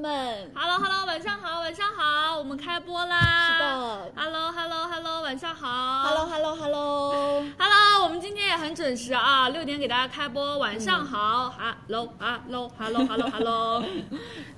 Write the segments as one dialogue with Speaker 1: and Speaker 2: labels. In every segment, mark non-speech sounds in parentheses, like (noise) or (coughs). Speaker 1: 们。
Speaker 2: Hello Hello，晚上好，晚上好，我们开播啦！
Speaker 1: 是的
Speaker 2: Hello Hello Hello，晚上好。
Speaker 1: Hello Hello Hello，
Speaker 2: Hello，我们今天也很准时啊，六点给大家开播。晚上好，Hello Hello Hello
Speaker 1: (laughs)
Speaker 2: Hello Hello，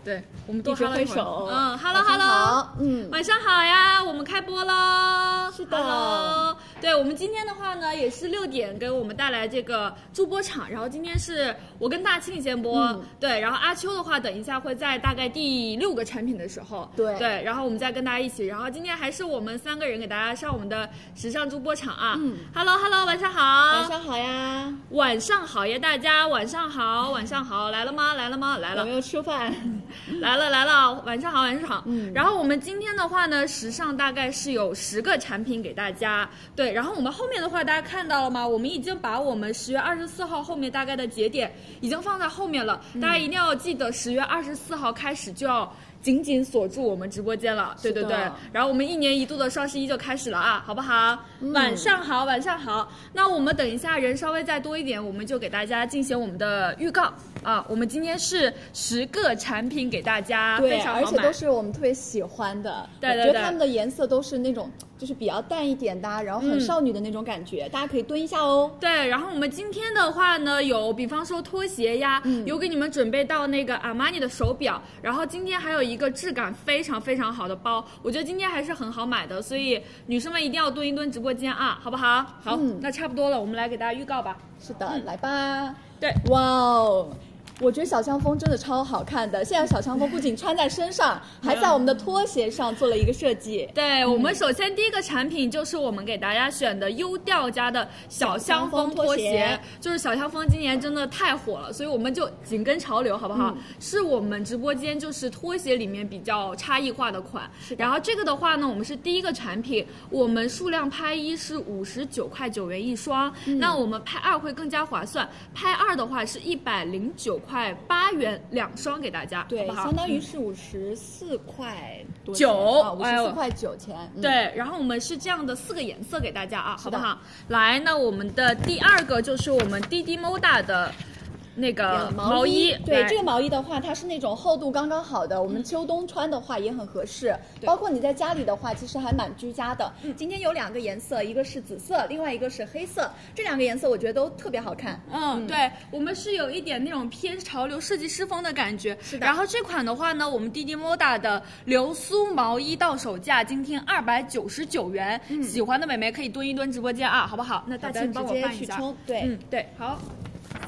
Speaker 2: 对，我们多
Speaker 1: 一直
Speaker 2: hello
Speaker 1: 挥
Speaker 2: 一会儿
Speaker 1: 手。
Speaker 2: 嗯，Hello
Speaker 1: 晚上
Speaker 2: Hello，
Speaker 1: 好嗯
Speaker 2: 晚上好呀，我们开播喽。
Speaker 1: 是的
Speaker 2: Hello，对我们今天的话呢，也是六点给我们带来这个助播场，然后今天是我跟大庆先播，
Speaker 1: 嗯
Speaker 2: 对，然后阿秋的话，等一下会在大概第六个产品的时候，
Speaker 1: 对
Speaker 2: 对，然后我们再跟大家一起，然后今天还是我们三个人给大家上我们的时尚助播场啊。
Speaker 1: 嗯
Speaker 2: Hello Hello，晚上好。
Speaker 1: 晚上好呀，
Speaker 2: 晚上好呀，大家晚上好，晚上好，来了吗？来了吗？来
Speaker 1: 有
Speaker 2: 了
Speaker 1: 没，有吃饭？
Speaker 2: (laughs) 来了，来了，晚上好，晚上好。
Speaker 1: 嗯
Speaker 2: 然后我们今天的话呢，时尚大概是有十个产品给大家，对。然后我们后面的话，大家看到了吗？我们已经把我们十月二十四号后面大概的节点已经放在后面了，
Speaker 1: 嗯
Speaker 2: 大家一定要记得十月二十四号开始就要。紧紧锁住我们直播间了，对
Speaker 1: 是的
Speaker 2: 对对，然后我们一年一度的双十一就开始了啊，好不好？
Speaker 1: 嗯
Speaker 2: 晚上好，晚上好。那我们等一下人稍微再多一点，我们就给大家进行我们的预告啊。我们今天是十个产品给大家，啊非
Speaker 1: 对，
Speaker 2: 常好
Speaker 1: 而且
Speaker 2: 买
Speaker 1: 都是我们特别喜欢的。
Speaker 2: 对对
Speaker 1: 我觉得
Speaker 2: 对
Speaker 1: 他们的颜色都是那种就是比较淡一点的啊，然后很少女的那种感
Speaker 2: 嗯
Speaker 1: 觉，大家可以蹲一下哦。
Speaker 2: 对，然后我们今天的话呢，有比方说拖鞋呀，嗯有给你们准备到那个阿玛尼的手表，然后今天还有一个质感非常非常好的包，我觉得今天还是很好买的，所以女生们一定要蹲一蹲直播间啊，好不好？好，
Speaker 1: 嗯
Speaker 2: 那差不多了，我们来给大家预告吧。
Speaker 1: 是的，来吧。
Speaker 2: 嗯对，
Speaker 1: 哇哦！我觉得小香风真的超好看的。现在小香风不仅穿在身上，还在我们的拖鞋上做了一个设计。
Speaker 2: 对我们首先第一个产品就是我们给大家选的优调家的小香风
Speaker 1: 小
Speaker 2: 拖
Speaker 1: 香风拖鞋
Speaker 2: 就是小香风今年真的太火了，所以我们就紧跟潮流，好不好？
Speaker 1: 嗯
Speaker 2: 是我们直播间就是拖鞋里面比较差异化的款。然后这个的话呢，我们是第一个产品，我们数量拍一是五十九块九元一双，
Speaker 1: 嗯
Speaker 2: 那我们拍二会更加划算，拍二的话是一百零九块八元两双给大家，
Speaker 1: 对，
Speaker 2: 好不嗯好？
Speaker 1: 相当于是五十四块多啊
Speaker 2: 九
Speaker 1: 五
Speaker 2: 哎
Speaker 1: 十
Speaker 2: 呦
Speaker 1: 四块九钱。嗯，
Speaker 2: 对，然后我们是这样的四个颜色给大家啊，好
Speaker 1: 是
Speaker 2: 不
Speaker 1: 的
Speaker 2: 好？来，那我们的第二个就是我们滴滴 Moda 的那个呃毛衣，
Speaker 1: 嗯对
Speaker 2: 来
Speaker 1: 这个毛衣的话，它是那种厚度刚刚好的，我们秋冬穿的话也很合适。
Speaker 2: 对嗯
Speaker 1: 包括你在家里的话，其实还蛮居家的。今天有两个颜色，一个是紫色，另外一个是黑色，这两个颜色我觉得都特别好看。
Speaker 2: 嗯，对，我们是有一点那种偏潮流设计师风的感觉。
Speaker 1: 是的
Speaker 2: 然后这款的话呢，我们滴滴 Moda 的流苏毛衣到手价今天二百九十九元，喜欢的美眉可以蹲一蹲直播间啊，好不好？那大
Speaker 1: 嗯好的
Speaker 2: 庆帮我
Speaker 1: 直接
Speaker 2: 翻一
Speaker 1: 去
Speaker 2: 下。
Speaker 1: 冲对
Speaker 2: 嗯，对，好，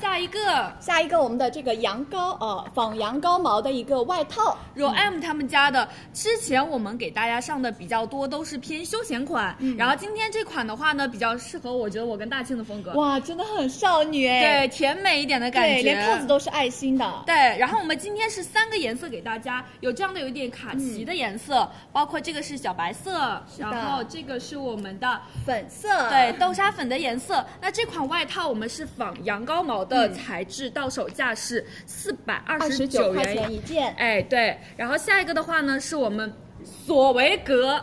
Speaker 2: 下一个。
Speaker 1: 下一个我们的这个羊羔呃仿羊羔毛的一个外套，
Speaker 2: 柔 M 他们家的，之前我们给大家上的比较多都是偏休闲款，
Speaker 1: 嗯
Speaker 2: 然后今天这款的话呢，比较适合我觉得我跟大庆的风格，
Speaker 1: 哇，真的很少女哎
Speaker 2: 嗯对，，甜美一点的感
Speaker 1: 对，
Speaker 2: 觉，
Speaker 1: 连扣子。都是爱心的。
Speaker 2: 对，然后我们今天是三个颜色给大家，有这样的有一点卡
Speaker 1: 嗯
Speaker 2: 其的颜色，包括这个是小白色，
Speaker 1: 的呃
Speaker 2: 然后这个是我们的
Speaker 1: 粉色，
Speaker 2: 对，豆沙粉的颜色。那这款外套我们是仿羊羔毛的材质，到手价是四百二
Speaker 1: 嗯二十
Speaker 2: 十
Speaker 1: 九
Speaker 2: 九
Speaker 1: 块
Speaker 2: 元
Speaker 1: 钱一件，
Speaker 2: 哎，对，然后下一个的话呢，是我们索维格。哎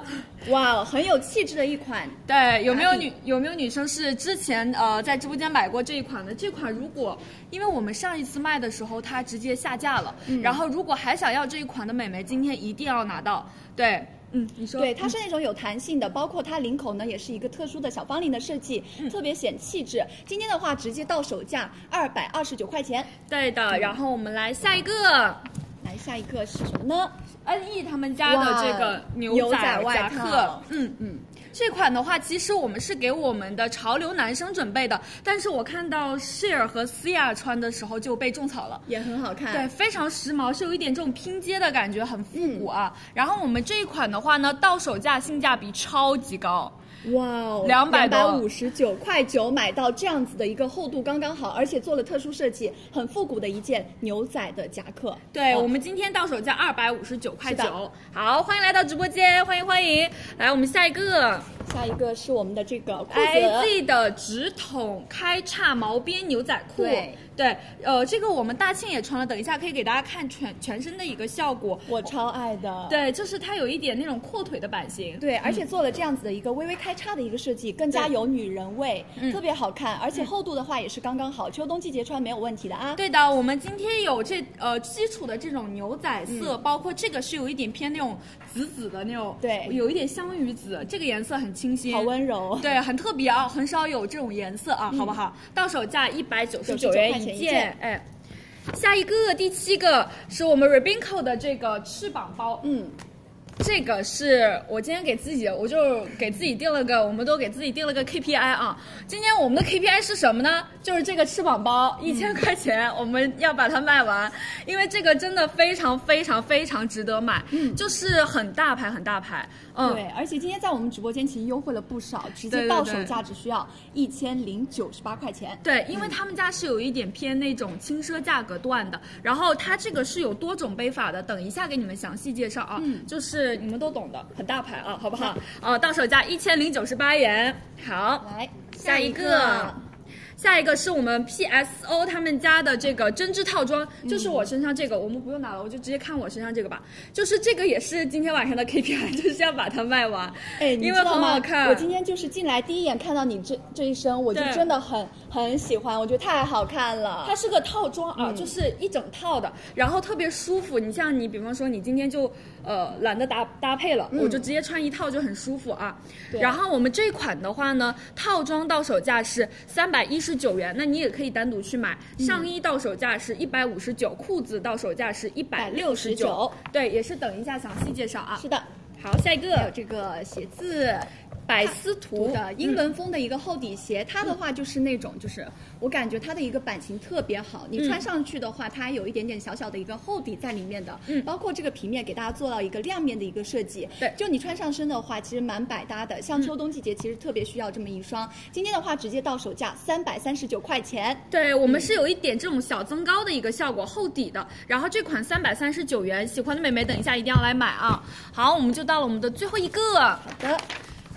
Speaker 1: 哇，很有气质的一款。
Speaker 2: (laughs) 对，有没有
Speaker 1: 打底
Speaker 2: 女有没有女生是之前呃在直播间买过这一款的？这款如果因为我们上一次卖的时候它直接下架了，然后如果还想要这一款的美眉，今天一定要拿到。对，嗯，你说
Speaker 1: 对，它是那种有弹性的，包括它领口呢也是一个特殊的小方领的设计，特别显气质。今天的话直接到手价二百二十九块钱。
Speaker 2: 嗯对的。然后我们来下一个。
Speaker 1: 来，下一个是什么呢？
Speaker 2: N E 他们家的这
Speaker 1: 哇
Speaker 2: 个
Speaker 1: 牛
Speaker 2: 牛
Speaker 1: 仔
Speaker 2: 仔
Speaker 1: 外
Speaker 2: 夹
Speaker 1: 套
Speaker 2: 克，嗯
Speaker 1: 嗯
Speaker 2: 嗯，这款的话，其实我们是给我们的潮流男生准备的，但是我看到 Share 和 Sia 穿的时候就被种草了。
Speaker 1: 也很好看。
Speaker 2: 对，，非常时髦，是有一点这种拼接的感觉，很复古啊。然后我们这一款的话呢，到手价性价比超级高，
Speaker 1: 哇哦，
Speaker 2: 200多
Speaker 1: 五十九块九买到这样子的一个厚度刚刚好，而且做了特殊设计，很复古的一件牛仔的夹克。
Speaker 2: 对、
Speaker 1: 哦
Speaker 2: 我们今天到手价二百五十九块
Speaker 1: 是的
Speaker 2: 九。好，欢迎来到直播间，欢迎欢迎。来，我们下一个，
Speaker 1: 下一个是我们的这个裤子，
Speaker 2: IG 的哎直筒开叉毛边牛仔裤，
Speaker 1: 对
Speaker 2: 对呃，这个我们大庆也穿了，等一下可以给大家看全全身的一个效果。
Speaker 1: 我超爱的。
Speaker 2: 对，就是它有一点那种阔腿的版型。
Speaker 1: 对，而且做了这样子的一个微微开叉的一个设计，更加
Speaker 2: 嗯对
Speaker 1: 有女人味，
Speaker 2: 嗯
Speaker 1: 特别好看。而且厚度的话也是刚刚好，秋冬季节穿没有问题的啊。
Speaker 2: 对的，我们今天有这呃基础的这种牛仔色，
Speaker 1: 嗯
Speaker 2: 包括这个是有一点偏那种紫紫的那种，
Speaker 1: 对
Speaker 2: 有一点香芋紫，这个颜色很清新，
Speaker 1: 好温柔。
Speaker 2: 对，很特别啊，很少有这种颜色啊，好不好？到手价一百九十
Speaker 1: 99
Speaker 2: 元
Speaker 1: 块钱一
Speaker 2: 件
Speaker 1: 件，
Speaker 2: 哎。下一个第七个是我们 Rebinco 的这个翅膀包，
Speaker 1: 嗯，
Speaker 2: 这个是我今天给自己，我就给自己定了个，我们都给自己定了个 KPI 啊。今天我们的 KPI 是什么呢？就是这个翅膀包一千块钱，我们要把它卖完，因为这个真的非常非常非常值得买，
Speaker 1: 嗯
Speaker 2: 就是很大牌很大牌，嗯，
Speaker 1: 对，而且今天在我们直播间其实优惠了不少，直
Speaker 2: 对对
Speaker 1: 接
Speaker 2: 对
Speaker 1: 到手价只需要一千零九十八块钱。
Speaker 2: 对，因为他们家是有一点偏那种轻奢价格段的，然后它这个是有多种背法的，等一下给你们详细介绍啊，
Speaker 1: 嗯
Speaker 2: 就是你们都懂的，很大牌啊，好不好？呃，到手价一千零九十八元，好，
Speaker 1: 来，
Speaker 2: 下一个。下一个是我们 PSO 他们家的这个针织套装，就是我身上这个，我们不用拿了，我就直接看我身上这个吧。就是这个也是今天晚上的 KPI，就是 (laughs) 要把它卖完。
Speaker 1: 哎，你
Speaker 2: 因为
Speaker 1: 知道
Speaker 2: 很
Speaker 1: 吗
Speaker 2: 好看
Speaker 1: 我今天就是进来第一眼看到你这这一身，我就
Speaker 2: 对
Speaker 1: 真的很很喜欢，我觉得太好看了。
Speaker 2: 它是个套装啊，
Speaker 1: 嗯
Speaker 2: 就是一整套的，然后特别舒服。你像你，比方说你今天就呃懒得搭搭配了，
Speaker 1: 嗯
Speaker 2: 我就直接穿一套就很舒服啊。
Speaker 1: 对
Speaker 2: 然后我们这一款的话呢，套装到手价是三百一十九元，那你也可以单独去买。
Speaker 1: 嗯
Speaker 2: 上衣到手价是一百五十九，裤子到手价是一百六十九
Speaker 1: 169。
Speaker 2: 对，也是等一下详细介绍啊。
Speaker 1: 是的，
Speaker 2: 好，下一
Speaker 1: 还有
Speaker 2: 个
Speaker 1: 这个鞋子。
Speaker 2: 百思
Speaker 1: 图
Speaker 2: 图
Speaker 1: 的英伦风的一个厚底鞋，它的话就是那种，就是我感觉它的一个版型特别好，你
Speaker 2: 嗯
Speaker 1: 穿上去的话，它有一点点小小的一个厚底在里面的，
Speaker 2: 嗯
Speaker 1: 包括这个皮面给大家做到一个亮面的一个设计，
Speaker 2: 对
Speaker 1: 就你穿上身的话，其实蛮百搭的，像秋冬季节其实特别需要这么一双，今天的话直接到手价三百三十九块钱，
Speaker 2: 对我们
Speaker 1: 嗯
Speaker 2: 是有一点这种小增高的一个效果，厚底的。然后这款三百三十九元，喜欢的美眉等一下一定要来买啊！好，我们就到了我们的最后一个，
Speaker 1: 好的，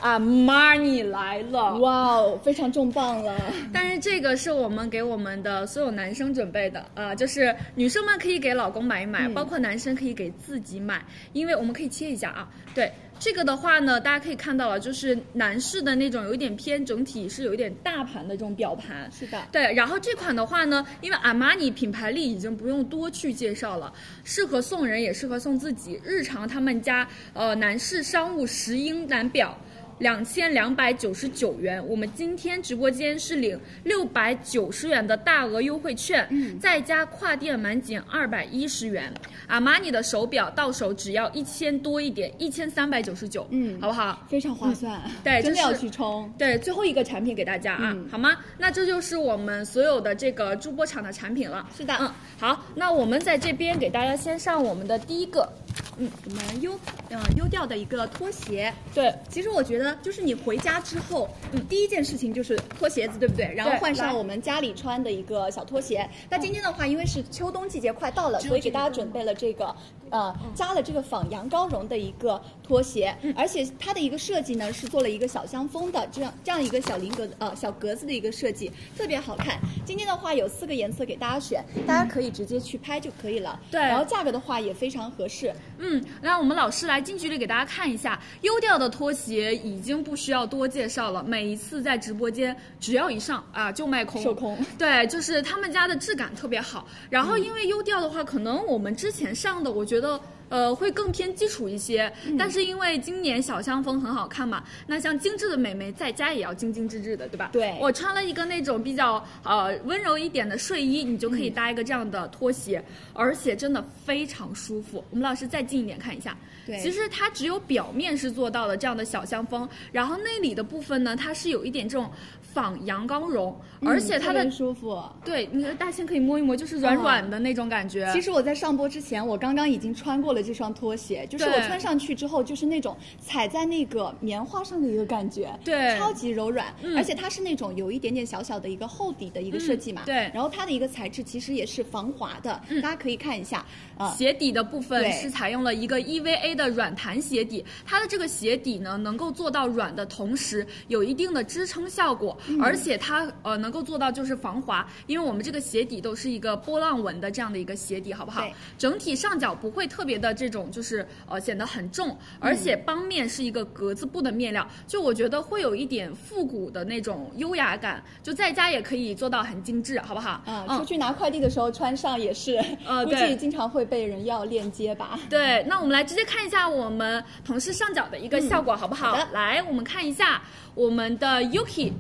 Speaker 2: 阿玛尼来了。
Speaker 1: 哇哦，非常重磅 (laughs) 了，
Speaker 2: 但是这个是我们给我们的所有男生准备的啊、就是女生们可以给老公买一买，
Speaker 1: 嗯
Speaker 2: 包括男生可以给自己买，因为我们可以切一下啊。对这个的话呢，大家可以看到了，就是男士的那种有一点偏整体是有一点大盘的这种表盘，
Speaker 1: 是的，
Speaker 2: 对，然后这款的话呢，因为阿玛尼品牌力已经不用多去介绍了，适合送人也适合送自己。日常他们家呃男士商务石英蓝表。两千两百九十九元，我们今天直播间是领六百九十元的大额优惠券，
Speaker 1: 嗯
Speaker 2: 再加跨店满减二百一十元。阿玛尼的手表到手只要一千多一点，一千三百九十九，
Speaker 1: 嗯
Speaker 2: 好不好？
Speaker 1: 非常划算，
Speaker 2: 对
Speaker 1: 真的要
Speaker 2: 就是
Speaker 1: 去冲，
Speaker 2: 对，最后一个产品给大家啊，
Speaker 1: 嗯
Speaker 2: 好吗？那这就是我们所有的这个助播场的产品了。
Speaker 1: 是的
Speaker 2: 嗯，好，那我们在这边给大家先上我们的第一个，
Speaker 1: 嗯，我们优呃优调的一个拖鞋。
Speaker 2: 对，
Speaker 1: 其实我觉得，就是你回家之后，嗯，第一件事情就是脱鞋子，对不对？然后换
Speaker 2: 来
Speaker 1: 上我们家里穿的一个小拖鞋。那今天的话，因为是秋冬季节快到了，
Speaker 2: 只有
Speaker 1: 所以
Speaker 2: 这
Speaker 1: 给
Speaker 2: 个
Speaker 1: 大家准备了这个，呃，
Speaker 2: 嗯
Speaker 1: 加了这个仿羊羔绒的一个拖鞋，而且它的一个设计呢是做了一个小香风的这样这样一个小菱格呃小格子的一个设计，特别好看。今天的话有四个颜色给大家选，大家可以直接去拍就可以了。
Speaker 2: 嗯对
Speaker 1: 然后价格的话也非常合适。
Speaker 2: 嗯，那我们老师来近距离给大家看一下，优调的拖鞋已经不需要多介绍了，每一次在直播间只要一上啊就卖空，
Speaker 1: 售空。嗯
Speaker 2: 对，就是他们家的质感特别好。然后因为优调的话，可能我们之前上的，我觉得。呃，会更偏基础一些，
Speaker 1: 嗯
Speaker 2: 但是因为今年小香风很好看嘛，那像精致的美眉在家也要精精致致的，对吧？
Speaker 1: 对
Speaker 2: 我穿了一个那种比较呃温柔一点的睡衣，你就可以搭一个这样的拖鞋，而且真的非常舒服。我们老师再近一点看一下，
Speaker 1: 对
Speaker 2: 其实它只有表面是做到了这样的小香风，然后内里的部分呢，它是有一点这种仿羊羔绒，而且
Speaker 1: 嗯
Speaker 2: 它
Speaker 1: 特
Speaker 2: 的、
Speaker 1: 别舒服。
Speaker 2: 对，你的大仙可以摸一摸，就是软软的那种感觉。
Speaker 1: 其实我在上播之前，我刚刚已经穿过了了这双拖鞋，就是我
Speaker 2: 对
Speaker 1: 穿上去之后，就是那种踩在那个棉花上的一个感觉，
Speaker 2: 对
Speaker 1: 超级柔软，
Speaker 2: 嗯
Speaker 1: 而且它是那种有一点点小小的一个厚底的一个设计嘛，
Speaker 2: 嗯对嗯
Speaker 1: 然后它的一个材质其实也是防滑的，大家可以看一下，啊、
Speaker 2: 鞋底的部分
Speaker 1: 对
Speaker 2: 是采用了一个 EVA 的软弹鞋底，它的这个鞋底呢能够做到软的同时有一定的支撑效果，
Speaker 1: 嗯
Speaker 2: 而且它呃能够做到就是防滑，因为我们这个鞋底都是一个波浪纹的这样的一个鞋底，好不好
Speaker 1: 对？
Speaker 2: 整体上脚不会特别的这种就是呃显得很
Speaker 1: 嗯
Speaker 2: 重，而且帮面是一个格子布的面料，就我觉得会有一点复古的那种优雅感，就在家也可以做到很精致，好不好？
Speaker 1: 啊、
Speaker 2: 嗯
Speaker 1: 出去拿快递的时候穿上也是，
Speaker 2: 呃
Speaker 1: 估
Speaker 2: 对嗯
Speaker 1: 计经常会被人要链接吧。
Speaker 2: 对，那我们来直接看一下我们同事上脚的一个效果，好不好？
Speaker 1: 嗯好的
Speaker 2: 来，我们看一下我们的 Yuki，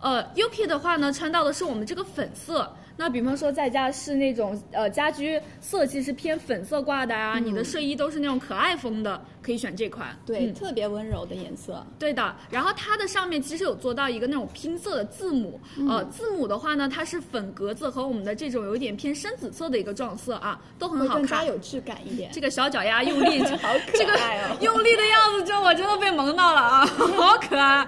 Speaker 2: 呃，Yuki 的话呢，穿到的是我们这个粉色。那比方说在家是那种呃家居色系是偏粉色挂的
Speaker 1: 嗯
Speaker 2: 啊，你的睡衣都是那种可爱风的，可以选这款。
Speaker 1: 对，
Speaker 2: 嗯
Speaker 1: 特别温柔的颜色。
Speaker 2: 对的，然后它的上面其实有做到一个那种拼色的字母，
Speaker 1: 嗯
Speaker 2: 呃，字母的话呢，它是粉格子和我们的这种有一点偏深紫色的一个撞色啊，都很
Speaker 1: 会
Speaker 2: 好
Speaker 1: 更
Speaker 2: 看
Speaker 1: 加。有质感一点。
Speaker 2: 这个小脚丫用力，
Speaker 1: (laughs) 好
Speaker 2: 这
Speaker 1: 可
Speaker 2: 个
Speaker 1: 爱哦
Speaker 2: 用力的样子，这我真的被萌到了啊， (laughs) 好可爱。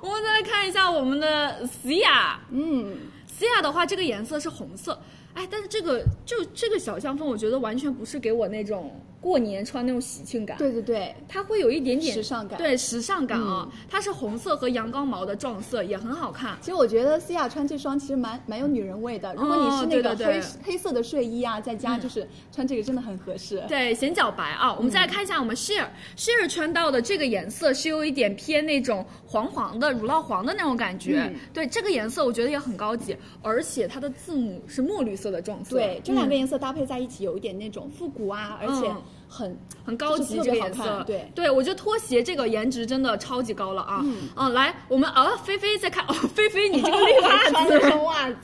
Speaker 2: 我们再来看一下我们的西亚，
Speaker 1: 嗯，
Speaker 2: 西亚的话，这个颜色是红色。哎，但是这个就这个小香风，我觉得完全不是给我那种过年穿那种喜庆感。
Speaker 1: 对对对，
Speaker 2: 它会有一点点
Speaker 1: 时尚感嗯
Speaker 2: 对时尚感啊、它是红色和羊羔毛的撞色，也很好看。
Speaker 1: 其实我觉得西亚穿这双其实蛮蛮有女人味的。如果你是那个
Speaker 2: 哦对对
Speaker 1: 黑、
Speaker 2: 对
Speaker 1: 黑色的睡衣啊，在家就是穿这个真的很合适。
Speaker 2: 对，显脚白啊。我们再来看一下我们 share、share 穿到的这个颜色是有一点偏那种黄黄的乳酪黄的那种感觉。
Speaker 1: 嗯
Speaker 2: 对，这个颜色我觉得也很高级，而且它的字母是墨绿色的撞色，嗯
Speaker 1: 对这两个颜色搭配在一起，有一点那种复古啊，而且很
Speaker 2: 很高级
Speaker 1: 就是特
Speaker 2: 这个
Speaker 1: 别好
Speaker 2: 颜色
Speaker 1: 看。。对，
Speaker 2: 我觉得拖鞋这个颜值真的超级高了啊。
Speaker 1: 嗯
Speaker 2: 来，我们啊，菲菲再看，哦，菲菲你这
Speaker 1: (laughs)
Speaker 2: 个 (laughs) 绿袜
Speaker 1: 穿
Speaker 2: 子
Speaker 1: 了双袜
Speaker 2: (laughs)
Speaker 1: 子，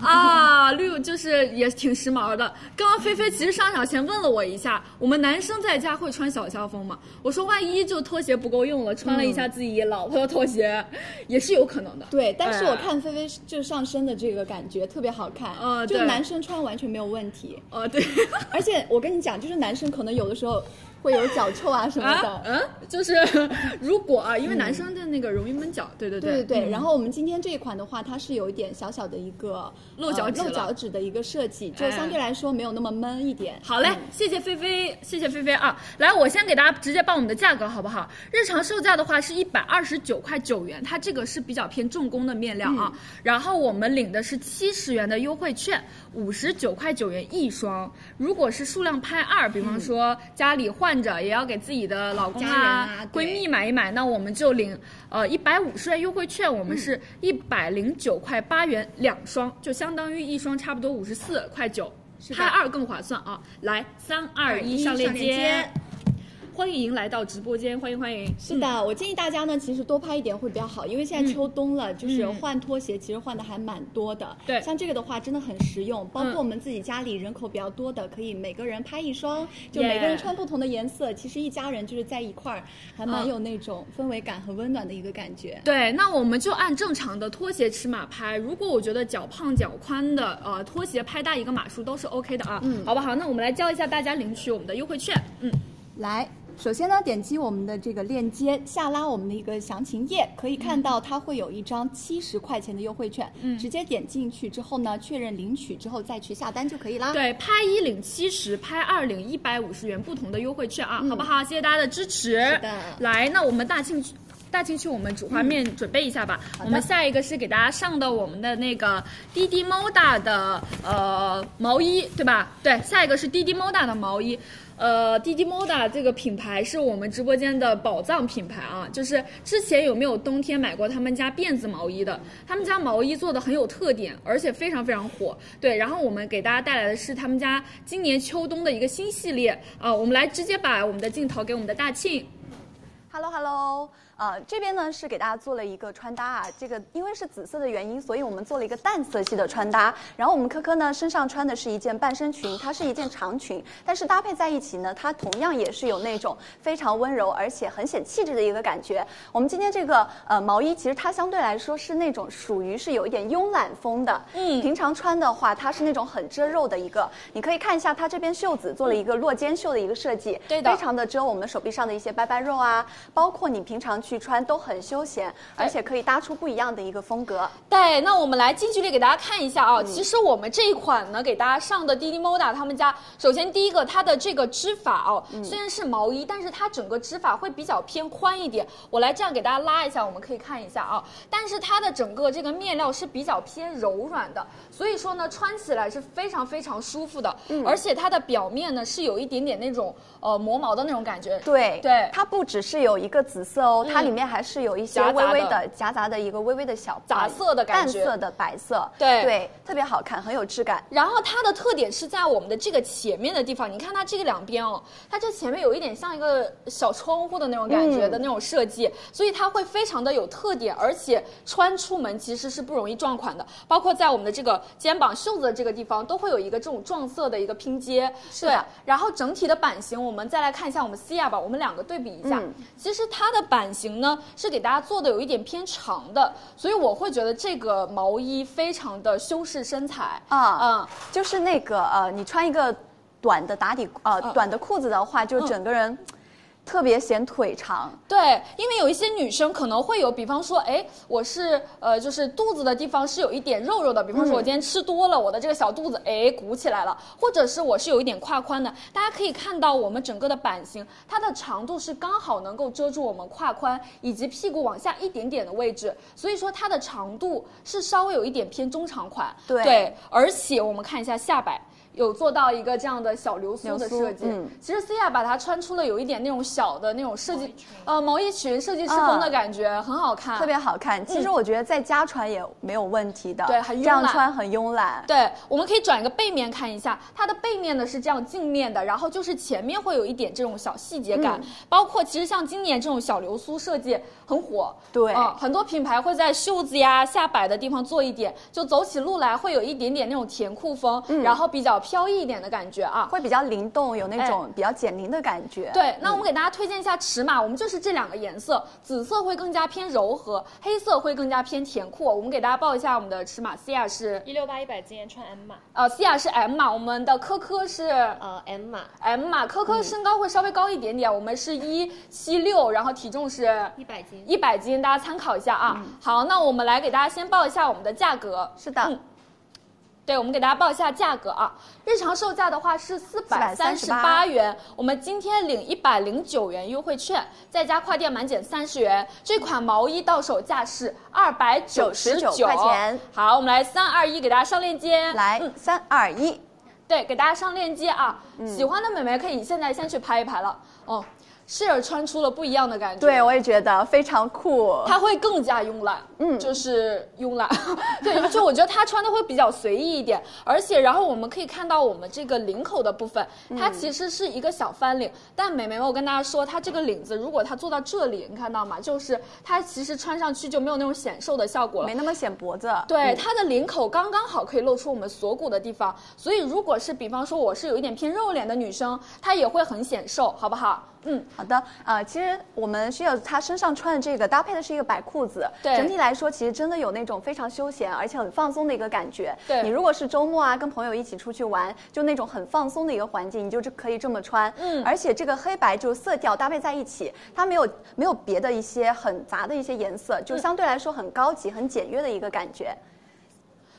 Speaker 2: 啊，绿就是也挺时髦的。刚刚菲菲其实上场前问了我一下，我们男生在家会穿小校风吗？我说万一就拖鞋不够用了，穿了一下自己老婆的拖鞋，也是有可能的。
Speaker 1: 嗯对，但是
Speaker 2: 哎
Speaker 1: 我看菲菲就上身的这个感觉特别好看，
Speaker 2: 呃
Speaker 1: 就是
Speaker 2: 对
Speaker 1: 男生穿完全没有问题。
Speaker 2: 呃，对， (laughs)
Speaker 1: 而且我跟你讲，就是男生可能有的时候会有脚臭啊什么的，
Speaker 2: 啊，嗯，就是 (laughs) 如果啊，因为男生的那个容易闷脚，对对
Speaker 1: 嗯对对
Speaker 2: 对
Speaker 1: 对，
Speaker 2: 嗯
Speaker 1: 然后我们今天这一款的话，它是有一点小小的一个
Speaker 2: 露脚趾
Speaker 1: 呃、露
Speaker 2: 了哎
Speaker 1: 脚趾的一个设计，就相对来说没有那么闷一点。
Speaker 2: 好嘞，谢谢菲菲，谢谢菲菲啊！来，我先给大家直接报我们的价格好不好？日常售价的话是一百二十九块九元，它这个是比较偏重工的面料
Speaker 1: 嗯
Speaker 2: 啊。然后我们领的是七十元的优惠券，五十九块九元一双。如果是数量拍二，比方说家里换着，也要给自己的老公
Speaker 1: 嗯家人啊
Speaker 2: 闺
Speaker 1: 对
Speaker 2: 蜜买一买，那我们就领呃一百五十元优惠券，我
Speaker 1: 嗯
Speaker 2: 们是一百零九块八元两双，就相当于一双差不多五十四块九。
Speaker 1: 是的哎
Speaker 2: 拍二更划算啊！来，三二
Speaker 1: 二
Speaker 2: 一，
Speaker 1: 一
Speaker 2: 上链嗯
Speaker 1: 上链接
Speaker 2: 欢迎来到直播间，欢迎欢迎。嗯
Speaker 1: 是的，我建议大家呢，其实多拍一点会比较好，因为现在秋冬了，就是换拖鞋，其实换的还蛮多的。
Speaker 2: 嗯对
Speaker 1: 像这个的话，真的很实用，包
Speaker 2: 嗯
Speaker 1: 括我们自己家里人口比较多的，可以每个人拍一双，就
Speaker 2: Yeah
Speaker 1: 每个人穿不同的颜色，其实一家人就是在一块儿，还蛮
Speaker 2: 嗯
Speaker 1: 有那种氛围感和温暖的一个感觉。
Speaker 2: 对，那我们就按正常的拖鞋尺码拍。如果我觉得脚胖脚宽的，呃，拖鞋拍大一个码数都是 OK 的啊，
Speaker 1: 嗯
Speaker 2: 好不好？那我们来教一下大家领取我们的优惠券，嗯，
Speaker 1: 来，首先呢，点击我们的这个链接，下拉我们的一个详情页，可以看到它会有一张七十块钱的优惠券，
Speaker 2: 嗯
Speaker 1: 直接点进去之后呢，确认领取之后再去下单就可以啦。，
Speaker 2: 对，拍一领七十，拍二领一百五十元不同的优惠券啊，好不好？谢谢大家的支持。
Speaker 1: 的
Speaker 2: 来，那我们大庆区。大庆区，我们煮花面准备一下吧。
Speaker 1: 好的
Speaker 2: 我们下一个是给大家上的我们的那个滴滴 Moda 的呃毛衣，对吧？对，下一个是滴滴 Moda 的毛衣。呃，滴滴 Moda 这个品牌是我们直播间的宝藏品牌啊，就是之前有没有冬天买过他们家辫子毛衣的？他们家毛衣做的很有特点，而且非常非常火。对，然后我们给大家带来的是他们家今年秋冬的一个新系列啊、我们来直接把我们的镜头给我们的大庆。
Speaker 1: Hello Hello，啊、这边呢是给大家做了一个穿搭啊，这个因为是紫色的原因，所以我们做了一个淡色系的穿搭。然后我们科科呢身上穿的是一件半身裙，它是一件长裙，但是搭配在一起呢，它同样也是有那种非常温柔而且很显气质的一个感觉。我们今天这个呃毛衣，其实它相对来说是那种属于是有一点慵懒风的，嗯，平常穿的话它是那种很遮肉的一个。你可以看一下它这边袖子做了一个落肩袖的一个设计，
Speaker 3: 对的
Speaker 1: 非常的遮我们手臂上的一些拜拜肉啊，包括你平常去穿都很休闲，而且可以搭出不一样的一个风格。
Speaker 2: 对，那我们来近距离给大家看一下
Speaker 1: 嗯
Speaker 2: 啊。其实我们这一款呢，给大家上的滴滴 Moda 他们家，首先第一个它的这个织法哦，
Speaker 1: 嗯
Speaker 2: 虽然是毛衣，但是它整个织法会比较偏宽一点。我来这样给大家拉一下，我们可以看一下啊。但是它的整个这个面料是比较偏柔软的，所以说呢，穿起来是非常非常舒服的。
Speaker 1: 嗯
Speaker 2: 而且它的表面呢是有一点点那种呃磨毛的那种感觉。
Speaker 1: 对
Speaker 2: 对嗯
Speaker 1: 它不只是有一个紫色哦，它里面还是有一些
Speaker 2: 夹杂
Speaker 1: 微
Speaker 2: 的
Speaker 1: 微的夹杂的一个微微的小
Speaker 2: 杂色的感觉
Speaker 1: 淡色的白色，
Speaker 2: 对
Speaker 1: 对，特别好看，很有质感。
Speaker 2: 然后它的特点是在我们的这个前面的地方，你看它这个两边哦，它这前面有一点像一个小窗户的那种感觉
Speaker 1: 嗯
Speaker 2: 的那种设计，所以它会非常的有特点，而且穿出门其实是不容易撞款的。包括在我们的这个肩膀、袖子的这个地方，都会有一个这种撞色的一个拼接。
Speaker 1: 是
Speaker 2: 对
Speaker 1: 的，
Speaker 2: 然后整体的版型，我们再来看一下我们 C 亚吧，我们两个对比一下。
Speaker 1: 嗯
Speaker 2: 其实它的版型呢是给大家做的有一点偏长的，所以我会觉得这个毛衣非常的修饰身材
Speaker 1: 啊
Speaker 2: 嗯。
Speaker 1: 就是那个呃，你穿一个短的打底呃、
Speaker 2: 嗯
Speaker 1: 短的裤子的话，就整个人特别显腿长。
Speaker 2: 对，因为有一些女生可能会有，比方说，哎，我是呃，就是肚子的地方是有一点肉肉的，比方说
Speaker 1: 嗯
Speaker 2: 我今天吃多了，我的这个小肚子哎鼓起来了，或者是我是有一点胯宽的。大家可以看到我们整个的版型，它的长度是刚好能够遮住我们胯宽以及屁股往下一点点的位置，所以说它的长度是稍微有一点偏中长款。
Speaker 1: 对
Speaker 2: 而且我们看一下下摆。有做到一个这样的小流苏
Speaker 1: 流
Speaker 2: 的
Speaker 1: 苏
Speaker 2: 设计，
Speaker 1: 嗯
Speaker 2: 其实 C 亚把它穿出了有一点那种小的那种设计，呃，毛衣裙设计师风的感觉，很好看。
Speaker 1: 嗯特别好看，其实我觉得在家穿也没有问题的，
Speaker 2: 嗯对很慵
Speaker 1: 这样
Speaker 2: 懒
Speaker 1: 穿很慵懒，
Speaker 2: 对，我们可以转一个背面看一下，它的背面呢是这样镜面的，然后就是前面会有一点这种小细节
Speaker 1: 嗯
Speaker 2: 感，包括其实像今年这种小流苏设计很火，
Speaker 1: 对
Speaker 2: 嗯很多品牌会在袖子呀、下摆的地方做一点，就走起路来会有一点点那种甜酷风，
Speaker 1: 嗯
Speaker 2: 然后比较飘逸一点的感觉啊。
Speaker 1: 会比较灵动，有那种比较减龄的感觉。
Speaker 2: 哎对，那我们给大家推荐一下尺码，我们就是这两个颜色，紫色会更加偏柔和，黑色会更加偏甜酷。哦我们给大家报一下我们的尺码，C R 是
Speaker 4: 一六八一百今年穿 M 码，
Speaker 2: 呃，C R 是 M 码，我们的科科是
Speaker 4: 呃 M 码
Speaker 2: M 码，科科身高会稍微高一点点，我们是一七六，然后体重是
Speaker 4: 一百斤，
Speaker 2: 一百斤，大家参考一下啊。好，那我们来给大家先报一下我们的价格，
Speaker 1: 是的，
Speaker 2: 嗯对，我们给大家报一下价格啊。日常售价的话是四百三十八
Speaker 1: 438
Speaker 2: 元，我们今天领一百零九元优惠券，再加跨店满减三十元。这款毛衣到手价是二百九十
Speaker 1: 99块钱。
Speaker 2: 好，我们来三二一，给大家上链接。嗯
Speaker 1: 来，三二一，
Speaker 2: 对，给大家上链接啊。喜欢的美眉可以现在先去拍一拍了。哦，是儿穿出了不一样的感觉。
Speaker 1: 对我也觉得非常酷。
Speaker 2: 它会更加慵懒，嗯，就是慵懒， (laughs) 对，就我觉得它穿的会比较随意一点，而且然后我们可以看到我们这个领口的部分，它其实是一个小翻领，但美眉们，我跟大家说，它这个领子如果它做到这里，你看到吗？就是它其实穿上去就没有那种显瘦的效果了
Speaker 1: 没，那么显脖子，
Speaker 2: 对，它的领口刚刚好可以露出我们锁骨的地方，所以如果是比方说我是有一点偏肉脸的女生，她也会很显瘦，好不好？嗯，
Speaker 1: 好的，呃，其实我们需要她身上穿的这个搭配的是一个白裤子，
Speaker 2: 对
Speaker 1: 整体来说其实真的有那种非常休闲而且很放松的一个感觉。
Speaker 2: 对
Speaker 1: 你如果是周末啊，跟朋友一起出去玩，就那种很放松的一个环境，你就是可以这么穿。
Speaker 2: 嗯
Speaker 1: 而且这个黑白就色调搭配在一起，它没有没有别的一些很杂的一些颜色，
Speaker 2: 嗯
Speaker 1: 就相对来说很高级、很简约的一个感觉。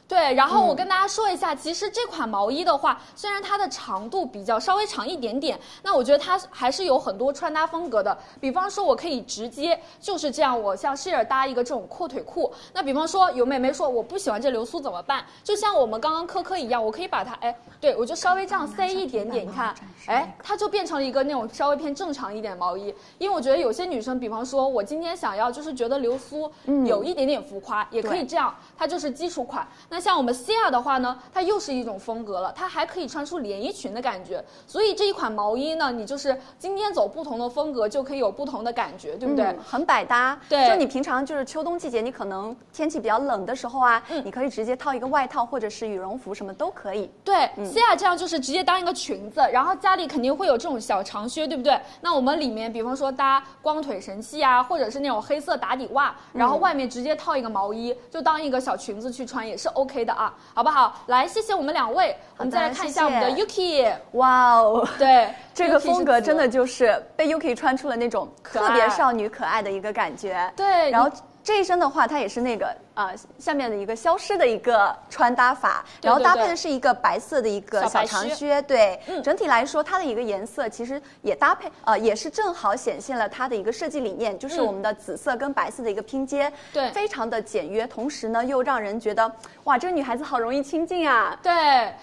Speaker 2: 对。然后我跟大家说一下，其实这款毛衣的话，虽然它的长度比较稍微长一点点，那我觉得它还是有很多穿搭风格的。比方说，我可以直接就是这样，我像 Sheer 搭一个这种阔腿裤。那比方说，有美眉说我不喜欢这流苏怎么办？就像我们刚刚科科一样，我可以把它，哎，对我就稍微这样塞一点点，你看，哎，它就变成了一个那种稍微偏正常一点的毛衣。因为我觉得有些女生，比方说我今天想要就是觉得流苏有一点点浮夸，也可以这样，它就是基础款。那像我们 Cia 的话呢，它又是一种风格了，它还可以穿出连衣裙的感觉。所以这一款毛衣呢，你就是今天走不同的风格，就可以有不同的感觉，对不对？
Speaker 1: 嗯很百搭。
Speaker 2: 对
Speaker 1: 就你平常就是秋冬季节，你可能天气比较冷的时候啊，
Speaker 2: 嗯
Speaker 1: 你可以直接套一个外套或者是羽绒服，什么都可以。
Speaker 2: 对，西亚这样就是直接当一个裙子，然后家里肯定会有这种小长靴，对不对？那我们里面比方说搭光腿神器啊，或者是那种黑色打底袜，然
Speaker 1: 嗯
Speaker 2: 后外面直接套一个毛衣，就当一个小裙子去穿也是 OK 的啊，好不好？来，谢谢我们两位，我们再来看一下我们的
Speaker 1: 谢
Speaker 2: Yuki，
Speaker 1: 哇哦，
Speaker 2: 对，
Speaker 1: (laughs) 这个
Speaker 2: Yuki 是
Speaker 1: 风格
Speaker 2: 紫
Speaker 1: 真的就是被 Yuki 穿出了那种
Speaker 2: 爱
Speaker 1: 特别少女可爱的一个感觉。
Speaker 2: 对
Speaker 1: 然后。这一身的话，它也是那个啊、呃下面的一个消失的一个穿搭法，
Speaker 2: 对
Speaker 1: 然后
Speaker 2: 对
Speaker 1: 搭
Speaker 2: 对
Speaker 1: 配的是一个白色的一个
Speaker 2: 小
Speaker 1: 小
Speaker 2: 白
Speaker 1: 长
Speaker 2: 靴嗯
Speaker 1: 靴，对，整体来说它的一个颜色其实也搭配，呃，也是正好显现了它的一个设计理念，就是
Speaker 2: 嗯
Speaker 1: 我们的紫色跟白色的一个拼接，
Speaker 2: 对
Speaker 1: 非常的简约，同时呢又让人觉得哇，这个女孩子好容易亲近啊，
Speaker 2: 对，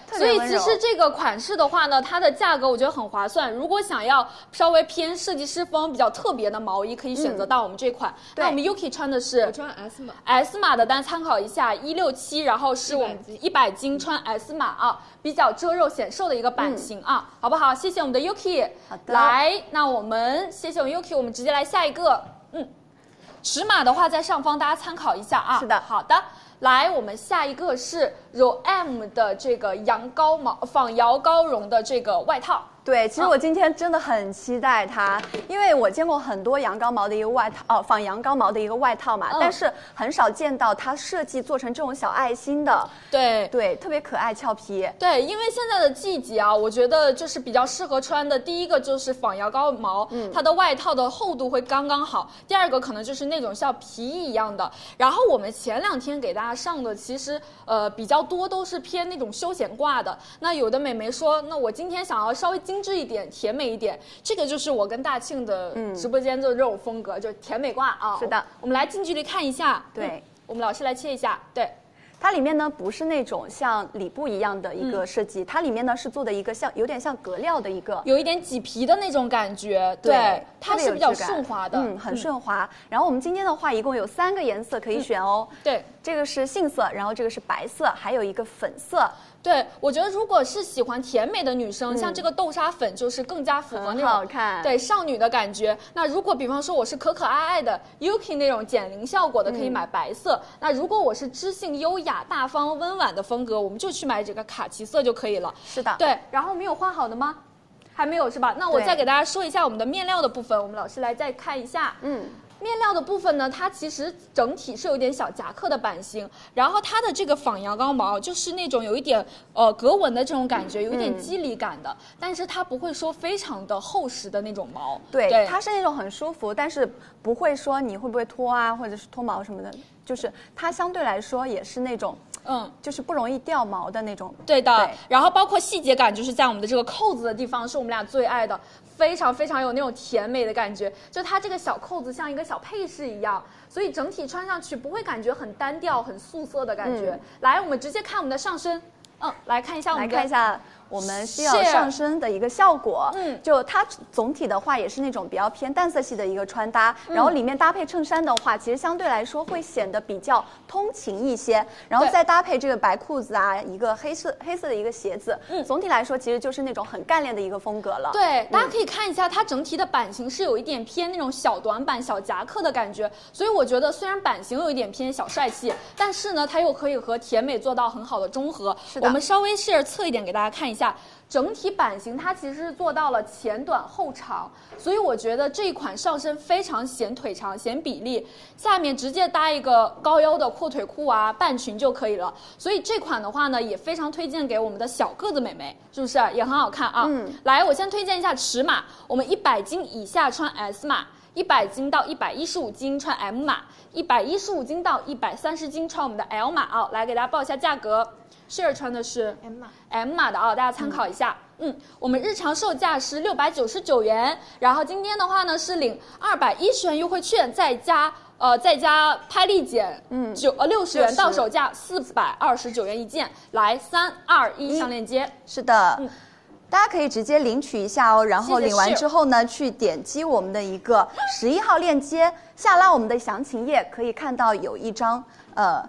Speaker 1: 特
Speaker 2: 所
Speaker 1: 别
Speaker 2: 以
Speaker 1: 温
Speaker 2: 其
Speaker 1: 柔
Speaker 2: 实这个款式的话呢，它的价格我觉得很划算。如果想要稍微偏设计师风、比较特别的毛衣，可以选择到我们这款。
Speaker 1: 嗯对
Speaker 2: 那我们 Yuki 穿的是
Speaker 3: 我穿 S 码，
Speaker 2: S 码的，大家参考一下，一六七，然后是我们一百斤穿 S 码啊，比较遮肉显瘦的一个版型啊，好不好？谢谢我们的 Yuki。
Speaker 1: 嗯好的
Speaker 2: 来，那我们谢谢我们 Yuki，我们直接来下一个，嗯，尺码的话在上方大家参考一下啊。
Speaker 1: 是的
Speaker 2: 好的。来，我们下一个是 Ro M 的这个羊羔毛仿羊羔绒的这个外套，
Speaker 1: 对，其实
Speaker 2: 嗯
Speaker 1: 我今天真的很期待它，因为我见过很多羊羔毛的一个外套，哦、仿羊羔毛的一个外套嘛，
Speaker 2: 嗯
Speaker 1: 但是很少见到它设计做成这种小爱心的，
Speaker 2: 对，
Speaker 1: 对，特别可爱俏皮。
Speaker 2: 对，因为现在的季节啊，我觉得就是比较适合穿的。第一个就是仿羊羔毛，
Speaker 1: 嗯
Speaker 2: 它的外套的厚度会刚刚好。第二个可能就是那种像皮衣一样的。然后我们前两天给大家上的，其实呃比较多都是偏那种休闲挂的。那有的美眉说，那我今天想要稍微精致一点、甜美一点，这个就是我跟大庆的直播间的这种风格，就是甜美挂啊。
Speaker 1: 嗯是的
Speaker 2: 我们来近距离看一下。
Speaker 1: 对
Speaker 2: 嗯我们老师来切一下。对。
Speaker 1: 它里面呢不是那种像里布一样的
Speaker 2: 嗯
Speaker 1: 一个设计，它里面呢是做的一个像有点像格料的一个。
Speaker 2: 有一点麂皮的那种感觉，它
Speaker 1: 特别
Speaker 2: 是
Speaker 1: 有
Speaker 2: 比较
Speaker 1: 质感
Speaker 2: 顺滑的，
Speaker 1: 嗯，很顺滑。然后我们今天的话，一共有三个颜色可
Speaker 2: 嗯
Speaker 1: 以选哦。
Speaker 2: 对。
Speaker 1: 这个是杏色，然后这个是白色，还有一个粉色。
Speaker 2: 对，我觉得如果是喜欢甜美的女生，像这个豆沙粉就是更加符
Speaker 1: 嗯
Speaker 2: 合那
Speaker 1: 很
Speaker 2: 种
Speaker 1: 好看
Speaker 2: 对少女的感觉。那如果比方说我是可可爱爱的 Yuki 那种减龄效
Speaker 1: 嗯
Speaker 2: 果的，可以买白色。那如果我是知性、优雅、大方、温婉的风格，我们就去买这个卡其色就可以了。
Speaker 1: 是的。
Speaker 2: 对，然后我们有画好的吗？还没有是吧？那我
Speaker 1: 对
Speaker 2: 再给大家说一下我们的面料的部分，我们老师来再看一下。
Speaker 1: 嗯，
Speaker 2: 面料的部分呢，它其实整体是有点小夹克的版型，然后它的这个仿羊羔毛就是那种有一点呃格纹的这种感觉，有一点肌理感的，但是它不会说非常的厚实的那种毛。
Speaker 1: 对，
Speaker 2: 对
Speaker 1: 它是那种很舒服，但是不会说你会不会脱啊，或者是脱毛什么的，就是它相对来说也是那种，
Speaker 2: 嗯。
Speaker 1: 就是不容易掉毛的那种。
Speaker 2: 对的，
Speaker 1: 对
Speaker 2: 然后包括细节感，就是在我们的这个扣子的地方，是我们俩最爱的，非常非常有那种甜美的感觉。就它这个小扣子像一个小配饰一样，所以整体穿上去不会感觉很单调、很素色的感觉。
Speaker 1: 嗯
Speaker 2: 来，我们直接看我们的上身，嗯，来看一下我
Speaker 1: 来
Speaker 2: 们的
Speaker 1: 看一下我们需要
Speaker 2: 是
Speaker 1: 上身的一个效果，
Speaker 2: 嗯
Speaker 1: 就它总体的话也是那种比较偏淡色系的一个穿搭，然后里面搭配衬衫的话，其实相对来说会显得比较通勤一些，然后
Speaker 2: 对
Speaker 1: 再搭配这个白裤子啊，一个黑色黑色的一个鞋子，总体来说其实就是那种很干练的嗯一个风格了。
Speaker 2: 对，大家可以看一下，它整体的版型是有一点偏那种小短版、小夹克的感觉，所以我觉得虽然版型有一点偏小帅气，但是呢，它又可以和甜美做到很好的中和。
Speaker 1: 是的
Speaker 2: 我们稍微 share 侧一点给大家看一下。整体版型它其实是做到了前短后长，所以我觉得这一款上身非常显腿长、显比例，下面直接搭一个高腰的阔腿裤啊、半裙就可以了。所以这款的话呢，也非常推荐给我们的小个子美眉，是不是也很好看啊？
Speaker 1: 嗯
Speaker 2: 来，我先推荐一下尺码，我们一百斤以下穿 S 码。一百斤到一百一十五斤穿 M 码，一百一十五斤到一百三十斤穿我们的 L 码啊、来给大家报一下价格。Share 穿的是 M 码，M 码的啊、大家参考一下。嗯，我们日常售价是六百九十九元，然后今天的话呢是领二百一十元优惠券，再加呃再加拍立减，嗯，九呃六十元到手价四百二十九元一件。来，三二一，上链接。
Speaker 1: 是的，
Speaker 2: 嗯
Speaker 1: 大家可以直接领取一下哦。然后
Speaker 2: 谢谢
Speaker 1: 领完
Speaker 2: 是
Speaker 1: 之后呢，去点击我们的一个十一号链接，下拉我们的详情页，可以看到有一张呃。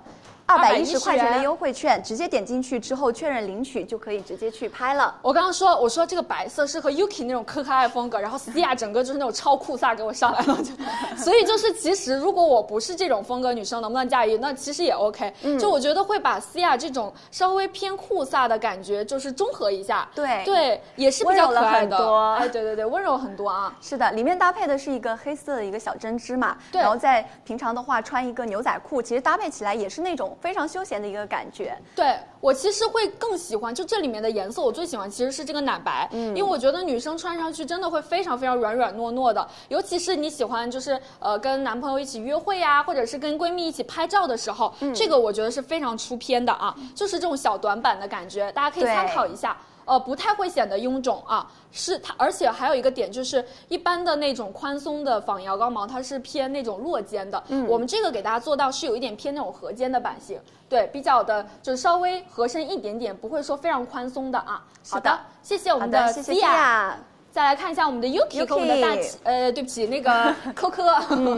Speaker 1: 二百一十块钱的优惠券，直接点进去之后确认领取就可以直接去拍了。
Speaker 2: 我刚刚说，我说这个白色适合 Yuki 那种可可爱风格，然后 Sia 整个就是那种超酷飒给我上来了，就
Speaker 1: (laughs)
Speaker 2: 所以就是其实如果我不是这种风格女生，能不能驾驭？那其实也 OK。就
Speaker 1: 嗯
Speaker 2: 我觉得会把 Sia 这种稍微偏酷飒的感觉就是中和一下。
Speaker 1: 对
Speaker 2: 对，也是比较可爱的。
Speaker 1: 温柔了很多
Speaker 2: 哎，对对对，温柔很多啊。
Speaker 1: 是的，里面搭配的是一个黑色的一个小针织嘛，
Speaker 2: 对
Speaker 1: 然后在平常的话穿一个牛仔裤，其实搭配起来也是那种非常休闲的一个感觉。
Speaker 2: 对我其实会更喜欢，就这里面的颜色，我最喜欢其实是这个奶白，因为我觉得女生穿上去真的会非常非常软软糯糯的，尤其是你喜欢就是呃跟男朋友一起约会呀、或者是跟闺蜜一起拍照的时候，这个我觉得是非常出片的啊，就是这种小短版的感觉，大家可以
Speaker 1: 对
Speaker 2: 参考一下。呃，不太会显得臃肿啊，是它，而且还有一个点就是，一般的那种宽松的仿羊羔毛，它是偏那种落肩的，嗯，我们这个给大家做到是有一点偏那种合肩的版型，对，比较的就是稍微合身一点点，不会说非常宽松的啊。好
Speaker 1: 的
Speaker 2: 的，谢谢我
Speaker 1: 好
Speaker 2: 们
Speaker 1: 的，谢
Speaker 2: Sia。
Speaker 1: 谢西亚。
Speaker 2: 再来看一下我们的 Yuki 和我们
Speaker 1: Yuki
Speaker 2: 的大齐，呃，对不起，那个 (laughs) 科科，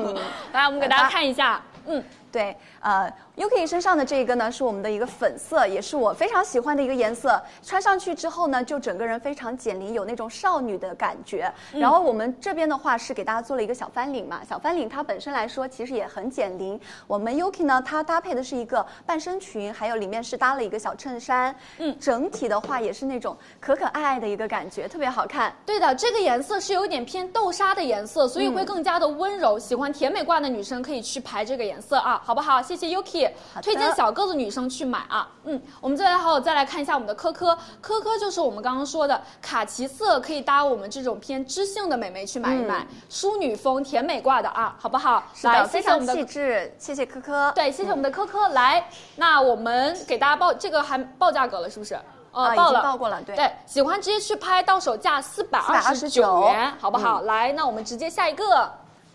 Speaker 2: (laughs) 来，我们给大
Speaker 1: 嗯好
Speaker 2: 家
Speaker 1: 的
Speaker 2: 看一下，嗯，
Speaker 1: 对，呃，Yuki 身上的这个呢是我们的一个粉色，也是我非常喜欢的一个颜色。穿上去之后呢，就整个人非常减龄，有那种少女的感觉。
Speaker 2: 嗯
Speaker 1: 然后我们这边的话是给大家做了一个小翻领嘛，小翻领它本身来说其实也很减龄。我们 Yuki 呢，它搭配的是一个半身裙，还有里面是搭了一个小衬衫，嗯，整体的话也是那种可可爱爱的一个感觉，特别好看。
Speaker 2: 对的，这个颜色是有一点偏豆沙的颜色，所以
Speaker 1: 嗯
Speaker 2: 会更加的温柔。喜欢甜美挂的女生可以去排这个颜色啊，好不好？谢谢 Yuki，
Speaker 1: 好的
Speaker 2: 推荐小个子女生去买啊。嗯，我们再来还有再来看一下我们的科科，科科就是我们刚刚说的卡其色，可以搭我们这种偏知性的美眉去买一买，淑女风甜美挂的啊，好不好？
Speaker 1: 嗯是
Speaker 2: 来，
Speaker 1: 的，
Speaker 2: 谢
Speaker 1: 非
Speaker 2: 谢我
Speaker 1: 常嗯
Speaker 2: 们
Speaker 1: 气
Speaker 2: 的。
Speaker 1: 质，谢谢科科。
Speaker 2: 对，谢谢我们的科科。来，那我们给大家报这个还报价格了，是不是？哦
Speaker 1: 啊，已经报过了，对。
Speaker 2: 对，喜欢直接去拍，到手价四百二十九嗯
Speaker 1: 429
Speaker 2: 元，好不好？来，那我们直接下一个，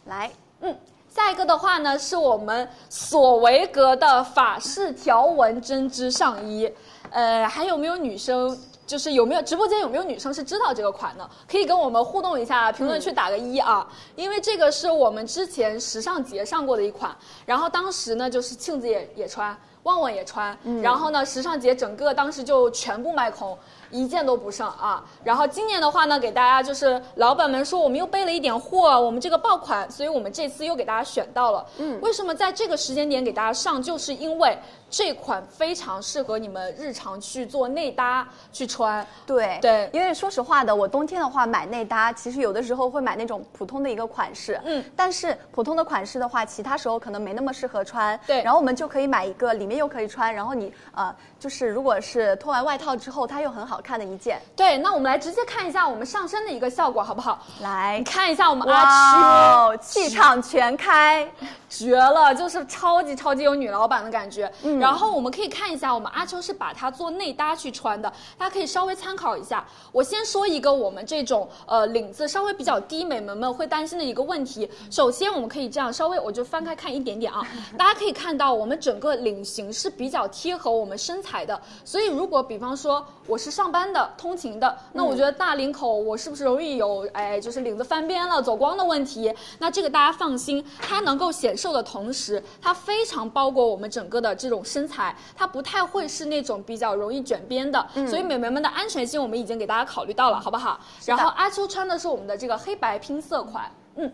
Speaker 1: 来，
Speaker 2: 嗯。下一个的话呢，是我们索维格的法式条纹针织上衣，呃，还有没有女生，就是有没有直播间有没有女生是知道这个款呢？可以跟我们互动一下，评论区打个一啊，因为这个是我们之前时尚节上过的一款，然后当时呢就是庆子也也穿，旺旺也穿，然后呢时尚节整个当时就全部卖空，一件都不剩啊。然后今年的话呢，给大家就是老板们说我们又备了一点货，我们这个爆款，所以我们这次又给大家选到了。嗯，为什么在这个时间点给大家上？就是因为这款非常适合你们日常去做内搭去穿。
Speaker 1: 对
Speaker 2: 对
Speaker 1: 因为说实话的，我冬天的话买内搭，其实有的时候会买那种普通的一个款式，
Speaker 2: 嗯，
Speaker 1: 但是普通的款式的话，其他时候可能没那么适合穿，
Speaker 2: 对
Speaker 1: 然后我们就可以买一个里面又可以穿，然后你呃，就是如果是脱完外套之后，它又很好看的一件，
Speaker 2: 对，那我们来直接看一下我们上身的一个效果，好不好？
Speaker 1: 来
Speaker 2: 你。看一下我们阿
Speaker 1: 哇哦，气场全开！
Speaker 2: 秋，绝了，就是超级超级有女老板的感觉。然后我们可以看一下，我们阿秋是把它做内搭去穿的，大家可以稍微参考一下。我先说一个我们这种呃领子稍微比较低，美们们会担心的一个问题。首先，我们可以这样稍微，我就翻开看一点点啊，大家可以看到我们整个领型是比较贴合我们身材的，所以如果比方说我是上班的、通勤的，那我觉得大领口我是不是容易有哎，就是领子翻边了、走光的问题？那这个大家放心，它能够显瘦的同时，它非常包裹我们整个的这种身材，它不太会是那种比较容易卷边的，所以美眉们的安全性我们已经给大家考虑到了，好不好？然后阿秋穿的是我们的这个黑白拼色款，嗯。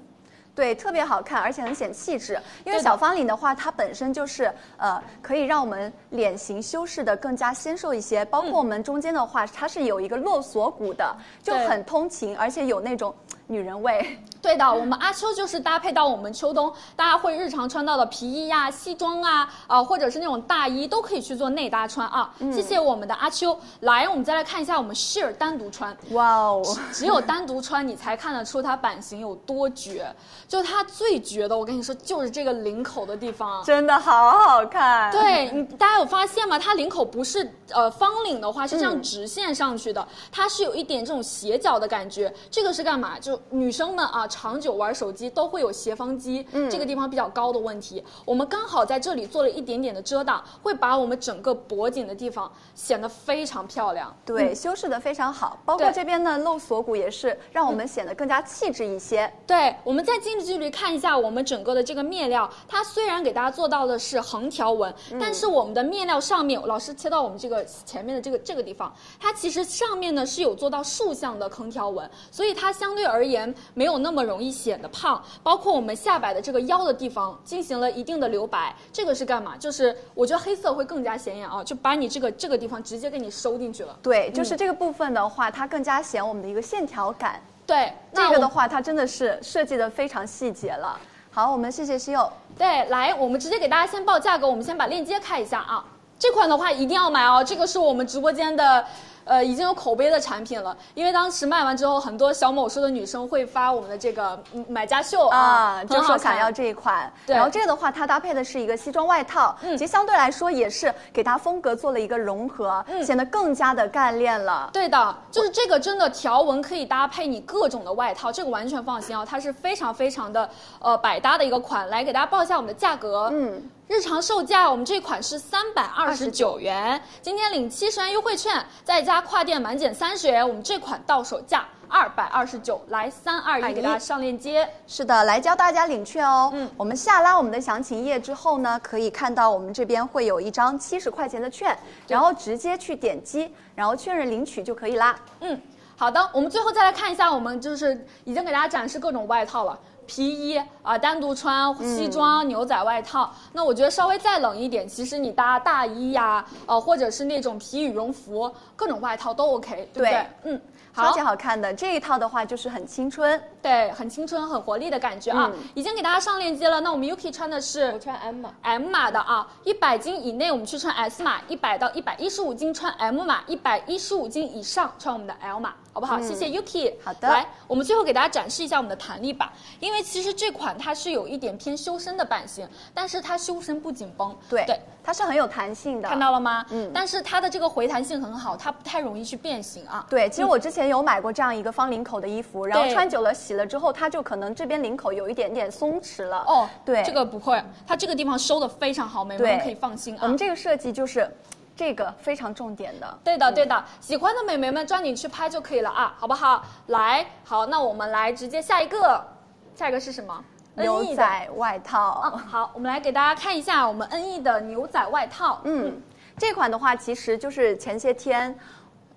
Speaker 1: 对，特别好看，而且很显气质。因
Speaker 2: 对
Speaker 1: 为
Speaker 2: 的
Speaker 1: 小方领的话，它本身就是呃，可以让我们脸型修饰的更加纤瘦一些。包括
Speaker 2: 嗯
Speaker 1: 我们中间的话，它是有一个落锁骨的，就
Speaker 2: 对
Speaker 1: 很通勤，而且有那种女人味。
Speaker 2: 对的，我们阿秋就是搭配到我们秋冬大家会日常穿到的皮衣呀、西装啊，啊、或者是那种大衣都可以去做内搭穿啊。谢谢我们的阿秋。来，我们再来看一下我们 s h e r 单独穿。
Speaker 1: 哇哦，
Speaker 2: 只有单独穿，你才看得出它版型有多绝。就它最绝的，我跟你说，就是这个领口的地方啊。
Speaker 1: (laughs) 真的好好看。
Speaker 2: 对你，大家有发现吗？它领口不是呃方领的话，是这样直线上去的，它是有一点这种斜角的感觉。这个是干嘛？就女生们啊，长久玩手机都会有斜方肌、这个地方比较高的问题。我们刚好在这里做了一点点的遮挡，会把我们整个脖颈的地方显得非常漂亮。
Speaker 1: 对，修饰的非常好。包括
Speaker 2: 嗯对嗯
Speaker 1: 这边呢，露锁骨也是让我们显得更加气质一些。
Speaker 2: 对，我们在今近距离看一下我们整个的这个面料，它虽然给大家做到的是横条纹，但是我们的面料上面，老师切到我们这个前面的这个这个地方，它其实上面呢是有做到竖向的横条纹，所以它相对而言没有那么容易显得胖。包括我们下摆的这个腰的地方进行了一定的留白，这个是干嘛？就是我觉得黑色会更加显眼啊，就把你这个这个地方直接给你收进去了。
Speaker 1: 对，就是这个部分的话，它更加显我们的一个线条感。
Speaker 2: 对，那
Speaker 1: 这
Speaker 2: 我
Speaker 1: 个的话，它真的是设计的非常细节了。好，我们谢谢西柚。
Speaker 2: 对，来，我们直接给大家先报价格，我们先把链接开一下啊。这款的话一定要买哦，这个是我们直播间的，呃，已经有口碑的产品了。因为当时卖完之后，很多小某书的女生会发我们的这个嗯买家秀啊，
Speaker 1: 啊，
Speaker 2: 很
Speaker 1: 就
Speaker 2: 好
Speaker 1: 说想
Speaker 2: 看
Speaker 1: 要这一款。
Speaker 2: 对嗯
Speaker 1: 然后这个的话，它搭配的是一个西装外套，其实相对来说也是给它风格做了一个融合，
Speaker 2: 嗯
Speaker 1: 显得更加的干练了。
Speaker 2: 对的，就是这个真的条纹可以搭配你各种的外套，这个完全放心啊，它是非常非常的呃百搭的一个款。来给大家报一下我们的价格，嗯，日常售价我们这款是三百二十九元，今天领七十元优惠券，再加跨店满减三十元，我们这款到手价二百二十九。来，三二一，给大家上链接。
Speaker 1: 是的，来教大家领券哦。嗯，我们下拉我们的详情页之后呢，可以看到我们这边会有一张七十块钱的券，然后直接去点击，然后确认领取就可以啦。
Speaker 2: 嗯，好的，我们最后再来看一下，我们就是已经给大家展示各种外套了。皮衣啊、单独穿西
Speaker 5: 嗯
Speaker 2: 装、牛仔外套，那我觉得稍微再冷一点，其实你搭大衣呀、呃，或者是那种皮羽绒服，各种外套都 OK，对不对？
Speaker 1: 对
Speaker 2: 嗯，好，
Speaker 1: 超级好看的这一套的话，就是很青春。
Speaker 2: 对，很青春、很活力的感觉啊！已经给大家上链接了。那我们 Yuki 穿的
Speaker 5: 嗯
Speaker 2: 是
Speaker 5: 我穿 M 码
Speaker 2: M 码的啊，一百斤以内我们去穿 S 码，一百到一百一十五斤穿 M 码，一百一十五斤以上穿我们的 L 码，好不好？谢谢 Yuki。
Speaker 1: 嗯好的
Speaker 2: 来，我们最后给大家展示一下我们的弹力吧，因为其实这款它是有一点偏修身的版型，但是它修身不紧绷。
Speaker 1: 对，
Speaker 2: 对，
Speaker 1: 它是很有弹性的。
Speaker 2: 看到了吗？
Speaker 1: 嗯
Speaker 2: 但是它的这个回弹性很好，它不太容易去变形啊。
Speaker 1: 对，其实我之前有买过这样一个方领口的衣服，然后
Speaker 2: 对
Speaker 1: 穿久了洗了之后，它就可能这边领口有一点点松弛了。
Speaker 2: 哦，
Speaker 1: 对，
Speaker 2: 这个不会，它这个地方收的非常好，美眉
Speaker 1: 对
Speaker 2: 们可以放心啊。
Speaker 1: 我们这个设计就是这个非常重点的。
Speaker 2: 对的，对的，喜欢的美眉们抓紧去拍就可以了啊，好不好？来，好，那我们来直接下一个，下一个是什么？
Speaker 1: 牛
Speaker 2: NE E 的
Speaker 1: 仔外套，
Speaker 2: 嗯，好，我们来给大家看一下我们 NE 的牛仔外套。
Speaker 1: 嗯，这款的话其实就是前些天。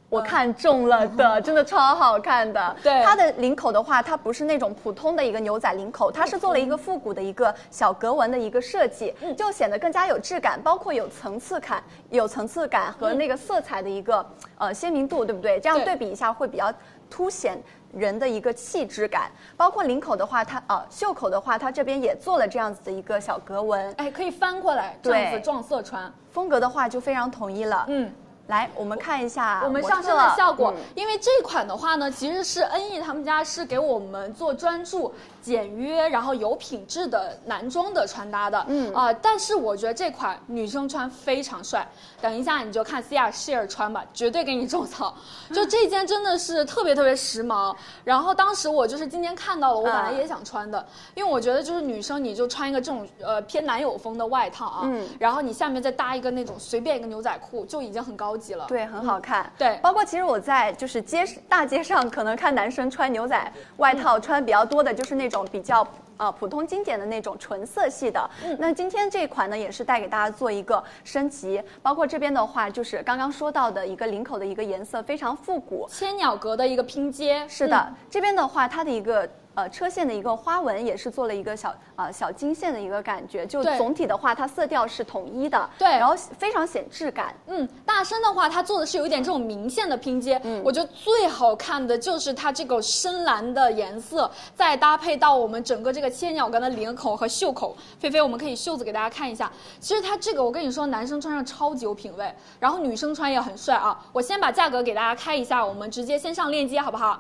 Speaker 1: 我看中了的，真的超好看的。
Speaker 2: 对
Speaker 1: 它的领口的话，它不是那种普通的一个牛仔领口，它是做了一个复古的一个小格纹的一个设计，就显得更加有质感，包括有层次感，有层次感和那个色彩的一个呃鲜明度，对不对？这样
Speaker 2: 对
Speaker 1: 对比一下会比较凸显人的一个气质感。包括领口的话，它呃袖口的话，它这边也做了这样子的一个小格纹，
Speaker 2: 哎，可以翻过来，这
Speaker 1: 对
Speaker 2: 样子撞色穿。
Speaker 1: 风格的话就非常统一了。
Speaker 2: 嗯，
Speaker 1: 来，我们看一下
Speaker 2: 我们上身
Speaker 1: 模特
Speaker 2: 的效果
Speaker 1: 嗯。
Speaker 2: 因为这款的话呢，其实是 NE 他们家是给我们做专注、简约，然后有品质的男装的穿搭的。嗯啊、但是我觉得这款女生穿非常帅。等一下你就看 C R Sheer 穿吧，绝对给你种草。
Speaker 1: (laughs)
Speaker 2: 就这件真的是特别特别时髦。然后当时我就是今天看到了，我本来
Speaker 1: 嗯
Speaker 2: 也想穿的，因为我觉得就是女生你就穿一个这种呃偏男友风的外套啊，
Speaker 1: 嗯
Speaker 2: 然后你下面再搭一个那种随便一个牛仔裤，就已经很高级了。
Speaker 1: 对，很好看。
Speaker 2: 嗯对
Speaker 1: 包括其实我在就是街大街上，可能看男生穿牛仔外
Speaker 2: 嗯
Speaker 1: 套穿比较多的，就是那种比较啊、呃普通经典的那种纯色系的。
Speaker 2: 嗯
Speaker 1: 那今天这款呢，也是带给大家做一个升级，包括这边的话，就是刚刚说到的一个领口的一个颜色非常复古，
Speaker 2: 千鸟格的一个拼接，
Speaker 1: 是的，这边的话，它的一个呃车线的一个花纹也是做了一个小呃小金线的一个感觉，就
Speaker 2: 对
Speaker 1: 总体的话，它色调是统一的，
Speaker 2: 对
Speaker 1: 然后非常显质感。
Speaker 2: 嗯。嗯，大身的话，它做的是有一点这种明线的拼接。我觉得最好看的就是它这个深蓝的颜色，再搭配到我们整个这个千鸟格的领口和袖口。菲菲，我们可以袖子给大家看一下。其实它这个，我跟你说，男生穿上超级有品味，然后女生穿也很帅啊。我先把价格给大家开一下，我们直接先上链接好不好？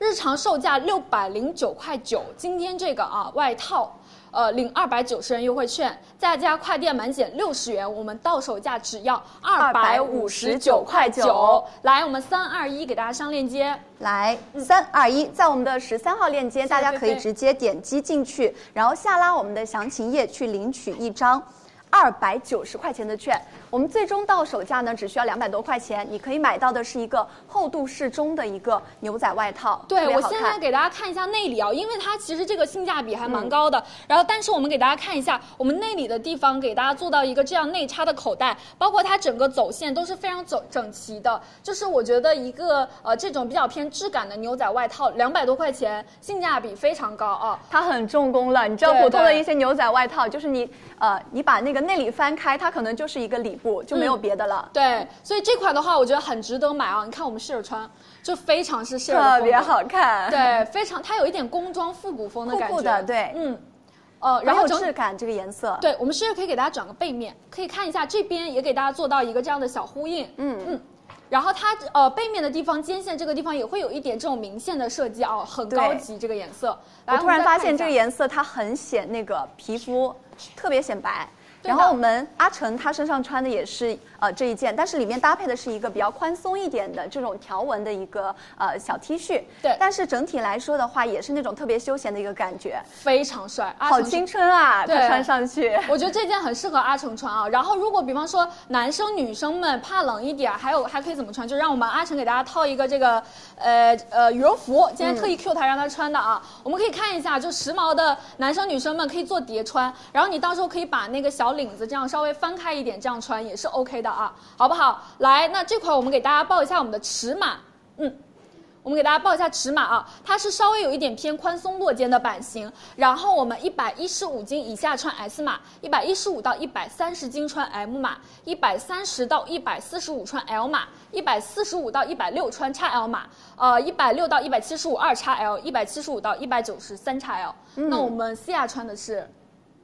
Speaker 2: 日常售价六百零九块九，今天这个啊外套，呃领二百九十元优惠券，再加跨店满减六十元，我们到手价只要二百五十九块九。来，我们三二一给大家上链接。
Speaker 1: 来，三二一，在我们的十三号链接，大家可以直接点击进去，然后下拉我们的详情页去领取一张。二百九十块钱的券。我们最终到手价呢，只需要两百多块钱，你可以买到的是一个厚度适中的一个牛仔外套，特
Speaker 2: 对，
Speaker 1: 别
Speaker 2: 我
Speaker 1: 好
Speaker 2: 现
Speaker 1: 看
Speaker 2: 在给大家看一下内里啊，因为它其实这个性价比还蛮高的。嗯然后，但是我们给大家看一下我们内里的地方，给大家做到一个这样内插的口袋，包括它整个走线都是非常整整齐的。就是我觉得一个呃这种比较偏质感的牛仔外套，两百多块钱，性价比非常高啊。
Speaker 1: 它很重工了，你知道
Speaker 2: 对
Speaker 1: 普通的
Speaker 2: 对
Speaker 1: 一些牛仔外套，就是你呃，你把那个内里翻开，它可能就是一个里布，就没有别的了，
Speaker 2: 对，所以这款的话，我觉得很值得买啊！你看我们试着穿，就非常是试着
Speaker 1: 特别，好 (laughs) 看，，
Speaker 2: 对，非常它有一点工装复古风的
Speaker 1: 酷
Speaker 2: 感觉，
Speaker 1: 酷的，对，
Speaker 2: 嗯，呃，然
Speaker 1: 然后
Speaker 2: 后整
Speaker 1: 质感这个颜色，
Speaker 2: 对，我们试着可以给大家转个背面，可以看一下这边也给大家做到一个这样的小呼应。
Speaker 1: 嗯
Speaker 2: 嗯。然后它呃背面的地方肩线这个地方也会有一点这种明线的设计啊、很
Speaker 1: 对
Speaker 2: 高级这个颜色。
Speaker 1: 我
Speaker 2: 来
Speaker 1: 突然发现这个，
Speaker 2: 我们再看一下
Speaker 1: 颜色它很显那个皮肤，特别显白。
Speaker 2: 对
Speaker 1: 然
Speaker 2: 的
Speaker 1: 后我们阿成他身上穿的也是呃这一件，但是里面搭配的是一个比较宽松一点的这种条纹的一个呃小 T 恤。
Speaker 2: 对
Speaker 1: 但是整体来说的话，也是那种特别休闲的一个感觉，
Speaker 2: 非常帅，阿
Speaker 1: 好
Speaker 2: 成
Speaker 1: 青春啊！
Speaker 2: 对
Speaker 1: 它穿上去。
Speaker 2: 我觉得这件很适合阿成穿啊。然后，如果比方说男生女生们怕冷一点，还有还可以怎么穿？就让我们阿成给大家套一个这个呃呃羽绒服，今天特意 Q 他让他穿的啊。我们可以看一下，就时髦的男生女生们可以做叠穿，然后你到时候可以把那个小领子这样稍微翻开一点，这样穿也是 OK 的啊，好不好？来，那这款我们给大家报一下我们的尺码，嗯。我们给大家报一下尺码啊，它是稍微有一点偏宽松落肩的版型，然后我们一百一十五斤以下穿 S 码，一百一十五到一百三十斤穿 M 码，一百三十到一百四十五穿 L 码，一百四十五到一百六穿 XL 码，呃，一百六到一百七十五二 XL，一百七十五到一百九十三 XL。那我们西亚穿的是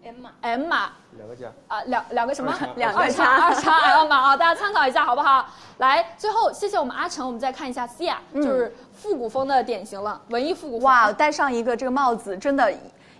Speaker 5: M 码
Speaker 2: M 码，
Speaker 4: 两个价。
Speaker 2: 啊，两两个什么？
Speaker 1: 两个叉
Speaker 2: 二叉 L 码啊，大家参考一下好不好？来，最后谢谢我们阿成，我们再看一下 C 啊，就是复古风的典型了，文艺复古风。
Speaker 1: 嗯哇，哦戴上一个这个帽子，真的，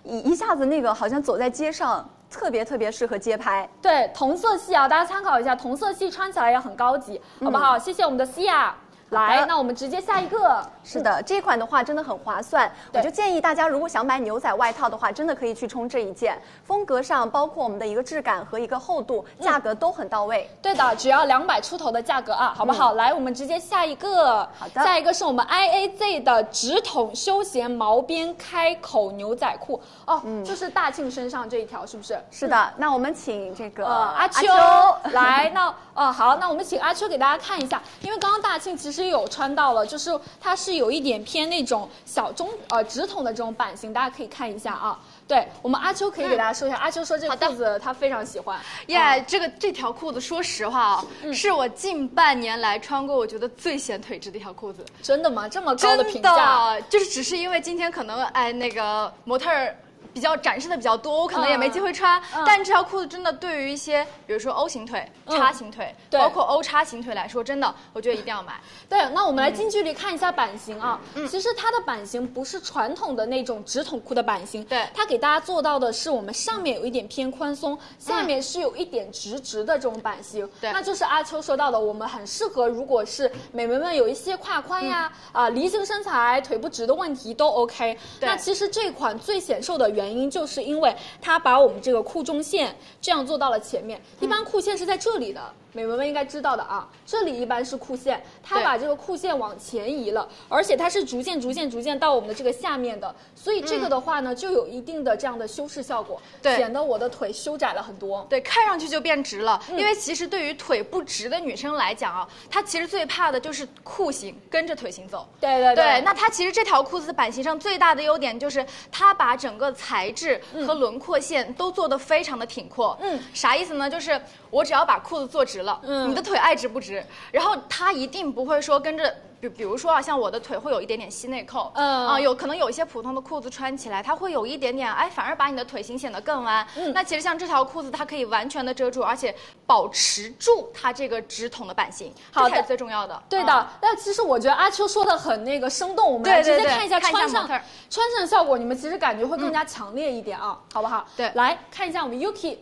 Speaker 1: 一一下子那个好像走在街上，特别特别适合街拍。
Speaker 2: 对，同色系啊，大家参考一下，同色系穿起来也很高级，好不
Speaker 1: 嗯
Speaker 2: 好？谢谢我们的 C 啊。来，那我们直接下一个。
Speaker 1: 是的，这款的话真的很划算，我
Speaker 2: 嗯对
Speaker 1: 就建议大家如果想买牛仔外套的话，真的可以去冲这一件，风格上包括我们的一个质感和一个厚度，
Speaker 2: 嗯
Speaker 1: 价格都很到位。
Speaker 2: 对的，只要两百出头的价格啊，好不好？来，我们直接下一个。
Speaker 1: 嗯好的
Speaker 2: 下一个是我们 I A Z 的直筒休闲毛边开口牛仔裤哦，
Speaker 1: 嗯
Speaker 2: 就是大庆身上这一条，是不是？
Speaker 1: 是的，那我们请这个
Speaker 2: 嗯呃，阿秋
Speaker 1: 啊秋
Speaker 2: (laughs) 来，那呃好，那我们请阿秋给大家看一下，因为刚刚大庆其实有穿到了，就是它是有一点偏那种小中呃直筒的这种版型，大家可以看一下啊。对我们阿秋可以给大家说一下，阿秋说这个裤子她非常喜欢，
Speaker 6: 耶、这个这条裤子，说实话啊、
Speaker 2: 嗯
Speaker 6: 是我近半年来穿过我觉得最显腿直的一条裤子。
Speaker 2: 真的吗？这么高
Speaker 6: 真
Speaker 2: 的评价，啊
Speaker 6: 就是只是因为今天可能哎那个模特儿比较展示的比较多，我可能也没机会穿。
Speaker 2: 嗯
Speaker 6: 但这条裤子真的对于一些比如说 O 型腿、
Speaker 2: 嗯
Speaker 6: 叉型腿，
Speaker 2: 对
Speaker 6: 包括 O 叉型腿来说，真的我觉得一定要买。
Speaker 2: 对，那我们来
Speaker 6: 嗯
Speaker 2: 近距离看一下版型啊。其实它的版型不是传统的那种直筒裤的版型，
Speaker 6: 对嗯
Speaker 2: 它给大家做到的是我们上面有一点偏宽松，下面是有一点直直的这种版型。
Speaker 6: 对
Speaker 2: 那就是阿秋说到的，我们很适合，如果是美眉们有一些胯宽呀、
Speaker 6: 嗯
Speaker 2: 啊、梨形身材、腿不直的问题都 OK。
Speaker 6: 对
Speaker 2: 那其实这款最显瘦的原因，就是因为它把我们这个裤中线这样做到了前面，一般裤线是在这里的。美眉们应该知道的啊，这里一般是裤线，它
Speaker 6: 对
Speaker 2: 把这个裤线往前移了，而且它是逐渐、逐渐、逐渐到我们的这个下面的，所以这个的话呢，就有一定的这样的修饰效果，
Speaker 6: 对
Speaker 2: 显得我的腿修窄了很多。
Speaker 6: 对，看上去就变直了。
Speaker 2: 嗯
Speaker 6: 因为其实对于腿不直的女生来讲啊，她其实最怕的就是裤型跟着腿型走。
Speaker 2: 对对
Speaker 6: 对，那它其实这条裤子的版型上最大的优点就是它把整个材质和轮廓线都做得非常的挺阔。
Speaker 2: 嗯，
Speaker 6: 啥意思呢？就是我只要把裤子做直了，
Speaker 2: 嗯
Speaker 6: 你的腿爱直不直，然后它一定不会说跟着。比比如说啊，像我的腿会有一点点吸内扣，
Speaker 2: 嗯
Speaker 6: 啊，有可能有一些普通的裤子穿起来，它会有一点点，哎，反而把你的腿型显得更弯。
Speaker 2: 嗯
Speaker 6: 那其实像这条裤子，它可以完全的遮住，而且保持住它这个直筒的版型，
Speaker 2: 好
Speaker 6: 这才
Speaker 2: 的
Speaker 6: 是最重要的。
Speaker 2: 对
Speaker 6: 嗯
Speaker 2: 的，那其实我觉得阿秋说的很那个生动，我们来
Speaker 6: 对
Speaker 2: 直
Speaker 6: 对
Speaker 2: 接
Speaker 6: 对
Speaker 2: 看一下
Speaker 6: 看一下
Speaker 2: 穿上
Speaker 6: 模特儿嗯
Speaker 2: 穿上的效果，你们其实感觉会更加强烈一点啊，好不好？
Speaker 6: 对
Speaker 2: 来看一下我们 Yuki，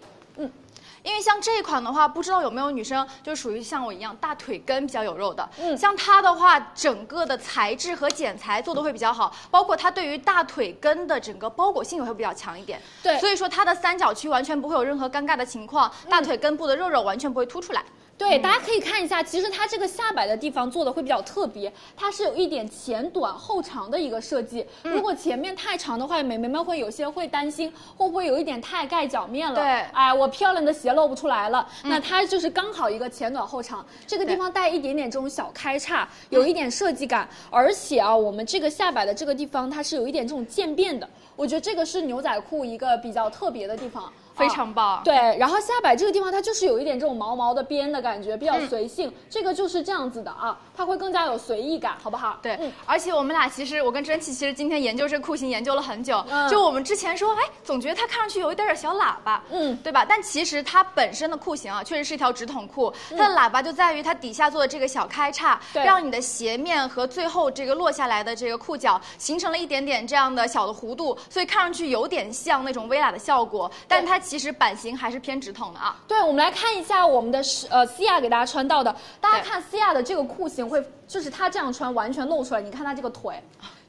Speaker 6: 因为像这一款的话，不知道有没有女生就属于像我一样大腿根比较有肉的，嗯，像它的话，整个的材质和剪裁做的会比较好，包括它对于大腿根的整个包裹性也会比较强一点，
Speaker 2: 对
Speaker 6: 所以说它的三角区完全不会有任何尴尬的情况，大腿根部的肉肉完全不会凸出来。
Speaker 2: 对，
Speaker 6: 嗯
Speaker 2: 大家可以看一下，其实它这个下摆的地方做的会比较特别，它是有一点前短后长的一个设计。
Speaker 6: 嗯
Speaker 2: 如果前面太长的话，美眉们会有些会担心会不会有一点太盖脚面了。
Speaker 6: 对嗯
Speaker 2: 哎，我漂亮的鞋露不出来了。那它就是刚好一个前短后长，这个地方带一点点这种小开叉，
Speaker 6: 嗯
Speaker 2: 有一点设计感。而且啊，我们这个下摆的这个地方，它是有一点这种渐变的，我觉得这个是牛仔裤一个比较特别的地方。
Speaker 6: 非
Speaker 2: 啊
Speaker 6: 常棒，
Speaker 2: 对，然后下摆这个地方它就是有一点这种毛毛的边的感觉，比较
Speaker 6: 嗯
Speaker 2: 随性，这个就是这样子的啊，它会更加有随意感，好不好？
Speaker 6: 对，
Speaker 2: 嗯
Speaker 6: 而且我们俩其实，我跟真奇其实今天研究这酷刑研究了很久。
Speaker 2: 嗯
Speaker 6: 就我们之前说，哎，总觉得它看上去有一点点小喇叭，
Speaker 2: 嗯
Speaker 6: 对吧？但其实它本身的裤型啊，确实是一条直筒裤，它的喇叭就在于它底下做的这个小开叉，
Speaker 2: 嗯对
Speaker 6: 让你的鞋面和最后这个落下来的这个裤脚形成了一点点这样的小的弧度，所以看上去有点像那种微喇的效果，但它其实版型还是偏直筒的啊。
Speaker 2: 对，我们来看一下我们的是呃西亚给大家穿到的，大家
Speaker 6: 对
Speaker 2: 看西亚的这个裤型会，就是她这样穿完全露出来，你看她这个腿，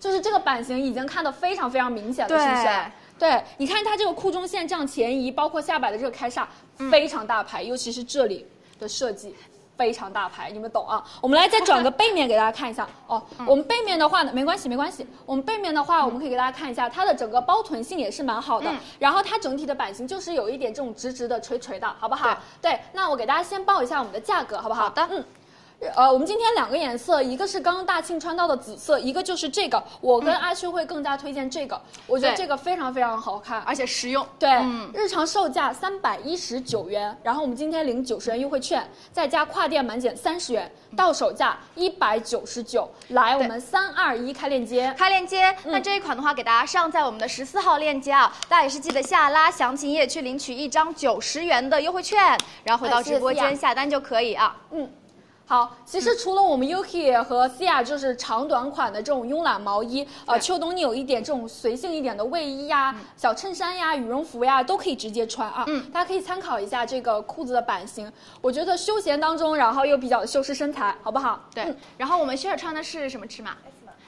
Speaker 2: 就是这个版型已经看得非常非常明显了，
Speaker 6: 对
Speaker 2: 是不是？对，你看她这个裤中线这样前移，包括下摆的这个开叉，非常大牌，尤其是这里的设计。非常大牌，你们懂啊？我们来再转个背面给大家看 (laughs) 一下哦。我们背面的话呢，没关系，没关系。我们背面的话，我们可以给大家看一下它的整个包臀性也是蛮好的，然后它整体的版型就是有一点这种直直的、垂垂的，好不好？对，那我给大家先报一下我们的价格，好不好？好的，嗯。呃，我们今天两个颜色，一个是刚刚大庆穿到的紫色，一个就是这个。我跟阿旭会更加推荐这个，我觉得
Speaker 6: 对
Speaker 2: 这个非常非常好看，
Speaker 6: 而且实用，
Speaker 2: 对，
Speaker 6: 嗯
Speaker 2: 日常售价三百一十九元，然后我们今天领九十元优惠券，再加跨店满减三十元，
Speaker 6: 嗯
Speaker 2: 到手价一百九十九。来，我们三二一开链接。
Speaker 6: 开链接。那
Speaker 2: 嗯
Speaker 6: 这一款的话，给大家上在我们的十四号链接啊，大家也是记得下拉详情页去领取一张九十元的优惠券，然后回到
Speaker 2: 哎谢谢
Speaker 6: 直播
Speaker 2: 思
Speaker 6: 间
Speaker 2: 雅
Speaker 6: 下单就可以啊。
Speaker 2: 好，其
Speaker 6: 嗯
Speaker 2: 实除了我们 Yuki 和 Sia 就是长短款的这种慵懒毛衣，呃，
Speaker 6: 对嗯
Speaker 2: 秋冬你有一点这种随性一点的卫衣呀、小衬衫呀、羽绒服呀，都可以直接穿啊。嗯，大家可以参考一下这个裤子的版型，我觉得休闲当中，然后又比较修饰身材，好不好？
Speaker 6: 对，
Speaker 2: 嗯
Speaker 6: 然后我们雪儿穿的是什么尺码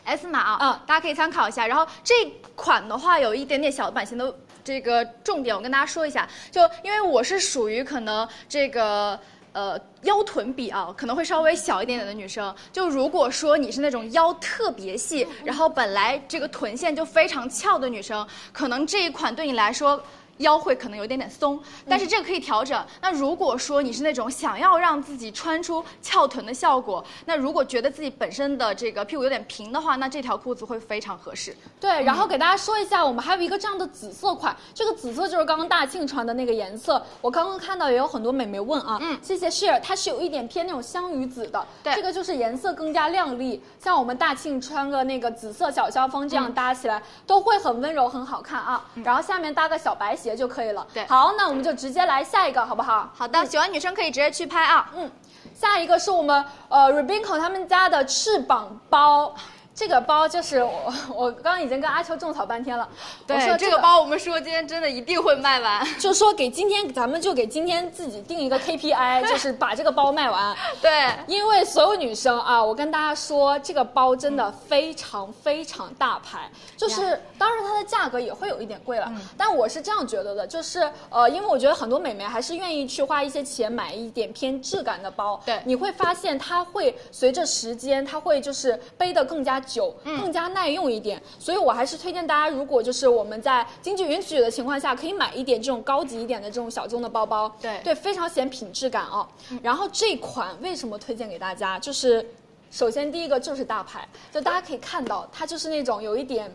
Speaker 6: ？S 码啊，
Speaker 2: 嗯
Speaker 6: 大家可以参考一下。然后这款的话，有一点点小的版型的这个重点，我跟大家说一下，就因为我是属于可能这个。呃，腰臀比啊，可能会稍微小一点点的女生，就如果说你是那种腰特别细，
Speaker 2: 嗯
Speaker 6: 然后本来这个臀线就非常翘的女生，可能这一款对你来说腰会可能有一点点松，但是这个可以调整。那如果说你是那种想要让自己穿出翘臀的效果，那如果觉得自己本身的这个屁股有点平的话，那这条裤子会非常合适。
Speaker 2: 对，然后给大家说一下，我们还有一个这样的紫色款，这个紫色就是刚刚大庆穿的那个颜色。我刚刚看到也有很多美眉问啊，嗯，谢谢 share，它是有一点偏那种香芋紫的，
Speaker 6: 对
Speaker 2: 这个就是颜色更加亮丽。像我们大庆穿个那个紫色小萧风这样
Speaker 6: 嗯
Speaker 2: 搭起来，都会很温柔，很好看啊。然后下面搭个小白鞋就可以了。
Speaker 6: 对
Speaker 2: 好，那我们就直接来下一个，好不好？
Speaker 6: 好的，喜欢女生可以直接去拍啊。
Speaker 2: 嗯，下一个是我们呃 Rubinco 他们家的翅膀包。这个包就是我，我刚刚已经跟阿秋种草半天了。我说
Speaker 6: 这个包我们说今天真的一定会卖 (laughs) 完。
Speaker 2: 就说给今天，咱们就给今天自己定一个 KPI，就是把这个包卖完。
Speaker 6: 对，
Speaker 2: 因为所有女生啊，我跟大家说，这个包真的非常非常大牌，
Speaker 6: 嗯
Speaker 2: 就是当然它的价格也会有一点贵了，但我是这样觉得的，就是呃，因为我觉得很多美眉还是愿意去花一些钱买一点偏质感的包，
Speaker 6: 对
Speaker 2: 你会发现它会随着时间，它会就是背的更加久，
Speaker 6: 嗯
Speaker 2: 更加耐用一点，所以我还是推荐大家，如果就是我们在经济允许的情况下，可以买一点这种高级一点的这种小众的包包，
Speaker 6: 对嗯
Speaker 2: 对，非常显品质感哦。然后这款为什么推荐给大家？就是首先第一个就是大牌，就大家可以看到，它就是那种有一点。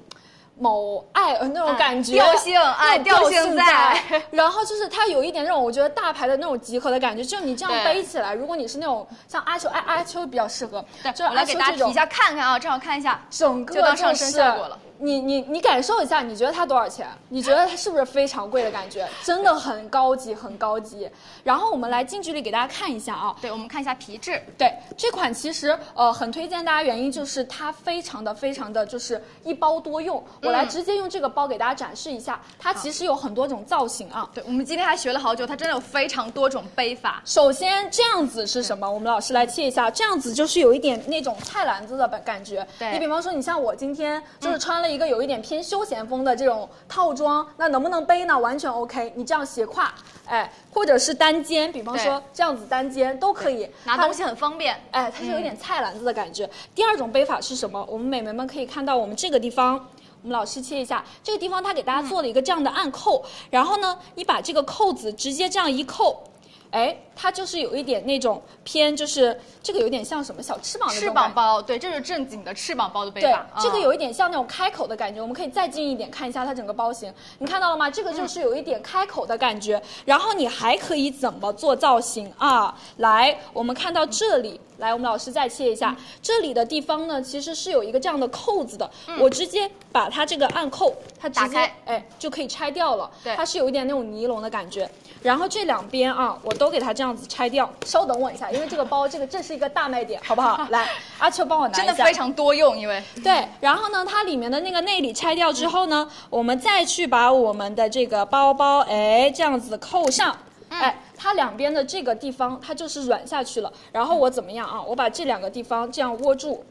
Speaker 2: 某爱呃那种感觉，
Speaker 6: 嗯调性哎
Speaker 2: 那种
Speaker 6: 调性在
Speaker 2: (laughs) 在，然后就是它有一点那种我觉得大牌的那种集合的感觉，就你这样
Speaker 6: 对
Speaker 2: 背起来，如果你是那种像阿秋，哎阿秋比较适合，
Speaker 6: 对
Speaker 2: 就是
Speaker 6: 我来
Speaker 2: 阿
Speaker 6: 给
Speaker 2: 秋
Speaker 6: 大
Speaker 2: 这
Speaker 6: 家提
Speaker 2: 种
Speaker 6: 一下看看啊，正好看一下。
Speaker 2: 整个
Speaker 6: 就当上
Speaker 2: 是
Speaker 6: 身效果了。
Speaker 2: 你你你感受一下，你觉得它多少钱？你觉得它是不是非常贵的感觉？真的很高级，很高级。然后我们来近距离给大家看一下啊，
Speaker 6: 对，我们看一下皮质，
Speaker 2: 对这款其实呃很推荐大家，原因就是它非常的非常的就是一包多用。我
Speaker 6: 嗯
Speaker 2: 来直接用这个包给大家展示一下，它其实有很多种造型啊。
Speaker 6: 对我们今天还学了好久，它真的有非常多种背法。
Speaker 2: 首先这样子是什么？我们老师来切一下，这样子就是有一点那种菜篮子的感感觉。
Speaker 6: 对
Speaker 2: 你比方说你像我今天就是穿了一个有一点偏休闲风的这种套装，那能不能背呢？完全 OK，你这样斜挎，哎，或者是单肩，比方说
Speaker 6: 对
Speaker 2: 这样子单肩都可以。
Speaker 6: 拿
Speaker 2: 它
Speaker 6: 东西很方便，
Speaker 2: 哎，它是有点
Speaker 6: 嗯
Speaker 2: 菜篮子的感觉。第二种背法是什么？我们美眉们可以看到，我们这个地方，我们老师切一下，这个地方它给
Speaker 6: 嗯
Speaker 2: 大家做了一个这样的暗扣，然后呢，你把这个扣子直接这样一扣。哎，它就是有一点那种偏，就是这个有点像什么小翅膀那种
Speaker 6: 翅
Speaker 2: 感觉
Speaker 6: 膀包，对，这是正经的翅膀包的背
Speaker 2: 对
Speaker 6: 法。，
Speaker 2: 这个
Speaker 6: 嗯
Speaker 2: 有一点像那种开口的感觉，我们可以再近一点看一下它整个包型，你看到了吗？这
Speaker 6: 嗯
Speaker 2: 个就是有一点开口的感觉，然后你还可以怎么做造型啊？来，我们看到这里，来，我们老师再切一
Speaker 6: 嗯
Speaker 2: 下，这里的地方呢，其实是有一个这样的扣子的，我直接把它这个暗扣，它直
Speaker 6: 嗯打
Speaker 2: 接
Speaker 6: 开
Speaker 2: 哎就可以拆掉了，
Speaker 6: 对
Speaker 2: 它是有一点那种尼龙的感觉。然后这两边啊，我都给它这样子拆掉。稍等我一下，因为这个包这个这是一个大卖点，好不
Speaker 6: (laughs)
Speaker 2: 好？来，阿秋帮我拿一
Speaker 6: 真
Speaker 2: 下。
Speaker 6: 的非常多用，因为
Speaker 2: 对，然后呢，它里面的那个内里拆掉之后呢，我们再去把我们的这个包包，哎，这样子扣上。哎，它两边的这个地方它就是软下去了。然后我怎么样啊？我把这两个地方这样握住，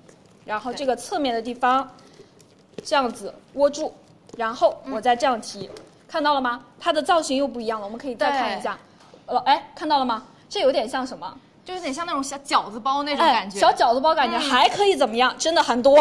Speaker 2: 然后这个侧面的地方这样子握住，然后我再这样提，看到了吗？它的造型又不一样了，我们可以再看一
Speaker 6: 对
Speaker 2: 下。呃，哎，看到了吗？这有点像什么？
Speaker 6: 就有点像那种小饺子包那种
Speaker 2: 哎，
Speaker 6: 感觉。嗯
Speaker 2: 小饺子包感觉还可以怎么样？真的很
Speaker 6: (laughs)
Speaker 2: 多，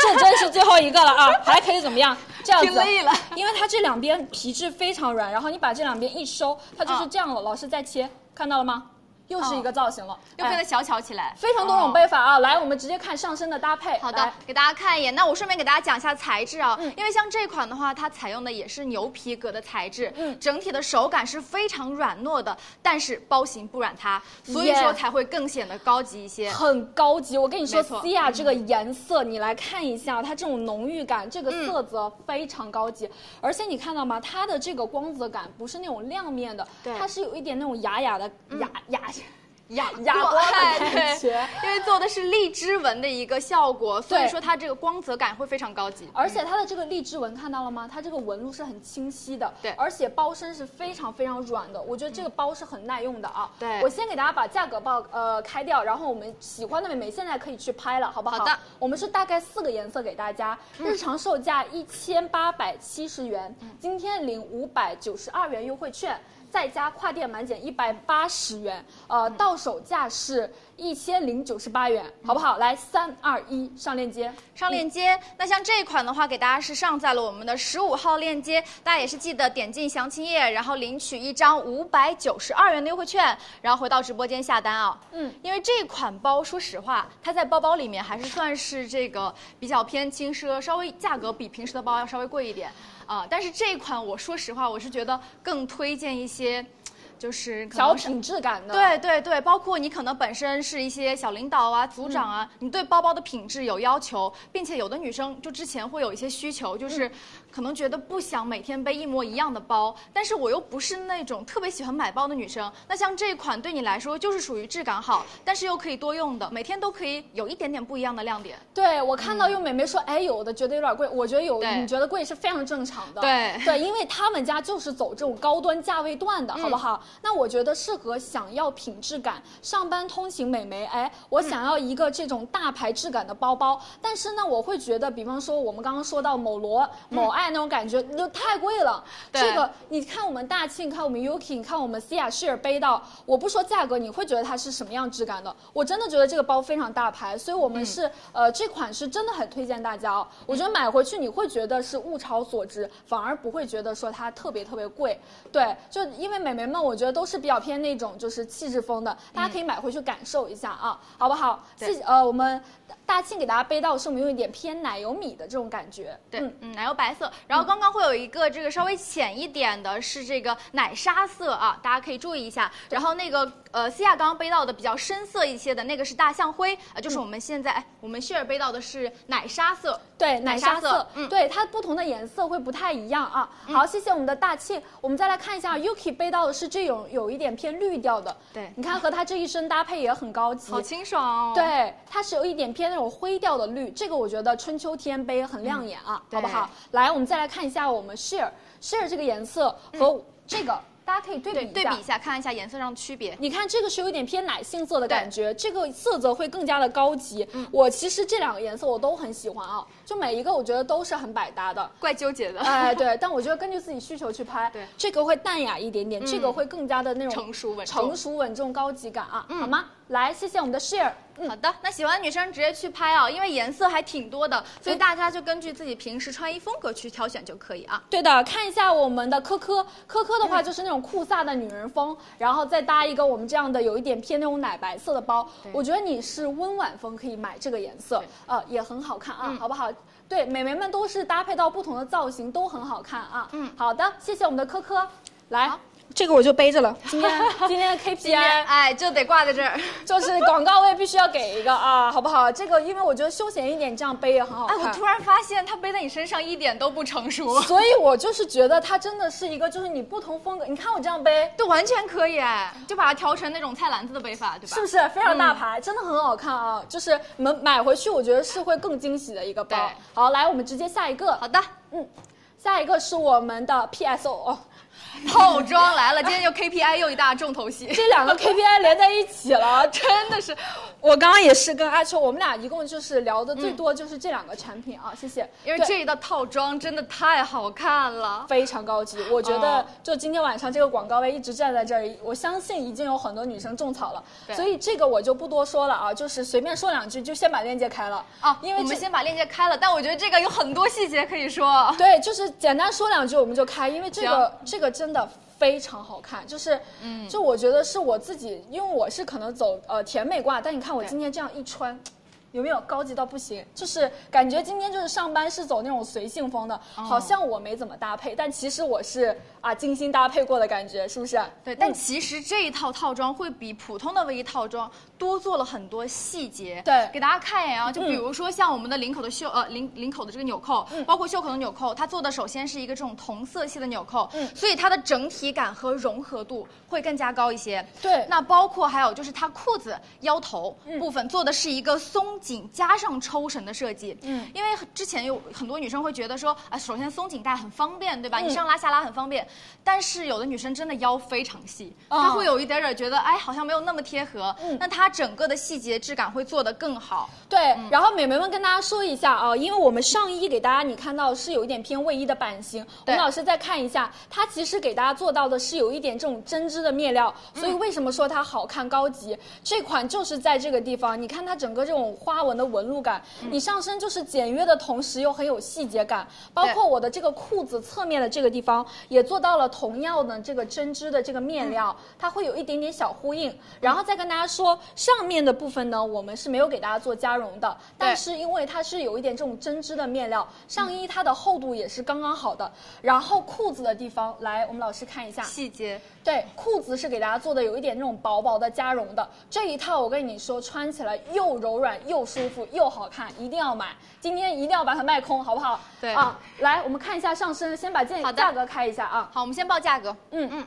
Speaker 2: 这真是最后一个了啊！还可以怎么样？这样子
Speaker 6: 挺累了，
Speaker 2: 因为它这两边皮质非常软，然后你把这两边一收，它就是
Speaker 6: 哦
Speaker 2: 这样了。老师再切，看到了吗？又是一个造型了，
Speaker 6: 又变
Speaker 2: 哎
Speaker 6: 得小巧起来，
Speaker 2: 非常多种背哎法啊！来，我们直接看上身的搭配。
Speaker 6: 哦好的
Speaker 2: 来，
Speaker 6: 给大家看一眼。那我顺便给大家讲一下材质啊，
Speaker 2: 嗯
Speaker 6: 因为像这款的话，它采用的也是牛皮革的材质，
Speaker 2: 嗯
Speaker 6: 整体的手感是非常软糯的，但是包型不软塌，所以
Speaker 2: Yeah
Speaker 6: 说才会更显得高级一些。
Speaker 2: 很高级。我跟你说
Speaker 6: 没错嗯
Speaker 2: 西亚这个颜色，你来看一下，它这种浓郁感，这个
Speaker 6: 嗯
Speaker 2: 色泽非常高级。而且你看到吗？它的这个光泽感不是那种亮面的，
Speaker 6: 对嗯
Speaker 2: 它是有一点那种哑哑的哑哑
Speaker 6: 哑
Speaker 2: 哑光的感觉。
Speaker 6: 因为做的是荔枝纹的一个效果，所以
Speaker 2: 对
Speaker 6: 说它这个光泽感会非常高级。
Speaker 2: 而且它的这个荔枝纹看到了吗？它这个纹路是很清晰的，
Speaker 6: 对
Speaker 2: 而且包身是非常非常软的，我觉得这个包是很耐用的啊。
Speaker 6: 对
Speaker 2: 我先给大家把价格报呃开掉，然后我们喜欢的美眉现在可以去拍了，好不好？
Speaker 6: 好的，嗯
Speaker 2: 我们是大概四个颜色给大家，日常售价一千八百七十元，今天领五百九十二元优惠券。再加跨店满减一百八十元，
Speaker 6: 嗯
Speaker 2: 呃，到手价是一千零九十八元，好不
Speaker 6: 嗯
Speaker 2: 好？来，三二一，上链接。
Speaker 6: 上链接。那像这一款的话，给大家是上在了我们的十五号链接，大家也是记得点进详情页，然后领取一张五百九十二元的优惠券，然后回到直播间下单啊。
Speaker 2: 嗯，
Speaker 6: 因为这款包，说实话，它在包包里面还是算是这个比较偏轻奢，稍微价格比平时的包要稍微贵一点啊、但是这一款，我说实话，我是觉得更推荐一些。就是可
Speaker 2: 小
Speaker 6: 能是
Speaker 2: 品质感的，
Speaker 6: 对对对，包括你可能本身是一些小领导啊、组长啊，你对包包的品质有要求，并且有的女生就之前会有一些需求，就是可能觉得不想每天背一模一样的包，但是我又不是那种特别喜欢买包的女生，那像这款对你来说就是属于质感好，但是又可以多用的，每天都可以有一点点不一样的亮点。
Speaker 2: 对，我看到有美眉说，哎，有的觉得有点贵，我觉得有
Speaker 6: 嗯对
Speaker 2: 你觉得贵是非常正常的。
Speaker 6: 对
Speaker 2: 对，因为他们家就是走这种高端价位段
Speaker 6: 嗯
Speaker 2: 的，好不好？那我觉得适合想要品质感、上班通勤美眉，哎，我想要一个这种大牌质感的包包，但是呢，我会觉得，比方说我们刚刚说到某罗、某爱那种感觉，就太贵了。
Speaker 6: 嗯对
Speaker 2: 这个你看我们大庆，看我们 Yuki，你看我们 Cia 是背到，我不说价格，你会觉得它是什么样质感的？我真的觉得这个包非常大牌，所以
Speaker 6: 嗯
Speaker 2: 我们是、呃这款是真的很推荐大家哦。我觉得买回去你会觉得是物超所值，反而不会觉得说它特别特别贵。对，就因为美眉们，我觉得都是比较偏那种就是气质风的，大家可以买回去感受一下啊，好不好？
Speaker 6: 嗯对
Speaker 2: 气呃我们大庆给大家背到是我们有一点偏奶油米的这种感觉，
Speaker 6: 对
Speaker 2: 嗯，
Speaker 6: 嗯，奶油白色。然后刚刚会有一个这个稍微浅一点的，是这个奶沙色啊，大家可以注意一下。然后那个呃西亚刚刚背到的比较深色一些的那个是大象灰，呃，
Speaker 2: 嗯
Speaker 6: 就是我们现在、哎我们旭儿背到的是奶沙色。
Speaker 2: 对，奶
Speaker 6: 沙
Speaker 2: 沙
Speaker 6: 色
Speaker 2: 色，
Speaker 6: 嗯
Speaker 2: 对它不同的颜色会不太一样啊。好，谢谢我们的大庆，我们再来看一下 Yuki 背到的是这种有一点偏绿调的，
Speaker 6: 对
Speaker 2: 你看和它这一身搭配也很高级，
Speaker 6: 好清爽哦！，
Speaker 2: 对，它是有一点偏那种灰调的绿，这个我觉得春秋天杯很亮眼啊，好
Speaker 6: 嗯
Speaker 2: 不好？来，我们再来看一下我们 share share 这个颜色和这个，大家可以对比
Speaker 6: 嗯对，
Speaker 2: 一下。嗯
Speaker 6: 对比一下，看一下颜色上的区别。
Speaker 2: 你看这个是有一点偏奶杏色的感觉，这个色泽会更加的高级。
Speaker 6: 嗯
Speaker 2: 我其实这两个颜色我都很喜欢啊，就每一个我觉得都是很百搭
Speaker 6: (laughs)
Speaker 2: 的。
Speaker 6: 怪纠结的，
Speaker 2: 哎，对，但我觉得根据自己需求去拍，
Speaker 6: 对嗯
Speaker 2: 这个会淡雅一点点，这个会更加的那种
Speaker 6: 成熟稳重嗯
Speaker 2: 成熟稳重、高级感啊，好吗？来，谢谢我们的嗯 share。
Speaker 6: 好的，那喜欢的女生直接去拍啊，因为颜色还挺多的，所以大家就根据自己平时穿衣风格去挑选就可以啊。
Speaker 2: 对的，看一下我们的珂珂，珂珂的话就是那种酷飒的女人风，然后再搭一个我们这样的有一点偏那种奶白色的包，我觉得你是温婉风可以买这个颜色，呃，也很好看啊，好不好？对，美眉们都是搭配到不同的造型，都很好看啊。嗯，好的，谢谢我们的珂珂，来，这个我就背着了，今 (laughs) 天今天的 KPI
Speaker 6: 哎，就得挂在这儿。
Speaker 2: 就是广告位必须要给一个啊，好不好？这个因为我觉得休闲一点，这样背也很好
Speaker 6: 哎，
Speaker 2: 看。，
Speaker 6: 我突然发现它背在你身上一点都不成熟
Speaker 2: (laughs) 所以我就是觉得它真的是一个，就是你不同风格。你看我这样背，
Speaker 6: 对，完全可以哎，就把它调成那种菜篮子的背法，对吧？
Speaker 2: 是不是非常
Speaker 6: 嗯
Speaker 2: 大牌？真的很好看啊！就是你们买回去，我觉得是会更惊喜的一个包
Speaker 6: 对。
Speaker 2: 好，来，我们直接下一个
Speaker 6: 好，的，
Speaker 2: 下一个是我们的 PSO
Speaker 6: (laughs)
Speaker 2: 哦，
Speaker 6: 套装来了，今天又 KPI 又一大重头戏。
Speaker 2: 这两个 KPI 连在一起了，真的是。我刚刚也是跟阿秋，我们俩一共就是聊的最多就是这两个产品啊，谢谢。
Speaker 6: 嗯因为
Speaker 2: 对
Speaker 6: 这一道套装真的太好看了，
Speaker 2: 非常高级，我觉
Speaker 6: 哦
Speaker 2: 得就今天晚上这个广告位一直站在这儿，我相信已经有很多女生种草了，
Speaker 6: 对
Speaker 2: 所以这个我就不多说了啊，就是随便说两句就先把链接开了
Speaker 6: 啊！
Speaker 2: 因为
Speaker 6: 我们
Speaker 2: 这
Speaker 6: 先把链接开了，但我觉得这个有很多细节可以说。
Speaker 2: 对，就是简单说两句我们就开，因为这个这个真的非常好看，就是，
Speaker 6: 嗯
Speaker 2: 就我觉得是我自己，因为我是可能走呃甜美挂，但你看我今天这样一穿。有没有高级到不行？就是感觉今天就是上班是走那种随性风的，
Speaker 6: 哦
Speaker 2: 好像我没怎么搭配，但其实我是啊精心搭配过的感觉，是不是？
Speaker 6: 对，但其实这一套套装会比普通的卫衣套装多做了很多细节。
Speaker 2: 对嗯
Speaker 6: 给大家看一眼啊，就比如说像我们的领口的袖，呃，领领口的这个纽扣，包括袖口的纽扣，它做的首先是一个这种同色系的纽扣，
Speaker 2: 嗯
Speaker 6: 所以它的整体感和融合度会更加高一些。
Speaker 2: 对嗯
Speaker 6: 那包括还有就是它裤子腰头部分做的是一个松紧加上抽绳的设计。
Speaker 2: 嗯，
Speaker 6: 因为之前有很多女生会觉得说，啊，首先松紧带很方便，对吧？
Speaker 2: 嗯
Speaker 6: 你上拉下拉很方便，但是有的女生真的腰非常细，
Speaker 2: 哦
Speaker 6: 她会有一点点觉得，哎，好像没有那么贴合。
Speaker 2: 嗯
Speaker 6: 那它整个的细节质感会做得更好。
Speaker 2: 对，然后美眉们跟大家说一下啊，因为我们上衣给大家你看到是有一点偏卫衣的版型，我
Speaker 6: 对
Speaker 2: 们老师再看一下，它其实给大家做到的是有一点这种针织的面料，所以为什么说它好看高级？这款就是在这个地方，你看它整个这种花纹的纹路感，你上身就是简约的同时又很有细节感，包括我的这个裤子侧面的这个地方也做到了同样的这个针织的这个面料，它会有一点点小呼应。然后再跟大家说，上面的部分呢，我们是没有给大家做加绒的，但是因为它是有一点这种针织的面料，上衣它的厚度也是刚刚好的。然后裤子的地方，来，我们老师看一下，
Speaker 6: 细节
Speaker 2: 对，裤子是给大家做的有一点那种薄薄的加绒的，这一套我跟你说，穿起来又柔软又舒服又好看，一定要买，今天一定要把它卖空，好不好？
Speaker 6: 对
Speaker 2: 啊，来我们看一下上身，先把价
Speaker 6: 好的
Speaker 2: 价格开一下啊，
Speaker 6: 好，我们先报价格。
Speaker 2: 嗯
Speaker 6: 嗯。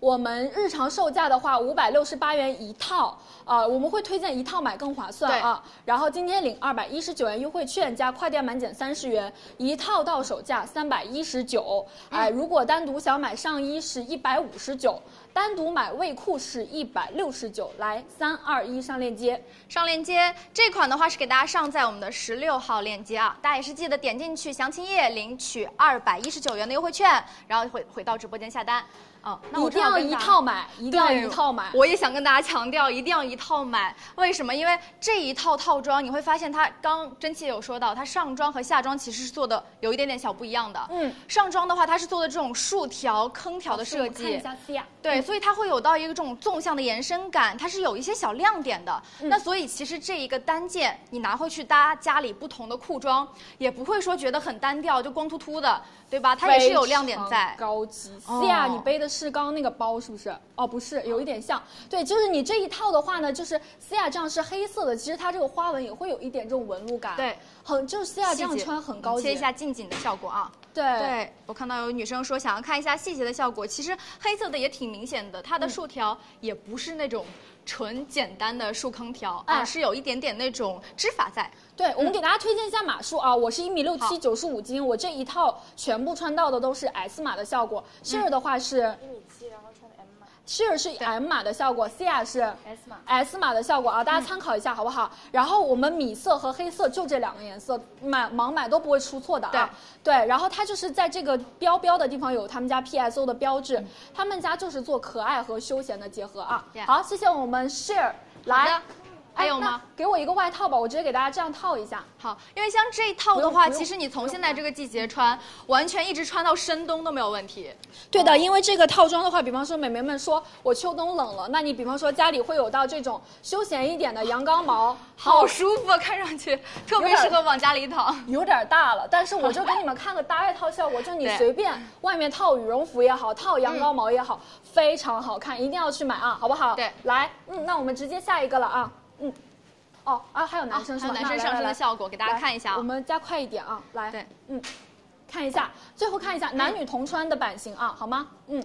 Speaker 2: 我们日常售价的话，五百六十八元一套，啊、我们会推荐一套买更划算啊。然后今天领二百一十九元优惠券加快店满减三十元，一套到手价三百一十九。
Speaker 6: 嗯
Speaker 2: 哎，如果单独想买上衣是一百五十九，单独买卫裤是一百六十九。来，三二一，上链接。
Speaker 6: 上链接这款的话是给大家上在我们的十六号链接啊，大家也是记得点进去详情页领取二百一十九元的优惠券，然后回回到直播间下单。哦，那我
Speaker 2: 一定
Speaker 6: 正好
Speaker 2: 要
Speaker 6: 跟
Speaker 2: 一
Speaker 6: 大家
Speaker 2: 套买，一定要
Speaker 6: 对
Speaker 2: 一套买。
Speaker 6: 我也想跟大家强调，一定要一套买。为什么？因为这一套套装，你会发现它刚真气也有说到，它上装和下装其实是做的有一点点小不一样的。
Speaker 2: 嗯，
Speaker 6: 上装的话，它是做的这种竖条、坑条的
Speaker 2: 我
Speaker 6: 设
Speaker 2: 们看一
Speaker 6: 计。
Speaker 2: 下 C 亚。
Speaker 6: 对，所以它会有到一个这种纵向的延伸感，它是有一些小亮点的。那所以其实这一个单件，你拿回去搭家里不同的裤装，也不会说觉得很单调，就光秃秃的，对吧？它也是有亮点
Speaker 2: 非常
Speaker 6: 在。
Speaker 2: 高级。哎
Speaker 6: 哦
Speaker 2: 西亚，你背的个是刚刚那个包是不是？哦，不是，有一点像。对，就是你这一套的话呢，就是西亚这样是黑色的，其实它这个花纹也会有一点这种纹路感。
Speaker 6: 对，
Speaker 2: 很就是西亚这样
Speaker 6: 细节嗯
Speaker 2: 穿很高级。
Speaker 6: 切一下近景的效果啊。
Speaker 2: 对
Speaker 6: 对我看到有女生说想要看一下细节的效果，其实黑色的也挺明显的，
Speaker 2: 嗯
Speaker 6: 它的竖条也不是那种纯简单的竖坑条，
Speaker 2: 哎
Speaker 6: 啊，是有一点点那种织法在。
Speaker 2: 对，
Speaker 4: 嗯
Speaker 2: 我们给大家推荐一下码数啊，我是一米六七，九十五斤，我这一套全部穿到的都是 S 码的效果。Sheer 的话是
Speaker 4: 嗯一米七，然后穿 M 码
Speaker 2: Sheer 是 M 码的效果，Cia 是
Speaker 4: S 码。嗯
Speaker 2: S 码的效果啊，大家参考一下好不好？然后我们米色和黑色就这两个颜色，买盲买都不会出错的啊。对，然后它就是在这个标标的地方有他们家 PSO 的标志，
Speaker 4: 嗯
Speaker 2: 他们家就是做可爱和休闲的结合啊。
Speaker 6: Yeah
Speaker 2: 好，谢谢我们 Sheer 来
Speaker 6: 的，还有吗？
Speaker 2: 哎那给我一个外套吧，我直接给大家这样套一下。
Speaker 6: 好，因为像这一套的话，
Speaker 2: 不用不用
Speaker 6: 其实你从现在这个季节穿，完全一直穿到深冬都没有问题。
Speaker 2: 对的，因为这个套装的话，比方说美眉们说我秋冬冷了，那你比方说家里会有到这种休闲一点的羊羔毛，
Speaker 6: 好舒服，啊，看上去特别
Speaker 2: 有点
Speaker 6: 适合往家里躺。
Speaker 2: 有点大了，但是我就给你们看个搭配套效果，就你
Speaker 6: 对
Speaker 2: 随便外面套羽绒服也好，套羊羔毛也好，非常好看，一定要去买啊，好不好？
Speaker 6: 对
Speaker 2: 来，嗯，那我们直接下一个了啊，嗯，哦啊，还有男生是
Speaker 6: 还
Speaker 2: 吧？
Speaker 6: 有
Speaker 2: 那
Speaker 6: 男生
Speaker 2: 来
Speaker 6: 上身
Speaker 2: 来
Speaker 6: 的
Speaker 2: 来
Speaker 6: 效果，给大家
Speaker 2: 来
Speaker 6: 看一下
Speaker 2: 我
Speaker 6: 啊。
Speaker 2: 们加快一点啊，来，
Speaker 6: 对，嗯
Speaker 2: 嗯，看一下，最后看一下男女同穿的版型啊，好吗？嗯，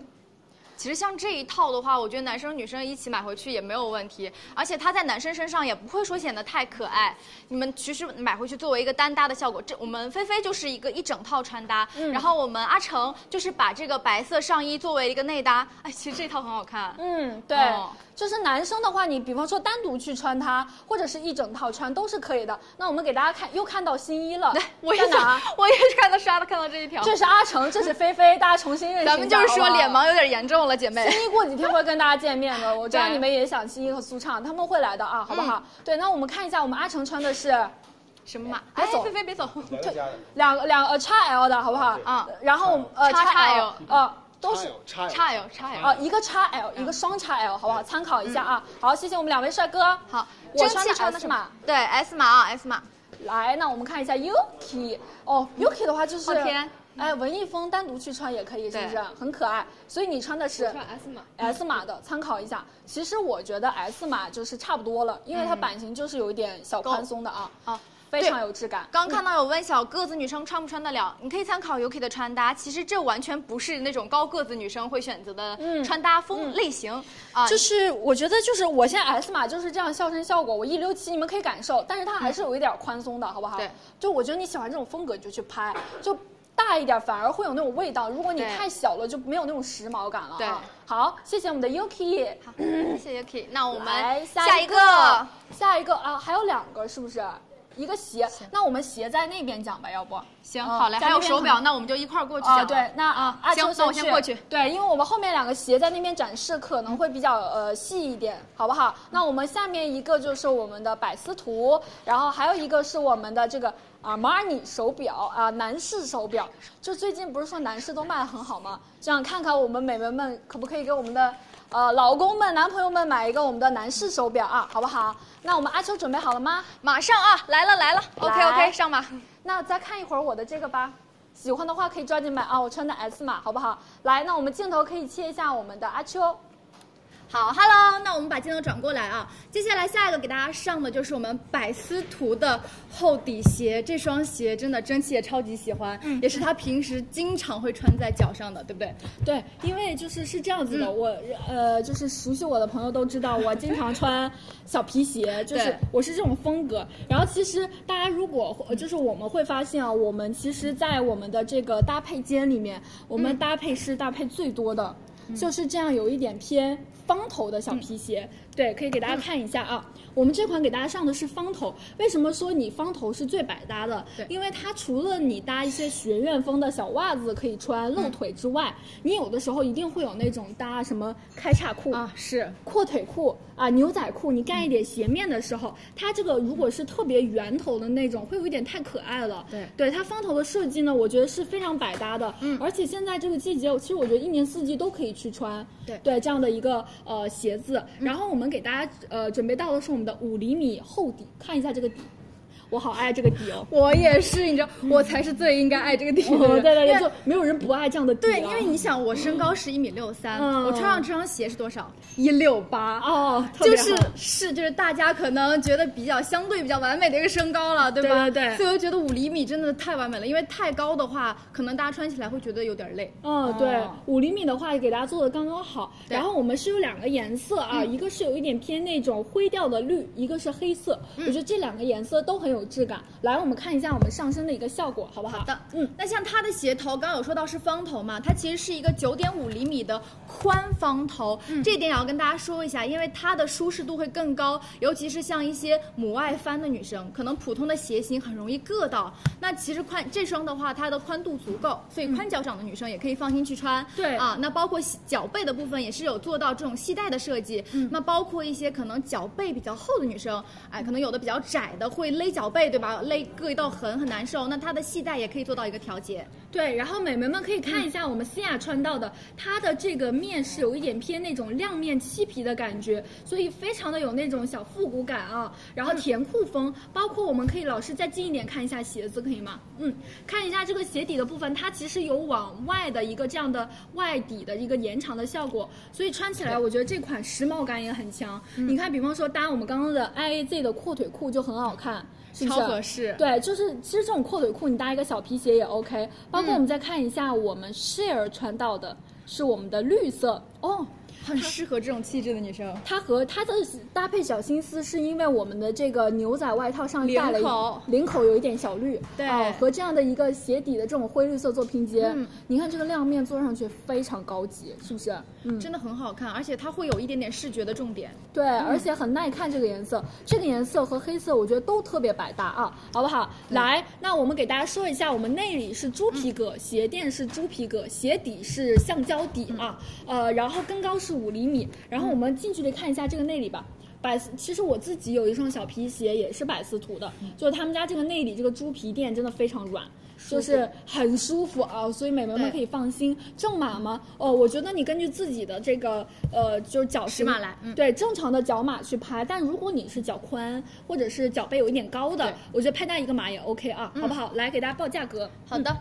Speaker 6: 其实像这一套的话，我觉得男生女生一起买回去也没有问题，而且它在男生身上也不会说显得太可爱。你们其实买回去作为一个单搭的效果，这我们菲菲就是一个一整套穿搭，
Speaker 2: 嗯
Speaker 6: 然后我们阿成就是把这个白色上衣作为一个内搭。哎，其实这套很好看。
Speaker 2: 嗯，对，
Speaker 6: 哦
Speaker 2: 就是男生的话，你比方说单独去穿它，或者是一整套穿都是可以的。那我们给大家看，又看到新衣了，
Speaker 6: 对，我也
Speaker 2: 在哪
Speaker 6: 想
Speaker 2: 儿？，啊
Speaker 6: (laughs) 我也是看到刷的，看到这一条。
Speaker 2: 这是阿成，这是菲菲，大家重新认识一下。
Speaker 6: 咱们就是
Speaker 2: 好
Speaker 6: 说
Speaker 2: 不好
Speaker 6: 脸。盲有点严重了，姐妹。
Speaker 2: 新一过几天会跟大家见面的，我知道
Speaker 6: 对嗯
Speaker 2: 你们也想新一和苏畅，他们会来的啊，好不好？对，那我们看一下，我们阿成穿的是
Speaker 6: 什么码？
Speaker 2: 别
Speaker 6: 哎，
Speaker 2: 走
Speaker 6: 菲菲
Speaker 2: (laughs)
Speaker 6: 别走。
Speaker 7: 来个加的，
Speaker 2: 两个两呃 XL 的，好不好？
Speaker 6: 啊
Speaker 2: 然后我们呃
Speaker 6: XL
Speaker 2: XL 呃都是
Speaker 7: 差有
Speaker 6: 差有差有。
Speaker 2: 啊一个
Speaker 6: 嗯
Speaker 2: XL 一个双 XL，好不好？参考一下啊。好，谢谢我们两位帅哥。
Speaker 6: 好，
Speaker 2: 我
Speaker 6: 蒸
Speaker 2: 穿
Speaker 6: 汽
Speaker 2: 的
Speaker 6: 穿的
Speaker 2: S
Speaker 6: 是
Speaker 2: 码
Speaker 6: 码，对 S 码啊 S 码。
Speaker 2: 来，那我们看一下 Yuki。哦，Yuki 的话就是
Speaker 6: 后天，
Speaker 2: 哎，文艺风单独去穿也可以，是不是？很可爱。所以你穿的是
Speaker 6: S 码。
Speaker 2: S 码的，参考一下。其实我觉得 S 码就是差不多了，因
Speaker 6: 嗯
Speaker 2: 为它版型就是有一点小宽松的啊，
Speaker 6: 啊，
Speaker 2: 非常有质感。
Speaker 6: 刚看到有问小个子女生穿不穿得了，你可以参考 Yuki 的穿搭，其实这完全不是那种高个子女生会选择的
Speaker 2: 嗯
Speaker 6: 穿搭风类型
Speaker 4: 嗯
Speaker 6: 啊。
Speaker 2: 就是我觉得就是我现在 S 码就是这样笑声效果，我一六七你们可以感受，但是它还是有一点宽松的，好不好？
Speaker 6: 嗯对，
Speaker 2: 就我觉得你喜欢这种风格你就去拍，就大一点反而会有那种味道，如果你
Speaker 6: 对
Speaker 2: 太小了就没有那种时髦感了。
Speaker 6: 对
Speaker 2: 啊，好，谢谢我们的 Yuki。
Speaker 6: 好，谢谢 Yuki，那我
Speaker 2: 来
Speaker 6: 们
Speaker 2: 下
Speaker 6: 一
Speaker 2: 一
Speaker 6: 个
Speaker 2: 个，下一个啊，还有两个是不是？一个鞋，那我们鞋在那边讲吧，要不？
Speaker 6: 行，
Speaker 4: 哦
Speaker 2: 嗯
Speaker 6: 好嘞，
Speaker 2: 在
Speaker 6: 还有
Speaker 2: 那边
Speaker 6: 手表，
Speaker 2: 看
Speaker 6: 那我们就一块儿过去
Speaker 2: 啊，
Speaker 6: 讲。
Speaker 2: 对，那啊，阿
Speaker 6: 行
Speaker 2: 秋，
Speaker 6: 那我先过去。
Speaker 2: 对，因为我们后面两个鞋在那边展示，可能会比较呃细一点，好不好？那我们下面一个就是我们的百思图，然后还有一个是我们的这个啊马尔尼手表啊男士手表，就最近不是说男士都卖的很好吗？这样看看我们美眉们可不可以给我们的呃老公们、男朋友们买一个我们的男士手表啊，好不好？那我们阿秋准备好了吗？
Speaker 6: 马上啊，来了来了，OK
Speaker 2: 来
Speaker 6: OK，上吧。
Speaker 2: 那再看一会儿我的这个吧，喜欢的话可以抓紧买啊！我穿的 S 码，好不好？来，那我们镜头可以切一下我们的阿秋。
Speaker 4: 好，Hello，那我们把镜头转过来啊。接下来下一个给大家上的就是我们百思图的厚底鞋，这双鞋真的蒸汽也超级喜欢，
Speaker 6: 嗯
Speaker 4: 也是他平时经常会穿在脚上的，对不对？
Speaker 2: (laughs) 对，因为就是是这样子的，
Speaker 4: 嗯
Speaker 2: 我呃，就是熟悉我的朋友都知道，我经常穿小皮鞋，就是
Speaker 4: 对
Speaker 2: 我是这种风格。然后其实大家如果呃就是我们会发现啊，我们其实，在我们的这个搭配间里面，我
Speaker 4: 嗯
Speaker 2: 们搭配是搭配最多的，就是这样有一点偏。方头的
Speaker 4: 嗯
Speaker 2: 小皮鞋，对，可以给大家看一下啊。我们这款给大家上的是方头，为什么说你方头是最百搭的？
Speaker 4: 对
Speaker 2: 因为它除了你搭一些学院风的小袜子可以穿
Speaker 4: 嗯
Speaker 2: 露腿之外，你有的时候一定会有那种搭什么开叉裤、
Speaker 4: 啊，是，
Speaker 2: 阔腿裤啊、牛仔裤，你盖一点斜面的时候，它这个如果是特别圆头的那种，会有一点太可爱了。
Speaker 4: 对
Speaker 2: 对它方头的设计呢，我觉得是非常百搭的。嗯，而且现在这个季节，其实我觉得一年四季都可以去穿。
Speaker 4: 对嗯
Speaker 2: 这样的一个呃鞋子，然后我们给大家呃准备到的是我们的五厘米厚底，看一下这个底。我好爱这个底哦。
Speaker 6: 我也是，你知道，我才是最应该爱这个底的人。
Speaker 2: 对对对，
Speaker 6: 因为
Speaker 2: 就没有人不爱这样的底、啊。
Speaker 6: 对，因为你想，我身高是一米六三、
Speaker 2: 嗯
Speaker 6: 我穿上这双鞋是多少？一六八。
Speaker 2: 哦，特别
Speaker 6: 就
Speaker 2: 好
Speaker 6: 是是就是大家可能觉得比较相对比较完美的一个身高了，对吧？
Speaker 2: 对对对
Speaker 6: 所以我觉得五厘米真的太完美了，因为太高的话，可能大家穿起来会觉得有点累。
Speaker 2: 嗯，对，五厘米的话给大家做的刚刚好。
Speaker 6: 哦对嗯
Speaker 2: 然后我们是有两个颜色啊，一个是有一点偏那种灰调的绿，一个是黑色。我觉得这两个颜色都很有质感。来，我们看一下我们上身的一个效果，好不好？
Speaker 6: 好的，
Speaker 2: 嗯
Speaker 6: 嗯，那像它的鞋头，刚刚有说到是方头嘛，它其实是一个九点五厘米的宽方头，
Speaker 2: 嗯
Speaker 6: 这点也要跟大家说一下，因为它的舒适度会更高，尤其是像一些母外翻的女生，可能普通的鞋型很容易硌到，那其实宽这双的话，它的宽度足够，所以宽脚掌的女生也可以放心去穿。
Speaker 2: 对
Speaker 6: 啊，那包括细脚背的部分也是有做到这种系带的设计，那包括一些可能脚背比较厚的女生，哎，可能有的比较窄的会勒脚背，对吧？勒硌一道痕很难受，那它的系带也可以做到一个调节。
Speaker 2: 对，然后美眉们可以看一
Speaker 6: 嗯
Speaker 2: 下我们思雅穿到的，它的这个面是有一点偏那种亮面漆皮的感觉，所以非常的有那种小复古感啊。
Speaker 6: 嗯
Speaker 2: 然后甜酷风，包括我们可以老师再近一点看一下鞋子，可以吗？嗯，看一下这个鞋底的部分，它其实有往外的一个这样的外底的一个延长的效果，所以穿起来我觉得这款时髦感也很强。
Speaker 6: 嗯
Speaker 2: 你看，比方说搭我们刚刚的 I A Z 的阔腿裤就很好看，是不是？
Speaker 6: 超合适
Speaker 2: 对，就是其实这种阔腿裤你搭一个小皮鞋也 OK。包
Speaker 6: 嗯
Speaker 2: 括我们再看一下我们 Share 穿到的是我们的绿色哦，
Speaker 6: 很适合这种气质的女生。
Speaker 2: 它和它的搭配小心思是因为我们的这个牛仔外套上带了一
Speaker 6: 领口
Speaker 2: 领口有一点小绿，
Speaker 6: 对嗯
Speaker 2: 哦和这样的一个鞋底的这种灰绿色做拼接，你看这个亮面做上去非常高级，是不是？嗯，
Speaker 6: 真的很好看，而且它会有一点点视觉的重点。
Speaker 2: 对，而且很耐看这个颜色，这个颜色和黑色我觉得都特别百搭啊，好不好？来，那我们给大家说一下，我们内里是猪皮
Speaker 6: 嗯
Speaker 2: 革，鞋垫是猪皮革，鞋底是橡胶底啊，呃，然后跟高是五厘米，然后我们近距离看一下这个内里吧。百思，其实我自己有一双小皮鞋，也是百思图的，
Speaker 6: 嗯
Speaker 2: 就是他们家这个内里这个猪皮垫真的非常软，就是很舒服啊，所以美眉们
Speaker 6: 对
Speaker 2: 可以放心。正码吗？哦，我觉得你根据自己的这个呃，就是脚
Speaker 6: 尺码来嗯
Speaker 2: 对正常的脚码去拍。但如果你是脚宽或者是脚背有一点高的
Speaker 6: 对，
Speaker 2: 我觉得拍大一个码也 OK 啊，好不好？来给大家报价格。
Speaker 6: 好的，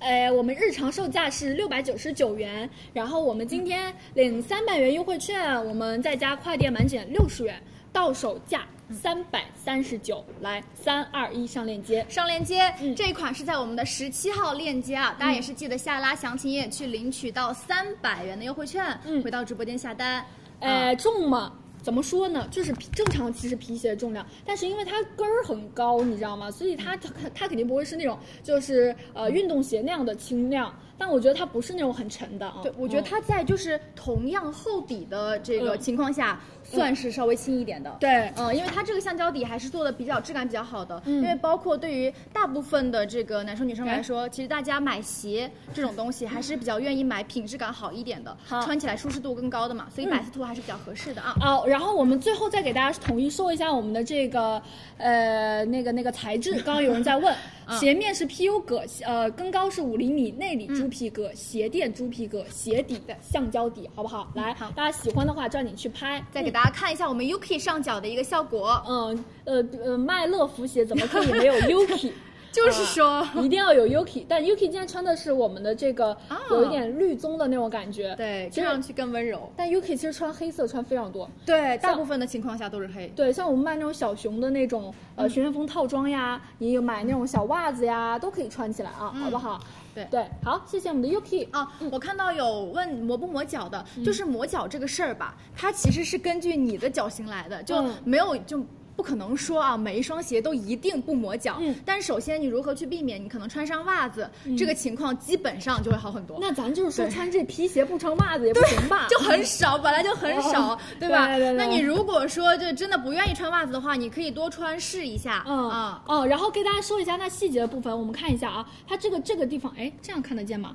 Speaker 2: 呃，我们日常售价是六百九十九元，然后我们今天领三百元优惠券，我们再加跨店满减六十元，到手价三百三十九。来，三二一，上链接。
Speaker 6: 上链接，这一款是在我们的十七号链接啊，大家也是记得下拉详情页去领取到三百元的优惠券，
Speaker 2: 嗯
Speaker 6: 回到直播间下单。嗯
Speaker 2: 呃，重吗？怎么说呢？就是皮正常，其实皮鞋的重量，但是因为它跟儿很高，你知道吗？所以
Speaker 6: 嗯
Speaker 2: 它它它肯定不会是那种就是呃运动鞋那样的轻量，但我觉得它不是那种很沉的啊。
Speaker 6: 对，我觉得
Speaker 2: 嗯
Speaker 6: 它在就是同样厚底的这个
Speaker 2: 嗯
Speaker 6: 情况下，算是稍微轻一点的。
Speaker 2: 对
Speaker 6: 嗯，因为它这个橡胶底还是做的比较质感比较好
Speaker 2: 嗯
Speaker 6: 的，因为包括对于大部分的这个男生女生来说，其实大家买鞋这种东西还是比较愿意买品质感好一点的，穿起来舒适度更高的嘛，所以
Speaker 2: 嗯
Speaker 6: 百思图还是比较合适的啊。
Speaker 2: 哦，然后我们最后再给大家统一说一下我们的这个，呃，那个那个材质。刚刚有人在
Speaker 6: (laughs)
Speaker 2: 问，
Speaker 6: 嗯
Speaker 2: 鞋面是 PU 革，呃，跟高是五厘米，内里猪皮革，鞋垫猪皮革，鞋底橡胶底，好不好？来，
Speaker 6: 嗯好
Speaker 2: 大家喜欢的话抓紧去拍。
Speaker 6: 再给大家看一下我们 Yuki 上脚的一个效果，
Speaker 2: 嗯，呃呃，卖乐福鞋怎么可以没
Speaker 6: (laughs)
Speaker 2: 有 Yuki？嗯
Speaker 6: 就是说，
Speaker 2: 一定要有 Yuki，但 Yuki 今天穿的是我们的这个有一点绿棕的那种感觉，
Speaker 6: 啊对，
Speaker 2: 其
Speaker 6: 看
Speaker 2: 实
Speaker 6: 上去更温柔。
Speaker 2: 但 Yuki 其实穿黑色穿非常多，
Speaker 6: 对，大
Speaker 2: 像
Speaker 6: 部分的情况下都是黑。
Speaker 2: 对，像我们卖那种小熊的那种
Speaker 6: 嗯
Speaker 2: 呃学院风套装呀，你有买那种小袜子呀，都可以穿起来啊，好不好？
Speaker 6: 嗯对
Speaker 2: 对，好，谢谢我们的 Yuki。
Speaker 6: 啊，我看到有问磨不磨脚的，
Speaker 2: 嗯
Speaker 6: 就是磨脚这个事儿吧，它其实是根据你的脚型来的，就
Speaker 2: 嗯
Speaker 6: 没有就。不可能说啊，每一双鞋都一定不磨脚。
Speaker 2: 嗯
Speaker 6: 但是首先你如何去避免？你可能穿上袜子，这个情况基本上就会好很多。
Speaker 2: 那咱就是说，
Speaker 6: 对
Speaker 2: 穿这皮鞋不穿袜子也不行吧？
Speaker 6: 就很少，本来就很少，
Speaker 2: 哦
Speaker 6: 对吧？
Speaker 2: 对对对
Speaker 6: 那你如果说就真的不愿意穿袜子的话，你可以多穿试一下。
Speaker 2: 嗯
Speaker 6: 啊，
Speaker 2: 哦，然后给大家说一下那细节的部分，我们看一下啊，它这个这个地方，哎，这样看得见吗？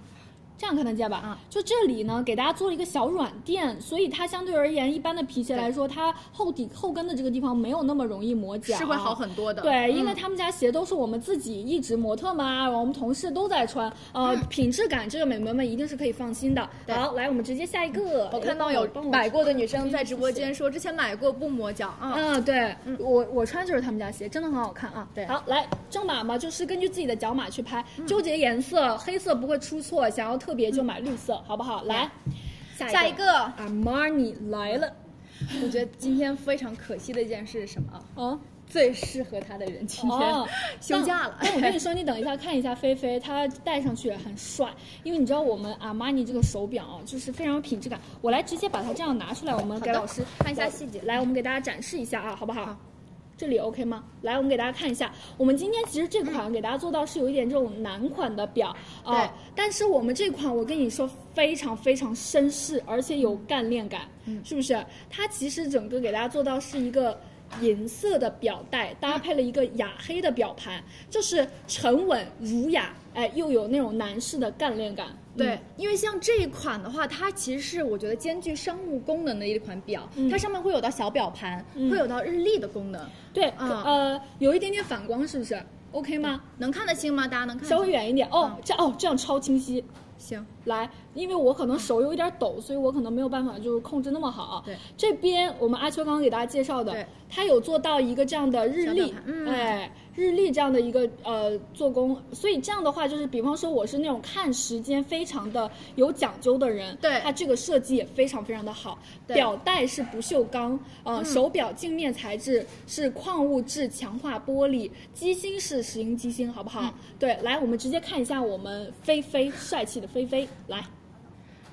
Speaker 2: 这样看得见吧？
Speaker 6: 嗯
Speaker 2: 啊，就这里呢，给大家做了一个小软垫，所以它相对而言，一般的皮鞋来说，它后底后跟的这个地方没有那么容易磨脚，
Speaker 6: 是会好很多的。嗯
Speaker 2: 对，因为他们家鞋都是我们自己一直模特们啊，然后我们同事都在穿，
Speaker 6: 嗯
Speaker 2: 呃，品质感这个美眉们一定是可以放心的。好，来我们直接下一个。哎
Speaker 6: 我看到有买过的女生在直播间说，之前买过不磨脚啊。
Speaker 2: 嗯，对，我我穿就是他们家鞋，真的很好看啊。
Speaker 6: 对嗯
Speaker 2: 好，来正码嘛，就是根据自己的脚码去拍，纠结颜色，黑色不会出错，想要特别就买绿色，好不好？来，
Speaker 6: 下
Speaker 2: 下
Speaker 6: 一个，嗯
Speaker 2: Armani 来了，
Speaker 6: 我觉得今天非常可惜的一件事是什么啊？
Speaker 2: 哦。
Speaker 6: 最适合她的人今天
Speaker 2: 哦
Speaker 6: (laughs) 休假了
Speaker 2: 但。但我跟你说，你等一下看一下菲菲，她戴上去也很帅，因为你知道我们阿玛尼这个手表啊，就是非常有品质感。我来直接把它这样拿出来，我们给老师
Speaker 6: 看一下细节
Speaker 2: 来，我们给大家展示一下啊，好不好？这里 OK 吗？来，我们给大家看一下。我们今天其实这款给大家做到是有一点这种男款的表啊、
Speaker 6: 嗯对
Speaker 2: 但是我们这款我跟你说非常非常绅士，而且有
Speaker 6: 嗯
Speaker 2: 干练感，是不是？它其实整个给大家做到是一个银色的表带，
Speaker 6: 嗯
Speaker 2: 搭配了一个雅黑的表盘，就是沉稳儒雅，哎，又有那种男士的干练感。嗯
Speaker 6: 对，因为像这一款的话，它其实是我觉得兼具商务功能的一款表，
Speaker 2: 嗯
Speaker 6: 它上面会有到小表盘，会有到日历的功能，
Speaker 2: 对，
Speaker 6: 啊
Speaker 2: 呃，有一点点反光，是不是？OK 吗？
Speaker 6: 能看得清吗？大家能看得
Speaker 2: 稍微
Speaker 6: 清？
Speaker 2: 远一点
Speaker 6: 嗯
Speaker 2: 哦，这样哦这样超清晰。
Speaker 6: 行，
Speaker 2: 来，因为我可能手有一点抖，所以我可能没有办法就是控制那么好。
Speaker 6: 对，
Speaker 2: 这边我们阿秋刚刚给大家介绍的
Speaker 6: 对，
Speaker 2: 它有做到一个这样的日
Speaker 6: 小
Speaker 2: 历
Speaker 6: 表盘，嗯
Speaker 2: 哎，日历这样的一个呃做工，所以这样的话就是，比方说我是那种看时间非常的有讲究的人，
Speaker 6: 对
Speaker 2: 它这个设计也非常非常的好。
Speaker 6: 对嗯
Speaker 2: 表带是不锈钢，呃，手表镜面材质是矿物质强化玻璃，机芯是石英机芯，好不好？
Speaker 6: 嗯
Speaker 2: 对，来，我们直接看一下我们菲菲帅气的菲菲，来。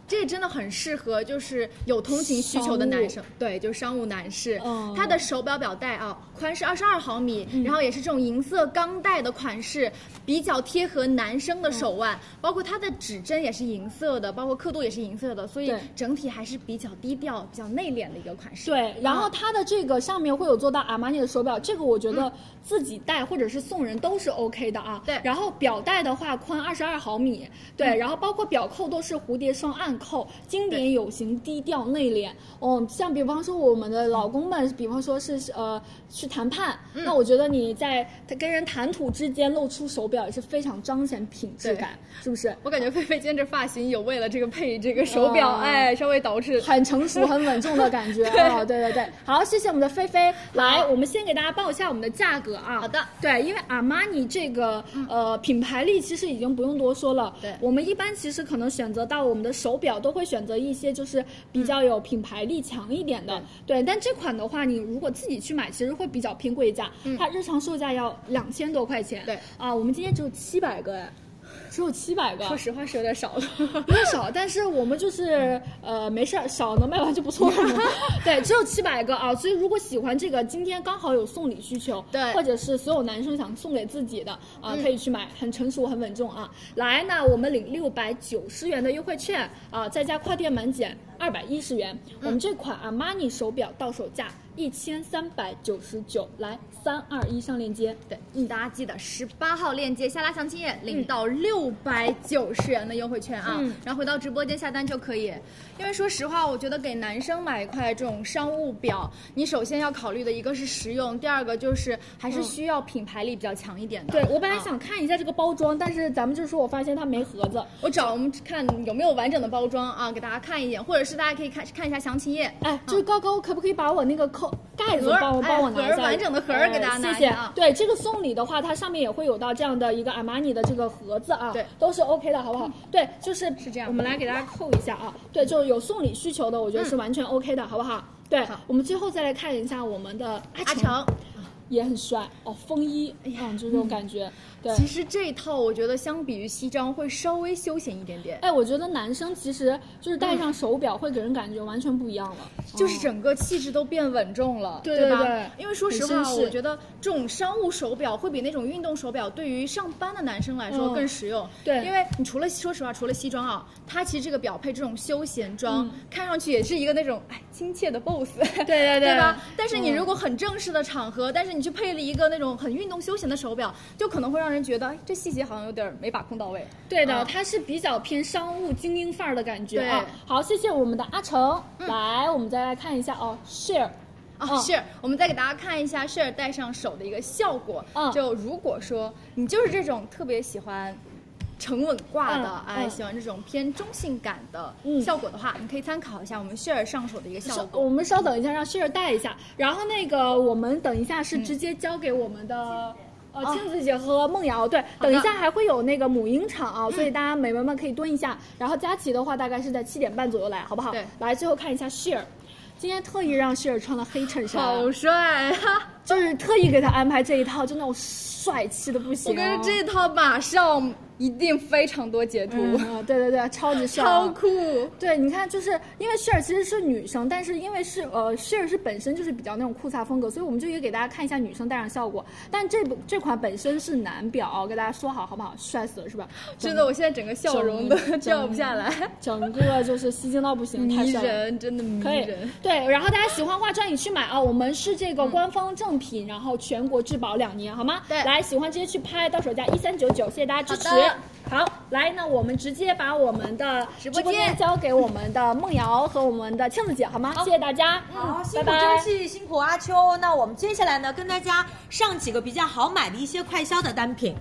Speaker 6: 这真的很适合就是有通勤需求的男生，对，就是商务哦男士。
Speaker 2: 嗯
Speaker 6: 它的手表表带啊，宽是二十二毫米，然后也是这种银色钢带的款式，比较贴合男生的手腕，包括它的指针也是银色的，包括刻度也是银色的，所以
Speaker 2: 对
Speaker 6: 整体还是比较低调、比较内敛的一个款式。
Speaker 2: 对，然后它的这个上面会有做到阿玛尼的手表，这个我觉得自己戴或者是送人都是 OK 的啊。
Speaker 6: 嗯对嗯
Speaker 2: 然后表带的话宽二十二毫米，对，然后包括表扣都是蝴蝶双暗扣，经典有型，低调内敛。哦，像比方说我们的老公们，比方说是呃去谈判，
Speaker 6: 嗯
Speaker 2: 那我觉得你在跟人谈吐之间露出手表也是非常彰显品质
Speaker 6: 对
Speaker 2: 感，是不是？
Speaker 6: 我感觉菲菲今天这发型有为了这个配这个手表，
Speaker 2: 啊
Speaker 6: 哎，稍微捯饬。
Speaker 2: 很成熟、很稳重的感
Speaker 6: (laughs)
Speaker 2: 觉。哦，对对对，好，谢谢我们的菲菲。来，我们先给大家报一下我们的价格啊。
Speaker 6: 好的。嗯
Speaker 2: 对，因为阿玛尼这个呃品牌力其实已经不用多说了。
Speaker 6: 对
Speaker 2: 我们一般其实可能选择到我们的手表都会选择一些就是比较有品牌力强一点的。对，但这款的话，你如果自己去买，其实会比较偏贵价，
Speaker 6: 嗯
Speaker 2: 它日常售价要两千多块钱。
Speaker 6: 对。
Speaker 2: 啊，我们今天只有七百个哎。只有七百个，
Speaker 6: 说实话是有
Speaker 2: (laughs)
Speaker 6: 点少了。
Speaker 2: 不是少，但是我们就是呃没事儿，少能卖完就不错了。 (laughs) 对，只有七百个啊，所以如果喜欢这个，今天刚好有送礼需求，
Speaker 6: 对嗯
Speaker 2: 或者是所有男生想送给自己的啊，可以去买，很成熟，很稳重啊。来，那我们领六百九十元的优惠券啊，再加跨店满减二百一十元。
Speaker 6: 嗯
Speaker 2: 我们这款阿玛尼手表到手价一千三百九十九，来三二一上链接。
Speaker 6: 对，大家记得十八号链接下拉详情页领到
Speaker 2: 嗯
Speaker 6: 六百九十元的优惠券啊，然后回到直播间下单就可以。因为说实话，我觉得给男生买一块这种商务表，你首先要考虑的一个是实用，第二个就是还是需要品牌力比较强一点的。
Speaker 2: 对我本来
Speaker 6: 啊
Speaker 2: 想看一下这个包装，但是咱们就是说我发现它没盒子。
Speaker 6: 我找我们看有没有完整的包装啊，给大家看一眼，或者是大家可以看看一下详情页。
Speaker 2: 哎，就是高高，可不可以把我那个扣盖子
Speaker 6: 嗯盒儿
Speaker 2: 帮我
Speaker 6: 哎
Speaker 2: 帮我拿一下？
Speaker 6: 盒儿完整的盒儿
Speaker 2: 哎
Speaker 6: 给大家拿一下
Speaker 2: 谢谢
Speaker 6: 啊。
Speaker 2: 对，这个送礼的话，它上面也会有到这样的一个阿玛尼的这个盒子啊，
Speaker 6: 对，嗯
Speaker 2: 都是 OK 的，好不好？对，就是
Speaker 6: 是这样
Speaker 2: 我们来给大家扣一下啊，对，就是有送礼需求的，我觉得是完全 OK 的，好不好？对
Speaker 6: 嗯好，
Speaker 2: 我们最后再来看一下我们的
Speaker 6: 阿
Speaker 2: 阿
Speaker 6: 成，
Speaker 2: 也很帅哦，风衣，嗯，就这种感觉，对。
Speaker 6: 其实这一套我觉得相比于西装会稍微休闲一点点。
Speaker 2: 哎，我觉得男生其实就是
Speaker 6: 嗯
Speaker 2: 戴上手表会给人感觉完全不一样了，
Speaker 6: 就是整个气质都变稳重了，
Speaker 2: 嗯对
Speaker 6: 吧
Speaker 2: 对对
Speaker 6: 因为说实
Speaker 2: 很
Speaker 6: 话，
Speaker 2: 绅士
Speaker 6: 我觉得这种商务手表会比那种运动手表对于上班的男生来说
Speaker 2: 嗯
Speaker 6: 更实用。
Speaker 2: 对
Speaker 6: 因为你除了说实话，除了西装啊，它其实这个表配这种休闲装，看上去也是一个那种哎亲切的 (laughs) boss。对
Speaker 2: 嗯对对嗯
Speaker 6: 对吧？但是你如果很正式的场合，但是你你去配了一个那种很运动休闲的手表，就可能会让人觉得哎这细节好像有点儿没把控到位。
Speaker 2: 对的，
Speaker 6: 嗯
Speaker 2: 它是比较偏商务精英范儿的感觉
Speaker 6: 对嗯
Speaker 2: 啊。好，谢谢我们的阿成，来，我们再来看一下哦，share。
Speaker 6: 啊、
Speaker 2: 嗯
Speaker 6: 是，我们再给大家看一下 Share 戴上手的一个效果。
Speaker 2: 嗯
Speaker 6: 就如果说你就是这种特别喜欢沉稳挂的，
Speaker 2: 嗯
Speaker 6: 哎，
Speaker 2: 嗯
Speaker 6: 喜欢这种偏中性感的
Speaker 2: 嗯
Speaker 6: 效果的话，你可以参考一下我们 Share 上手的一个效
Speaker 2: 稍
Speaker 6: 果。
Speaker 2: 我们稍等一下，让 share 带一下，然后那个我们等一下是
Speaker 6: 嗯
Speaker 2: 直接交给我们的。呃，
Speaker 6: 哦
Speaker 2: 青子姐和梦瑶，对，等一下还会有那个母婴场
Speaker 6: 嗯
Speaker 2: 啊，所以大家美眉们可以蹲一下。然后佳琪的话，大概是在七点半左右来，好不好？
Speaker 6: 对
Speaker 2: 来最后看一下 share，今天特意让 share 穿了黑衬衫，啊
Speaker 6: 好帅啊哈、
Speaker 2: 就是特意给他安排这一套，就那种帅气的不行、啊
Speaker 6: 我跟你说，这套马上一定非常多截图，
Speaker 2: 嗯，对对对，超级帅啊，
Speaker 6: 超酷。
Speaker 2: 对，你看，就是因为 share 其实是女生，但是因为是呃 share 是本身就是比较那种酷飒风格，所以我们就也给大家看一下女生戴上效果。但这部这款本身是男表，哦给大家说好好不好？帅死了是吧？
Speaker 6: 真的，我现在整个笑容都 (laughs)
Speaker 2: 整
Speaker 6: 掉不下来，
Speaker 2: 整个就是吸睛到不行，太
Speaker 6: 迷
Speaker 2: 帅了。
Speaker 6: 人，真的迷
Speaker 2: 可以
Speaker 6: 人。，嗯
Speaker 2: 对，然后大家喜欢化妆也去买啊，我们是这个官方正品，然后全国质保两年，好吗？
Speaker 6: 对
Speaker 2: 来喜欢直接去拍，到手价一三九九，谢谢大家支持
Speaker 6: 好的。
Speaker 2: 好，来，那我们直接把我们的直
Speaker 6: 播间
Speaker 2: 播间交给我们的梦瑶和我们的庆子姐，好吗？谢谢大家，
Speaker 7: 好，
Speaker 2: 嗯，
Speaker 7: 辛
Speaker 2: 拜
Speaker 7: 苦
Speaker 2: 拜
Speaker 7: 周。记，辛苦阿秋。那我们接下来呢，跟大家上几个比较好买的一些快销的单品。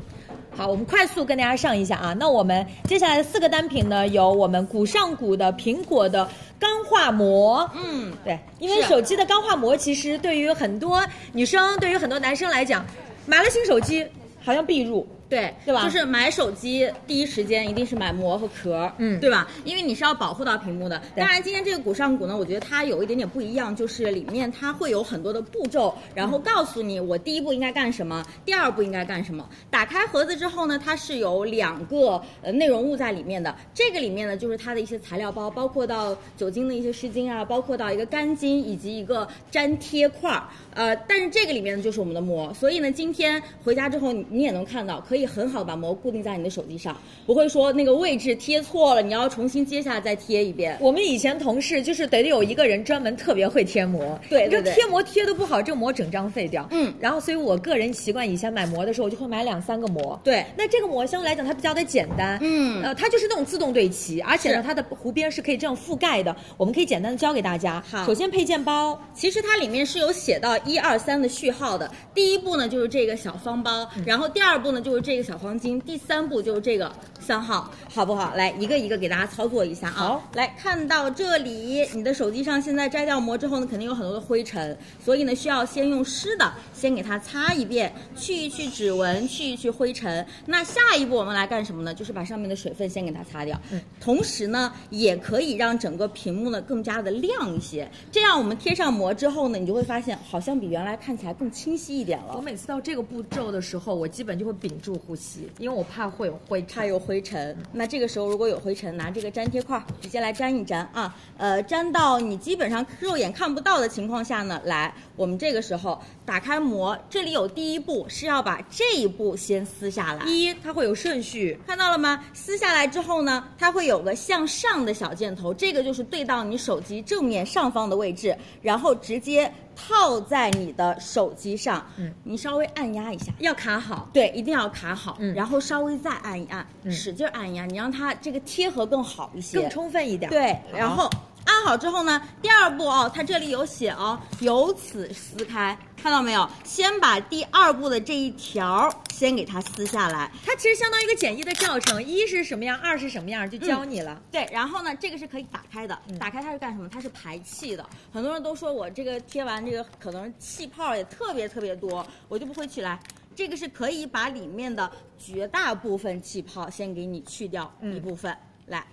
Speaker 7: 好，我们快速跟大家上一下啊。那我们接下来的四个单品呢，有我们古上古的苹果的钢化膜，嗯，对，因为手机的钢化膜其实对于很多女生，对于很多男生来讲，买了新手机好像必入，
Speaker 8: 对，
Speaker 7: 对吧
Speaker 8: 就是买手机第一时间一定是买膜和壳，
Speaker 7: 嗯
Speaker 8: 对吧？因为你是要保护到屏幕的。
Speaker 7: 对
Speaker 8: 当然，今天这个鼓上鼓呢，我觉得它有一点点不一样，就是里面它会有很多的步骤，然后告诉你我第一步应该干什么，第二步应该干什么。打开盒子之后呢，它是有两个呃内容物在里面的，这个里面呢就是它的一些材料包，包括到酒精的一些湿巾啊，包括到一个干巾以及一个粘贴块儿。呃，但是这个里面呢就是我们的膜，所以呢，今天回家之后你你也能看到，可以很好地把膜固定在你的手机上，不会说那个位置贴错了，你要重新接下来再贴一遍。
Speaker 7: 我们以前同事就是得有一个人专门特别会贴膜，
Speaker 8: 对
Speaker 7: 你这
Speaker 8: 对对
Speaker 7: 贴膜贴的不好，这膜整张废掉。
Speaker 8: 嗯
Speaker 7: 然后所以我个人习惯以前买膜的时候，我就会买两三个膜。
Speaker 8: 对
Speaker 7: 那这个膜相对来讲它比较的简单，
Speaker 8: 嗯
Speaker 7: 呃，它就是那种自动对齐，而且呢
Speaker 8: 是
Speaker 7: 它的弧边是可以这样覆盖的，我们可以简单的教给大家。
Speaker 8: 好
Speaker 7: 首先配件包，
Speaker 8: 其实它里面是有写到一二三的序号的。第一步呢就是这个小方包，然后第二步呢就是这个小黄金，第三步就是这个三号，好不好？来一个一个给大家操作一下啊。
Speaker 7: 好，
Speaker 8: 来看到这里，你的手机上现在摘掉膜之后呢，肯定有很多的灰尘，所以呢需要先用湿的先给它擦一遍，去一去指纹，去一去灰尘。那下一步我们来干什么呢？就是把上面的水分先给它擦掉，同时呢也可以让整个屏幕呢更加的亮一些。这样我们贴上膜之后呢，你就会发现好像比原来看起来更清晰一点
Speaker 7: 我
Speaker 8: 了。
Speaker 7: 每次到这个步骤的时候，我基本就会屏住呼吸，因为我怕会有灰
Speaker 8: 它
Speaker 7: 尘。
Speaker 8: 有灰尘，那这个时候如果有灰尘，拿这个粘贴块儿直接来粘一粘啊，呃，粘到你基本上肉眼看不到的情况下呢，来，我们这个时候打开膜，这里有第一步是要把这一步先撕下来，
Speaker 7: 一，它会有顺序，
Speaker 8: 看到了吗？撕下来之后呢，它会有个向上的小箭头，这个就是对到你手机正面上方的位置，然后直接套在你的手机上。
Speaker 7: 嗯，
Speaker 8: 你稍微按压一下。
Speaker 7: 要卡好。
Speaker 8: 对，一定要卡好，
Speaker 7: 嗯
Speaker 8: 然后稍微再按一按，
Speaker 7: 嗯
Speaker 8: 使劲按一按，你让它这个贴合更好一些，
Speaker 7: 更充分一点，
Speaker 8: 对，
Speaker 7: 好
Speaker 8: 然后按好之后呢，第二步哦，它这里有写哦，由此撕开，看到没有？先把第二步的这一条儿先给它撕下来，
Speaker 7: 它其实相当于一个简易的教程，一是什么样，二是什么样，就教你了。
Speaker 8: 对，然后呢，这个是可以打开的，
Speaker 7: 嗯
Speaker 8: 打开它是干什么？它是排气的。很多人都说我这个贴完这个可能气泡也特别特别多，我就不会去来。这个是可以把里面的绝大部分气泡先给你去掉
Speaker 7: 嗯
Speaker 8: 一部分，来，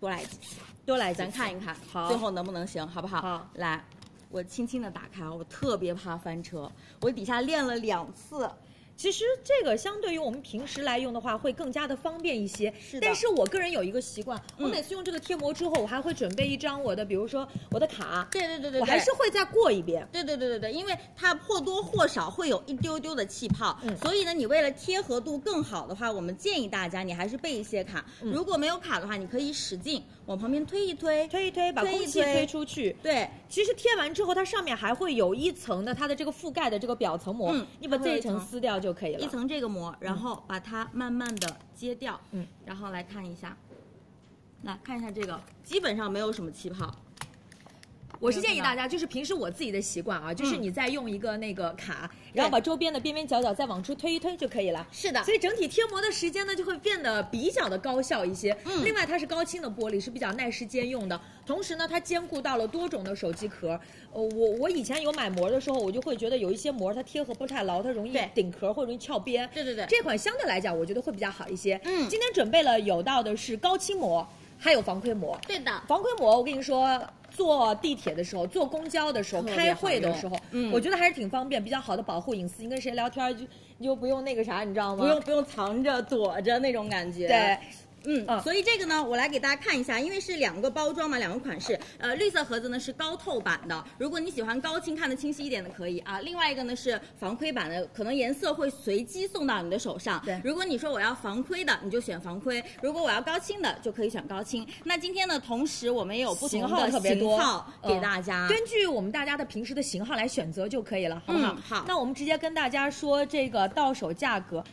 Speaker 8: 多来几次，
Speaker 7: 多来几次
Speaker 8: 咱看一看，
Speaker 7: 好
Speaker 8: 最后能不能行，好不好？
Speaker 7: 好，
Speaker 8: 啊来，我轻轻的打开，我特别怕翻车，我底下练了两次。
Speaker 7: 其实这个相对于我们平时来用的话，会更加的方便一些。
Speaker 8: 是的
Speaker 7: 但是我个人有一个习惯，我每次用这个贴膜之后，我还会准备一张我的，比如说我的卡，
Speaker 8: 对对对对，
Speaker 7: 我还是会再过一遍。
Speaker 8: 对对对对对，因为它或多或少会有一丢丢的气泡，
Speaker 7: 嗯
Speaker 8: 所以呢，你为了贴合度更好的话，我们建议大家你还是备一些卡。
Speaker 7: 嗯
Speaker 8: 如果没有卡的话，你可以使劲往旁边推一推，
Speaker 7: 推一推，把
Speaker 8: 推一
Speaker 7: 空气
Speaker 8: 推
Speaker 7: 推出去。
Speaker 8: 对，
Speaker 7: 其实贴完之后，它上面还会有一层的它的这个覆盖的这个表层膜，
Speaker 8: 嗯
Speaker 7: 你把这一
Speaker 8: 它会有一
Speaker 7: 层
Speaker 8: 层
Speaker 7: 撕掉就可以了。
Speaker 8: 一层这个膜，然后把它慢慢的揭掉，
Speaker 7: 嗯，
Speaker 8: 然后来看一下，来看一下这个，基本上没有什么气泡，
Speaker 7: 我是建议大家，就是平时我自己的习惯
Speaker 8: 嗯
Speaker 7: 啊，就是你再用一个那个卡，然后把周边的边边角角再往出推一推就可以了。
Speaker 8: 是的
Speaker 7: 所以整体贴膜的时间呢，就会变得比较的高效一些。
Speaker 8: 嗯
Speaker 7: 另外它是高清的玻璃，是比较耐时间用的，同时呢，它兼顾到了多种的手机壳。呃，我我以前有买膜的时候，我就会觉得有一些膜它贴合不太牢，它容易
Speaker 8: 对
Speaker 7: 顶壳或者容易翘边。
Speaker 8: 对对对
Speaker 7: 这款相对来讲，我觉得会比较好一些。
Speaker 8: 嗯
Speaker 7: 今天准备了有到的是高清膜，还有防窥膜。
Speaker 8: 对的
Speaker 7: 防窥膜，我跟你说，坐地铁的时候、坐公交的时候、
Speaker 8: 特别
Speaker 7: 开
Speaker 8: 好
Speaker 7: 会的时候，
Speaker 8: 用嗯
Speaker 7: 我觉得还是挺方便，比较好的保护隐私。你跟谁聊天就你就不用那个啥，你知道吗？
Speaker 8: 不用不用藏着躲着那种感觉，
Speaker 7: 对。
Speaker 8: 嗯，
Speaker 7: 嗯
Speaker 8: 所以这个呢，我来给大家看一下，因为是两个包装嘛，两个款
Speaker 7: 啊
Speaker 8: 式。呃，绿色盒子呢是高透版的，如果你喜欢高清看得清晰一点的可以啊。另外一个呢是防窥版的，可能颜色会随机送到你的手上。
Speaker 7: 对
Speaker 8: 如果你说我要防窥的，你就选防窥；如果我要高清的，就可以选高清。那今天呢，同时我们也有不同
Speaker 7: 型
Speaker 8: 的
Speaker 7: 号特别多
Speaker 8: 型号，给
Speaker 7: 嗯
Speaker 8: 大家。
Speaker 7: 根据我们大家的平时的型号来选择就可以了，好不好？
Speaker 8: 嗯好
Speaker 7: 那我们直接跟大家说这个到手价格。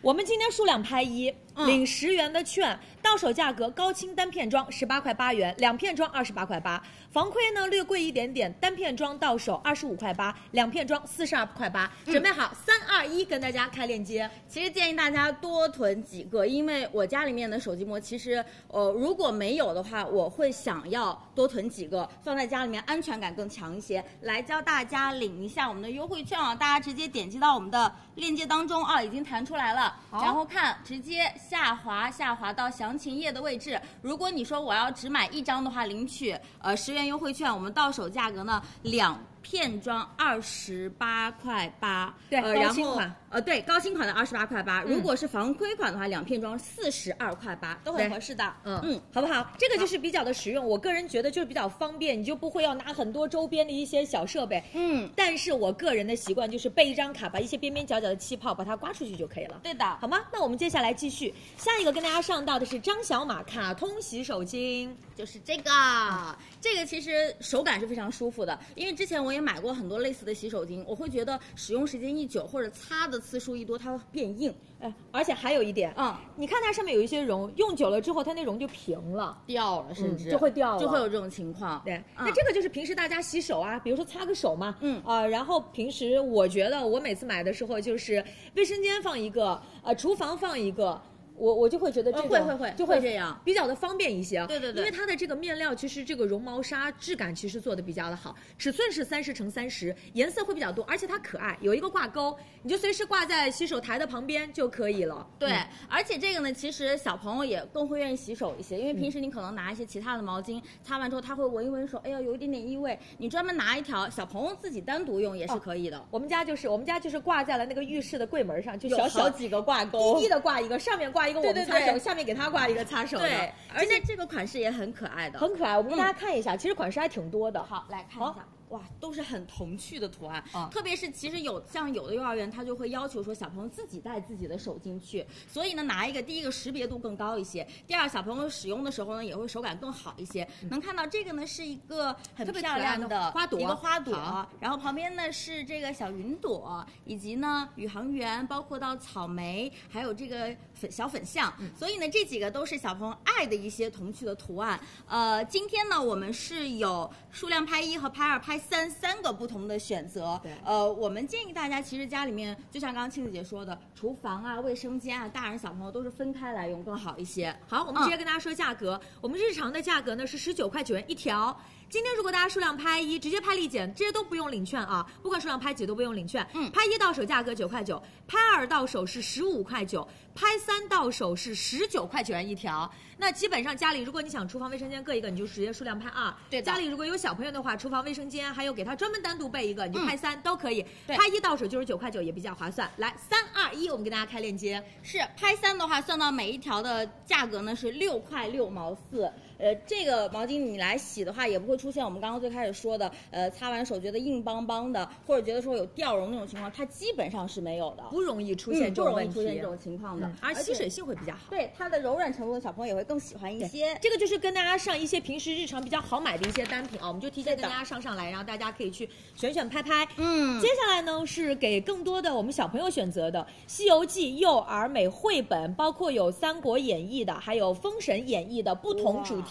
Speaker 7: 我们今天数量拍一，
Speaker 8: 嗯
Speaker 7: 领十元的券，到手价格高清单片装十八块八元，两片装二十八块八，防窥呢略贵一点点，单片装到手二十五块八，两片装四十二块八。准备好，三二一，跟大家开链接。
Speaker 8: 其实建议大家多囤几个，因为我家里面的手机膜，其实呃如果没有的话，我会想要多囤几个，放在家里面安全感更强一些。来教大家领一下我们的优惠券啊，大家直接点击到我们的链接当中啊，已经弹出来了，然后看直接下滑下滑到详情页的位置。如果你说我要只买一张的话，领取呃十元优惠券，我们到手价格呢两。片装二十八块八，
Speaker 7: 对
Speaker 8: 呃，
Speaker 7: 高
Speaker 8: 然
Speaker 7: 清
Speaker 8: 后
Speaker 7: 款
Speaker 8: 呃，对，高清款的二十八块八，
Speaker 7: 嗯
Speaker 8: 如果是防窥款的话，两片装四十二块八，都很
Speaker 7: 对
Speaker 8: 合适的。
Speaker 7: 嗯
Speaker 8: 嗯，
Speaker 7: 好不好？这个就是比较的实用，我个人觉得就是比较方便，你就不会要拿很多周边的一些小设备。
Speaker 8: 嗯，
Speaker 7: 但是我个人的习惯就是备一张卡，把一些边边角角的气泡把它刮出去就可以了。
Speaker 8: 对的。
Speaker 7: 好吗？那我们接下来继续，下一个跟大家上到的是张小马卡通洗手巾，
Speaker 8: 就是这个，
Speaker 7: 嗯
Speaker 8: 这个其实手感是非常舒服的，因为之前我也买过很多类似的洗手巾，我会觉得使用时间一久或者擦的次数一多，它会变硬。
Speaker 7: 哎，而且还有一点，
Speaker 8: 嗯，
Speaker 7: 你看它上面有一些绒，用久了之后它那绒就平了。
Speaker 8: 掉了，甚
Speaker 7: 嗯
Speaker 8: 至、
Speaker 7: 就会掉了
Speaker 8: 就会有这种情况。
Speaker 7: 对，
Speaker 8: 嗯
Speaker 7: 那这个就是平时大家洗手啊，比如说擦个手嘛，
Speaker 8: 嗯
Speaker 7: 啊、然后平时我觉得我每次买的时候就是卫生间放一个，呃，厨房放一个。我我就会觉得这个、
Speaker 8: 呃会会会
Speaker 7: 就会
Speaker 8: 会这样
Speaker 7: 比较的方便一些。
Speaker 8: 对对
Speaker 7: 因
Speaker 8: 对
Speaker 7: 为它的这个面料其实这个绒毛纱质感其实做的比较的好，尺寸是三十乘三十，颜色会比较多，而且它可爱，有一个挂钩，你就随时挂在洗手台的旁边就可以了。
Speaker 8: 对，
Speaker 7: 嗯
Speaker 8: 而且这个呢，其实小朋友也更会愿意洗手一些，因为平时你可能拿一些其他的毛巾擦完之后，他会闻一闻说，哎呦有一点点异味，你专门拿一条小朋友自己单独用也是可以的。
Speaker 7: 我们家就是我们家就是挂在了那个浴室的柜门上，就
Speaker 8: 有
Speaker 7: 小小
Speaker 8: 好几个挂钩
Speaker 7: 低低的挂一个，上面挂一个我们
Speaker 8: 对对
Speaker 7: 擦手，
Speaker 8: 对
Speaker 7: 下面给他挂一个擦手的，嗯
Speaker 8: 对，而且这个款式也很可爱的。
Speaker 7: 很可爱。我们给大家看一下，其实款式还挺多的。
Speaker 8: 好，来看一
Speaker 7: 好啊
Speaker 8: 下。哇，都是很童趣的图案，特别是其实有像有的幼儿园，他就会要求说小朋友自己带自己的手巾去，所以呢，拿一个第一个识别度更高一些，第二小朋友使用的时候呢，也会手感更好一些。能看到这个呢是一个
Speaker 7: 嗯
Speaker 8: 很
Speaker 7: 特别
Speaker 8: 漂亮
Speaker 7: 可爱的花朵
Speaker 8: 一个花
Speaker 7: 好
Speaker 8: 朵，然后旁边呢是这个小云朵，以及呢宇航员，包括到草莓，还有这个粉小粉象。所以呢，这几个都是小朋友爱的一些童趣的图案。呃，今天呢，我们是有数量拍一和拍二、拍三三个不同的选择。
Speaker 7: 对
Speaker 8: 呃，我们建议大家，其实家里面就像刚刚青子姐说的，厨房啊、卫生间啊，大人小朋友都是分开来用更好一些。
Speaker 7: 嗯好，我们直接跟大家说价格。我们日常的价格呢是十九块九元一条，今天如果大家数量拍一，直接拍立减，这些都不用领券啊，不管数量拍几都不用领券。嗯，拍一到手价格九块九，拍二到手是十五块九，拍三到手是十九块九元一条。那基本上家里如果你想厨房、卫生间各一个，你就直接数量拍二。
Speaker 8: 对的
Speaker 7: 家里如果有小朋友的话，厨房、卫生间还有给他专门单独备一个，你就拍三、都可以。
Speaker 8: 嗯对
Speaker 7: 拍一到手就是九块九，也比较划算。来，三二一，我们给大家开链接。
Speaker 8: 是拍三的话，算到每一条的价格呢是六块六毛四。呃，这个毛巾你来洗的话，也不会出现我们刚刚最开始说的，呃，擦完手觉得硬邦邦的，或者觉得说有掉绒那种情况，它基本上是没有的，嗯
Speaker 7: 不容易出
Speaker 8: 不
Speaker 7: 现这种
Speaker 8: 容
Speaker 7: 问
Speaker 8: 易
Speaker 7: 题，
Speaker 8: 出现这种情况的
Speaker 7: 嗯，，而吸
Speaker 8: 且
Speaker 7: 水性会比较好。
Speaker 8: 对它的柔软程度，小朋友也会更喜欢一些。
Speaker 7: 这个就是跟大家上一些平时日常比较好买的一些单品啊，我们就提前
Speaker 8: 是
Speaker 7: 跟
Speaker 8: 的
Speaker 7: 大家上上来，然后大家可以去选选拍拍。
Speaker 8: 嗯
Speaker 7: 接下来呢是给更多的我们小朋友选择的《西游记》幼儿美绘本，包括有《三国演义》的，还有《封神演义》的不同主题。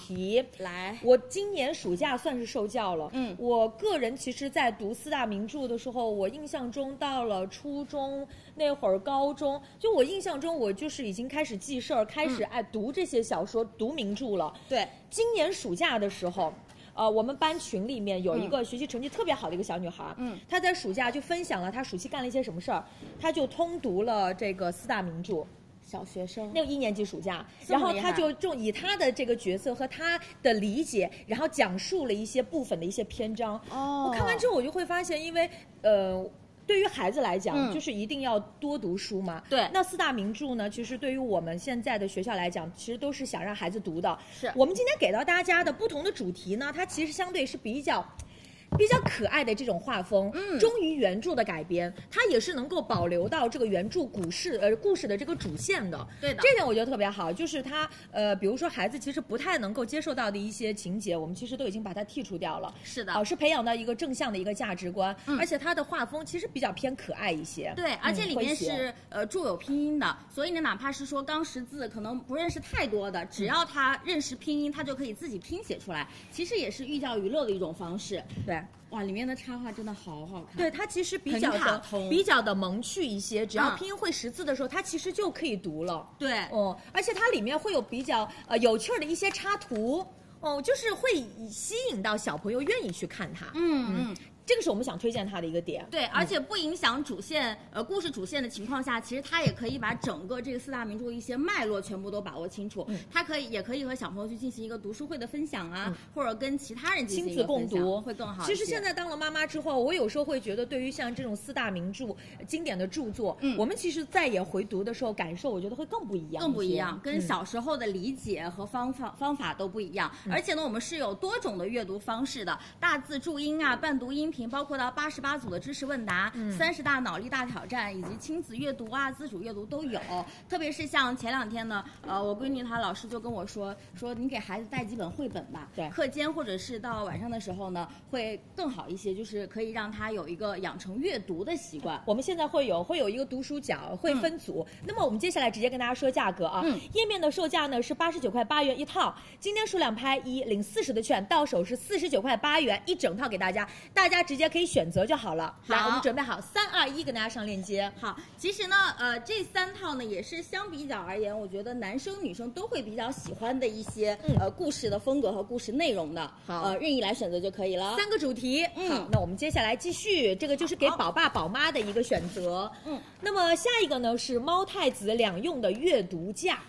Speaker 8: 来，
Speaker 7: 我今年暑假算是受教了。
Speaker 8: 嗯
Speaker 7: 我个人其实，在读四大名著的时候，我印象中到了初中那会儿，高中就我印象中，我就是已经开始记事儿，开始
Speaker 8: 嗯
Speaker 7: 爱读这些小说、读名著了。
Speaker 8: 对，
Speaker 7: 今年暑假的时候。呃，我们班群里面有一
Speaker 8: 嗯
Speaker 7: 个学习成绩特别好的一个小女孩，嗯，她在暑假就分享了她暑期干了一些什么事儿，她就通读了这个四大名著，
Speaker 8: 小学生
Speaker 7: 那个一年级暑假，
Speaker 8: 这
Speaker 7: 然
Speaker 8: 么
Speaker 7: 后
Speaker 8: 厉
Speaker 7: 他
Speaker 8: 害
Speaker 7: 就就以他的这个角色和他的理解，然后讲述了一些部分的一些篇章。
Speaker 8: 哦
Speaker 7: 我看完之后我就会发现，因为呃。对于孩子来讲，
Speaker 8: 嗯
Speaker 7: 就是一定要多读书嘛。
Speaker 8: 对
Speaker 7: 那四大名著呢，其实对于我们现在的学校来讲，其实都是想让孩子读的。
Speaker 8: 是
Speaker 7: 我们今天给到大家的不同的主题呢，它其实相对是比较。比较可爱的这种画风，嗯，忠于原著的改编，它也是能够保留到这个原著故事呃故事的这个主线的。
Speaker 8: 对的
Speaker 7: 这点我觉得特别好，就是它呃，比如说孩子其实不太能够接受到的一些情节，我们其实都已经把它剔除掉了。
Speaker 8: 是的
Speaker 7: 啊、是培养到一个正向的一个价值观，而且它的画风其实比较偏可爱一些。
Speaker 8: 对，而且
Speaker 7: 嗯
Speaker 8: 里
Speaker 7: 诙
Speaker 8: 面
Speaker 7: 谐
Speaker 8: 是、呃注有拼音的，所以呢，哪怕是说刚识字可能不认识太多的，
Speaker 7: 嗯
Speaker 8: 只要他认识拼音，他就可以自己拼写出来。其实也是寓教于乐的一种方式。
Speaker 7: 对。
Speaker 8: 哇，里面的插画真的好好看。
Speaker 7: 对，它其实比较
Speaker 8: 很卡
Speaker 7: 的
Speaker 8: 通
Speaker 7: 比较的萌趣一些，只要
Speaker 8: 嗯
Speaker 7: 拼音会识字的时候，它其实就可以读了。
Speaker 8: 对
Speaker 7: 哦、而且它里面会有比较呃有趣儿的一些插图，哦、就是会吸引到小朋友愿意去看它。
Speaker 8: 嗯嗯，
Speaker 7: 这个是我们想推荐它的一个点。
Speaker 8: 对，而且不影响主线呃故事主线的情况下，其实他也可以把整个这个四大名著的一些脉络全部都把握清楚。
Speaker 7: 嗯
Speaker 8: 他可以也可以和小朋友去进行一个读书会的分享啊，或者跟其他人进行
Speaker 7: 亲
Speaker 8: 一
Speaker 7: 子
Speaker 8: 个
Speaker 7: 共
Speaker 8: 分享
Speaker 7: 读
Speaker 8: 会更好一些。
Speaker 7: 其实现在当了妈妈之后，我有时候会觉得，对于像这种四大名著、呃经典的著作，
Speaker 8: 嗯
Speaker 7: 我们其实再也回读的时候，感受我觉得会更不一样，
Speaker 8: 更不一样，跟
Speaker 7: 嗯
Speaker 8: 小时候的理解和方法方法都不一样。
Speaker 7: 嗯
Speaker 8: 而且呢，我们是有多种的阅读方式的，大字注音啊、伴读音频，包括到八十八组的知识问答、
Speaker 7: 嗯
Speaker 8: 三十大脑力大挑战，以及亲子阅读啊、自主阅读都有。特别是像前两天呢，呃，我闺女她老师就跟我说，说你给孩子带几本绘本吧，
Speaker 7: 对
Speaker 8: 课间或者是到晚上的时候呢，会更好一些，就是可以让他有一个养成阅读的习惯。
Speaker 7: 我们现在会有会有一个读书角，会分组。那么我们接下来直接跟大家说价格啊，
Speaker 8: 嗯
Speaker 7: 页面的售价呢是八十九块八元一套，今天数量拍一领四十的券，到手是四十九块八元一整套给大家，大家直接可以选择就好了。来，
Speaker 8: 好
Speaker 7: 我们准备好，三二一，跟大家上链接。
Speaker 8: 好，其实呢，呃，这三套呢也是相比较而言，我觉得男生女生都会比较喜欢的一些、呃故事的风格和故事内容的，
Speaker 7: 嗯好
Speaker 8: 呃，任意来选择就可以了。
Speaker 7: 三个主题，
Speaker 8: 嗯
Speaker 7: 好，那我们接下来继续，这个就是给宝爸宝妈的一个选择，
Speaker 8: 嗯，
Speaker 7: 那么下一个呢是猫太子两用的阅读架，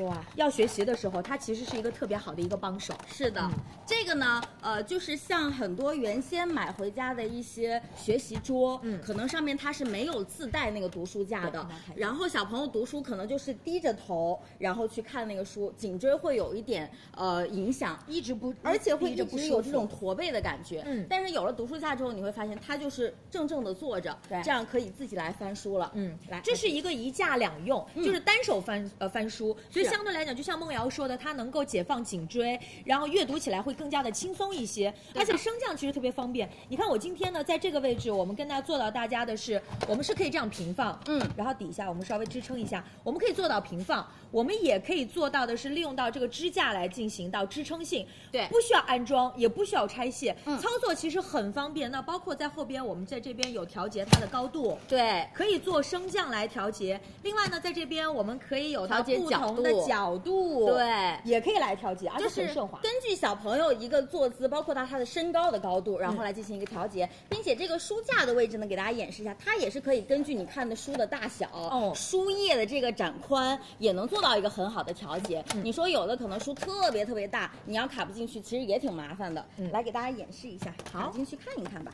Speaker 7: 哇，要学习的时候，它其实是一个特别好的一个帮手，
Speaker 8: 是的，这个呢，呃，就是像很多原先买回家的一些学习桌，
Speaker 7: 嗯
Speaker 8: 可能上面它是没有自带那个读书架的，然后小朋友读书可能就是低着头，然后去看那个书，颈椎会有一点呃影响，一直不，而且会
Speaker 7: 一
Speaker 8: 一
Speaker 7: 直不
Speaker 8: 直
Speaker 7: 舒
Speaker 8: 有
Speaker 7: 服
Speaker 8: 这种驼背的感觉。
Speaker 7: 嗯
Speaker 8: 但是有了读书架之后，你会发现它就是正正的坐着，
Speaker 7: 对
Speaker 8: 这样可以自己来翻书了。
Speaker 7: 嗯，
Speaker 8: 来，嗯
Speaker 7: 这是一个一架两用，就是单手翻呃翻书，所以
Speaker 8: 是
Speaker 7: 相对来讲，就像梦瑶说的，它能够解放颈椎，然后阅读起来会更加的轻松一些，而且升降其实特别方便。你看我今天呢，在这个位置，我们跟大家做到大家的是，我们是可以这样平放，
Speaker 8: 嗯
Speaker 7: 然后底下我们稍微支撑一下，我们可以做到平放，我们也可以做到的是利用到这个支架来进行到支撑性，
Speaker 8: 对嗯
Speaker 7: 不需要安装，也不需要拆卸，操作其实很方便。那包括在后边，我们在这边有调节它的高度，
Speaker 8: 对。
Speaker 7: 可以做升降来调节。另外呢，在这边我们可以有它
Speaker 8: 调节
Speaker 7: 不
Speaker 8: 角
Speaker 7: 同
Speaker 8: 度
Speaker 7: 的角度，
Speaker 8: 对
Speaker 7: 也可以来调节，而且
Speaker 8: 就是
Speaker 7: 很顺滑。
Speaker 8: 根据小朋友一个坐姿，包括到他的身高的高
Speaker 7: 嗯
Speaker 8: 度，然后来进行一个调节，并且这个书架的位置呢，给大家演示一下，它也是可以根据你看的书的大小、
Speaker 7: 哦
Speaker 8: 书页的这个展宽，也能做到一个很好的调节。
Speaker 7: 嗯
Speaker 8: 你说有的可能书特别特别大，你要卡不进去，其实也挺麻烦的。
Speaker 7: 嗯
Speaker 8: 来给大家演示一下，卡进去看一看吧。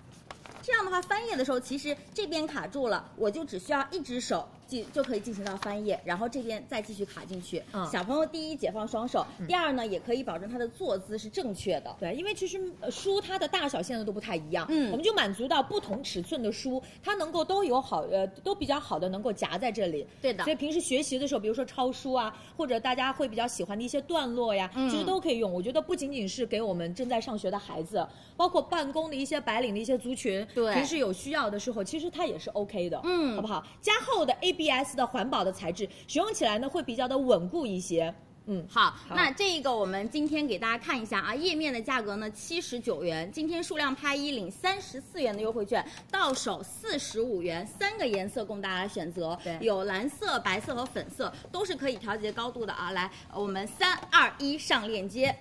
Speaker 8: 这样的话，翻页的时候，其实这边卡住了，我就只需要一只手进就可以进行到翻页，然后这边再继续卡进去。
Speaker 7: 嗯
Speaker 8: 小朋友第一解放双手，第二呢，也可以保证他的坐姿是正确的。
Speaker 7: 对，因为其实呃书它的大小现在都不太一样，
Speaker 8: 嗯
Speaker 7: 我们就满足到不同尺寸的书，它能够都有好呃都比较好的能够夹在这里。
Speaker 8: 对的
Speaker 7: 所以平时学习的时候，比如说抄书啊，或者大家会比较喜欢的一些段落呀，
Speaker 8: 嗯
Speaker 7: 其实都可以用。我觉得不仅仅是给我们正在上学的孩子，包括办公的一些白领的一些族群，
Speaker 8: 对
Speaker 7: 平时有需要的时候，其实它也是 OK 的，嗯，好不好？加厚的 ABS 的环保的材质，使用起来呢会比较的稳固一些，嗯。
Speaker 8: 好，
Speaker 7: 好
Speaker 8: 那这个我们今天给大家看一下啊，页面的价格呢七十九元，今天数量拍一领三十四元的优惠券，到手四十五元，三个颜色供大家选择，
Speaker 7: 对
Speaker 8: 有蓝色、白色和粉色，都是可以调节高度的啊。来，我们三二一上链接，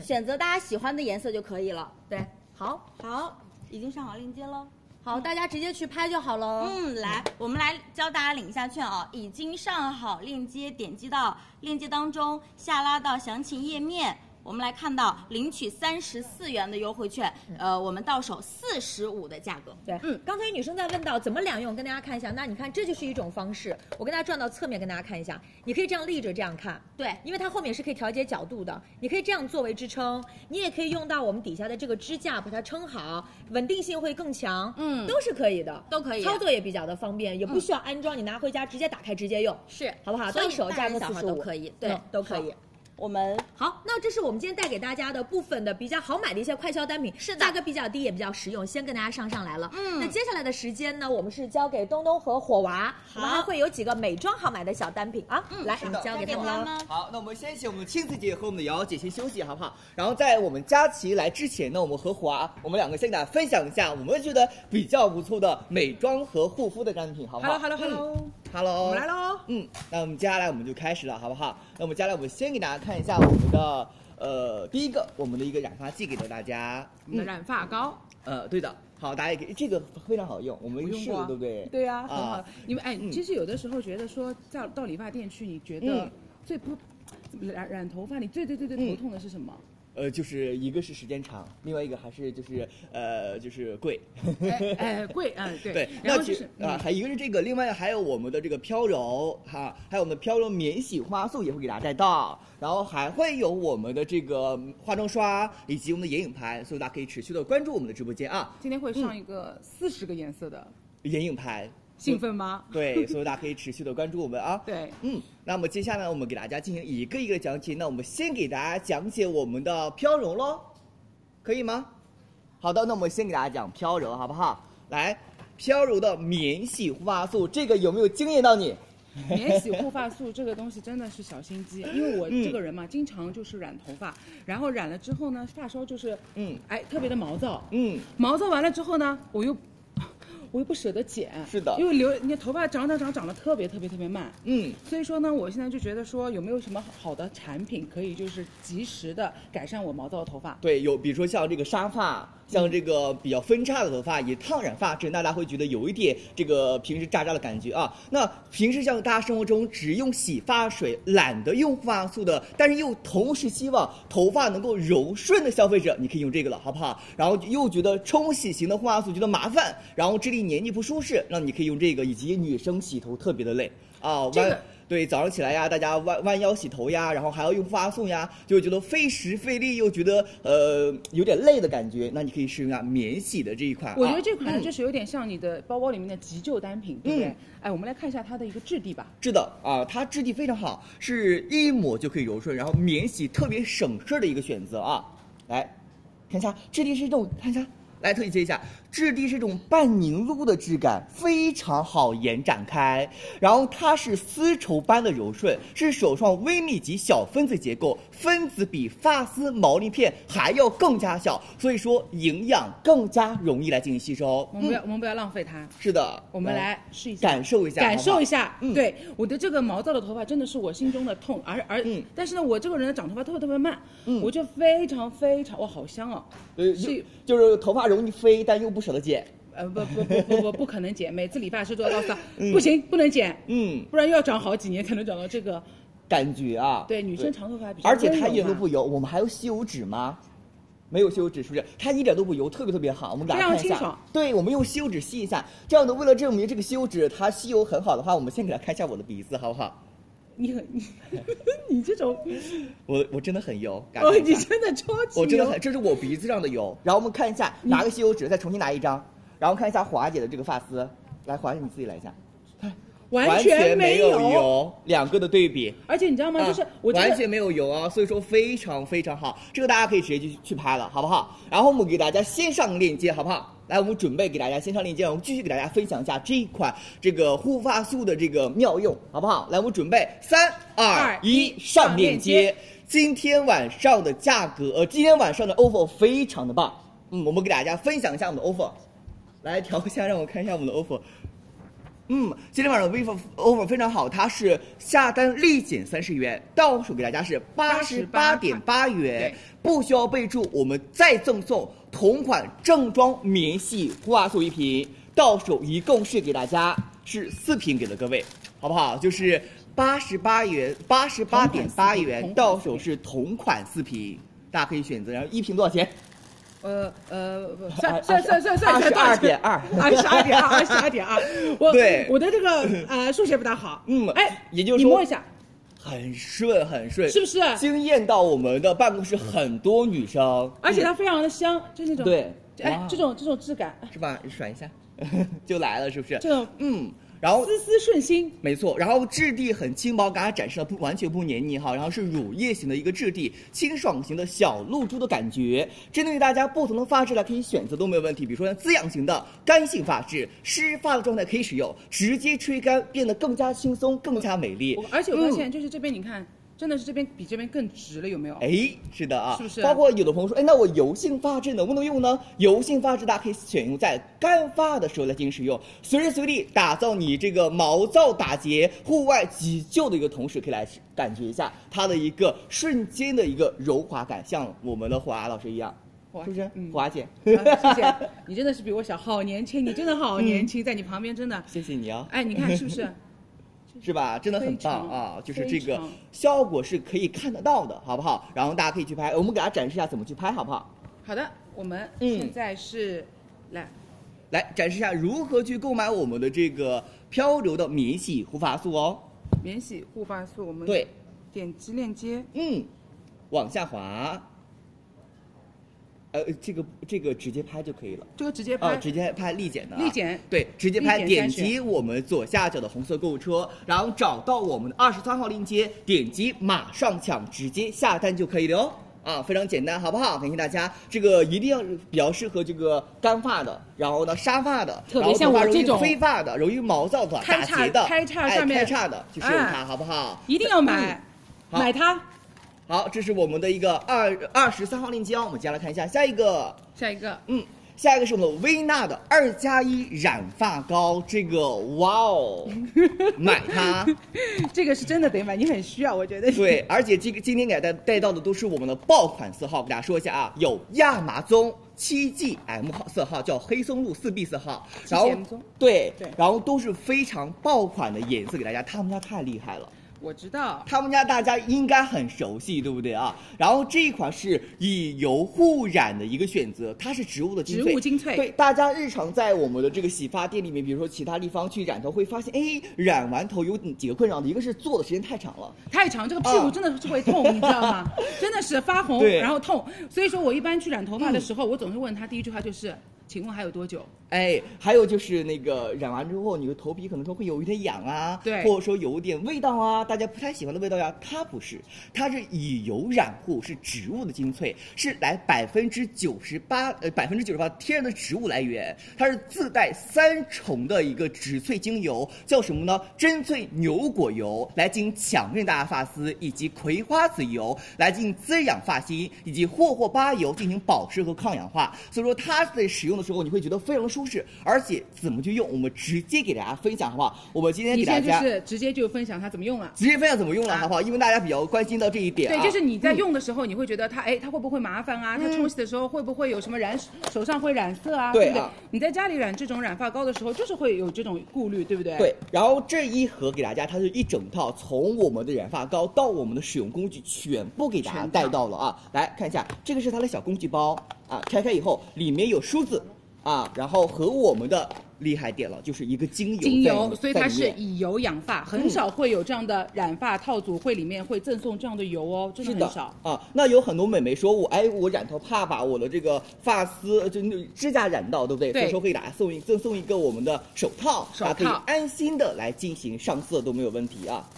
Speaker 8: 选择大家喜欢的颜色就可以了。
Speaker 7: 对，好，
Speaker 8: 好，已经上好链接了。
Speaker 7: 好，大家直接去拍就好了哦。
Speaker 8: 嗯，来，我们来教大家领一下券啊、已经上好链接，点击到链接当中，下拉到详情页面。我们来看到领取三十四元的优惠券，呃，我们到手四十五的价格。
Speaker 7: 嗯对，
Speaker 8: 嗯，
Speaker 7: 刚才有女生在问到怎么两用，跟大家看一下。那你看，这就是一种方式。我跟大家转到侧面跟大家看一下，你可以这样立着这样看，
Speaker 8: 对
Speaker 7: 因为它后面是可以调节角度的。你可以这样作为支撑，你也可以用到我们底下的这个支架把它撑好，稳定性会更强，
Speaker 8: 嗯
Speaker 7: 都是可以的，
Speaker 8: 都可以
Speaker 7: 操作也比较的方便，也不需要安装，你拿回家直接打开直接用，
Speaker 8: 是
Speaker 7: 好不好？
Speaker 8: 所以
Speaker 7: 到手价格
Speaker 8: 大
Speaker 7: 四十
Speaker 8: 人小孩都
Speaker 7: 五，
Speaker 8: 可以对
Speaker 7: 嗯都可以。
Speaker 8: 我们
Speaker 7: 好，那这是我们今天带给大家的部分的比较好买的一些快销单品，是
Speaker 8: 的
Speaker 7: 价格比较低也比较实用，先跟大家上上来了。
Speaker 8: 嗯
Speaker 7: 那接下来的时间呢，我们是交给东东和火娃，我们还会有几个美妆好买的小单品啊，
Speaker 9: 嗯
Speaker 7: 来，你
Speaker 10: 的
Speaker 7: 交给他
Speaker 8: 他
Speaker 7: 们。
Speaker 8: 们
Speaker 10: 好，那我们先请我们的青子姐和我们的瑶瑶姐先休息，好不好？然后在我们佳琪来之前呢，我们和华，我们两个先给大家分享一下我们觉得比较不错的美妆和护肤的单品，好不好
Speaker 11: Hello，Hello，Hello，
Speaker 10: Hello，
Speaker 11: 我们来喽。
Speaker 10: 嗯，那我们接下来我们就开始了，好不好？那我们接下来我们先给大家看一下我们的呃第一个我们的一个染发剂给到大家，
Speaker 11: 我们的
Speaker 10: 嗯
Speaker 11: 染发膏，
Speaker 10: 呃对的，好，大家也可以这个非常好用，我们
Speaker 11: 我用
Speaker 10: 试
Speaker 11: 过
Speaker 10: 了
Speaker 11: 啊
Speaker 10: 对不对？
Speaker 11: 对呀，很好
Speaker 10: 啊。
Speaker 11: 你们哎
Speaker 10: 嗯，
Speaker 11: 其实有的时候觉得说到到理发店去，你觉
Speaker 10: 嗯
Speaker 11: 得最不染染头发，你最最最最
Speaker 10: 嗯
Speaker 11: 头痛的是什么？
Speaker 10: 呃，就是一个是时间长，另外一个还是就是呃就是贵。
Speaker 11: 哎哎，贵啊，哎
Speaker 10: (laughs) 对
Speaker 11: 对，，然
Speaker 10: 那
Speaker 11: 后
Speaker 10: 其
Speaker 11: 就是
Speaker 10: 实啊，
Speaker 11: 嗯
Speaker 10: 还一个是这个，另外还有我们的这个飘柔哈、还有我们的飘柔免洗花素也会给大家带到，然后还会有我们的这个化妆刷以及我们的眼影盘，所以大家可以持续的关注我们的直播间啊，
Speaker 11: 今天会上一个四十个颜色的，
Speaker 10: 眼影盘。
Speaker 11: 兴奋吗？嗯
Speaker 10: 对，所以大家可以持续的关注我们啊。
Speaker 11: 对
Speaker 10: 嗯，那么接下来我们给大家进行一个一个的讲解。那我们先给大家讲解我们的飘柔喽，可以吗？好的，那我们先给大家讲飘柔，好不好？来，飘柔的免洗护发素，这个有没有惊艳到你？
Speaker 11: (laughs) 免洗护发素这个东西真的是小心机，因为我这个人嘛，经常就是染头发，然后染了之后呢，发梢就是，
Speaker 10: 嗯
Speaker 11: 哎，特别的毛躁，
Speaker 10: 嗯，
Speaker 11: 毛躁完了之后呢，我又，我又不舍得剪，
Speaker 10: 是的
Speaker 11: 因为留你看头发长长长长得特别特别特别慢，
Speaker 10: 嗯，
Speaker 11: 所以说呢，我现在就觉得说有没有什么好的产品可以就是及时的改善我毛躁的头发？
Speaker 10: 对，有比如说像这个沙发，
Speaker 11: 嗯
Speaker 10: 像这个比较分叉的头发，以烫染发质，那大家会觉得有一点这个平时渣渣的感觉啊。那平时像大家生活中只用洗发水，懒得用护发素的，但是又同时希望头发能够柔顺的消费者，你可以用这个了，好不好？然后又觉得冲洗型的护发素觉得麻烦，然后质地黏腻不舒适，那你可以用这个，以及女生洗头特别的累啊，弯。
Speaker 11: 这个
Speaker 10: 对，早上起来呀，大家弯弯腰洗头呀，然后还要用护发素呀，就觉得费时费力，又觉得呃有点累的感觉。那你可以试用一下免洗的这一款、啊。
Speaker 11: 我觉得这款呢，就是有点像你的包包里面的急救单品，对不对？
Speaker 10: 嗯
Speaker 11: 哎，我们来看一下它的一个质地吧。
Speaker 10: 是的啊，它质地非常好，是一抹就可以柔顺，然后免洗特别省事儿的一个选择啊。来，看一下质地是这种，看一下，来推荐一下，质地是一种半凝露的质感，非常好延展开。然后它是丝绸般的柔顺，是手霜微密集小分子结构，分子比发丝毛鳞片还要更加小，所以说营养更加容易来进行吸收。
Speaker 12: 我们不要，
Speaker 10: 嗯，
Speaker 12: 我们不要浪费它。
Speaker 10: 是的，
Speaker 12: 我们来试一下，
Speaker 10: 感受一下，
Speaker 12: 感受一
Speaker 10: 下。
Speaker 12: 下。
Speaker 10: 嗯
Speaker 12: 对，我的这个毛躁的头发真的是我心中的痛，而而、
Speaker 10: 嗯
Speaker 12: 但是呢，我这个人呢长头发特别特别慢，
Speaker 10: 嗯
Speaker 12: 我就非常非常哇，好香哦。
Speaker 10: 呃，就是就是头发容易飞，但又不舍得剪。
Speaker 12: 呃，不不不不不，不可能剪。每次理发师都要告诉他，不行，不能剪，
Speaker 10: 嗯，
Speaker 12: 不然又要长好几年才能长到这个。
Speaker 10: 感觉啊，
Speaker 12: 对，女生长头发比较
Speaker 10: 而且
Speaker 12: 温柔
Speaker 10: 它一点都
Speaker 12: 嘛
Speaker 10: 不油，我们还有吸油纸吗？没有吸油纸是不是？它一点都不油，特别特别好。我们给大家
Speaker 12: 非常
Speaker 10: 看一
Speaker 12: 清
Speaker 10: 下
Speaker 12: 爽，
Speaker 10: 对，我们用吸油纸吸一下。这样的，为了证明这个吸油纸它吸油很好的话，我们先给它看一下我的鼻子，好不好？
Speaker 12: 你很 (laughs) 你你这
Speaker 10: (laughs)
Speaker 12: 种，
Speaker 10: 我我真的很油，感
Speaker 12: 哦，
Speaker 10: 觉一
Speaker 12: 你
Speaker 10: 下
Speaker 12: 真的超级
Speaker 10: 我真的
Speaker 12: 油
Speaker 10: 很，这是我鼻子上的油。然后我们看一下，拿个吸油纸，再重新拿一张，然后看一下华姐的这个发丝。来，华姐你自己来一下，
Speaker 12: 完
Speaker 10: 全
Speaker 12: 没
Speaker 10: 有油，两个的对比。
Speaker 12: 而且你知道吗？就是
Speaker 10: 啊
Speaker 12: 我觉
Speaker 10: 完
Speaker 12: 得
Speaker 10: 全没有油啊，所以说非常非常好，这个大家可以直接去去拍了，好不好？然后我们给大家先上链接，好不好？来，我们准备给大家先上链接，我们继续给大家分享一下这一款这个护发素的这个妙用，好不好？来，我们准备三二
Speaker 12: 二
Speaker 10: 一，
Speaker 12: 一
Speaker 10: 上
Speaker 12: 上
Speaker 10: 链
Speaker 12: 链
Speaker 10: 接
Speaker 12: 接。
Speaker 10: 今天晚上的价格，呃，今天晚上的 offer 非常的棒，嗯，我们给大家分享一下我们的 offer，来调一下，让我看一下我们的 offer。嗯，今天晚上的 vivo offer 非常好，它是下单立减三十元，到手给大家是八十八点八元
Speaker 12: 对，
Speaker 10: 不需要备注，我们再赠送同款正装免洗护发素一瓶，到手一共是给大家是四瓶给了各位，好不好？就是八十八元，八十八点八元，
Speaker 12: 同款四瓶
Speaker 10: 到手是同款四瓶，大家可以选择，然后一瓶多少钱？
Speaker 12: 呃呃，不
Speaker 10: 二
Speaker 12: 算算算算算
Speaker 10: 啊二十
Speaker 12: 算
Speaker 10: 二点二
Speaker 12: 二十二点二，二十二点啊二。
Speaker 10: (laughs)
Speaker 12: 我
Speaker 10: 对
Speaker 12: 我的这个呃数学不大好，
Speaker 10: 嗯
Speaker 12: 哎，
Speaker 10: 也就是
Speaker 12: 你
Speaker 10: 说
Speaker 12: 摸一下，
Speaker 10: 很顺，很顺，
Speaker 12: 是不是
Speaker 10: (laughs) 惊艳到我们的办公室很多女生，
Speaker 12: 而且它非常的香，就是那种
Speaker 10: 对
Speaker 12: 哎
Speaker 10: 哇，
Speaker 12: 这种这种质感，
Speaker 10: 是吧？甩一 (laughs) 下就来了，是不是？
Speaker 12: 这种
Speaker 10: 嗯，然后
Speaker 12: 丝丝顺心，
Speaker 10: 没错，然后质地很轻薄，给大家展示了不完全不黏腻哈，然后是乳液型的一个质地，清爽型的小露珠的感觉，针对于大家不同的发质来可以选择都没有问题，比如说像滋养型的干性发质，湿发的状态可以使用，直接吹干变得更加轻松，更加美丽
Speaker 12: 我。而且我
Speaker 10: 嗯
Speaker 12: 发现就是这边你看，真的是这边比这边更直了，有没有？
Speaker 10: 哎，是的啊，
Speaker 12: 是不是
Speaker 10: 包括有的朋友说，哎，那我油性发质能不能用呢？油性发质大家可以选用在干发的时候来进行使用，随时随地打造你这个毛躁打结、户外急救的一个同时，可以来感觉一下它的一个瞬间的一个柔滑感，像我们的华老师一样，
Speaker 12: 哇
Speaker 10: 是不是？
Speaker 12: 嗯，
Speaker 10: 华姐，
Speaker 12: 啊谢谢，你真的是比我小，好年轻，你真的好年轻，在你旁边真的，
Speaker 10: (laughs) 嗯谢谢你啊，
Speaker 12: 哎，你看是不是？
Speaker 10: 是吧？真的很
Speaker 12: 非常
Speaker 10: 棒啊！就是这
Speaker 12: 非
Speaker 10: 个
Speaker 12: 常
Speaker 10: 效果是可以看得到的，好不好？然后大家可以去拍，我们给大家展示一下怎么去拍，好不好？
Speaker 12: 好的，我们
Speaker 10: 嗯
Speaker 12: 现在是来。
Speaker 10: 来展示一下如何去购买我们的这个飘柔的免洗护发素哦。
Speaker 12: 免洗护发素，我们
Speaker 10: 对，
Speaker 12: 点击链接，
Speaker 10: 嗯，往下滑，呃，这个这个直接拍就可以了。
Speaker 12: 这哦个直接
Speaker 10: 啊，
Speaker 12: 拍，
Speaker 10: 直接拍立减的、啊，
Speaker 12: 立减
Speaker 10: 对，直接拍，
Speaker 12: 立减
Speaker 10: 点
Speaker 12: 三十
Speaker 10: 击我们左下角的红色购物车，然后找到我们的二十三号链接，点击马上抢，直接下单就可以了哦。啊，非常简单，好不好？感谢大家，这个一定要比较适合这个干发的，然后呢沙发的，
Speaker 12: 特别
Speaker 10: 然后头
Speaker 12: 像
Speaker 10: 发
Speaker 12: 我
Speaker 10: 容易
Speaker 12: 这种
Speaker 10: 飞发的、容易毛躁的、
Speaker 12: 开
Speaker 10: 打
Speaker 12: 叉
Speaker 10: 结的、
Speaker 12: 开叉
Speaker 10: 哎
Speaker 12: 上面
Speaker 10: 开叉的，去使用它，
Speaker 12: 哎
Speaker 10: 好不好？
Speaker 12: 一定要买，
Speaker 10: 好
Speaker 12: 买它。
Speaker 10: 好，这是我们的一个二二十三号链接哦，我们接下来看一下下一个。
Speaker 12: 下一个，
Speaker 10: 嗯，下一个是我们的薇娜的二加一染发膏，这个哇
Speaker 12: (laughs)
Speaker 10: 哦，买它。
Speaker 12: (coughs) 这个是真的得买，你很需要，我觉得。
Speaker 10: 对，而且这个今天给大家带到的都是我们的爆款色号，给大家说一下啊，有亚麻棕。七 G M 号色号叫黑松露四 B 色号，然后
Speaker 12: 7GM 棕
Speaker 10: 对
Speaker 12: 对
Speaker 10: 然后都是非常爆款的颜色给大家，他们家太厉害了。
Speaker 12: 我知道，
Speaker 10: 他们家大家应该很熟悉，对不对啊？然后这一款是以油护染的一个选择，它是植物的精粹。
Speaker 12: 植物精粹
Speaker 10: 对，大家日常在我们的这个洗发店里面，比如说其他地方去染头，会发现，哎，染完头有几个困扰的，一个是坐的时间太长了，
Speaker 12: 太长，这个屁股真的是会痛，你知道 (laughs) 吗？真的是发红，
Speaker 10: 对
Speaker 12: 嗯然后痛。所以说我一般去染头发的时候，我总是问他第一句话就是请问还有多久？
Speaker 10: 哎，还有就是那个染完之后，你的头皮可能说会有一点痒啊，
Speaker 12: 对
Speaker 10: 或者说有点味道啊，大家不太喜欢的味道呀、它不是，它是以油染护，是植物的精粹，是来百分之九十八呃百分之九十八天然的植物来源，它是自带三重的一个植萃精油，叫什么呢？真萃牛果油来进行强韧大家发丝，以及葵花籽油来进行滋养发心，以及霍霍巴油进行保湿和抗氧化。所以说它在使用的时候，你会觉得非常的舒适，而且怎么去用，我们直接给大家分享好不好？我们今天
Speaker 12: 你
Speaker 10: 给大
Speaker 12: 现
Speaker 10: 家
Speaker 12: 在就是直接就分享它怎么用了。
Speaker 10: 直接分享怎么用了，好不好？因为大家比较关心到这一点、啊，
Speaker 12: 啊
Speaker 10: 嗯
Speaker 12: 对，就是你在用的时候，你会觉得它，哎，它会不会麻烦啊？它冲洗的时候会不会有什么染，手上会染色啊？
Speaker 10: 对
Speaker 12: 不对
Speaker 10: 啊？
Speaker 12: 你在家里染这种染发膏的时候，就是会有这种顾虑，对不对？
Speaker 10: 对，然后这一盒给大家，它是一整套，从我们的染发膏到我们的使用工具，全部给大家带到了啊！来看一下，这个是它的小工具包啊，拆开以后里面有梳子啊，然后和我们的厉害点了，就是一个精油在里
Speaker 12: 精
Speaker 10: 面，
Speaker 12: 油，所以它
Speaker 10: 在
Speaker 12: 是
Speaker 10: 里面
Speaker 12: 以油养
Speaker 10: 嗯
Speaker 12: 发，很少会有这样的染发套组会里面会赠送这样的油哦，真
Speaker 10: 是
Speaker 12: 的
Speaker 10: 的
Speaker 12: 很少。
Speaker 10: 啊。那有很多美眉说我哎，我染头怕把我的这个发丝呃就那指甲染到，对不对？
Speaker 12: 对
Speaker 10: 所以说可以给大家送一赠送一个我们的手套，
Speaker 12: 手
Speaker 10: 大家可以
Speaker 12: 套
Speaker 10: 安心的来进行上色都没有问题啊。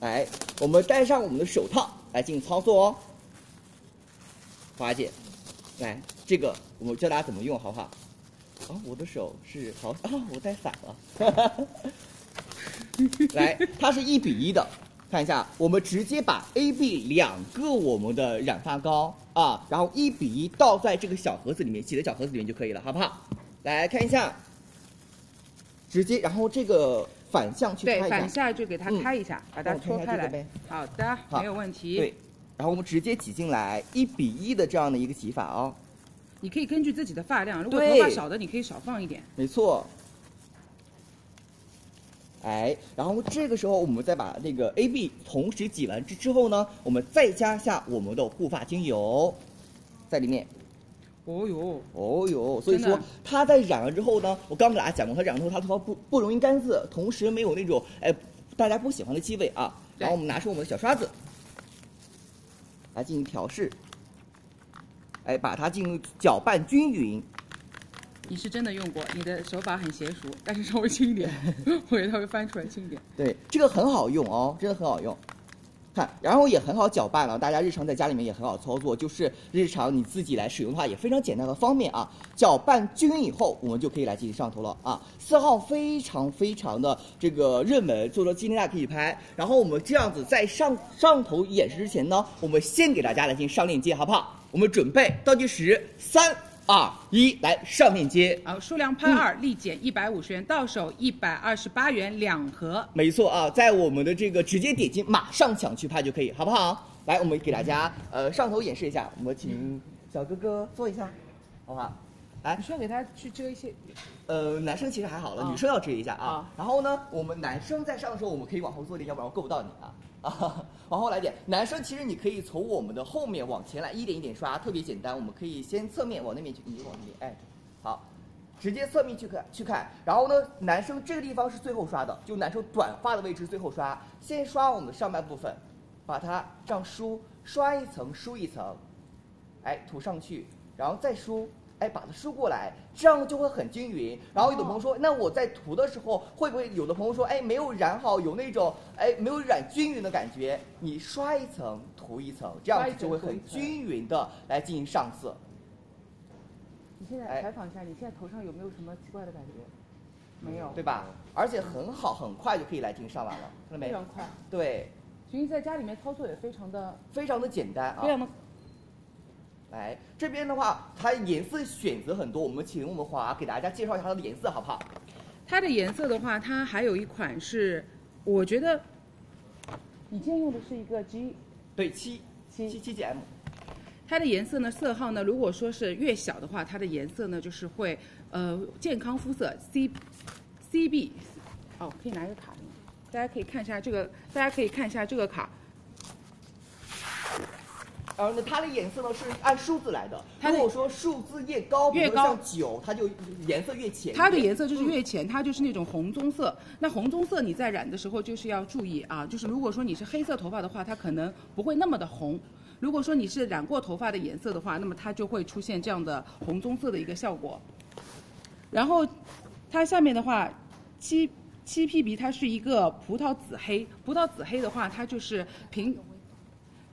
Speaker 10: 来，我们戴上我们的手套来进行操作哦。华姐，来这个我们教大家怎么用好不好？啊，我的手是好啊，我戴反了。来，它是一比一的，看一下，我们直接把 A、B 两个我们的染发膏啊，然后一比一倒在这个小盒子里面，洗的小盒子里面就可以了，好不好？来看一下，直接，然后这个反向去
Speaker 12: 对
Speaker 10: 拍，一
Speaker 12: 反
Speaker 10: 下，
Speaker 12: 下就给它
Speaker 10: 嗯
Speaker 12: 开一下，把
Speaker 10: 帮
Speaker 12: 它
Speaker 10: 我看
Speaker 12: 搓
Speaker 10: 一下
Speaker 12: 开
Speaker 10: 这个
Speaker 12: 来
Speaker 10: 呗。
Speaker 12: 好的，
Speaker 10: 好
Speaker 12: 没有问题。
Speaker 10: 对，，然后我们直接挤进来，一比一的这样的一个洗法哦，
Speaker 12: 你可以根据自己的发量，如果头
Speaker 10: 对
Speaker 12: 发少的，你可以少放一点。
Speaker 10: 没错。哎，然后这个时候我们再把那个 A、B 同时挤完之之后呢，我们再加下我们的护发精油在里面。
Speaker 12: 哦哟，
Speaker 10: 哦哟，所以
Speaker 12: 真的
Speaker 10: 说它在染完之后呢，我刚给大家讲过，它染完之后它头发不不容易干涩，同时没有那种哎大家不喜欢的气味啊。
Speaker 12: 对
Speaker 10: 然后我们拿出我们的小刷子来进行调试，哎，把它进行搅拌均匀。
Speaker 12: 你是真的用过，你的手法很娴熟，但是稍微轻
Speaker 10: (laughs)
Speaker 12: 一点，我觉得它会翻出来轻一点。
Speaker 10: 对，这个很好用哦，真的很好用。看，然后也很好搅拌了，大家日常在家里面也很好操作，就是日常你自己来使用的话也非常简单和方便啊。搅拌均匀以后，我们就可以来进行上头了啊。色号非常非常的这个热门，所以说今天大家可以拍。然后我们这样子在上上头演示之前呢，我们先给大家来进行上链接，好不好？我们准备倒计时三二一，来上链接。
Speaker 12: 好，啊数量
Speaker 10: 嗯
Speaker 12: 拍二，立减一百五十元，到手一百二十八元两盒。
Speaker 10: 没错啊，在我们的这个直接点击马上抢去拍就可以，好不好？来，我们给大家呃上头演示一下，我们请小哥哥坐一下，好不好？来
Speaker 12: 你，需要给它去遮一些，
Speaker 10: 呃，男生其实还好了，
Speaker 12: 啊
Speaker 10: 女生要注意一下啊。
Speaker 12: 啊
Speaker 10: 然后呢，我们男生在上的时候，我们可以往后坐一点，要不然我够不到你啊。 (laughs) 啊，往后来点。男生其实你可以从我们的后面往前来，一点一点刷，特别简单。我们可以先侧面往那边去，你就往那边，哎，好，直接侧面去看去看。然后呢，男生这个地方是最后刷的，就男生短发的位置最后刷，先刷我们的上半部分，把它这样梳，刷一层梳一层，哎，涂上去，然后再梳，哎，把它梳过来，这样就会很均匀。然后有的朋友说，那我在涂的时候会不会有的朋友说，哎，没有染好，有那种哎没有染均匀的感觉？你刷一层涂一层，这样子就会很均匀的来进行上色。
Speaker 12: 你现
Speaker 10: 哎采
Speaker 12: 访一下，你现在头上有没有什么奇怪的感觉？没有
Speaker 10: 对吧？而且很好，很快就可以来进行上完了，看到没？
Speaker 12: 快。
Speaker 10: 对，
Speaker 12: 其实在家里面操作也非常的
Speaker 10: 非常的简单啊。
Speaker 12: 非常的
Speaker 10: 来这边的话，它颜色选择很多，我们请我们华给大家介绍一下它的颜色好不好？
Speaker 12: 它的颜色的话，它还有一款是，我觉得你今天用的是一个 G，
Speaker 10: 对，七
Speaker 12: 七
Speaker 10: 七七 GM。
Speaker 12: 它的颜色呢色号呢，如果说是越小的话，它的颜色呢就是会呃健康肤色 C C B，哦，可以拿一个卡，大家可以看一下这个，大家可以看一下这个卡，
Speaker 10: 然后呢，它的颜色呢是按数字来的。
Speaker 12: 它
Speaker 10: 如
Speaker 12: 的
Speaker 10: 果说数字越高，比
Speaker 12: 越高
Speaker 10: 如像九，它就颜色越浅一点。
Speaker 12: 它的颜色就是越浅，它就是那种红棕色。那红棕色你在染的时候就是要注意啊，就是如果说你是黑色头发的话，它可能不会那么的红。如果说你是染过头发的颜色的话，那么它就会出现这样的红棕色的一个效果。然后它下面的话，七七 PB 它是一个葡萄籽黑，葡萄籽黑的话，它就是平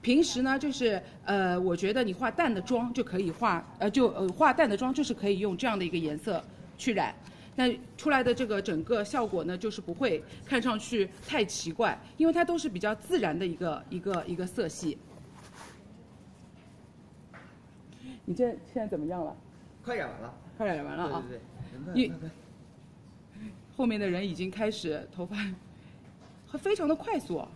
Speaker 12: 平时呢，就是呃，我觉得你化淡的妆就可以化，呃，就呃化淡的妆就是可以用这样的一个颜色去染。那出来的这个整个效果呢，就是不会看上去太奇怪，因为它都是比较自然的一个一个一个色系。你这现在怎么样了？
Speaker 10: 啊快染完了，
Speaker 12: 快染完了啊！
Speaker 10: 对对
Speaker 12: 你后面的人已经开始头发， (laughs) 非常的快速、啊。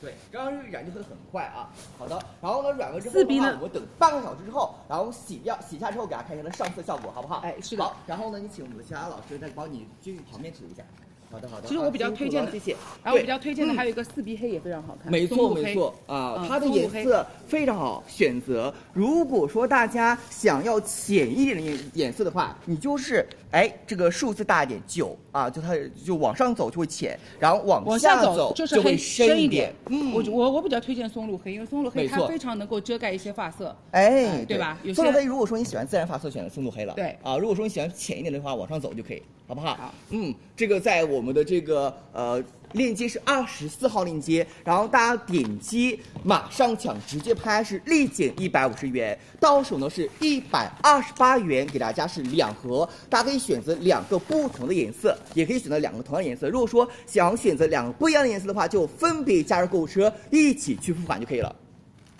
Speaker 10: 对，然后染就会很快啊。好的，然后呢，染完之后
Speaker 12: 四
Speaker 10: 的
Speaker 12: 逼
Speaker 10: 话，
Speaker 12: 呢
Speaker 10: 我们等半个小时之后，然后洗掉洗下之后，给大家看一下它上色效果，好不好？
Speaker 12: 哎是的
Speaker 10: 好，然后呢，你请我们的其他老师再帮你去旁边涂一下。好的，好的。
Speaker 12: 其实我比较
Speaker 10: 啊辛苦
Speaker 12: 推荐
Speaker 10: 了
Speaker 12: 的
Speaker 10: 谢谢。
Speaker 12: 然后我
Speaker 10: 对
Speaker 12: 比较推荐的
Speaker 10: 嗯
Speaker 12: 还有一个四 B 黑也非常好看，
Speaker 10: 没
Speaker 12: 松
Speaker 10: 错
Speaker 12: 露黑
Speaker 10: 没错啊
Speaker 12: 嗯，
Speaker 10: 它的
Speaker 12: 松露
Speaker 10: 颜
Speaker 12: 黑
Speaker 10: 色非常好选择。如果说大家想要浅一点的颜颜色的话，你就是哎这个数字大一点九啊，就它就往上走就会浅，然后
Speaker 12: 往
Speaker 10: 往
Speaker 12: 下
Speaker 10: 走
Speaker 12: 走就是
Speaker 10: 会
Speaker 12: 黑
Speaker 10: 深
Speaker 12: 一
Speaker 10: 点。嗯，
Speaker 12: 我我我比较推荐松露黑，因为松露黑
Speaker 10: 没
Speaker 12: 它
Speaker 10: 错
Speaker 12: 非常能够遮盖一些发色。
Speaker 10: 哎，
Speaker 12: 呃对吧有
Speaker 10: 松露
Speaker 12: 些
Speaker 10: 黑，如果说你喜欢自然发色，选择松露黑了。
Speaker 12: 对
Speaker 10: 啊，如果说你喜欢浅一点的话，往上走就可以，好不好？
Speaker 12: 好
Speaker 10: 嗯，这个在我们的这个呃链接是二十四号链接，然后大家点击马上抢，直接拍是立减一百五十元，到手呢是一百二十八元，给大家是两盒，大家可以选择两个不同的颜色，也可以选择两个同样的颜色。如果说想选择两个不一样的颜色的话，就分别加入购物车一起去付款就可以了。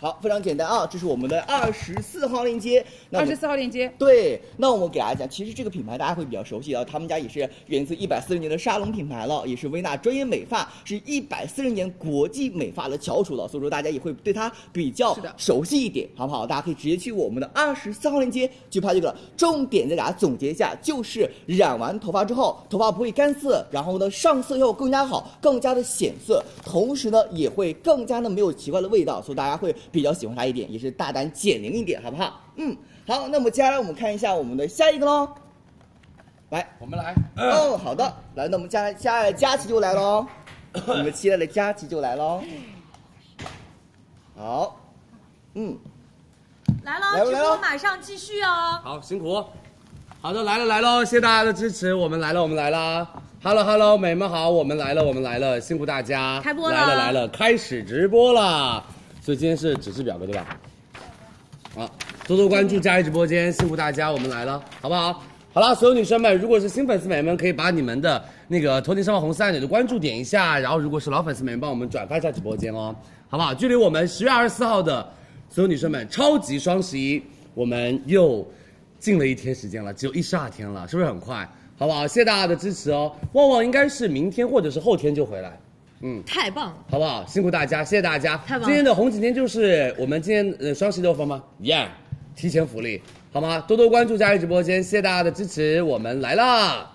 Speaker 10: 好，非常简单啊，这是我们的二十四号链接。那我
Speaker 12: 二
Speaker 10: 们
Speaker 12: 十四号链接，
Speaker 10: 对，那我们给大家讲，其实这个品牌大家会比较熟悉啊，他们家也是源自一百四十年的沙龙品牌了，也是薇娜专业美发，是一百四十年国际美发的翘楚了，所以说大家也会对它比较
Speaker 12: 是的
Speaker 10: 熟悉一点，好不好？大家可以直接去我们的二十四号链接去拍这个了。重点再给大家总结一下，就是染完头发之后，头发不会干涩，然后呢上色又更加好，更加的显色，同时呢也会更加的没有奇怪的味道，所以大家会比较喜欢它一点，也是大胆减龄一点，好不好？嗯，好，那么接下来我们看一下我们的下一个喽。来，
Speaker 7: 我们来，
Speaker 10: 哦，好的，来，那我们接下来接下来佳琪就来
Speaker 12: (coughs)
Speaker 10: 喽，我们期待的佳琪就来喽。好，嗯。
Speaker 9: 来喽，
Speaker 10: 来喽
Speaker 9: 直
Speaker 10: 来
Speaker 9: 播
Speaker 10: 喽
Speaker 9: 马上继续哦。
Speaker 7: 好辛苦。好的，来了来喽，谢谢大家的支持，我们来了我们来啦。Hello Hello，美们好，我们来了我们来了，辛苦大家。
Speaker 9: 开播了
Speaker 7: 来了来了，开始直播啦。所以今天是纸质表格对吧？啊，多多关注佳怡直播间，辛苦大家，我们来了，好不好？好啦，所有女生们，如果是新粉丝美们，可以把你们的那个头顶上方红色按钮的关注点一下，然后如果是老粉丝美们，帮我们转发一下直播间哦，好不好？距离我们十月二十四号的所有女生们超级双十一，我们又近了一天时间了，只有一十二天了，是不是很快？好不好？谢谢大家的支持哦，旺旺应该是明天或者是后天就回来，嗯。
Speaker 8: 太棒了，
Speaker 7: 好不好？辛苦大家，谢谢大家。
Speaker 8: 棒了
Speaker 7: 今天的红景天就是我们今天呃双十一的活动吗？Yeah，提前福利，好吗？多多关注佳怡直播间，谢谢大家的支持，我们来啦，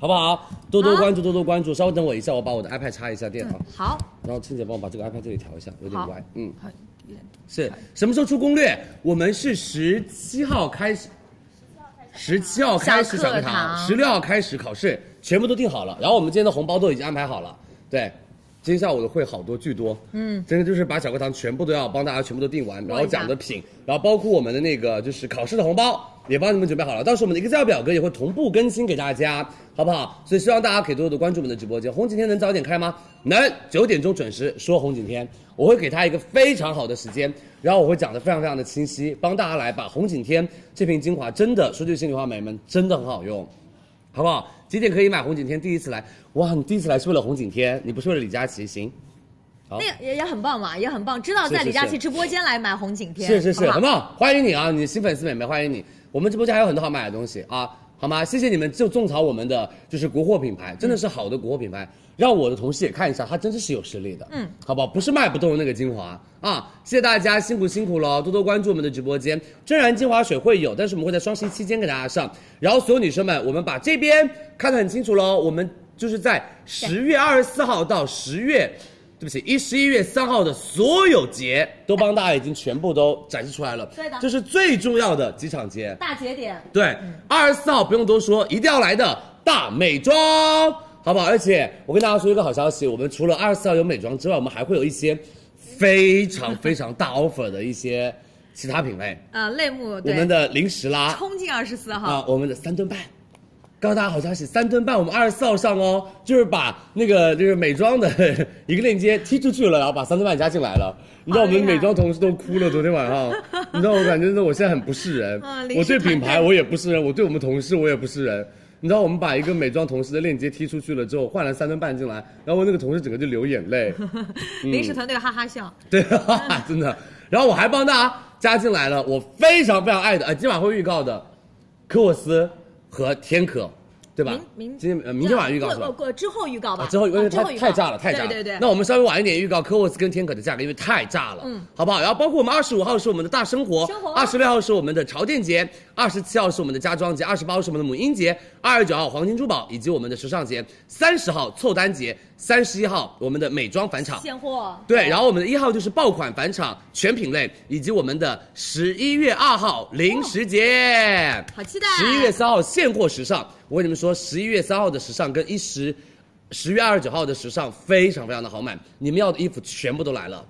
Speaker 7: 好不好？多多关注，多多关注。稍微等我一下，我把我的 iPad 插一下电啊，
Speaker 8: 好，
Speaker 7: 然后青姐帮我把这个 iPad 这里调一下，有
Speaker 8: 好
Speaker 7: 点歪，嗯。
Speaker 8: 好
Speaker 7: 是什么时候出攻略？我们是十七号开始，十七号开始
Speaker 8: 小
Speaker 7: 小
Speaker 8: 课
Speaker 7: 课
Speaker 8: 堂
Speaker 7: 堂，十六号开始考试，全部都定好了。然后我们今天的红包都已经安排好了，对。今天下午的会好多巨多，嗯，真的就是把小课堂全部都要帮大家全部都定完，然后讲的品，然后包括我们的那个就是考试的红包也帮你们准备好了，到时候我们的 Excel 表格也会同步更新给大家，好不好？所以希望大家可以多多的关注我们的直播间。红景天能早点开吗？能，九点钟准时说红景天，我会给他一个非常好的时间，然后我会讲的非常非常的清晰，帮大家来把红景天这瓶精华真的说句心里话，美们真的很好用。好不好？几点可以买红景天？第一次来，哇，你第一次来是为了红景天，你不是为了李佳琦，行？好
Speaker 8: 那个也也很棒嘛，也很棒。知道在
Speaker 7: 是是
Speaker 8: 李佳
Speaker 7: 是
Speaker 8: 琦直播间来买红景天，
Speaker 7: 是是是，
Speaker 8: 好
Speaker 7: 很
Speaker 8: 不好
Speaker 7: 棒，欢迎你啊！你新粉丝美眉，欢迎你。我们直播间还有很多好买的东西啊，好吗？谢谢你们就种草我们的就是国货品牌，真的是好的国货品牌，让我的同事也看一下，它真的是有实力的，嗯，好不好？不是卖不动的那个精华啊！谢谢大家辛苦辛苦了，多多关注我们的直播间。真然精华水会有，但是我们会在双十一期间给大家上。然后所有女生们，我们把这边看得很清楚喽，我们就是在十月二十四号到十月。对不起，一十一月三号的所有节都帮大家已经全部都展示出来了。
Speaker 8: 对的
Speaker 7: 这是最重要的几场节。
Speaker 8: 大节点，嗯
Speaker 7: 对，二十四号不用多说，一定要来的大美妆，好不好？而且我跟大家说一个好消息，我们除了二十四号有美妆之外，我们还会有一些非常非常大 offer 的一些其他品类，
Speaker 8: (laughs) 呃，类目
Speaker 7: 我
Speaker 8: 对，
Speaker 7: 们的零食啦，
Speaker 8: 冲进二十四号，
Speaker 7: 啊，我们的三顿半，告诉大家好消息，三吨半我们二十四号上哦，就是把那个就是美妆的一个链接踢出去了，然后把三吨半加进来了。你知道我们美妆同事都哭了，昨天晚
Speaker 8: (laughs)
Speaker 7: 上，你知道我感觉我现在很不是人，
Speaker 8: 嗯
Speaker 7: 我对品牌我也不是人，我对我们同事我也不是人。你知道我们把一个美妆同事的链接踢出去了之后，换了三吨半进来，然后我那个同事整个就流眼泪，
Speaker 8: (laughs) 临时团队哈哈笑，
Speaker 7: 对， (laughs) 哈哈，真的。然后我还帮大家加进来了我非常非常爱的，呃，今晚会预告的，科沃斯和天可，对吧？
Speaker 8: 明明
Speaker 7: 今天呃明天晚上预告是吧
Speaker 8: 过？过之后预告吧，
Speaker 7: 啊，之后因
Speaker 8: 啊
Speaker 7: 为
Speaker 8: 之
Speaker 7: 太
Speaker 8: 后预告
Speaker 7: 太炸了，太炸了。
Speaker 8: 对对对，
Speaker 7: 那我们稍微晚一点预告科沃斯跟天可的价格，因为太炸了，嗯，好不好？然后包括我们二十五号是我们的大生活，
Speaker 8: 生活
Speaker 7: 二十六号是我们的潮店节，二十七号是我们的家装节，二十八号是我们的母婴节，二十九号黄金珠宝以及我们的时尚节，三十号凑单节，三十一号我们的美妆返场。
Speaker 8: 现货
Speaker 7: 对，然后我们的一号就是爆款返场全品类，以及我们的十一月二号零食节，
Speaker 8: 好期待
Speaker 7: 十一月三号现货时尚，我跟你们说，十一月三号的时尚跟一十，十月二十九号的时尚非常非常的好买，你们要的衣服全部都来了，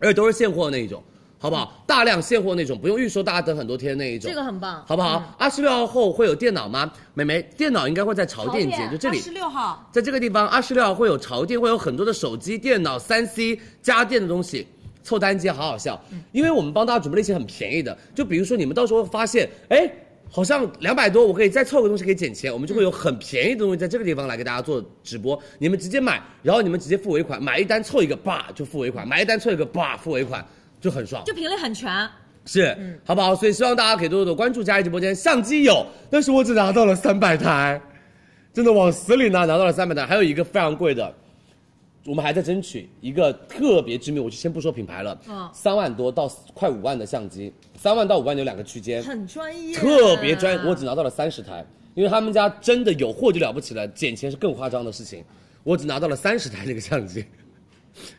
Speaker 7: 而且都是现货那一种，好不好？大量现货那种，不用预售，大家等很多天那一种。
Speaker 8: 嗯这个很棒，
Speaker 7: 好不好？二十六号后会有电脑吗？美眉，电脑应该会在潮
Speaker 8: 好
Speaker 7: 店节，就这里。
Speaker 8: 二十六号，
Speaker 7: 在这个地方，二十六号会有潮店，会有很多的手机、电脑、三 C 家电的东西。凑单间好好笑，因为我们帮大家准备了一些很便宜的，就比如说你们到时候发现，哎，好像两百多，我可以再凑个东西可以减钱，我们就会有很便宜的东西在这个地方来给大家做直播，你们直接买，然后你们直接付尾款，买一单凑一个，叭就付尾款，买一单凑一个，叭付尾款，就很爽。
Speaker 8: 就品类很全，啊
Speaker 7: 是，
Speaker 8: 嗯
Speaker 7: 好不好？所以希望大家可以多多的关注佳怡直播间，相机有，但是我只拿到了三百台，真的往死里拿，拿到了三百台，还有一个非常贵的，我们还在争取一个特别知名，我就先不说品牌了，
Speaker 8: 哦
Speaker 7: 三、万多到快五万的相机，三万到五万有两个区间，
Speaker 8: 很专业，
Speaker 7: 特别专，我只拿到了三十台，因为他们家真的有货就了不起了，捡钱是更夸张的事情，我只拿到了三十台那个相机，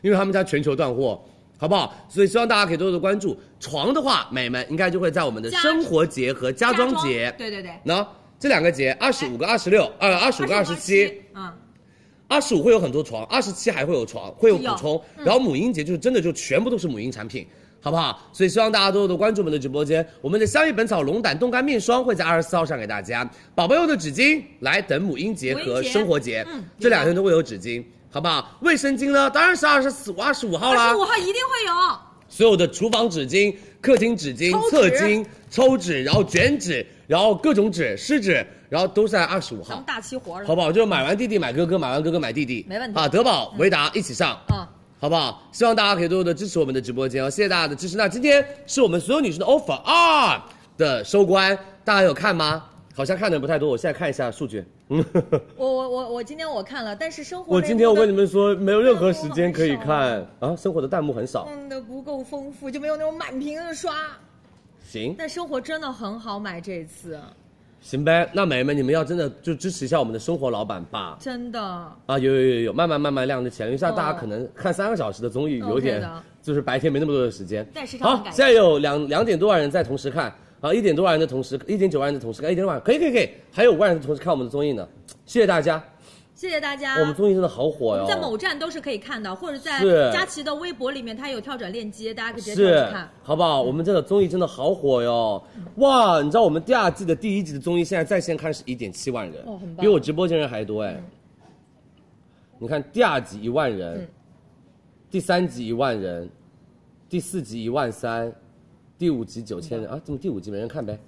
Speaker 7: 因为他们家全球断货，好不好？所以希望大家可以多多关注。床的话，美们应该就会在我们的
Speaker 8: 家
Speaker 7: 生活节和家
Speaker 8: 家
Speaker 7: 装节，
Speaker 8: 对对对，
Speaker 7: 那这两个节，二十五跟二十六，呃，二十五跟二十七。
Speaker 8: 27，嗯，
Speaker 7: 二十五会有很多床，二十七还会有床，会有补
Speaker 8: 有
Speaker 7: 充。然后母婴节就是真的就全部都是母婴产品，好不好？所以希望大家多多地关注我们的直播间。我们的香芋本草龙胆冻干面霜会在二十四号上给大家，宝宝用的纸巾来等母婴节
Speaker 8: 母
Speaker 7: 和
Speaker 8: 婴节
Speaker 7: 生活节，
Speaker 8: 嗯
Speaker 7: 这两天都会有纸巾，好不好？卫生巾呢，当然是二十四、二十五号啦。
Speaker 8: 二十五号一定会有。
Speaker 7: 所有的厨房纸巾、客厅纸巾、
Speaker 8: 抽
Speaker 7: 厕
Speaker 8: 纸
Speaker 7: 巾、抽纸，然后卷纸，然后各种纸、湿纸，然后都是在二十五
Speaker 8: 咱
Speaker 7: 号
Speaker 8: 们，大齐活了，
Speaker 7: 好不好？就是买完弟弟买哥哥，买完哥哥买弟弟，
Speaker 8: 没问题
Speaker 7: 啊！德宝、维达一起上，
Speaker 8: 嗯，
Speaker 7: 好不好？希望大家可以多多的支持我们的直播间哦，谢谢大家的支持。那今天是我们所有女生的 offer 二的收官，大家有看吗？好像看的人不太多，我现在看一下数
Speaker 8: (laughs)
Speaker 7: 据。嗯，
Speaker 8: 我我我我今天我看了，但是生活
Speaker 7: 我今天我跟你
Speaker 8: 们
Speaker 7: 们说，没有任何时间可以看啊，生活的弹幕很少。
Speaker 8: 弄的嗯不够丰富，就没有那种满屏的刷。
Speaker 7: 行，
Speaker 8: 但生活真的很好买，这次
Speaker 7: 行呗，那美眉们，你们要真的就支持一下我们的生活老板吧。
Speaker 8: 真的
Speaker 7: 啊，有有有有，慢慢慢慢亮着起来，因为像大家可能看三个小时嗯的综艺有
Speaker 8: OK
Speaker 7: 点，
Speaker 8: 的
Speaker 7: 就是白天没那么多的时间。
Speaker 8: 但是他
Speaker 7: 好
Speaker 8: 很，感
Speaker 7: 现在有两两点多万人在同时看，啊，一点多万人的同时，一点九万人的同时看，一点六万人可以可以可以，还有五万人的同时看我们的综艺呢，谢谢大家，
Speaker 8: 谢谢大家。
Speaker 7: 我们综艺真的好火哟、
Speaker 8: 在某站都是可以看到，或者在
Speaker 7: 是
Speaker 8: 佳琪的微博里面，它有跳转链接，大家可以直接跳
Speaker 7: 是
Speaker 8: 去看。，嗯
Speaker 7: 好不好？我们这个综艺真的好火哟！哇，你知道我们第二季的第一季的综艺现在在线看是一点七万人，
Speaker 8: 哦很棒
Speaker 7: 比我直播间人还多哎。你看第二集一万人，第三集一万人，第四集一万三，第五集九千人啊，怎么第五集没人看呗？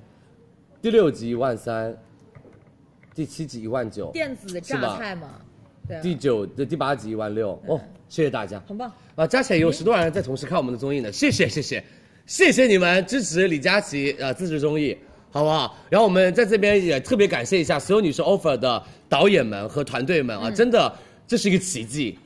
Speaker 7: 第六集一万三，第七集一万九，
Speaker 8: 电子
Speaker 7: 是吧
Speaker 8: 榨菜嘛，对啊，
Speaker 7: 第九的第八集一万六
Speaker 2: 嗯
Speaker 7: 哦，谢谢大家，
Speaker 8: 很棒。
Speaker 7: 啊，加起来有十多万人在同时看我们的综艺呢，谢谢谢谢，谢谢你们支持李佳琦啊、呃自制综艺，好不好？然后我们在这边也特别感谢一下所有女生 offer 的导演们和团队们啊，真的这是一个奇迹，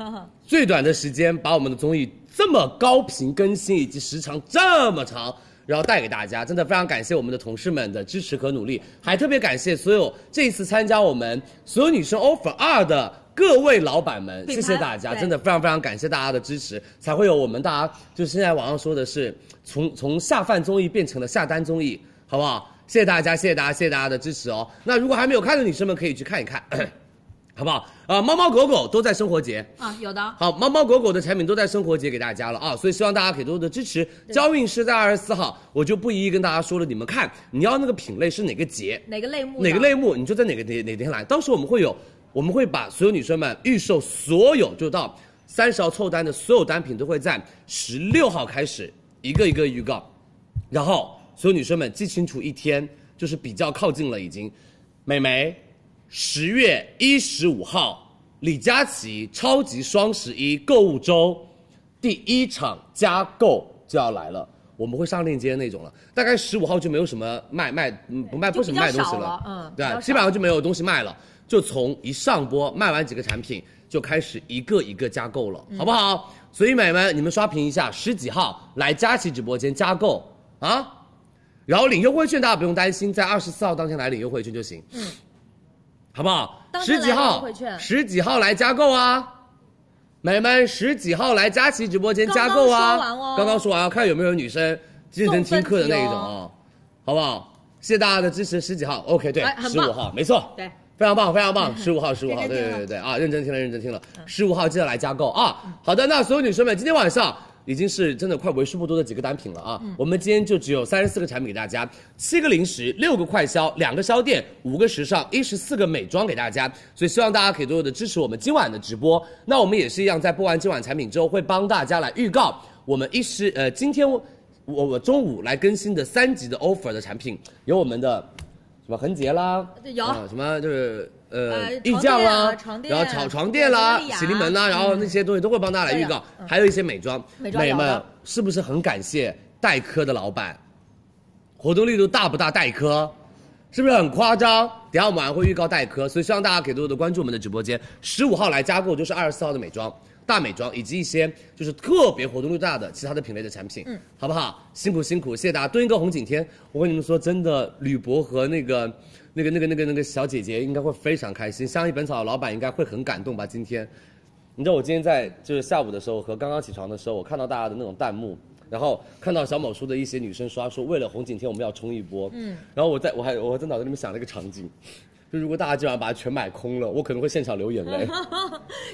Speaker 7: 最短的时间把我们的综艺这么高频更新以及时长这么长。然后带给大家，真的非常感谢我们的同事们的支持和努力，还特别感谢所有这一次参加我们所有女生 offer 二的各位老板们，
Speaker 8: 品
Speaker 7: 谢
Speaker 8: 牌
Speaker 7: 谢大家，
Speaker 8: 对
Speaker 7: 真的非常非常感谢大家的支持，才会有我们大家就是现在网上说的是从从下饭综艺变成了下单综艺，好不好？谢谢大家，谢谢大家，谢谢大家的支持哦。那如果还没有看的女生们可以去看一看，
Speaker 8: 好不好？啊、猫猫狗狗都在生活节，
Speaker 7: 啊，有的。
Speaker 8: 好，猫猫狗狗的产品都在生活节给大家了啊，所以希望大家可以多多的支持。交运是在二十四号，我就不一一跟大家说了，你们看你要那个品类是哪个节，
Speaker 7: 哪个类目的？
Speaker 8: 哪个类目，你就在哪个哪哪天来。到时候我们会有，我们会把所有女生们预售所有就到三十号凑单的所有单品都会在十六号开始一个一个预告，然后所有女生们记清楚一天，就是比较靠近了已经。美眉，十月一十五号，李佳琦超级双十一购物周第一场加购就要来了。我们会上链接那种了，大概十五号就没有什么卖卖，嗯不卖
Speaker 7: 就
Speaker 8: 不什么
Speaker 7: 比较
Speaker 8: 卖东西
Speaker 7: 少
Speaker 8: 了
Speaker 7: 了，嗯
Speaker 8: 对
Speaker 7: 比较
Speaker 8: 啊，
Speaker 7: 少
Speaker 8: 基本上就没有东西卖了，就从一上播卖完几个产品就开始一个一个加购了，好不好？所以美们，你们刷屏一下，十几号来佳琦直播间加购啊，然后领优惠券大家不用担心，在二十四号当天来领优惠券就行，嗯，好不好？
Speaker 7: 当天来
Speaker 8: 十几
Speaker 7: 领优
Speaker 8: 号
Speaker 7: 惠券，
Speaker 8: 十几号来加购啊。美们，十几号来佳琦直播间加购
Speaker 7: 刚刚说
Speaker 8: 啊！
Speaker 7: 完哦
Speaker 8: 刚刚说完啊，看有没有女生认真听课的
Speaker 7: 哦
Speaker 8: 那一种啊，好不好？谢谢大家的支持，十几号，OK，对
Speaker 7: 哎，很
Speaker 8: 十
Speaker 7: 棒
Speaker 8: 五号，没错，
Speaker 7: 对，
Speaker 8: 非常棒，非
Speaker 7: (laughs)
Speaker 8: 常棒，十五号，十五号，对对对对啊，认真听了，认真听了，十五号记得来加购啊。好的，那所有女生们，今天晚上。已经是真的快为数不多的几个单品
Speaker 7: 嗯
Speaker 8: 了啊！我们今天就只有三十四个产品给大家，七个零食，六个快消，两个销店，五个时尚，一十四个美妆给大家。所以希望大家可以多多的支持我们今晚的直播。那我们也是一样，在播完今晚产品之后，会帮大家来预告我们一十呃今天我我我中午来更新的三级的 offer 的产品，有我们的什么恒洁啦，
Speaker 7: 对有
Speaker 8: 啊什么就是呃
Speaker 7: 呃
Speaker 8: 益匠啦，
Speaker 7: 床垫
Speaker 8: 然
Speaker 7: 啊
Speaker 8: 后
Speaker 7: 床
Speaker 8: 床
Speaker 7: 垫
Speaker 8: 床垫啦
Speaker 7: 玻璃、啊
Speaker 8: 洗涤门啦，然后那些东西都会帮大家来预
Speaker 7: 对
Speaker 8: 告
Speaker 7: 的，
Speaker 8: 还有一些美妆，
Speaker 7: 嗯美妆有的
Speaker 8: 们是不是很感谢黛珂的老板？活动力度大不大？黛珂，是不是很夸张？等一下我们还会预告黛珂，所以希望大家可以多多的关注我们的直播间。十五号来加购就是二十四号的美妆。大美妆以及一些就是特别活动力大的其他的品类的产品，嗯，好不好？辛苦辛苦，谢谢大家。蹲一个红景天，我跟你们说，真的，吕博和那个、那个、那个、那个、那个小姐姐应该会非常开心。相宜本草的老板应该会很感动吧？今天，你知道我今天在就是下午的时候和刚刚起床的时候，我看到大家的那种弹幕，然后看到小某书的一些女生刷说，为了红景天我们要冲一波。嗯，然后我在我还我还在脑子里面想了一个场景，就如果大家今晚把它全买空了，我可能会现场流眼泪。
Speaker 7: (laughs)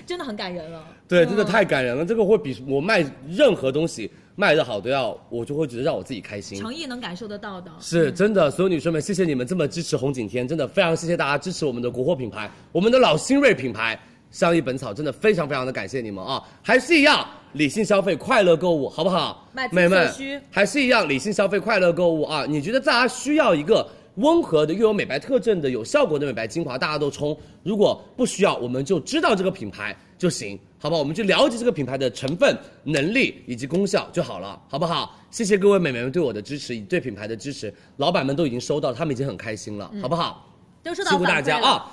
Speaker 7: 真的很感人啊了。
Speaker 8: 对，真的太感人了，这个会比我卖任何东西卖的好都要，我就会觉得让我自己开心。
Speaker 7: 诚意能感受得到的。嗯
Speaker 8: 是真的，所有女生们，谢谢你们这么支持红景天，真的非常谢谢大家支持我们的国货品牌，我们的老新锐品牌相宜本草，真的非常非常的感谢你们啊！还是一样，理性消费，快乐购物，好不好
Speaker 7: 买？自己
Speaker 8: 美们
Speaker 7: 所需，
Speaker 8: 还是一样，理性消费，快乐购物啊！你觉得大家需要一个温和的又有美白特征的、有效果的美白精华，大家都冲；如果不需要，我们就知道这个品牌就行，好不好？我们去了解这个品牌的成分、能力以及功效就好了，好不好？谢谢各位美眉们对我的支持，以及对品牌的支持，老板们都已经收到了，他们已经很开心了，
Speaker 7: 嗯
Speaker 8: 好不好？
Speaker 7: 都收到
Speaker 8: 辛苦大
Speaker 7: 反馈
Speaker 8: 家
Speaker 7: 了。
Speaker 8: 啊！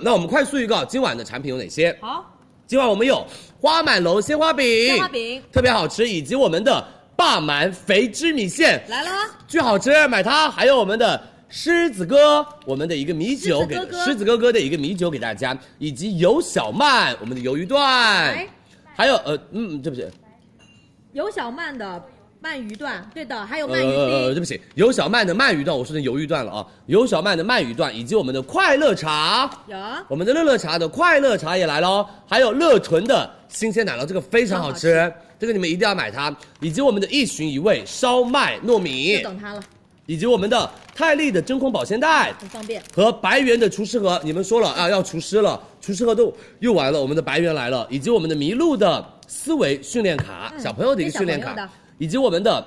Speaker 8: 那我们快速预告今晚的产品有哪些？
Speaker 7: 好，
Speaker 8: 今晚我们有花满楼鲜花饼，
Speaker 7: 鲜花饼
Speaker 8: 特别好吃，以及我们的霸蛮肥汁米线
Speaker 7: 来了啊，
Speaker 8: 巨好吃，买它！还有我们的狮子哥，我们的一个米酒
Speaker 7: 狮子
Speaker 8: 给
Speaker 7: 哥哥
Speaker 8: 狮子哥哥的一个米酒给大家，以及有小曼我们的鱿鱼段，还有呃嗯对不起
Speaker 7: 有小曼的鳗鱼段，对的，还有鳗鱼
Speaker 8: 呃
Speaker 7: 冰。
Speaker 8: 对不起有小曼的鳗鱼段，我说成鱿鱼段了啊，有小曼的鳗鱼段以及我们的快乐茶，
Speaker 7: 有
Speaker 8: 我们的乐乐茶的快乐茶也来喽，还有乐纯的新鲜奶酪，这个非常好吃，这个你们一定要买它，以及我们的一寻一味烧麦糯米
Speaker 7: 就，等它了，
Speaker 8: 以及我们的泰利的真空保鲜袋
Speaker 7: 很方便。
Speaker 8: 和白猿的厨师盒。你们说了啊，要厨师了，厨师盒都用完了，我们的白猿来了，以及我们的麋鹿的思维训练卡，小朋友的一个训练
Speaker 7: 嗯给小朋友
Speaker 8: 卡
Speaker 7: 的，
Speaker 8: 以及我们的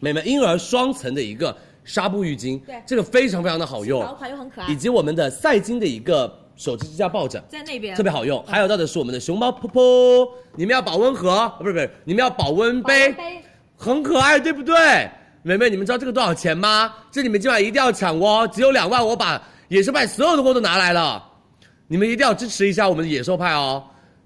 Speaker 8: 美们婴儿双层的一个纱布浴巾，
Speaker 7: 对
Speaker 8: 这个非常非常的好用
Speaker 7: 薄，款又很可
Speaker 8: 以
Speaker 7: 爱，
Speaker 8: 及我们的赛金的一个手机支架抱枕。
Speaker 7: 在那边嗯
Speaker 8: 特别好用，还有到的是我们的熊猫噗噗，你们要保温盒，啊不是不是，你们要保温杯，很可爱，对不对？美美，你们知道这个多少钱吗？这你们今晚一定要抢哦，只有两万，我把野兽派所有的货都拿来了，你们一定要支持一下我们的野兽派哦。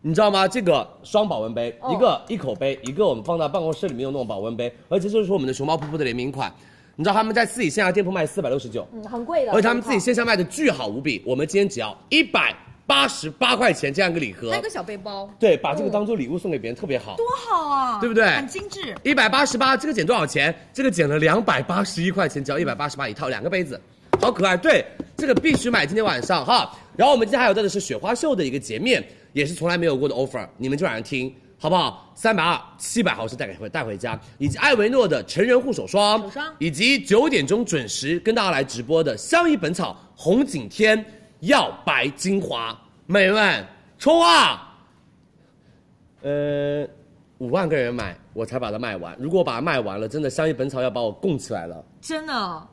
Speaker 8: 你知道吗？这个双保温
Speaker 7: 哎
Speaker 8: 杯，一个一口杯，一个我们放在办公室里面用那种保温杯，而且这就是我们的熊猫噗噗的联名款。你知道他们在自己线下店铺卖四百六十九，
Speaker 7: 嗯，很贵的。
Speaker 8: 而且他们自己线下卖的巨好无比，我们今天只要一百八十八块钱这样一个礼盒，
Speaker 13: 小背包，
Speaker 8: 对，把这
Speaker 7: 嗯
Speaker 8: 个当做礼物送给别人特别好，多好啊，对不对？
Speaker 7: 很精致，
Speaker 8: 一百八十八，这个减多少钱？这个减了两百八十一块钱，只要一百八十八一套，两个杯子，好可爱。对，
Speaker 7: 这个必须买，今天晚上哈。然后我们今天还有带的是雪花秀的一个洁面，也是从来没有过的 offer，你们今晚上听。好不好？三百二，七百毫升带回带回家，以及艾维诺的成人护手霜，
Speaker 12: 手霜
Speaker 7: 以及九点钟准时跟大家来直播的相宜本草红景天耀白精华，美们冲啊！呃，五万个人买，我才把它卖完。如果我把它卖完了，真的相宜本草要把我供起来了。
Speaker 12: 真的哦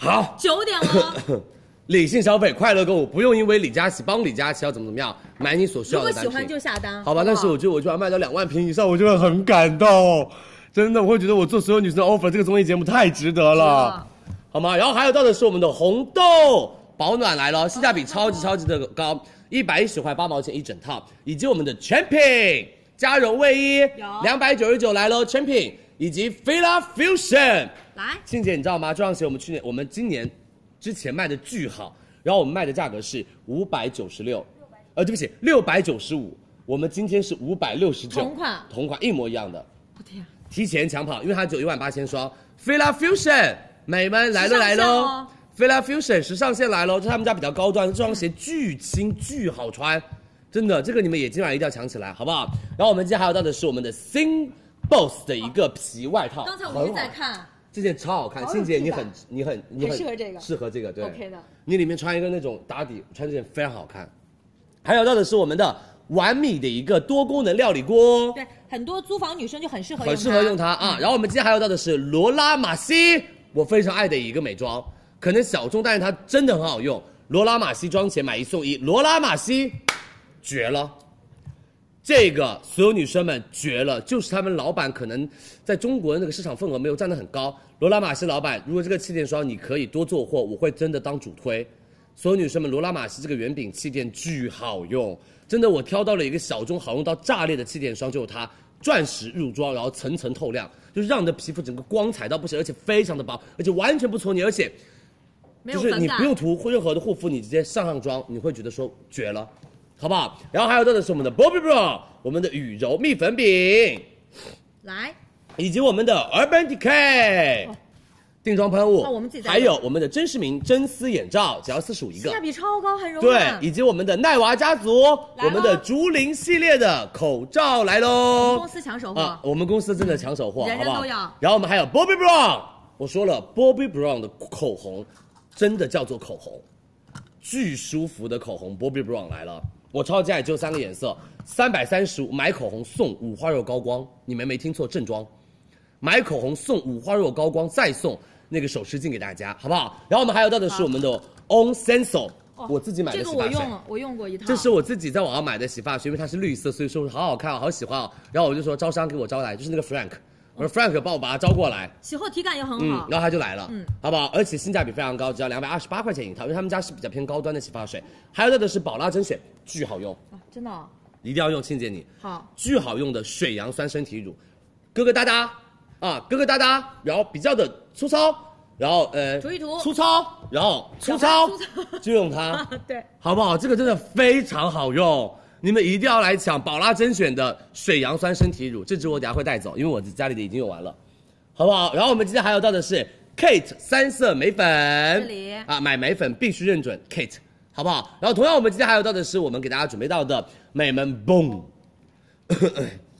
Speaker 7: 好，
Speaker 12: 九点了。
Speaker 7: (coughs) 理性消费，快乐购物，不用因为李佳琦帮李佳琦啊要怎么怎么样买你所需
Speaker 12: 如
Speaker 7: 要
Speaker 12: 果
Speaker 7: 的单
Speaker 12: 喜
Speaker 7: 品。
Speaker 12: 欢就下单，
Speaker 7: 好吧，
Speaker 12: 不
Speaker 7: 但是我觉得我居然卖到两万瓶以上，我就会很感动，真的，我会觉得我做所有女生的 offer 这个综艺节目太值得了，
Speaker 12: 啊
Speaker 7: 好吗？然后还有到的是我们的红豆保暖来了，性价比超级超级的高，一百一十块八毛钱一整套，以及我们的全品加绒卫衣，两百九十九来喽，全品以及 Fila Fusion。
Speaker 12: 来
Speaker 7: 庆姐，你知道吗？这双鞋我们去年、我们今年之前卖的巨好，然后我们卖的价格是五百九十六，呃，对不起，六百九十五。我们今天是五百六十九，
Speaker 12: 同款啊
Speaker 7: 同款一模一样的。我天、提前抢跑，因为它只有一万八千双。Fila Fusion，美们来喽来
Speaker 12: 时尚线
Speaker 7: 喽
Speaker 12: 哦
Speaker 7: ！Fila Fusion 时尚线来喽，这是他们家比较高端，这双鞋巨轻巨好穿，真的，这个你们也今晚一定要抢起来，好不好？然后我们今天还有到的是我们的 Sing Boss 的一个皮外套，
Speaker 12: 刚才我一直在
Speaker 7: 很好
Speaker 12: 看，
Speaker 7: 这件超好看，
Speaker 12: 好有
Speaker 7: 欣姐
Speaker 12: 质
Speaker 7: 你
Speaker 12: 感
Speaker 7: 很你很你很
Speaker 12: 很适合这个
Speaker 7: 适合这个对
Speaker 12: OK 的。
Speaker 7: 你里面穿一个那种打底，穿这件非常好看。还有到的是我们的完米的一个多功能料理锅，
Speaker 12: 对，很多租房女生就很适合用
Speaker 7: 很
Speaker 12: 它，
Speaker 7: 适合用它啊。然后我们今天还有到的是罗拉玛西，我非常爱的一个美妆，可能小众，但是它真的很好用。罗拉玛西妆前买一送一，罗拉玛西绝了。这个所有女生们绝了，就是他们老板可能在中国那个市场份额没有占得很高。罗拉玛西老板，如果这个气垫霜你可以多做货，我会真的当主推。所有女生们，罗拉玛西这个圆饼气垫巨好用，真的我挑到了一个小众好用到炸裂的气垫霜，就是它钻石入妆，然后层层透亮，就是让你的皮肤整个光彩到不行，而且非常的薄，而且完全不搓泥，而且
Speaker 12: 没
Speaker 7: 就
Speaker 12: 有
Speaker 7: 是
Speaker 12: 反
Speaker 7: 你
Speaker 12: 感
Speaker 7: 不。用涂任何的护肤，你直接上上妆，你会觉得说绝了，好不好？然后还有到的是我们的 Bobbi Brown，我们的羽柔蜜粉饼，
Speaker 12: 来，
Speaker 7: 以及我们的 Urban Decay 定妆喷雾，
Speaker 12: 哦我们自己带的
Speaker 7: 还有我们的真视明真丝眼罩，只要四十五一个
Speaker 12: 性价。比超高，很柔
Speaker 7: 对
Speaker 12: 软，。
Speaker 7: 以及我们的奈娃家族，我们的竹林系列的口罩来
Speaker 12: 我
Speaker 7: 喽！
Speaker 12: 们公司抢手货
Speaker 7: 啊，我们公司真的抢手货，
Speaker 12: 人人
Speaker 7: 好不好
Speaker 12: 都要
Speaker 7: 然后我们还有 Bobbi Brown，我说了，Bobbi Brown 的口红真的叫做口红，巨舒服的口红，Bobbi Brown 来了。我超级爱，只有三个颜色，三百三十五买口红送五花肉高光，你们没听错，正装。买口红送五花肉高光，再送那个手湿巾给大家，好不好？然后我们还有到的是我们的 On Senso，、我自己买的
Speaker 12: 这
Speaker 7: 洗
Speaker 12: 个
Speaker 7: 发水。
Speaker 12: 我用了，我用过一套。
Speaker 7: 这是我自己在网上买的洗发水，因为它是绿色，所以说好好看啊，好喜欢啊。然后我就说招商给我招来，就是那个 Frank，我说 Frank 帮我把它招过来，
Speaker 12: 洗后体感也很
Speaker 7: 嗯，
Speaker 12: 好。
Speaker 7: 然后他就来了，嗯，好不好？而且性价比非常高，只要两百二十八块钱一套，因为他们家是比较偏高端的洗发水。还有到的是宝拉珍选，巨好用，
Speaker 12: 啊真的哦
Speaker 7: 一定要用，倩姐你
Speaker 12: 好，
Speaker 7: 巨好用的水杨酸身体乳，疙疙瘩瘩啊，疙疙瘩瘩，然后比较的粗糙，然后呃，
Speaker 12: 涂一涂
Speaker 7: 粗糙，然后粗糙， (laughs) 啊就用它，
Speaker 12: 对，
Speaker 7: 好不好？这个真的非常好用，你们一定要来抢宝拉甄选的水杨酸身体乳，这支我等下会带走，因为我家里的已经用完了，好不好？然后我们今天还有到的是 Kate 三色眉粉，这
Speaker 12: 里
Speaker 7: 啊买眉粉必须认准 Kate，好不好？然后同样我们今天还有到的是我们给大家准备到的美们泵， (coughs)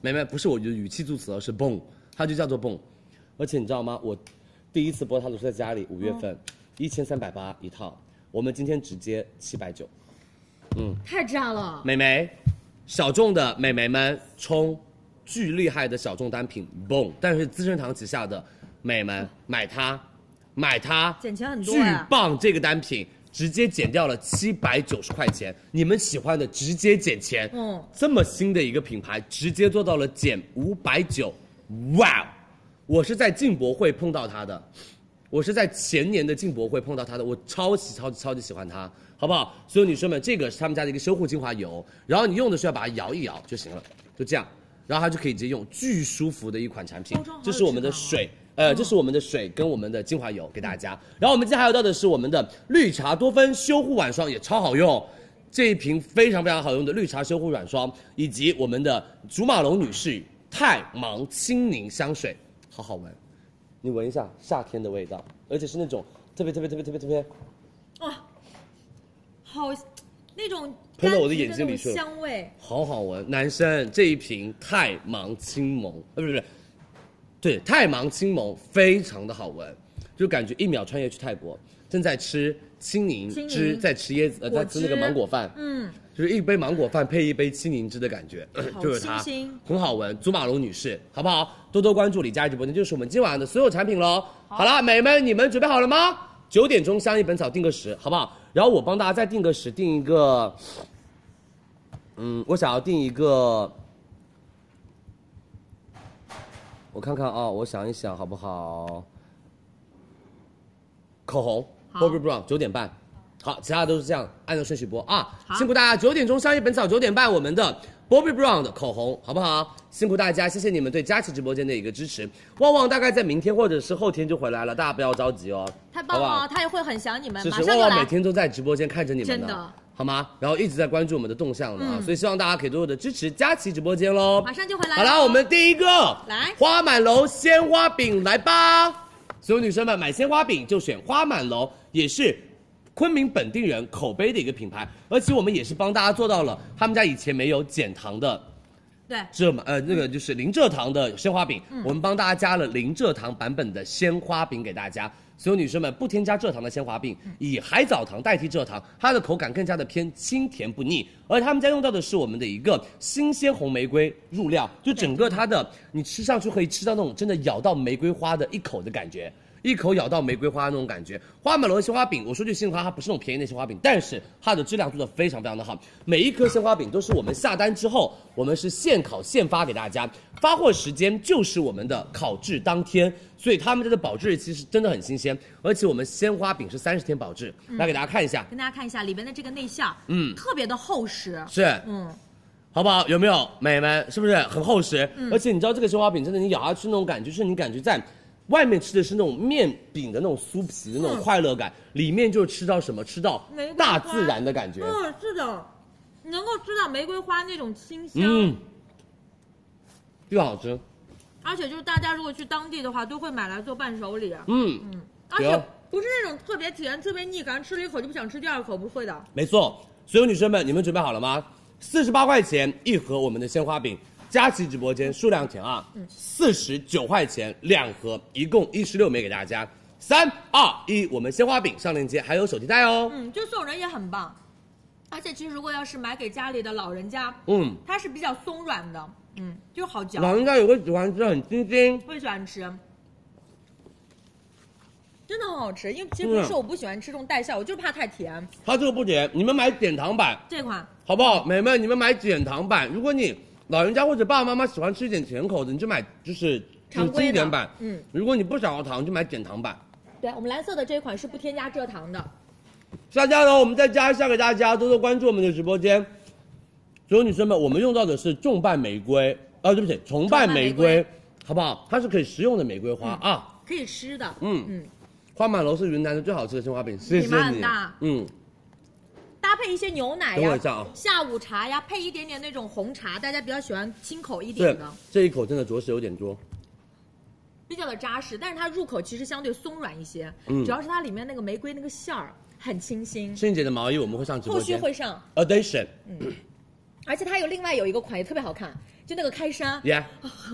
Speaker 7: 美们不是我的语气助词哦，是泵，它就叫做泵，而且你知道吗？我第一次播它的时候在家里，五月份一千三百八一套，我们今天直接七百九。
Speaker 12: 太炸了。
Speaker 7: 美眉，小众的美眉们冲，巨厉害的小众单品，boom！但是资生堂旗下的美们买它，买它，
Speaker 12: 捡钱很多
Speaker 7: 巨
Speaker 12: 呀
Speaker 7: 棒！这个单品直接减掉了七百九十块钱，你们喜欢的直接减钱，
Speaker 12: 嗯
Speaker 7: 这么新的一个品牌，直接做到了减五百九，哇！哦我是在进博会碰到它的，我是在前年的进博会碰到它的，我超级超级超级喜欢它，好不好？所有女生们，这个是他们家的一个修护精华油，然后你用的时候要把它摇一摇就行了，就这样，然后它就可以直接用，巨舒服的一款产品
Speaker 12: 包装好。有
Speaker 7: 这是我们的水，呃，这是我们的水跟我们的精华油给大家。然后我们今天还有到的是我们的绿茶多酚修护晚霜，也超好用。这一瓶非常非常好用的绿茶修护软霜，以及我们的祖马龙女士太芒清凝香水，好好闻。你闻一下夏天的味道，而且是那种特别特别特别特别特别好，那种
Speaker 12: 喷到我的
Speaker 7: 柑橘
Speaker 12: 眼睛里
Speaker 7: 那种
Speaker 12: 去了
Speaker 7: 香味。
Speaker 12: 好好闻。男生这一瓶太芒青檬，呃，不是不是，对，太芒青檬非常的好闻，就感觉一秒穿越去泰国，正在吃青柠
Speaker 7: 青柠
Speaker 12: 汁，在吃椰子，呃，
Speaker 7: 果
Speaker 12: 在
Speaker 7: 汁
Speaker 12: 吃那个芒果饭，
Speaker 7: 嗯，
Speaker 12: 就是一杯芒果饭配一杯青柠汁的感觉，就是它
Speaker 7: 清新，
Speaker 12: 很好闻。祖马龙女士，好不好？多多关注李佳琦直播间，就是我们今晚的所有产品喽。好啦，美们，你们准备好了吗？九点钟相宜本草定个时，好不好？然后我帮大家再定个时，定一个，嗯，我想要定一个，我看看啊、我想一想好不好？口红，Bobbi Brown 九点半。好，其他都是这样，按照顺序播啊。辛苦大家，九点钟相约本草，九点半我们的 Bobbi Brown 的口红，好不好？辛苦大家，谢谢你们对佳琦直播间的一个支持。旺旺大概在明天或者是后天就回来了，大家不要着急哦。
Speaker 7: 太棒
Speaker 12: 好不
Speaker 7: 了，
Speaker 12: 好
Speaker 7: 他也会很想你们，
Speaker 12: 就
Speaker 7: 马
Speaker 12: 是
Speaker 7: 上
Speaker 12: 旺
Speaker 7: 就
Speaker 12: 旺每
Speaker 7: 来。
Speaker 12: 天都在直播间看着你们
Speaker 7: 真的嗯
Speaker 12: 好吗？然后一直在关注我们的动向了啊，所以希望大家可以多多的支持佳琦直播间喽。
Speaker 7: 马上就回来
Speaker 12: 好
Speaker 7: 了
Speaker 12: 啦，
Speaker 7: 哦
Speaker 12: 我们第一个
Speaker 7: 来
Speaker 12: 花满楼鲜花饼来吧，所有女生们买鲜花饼就选花满楼，也是。昆明本地人口碑的一个品牌，而且我们也是帮大家做到了他们家以前没有减糖的
Speaker 7: 对，
Speaker 12: 蔗嘛，呃，那个就是零蔗糖的鲜花饼，我们帮大家加了零蔗糖版本的鲜花饼给大家。所有女生们，不添加蔗糖的鲜花饼，以海藻糖代替蔗糖，它的口感更加的偏清甜不腻。而他们家用到的是我们的一个新鲜红玫瑰入料，就整个它的，你吃上去可以吃到那种真的咬到玫瑰花的一口的感觉。一口咬到玫瑰花那种感觉。花满楼的鲜花饼，我说句心里话，它不是那种便宜的鲜花饼，但是它的质量做的非常非常的好。每一颗鲜花饼都是我们下单之后，我们是现烤现发给大家，发货时间就是我们的烤制当天，所以他们家的保质期是真的很新鲜，而且我们鲜花饼是三十天保质。来给大家看一下，
Speaker 7: 跟大家看一下里边的这个内馅，
Speaker 12: 嗯
Speaker 7: 特别的厚实，
Speaker 12: 是
Speaker 7: 嗯，
Speaker 12: 好不好？有没有美们？是不是很厚实？而且你知道这个鲜花饼真的，你咬下去那种感觉，就是你感觉在外面吃的是那种面饼的那种酥皮的那种快乐感，里面就吃到什么？吃到
Speaker 7: 玫瑰花
Speaker 12: 大自然的感觉。
Speaker 7: 嗯，是的，你能够吃到玫瑰花那种清香，
Speaker 12: 嗯，又好吃。
Speaker 7: 而且就是大家如果去当地的话，都会买来做伴手礼，啊
Speaker 12: 嗯，
Speaker 7: 而
Speaker 12: 行
Speaker 7: 且不是那种特别甜、特别腻，感觉吃了一口就不想吃第二口，不会的。
Speaker 12: 没错。所有女生们，你们准备好了吗？四十八块钱一盒我们的鲜花饼，佳琦直播间数量填啊，四十九块钱两盒，一共一十六枚给大家。三二一，我们鲜花饼上链接，还有手提袋哦。
Speaker 7: 嗯，就送人也很棒，而且其实如果要是买给家里的老人家，
Speaker 12: 嗯，
Speaker 7: 它是比较松软的，嗯，就好嚼，
Speaker 12: 老人家有个喜欢吃很清新，
Speaker 7: 会喜欢吃。真的很好吃，因为其
Speaker 12: 啊
Speaker 7: 实不是我不喜欢吃这种带馅，我就是怕太甜。
Speaker 12: 它这个不甜，你们买减糖版
Speaker 7: 这款
Speaker 12: 好不好？美们，你们买减糖版。如果你老人家或者爸爸妈妈喜欢吃一点甜口的，你就买就是
Speaker 7: 常
Speaker 12: 就是
Speaker 7: 规的
Speaker 12: 经典版。
Speaker 7: 嗯，
Speaker 12: 如果你不想要糖，就买减糖版。
Speaker 7: 对我们蓝色的这款是不添加蔗糖的，
Speaker 12: 下架了，我们再加一下给大家，多多关注我们的直播间。所有女生们，我们用到的是重瓣玫瑰，啊，对不起，重瓣玫
Speaker 7: 重瓣玫嗯
Speaker 12: 瑰，好不好？它是可以食用的玫瑰花啊。
Speaker 7: 可以吃的。
Speaker 12: 嗯
Speaker 7: 嗯，
Speaker 12: 花满楼是云南的最好吃的鲜花饼，谢
Speaker 7: 品牌
Speaker 12: 谢
Speaker 7: 很
Speaker 12: 你
Speaker 7: 大。
Speaker 12: 嗯，
Speaker 7: 搭配一些牛奶
Speaker 12: 等我
Speaker 7: 呀
Speaker 12: 一下啊，
Speaker 7: 下午茶呀，配一点点那种红茶，大家比较喜欢清口一
Speaker 12: 对
Speaker 7: 点的，，
Speaker 12: 这一口真的着实有点多。
Speaker 7: 比较的扎实，但是它入口其实相对松软一些，
Speaker 12: 嗯
Speaker 7: 主要是它里面那个玫瑰那个馅儿很清新，
Speaker 12: 春姐的毛衣我们会上直播
Speaker 7: 后续
Speaker 12: 间
Speaker 7: 会上，
Speaker 12: ，Audition，
Speaker 7: 而且它有另外有一个款也特别好看，就那个开衫，
Speaker 12: 耶，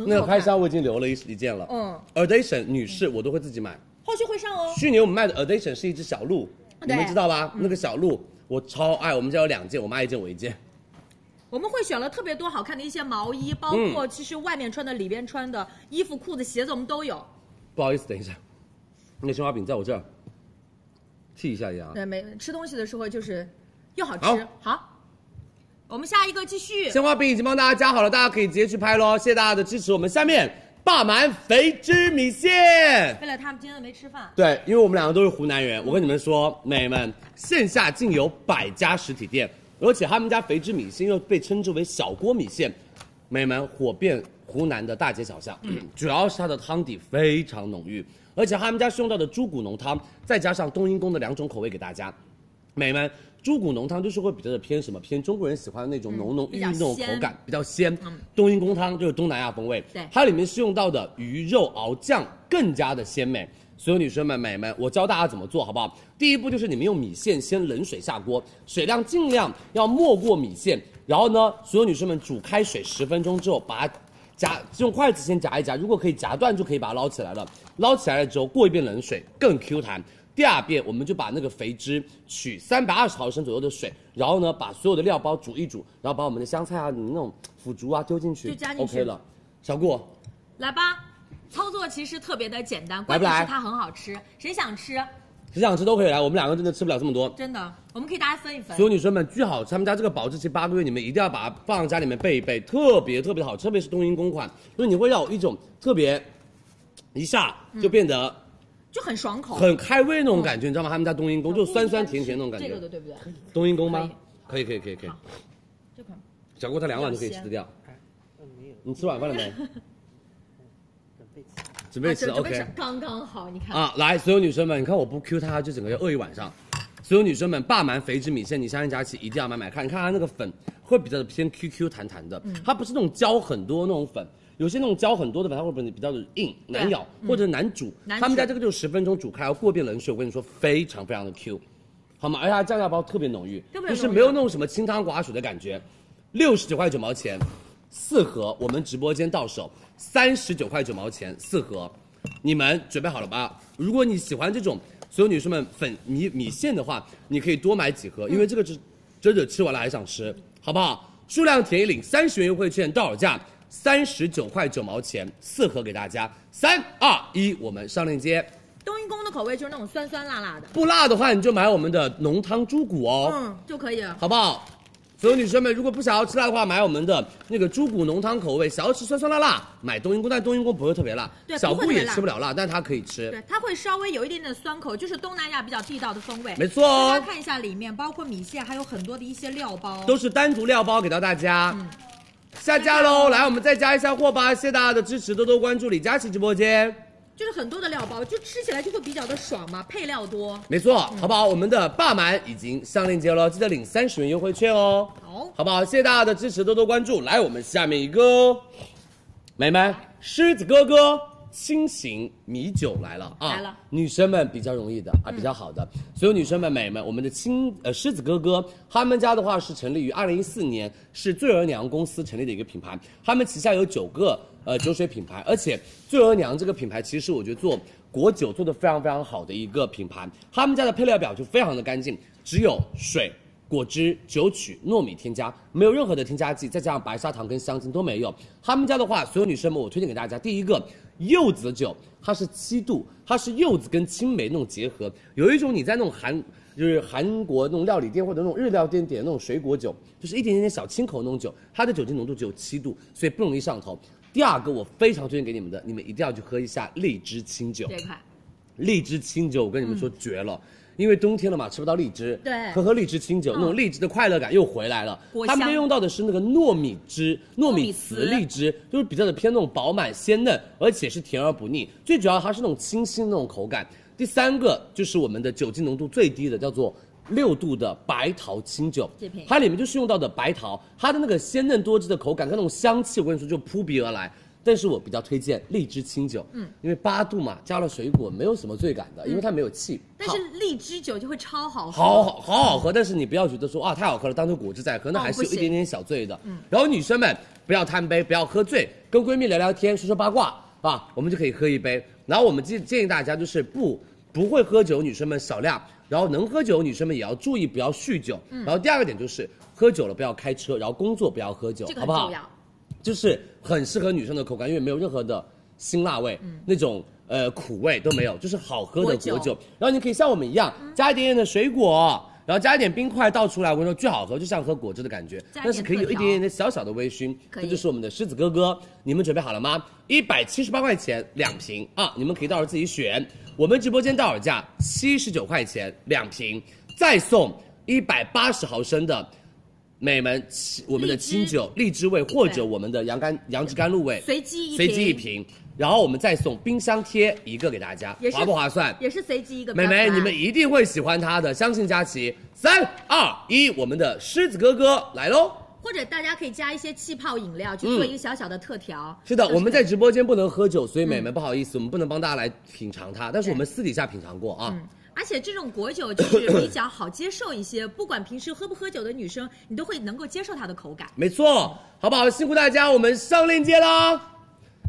Speaker 12: 那个拍衫我已经留了一一件了。
Speaker 7: 嗯
Speaker 12: ，Audition 女士我都会自己买。
Speaker 7: 后续会上哦。
Speaker 12: 去年我们卖的 Audition 是一只小鹿，你们知道吧？
Speaker 7: 嗯
Speaker 12: 那个小鹿我超爱，我们家有两件，我妈一件我一件。 (laughs)
Speaker 7: 我们会选了特别多好看的一些毛衣，包
Speaker 12: 嗯
Speaker 7: 括其实外面穿的、里边穿的衣服、裤子、鞋子我们都有。
Speaker 12: 不好意思，等一下，那鲜花饼在我这儿，剔一下牙。
Speaker 7: 对，没吃东西的时候就是又好吃
Speaker 12: 啊好。
Speaker 7: 好，我们下一个继续。
Speaker 12: 鲜花饼已经帮大家加好了，大家可以直接去拍喽，谢谢大家的支持。我们下面霸蛮肥汁米线。
Speaker 7: 为了他们今天没吃饭，
Speaker 12: 对，因为我们两个都是湖南人，我跟你们说，美们，线下竟有百家实体店，而且他们家肥汁米线又被称之为小锅米线，美们火遍湖南的大街小巷，主要是它的汤底非常浓郁，而且他们家是用到的猪骨浓汤，再加上冬阴功的两种口味给大家，美们。猪骨浓汤就是会比较的偏什么偏中国人喜欢的那种浓浓
Speaker 8: 嗯比
Speaker 12: 郁
Speaker 8: 较
Speaker 12: 郁那种口
Speaker 8: 鲜嗯
Speaker 12: 感，比较鲜。冬阴功汤就是东南亚风味，
Speaker 8: 对
Speaker 12: 它里面是用到的鱼肉熬酱更加的鲜美。所有女生们、美们，我教大家怎么做好不好？第一步就是你们用米线先冷水下锅，水量尽量要没过米线，然后呢，所有女生们煮开水十分钟之后，把它夹用筷子先夹一夹，如果可以夹断就可以把它捞起来了。捞起来了之后过一遍冷水，更 Q 弹。第二遍我们就把那个肥汁取三百二十毫升左右的水，然后呢把所有的料包煮一煮，然后把我们的香菜啊、你们那种腐竹啊丢进去，
Speaker 8: 就加进去
Speaker 12: OK 了。小顾，
Speaker 8: 来吧。操作其实特别的简单，
Speaker 12: 来
Speaker 8: 关
Speaker 12: 不来
Speaker 8: 键是它很好吃，谁想吃？
Speaker 12: 谁想吃都可以来，我们两个真的吃不了这么多。
Speaker 8: 真的，我们可以大家分一分
Speaker 12: 所。有女生们，巨好吃！他们家这个保质期八个月，你们一定要把它放在家里面备一备，特别特别好，特别是冬阴功款，因为你会让我一种特别一下就变得
Speaker 8: 就很爽口。
Speaker 12: 很开胃那种感觉，你知道吗？他们家冬阴功就酸酸甜甜那种感
Speaker 8: 嗯
Speaker 12: 觉。
Speaker 8: 这个的对不对？
Speaker 12: 冬阴功吗？可以可以可以可以。这
Speaker 8: 款
Speaker 12: 小郭他两碗就可以吃掉。你吃晚饭了没？准备吃
Speaker 8: 啊准备
Speaker 12: OK
Speaker 8: 是刚刚好，你看。
Speaker 12: 啊！来，所有女生们，你看我不 Q 他，就整个要饿一晚上。所有女生们，霸蛮肥汁米线，你相信佳琪一定要买买看。你看它那个粉会比较的偏 QQ 弹弹的，
Speaker 8: 嗯
Speaker 12: 它不是那种胶很多那种粉，有些那种胶很多的粉，它会比比较的硬难咬或者难煮。
Speaker 8: 难
Speaker 12: 他们家
Speaker 8: 煮
Speaker 12: 这个就十分钟煮开，过一遍冷水，我跟你说非常非常的 Q。好吗？而且它酱料包特别浓郁，
Speaker 8: 特别
Speaker 12: 就是
Speaker 8: 浓郁
Speaker 12: 没有那种什么清汤寡水的感觉。六十九块九毛钱四盒，我们直播间到手三十九块九毛钱四盒，你们准备好了吧？如果你喜欢这种所有女生们粉米米线的话，你可以多买几
Speaker 8: 嗯
Speaker 12: 盒，因为这个是真的吃完了还想吃，好不好？数量填一领三十元优惠券，到手价三十九块九毛钱四盒给大家。三二一，我们上链接。
Speaker 8: 冬阴功的口味就是那种酸酸辣辣的，
Speaker 12: 不辣的话，你就买我们的浓汤猪骨哦。
Speaker 8: 嗯，就可以了。
Speaker 12: 好不好？所有女生们，如果不想要吃辣的话，买我们的那个猪骨浓汤口味；想要吃酸酸辣辣，买冬阴功，但冬阴功不会特别辣。
Speaker 8: 对
Speaker 12: 小
Speaker 8: 不会
Speaker 12: 顾
Speaker 8: 特别
Speaker 12: 也
Speaker 8: 辣
Speaker 12: 吃不了辣，但她可以吃。
Speaker 8: 对，它会稍微有一点点酸口，就是东南亚比较地道的风味。
Speaker 12: 没错哦
Speaker 8: 大家看一下里面，包括米线，还有很多的一些料包。
Speaker 12: 都是单独料包给到大家。
Speaker 8: 嗯
Speaker 12: 下架喽！来，我们再加一下货吧，谢谢大家的支持，多多关注李佳琦直播间。
Speaker 8: 就是很多的料包，就吃起来就会比较的爽嘛，配料多。
Speaker 12: 没错，
Speaker 8: 嗯
Speaker 12: 好不好？我们的霸蛮已经上链接了，记得领三十元优惠券哦。
Speaker 8: 好
Speaker 12: 好不好？谢谢大家的支持，多多关注。来，我们下面一个哦，美们，狮子哥哥新型米酒来了啊！
Speaker 8: 来了，嗯
Speaker 12: 女生们比较容易的啊，比较好的。所有女生们、美们，我们的亲呃狮子哥哥，他们家的话是成立于二零一四年，是醉儿娘公司成立的一个品牌，他们旗下有九个呃酒水品牌，
Speaker 8: 嗯
Speaker 12: 而且醉儿娘这个品牌其实我觉得做。果酒做的非常非常好的一个品牌，他们家的配料表就非常的干净，只有水、果汁、酒曲、糯米添加，没有任何的添加剂，再加上白砂糖跟香精都没有。他们家的话，所有女生们，我推荐给大家，第一个柚子酒，它是七度，它是柚子跟青梅那种结合，有一种你在那种韩。就是韩国那种料理店或者那种日料店点的那种水果酒，就是一点点小清口那种酒，它的酒精浓度只有七度，所以不容易上头。第二个我非常推荐给你们的，你们一定要去喝一下荔枝清酒。
Speaker 8: 这一款
Speaker 12: 荔枝清酒，我跟你们说绝了。因为冬天了嘛，吃不到荔枝，
Speaker 8: 嗯对嗯
Speaker 12: 喝喝荔枝清酒，那种荔枝的快乐感又回来了
Speaker 8: 果。
Speaker 12: 他
Speaker 8: 香
Speaker 12: 们用到的是那个糯米汁、糯
Speaker 8: 糯
Speaker 12: 米
Speaker 8: 米
Speaker 12: 糍
Speaker 8: 糍
Speaker 12: 荔枝，就是比较的偏那种饱满鲜嫩，而且是甜而不腻。最主要它是那种清新的那种口感。第三个就是我们的酒精浓度最低的，叫做六度的白桃清酒
Speaker 8: 这瓶，
Speaker 12: 它里面就是用到的白桃，它的那个鲜嫩多汁的口感跟那种香气，我跟你说就扑鼻而来。但是我比较推荐荔枝清酒，嗯，因为八度嘛，加了水果没有什么醉感的，因为它没有气。
Speaker 8: 嗯但是荔枝酒就会超好喝。
Speaker 12: 好好好好喝，但是你不要觉得说啊太好喝了，当成果汁在喝，那
Speaker 8: 哦
Speaker 12: 还是有
Speaker 8: 不
Speaker 12: 一
Speaker 8: 行嗯
Speaker 12: 点点小醉的。然后女生们不要贪杯，不要喝醉，跟闺蜜聊聊天，说说八卦啊，我们就可以喝一杯。然后我们建建议大家就是不不会喝酒，女生们少量，然后能喝酒女生们也要注意不要酗酒。
Speaker 8: 嗯
Speaker 12: 然后第二个点就是喝酒了不要开车，然后工作不要喝酒，
Speaker 8: 这个很
Speaker 12: 好不好
Speaker 8: 重？要。
Speaker 12: 就是很适合女生的口感，因为没有任何的辛辣味，那种呃苦味都没有，就是好喝
Speaker 8: 嗯
Speaker 12: 的果
Speaker 8: 果
Speaker 12: 酒。
Speaker 8: 酒嗯
Speaker 12: 然后你可以像我们一样，加一点点的水果，然后加一点冰块倒出来，我跟你说巨好喝，就像喝果汁的感觉。
Speaker 8: 加一点
Speaker 12: 但是可以有一
Speaker 8: 特调
Speaker 12: 点点的小小的微醺，
Speaker 8: 可
Speaker 12: 这
Speaker 8: 以
Speaker 12: 就是我们的狮子哥哥。你们准备好了吗？一百七十八块钱两瓶啊，你们可以到时候自己选。我们直播间到手价七十九块钱两瓶，再送一百八十毫升的。美们，我们的清酒、荔枝味或者我们的杨甘杨枝甘露味，
Speaker 8: 随机一瓶
Speaker 12: 随机一瓶。然后我们再送冰箱贴一个给大家
Speaker 7: 也，是
Speaker 12: 划不划算？
Speaker 7: 也是随机一个。
Speaker 12: 美眉，你们一定会喜欢它的，相信佳琪。三二一，我们的狮子哥哥来喽！
Speaker 7: 或者大家可以加一些气泡饮料，去做一个小小的特调。
Speaker 12: 是的，我们在直播间不能喝酒，所以美眉不好意思，我们不能帮大家来品尝它，但是我们私底下品尝过
Speaker 7: 嗯
Speaker 12: 啊。
Speaker 7: 而且这种果酒就是比较好接受一些，不管平时喝不喝酒的女生，你都会能够接受它的口感。
Speaker 12: 没错，好不好？辛苦大家，我们上链接啦！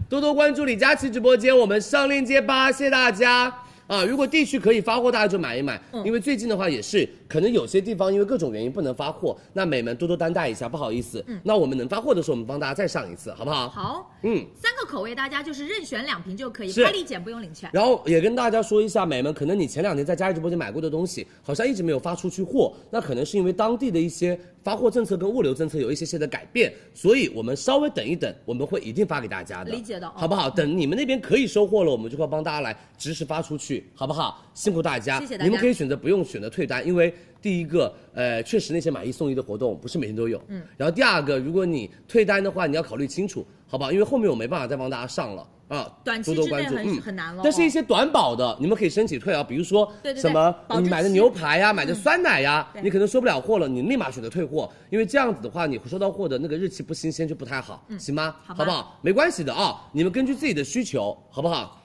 Speaker 12: 多多关注李佳琦直播间，我们上链接吧，谢谢大家啊！如果地区可以发货，大家就买一买，因为最近的话也是，可能有些地方因为各种原因不能发货，那美们多多担待一下，不好意思。那我们能发货的时候，我们帮大家再上一次，好不好？。
Speaker 7: 好，
Speaker 12: 嗯，
Speaker 7: 三个口味大家就是任选两瓶就可以，
Speaker 12: 是
Speaker 7: 拍立减不用领券。
Speaker 12: 然后也跟大家说一下，美们，可能你前两年在佳琦直播间买过的东西，好像一直没有发出去货，那可能是因为当地的一些发货政策跟物流政策有一些些的改变，所以我们稍微等一等，我们会一定发给大家的，
Speaker 7: 理解的哦
Speaker 12: 好不好？等你们那边可以收货了，我们就会帮大家来及时发出去，好不好？辛苦大家，
Speaker 7: 谢谢大家
Speaker 12: 你们可以选择不用选择退单，因为。第一个，呃，确实那些买一送一的活动不是每天都有，嗯。然后第二个，如果你退单的话，你要考虑清楚，好不好？因为后面我没办法再帮大家上了啊，
Speaker 7: 短期
Speaker 12: 多多
Speaker 7: 之内
Speaker 12: 关注
Speaker 7: 很
Speaker 12: 嗯
Speaker 7: 很难了
Speaker 12: 但是
Speaker 7: 哦
Speaker 12: 一些短保的，你们可以申请退啊，比如说
Speaker 7: 对对对
Speaker 12: 什么
Speaker 7: 保质
Speaker 12: 你买的
Speaker 7: 期嗯
Speaker 12: 牛排呀、买的酸奶呀，你可能收不了货了，你立马选择退货，因为这样子的话，你收到货的那个日期不新鲜就不太好，行吗？
Speaker 7: 嗯好吧
Speaker 12: 不好？没关系的啊，你们根据自己的需求，好不好？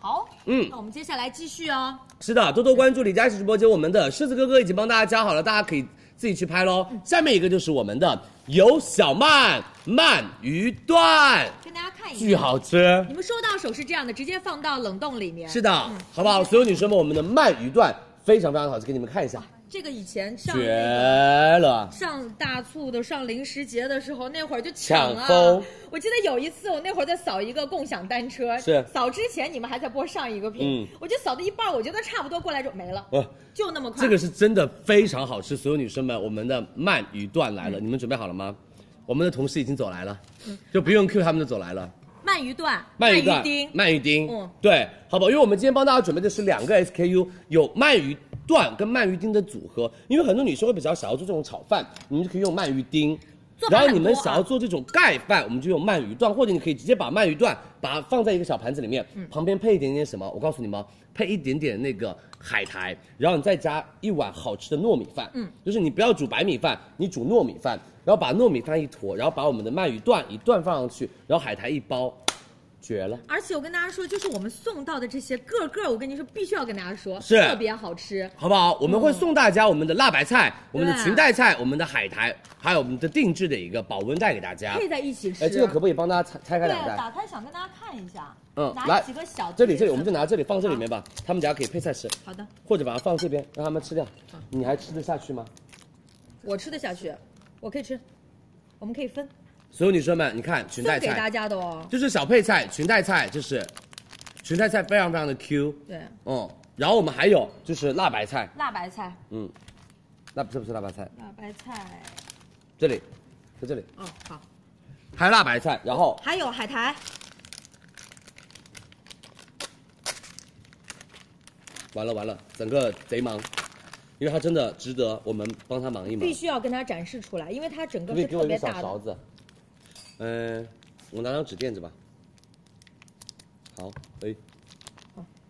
Speaker 7: 好，
Speaker 12: 嗯
Speaker 7: 那我们接下来继续哦。
Speaker 12: 是的，多多关注李佳琦直播间，我们的狮子哥哥已经帮大家加好了，大家可以自己去拍喽。
Speaker 7: 嗯
Speaker 12: 下面一个就是我们的有小曼鳗鱼段，
Speaker 7: 跟大家看一
Speaker 12: 巨
Speaker 7: 下，
Speaker 12: 好吃。
Speaker 7: 你们收到手是这样的，直接放到冷冻里面。
Speaker 12: 是的，好不好？所有女生们，我们的鳗鱼段非常非常好吃，给你们看一下，
Speaker 7: 这个以前上
Speaker 12: 绝
Speaker 7: 那个。
Speaker 12: 了！
Speaker 7: 上大促的、上零食节的时候，那会儿就啊！
Speaker 12: 抢疯
Speaker 7: 我记得有一次，我那会儿在扫一个共享单车，
Speaker 12: 是
Speaker 7: 扫之前你们还在播上一个屏，
Speaker 12: 嗯
Speaker 7: 我就扫到一半儿，我觉得差不多，过来就没了，
Speaker 12: 哇，
Speaker 7: 就那么快。
Speaker 12: 这个是真的非常好吃，所有女生们，我们的鳗鱼段来了，你们准备好了吗？我们的同事已经走来了，就不用 Q 他们就走来了。
Speaker 7: 鳗鱼段、
Speaker 12: 鳗鱼
Speaker 7: 鱼
Speaker 12: 段、
Speaker 7: 丁，
Speaker 12: 鳗鱼丁，
Speaker 7: 嗯
Speaker 12: 对，好吧，因为我们今天帮大家准备的是两个 SKU，有鳗鱼段跟鳗鱼丁的组合，因为很多女生会比较想要做这种炒饭，你们就可以用鳗鱼丁。
Speaker 7: 做法
Speaker 12: 然后
Speaker 7: 很
Speaker 12: 你们
Speaker 7: 多啊
Speaker 12: 想要做这种盖饭，我们就用鳗鱼段，或者你可以直接把鳗鱼段把它放在一个小盘子里面，
Speaker 7: 嗯
Speaker 12: 旁边配一点点什么？我告诉你们，配一点点那个海苔，然后你再加一碗好吃的糯米饭。嗯，就是你不要煮白米饭，你煮糯米饭，然后把糯米饭一坨，然后把我们的鳗鱼段一段放上去，然后海苔一包，绝了。
Speaker 7: 而且我跟大家说，就是我们送到的这些个个，我跟你说，必须要跟大家说，
Speaker 12: 是
Speaker 7: 特别好吃。
Speaker 12: 好不好？我们会送大家我们的辣白菜、我们的裙带菜、我们的海苔，还有我们的定制的一个保温袋给大家。
Speaker 7: 配在一起吃，啊
Speaker 12: 哎，这个可不可以帮大家拆拆开
Speaker 7: 对啊
Speaker 12: 两，袋？
Speaker 7: 打开想跟大家看一下，
Speaker 12: 嗯
Speaker 7: 拿
Speaker 12: 来
Speaker 7: 几个啊小碟子，
Speaker 12: 这里这里，我们就拿这里放这里面吧，他们家可以配菜吃，
Speaker 7: 好的，
Speaker 12: 或者把它放这边让他们吃掉。你还吃得下去吗？
Speaker 7: 我吃得下去，我可以吃，我们可以分
Speaker 12: 所有女生们，你看裙带
Speaker 7: 分给大
Speaker 12: 菜，
Speaker 7: 家的哦。
Speaker 12: 就是小配菜，裙带菜就是，裙带菜非常非常的 Q，
Speaker 7: 对，
Speaker 12: 嗯，然后我们还有就是辣白菜，
Speaker 7: 辣白菜，
Speaker 12: 嗯，那这不是辣白菜，
Speaker 7: 辣白菜，
Speaker 12: 这里，在这里，
Speaker 7: 哦好，
Speaker 12: 还有辣白菜，然后
Speaker 7: 还有海苔，
Speaker 12: 完了完了，整个贼忙，因为他真的值得我们帮他忙一忙。
Speaker 7: 必须要跟大家展示出来，因为它整
Speaker 12: 可
Speaker 7: 个
Speaker 12: 不可以
Speaker 7: 是
Speaker 12: 给
Speaker 7: 特
Speaker 12: 我一
Speaker 7: 别
Speaker 12: 个小
Speaker 7: 大
Speaker 12: 勺
Speaker 7: 的。
Speaker 12: 子？嗯、我拿张纸垫着吧。好，哎，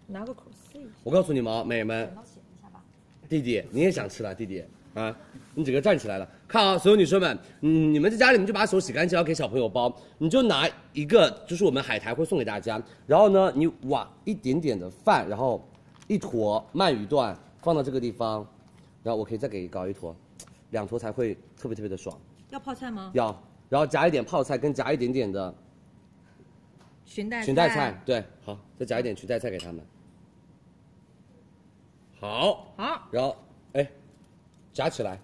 Speaker 7: 拿个口撕一下，
Speaker 12: 我告诉你们啊，美们，弟弟你也想吃了，弟弟啊，你整个站起来了。看啊，所有女生们，嗯，你们在家里面就把手洗干净，要给小朋友包，你就拿一个，就是我们海苔会送给大家，然后呢，你挖一点点的饭，然后一坨鳗鱼段放到这个地方，然后我可以再给搞一坨，两坨才会特别特别的爽。
Speaker 7: 要泡菜吗？
Speaker 12: 要，然后夹一点泡菜，跟夹一点点的
Speaker 7: 裙带
Speaker 12: 裙带菜，对，好，再夹一点裙带菜给他们。好，
Speaker 7: 好，
Speaker 12: 然后哎，夹起来，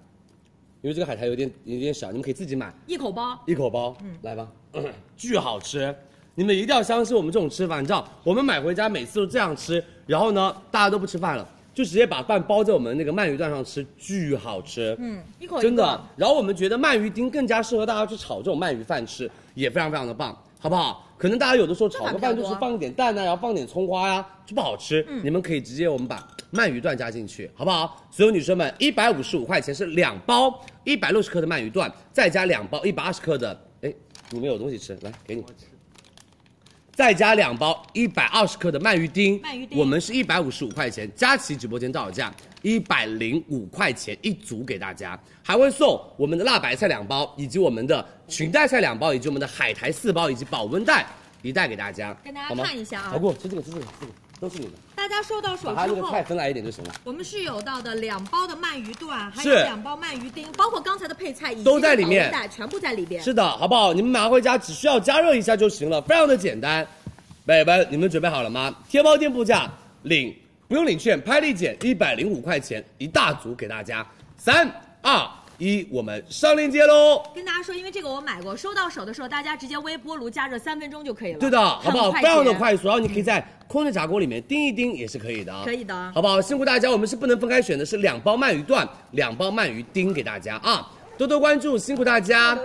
Speaker 12: 因为这个海苔有点有点小，你们可以自己买
Speaker 7: 一口包，
Speaker 12: 一口包，嗯，来吧， (coughs) 巨好吃。你们一定要相信我们这种吃法，你知道，我们买回家每次都这样吃，然后呢，大家都不吃饭了，就直接把饭包在我们那个鳗鱼段上吃，巨好吃。嗯，
Speaker 7: 一口一个
Speaker 12: 真的。然后我们觉得鳗鱼丁更加适合大家去炒这种鳗鱼饭吃，也非常非常的棒，好不好？可能大家有的时候炒个饭就是放一点蛋呐、然后放点葱花呀、就不好吃。
Speaker 7: 嗯
Speaker 12: 你们可以直接我们把鳗鱼段加进去，好不好？所有女生们，一百五十五块钱是两包一百六十克的鳗鱼段，再加两包一百二十克的，哎，你们有东西吃，来给你。再加两包一百二十克的鳗鱼丁，
Speaker 7: 鳗鱼丁
Speaker 12: 我们是一百五十五块钱，佳琦直播间到手价一百零五块钱一组给大家，还会送我们的辣白菜两包，以及我们的裙带菜两包，以及我们的海苔四包，以及保温袋一袋给大家，
Speaker 7: 跟大
Speaker 12: 好
Speaker 7: 家
Speaker 12: 吗
Speaker 7: 看一下啊
Speaker 12: 好，过，吃这个，吃这个，这个都是你的，
Speaker 7: 大家收到手
Speaker 12: 把它那
Speaker 7: 之
Speaker 12: 个
Speaker 7: 后，
Speaker 12: 菜分来一点就行了，
Speaker 7: 我们是有到的两包的鳗鱼段，还
Speaker 12: 是
Speaker 7: 有两包鳗鱼丁，包括刚才的配菜以及
Speaker 12: 都在里面
Speaker 7: 保温袋全部在里边。
Speaker 12: 是的，好不好？你们拿回家只需要加热一下就行了，非常的简单。北北，你们准备好了吗？天猫店铺价领不用领券，拍立减一百零五块钱一大组给大家。三二一，我们上链接喽。
Speaker 7: 跟大家说，因为这个我买过，收到手的时候大家直接微波炉加热三分钟就可以了。
Speaker 12: 对的，好不好？非常的
Speaker 7: 快捷。嗯
Speaker 12: 快速，然后你可以在空气炸锅里面叮一叮也是可以的啊，
Speaker 7: 可以的
Speaker 12: 好不好？辛苦大家，我们是不能分开选的，是两包鳗鱼段，两包鳗鱼丁给大家啊，多多关注，辛苦大家。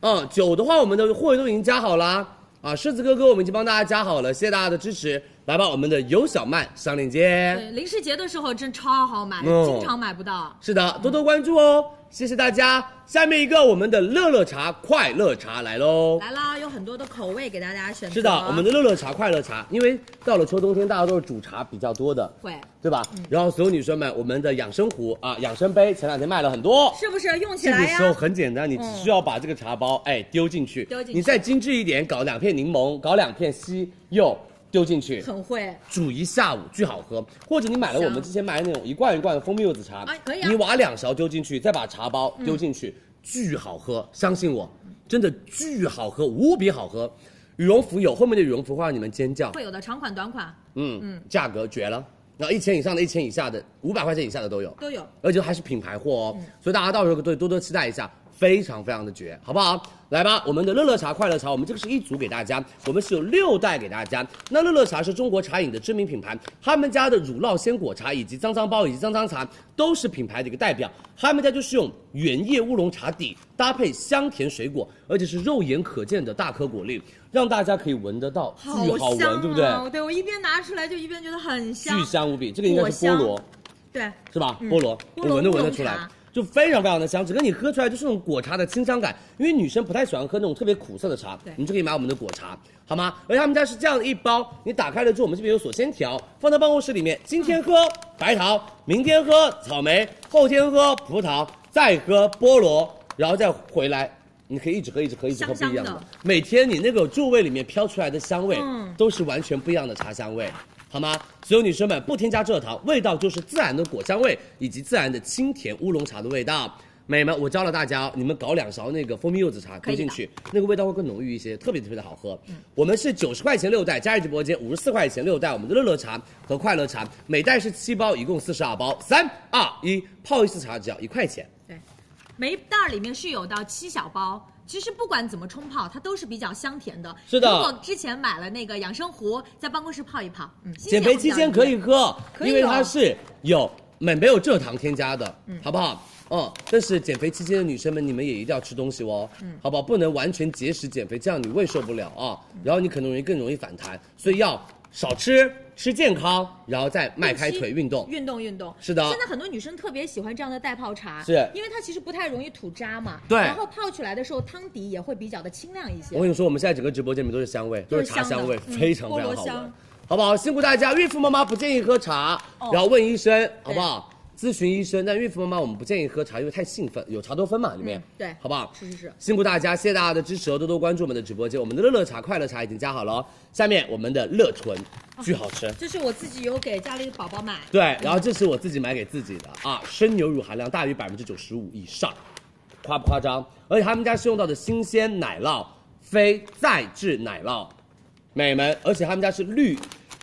Speaker 12: 嗯，酒的话，我们的货源都已经加好啦。啊，狮子哥哥我们已经帮大家加好了，谢谢大家的支持。来吧，我们的有小曼上链接。
Speaker 7: 对，零食节的时候真超好买，
Speaker 12: 嗯
Speaker 7: 经常买不到。
Speaker 12: 是的，多多关注哦，谢谢大家。下面一个我们的乐乐茶快乐茶来喽。
Speaker 7: 来啦，有很多的口味给大家选择。
Speaker 12: 是的，我们的乐乐茶、快乐茶，因为到了秋冬天，大家都是煮茶比较多的，
Speaker 7: 会嗯
Speaker 12: 对吧？然后所有女生们，我们的养生壶啊、养生杯，前两天卖了很多。
Speaker 7: 是不是用起
Speaker 12: 这
Speaker 7: 来
Speaker 12: 个
Speaker 7: 呀嗯
Speaker 12: 时？候很简单，你只需要把这个茶包哎丢进去，
Speaker 7: 丢进去
Speaker 12: 你再精致一点，搞两片柠檬，搞两片西柚丢进去，
Speaker 7: 很会，
Speaker 12: 煮一下午巨好喝。或者你买了我们之前买的那种一罐一罐的蜂蜜柚子茶，
Speaker 7: 哎可以啊
Speaker 12: 你挖两勺丢进去，再把茶包丢进去，巨好喝，相信我，真的巨好喝，无比好喝。羽绒服有后面的羽绒服会让你们尖叫，
Speaker 7: 会有的长款、短款
Speaker 12: 嗯嗯，价格绝了。然后一千以上的、一千以下的、五百块钱以下的都有，
Speaker 7: 都有。
Speaker 12: 而且还是品牌货哦，所以大家到时候对多多期待一下，非常非常的绝，好不好？来吧，我们的乐乐茶、快乐茶，我们这个是一组给大家，我们是有六袋给大家。那乐乐茶是中国茶饮的知名品牌，他们家的乳酪鲜果茶以及脏脏包以及脏脏茶都是品牌的一个代表，他们家就是用原叶乌龙茶底搭配香甜水果，而且是肉眼可见的大颗果粒，让大家可以闻得到，巨好闻，
Speaker 7: 香
Speaker 12: 对不对？
Speaker 7: 啊！对我一边拿出来就一边觉得很香
Speaker 12: 巨，香无比，这个应该是
Speaker 7: 果
Speaker 12: 菠
Speaker 7: 香
Speaker 12: 萝，
Speaker 7: 对，
Speaker 12: 是吧？菠萝，
Speaker 7: 嗯菠
Speaker 12: 我
Speaker 7: 萝
Speaker 12: 闻都
Speaker 7: 乌
Speaker 12: 闻得
Speaker 7: 龙
Speaker 12: 出来
Speaker 7: 茶，
Speaker 12: 就非常非常的香，整个你喝出来就是那种果茶的清香感，因为女生不太喜欢喝那种特别苦涩的茶
Speaker 7: 对，
Speaker 12: 你就可以买我们的果茶，好吗？而且他们家是这样的一包，你打开了之后，我们这边有锁鲜条，放到办公室里面，今天喝白桃，明天喝草莓，后天喝葡萄，再喝菠萝，然后再回来。你可以一直喝，一直喝，一直喝，不
Speaker 7: 香
Speaker 12: 一
Speaker 7: 香
Speaker 12: 样
Speaker 7: 的嗯
Speaker 12: 的。每天你那个座位里面飘出来的香味，都是完全不一样的茶香味，好吗？所有女生们不添加蔗糖，味道就是自然的果香味以及自然的清甜乌龙茶的味道。美们，我教了大家，你们搞两勺那个蜂蜜柚子茶丢进去，那个味道会更浓郁一些，特别特别的好喝。
Speaker 7: 嗯
Speaker 12: 我们是九十块钱六袋，佳怡直播间五十四块钱六袋，我们的乐乐茶和快乐茶每袋是七包，一共四十二包。三二一，泡一次茶只要一块钱。
Speaker 7: 每一袋儿里面是有到七小包。其实不管怎么冲泡，它都是比较香甜的。
Speaker 12: 是的
Speaker 7: 如果之前买了那个养生壶，在办公室泡一泡，嗯，新鲜
Speaker 12: 减
Speaker 7: 会
Speaker 12: 肥
Speaker 7: 比
Speaker 12: 期
Speaker 7: 较
Speaker 12: 间
Speaker 7: 容
Speaker 12: 可
Speaker 7: 易
Speaker 12: 以喝，
Speaker 7: 以
Speaker 12: 因为
Speaker 7: 哦
Speaker 12: 它是有没没有蔗糖添加的，好不好？哦，但是减肥期间的女生们，你们也一定要吃东西哦，好不好？不能完全节食减肥，这样你胃受不了啊，然后你可能容易更容易反弹，所以要少吃，吃健康，然后再迈开腿运动。
Speaker 7: 运动运动。
Speaker 12: 是的
Speaker 7: 现在很多女生特别喜欢这样的袋泡茶，
Speaker 12: 是
Speaker 7: 因为它其实不太容易吐渣嘛。
Speaker 12: 对
Speaker 7: 然后泡起来的时候，汤底也会比较的清亮一些
Speaker 12: 我。跟你说，我们现在整个直播间里面都是香味，都
Speaker 7: 是
Speaker 12: 是茶
Speaker 7: 香的
Speaker 12: 香味，
Speaker 7: 嗯
Speaker 12: 非常非
Speaker 7: 菠萝
Speaker 12: 常好
Speaker 7: 香哦
Speaker 12: 闻，好不好？辛苦大家，孕妇妈妈不建议喝茶，然后问医生，好不好？咨询医生，但孕妇妈妈我们不建议喝茶，因为太兴奋，有茶多酚嘛里面，
Speaker 7: 嗯对
Speaker 12: 好不好？
Speaker 7: 是是是，
Speaker 12: 辛苦大家，谢谢大家的支持哦，多多关注我们的直播间，我们的乐乐茶、快乐茶已经加好了哦。下面我们的乐纯，巨好吃。
Speaker 7: 这是我自己有给家里的宝宝买，
Speaker 12: 对，然后这是我自己买给自己的啊，生牛乳含量大于百分之九十五以上，夸不夸张？而且他们家是用到的新鲜奶酪，非再制奶酪，美们，而且他们家是绿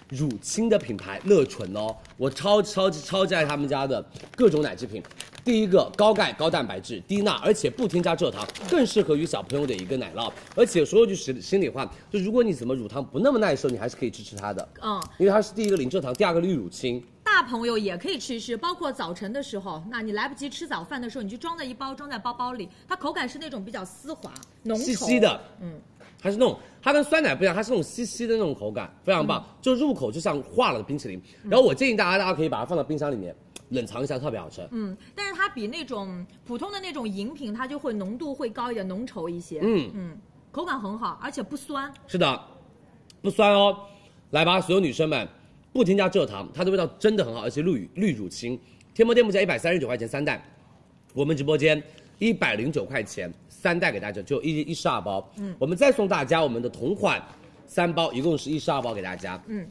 Speaker 12: 乳清的品牌乐纯哦，我超超级超级爱他们家的各种奶制品。第一个高钙、高蛋白质、低钠，而且不添加蔗糖，更适合于小朋友的一个奶酪。而且说句实心里话，就如果你怎么乳糖不那么耐受，你还是可以支持它的。
Speaker 7: 嗯，
Speaker 12: 因为它是第一个零蔗糖，第二个绿乳清。
Speaker 7: 大朋友也可以吃一吃，包括早晨的时候，那你来不及吃早饭的时候，你就装在一包，装在包包里，它口感是那种比较丝滑、浓稠
Speaker 12: 稀稀的，嗯，它是那种，它跟酸奶不一样，它是那种稀稀的那种口感，非常
Speaker 7: 嗯
Speaker 12: 棒，就入口就像化了的冰淇淋。然后我建议大家，大家可以把它放到冰箱里面冷藏一下，特别好吃。
Speaker 7: 嗯，但是它比那种普通的那种饮品，它就会浓度会高一点，浓稠一些，
Speaker 12: 嗯，
Speaker 7: 口感很好，而且不酸，
Speaker 12: 是的，不酸哦。来吧，所有女生们，不添加蔗糖，它的味道真的很好，而且绿乳绿乳清。天猫店目前一百三十九块钱三袋，我们直播间一百零九块钱三袋给大家，就一一十二包。嗯，我们再送大家我们的同款三包，一共是一十二包给大家。嗯。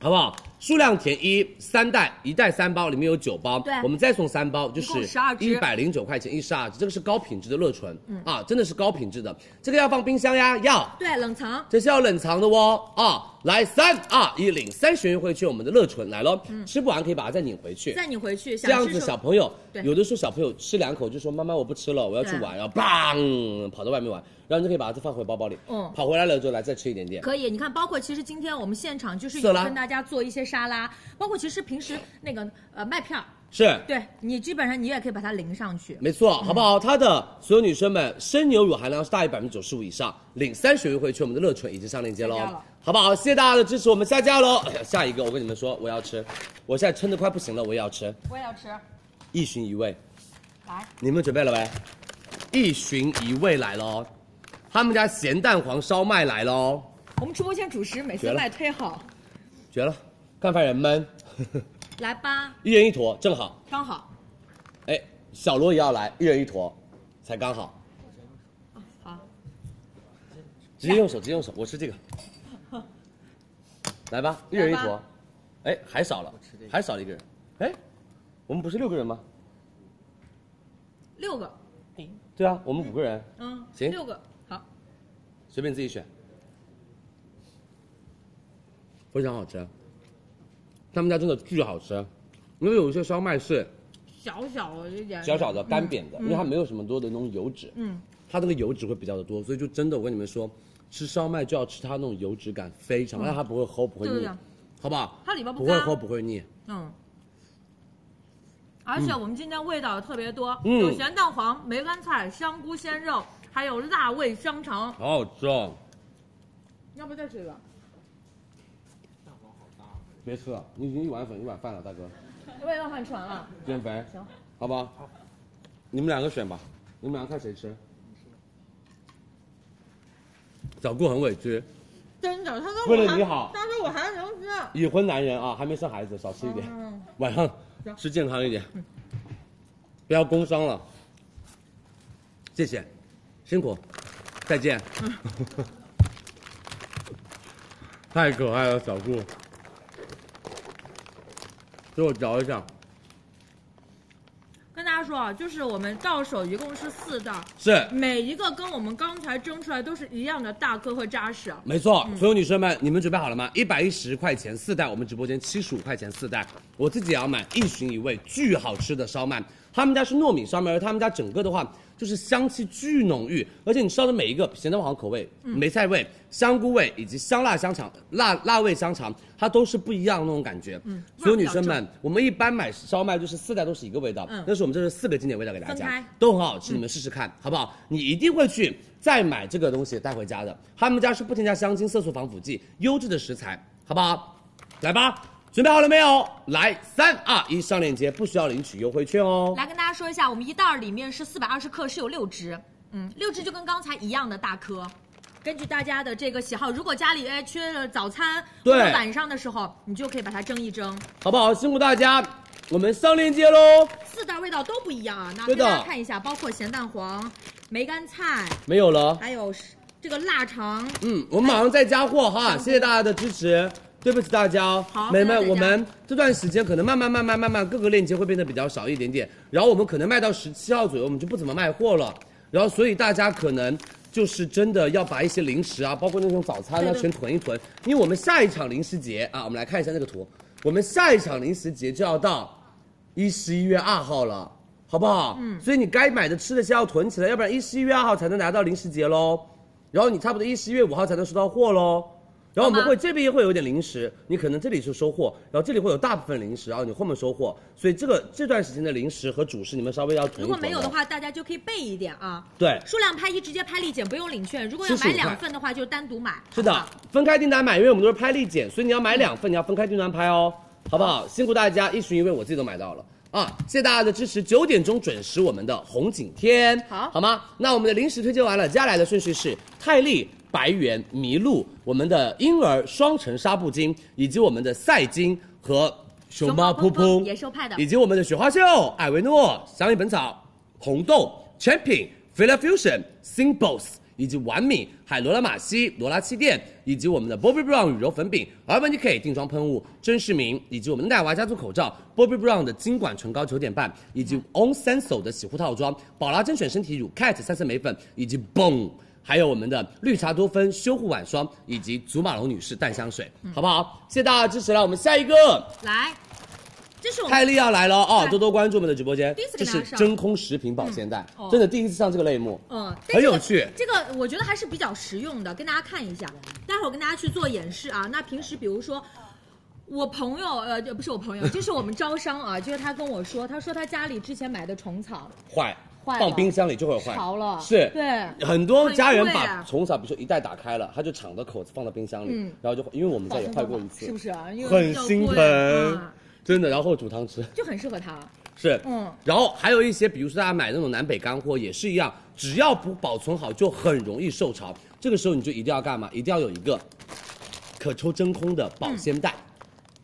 Speaker 12: 好不好？数量填一，三袋，一袋三包，里面有九包。
Speaker 8: 对
Speaker 12: 我们再送三包，就
Speaker 8: 一共
Speaker 12: 是
Speaker 8: 12
Speaker 12: 一
Speaker 8: 支嗯
Speaker 12: 百零九块钱一十二支，这个是高品质的乐纯，啊，真的是高品质的。这个要放冰箱呀，要。
Speaker 8: 对，冷藏。
Speaker 12: 这是要冷藏的哦啊！来，三二一，领三十元优惠券，我们的乐纯来喽！吃不完可以把它再拧回去，
Speaker 8: 带你回去，
Speaker 12: 这
Speaker 8: 嗯想
Speaker 12: 样
Speaker 8: 吃
Speaker 12: 子
Speaker 8: 什
Speaker 12: 小
Speaker 8: 么？
Speaker 12: 朋友
Speaker 8: 对
Speaker 12: 有的时候小朋友吃两口就说妈妈我不吃了，我要去
Speaker 8: 对
Speaker 12: 玩，然后砰跑到外面玩，然后你就可以把它再放回包包里，
Speaker 8: 嗯
Speaker 12: 跑回来了之后来再吃一点点。
Speaker 8: 可以，你
Speaker 7: 你
Speaker 8: 看
Speaker 7: 看，包括其实今天我们现场就是
Speaker 12: 色
Speaker 7: 有
Speaker 12: 拉
Speaker 7: 跟大家做一些沙拉，包括其实平时那个呃麦片儿，
Speaker 12: 是，
Speaker 7: 对你基本上你也可以把它淋上去。
Speaker 12: 没错，好不
Speaker 8: 嗯
Speaker 12: 好？它的所有女生们，生牛乳含量是大于百分之九十五以上，领三十元优惠券，我们的乐纯已经上链接喽哦
Speaker 7: 下架了，
Speaker 12: 好不好？谢谢大家的支持，我们下架喽。哎呀 (laughs) 下一个，我跟你们说，我要吃，我现在撑得快不行了，我也要吃。
Speaker 7: 我也要吃，
Speaker 12: 一寻一味，
Speaker 7: 来，
Speaker 12: 你们准备了没？一寻一味来了哦，他们家咸蛋黄烧麦来了哦，
Speaker 7: 我们直播间主食每次
Speaker 12: 绝了
Speaker 7: 卖忒好，
Speaker 12: 绝了！干饭人们， (laughs)
Speaker 7: 来吧，
Speaker 12: 一人一坨正好。
Speaker 7: 刚好。
Speaker 12: 哎，小罗也要来，一人一坨，才刚好。
Speaker 7: 好，
Speaker 12: 直接用手，直接用手，我吃这个。来吧，一人一坨。哎，还少了，还少了一个人。哎，我们不是六个人吗？
Speaker 7: 六个，
Speaker 12: 对啊，我们五个人，
Speaker 7: 嗯，
Speaker 12: 行
Speaker 7: 六个，好，
Speaker 12: 随便自己选。非常好吃，他们家真的巨好吃，因为有一些烧麦是
Speaker 7: 小小的一点，
Speaker 12: 小小的干扁的，因为它没有什么多的那种油脂，
Speaker 7: 嗯，
Speaker 12: 它那个油脂会比较的多，所以就真的我跟你们说，吃烧麦就要吃它那种油脂感非
Speaker 7: 嗯
Speaker 12: 常，但它不会齁，不会
Speaker 7: 对
Speaker 12: 腻
Speaker 7: 的，
Speaker 12: 好不好？
Speaker 7: 它里边
Speaker 12: 不
Speaker 7: 不
Speaker 12: 会
Speaker 7: 干
Speaker 12: 齁，不会腻，
Speaker 7: 嗯。而且我们今天味道特别多，
Speaker 12: 嗯
Speaker 7: 有咸蛋黄、梅干菜、香菇鲜肉，还有辣味香肠。
Speaker 12: 好好吃哦。
Speaker 11: 要不再吃一个？
Speaker 12: 别吃了，啊你已经一碗粉一碗饭了，大哥，
Speaker 7: 味道很纯啊了，
Speaker 12: 减肥，行，好吧，你们两个选吧，你们两个看谁吃。小顾很委屈，
Speaker 7: 真的，他说
Speaker 12: 为了你好
Speaker 7: 他说我还能吃。
Speaker 12: 已婚男人啊，还没生孩子，少吃一点，
Speaker 7: 嗯
Speaker 12: 晚上吃健康一点，不要工伤了。谢谢，辛苦，再见。太可爱了，小顾，给我嚼一下。
Speaker 7: 跟大家说啊，就是我们到手一共是四袋，
Speaker 12: 是，
Speaker 7: 每一个跟我们刚才蒸出来都是一样的大颗和扎实。啊
Speaker 12: 没错，
Speaker 7: 嗯
Speaker 12: 所有女生们，你们准备好了吗？一百一十块钱四袋，我们直播间七十五块钱四袋，我自己也要买一寻一味，巨好吃的烧麦。他们家是糯米烧麦，而他们家整个的话就是香气巨浓郁，而且你烧的每一个咸蛋黄口味、
Speaker 7: 嗯
Speaker 12: 梅菜味、香菇味以及香辣香肠、辣辣味香肠，它都是不一样的那种感觉。嗯，所有女生们，我们一般买烧麦就是四袋都是一个味道，
Speaker 7: 嗯
Speaker 12: 但是我们这是四个经典味道给大
Speaker 7: 分
Speaker 12: 家
Speaker 7: 开，
Speaker 12: 都很好吃，你们试试看，好不好？你一定会去再买这个东西带回家的。他们家是不添加香精、色素、防腐剂，优质的食材，好不好？来吧，准备好了没有？来，三二一，上链接，不需要领取优惠券哦。
Speaker 7: 来跟大家说一下，我们一袋儿里面是四百二十克，是有六只，嗯，六只就跟刚才一样的大颗。根据大家的这个喜好，如果家里哎缺了早餐或
Speaker 12: 对
Speaker 7: 者晚上的时候，你就可以把它蒸一蒸。
Speaker 12: 好不好？辛苦大家，我们上链接喽。
Speaker 7: 四袋味道都不一样啊，那
Speaker 12: 对
Speaker 7: 给
Speaker 12: 的
Speaker 7: 大家看一下，包括咸蛋黄、梅干菜，
Speaker 12: 没有了，
Speaker 7: 还有是这个腊肠，
Speaker 12: 嗯，我们马上再加货哈，谢谢大家的支持。对不起大家哦，
Speaker 7: 好
Speaker 12: 美们
Speaker 7: 大家再，见
Speaker 12: 我们这段时间可能慢慢慢慢慢慢各个链接会变得比较少一点点，然后我们可能卖到十七号左右，我们就不怎么卖货了，然后所以大家可能就是真的要把一些零食啊，包括那种早餐啊，全囤一囤，因为我们下一场零食节啊，我们来看一下那个图，我们下一场零食节就要到一十一月二号了，好不好？嗯，所以你该买的吃的先要囤起来，要不然一十一月二号才能拿到零食节喽，然后你差不多一十一月五号才能收到货喽。然后我们会这边会有点零食，你可能这里是收货，然后这里会有大部分零食，然后你后面收货，所以这个这段时间的零食和主食你们稍微要囤一囤。
Speaker 7: 如果没有的，话，大家就可以备一点啊。
Speaker 12: 对，
Speaker 7: 数量拍一直接拍立减，不用领券。如果要买
Speaker 12: 75块
Speaker 7: 两份的话，就单独买。
Speaker 12: 是的
Speaker 7: 好不好，
Speaker 12: 分开订单买，因为我们都是拍立减，所以你要买两份，你要分开订单拍哦，好不好？辛苦大家，一群一位我自己都买到了。啊！谢谢大家的支持，九点钟准时我们的红景天，
Speaker 14: 好
Speaker 12: 好吗？那我们的零食推荐完了，接下来的顺序是泰利。白源、麋鹿，我们的婴儿双层纱布巾，以及我们的赛巾和熊猫噗噗，
Speaker 7: 野兽派的
Speaker 12: 以及我们的雪花秀、艾维诺、商业本草、红豆、Champion、Fila Fusion、Symbols，以及完美、海螺拉玛西、罗拉气垫，以及我们的 Bobbi Brown 羽柔粉饼、Urban Decay 定妆喷雾、甄视明，以及我们的奈娃家族口罩、Bobbi Brown 的金管唇膏九点半，以及 On Senso 的洗护套装、宝拉甄选身体乳、Cat 三色眉粉，以及 Boom。还有我们的绿茶多酚修护晚霜以及祖马龙女士淡香水，好不好？谢谢大家的支持，来我们下一个，
Speaker 7: 来，这
Speaker 12: (laughs)
Speaker 7: 是我们
Speaker 12: 泰利要来了哦，多多关注我们的直播间
Speaker 7: 第一次。给
Speaker 12: 这
Speaker 7: 大家
Speaker 12: 是
Speaker 7: 上
Speaker 12: 真空食品保鲜袋
Speaker 7: 哦，
Speaker 12: 真的第一次上这个类目，
Speaker 7: 嗯，但
Speaker 12: 很有
Speaker 7: 这个
Speaker 12: 趣。
Speaker 7: 这个我觉得还是比较实用的，跟大家看一下。待会儿跟大家去做演示啊。那平时比如说。我朋友，呃，就不是我朋友，就是我们招商啊，就是他跟我说，他说他家里之前买的虫草
Speaker 12: 坏，
Speaker 7: 坏了
Speaker 12: 放冰箱里就会坏，
Speaker 7: 潮了，
Speaker 12: 是，
Speaker 7: 对，
Speaker 12: 很多家人
Speaker 7: 很贵
Speaker 12: 把
Speaker 7: 啊
Speaker 12: 虫草，比如说一袋打开了，他就敞着口子放到冰箱里，
Speaker 7: 嗯
Speaker 12: 然后就因为我们家也坏过一次，
Speaker 7: 是不是啊？因为
Speaker 12: 很
Speaker 7: 比较
Speaker 12: 心
Speaker 7: 贵
Speaker 12: 疼
Speaker 7: 啊，
Speaker 12: 真的。然后煮汤吃，
Speaker 7: 就很适合他。
Speaker 12: 是，
Speaker 7: 嗯，
Speaker 12: 然后还有一些，比如说大家买那种南北干货也是一样，只要不保存好就很容易受潮。这个时候你就一定要干嘛？一定要有一个可抽真空的保鲜袋，嗯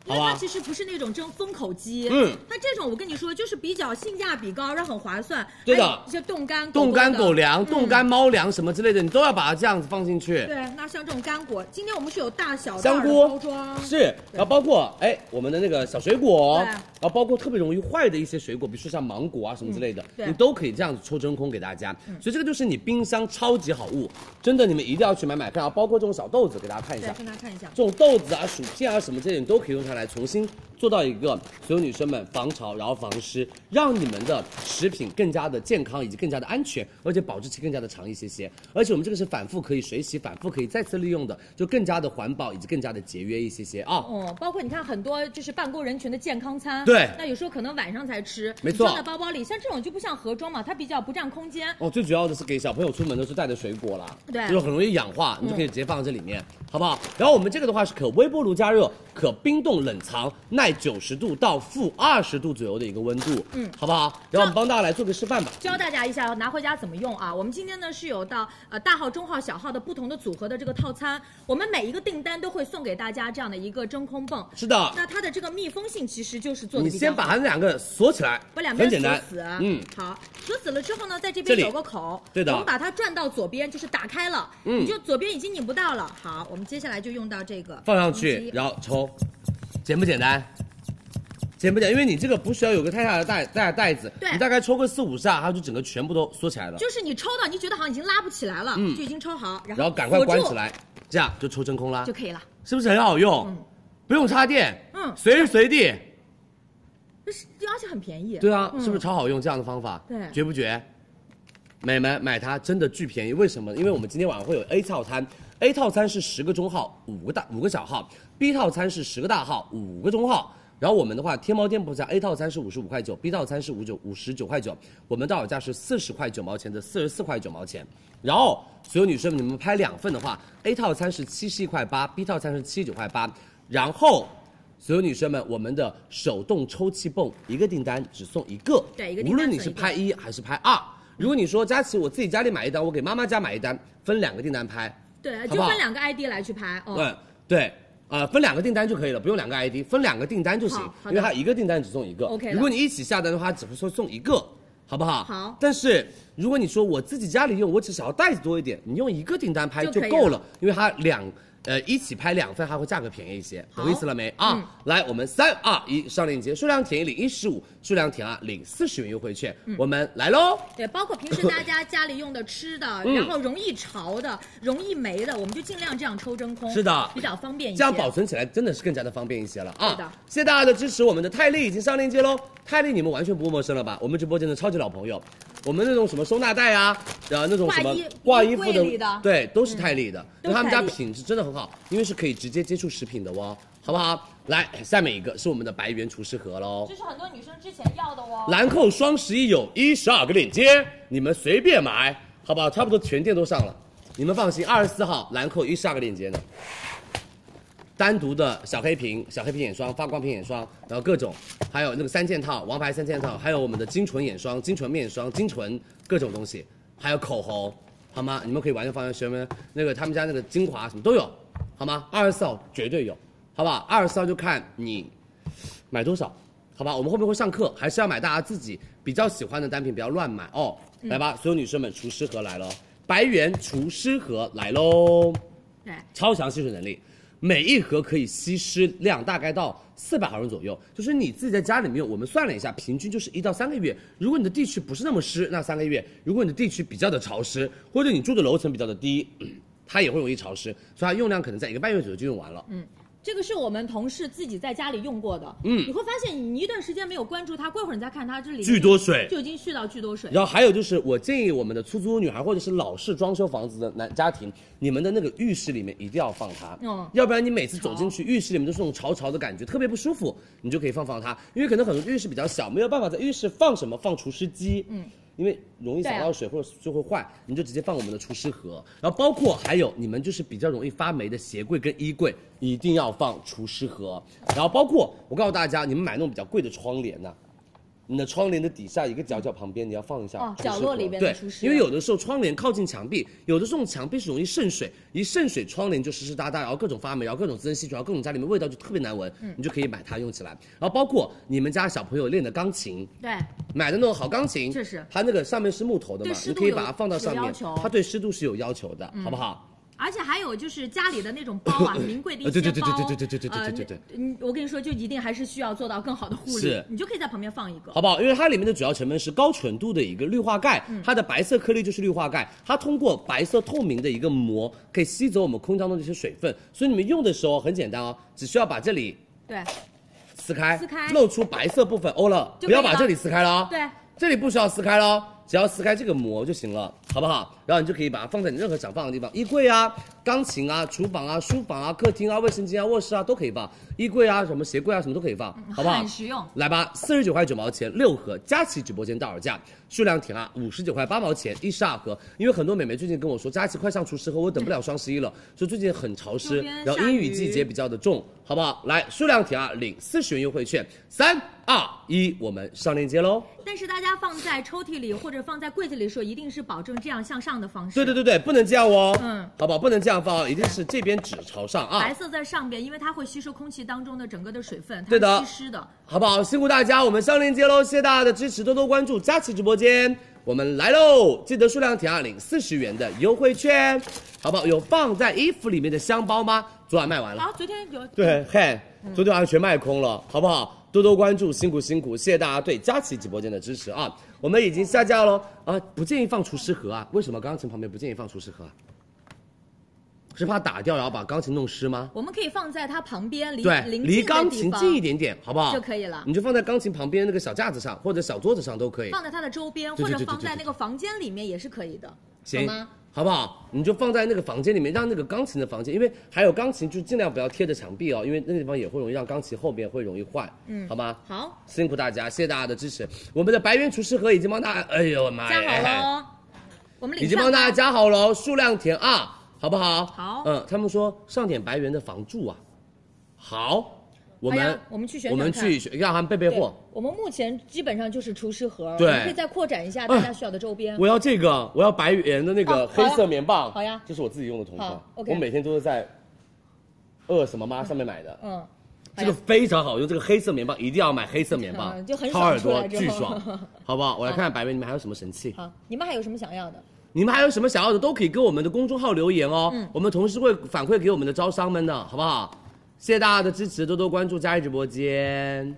Speaker 7: 因
Speaker 12: 好
Speaker 7: 为它
Speaker 12: 吧
Speaker 7: 其？实不是那种真封口机，
Speaker 12: 嗯，
Speaker 7: 它这种我跟你说就是比较性价比高，然后很划算，
Speaker 12: 对的
Speaker 7: 还有一些冻干
Speaker 12: 冻干狗
Speaker 7: 狗粮。
Speaker 12: 粮、冻干猫粮什么之类的，你都要把它这样子放进去。
Speaker 7: 对，那像这种干果，今天我们是有大小袋
Speaker 12: 香
Speaker 7: 儿的
Speaker 12: 菇
Speaker 7: 包装，
Speaker 12: 是，然后包括哎我们的那个小水果，
Speaker 7: 对
Speaker 12: 然后包括特别容易坏的一些水果，比如说像芒果啊什么之类的，
Speaker 7: 对嗯
Speaker 12: 你都可以这样子抽真空给大家。所以这个就是你冰箱超级好物，真的你们一定要去买买看。然后包括这种小豆子，给大家看一
Speaker 7: 对
Speaker 12: 下，，
Speaker 7: 跟大家看一下，
Speaker 12: 这种豆子啊、薯片啊什么这些，你都可以用它来重新做到一个所有女生们防潮，然后防湿，让你们的食品更加的健康以及更加的安全，而且保质期更加的长一些些。而且我们这个是反复可以水洗、反复可以再次利用的，就更加的环保以及更加的节约一些些啊。
Speaker 7: 嗯，包括你看很多就是办公人群的健康餐，
Speaker 12: 对
Speaker 7: 那有时候可能晚上才吃，
Speaker 12: 没错
Speaker 7: 装在包包里，像这种就不像盒装嘛，它比较不占空间，
Speaker 12: 哦，最主要的是给小朋友出门的时候带的水果啦，
Speaker 7: 对嗯
Speaker 12: 就是很容易氧化，你就可以直接放在这里面，好不好？然后我们这个的话是可微波炉加热、可冰冻冷藏，耐九十度到负二十度左右的一个温度，嗯，好不好？然后我们帮大家来做个示范吧。
Speaker 7: 教大家一下拿回家怎么用啊。我们今天呢是有到呃大号、中号、小号的不同的组合的这个套餐，我们每一个订单都会送给大家这样的一个真空泵。
Speaker 12: 是的，
Speaker 7: 那它的这个密封性其实就是做的
Speaker 12: 你
Speaker 7: 比较
Speaker 12: 先
Speaker 7: 好
Speaker 12: 把它们两个锁起来，
Speaker 7: 把两边
Speaker 12: 很简单
Speaker 7: 锁死，，啊
Speaker 12: 嗯，，
Speaker 7: 好，锁死了之后呢，在这
Speaker 12: 这
Speaker 7: 边
Speaker 12: 里
Speaker 7: 有个口，
Speaker 12: 对的
Speaker 7: 我们把它转到左边，就是打开了，
Speaker 12: 嗯
Speaker 7: 你就左边已经拧不到了。好，我们接下来就用到这个
Speaker 12: 放上
Speaker 7: 东
Speaker 12: 去，
Speaker 7: 西
Speaker 12: 然后抽，简不简单？简不简单？因为你这个不需要有个太大的袋袋袋子，
Speaker 7: 对
Speaker 12: 你大概抽个四五下，它就整个全部都缩起来了。
Speaker 7: 就是你抽到，你觉得好像已经拉不起来了，
Speaker 12: 嗯
Speaker 7: 就已经抽好，然
Speaker 12: 然后赶快
Speaker 7: 锁
Speaker 12: 关
Speaker 7: 住
Speaker 12: 起来，这样就抽真空啦
Speaker 7: 就，可以了。
Speaker 12: 是不是很好用？不用插电，
Speaker 7: 嗯
Speaker 12: 随时随地，
Speaker 7: 这是而且很便宜，
Speaker 12: 对啊，
Speaker 7: 嗯
Speaker 12: 是不是超好用？这样的方法，
Speaker 7: 对
Speaker 12: 绝不绝？美们买它真的巨便宜，为什么？因为我们今天晚上会有 A 套餐，A 套餐是十个中号，五个大五个小号；B 套餐是十个大号，五个中号。然后我们的话，天猫店铺价 A 套餐是五十五块九，B 套餐是五九五十九块九，我们到手价是四十块九毛钱的四十四块九毛钱。然后所有女生们，你们拍两份的话，A 套餐是七十一块八，B 套餐是七十九块八，然后。所有女生们，我们的手动抽气泵一个订单只送一个，
Speaker 7: 对一个订单
Speaker 12: 无论你是
Speaker 7: 送一个
Speaker 12: 拍一还是拍二。如果你说佳琪，我自己家里买一单，我给妈妈家买一单，分两个订单拍，
Speaker 7: 对，
Speaker 12: 好
Speaker 7: 就
Speaker 12: 不好
Speaker 7: 分两个 ID 来去拍哦。
Speaker 12: 对对，呃，分两个订单就可以了，不用两个 ID，分两个订单就行
Speaker 7: 好，好
Speaker 12: 因
Speaker 7: 的
Speaker 12: 为它一个订单只送一个。
Speaker 7: OK 的
Speaker 12: 如果你一起下单的话，只会说送一个，好不好？
Speaker 7: 好
Speaker 12: 但是如果你说我自己家里用，我只想要袋子多一点，你用一个订单拍
Speaker 7: 就
Speaker 12: 就
Speaker 7: 可以
Speaker 12: 够
Speaker 7: 了
Speaker 12: 了，因为它两。呃，一起拍两份，它会价格便宜一些，
Speaker 7: 好嗯
Speaker 12: 懂意思了没啊？来，我们三二一，上链接，数量填一领一十五，数量填二领四十元优惠券，
Speaker 7: 嗯
Speaker 12: 我们来喽！
Speaker 7: 对，包括平时大家家里用的吃的，
Speaker 12: 嗯
Speaker 7: 然后容易潮的、容易霉的，我们就尽量这样抽真空，
Speaker 12: 是的
Speaker 7: 比较方便一些。
Speaker 12: 这样保存起来真的是更加的方便一些了
Speaker 7: 是的
Speaker 12: 啊！谢谢大家的支持，我们的泰利已经上链接喽。泰利你们完全不陌生了吧？我们直播间的超级老朋友，我们那种什么收纳袋啊，呃那种什么
Speaker 7: 挂
Speaker 12: 挂
Speaker 7: 衣
Speaker 12: 衣
Speaker 7: 柜
Speaker 12: 服
Speaker 7: 里的嗯
Speaker 12: 对，都是泰利的。
Speaker 7: 都是
Speaker 12: 因为他们
Speaker 7: 泰
Speaker 12: 家
Speaker 7: 利
Speaker 12: 品质真的很好，因为是可以直接接触食品的哦，好不好？来，下面一个是我们的白源厨师盒喽。
Speaker 15: 这是很多女生之前要的哦。
Speaker 12: 兰蔻双十一有一十二个链接，你们随便买，好不好？差不多全店都上了，你们放心，二十四号兰蔻一十二个链接呢。单独的小黑瓶、小黑瓶眼霜、发光瓶眼霜，然后各种，还有那个三件套、王牌三件套，还有我们的精纯眼霜、精纯面霜、精纯各种东西，还有口红，好吗？你们可以完全放心，学们那个他们家那个精华什么都有，好吗？二十四号绝对有，好不好？二十四号就看你买多少，好吧？我们后面会上课，还是要买大家自己比较喜欢的单品，不要乱买哦。来吧，所有女生们，除湿盒来喽，白源除湿盒来喽，超强吸水能力，每一盒可以吸湿量大概到四百毫升左右，就是你自己在家里面用，我们算了一下，平均就是一到三个月。如果你的地区不是那么湿，那三个月；如果你的地区比较的潮湿，或者你住的楼层比较的低，它也会容易潮湿，所以它用量可能在一个半月左右就用完了。
Speaker 7: 这个是我们同事自己在家里用过的，
Speaker 12: 嗯
Speaker 7: 你会发现你一段时间没有关注它，过一会儿你再看它，这里
Speaker 12: 巨多水
Speaker 7: 就已经蓄到巨多水。
Speaker 12: 然后还有就是，我建议我们的出租屋女孩或者是老式装修房子的男家庭，你们的那个浴室里面一定要放它，
Speaker 7: 嗯
Speaker 12: 要不然你每次走进去浴室里面都是那种潮潮的感觉，特别不舒服，你就可以放放它，因为可能很多浴室比较小，没有办法在浴室放什么放除湿机，嗯。因为容易
Speaker 7: 对啊
Speaker 12: 想到水或者就会坏，你就直接放我们的除湿盒，然后包括还有你们就是比较容易发霉的鞋柜跟衣柜，一定要放除湿盒，然后包括我告诉大家，你们买那种比较贵的窗帘呐、你的窗帘的底下一个角角旁边，你要放一下
Speaker 7: 哦
Speaker 12: 除湿盒
Speaker 7: 角落里边的
Speaker 12: 对
Speaker 7: 除，湿
Speaker 12: 因为有的时候窗帘靠近墙壁，有的时候墙壁是容易渗水，一渗水窗帘就湿湿哒哒，然后各种发霉，然后各种滋生细菌，然后各种家里面味道就特别难闻，你就可以买它用起
Speaker 7: 嗯
Speaker 12: 来。然后包括你们家小朋友练的钢琴，
Speaker 7: 对，
Speaker 12: 买的那种好钢琴，
Speaker 7: 确实
Speaker 12: 它那个上面是木头的嘛
Speaker 7: 对，湿
Speaker 12: 你
Speaker 7: 度
Speaker 12: 可以
Speaker 7: 有
Speaker 12: 把它放到上
Speaker 7: 有要
Speaker 12: 面
Speaker 7: 求，嗯
Speaker 12: 它对湿度是有要求的，好不好？
Speaker 7: 而且还有就是家里的那种包
Speaker 12: (coughs)
Speaker 7: 啊，名贵的一些包，
Speaker 12: 对对对对对对对对对对对对
Speaker 7: 呃你我跟你说，就一定还是需要做到更好的护理，
Speaker 12: 是
Speaker 7: 你就可以在旁边放一个。
Speaker 12: 好不好？因为它里面的主要成分是高纯度的一个氯化钙，
Speaker 7: 嗯
Speaker 12: 它的白色颗粒就是氯化钙，它通过白色透明的一个膜可以吸走我们空气当中的一些水分，所以你们用的时候很简单哦，只需要把这里
Speaker 7: 对，
Speaker 12: 撕开，
Speaker 7: 撕开
Speaker 12: 露出白色部分，欧了，
Speaker 7: 就
Speaker 12: 不要
Speaker 7: 可以
Speaker 12: 把
Speaker 7: 了
Speaker 12: 这里撕开了哦，
Speaker 7: 对
Speaker 12: 这里不需要撕开喽，只要撕开这个膜就行了，好不好？然后你就可以把它放在你任何想放的地方，衣柜啊、钢琴啊、厨房啊、书房啊、客厅啊、卫生间啊、卧室啊都可以放，衣柜啊、什么鞋柜啊什么都可以放，好不
Speaker 7: 嗯
Speaker 12: 好？
Speaker 7: 很实用。
Speaker 12: 来吧，四十九块九毛钱六盒，佳琦直播间到手价，数量挺啊，五十九块八毛钱一十二盒。因为很多美眉最近跟我说，佳琦快上厨师盒，我等不了双十一了，说最近很潮湿
Speaker 7: 周边，
Speaker 12: 然后
Speaker 7: 下
Speaker 12: 阴雨季
Speaker 7: 雨
Speaker 12: 节比较的重，好不好？来，数量挺啊，领四十元优惠券，三二一，我们上链接喽。
Speaker 7: 但是大家放在抽屉里或者放在柜子里的时候，一定是保证这样向上的方式。
Speaker 12: 对对对对，不能这样哦，
Speaker 7: 嗯，
Speaker 12: 好不好？不能这样放，哦一定是这边纸朝上啊，
Speaker 7: 白色在上边，因为它会吸收空气当中的整个的水分，它
Speaker 12: 对的
Speaker 7: 是吸湿的。
Speaker 12: 好不好？辛苦大家，我们上链接喽，谢谢大家的支持，多多关注佳琦直播间，我们来喽！记得数量填二领四十元的优惠券，好不好？有放在衣服里面的香包吗？昨晚卖完了，
Speaker 7: 啊，昨天有
Speaker 12: 对，嘿，昨天晚上全卖空了，好不好？多多关注，辛苦辛苦，谢谢大家对佳琦直播间的支持啊！我们已经下架喽啊，不建议放除湿盒啊？为什么钢琴旁边不建议放除湿盒啊？是怕打掉然后把钢琴弄湿吗？
Speaker 7: 我们可以放在它旁边，离
Speaker 12: 对，
Speaker 7: 临
Speaker 12: 离
Speaker 7: 近的
Speaker 12: 钢
Speaker 7: 地
Speaker 12: 琴
Speaker 7: 方
Speaker 12: 近一点点，好不好？
Speaker 7: 就可以了
Speaker 12: 你就放在钢琴旁边那个小架子上，或者小桌子上都可以。
Speaker 7: 放在它的周边，
Speaker 12: 对
Speaker 7: 或
Speaker 12: 对
Speaker 7: 者
Speaker 12: 对对
Speaker 7: 放在
Speaker 12: 对
Speaker 7: 那个房间里面也是可以的，
Speaker 12: 行
Speaker 7: 好吗？
Speaker 12: 好不好？你就放在那个房间里面，让那个钢琴的房间，因为还有钢琴，就尽量不要贴着墙壁哦，因为那个地方也会容易让钢琴后面会容易坏，嗯，好吗？
Speaker 7: 好，
Speaker 12: 辛苦大家，谢谢大家的支持。我们的白云厨师盒已经帮大家，哎呦我妈
Speaker 7: 加
Speaker 12: 呀！
Speaker 7: 好喽。我们领
Speaker 12: 已经
Speaker 7: 上
Speaker 12: 帮大家
Speaker 7: 吧
Speaker 12: 加好了哦，数量填二，好不好？
Speaker 7: 好
Speaker 12: 嗯，他们说上点白猿的房住啊，好，我
Speaker 7: 哎
Speaker 12: 们
Speaker 7: 呀我们去选
Speaker 12: 我们
Speaker 7: 选看
Speaker 12: 去选让他们备备
Speaker 7: 对
Speaker 12: 货。
Speaker 7: 我们目前基本上就是厨师盒，
Speaker 12: 对哎
Speaker 7: 我们可以再扩展一下大家需要的周边。
Speaker 12: 我要这个，我要白猿的那个
Speaker 7: 哦好
Speaker 12: 黑
Speaker 7: 呀
Speaker 12: 色棉棒，
Speaker 7: 好呀
Speaker 12: 这是我自己用的同款
Speaker 7: 好，，OK
Speaker 12: 我每天都是在饿什么妈上面买的，
Speaker 7: 嗯，
Speaker 12: (laughs) 这个非常好用，这个黑色棉棒一定要买黑色棉棒
Speaker 7: 嗯， (laughs) 就很
Speaker 12: 掏
Speaker 7: 爽
Speaker 12: 耳
Speaker 7: 出
Speaker 12: 朵
Speaker 7: 来之
Speaker 12: 巨
Speaker 7: 后
Speaker 12: 爽，
Speaker 7: (laughs)
Speaker 12: 好不好？我来看看白猿你们还有什么神器。
Speaker 7: 好，你们还有什么想要的？
Speaker 12: 你们还有什么想要的，都可以跟我们的公众号留言哦。
Speaker 7: 嗯
Speaker 12: 我们同事会反馈给我们的招商们的，好不好？谢谢大家的支持，多多关注佳怡直播间。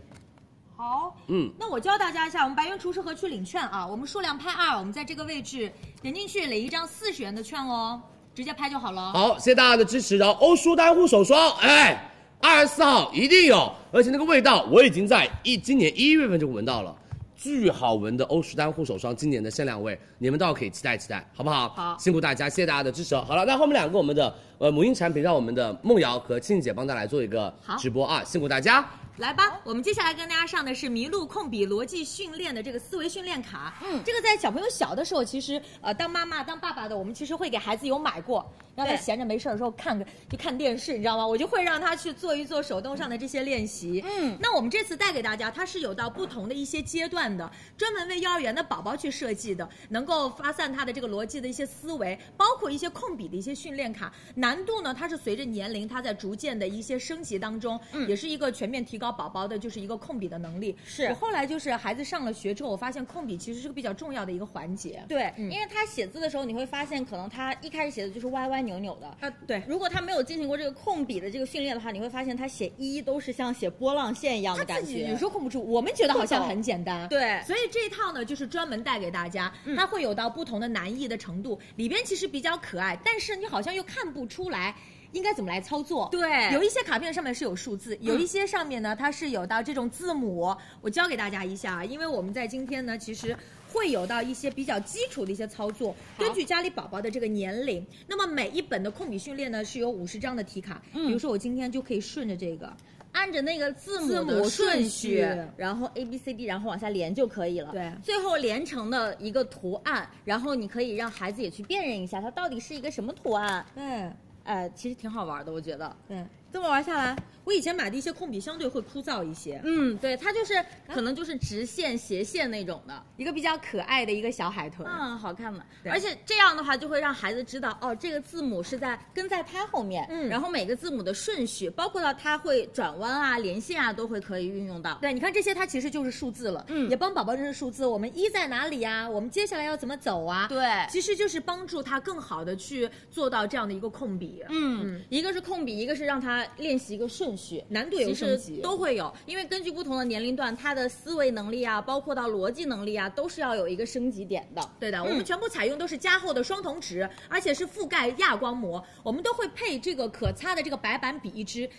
Speaker 7: 好，
Speaker 12: 嗯，
Speaker 7: 那我教大家一下，我们白云厨师盒去领券啊，我们数量拍二，我们在这个位置点进去领一张四十元的券哦，直接拍就好了。
Speaker 12: 好，谢谢大家的支持。然后欧舒丹护手霜，哎，二十四号一定有，而且那个味道我已经在一今年一月份就闻到了。巨好闻的欧舒丹护手霜，今年的限量味，你们倒可以期待期待，好不好？
Speaker 7: 好
Speaker 12: 辛苦大家，谢谢大家的支持。好了，那后面两个我们的呃母婴产品，让我们的梦瑶和庆姐帮大家来做一个直播啊，辛苦大家。
Speaker 7: 来吧，我们接下来跟大家上的是麋鹿控笔逻辑训练的这个思维训练卡。嗯，这个在小朋友小的时候，其实呃，当妈妈、当爸爸的，我们其实会给孩子有买过，让他闲着没事儿的时候看个就看电视，你知道吗？我就会让他去做一做手动上的这些练习。嗯，那我们这次带给大家，它是有到不同的一些阶段的，专门为幼儿园的宝宝去设计的，能够发散他的这个逻辑的一些思维，包括一些控笔的一些训练卡。难度呢，它是随着年龄，它在逐渐的一些升级当中，也是一个全面提高宝宝的就是一个控笔的能力。
Speaker 8: 嗯是
Speaker 7: 我后来就是孩子上了学之后，我发现控笔其实是个比较重要的一个环节。
Speaker 8: 对，
Speaker 7: 嗯
Speaker 8: 因为他写字的时候，你会发现，可能他一开始写的就是歪歪扭扭的。
Speaker 7: 啊，对，
Speaker 8: 如果他没有进行过这个控笔的这个训练的话，你会发现他写一都是像写波浪线一样的
Speaker 7: 他
Speaker 8: 感
Speaker 7: 自己
Speaker 8: 觉。
Speaker 7: 有时候控不住，我们觉得好像很简单。
Speaker 8: 对嗯
Speaker 7: 所以这一套呢，就是专门带给大家，它会有到不同的难易的程度，里边其实比较可爱，但是你好像又看不出来。应该怎么来操作？
Speaker 8: 对
Speaker 7: 有一些卡片上面是有数字，有一些上面呢它是有到这种字母。我教给大家一下啊，因为我们在今天呢，其实会有到一些比较基础的一些操作，根据家里宝宝的这个年龄，那么每一本的控笔训练呢是有五十张的题卡。比如说我今天就可以顺着这个，
Speaker 8: 按着那个字
Speaker 7: 字
Speaker 8: 母
Speaker 7: 母
Speaker 8: 的顺
Speaker 7: 顺序
Speaker 8: 然后 A B C D，然后往下连就可以了。
Speaker 7: 对
Speaker 8: 最后连成的一个图案，然后你可以让孩子也去辨认一下，它到底是一个什么图案。
Speaker 7: 对
Speaker 8: 呃，其实挺好玩的，我觉得。
Speaker 7: 对，
Speaker 8: 这么玩下来，
Speaker 7: 我以前买的一些控笔相对会枯燥一些，
Speaker 8: 嗯，对，它就是可能就是直线、斜线那种的。
Speaker 7: 一个比较可爱的一个小海豚。
Speaker 8: 嗯，好看的，
Speaker 7: 对
Speaker 8: 而且这样的话就会让孩子知道，哦，这个字母是在跟在它后面，
Speaker 7: 嗯
Speaker 8: 然后每个字母的顺序，包括到它会转弯啊、连线啊，都会可以运用到。
Speaker 7: 对，你看这些它其实就是数字了，嗯也帮宝宝认识数字。我们一在哪里呀、我们接下来要怎么走啊？
Speaker 8: 对
Speaker 7: 其实就是帮助他更好的去做到这样的一个控笔。
Speaker 8: 嗯，一个是控笔，一个是让他练习一个顺序，
Speaker 7: 难度有
Speaker 8: 其
Speaker 7: 升
Speaker 8: 实
Speaker 7: 级
Speaker 8: 都会有，因为根据不同的年龄段，他的思维能力啊，包括到逻辑能力啊，都是要有一个升级点的。
Speaker 7: 对的，嗯我们全部采用都是加厚的双铜纸，而且是覆盖亚光膜，我们都会配这个可擦的这个白板笔一支。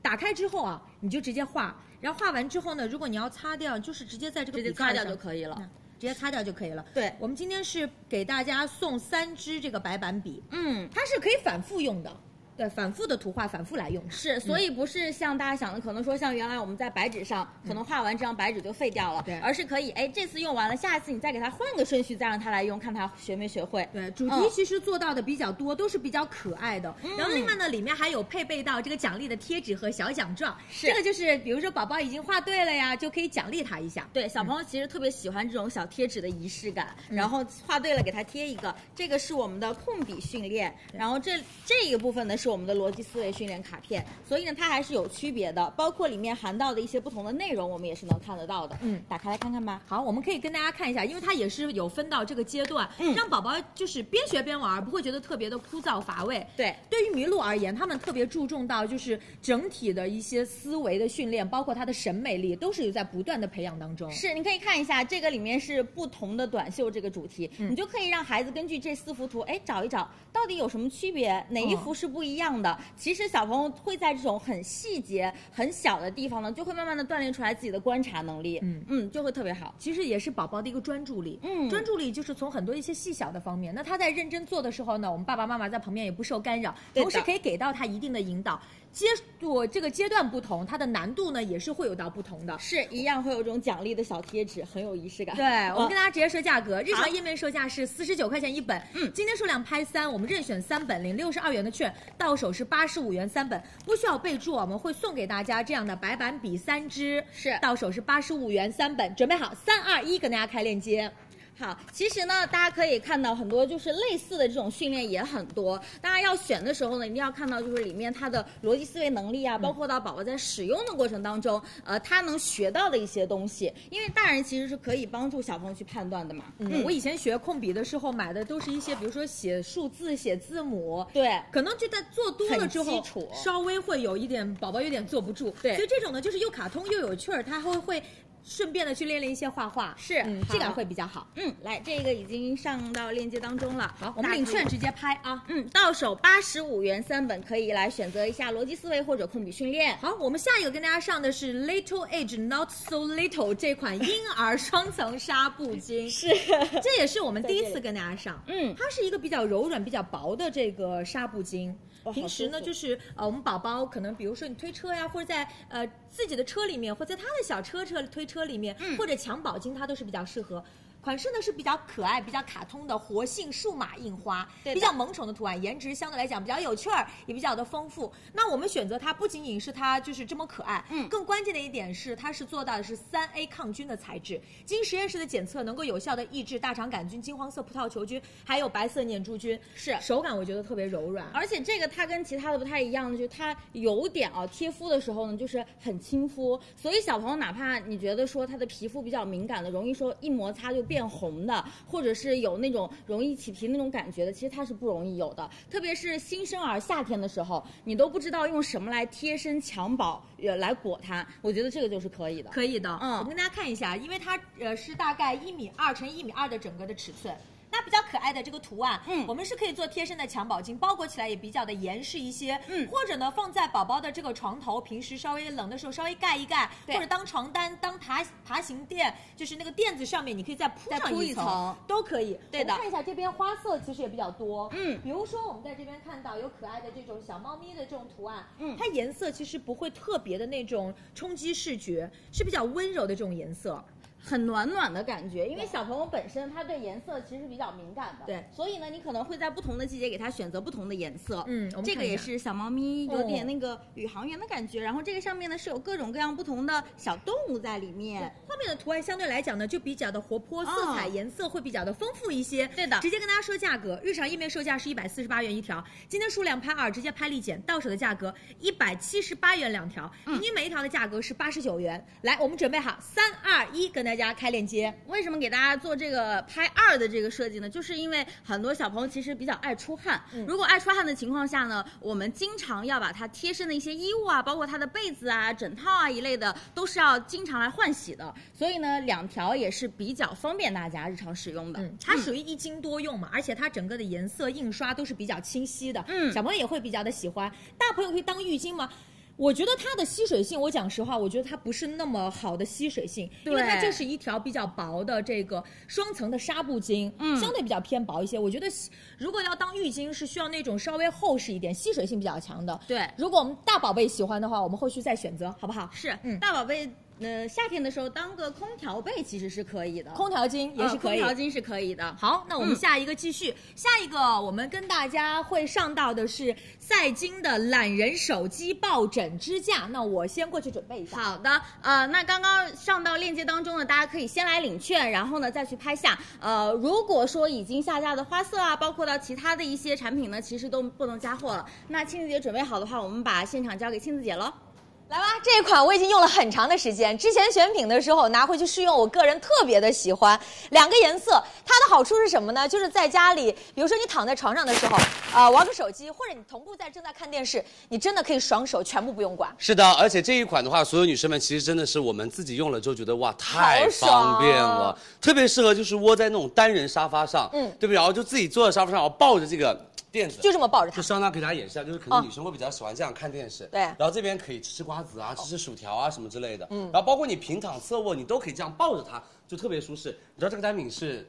Speaker 7: 打开之后啊，你就直接画，然后画完之后呢，如果你要擦掉，就是直接在这个
Speaker 8: 直接
Speaker 7: 笔盖
Speaker 8: 擦掉
Speaker 7: 上
Speaker 8: 就可以了
Speaker 7: 嗯直接擦掉就可以了。
Speaker 8: 对
Speaker 7: 我们今天是给大家送三支这个白板笔，
Speaker 8: 嗯，
Speaker 7: 它是可以反复用的，对，反复的图画反复来用。
Speaker 8: 是，所以不是像大家想的，可能说像原来我们在白纸上，可能画完这张白纸就废掉了，
Speaker 7: 对
Speaker 8: 而是可以，哎，这次用完了，下一次你再给他换个顺序，再让他来用，看他学没学会。
Speaker 7: 对，主题
Speaker 8: 嗯
Speaker 7: 其实做到的比较多，都是比较可爱的。然后另外呢，
Speaker 8: 嗯
Speaker 7: 里面还有配备到这个奖励的贴纸和小奖状。
Speaker 8: 是
Speaker 7: 这个就是比如说宝宝已经画对了呀，就可以奖励他一下。
Speaker 8: 对，小朋友其实特别喜欢这种小贴纸的仪式感，然后画对了给他贴一个。这个是我们的控笔训练，然后这这一个部分呢是我们的逻辑思维训练卡片，所以呢它还是有区别的，包括里面含到的一些不同的内容，我们也是能看得到的。
Speaker 7: 嗯，
Speaker 8: 打开来看看吧。
Speaker 7: 好，我们可以跟大家看一下，因为它也是有分到这个阶段，
Speaker 8: 嗯
Speaker 7: 让宝宝就是边学边玩，不会觉得特别的枯燥乏味。
Speaker 8: 对
Speaker 7: 对于麋鹿而言，他们特别注重到就是整体的一些思维的训练，包括他的审美力，都是在不断的培养当中。
Speaker 8: 是，你可以看一下这个里面是不同的短袖这个主题，
Speaker 7: 嗯
Speaker 8: 你就可以让孩子根据这四幅图，哎，找一找到底有什么区别，哪
Speaker 7: 哦
Speaker 8: 一幅是不一样的。其实小朋友会在这种很细节、很小的地方呢，就会慢慢的锻炼出来自己的观察能力，
Speaker 7: 嗯
Speaker 8: 就会特别好。
Speaker 7: 其实也是宝宝的一个专注力。
Speaker 8: 嗯
Speaker 7: 专注力就是从很多一些细小的方面。那他在认真做的时候呢，我们爸爸妈妈在旁边也不受干扰，
Speaker 8: 对
Speaker 7: 同
Speaker 8: 的
Speaker 7: 时可以给到他一定的引导。接我这个阶段不同，它的难度呢也是会有到不同的。
Speaker 8: 是一样会有一种奖励的小贴纸，很有仪式感。
Speaker 7: 对，我们
Speaker 8: 嗯
Speaker 7: 跟大家直接说价格，日常页面售价是四十九块钱一本，嗯，今天数量拍三，我们任选三本，领六十二元的券，到手是八十五元三本，不需要备注，我们会送给大家这样的白板笔三支，
Speaker 8: 是
Speaker 7: 到手是八十五元三本，准备好三二一，跟大家开链接。
Speaker 8: 好，其实呢，大家可以看到很多就是类似的这种训练也很多。大家要选的时候呢，一定要看到就是里面它的逻辑思维能力啊，包括到宝宝在使用的过程当中，呃，他能学到的一些东西。因为大人其实是可以帮助小朋友去判断的嘛。
Speaker 7: 嗯，我以前学控笔的时候买的都是一些，比如说写数字、写字母，
Speaker 8: 对
Speaker 7: 可能就在做多了之
Speaker 8: 很
Speaker 7: 后
Speaker 8: 基础，
Speaker 7: 稍微会有一点宝宝有点坐不住，
Speaker 8: 对
Speaker 7: 所以这种呢就是又卡通又有趣儿，它会会。顺便的去练练一些画画，
Speaker 8: 是
Speaker 7: 嗯
Speaker 8: 好
Speaker 7: 这个会比较好。
Speaker 8: 嗯，来，这个已经上到链接当中了。
Speaker 7: 好，我们领券直接拍啊。
Speaker 8: 嗯，到手八十五元三本，可以来选择一下逻辑思维或者控笔训练。
Speaker 7: 好，我们下一个跟大家上的是 Little Age Not So Little 这款婴儿双层纱布
Speaker 8: (laughs)
Speaker 7: 巾，是，这也是我们第一次跟大家上。
Speaker 8: 嗯，
Speaker 7: 它是一个比较柔软、比较薄的这个纱布巾。
Speaker 8: 哇
Speaker 7: 平时呢，
Speaker 8: 好舒服
Speaker 7: 就是呃，我们宝宝可能比如说你推车呀，或者在呃自己的车里面，或者在他的小车车推车里面，
Speaker 8: 嗯
Speaker 7: 或者抢宝巾，它都是比较适合。款式呢是比较可爱、比较卡通的活性数码印花，
Speaker 8: 对
Speaker 7: 比
Speaker 8: 的
Speaker 7: 较萌宠的图案，颜值相对来讲比较有趣儿，也比较的丰富。那我们选择它不仅仅是它就是这么可爱，
Speaker 8: 嗯
Speaker 7: 更关键的一点是它是做到的是三 A 抗菌的材质，经实验室的检测能够有效的抑制大肠杆菌、金黄色葡萄球菌，还有白色念珠菌，
Speaker 8: 是
Speaker 7: 手感我觉得特别柔软，
Speaker 8: 而且这个它跟其他的不太一样的，就是它有点啊贴肤的时候呢，就是很亲肤，所以小朋友哪怕你觉得说他的皮肤比较敏感的，容易说一摩擦就变红的，或者是有那种容易起皮那种感觉的，其实它是不容易有的。特别是新生儿夏天的时候，你都不知道用什么来贴身襁褓呃来裹它，我觉得这个就是可以的。
Speaker 7: 可以的。
Speaker 8: 嗯
Speaker 7: 我跟大家看一下，因为它呃是大概一米二乘一米二的整个的尺寸。那比较可爱的这个图案，
Speaker 8: 嗯
Speaker 7: 我们是可以做贴身的襁褓巾，包裹起来也比较的严实一些，
Speaker 8: 嗯
Speaker 7: 或者呢放在宝宝的这个床头，平时稍微冷的时候稍微盖一盖，或
Speaker 8: 对
Speaker 7: 者当床单、当爬爬行垫，就是那个垫子上面，你可以再铺
Speaker 8: 再
Speaker 7: 上
Speaker 8: 铺
Speaker 7: 一
Speaker 8: 一层
Speaker 7: 都可以。
Speaker 8: 对
Speaker 7: 我
Speaker 8: 的
Speaker 7: 们看一下这边花色其实也比较多，
Speaker 8: 嗯
Speaker 7: 比如说我们在这边看到有可爱的这种小猫咪的这种图案，
Speaker 8: 嗯
Speaker 7: 它颜色其实不会特别的那种冲击视觉，是比较温柔的这种颜色。
Speaker 8: 很暖暖的感觉，因为小朋友本身他对颜色其实比较敏感的，
Speaker 7: 对
Speaker 8: 所以呢，你可能会在不同的季节给他选择不同的颜色。
Speaker 7: 嗯我们
Speaker 8: 这个
Speaker 7: 看一
Speaker 8: 也
Speaker 7: 下
Speaker 8: 是小猫咪有点
Speaker 7: 哦
Speaker 8: 那个宇航员的感觉，然后这个上面呢是有各种各样不同的小动物在里面。
Speaker 7: 后面的图案相对来讲呢，就比较的活泼，色彩、
Speaker 8: 哦
Speaker 7: 颜色会比较的丰富一些。
Speaker 8: 对的
Speaker 7: 直接跟大家说价格，日常页面售价是一百四十八元一条，今天数量拍二，直接拍立减，到手的价格一百七十八元两条，平均每一条的价格是八十九元。来，我们准备好，三二一，跟大家开链接。
Speaker 8: 为什么给大家做这个拍二的这个设计呢？就是因为很多小朋友其实比较爱出汗，
Speaker 7: 嗯
Speaker 8: 如果爱出汗的情况下呢，我们经常要把他贴身的一些衣物啊，包括他的被子啊、枕套啊一类的，都是要经常来换洗的。所以呢，两条也是比较方便大家日常使用的。
Speaker 7: 嗯，它属于一斤多用嘛，而且它整个的颜色印刷都是比较清晰的，
Speaker 8: 嗯
Speaker 7: 小朋友也会比较的喜欢，大朋友可以当浴巾吗？我觉得它的吸水性，我讲实话，我觉得它不是那么好的吸水性，因为它
Speaker 8: 对
Speaker 7: 就是一条比较薄的这个双层的纱布巾，嗯相对比较偏薄一些。我觉得吸如果要当浴巾，是需要那种稍微厚实一点、吸水性比较强的。
Speaker 8: 对
Speaker 7: 如果我们大宝贝喜欢的话，我们后续再选择，好不好？
Speaker 8: 是，
Speaker 7: 嗯
Speaker 8: 大宝贝，呃，夏天的时候当个空调被其实是可以的，
Speaker 7: 空调巾也
Speaker 8: 呃
Speaker 7: 是可以，
Speaker 8: 空调巾是可以的。
Speaker 7: 好，那我们
Speaker 8: 嗯
Speaker 7: 下一个继续，下一个我们跟大家会上到的是赛金的懒人手机抱枕支架。那我先过去准备一
Speaker 1: 啊
Speaker 7: 下。
Speaker 8: 好的，呃，那刚刚上到链接当中呢，大家可以先来领券，然后呢再去拍下。呃，如果说已经下架的花色啊，包括到其他的一些产品呢，其实都不能加货了。那庆子姐准备好的话，我们把现场交给庆子姐喽。
Speaker 1: 来吧，这一款我已经用了很长的时间。之前选品的时候拿回去试用，我个人特别的喜欢。两个颜色，它的好处是什么呢？就是在家里，比如说你躺在床上的时候，啊、玩个手机，或者你同步在正在看电视，你真的可以双手全部不用管。
Speaker 12: 是的，而且这一款的话，所有女生们其实真的是我们自己用了之后觉得哇，
Speaker 1: 啊
Speaker 12: 太方便了，特别适合就是窝在那种单人沙发上，
Speaker 1: 嗯
Speaker 12: 嗯，对不对？然后就自己坐在沙发上，然后抱着这个垫子，
Speaker 1: 就这么抱着它
Speaker 12: 就。相当给大家演示一下，就是可能女生会比较喜欢这样看电视，
Speaker 1: 哦对
Speaker 12: 然后这边可以吃吃瓜子啊，吃吃薯条啊什么之类的，嗯，然后包括你平躺侧卧，你都可以这样抱着它，就特别舒适。你知道这个单品是。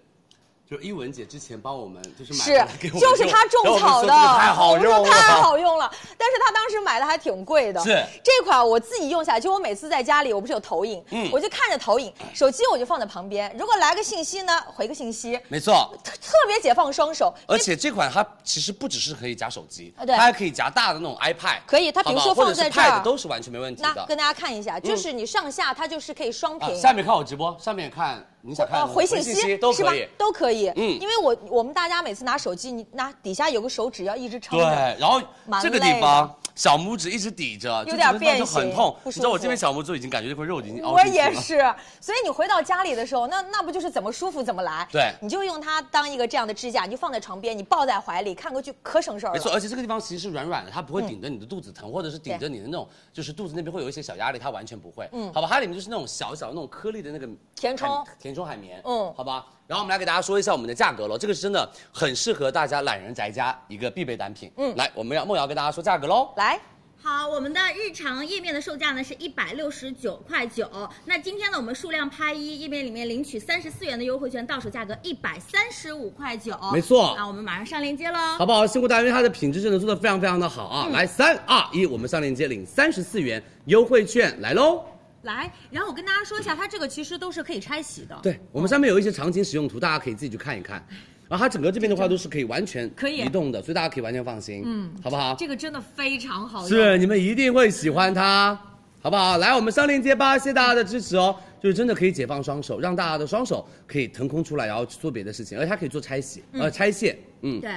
Speaker 12: 就一文姐之前帮我们就是买
Speaker 1: 是
Speaker 12: 回来给，我们用
Speaker 1: 就是它种草的，
Speaker 12: 然后我们说
Speaker 1: 我
Speaker 12: 这个太好用了，啊
Speaker 1: 们说太好用了。但是它当时买的还挺贵的。
Speaker 12: 是
Speaker 1: 这款我自己用下来，就我每次在家里，我不是有投影，
Speaker 12: 嗯
Speaker 1: 我就看着投影，手机我就放在旁边。如果来个信息呢，回个信息，
Speaker 12: 没错，
Speaker 1: 特特别解放双手。
Speaker 12: 而且这款它其实不只是可以夹手机，
Speaker 1: 啊对
Speaker 12: 它还可以夹大的那种 iPad，
Speaker 1: 可以它
Speaker 12: 好
Speaker 1: 比
Speaker 12: 不
Speaker 1: 如
Speaker 12: 好
Speaker 1: 说
Speaker 12: 或
Speaker 1: 放
Speaker 12: 者是
Speaker 1: 在这儿
Speaker 12: Pad 都是完全没问题
Speaker 1: 那
Speaker 12: 的。嗯
Speaker 1: 跟大家看一下，就是你上下它就是可以双屏
Speaker 12: 啊，。下面看我直播，上面看你想看
Speaker 1: 呃，
Speaker 12: 的
Speaker 1: 回信息
Speaker 12: 都
Speaker 1: 是
Speaker 12: 可
Speaker 1: 吧
Speaker 12: 以？。
Speaker 1: 都可以，
Speaker 12: 嗯
Speaker 1: 因为我我们大家每次拿手机，你拿底下有个手指要一直撑
Speaker 12: 对
Speaker 1: 着，，
Speaker 12: 然后
Speaker 1: 蛮
Speaker 12: 这个
Speaker 1: 累
Speaker 12: 地
Speaker 1: 的
Speaker 12: 方小拇指一直抵着，
Speaker 8: 有点
Speaker 12: 就觉得那就
Speaker 8: 变形
Speaker 12: 很痛。
Speaker 8: 不
Speaker 12: 你
Speaker 8: 舒服
Speaker 12: 知道我这边小拇指已经感觉这块肉已经凹
Speaker 7: 我
Speaker 12: 进去
Speaker 7: 也
Speaker 12: 了
Speaker 7: 是，所以你回到家里的时候，那那不就是怎么舒服怎么来？
Speaker 12: 对
Speaker 7: 你就用它当一个这样的支架，你就放在床边，你抱在怀里看过去，可省事儿
Speaker 12: 没错，
Speaker 7: 了。
Speaker 12: 而且这个地方其实是软软的，它不会顶着你的肚子疼，或者是顶着你的那种，就是肚子那边会有一些小压力，它完全不会。嗯，好吧，它里面就是那种小小的那种颗粒的那个
Speaker 7: 填充
Speaker 12: 海填充海绵。
Speaker 7: 嗯
Speaker 12: 嗯，好吧。然后我们来给大家说一下我们的价格喽，这个是真的很适合大家懒人宅家一个必备单品。嗯，来，我们让梦瑶跟大家说价格喽。
Speaker 7: 来，
Speaker 8: 好，我们的日常页面的售价呢是一百六十九块九。那今天呢，我们数量拍一页面里面领取三十四元的优惠券，到手价格一百三十五块九。
Speaker 12: 没错
Speaker 8: 啊，我们马上上链接喽。
Speaker 12: 好不好？辛苦大家，因为它的品质真的做的非常非常的好啊！来，三二一，我们上链接领三十四元优惠券来喽。
Speaker 7: 来，然后我跟大家说一下，它这个其实都是可以拆洗的。
Speaker 12: 对，我们上面有一些场景使用图，大家可以自己去看一看。
Speaker 7: 嗯
Speaker 12: 然后它整个这边的话都是可以完全
Speaker 7: 可以
Speaker 12: 移动的，所以大家可以完全放心，嗯，好不好？
Speaker 7: 这个真的非常好用。
Speaker 12: 是你们一定会喜欢它，好不好？来，我们上链接吧，谢谢大家的支持哦。就是真的可以解放双手，让大家的双手可以腾空出来，然后去做别的事情，而且它可以做拆洗，呃，拆卸，嗯，
Speaker 7: 对。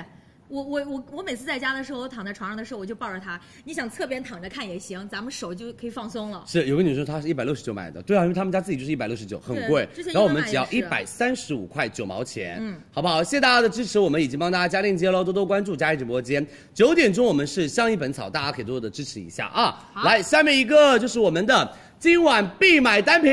Speaker 7: 我我我我每次在家的时候，我躺在床上的时候，我就抱着它。你想侧边躺着看也行，咱们手就可以放松了。
Speaker 12: 是有个女生她是一百六十九买的，对啊，因为他们家自己就是一百六十九，很
Speaker 7: 对
Speaker 12: 贵
Speaker 7: 之前。
Speaker 12: 然后我
Speaker 7: 英
Speaker 12: 们
Speaker 7: 玛
Speaker 12: 只要
Speaker 7: 也
Speaker 12: 一
Speaker 7: 是
Speaker 12: 百三十五块九毛钱，
Speaker 7: 嗯
Speaker 12: 嗯，好不好？谢谢大家的支持，我们已经帮大家加链接喽，多多关注佳怡直播间。九点钟我们是相宜本草，大家可以多多的支持一下啊。来，下面一个就是我们的今晚必买单品，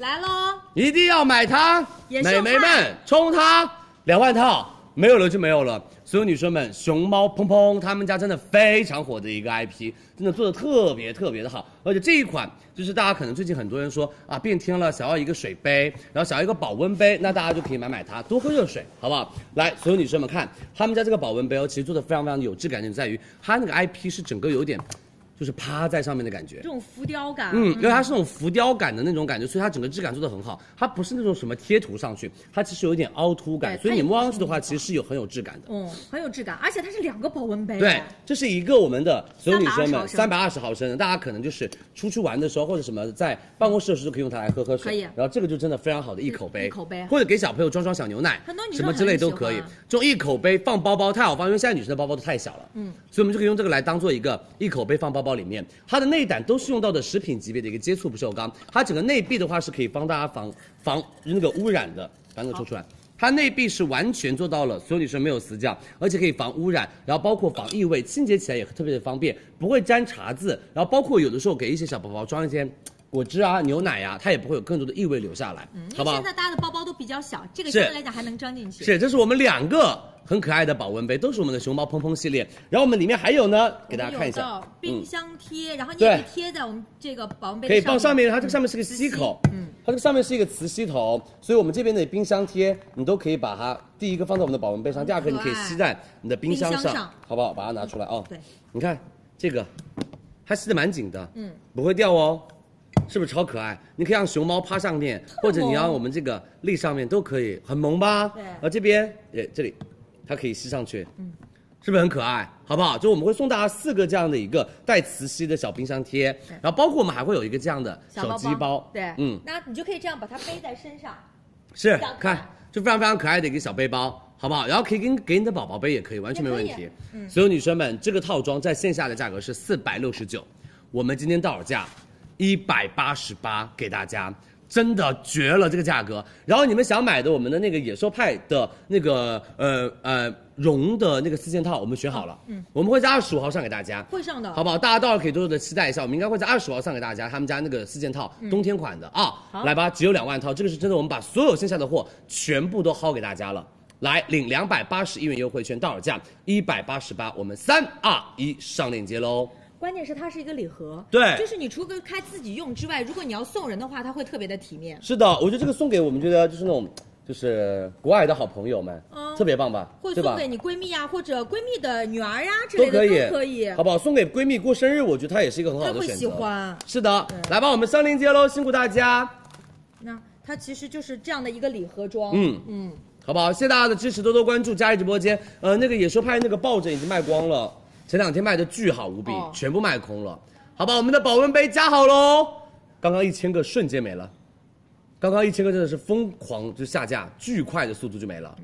Speaker 7: 来喽，
Speaker 12: 一定要买它，
Speaker 7: 野
Speaker 12: 美
Speaker 7: 兽
Speaker 12: 眉们冲它，两万套没有了就没有了。所有女生们，熊猫砰砰他们家真的非常火的一个 IP，真的做的特别特别的好。而且这一款就是大家可能最近很多人说啊变天了，想要一个水杯，然后想要一个保温杯，那大家就可以买买它，多喝热水，好不好？来，所有女生们看他们家这个保温杯哦，其实做的非常非常有质感，就在于它那个 IP 是整个有点就是趴在上面的感觉
Speaker 7: 这。种浮雕感，
Speaker 12: 嗯，因为它是那种浮雕感的那种感觉，所以它整个质感做的很好。它不是那种什么贴涂上去，它其实有一点凹凸感，
Speaker 7: 对
Speaker 12: 所以
Speaker 7: 它
Speaker 12: 你
Speaker 7: 也不
Speaker 12: 摸上
Speaker 7: 是
Speaker 12: 去的
Speaker 7: 那
Speaker 12: 话，
Speaker 7: 么
Speaker 12: 其实是有很有质感的。
Speaker 7: 嗯，很有质感，而且它是两个保温杯。
Speaker 12: 对，这是一个我们的所有女生们
Speaker 7: 320
Speaker 12: 三百二十毫升的，大家可能就是出去玩的时候或者什么，在办公室的时候就可以用它来喝喝水。
Speaker 7: 可以啊
Speaker 12: 然后这个就真的非常好的一口杯，
Speaker 7: 一口杯
Speaker 12: 或者给小朋友装装小牛奶，
Speaker 7: 啊很多女生
Speaker 12: 什么之类都可以
Speaker 7: 很喜欢。
Speaker 12: 就一口杯放包包太好放，因为现在女生的包包都太小了。嗯，所以我们就可以用这个来当做一个一口杯放包包里面。它的内胆都是用到的食品级别的一个接触不锈钢，它整个内壁的话是可以帮大家防防那个污染的，把那个抽出来。它内壁是完全做到了，所有女生没有死角，而且可以防污染，然后包括防异味，清洁起来也特别的方便，不会粘茶渍，然后包括有的时候给一些小宝宝装一些果汁啊、牛奶呀、它也不会有更多的异味留下来，
Speaker 7: 因为
Speaker 12: 好不好
Speaker 7: 现？在大家的包包都比较小，这个
Speaker 12: 是
Speaker 7: 相对来讲还能装进去。
Speaker 12: 是，这是我们两个很可爱的保温杯，都是我们的熊猫砰砰系列。然后我们里面还有呢，给大家看一
Speaker 7: 我们
Speaker 12: 下嗯
Speaker 7: 有到，冰箱贴，然后你
Speaker 12: 对
Speaker 7: 也可以贴在我们这个保温杯
Speaker 12: 可以
Speaker 7: 的
Speaker 12: 放上面，它这个上面是个吸口，嗯，它这个上面是一个磁吸头，所以我们这边的冰箱贴，你都可以把它第一个放在我们的保温杯上，第二个你可以吸在你的冰箱
Speaker 7: 冰箱上
Speaker 12: 好不好？把它拿出来哦。
Speaker 7: 对，
Speaker 12: 你看这个，它吸的蛮紧的，嗯，不会掉哦。是不是超可爱？你可以让熊猫趴上面，或者你让我们这个立上面都可以，很萌吧？
Speaker 7: 对
Speaker 12: 然后这边，也这里，它可以吸上去，嗯，是不是很可爱？好不好？就我们会送大家四个这样的一个带磁吸的小冰箱贴，然后包括我们还会有一个这样的
Speaker 7: 小
Speaker 12: 手机包，
Speaker 7: 对，
Speaker 12: 嗯，
Speaker 7: 那你就可以这样把它背在身上。
Speaker 12: 是
Speaker 7: 小，
Speaker 12: 看就非常非常可爱的一个小背包。好不好？然后可以给你给你的宝宝背也可以，啊嗯完全没问题。所有女生们，这个套装在线下的价格是四百六十九，我们今天到手价一百八十八给大家，真的绝了这个价格。然后你们想买的我们的那个野兽派的那个呃呃绒的那个四件套，我们选好了，嗯，我们会在二十五号上给大家，
Speaker 7: 会上的
Speaker 12: 好不好？大家到时候可以多多的期待一下，我们应该会在二十号上给大家他们家那个四件套、冬天款的啊，来吧，只有两万套，这个是真的，我们把所有线下的货全部都薅给大家了。来领两百八十一元优惠券，到手价一百八十八，我们三二一上链接喽！
Speaker 7: 关键是它是一个礼盒，
Speaker 12: 对
Speaker 7: 就是你除了开自己用之外，如果你要送人的话，它会特别的体面，
Speaker 12: 是的，我觉得这个送给我们觉得就是那种，就是国外的好朋友们，
Speaker 7: 嗯
Speaker 12: 特别棒吧，
Speaker 7: 会
Speaker 12: 对吧
Speaker 7: 送给你闺蜜啊，或者闺蜜的女儿呀、之
Speaker 12: 都
Speaker 7: 类的
Speaker 12: 可以，
Speaker 7: 都可以。
Speaker 12: 好不好？送给闺蜜过生日，我觉得她也是一个很好的选择。
Speaker 7: 她会喜欢
Speaker 12: 是的，来吧，我们上链接喽，辛苦大家，
Speaker 7: 那它其实就是这样的一个礼盒装，
Speaker 12: 嗯
Speaker 7: 嗯，
Speaker 12: 好不好？谢谢大家的支持，多多关注佳怡直播间。呃，那个野兽派那个抱枕已经卖光了，前两天卖的巨好无比，
Speaker 7: 哦
Speaker 12: 全部卖空了，好吧？我们的保温杯加好喽，刚刚一千个瞬间没了，刚刚一千个真的是疯狂就下架，巨快的速度就没了。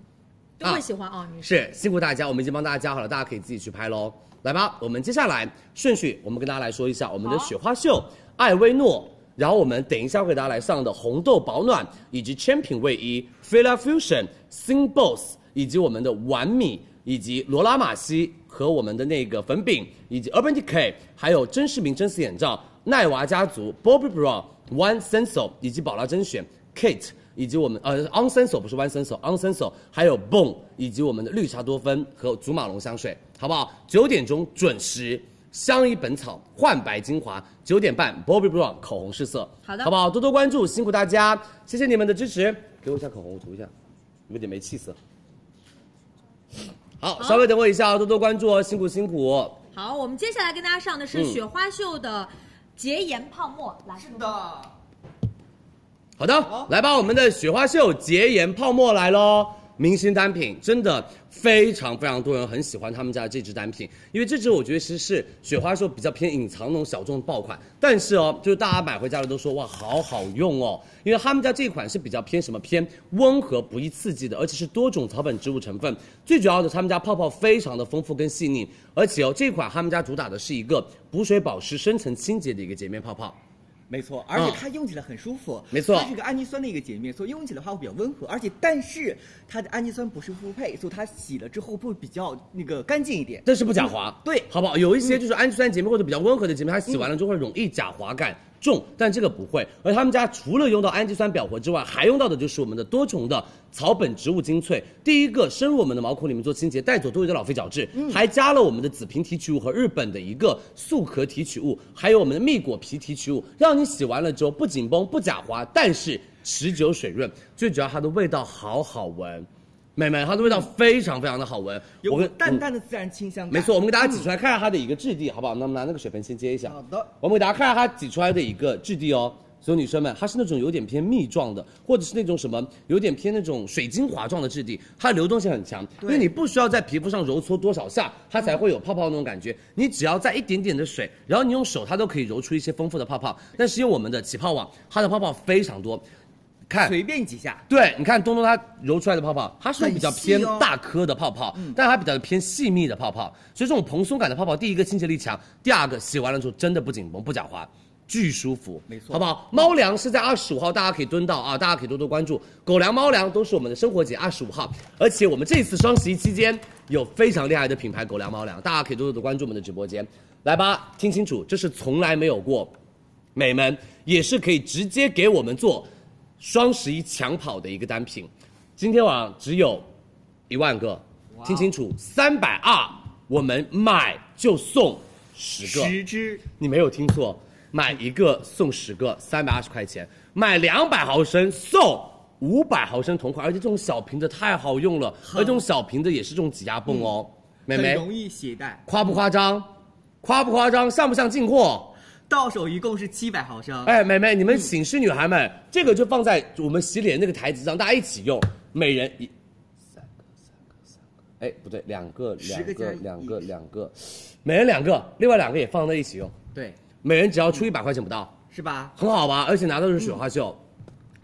Speaker 7: 都会喜欢啊，女生。
Speaker 12: 是辛苦大家，我们已经帮大家加好了，大家可以自己去拍喽。来吧，我们接下来顺序，我们跟大家来说一下我们的雪花秀、艾薇诺，然后我们等一下会给大家来上的红豆保暖，以及 Champion 卫衣、Fila Fusion、Sing Boss，以及我们的完米，以及罗拉玛西和我们的那个粉饼，以及 Urban Decay，还有真视明真丝眼罩、奈娃家族、Bobbi Brown、One Senso 以及宝拉甄选、Kate。以及我们呃 On Senso 不是 One Senso，On Senso 还有 Bone 以及我们的绿茶多酚和祖马龙香水，好不好？九点钟准时，相宜本草焕白精华，九点半 Bobbi Brown 口红试色，
Speaker 7: 好的
Speaker 12: 好不好？多多关注，辛苦大家，谢谢你们的支持。给我一下口红，我涂一下，有点没气色。好，稍微等我一下哦，多多关注哦，辛苦辛苦。
Speaker 7: 好，我们接下来跟大家上的是
Speaker 12: 嗯
Speaker 7: 雪花秀的洁颜泡沫，来，是的，
Speaker 12: 好的，来吧，我们的雪花秀洁颜泡沫来喽！明星单品真的非常非常多人很喜欢他们家这支单品，因为这支我觉得其实是雪花秀比较偏隐藏那种小众爆款，但是哦，就是大家买回家了都说哇好好用哦，因为他们家这款是比较偏什么偏温和不易刺激的，而且是多种草本植物成分，最主要的他们家泡泡非常的丰富跟细腻，而且哦这款他们家主打的是一个补水保湿、深层清洁的一个洁面泡泡。
Speaker 10: 没错，而且
Speaker 12: 嗯
Speaker 10: 它用起来很舒服，
Speaker 12: 没错
Speaker 10: 它是个氨基酸的一个洁面，所以用起来的话会比较温和，而且但是它的氨基酸不是复配，所以它洗了之后会比较那个干净一点。嗯
Speaker 12: 但是不假滑，
Speaker 10: 对嗯
Speaker 12: 好不好？有一些就是氨基酸洁面或者比较温和的洁面，它洗完了之后会容易假滑感重，但这个不会。而他们家除了用到氨基酸表活之外，还用到的就是我们的多重的草本植物精粹。第一个深入我们的毛孔里面做清洁，带走多余的老废角质，
Speaker 10: 嗯
Speaker 12: 还加了我们的紫萍提取物和日本的一个素壳提取物，还有我们的蜜果皮提取物，让你洗完了之后不紧绷、不假滑，但是持久水润。最主要它的味道好好闻，美眉，它的味道非常非常的好闻。
Speaker 10: 有
Speaker 12: 我
Speaker 10: 股
Speaker 12: 跟
Speaker 10: 淡
Speaker 12: 嗯
Speaker 10: 淡的自然清香感。
Speaker 12: 没错，我们给大家挤出来看一下它的一个质地，好不好？那我们拿那个水盆先接一下。
Speaker 10: 好的
Speaker 12: 我们给大家看一下它挤出来的一个质地哦。所有女生们，它是那种有点偏蜜状的，或者是那种什么有点偏那种水晶滑状的质地，它流动性很强，因为你不需要在皮肤上揉搓多少下，它才会有泡泡那种感觉。你只要在一点点的水，然后你用手，它都可以揉出一些丰富的泡泡。但是用我们的起泡网，它的泡泡非常多，看
Speaker 10: 随便几下。
Speaker 12: 对，你看东东它揉出来的泡泡，它是比较
Speaker 10: 很
Speaker 12: 偏
Speaker 10: 细哦
Speaker 12: 大颗的泡泡，
Speaker 10: 嗯
Speaker 12: 但它比较偏细密的泡泡，所以这种蓬松感的泡泡，第一个清洁力强，第二个洗完了之后真的不紧绷不假滑。巨舒服，
Speaker 10: 没错
Speaker 12: 好不好？猫粮是在二十五号，大家可以蹲到啊，大家可以多多关注。狗粮、猫粮都是我们的生活节二十五号，而且我们这次双十一期间有非常厉害的品牌狗粮、猫粮，大家可以多多的关注我们的直播间。来吧，听清楚，这是从来没有过，美们也是可以直接给我们做双十一抢跑的一个单品。今天晚上只有一万个，听清楚，三百二，我们买就送十个，
Speaker 10: 十支
Speaker 12: 你没有听错，买一个送十个，三百二十块钱，买两百毫升送。五百毫升同款，而且这种小瓶的太好用了，而这种小瓶的也是这种挤压泵哦，美
Speaker 10: 嗯很
Speaker 12: 眉
Speaker 10: 容易携带，
Speaker 12: 夸不夸张？夸不夸张？像不像进货？
Speaker 10: 到手一共是七百毫升。
Speaker 12: 哎，妹妹，你
Speaker 10: 嗯
Speaker 12: 们寝室女孩们，这个就放在我们洗脸那个台子上，大家一起用，每人一。三个，三个，三个。哎，不对，两个，两
Speaker 10: 十个加一
Speaker 12: 两个，两个，每人两个，另外两个也放在一起用，
Speaker 10: 对，
Speaker 12: 每人只要出一百块钱不到，
Speaker 10: 是吧？
Speaker 12: 很好吧？而且拿到的是雪花秀。
Speaker 10: 嗯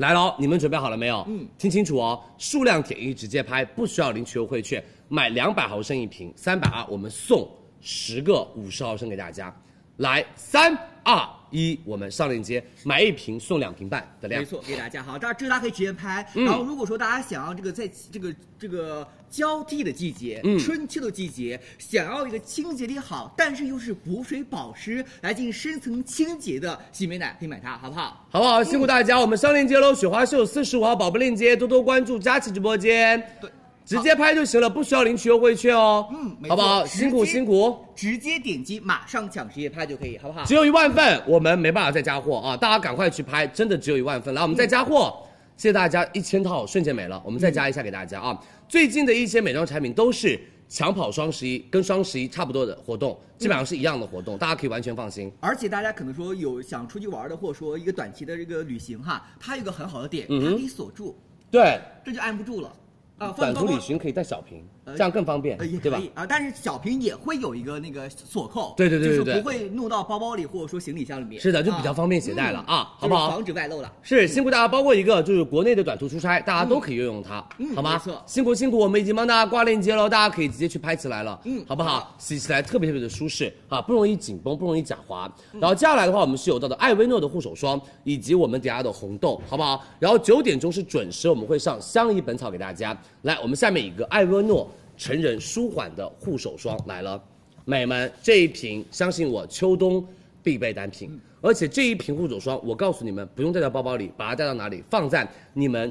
Speaker 12: 来喽，你们准备好了没有？嗯，听清楚哦，数量填一，直接拍，不需要领取优惠券，买两百毫升一瓶，三百啊二，我们送十个五十毫升给大家。来，三二一，我们上链接，买一瓶送两瓶半的量
Speaker 10: 没。错，给大家好，大家这个大家可以直接拍。
Speaker 12: 嗯
Speaker 10: 然后如果说大家想要这个在这个这个交替的季节，
Speaker 12: 嗯
Speaker 10: 春秋的季节，想要一个清洁力好，但是又是补水保湿来进行深层清洁的洗面奶，可以买它，好不好？
Speaker 12: 好不好？辛苦大家，我们上链接喽！雪花秀四十五号宝贝链接，多多关注佳琪直播间，
Speaker 10: 对，
Speaker 12: 直接拍就行了，不需要领取优惠券哦。
Speaker 10: 嗯没错
Speaker 12: 好不好？
Speaker 10: 直接
Speaker 12: 辛苦辛苦。
Speaker 10: 直接点击马上抢直接拍就可以，好不好？
Speaker 12: 只有一万份，我们没办法再加货啊！大家赶快去拍，真的只有一万份。来，我们再加货，谢谢大家，一千套瞬间没了，我们再加一下给大家啊！最近的一些美妆产品都是抢跑双十一，跟双十一差不多的活动，基本上是一样的活动，大家可以完全放心。
Speaker 10: 而且大家可能说有想出去玩的，或者说一个短期的这个旅行哈，它有一个很好的点，
Speaker 12: 嗯哼
Speaker 10: 它可以锁住，
Speaker 12: 对，
Speaker 10: 这就按不住了。啊，放
Speaker 12: 短
Speaker 10: 包
Speaker 12: 途
Speaker 10: 包
Speaker 12: 旅行可以带小瓶，
Speaker 10: 呃
Speaker 12: 这样更方便，
Speaker 10: 呃，也可
Speaker 12: 对吧
Speaker 10: 以？啊，但是小瓶也会有一个那个锁扣，
Speaker 12: 对对对
Speaker 10: 就是
Speaker 12: 对对
Speaker 10: 不会弄到包包里或者说行李箱里面。
Speaker 12: 是的，就比较方便携带了
Speaker 10: 啊，
Speaker 12: 啊，
Speaker 10: 就
Speaker 12: 好
Speaker 10: 是
Speaker 12: 不好？
Speaker 10: 防止外漏了。
Speaker 12: 是辛苦大家，包括一个就是国内的短途出差，大家都可以用用它，
Speaker 10: 嗯
Speaker 12: 好吗？
Speaker 10: 没错
Speaker 12: 辛苦辛苦，我们已经帮大家挂链接了，大家可以直接去拍起来了，
Speaker 10: 嗯
Speaker 12: 好不
Speaker 10: 好
Speaker 12: 好？洗起来特别特别的舒适啊，不容易紧绷，不容易假滑。然后接下来的话，我们是有到的艾薇诺的护手霜，以及我们等下的红豆，好不好？然后九点钟是准时，我们会上相宜本草给大家。来，我们下面一个艾薇诺成人舒缓的护手霜来了。美们，这一瓶相信我，秋冬必备单品。
Speaker 10: 嗯
Speaker 12: 而且这一瓶护手霜，我告诉你们，不用带到包包里，把它带到哪里？放在你们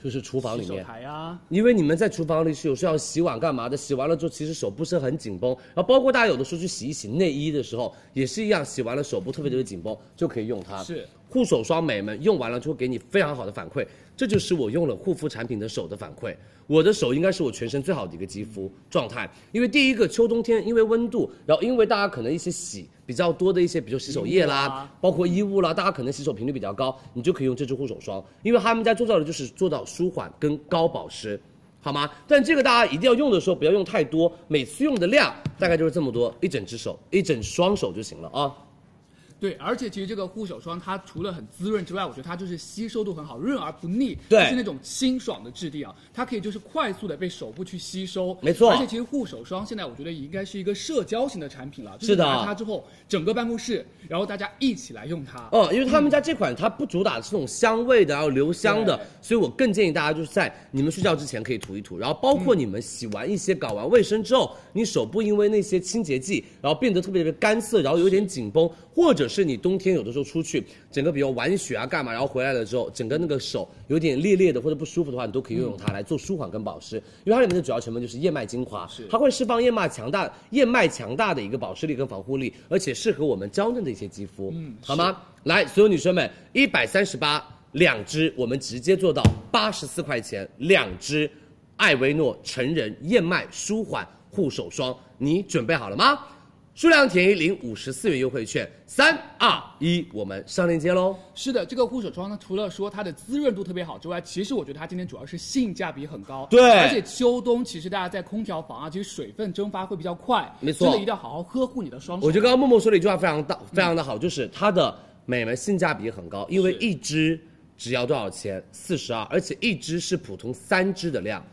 Speaker 12: 就是厨房里面，
Speaker 16: 台啊，
Speaker 12: 因为你们在厨房里是有时候要洗碗干嘛的，洗完了之后其实手不是很紧绷，然后包括大家有的时候去洗一洗内衣的时候也是一样，洗完了手部特别特别紧绷，就可以用它。
Speaker 16: 是
Speaker 12: 护手霜，美们用完了就会给你非常好的反馈，这就是我用了护肤产品的手的反馈。我的手应该是我全身最好的一个肌肤状态，因为第一个秋冬天因为温度，然后因为大家可能一些洗比较多的一些，比如洗手液啦，
Speaker 16: 衣物啊
Speaker 12: 包括衣物啦，大家可能洗手频率比较高，你就可以用这支护手霜，因为他们家做到的就是做到舒缓跟高保湿，好吗？但这个大家一定要用的时候不要用太多，每次用的量大概就是这么多，一整只手，一整双手就行了啊。
Speaker 16: 对，而且其实这个护手霜它除了很滋润之外，我觉得它就是吸收度很好，润而不腻，
Speaker 12: 对
Speaker 16: 就是那种清爽的质地啊，它可以就是快速的被手部去吸收，
Speaker 12: 没错
Speaker 16: 而且其实护手霜现在我觉得应该是一个社交型的产品了，就是
Speaker 12: 的
Speaker 16: 拿它之后，整个办公室，然后大家一起来用它。
Speaker 12: 哦，因为他们家这款它不主打这种香味的，然后留香的
Speaker 16: 对，
Speaker 12: 所以我更建议大家就是在你们睡觉之前可以涂一涂，然后包
Speaker 16: 嗯
Speaker 12: 括你们洗完一些、搞完卫生之后，你手部因为那些清洁剂，然后变得特别特别干涩，然后有点紧绷，或者是你冬天有的时候出去，整个比如玩雪啊干嘛，然后回来了之后，整个那个手有点裂裂的或者不舒服的话，你都可以用
Speaker 16: 嗯
Speaker 12: 它来做舒缓跟保湿，因为它里面的主要成分就是燕麦精华，它会释放燕麦强大、燕麦强大的一个保湿力跟防护力，而且适合我们娇嫩的一些肌肤，嗯，好吗？来，所有女生们，一百三十八两支，我们直接做到八十四块钱两支，艾薇诺成人燕麦舒缓护手霜，你准备好了吗？数量填一领五十四元优惠券，三二一，我们上链接喽。
Speaker 16: 是的，这个护手霜呢，除了说它的滋润度特别好之外，其实我觉得它今天主要是性价比很高。
Speaker 12: 对
Speaker 16: 而且秋冬其实大家在空调房啊，其实水分蒸发会比较快，
Speaker 12: 没错
Speaker 16: 真的一定要好好呵护你的
Speaker 6: (laughs)
Speaker 16: 双手。
Speaker 12: 我觉得刚刚默默说了一句话非常大，非常的好，就是它的美们性价比很高，因为
Speaker 16: 嗯是
Speaker 12: 一支只要多少钱？四十二，而且一支是普通三支的量，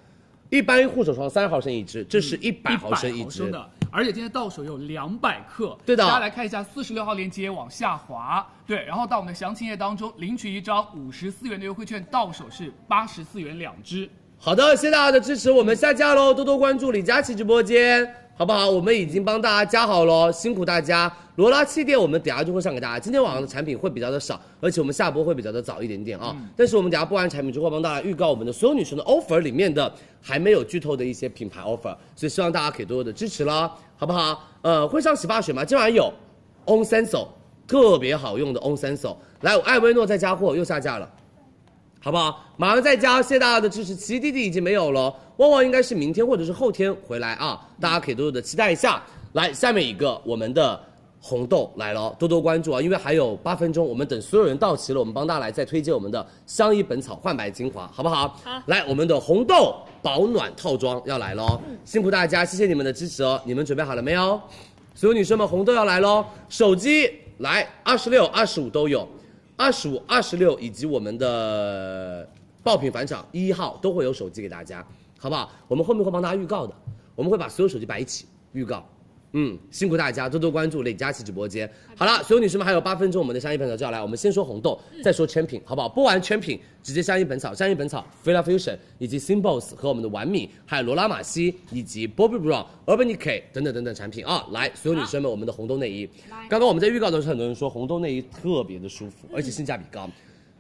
Speaker 12: 一般护手霜三十毫升一支，这
Speaker 16: 嗯
Speaker 12: 是一百毫升一
Speaker 16: 100
Speaker 12: 支。
Speaker 16: 的，而且今天到手有两百克。
Speaker 12: 对的
Speaker 16: 大家来看一下四十六号链接往下滑，对，然后到我们的详情页当中领取一张五十四元的优惠券，到手是八十四元两支。
Speaker 12: 好的，谢谢大家的支持，我们下架喽，多多关注李佳琦直播间，好不好？我们已经帮大家加好喽，辛苦大家。罗拉气垫我们等下就会上给大家，今天晚上的产品会比较的少，而且我们下播会比较的早一点点啊。但是我们等下播完产品之后，帮大家预告我们的所有女生的 offer 里面的还没有剧透的一些品牌 offer，所以希望大家可以多多的支持啦，好不好？呃，会上洗发水吗？今晚有 On Senso 特别好用的 On Senso，来，我艾薇诺在加货又下架了。好不好？马上再加，谢谢大家的支持。奇弟弟已经没有了，旺旺应该是明天或者是后天回来啊，大家可以多多的期待一下。来，下面一个我们的红豆来了，多多关注啊，因为还有八分钟，我们等所有人到齐了，我们帮大家来再推荐我们的相宜本草焕白精华，好不好？好。来，我们的红豆保暖套装要来喽，辛苦大家，谢谢你们的支持哦。你们准备好了没有？所有女生们，红豆要来喽，手机来二十六、二十五都有。二十五、二十六以及我们的爆品返场一号都会有手机给大家，好不好？我们后面会帮大家预告的，我们会把所有手机摆一起预告。嗯，辛苦大家多多关注李佳琦直播间。好了，所有女生们还有八分钟，我们的香芋本草就要来。我们先说红豆，再说圈品，好不好？播完圈品，直接香芋本草、香芋本草、Fila Fusion 以及 Symbols 和我们的完美，还有罗拉玛西以及 Bobbi Brown、Urban Decay 等等等等产品啊。来，所有女生们，我们的红豆内衣，刚刚我们在预告的时候，很多人说红豆内衣特别的舒服，而且性价比高。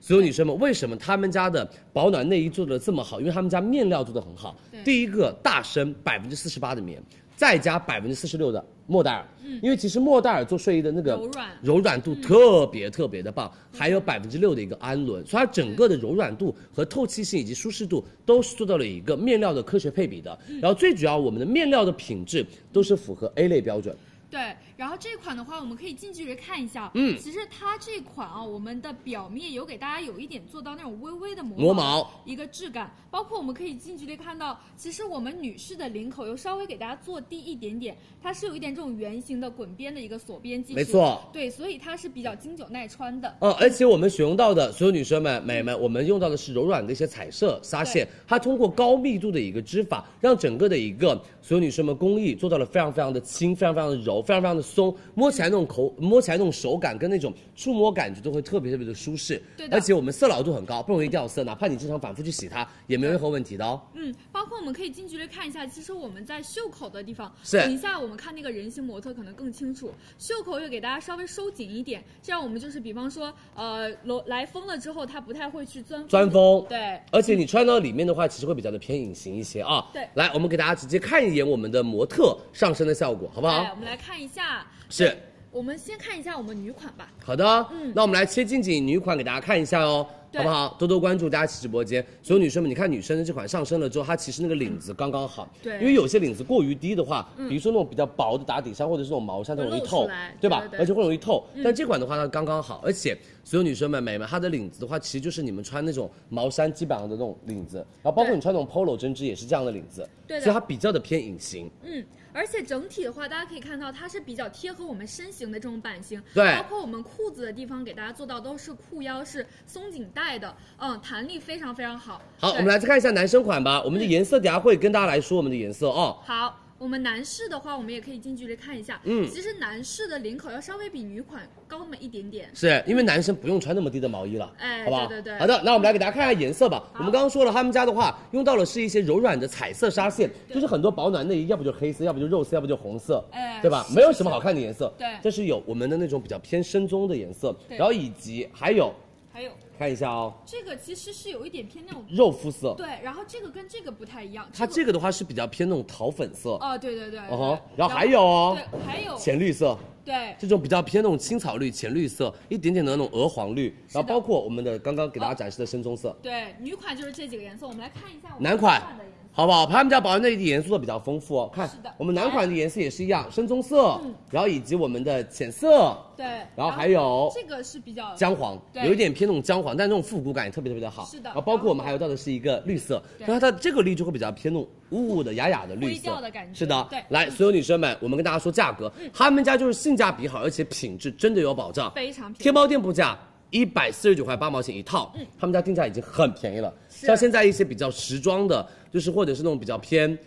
Speaker 12: 所有女生们，为什么他们家的保暖内衣做的这么好？因为他们家面料做的很好。第一个大身百分之四十八的棉，再加百分之四十六的莫代尔。因为其实莫代尔做睡衣的那个
Speaker 3: 嗯柔软嗯
Speaker 12: 柔软度特别特别的棒，还有百分之六的一个氨纶，所以它整个的柔软度和透气性以及舒适度都是做到了一个面料的
Speaker 3: 嗯
Speaker 12: 科学配比的。然后最主要，我们的面料的品质都是符合 A 类标准。
Speaker 3: 对，
Speaker 6: 然后这款的话，我们可以近距离看一下。
Speaker 12: 嗯
Speaker 6: 其实它这款啊，我们的表面有给大家有一点做到那种微微的磨
Speaker 3: 嗯
Speaker 12: 磨毛
Speaker 6: 一个质感，包括我们可以近距离看到，其实我们女士的领口又稍微给大家做低一点点，它是有一点这种圆形的滚边的一个锁边技术。
Speaker 12: 没错
Speaker 6: 对，所以它是比较经久耐穿的。
Speaker 12: 呃，而且我们使用到的所有女生们、美们，我们用到的是柔软的一些彩色纱线，它通过高密度的一个织法，让整个的一个所有女生们工艺做到了非常非常的轻、非常非常的柔、非常非常的松，摸起来那种口、摸起来那种手感跟那种触摸感觉都会特别特别的舒适。
Speaker 6: 对的
Speaker 12: 而且我们色牢度很高，不容易掉色，哪怕你经常反复去洗它，也没有任何问题的哦。
Speaker 6: 嗯，包括我们可以近距离看一下，其实我们在袖口的地方，
Speaker 12: 是
Speaker 6: 等一下我们看那个人形模特可能更清楚，袖口也给大家稍微收紧一点，这样我们就是比方说，呃，楼来风了之后，它不太会去钻
Speaker 12: 钻风
Speaker 6: 对，
Speaker 12: 而且你穿到里面的话，其实会比较的偏隐形一些啊。
Speaker 6: 对
Speaker 12: 来，我们给大家直接看一眼我们的模特上身的效果，好不
Speaker 6: 对，我
Speaker 12: 好？
Speaker 6: 们来看一下，
Speaker 12: 是。
Speaker 6: 我们先看一下我们女款吧。
Speaker 12: 好的，
Speaker 6: 嗯
Speaker 12: 那我们来切近景女款给大家看一下哦，
Speaker 6: 对
Speaker 12: 好不好？多多关注佳琦直播间，所有女生们，你看女生的这款上身了之后，它其实那个领子刚刚好，
Speaker 6: 对
Speaker 12: 因为有些领子过于低的话，比如说那种比较薄的打底衫或者是那种毛衫，它
Speaker 6: 会
Speaker 12: 容易
Speaker 6: 露出
Speaker 12: 透
Speaker 6: 来，
Speaker 12: 吧
Speaker 6: 对对？对嗯
Speaker 12: 而且会容易透。但这款的话，它刚刚好，而且所有女生们、美们，它的领子的话，其实就是你们穿那种毛衫基本上的那种领子，然后包括
Speaker 6: 对
Speaker 12: 你穿那种 polo 针织也是这样的领子，
Speaker 6: 对的
Speaker 12: 所以它比较的偏隐形。
Speaker 6: 嗯，而且整体的话，大家可以看到它是比较贴合我们身形的这种版型，
Speaker 12: 对
Speaker 6: 包括我们裤子的地方给大家做到都是裤腰是松紧带的，嗯，弹力非常非常好。
Speaker 12: 好，
Speaker 6: 对嗯
Speaker 12: 我们来再看一下男生款吧，我们的颜色等下会跟大家来说我们的颜色哦。
Speaker 6: 好，我们男士的话，我们也可以近距离看一下。
Speaker 12: 嗯
Speaker 6: 其实男士的领口要稍微比女款高那么一点点。
Speaker 12: 是因为男生不用穿那么低的毛衣了，
Speaker 6: 哎
Speaker 12: 好不好？
Speaker 6: 对对对
Speaker 12: 好的，那我们来给大家看一下颜色吧。我们刚刚说了，他们家的话用到的是一些柔软的彩色纱线，就是很多保暖内衣，要不就是黑色，要不就肉色，要不就红色，
Speaker 6: 哎
Speaker 12: 对吧？没有什么好看的颜色，
Speaker 6: 对
Speaker 12: 但是有我们的那种比较偏深棕的颜色，
Speaker 6: 对
Speaker 12: 然后以及还有
Speaker 6: 还有
Speaker 12: 看一下哦，
Speaker 6: 这个其实是有一点偏那种
Speaker 12: 肉肤色，
Speaker 6: 对，然后这个跟这个不太一样。
Speaker 12: 它这个的话是比较偏那种桃粉色，
Speaker 6: 哦，对对对。对
Speaker 12: 哦吼，然后还有哦，
Speaker 6: 对，还有
Speaker 12: 浅绿色，
Speaker 6: 对
Speaker 12: 这种比较偏那种青草绿、浅绿色，一点点的那种鹅黄绿，然后包括我们的刚刚给大家展示的深棕色。
Speaker 6: 对，女款就是这几个颜色。我们来看一下我们
Speaker 12: 男款
Speaker 6: 的颜色。，
Speaker 12: 好不好？他们家保温内衣颜色都比较丰富哦。看
Speaker 6: 是的，嗯
Speaker 12: 我们男款的颜色也是一样，深棕色，然后以及我们的浅色，
Speaker 6: 对，然
Speaker 12: 然后还有
Speaker 6: 这个是比较
Speaker 12: 姜黄，
Speaker 6: 对
Speaker 12: 有一点偏那种姜黄，但那种复古感也特别特别的好。
Speaker 6: 是的
Speaker 12: 然后包括我们还有到的是一个绿色，
Speaker 6: 对
Speaker 12: 然后它这个绿就会比较偏那种雾雾的、雅雅的绿
Speaker 6: 灰调
Speaker 12: 色
Speaker 6: 的感觉
Speaker 12: 是的，
Speaker 6: 对嗯
Speaker 12: 来，所有女生们，我们跟大家说价格，他们家就是性价比好，而且品质真的有保障，
Speaker 6: 非常便宜
Speaker 12: 天猫店铺价。一百四十九块八毛钱一套，他们家定价已经很便宜了。像现在一些比较时装的，就是或者是那种比较偏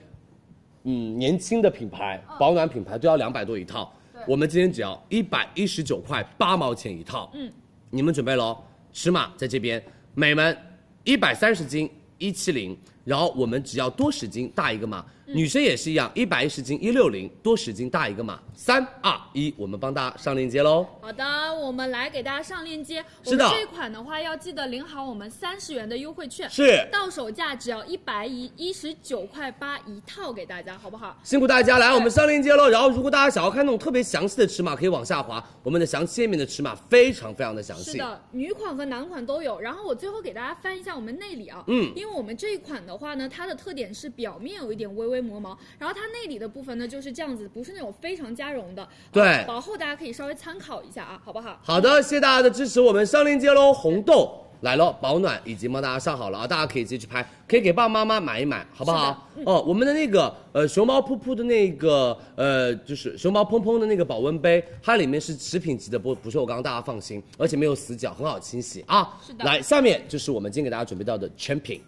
Speaker 12: 嗯，年轻的品牌、保暖品牌都要两百多一套，我们今天只要一百一十九块八毛钱一套。嗯，你们准备喽，尺码在这边，美们一百三十斤一七零，然后我们只要多十斤大一个码，女生也是一样，一百一十斤一六零，多十斤大一个码。三二一，我们帮大家上链接喽。
Speaker 6: 好的，我们来给大家上链接。
Speaker 12: 是的
Speaker 6: 我们这款的话要记得领好我们三十元的优惠券，
Speaker 12: 是
Speaker 6: 到手价只要一百一一十九块八一套，给大家好不好？
Speaker 12: 辛苦大家，来我们上链接喽。然后，如果大家想要看那种特别详细的尺码，可以往下滑，我们的详细页面的尺码非常非常的详细。
Speaker 6: 是的，女款和男款都有。然后我最后给大家翻一下我们内里啊，
Speaker 12: 嗯
Speaker 6: 因为我们这一款的话呢，它的特点是表面有一点微微磨毛，然后它内里的部分呢就是这样子，不是那种非常加绒的。
Speaker 12: 对
Speaker 6: 呃薄厚大家可以稍微参考一下啊，好不好？
Speaker 12: 好的，谢谢大家的支持，我们上链接喽，红豆。来喽，保暖已经帮大家上好了啊，大家可以直接去拍，可以给爸爸妈妈买一买，好不好？哦，我们的那个呃熊猫噗噗的那个呃就是熊猫砰砰的那个保温杯，它里面是食品级的不不锈钢，大家放心，而且没有死角，很好清洗啊。
Speaker 6: 是的
Speaker 12: 来，下面就是我们今天给大家准备到的全品，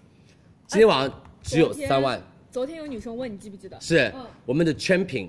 Speaker 12: 今天晚上只有
Speaker 6: 昨天
Speaker 12: 三万，。
Speaker 6: 昨天有女生问你记不记得？
Speaker 12: 是、
Speaker 6: 嗯
Speaker 12: 我们的全品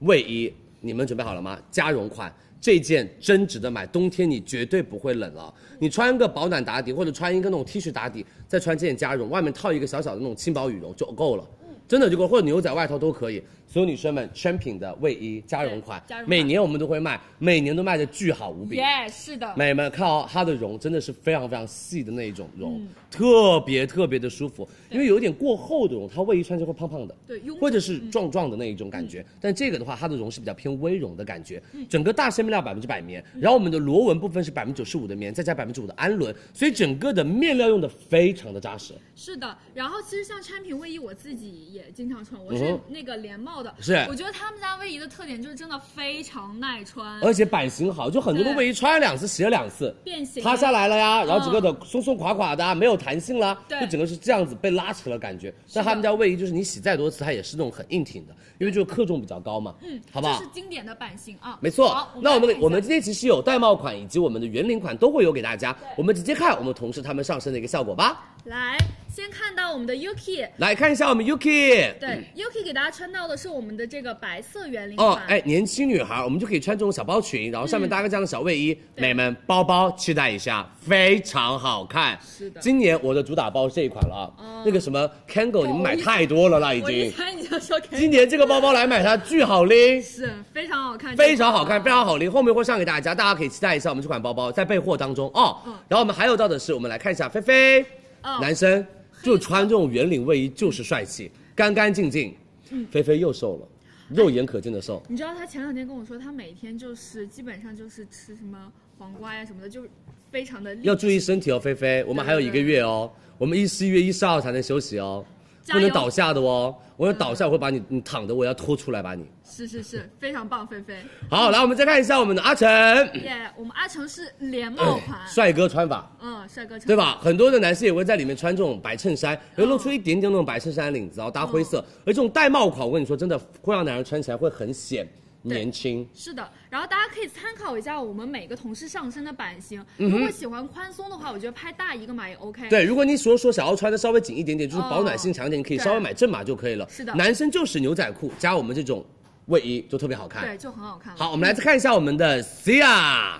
Speaker 12: 卫衣，你们准备好了吗？加绒款。这件真值得买，冬天你绝对不会冷了。你穿个保暖打底，或者穿一个那种 T 恤打底，再穿这件加绒，外面套一个小小的那种轻薄羽绒就够了，
Speaker 6: 嗯
Speaker 12: 真的就够了，或者牛仔外套都可以。所有女生们，全品的卫衣加绒款
Speaker 6: 对加绒款
Speaker 12: 每年我们都会卖，每年都卖的巨好无比。
Speaker 6: 耶，是的，
Speaker 12: 美们看哦，它的绒真的是非常非常细的那一种绒，
Speaker 6: 嗯
Speaker 12: 特别特别的舒服，因为有一点过厚的绒，它卫衣穿着会胖胖的，
Speaker 6: 对嗯臃肿
Speaker 12: 或者是壮壮的那一种感
Speaker 6: 嗯
Speaker 12: 觉。但这个的话，它的绒是比较偏微绒的感觉，整个大面料百分之百棉，
Speaker 6: 嗯
Speaker 12: 然后我们的螺纹部分是百分之九十五的棉，再加百分之五的氨纶，所以整个的面料用的非常的扎实。
Speaker 6: 是的，然后其实像产品卫衣，我自己也
Speaker 3: 也经常穿，我
Speaker 12: 嗯
Speaker 3: 是
Speaker 12: 哼
Speaker 3: 那个连帽的。
Speaker 12: 是
Speaker 3: 我觉得他们家卫衣的特点就是真的非常耐穿，
Speaker 12: 而且版型好，就很多的
Speaker 3: 对
Speaker 12: 卫衣穿了两次，洗了两次，
Speaker 3: 变形啊
Speaker 12: 塌下来了呀，然后整个
Speaker 3: 嗯
Speaker 12: 的松松垮垮的啊，没有弹性啦，
Speaker 3: 对
Speaker 12: 就整个是这样子被拉扯的感觉。但他们家卫衣就是你洗再多次，它也是那种很硬挺的，因为就是克重比较高嘛，
Speaker 3: 嗯，
Speaker 12: 好不好
Speaker 3: 这是？经典的版型啊。
Speaker 12: 没错
Speaker 3: 好，，
Speaker 12: 那我们
Speaker 3: 来看一下
Speaker 12: 我们今天其实有戴帽款以及我们的圆领款都会有给大家，我们直接看我们同事他们上身的一个效果吧。
Speaker 3: 来先看到我们的 Yuki，
Speaker 12: 来看一下我们 Yuki，
Speaker 3: 对、y
Speaker 6: 哎
Speaker 3: u k i 给大家穿到的是我们的这个白色圆领款。
Speaker 12: 哦，哎，年轻女孩，我们就可以穿这种小包裙，然后
Speaker 3: 嗯
Speaker 12: 上面搭个这样的小卫衣，美们包包期待一下，非常好看。是的，今年我的主打包是这一款了啊，那个什么 Kango，你们买太多了啦，已
Speaker 3: 我一
Speaker 12: 经。
Speaker 3: 猜你就说肯
Speaker 12: (laughs) 今年这个包包来买它巨好拎，
Speaker 3: 是非常好看，
Speaker 12: 非常好看，非常好拎，后面会上给大家，大家可以期待一下我们这款包包在备货当中哦。然后我们还有到的是，我们来看一下菲菲，
Speaker 3: 嗯
Speaker 12: 男生就穿这种圆领卫衣就是帅气，干干净净。
Speaker 3: 嗯
Speaker 12: 菲菲又瘦了，肉眼可见的瘦。
Speaker 3: 你知道他前两天跟我说，他每天就是基本上就是吃什么黄瓜呀什么的，就是非常的
Speaker 12: 要注意身体哦，菲菲，我们还有一个月哦，我们一十一月一十二才能休息哦，
Speaker 3: 加
Speaker 12: 不
Speaker 3: 油嗯
Speaker 12: 能倒下的哦。我要倒下，我会把你你躺着，我要拖出来把你。
Speaker 3: 是是
Speaker 6: (laughs)
Speaker 3: 是非常棒，菲
Speaker 12: (laughs)
Speaker 3: 菲。
Speaker 12: 好，来我们再看一下我们的阿成，
Speaker 3: 耶我们阿成是连帽款，
Speaker 12: (clears throat) 帅哥穿法。
Speaker 3: 嗯，帅哥穿
Speaker 12: 对吧？？很多的男士也会在里面穿这种白衬衫，然后露出一点点那种白衬衫领子，然哦后搭灰色。
Speaker 3: 嗯
Speaker 12: 而这种戴帽款，我跟你说，真的会让男人穿起来会很显
Speaker 3: 对
Speaker 12: 年轻。
Speaker 3: 是的，然后大家可以参考一下我们每个同事上身的版型。
Speaker 12: 嗯哼
Speaker 3: 如果喜欢宽松的话，我觉得拍大一个码也 OK。哦
Speaker 12: 对，如果你所说想要穿的稍微紧一点点，就是保暖性强一点，你可以
Speaker 3: 对
Speaker 12: 稍微买正码就可以了。
Speaker 3: 是的
Speaker 12: 男生就是牛仔裤加我们这种卫衣就特别好看。
Speaker 3: 对，就很好看了。
Speaker 12: 好，我们来再看一下我们的 Cia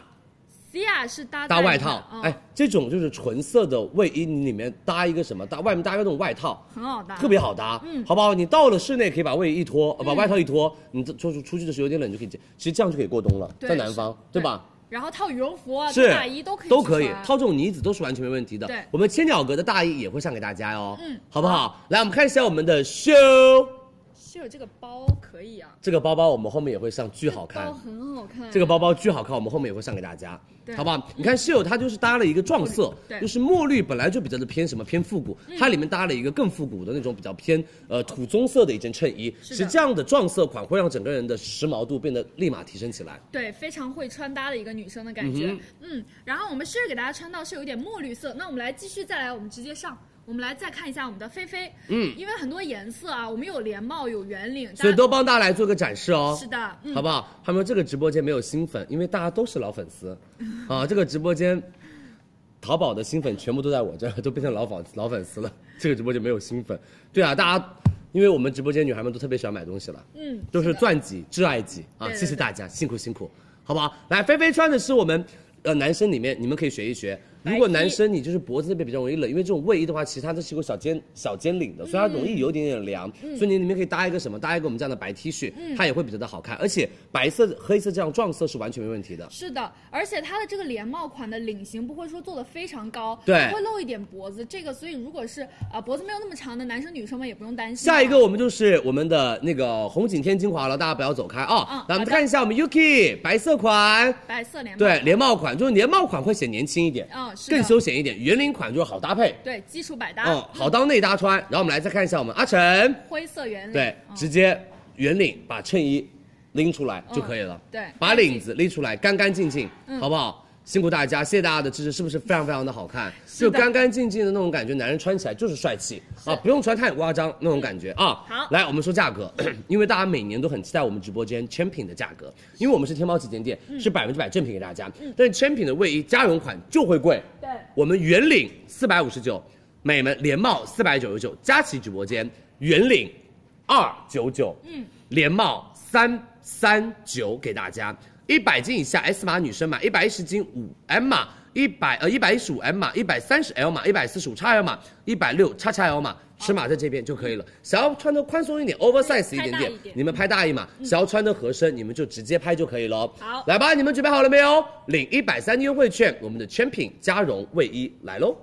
Speaker 3: Cia 是搭在
Speaker 12: 搭外
Speaker 3: 里面
Speaker 12: 套，
Speaker 3: 嗯、
Speaker 12: 哎，这种就是纯色的卫衣，你里面搭一个什么？搭外面搭一个那种外套，
Speaker 3: 很好搭，
Speaker 12: 特别好搭，
Speaker 3: 嗯
Speaker 12: 好不好？你到了室内可以把卫衣一脱，呃把外套一脱，你这出出去的时候有点冷你就可以接，其实这样就可以过冬了，
Speaker 3: 对
Speaker 12: 在南方，对吧？
Speaker 3: 然后套羽绒服啊、
Speaker 12: 是
Speaker 3: 大衣都可以
Speaker 12: 都
Speaker 3: 去
Speaker 12: 可以
Speaker 3: 穿
Speaker 12: 套这种呢子都是完全没问题的。
Speaker 3: 对
Speaker 12: 我们千鸟格的大衣也会上给大家哦，
Speaker 3: 嗯
Speaker 12: 好不好？来，我们看一下我们的修
Speaker 3: 是有这个包可以啊，
Speaker 12: 这个包包，我们后面也会上，巨好看
Speaker 3: 包。很好看。
Speaker 12: 这个包包巨好看，我们后面也会上给大家，
Speaker 3: 对嗯
Speaker 12: 好不好？你看室友它就是搭了一个撞色
Speaker 3: 对，嗯
Speaker 12: 就是墨绿本来就比较的偏什么偏复古，它里面搭了一个更复古的那种比较偏呃土棕色的一件衬衣，
Speaker 3: 是的
Speaker 12: 是这样的撞色款会让整个人的时髦度变得立马提升起来。
Speaker 3: 对，非常会穿搭的一个女生的感觉。
Speaker 12: 嗯
Speaker 3: 嗯然后我们是给大家穿到是有点墨绿色，那我们来继续再来，我们直接上。我们来再看一下我们的菲菲，
Speaker 12: 嗯
Speaker 3: 因为很多颜色啊，我们有连帽，有圆领，
Speaker 12: 所以
Speaker 3: 大
Speaker 12: 都帮大家来做个展示
Speaker 3: 家
Speaker 12: 哦。
Speaker 3: 是的，嗯，
Speaker 12: 好不好？他们说这个直播间没有新粉，因为大家都是老粉丝，啊，这个直播间，淘宝的新粉全部都在我这儿，都变成老粉老粉丝了。这个直播间没有新粉，对啊，大家，因为我们直播间女孩们都特别喜欢买东西了，
Speaker 3: 嗯，
Speaker 12: 都是钻级、挚爱级啊，
Speaker 3: 对对
Speaker 12: 谢谢大家，辛苦辛苦，好不好？来，菲菲穿的是我们呃男生里面，你们可以学一学。如果男生你就是脖子那边比较容易冷，因为这种卫衣的话，其实它都是有小尖小尖领的，所以它
Speaker 3: 嗯
Speaker 12: 容易有一点点凉，所以你里面可以搭一个什么，搭一个我们这样的白 T 恤，
Speaker 3: 嗯
Speaker 12: 它也会比较的好看，而且白色、黑色这样撞色是完全没问题的。
Speaker 3: 是的，而且它的这个连帽款的领型不会说做的非常高，
Speaker 12: 对
Speaker 3: 它会露一点脖子，这个所以如果是啊、脖子没有那么长的男生女生们也不用担心啊。
Speaker 12: 下一个我们就是我们的那个红景天精华了，大家不要走开啊！
Speaker 3: 嗯好
Speaker 12: 来，我们
Speaker 3: 的
Speaker 12: 看一下我们 Yuki 白色款，
Speaker 3: 白色连帽，
Speaker 12: 对，连帽款就是连帽款会显年轻一点，
Speaker 3: 嗯是的
Speaker 12: 更休闲一点；圆领款就是好搭配，
Speaker 3: 对，基础百搭，
Speaker 12: 嗯，好当内搭穿。然后我们来再看一下我们阿晨，
Speaker 3: 灰色圆领，
Speaker 12: 对，
Speaker 3: 嗯
Speaker 12: 直接圆领把衬衣拎出来就可以了，嗯
Speaker 3: 对
Speaker 12: 把领子拎出来，干干净净，
Speaker 3: 嗯
Speaker 12: 好不好？辛苦大家，谢谢大家的支持，是不是非常非常的好看？就干干净净的那种感觉，男人穿起来就是帅气啊，不用穿太夸张那种感觉啊。
Speaker 3: 好
Speaker 12: 来我们说价格， (clears throat) 因为大家每年都很期待我们直播间 Champion 的价格，因为我们是天猫旗舰店，是百分之百正品给大家。但是 Champion 的卫衣加绒款就会贵，
Speaker 3: 对
Speaker 12: 我们圆领四百五十九，美们连帽四百九十九，佳琦直播间圆领二九九，嗯，连帽三三九给大家，一百斤以下 S 码女生码，一百一十斤五 M 码，一百呃一百一十五 M 码，一百三十 L 码，一百四十五 XL 码，一百六 XXL 码。尺码在这边就可以了。想要穿的宽松一点，oversize 一
Speaker 3: 拍
Speaker 12: 点
Speaker 3: 大
Speaker 12: 点
Speaker 3: 一点，
Speaker 12: 你们拍大一码；想要穿的合身，你们就直接拍就可以了。
Speaker 3: 嗯
Speaker 12: 哦
Speaker 3: 好
Speaker 12: 来吧，你们准备好了没有？领一百三的优惠券，我们的 Champion 加绒卫衣来喽！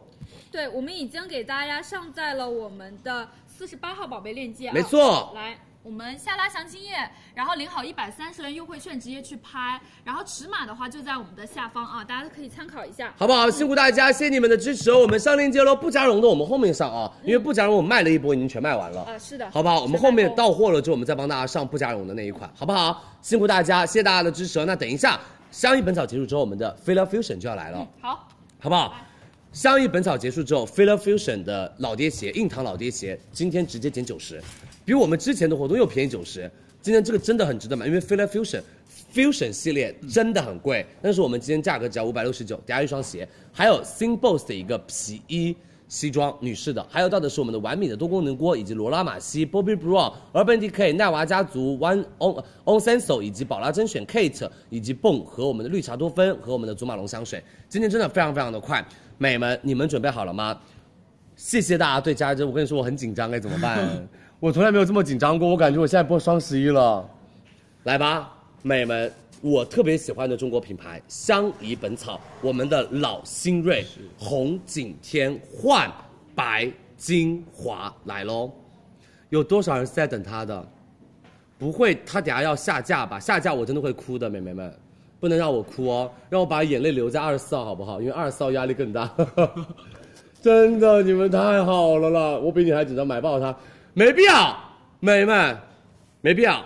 Speaker 3: 对，我们已经给大家上在了我们的四十八号宝贝链接、啊，
Speaker 12: 没错
Speaker 3: 来，我们下拉详情页，然后领好一百三十元优惠券直接去拍，然后尺码的话就在我们的下方啊，大家可以参考一下。
Speaker 12: 好不好？辛苦大家，谢谢你们的支持哦。我们上链接喽，不加绒的我们后面上啊，因为不加绒我们卖了一波，已经全卖完了。
Speaker 3: 嗯啊，是的，
Speaker 12: 好不好？我们后面到货了之后，我们再帮大家上不加绒的那一款，好不好？辛苦大家，谢谢大家的支持哦。那等一下，相宜本草结束之后，我们的 Fila Fusion 就要来了，
Speaker 3: 嗯好，
Speaker 12: 好不好？相宜本草结束之后，Fila Fusion 的老爹鞋，硬糖老爹鞋，今天直接减九十，比我们之前的活动又便宜九十。今天这个真的很值得买，因为 Fila Fusion Fusion 系列真的很贵，但是我们今天价格只要五百六十九，加一双鞋，还有 Sing Boss 的一个皮衣。西装女士的，还有到的是我们的完美的多功能锅，以及罗拉玛西、Bobbi Brown、Urban Decay、奈娃家族、One On On Senso 以及宝拉甄选 Kate 以及泵和我们的绿茶多酚和我们的祖马龙香水。今天真的非常非常的快，美们，你们准备好了吗？谢谢大家对家珍，我跟你说我很紧张该怎么办？ (laughs) 我从来没有这么紧张过，我感觉我现在播双十一了。来吧，美们，我特别喜欢的中国品牌香宜本草，我们的老新锐红景天焕白精华来喽，有多少人是在等它的？不会，它等下要下架吧？下架我真的会哭的，美眉们，不能让我哭哦，让我把眼泪留在二十四号好不好？因为二十四号压力更大。真的，你们太好了啦！我比你还紧张，买爆它，没必要，美们，没必要。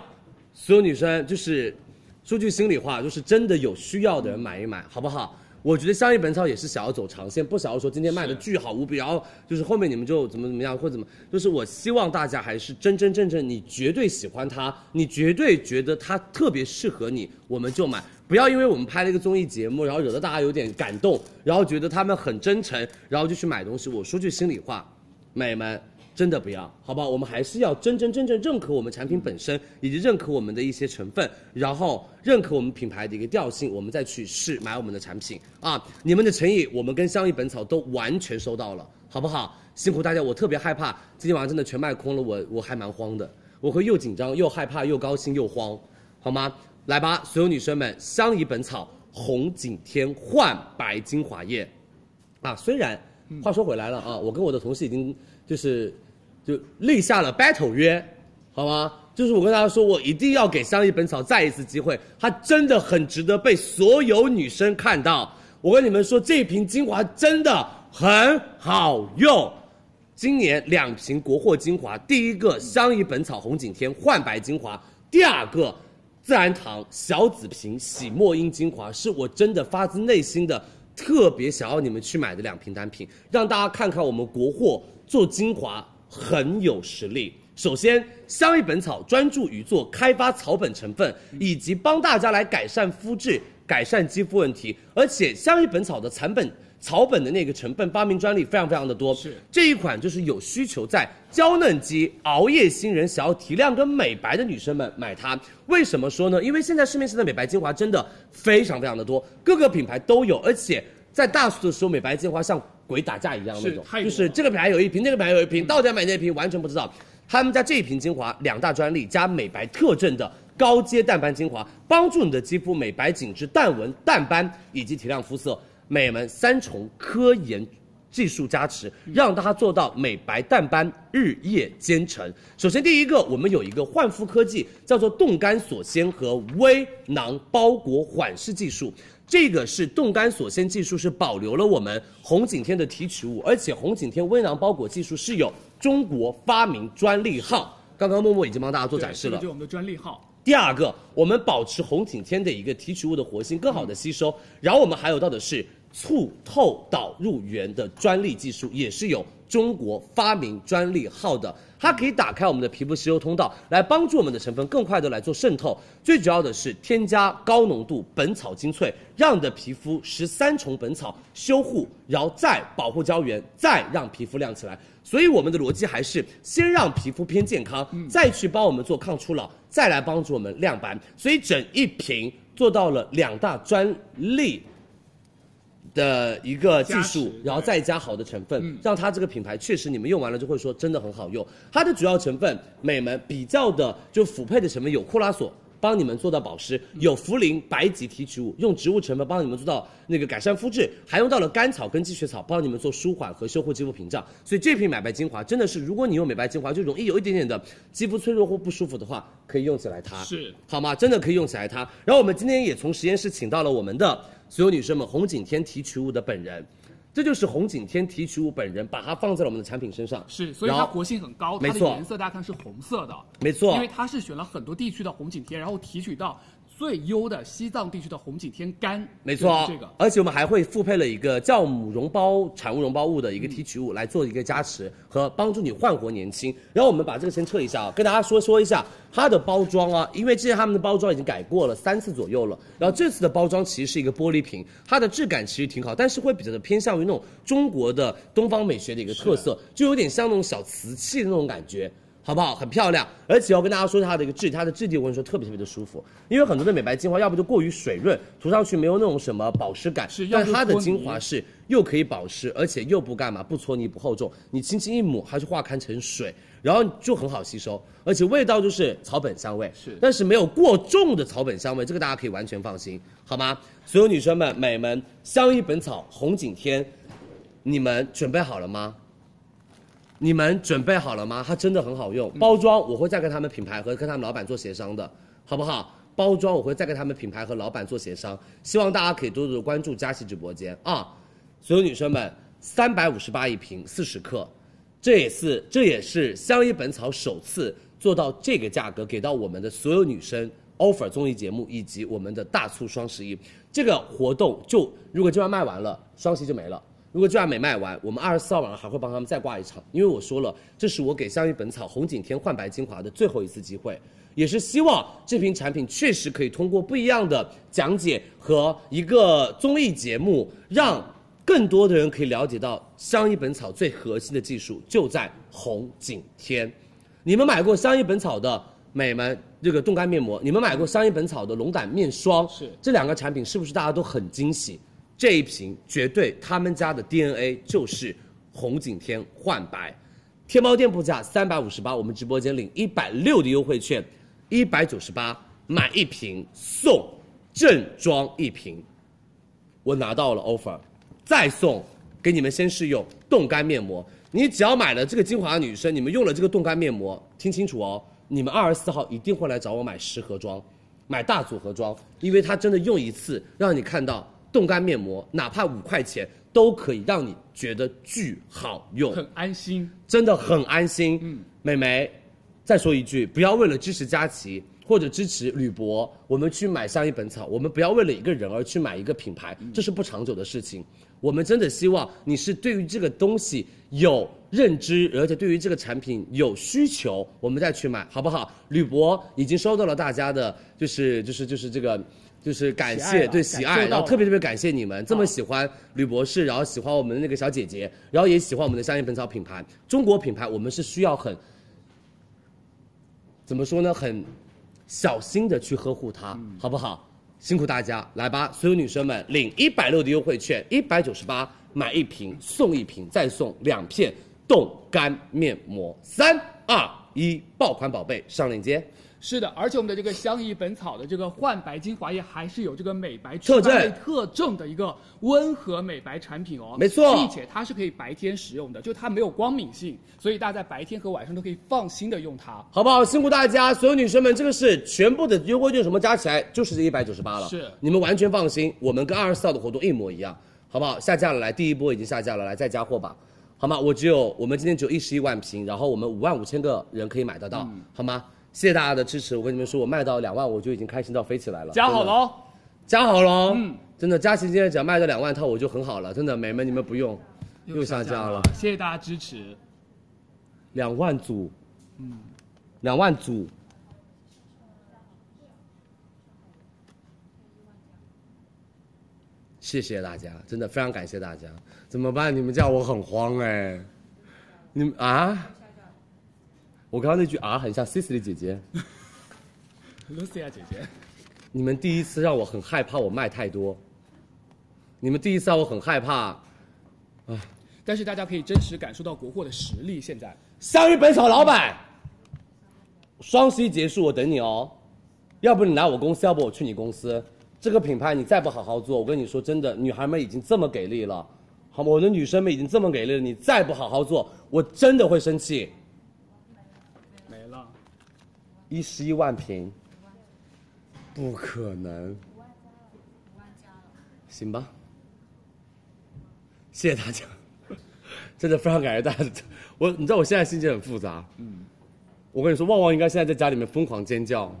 Speaker 12: 所有女生就是，说句心里话，就是真的有需要的人买一买，好不好？我觉得香叶本草也是想要走长线，不想要说今天卖的巨好无比，然后就是后面你们就怎么怎么样或怎么，就是我希望大家还是真真正正你绝对喜欢它，你绝对觉得它特别适合你，我们就买，不要因为我们拍了一个综艺节目，然后惹得大家有点感动，然后觉得他们很真诚，然后就去买东西。我说句心里话，美们，真的不要，好不好？我们还是要真真正正认可我们产品本身，以及认可我们的一些成分，然后认可我们品牌的一个调性，我们再去试买我们的产品啊。你们的诚意，我们跟相宜本草都完全收到了，好不好？辛苦大家，我特别害怕今天晚上真的全卖空了，我我还蛮慌的，我会又紧张又害怕又高兴又慌，好吗？来吧，所有女生们，相宜本草红景天焕白精华液，啊，虽然话说回来了啊，我跟我的同事已经就是就立下了 battle 约，好吗？就是我跟大家说，我一定要给相宜本草再一次机会，它真的很值得被所有女生看到。我跟你们说，这瓶精华真的很好用。今年两瓶国货精华，第一个相宜本草红景天焕白精华，第二个自然堂小紫瓶洗墨因精华，是我真的发自内心的特别想要你们去买的两瓶单品，让大家看看我们国货做精华很有实力。首先，相宜本草专注于做开发草本成分，以及帮大家来改善肤质、改善肌肤问题。而且，相宜本草的产本草本的那个成分发明专利非常非常的多。是这一款就是有需求在娇嫩肌、熬夜新人想要提亮跟美白的女生们买它。为什么说呢？因为现在市面上的美白精华真的非常非常的多，各个品牌都有，而且在大促的时候，美白精华像鬼打架一样那
Speaker 16: 是
Speaker 12: 种
Speaker 16: 太多，了
Speaker 12: 就是这个品牌有一瓶，那个品牌有一瓶，到底要买哪瓶完全不知道。他们家这一瓶精华两大专利加美白特证的高阶淡斑精华，帮助你的肌肤美白紧致、淡纹、淡斑以及提亮肤色。美们三重科研技术加持，让它做到美白淡斑日夜兼程。首先，第一个，我们有一个焕肤科技，叫做冻干锁鲜和微囊包裹缓释技术。这个是冻干锁鲜技术，是保留了我们红景天的提取物，而且红景天微囊包裹技术是有中国发明专利号。刚刚默默已经帮大家做
Speaker 16: 对
Speaker 12: 展示
Speaker 16: 这
Speaker 12: 了
Speaker 16: 个就，是我们的专利号。
Speaker 12: 第二个，我们保持红景天的一个提取物的活性，更好的吸收。然后我们还有到的是促透导入源的专利技术，也是有中国发明专利号的。它可以打开我们的皮肤吸收通道，来帮助我们的成分更快的来做渗透。最主要的是添加高浓度本草精粹，让你的皮肤十三重本草修护，然后再保护胶原，再让皮肤亮起来。所以我们的逻辑还是先让皮肤偏健康，再去帮我们做抗初老，再来帮助我们亮白。所以整一瓶做到了两大专利的一个技
Speaker 16: 加持嗯
Speaker 12: 术，然后再加好的成分，让它这个品牌确实你们用完了就会说真的很好用。它的主要成分，美们比较的就辅配的成分有库拉索。帮你们做到保湿，
Speaker 16: 嗯
Speaker 12: 有茯苓、白及提取物，用植物成分帮你们做到那个改善肤质，还用到了甘草跟积雪草，帮你们做舒缓和修护肌肤屏障。所以这瓶美白精华真的是，如果你用美白精华就容易有一点点的肌肤脆弱或不舒服的话，可以用起来它，
Speaker 16: 是
Speaker 12: 好吗？真的可以用起来它。然后我们今天也从实验室请到了我们的所有女生们红景天提取物的本人。这就是红景天提取物本人，把它放在了我们的产品身上，
Speaker 16: 是，所以
Speaker 12: 然
Speaker 16: 它
Speaker 12: 后
Speaker 16: 活性很高，它
Speaker 12: 没
Speaker 16: 的
Speaker 12: 错
Speaker 16: 颜色大家看是红色的，
Speaker 12: 没错
Speaker 16: 因为它是选了很多地区的红景天，然后提取到最优的西藏地区的红景天干，
Speaker 12: 没错，
Speaker 16: 就是这个
Speaker 12: 而且我们还会复配了一个酵母溶胞产物溶胞物的一个提取物来做一个加持和帮助你焕活年轻。然后我们把这个先撤一下啊，跟大家说说一下它的包装啊，因为之前他们的包装已经改过了三次左右了。然后这次的包装其实是一个玻璃瓶，它的质感其实挺好，但是会比较的偏向于那种中国的东方美学的一个特色，就有点像那种小瓷器的那种感觉。好不好？很漂亮，而且要跟大家说它的一个质地，它的质地我跟你说特别特别的舒服，因为很多的美白精华要不就过于水润，涂上去没有那种什么保湿感，
Speaker 16: 是要
Speaker 12: 但
Speaker 16: 不就
Speaker 12: 它的
Speaker 16: 搓泥
Speaker 12: 精华是又可以保湿，而且又不干嘛，不搓泥不厚重，你轻轻一抹它就化开成水，然后就很好吸收，而且味道就是草本香味，
Speaker 16: 是
Speaker 12: 但是没有过重的草本香味，这个大家可以完全放心，好吗？所有女生们、美们，相宜本草红景天，你们准备好了吗？你们准备好了吗？它真的很好用，包装我会再跟他们品牌和跟他们老板做协商的，好不好？包装我会再跟他们品牌和老板做协商，希望大家可以多多地关注佳琦直播间啊！所有女生们，三百五十八一瓶，四十克，这也是这也是相宜本草首次做到这个价格，给到我们的所有女生 offer 综艺节目以及我们的大促双十一这个活动就，如果这晚卖完了，双十一就没了。如果这晚没卖完，我们二十四号晚上还会帮他们再挂一场，因为我说了，这是我给相宜本草红景天焕白精华的最后一次机会，也是希望这瓶产品确实可以通过不一样的讲解和一个综艺节目，让更多的人可以了解到相宜本草最核心的技术就在红景天。你们买过相宜本草的美们这个冻干面膜，你们买过相宜本草的龙胆面霜，
Speaker 16: 是
Speaker 12: 这两个产品是不是大家都很惊喜？这一瓶绝对他们家的 DNA 就是红景天焕白，天猫店铺价三百五十八，我们直播间领一百六的优惠券，一百九十八买一瓶送正装一瓶，我拿到了 offer，再送给你们先试用冻干面膜。你只要买了这个精华，女生你们用了这个冻干面膜，听清楚哦，你们二十四号一定会来找我买十盒装，买大组合装，因为它真的用一次让你看到冻干面膜，哪怕五块钱都可以让你觉得巨好用，
Speaker 16: 很安心，
Speaker 12: 真的很安心。嗯，美眉，再说一句，不要为了支持佳琦或者支持铝箔，我们去买上一本草，我们不要为了一个人而去买一个品牌，
Speaker 16: 嗯
Speaker 12: 这是不长久的事情。我们真的希望你是对于这个东西有认知，而且对于这个产品有需求，我们再去买，好不好？铝箔已经收到了大家的，就是就是就是这个。就是感
Speaker 16: 喜爱
Speaker 12: 谢
Speaker 16: 了
Speaker 12: 对喜
Speaker 16: 感受
Speaker 12: 爱，
Speaker 16: 到
Speaker 12: 然后
Speaker 16: 了
Speaker 12: 特别特别感谢你们这么喜欢吕博士，然后喜欢我们的那个小姐姐，然后也喜欢我们的香叶本草品牌，中国品牌我们是需要很怎么说呢，很小心的去呵护它，好不好？辛苦大家，来吧，所有女生们领一百六的优惠券，一百九十八买一瓶送一瓶，再送两片冻干面膜。三二一，爆款宝贝上链接。
Speaker 16: 是的，而且我们的这个相宜本草的这个焕白精华液还是有这个美白
Speaker 12: 特征
Speaker 16: 祛斑类特征的一个温和美白产品哦，
Speaker 12: 没错
Speaker 16: 并且它是可以白天使用的，就它没有光敏性，所以大家在白天和晚上都可以放心的用它。
Speaker 12: 好不好？辛苦大家，所有女生们，这个是全部的优惠券，什么加起来就是这一百九十八了。
Speaker 16: 是
Speaker 12: 你们完全放心，我们跟二十四号的活动一模一样，好不好？下架了，来，第一波已经下架了，来再加货吧，好吗？我只有我们今天只有一十一万瓶，然后我们五万五千个人可以买得到，好吗？谢谢大家的支持，我跟你们说，我卖到两万我就已经开心到飞起来了。
Speaker 16: 加好
Speaker 12: 真的
Speaker 16: 喽，
Speaker 12: 加好喽！
Speaker 16: 嗯，
Speaker 12: 真的，佳琪今天只要卖到两万套我就很好了，真的，美们你们不用，又下架了，
Speaker 16: 谢谢大家支持。
Speaker 12: 两万组，嗯，两万组。谢谢大家，真的非常感谢大家。怎么办？你们叫我很慌哎、你们啊？我刚刚那句啊很像 Cici 姐姐。
Speaker 16: Lucia 姐姐，
Speaker 12: 你们第一次让我很害怕，我卖太多。你们第一次让我很害怕。
Speaker 16: 但是大家可以真实感受到国货的实力。现在
Speaker 12: 相宜本草老板，双十一结束我等你哦。要不你来我公司，要不我去你公司。这个品牌你再不好好做，我跟你说真的，女孩们已经这么给力了，好吗？我的女生们已经这么给力了，你再不好好做，我真的会生气。
Speaker 16: 没了。
Speaker 12: 一十一万瓶，不可能。行吧，谢谢大家， (laughs) 真的非常感谢大家。我你知道我现在心情很复杂，嗯，我跟你说，旺旺应该现在在家里面疯狂尖叫，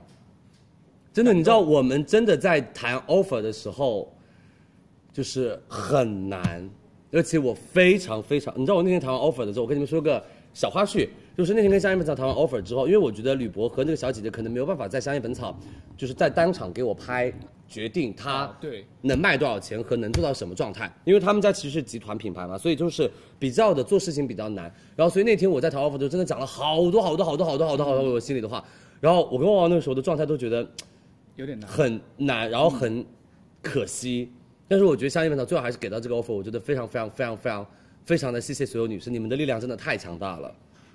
Speaker 12: 真的，你知道我们真的在谈 offer 的时候，就是很难，而且我非常非常，你知道我那天谈完 offer 的时候，我跟你们说个小花絮，就是那天跟香叶本草谈完 offer 之后，因为我觉得吕博和那个小姐姐可能没有办法在香叶本草，就是在当场给我拍决定她
Speaker 16: 啊对
Speaker 12: 能卖多少钱和能做到什么状态，因为他们家其实是集团品牌嘛，所以就是比较的做事情比较难。然后所以那天我在淘宝的时候真的讲了好多好多好多好多好多好多我心里的话，然后我跟旺旺那个时候的状态都觉得
Speaker 16: 有点难。
Speaker 12: 很难，然后很可惜。但是我觉得香叶本草最后还是给到这个 offer，我觉得非常非常非常非常非常的谢谢所有女生，你们的力量真的太强大了，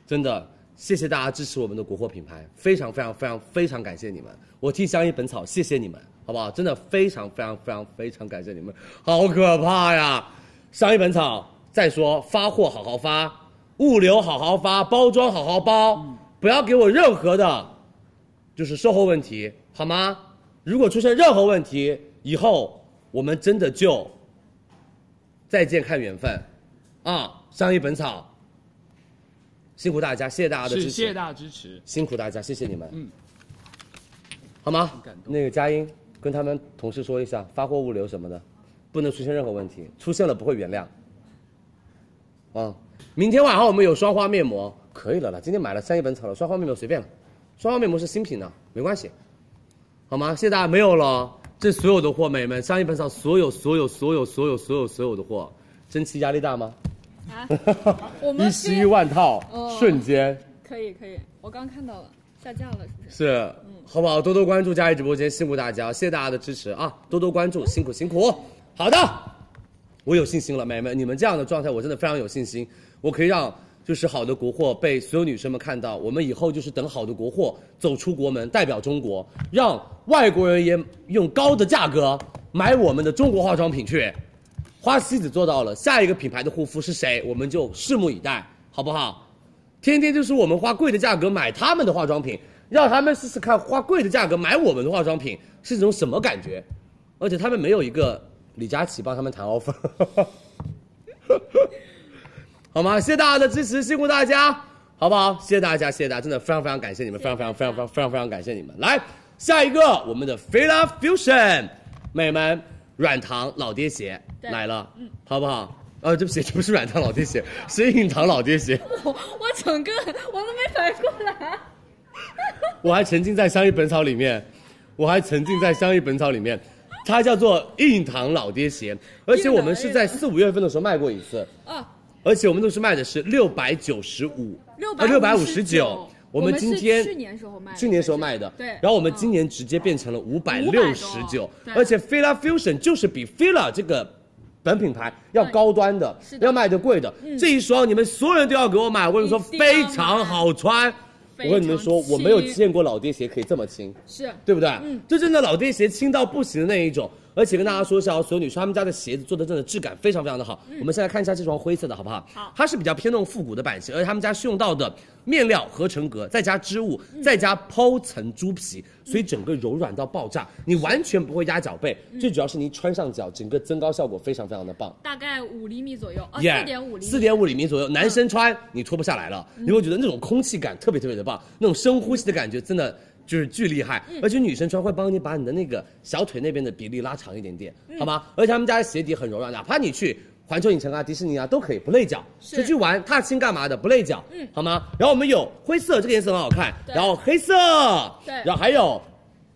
Speaker 12: 真的谢谢大家支持我们的国货品牌，非常非常非常非常感谢你们，我替香叶本草谢谢你们，好不好？真的非常非常非常非常感谢你们，好可怕呀！香叶本草，再说发货好好发，物流好好发，包装好好包，不要给我任何的就是售后问题，好吗？如果出现任何问题，以后我们真的就再见看缘分，啊，商业本草，辛苦大家，谢谢大家的支
Speaker 16: 是
Speaker 12: 持，
Speaker 16: 谢谢大家支持。
Speaker 12: 辛苦大家，谢谢你们，
Speaker 16: 嗯，
Speaker 12: 好吗
Speaker 16: 感？动
Speaker 12: 那个佳音跟他们同事说一下，发货物流什么的，不能出现任何问题，出现了不会原谅。啊，明天晚上我们有双花面膜，可以了啦，今天买了三叶本草了，双花面膜随便了，双花面膜是新品的，没关系，好吗？谢谢大家，没有了，这所有的货，美们，三叶本草所有所有所有所有所有所有的货，蒸汽压力大吗？
Speaker 3: 啊我
Speaker 12: (laughs) 一
Speaker 3: 们
Speaker 12: 十一万套，
Speaker 3: 哦
Speaker 12: 瞬间。
Speaker 3: 可以可以，我刚看到了，下架了是不是？
Speaker 12: 是，好不好？多多关注佳怡直播间，辛苦大家，谢谢大家的支持啊！多多关注，辛苦辛苦。好的，我有信心了，美们，你们这样的状态，我真的非常有信心，我可以让就是好的国货被所有女生们看到。我们以后就是等好的国货走出国门，代表中国，让外国人也用高的价格买我们的中国化妆品去。花西子做到了，下一个品牌的护肤是谁，我们就拭目以待，好不好？天天就是我们花贵的价格买他们的化妆品，让他们试试看花贵的价格买我们的化妆品是一种什么感觉。而且他们没有一个李佳琦帮他们谈 offer，好吗？谢谢大家的支持，辛苦大家，好不好？谢谢大家，谢谢大家，真的非常非常感谢你们，非常非常非常非常非常非常感谢你们。来，下一个我们的 Fila Fusion，美们，软糖老爹鞋来了，好不好？呃、对不起，这不是软糖老爹鞋，是硬糖老爹鞋。
Speaker 3: 我我整个我都没反应过 (laughs) 来。
Speaker 12: 我还沉浸在《相遇本草》里面，我还沉浸在《相遇本草》里面，它叫做硬糖老爹鞋，而且我们是在四五月份的时候卖过一次，
Speaker 3: 啊，
Speaker 12: 而且我们都是卖的是六百九十五，啊六百五十
Speaker 3: 659
Speaker 12: 九，我们今
Speaker 3: 我
Speaker 12: 天
Speaker 3: 们是去年时候卖的
Speaker 12: 去年时候卖的，
Speaker 3: 对
Speaker 12: 然后我们今年直接变成了五百
Speaker 3: 500
Speaker 12: 六十九
Speaker 3: 多，对
Speaker 12: 而且 Fila Fusion 就是比 Fila 这个。本品牌要高端的，
Speaker 3: 是的嗯
Speaker 12: 要卖的贵的，这一双你们所有人都要给我买。我跟你说，
Speaker 3: 一定要
Speaker 12: 非常
Speaker 3: 买
Speaker 12: 好穿。我跟你们说，
Speaker 3: 非常
Speaker 12: 我没有
Speaker 3: 轻
Speaker 12: 见过老爹鞋可以这么轻。
Speaker 3: 是
Speaker 12: 对不对？嗯，就真的老爹鞋轻到不行的那一种。而且跟大家说一下哦，所有女生她们家的鞋子做的真的质感非常非常的好。
Speaker 3: 嗯
Speaker 12: 我们先来看一下这双灰色的好不好？好，它是比较偏那种复古的版型，而且他们家是用到的面料合成革，再加织物，
Speaker 3: 嗯
Speaker 12: 再加剖层猪皮，所以整个柔软到爆炸，你完全不会压脚背。
Speaker 3: 嗯
Speaker 12: 最主要是你穿上脚，整个增高效果非常非常的棒。
Speaker 3: 大概五厘米左右，啊，
Speaker 12: 耶，
Speaker 3: 四点五厘米，嗯
Speaker 12: 四点五厘米左右，男生穿你脱不下来了，你会觉得那种空气感特别特别的棒，那种深呼吸的感觉真的就是巨厉害，
Speaker 3: 嗯
Speaker 12: 而且女生穿会帮你把你的那个小腿那边的比例拉长一点点，
Speaker 3: 嗯
Speaker 12: 好吗？而且他们家的鞋底很柔软，哪怕你去。环球影城啊，迪士尼啊都可以不累脚，出去玩踏青干嘛的不累脚，嗯，好吗？然后我们有灰色，这个颜色很好看，然后黑色，
Speaker 3: 对
Speaker 12: 然后还有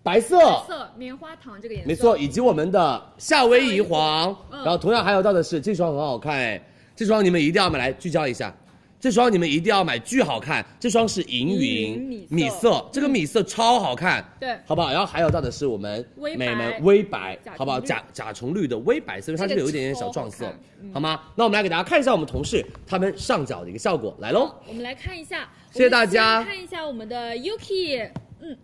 Speaker 12: 白色，
Speaker 3: 白色棉花糖这个颜色，
Speaker 12: 没错，以及我们的夏威夷黄，
Speaker 3: 嗯
Speaker 12: 然后同样还有到的是这双很好看哎，这双你们一定要买来聚焦一下，这双你们一定要买，巨好看，这双是银
Speaker 3: 银
Speaker 12: 云
Speaker 3: 米色嗯
Speaker 12: 米色，这个米色超好看，
Speaker 3: 对
Speaker 12: 好不好？然后还有到的是我们
Speaker 3: 微白
Speaker 12: 美们微白
Speaker 3: 甲，虫
Speaker 12: 好不好？
Speaker 3: 绿
Speaker 12: 甲甲虫绿的微白色，因为它
Speaker 3: 这个
Speaker 12: 这个有一点点小
Speaker 3: 超
Speaker 12: 撞
Speaker 3: 好
Speaker 12: 色
Speaker 3: 看，嗯
Speaker 12: 好吗？那我们来给大家看一下我们同事他们上脚的一个效果，来喽。
Speaker 3: 我们来看一下，
Speaker 12: 谢谢大
Speaker 3: 我
Speaker 12: 家
Speaker 3: 们先看一下我们的 Yuki，嗯，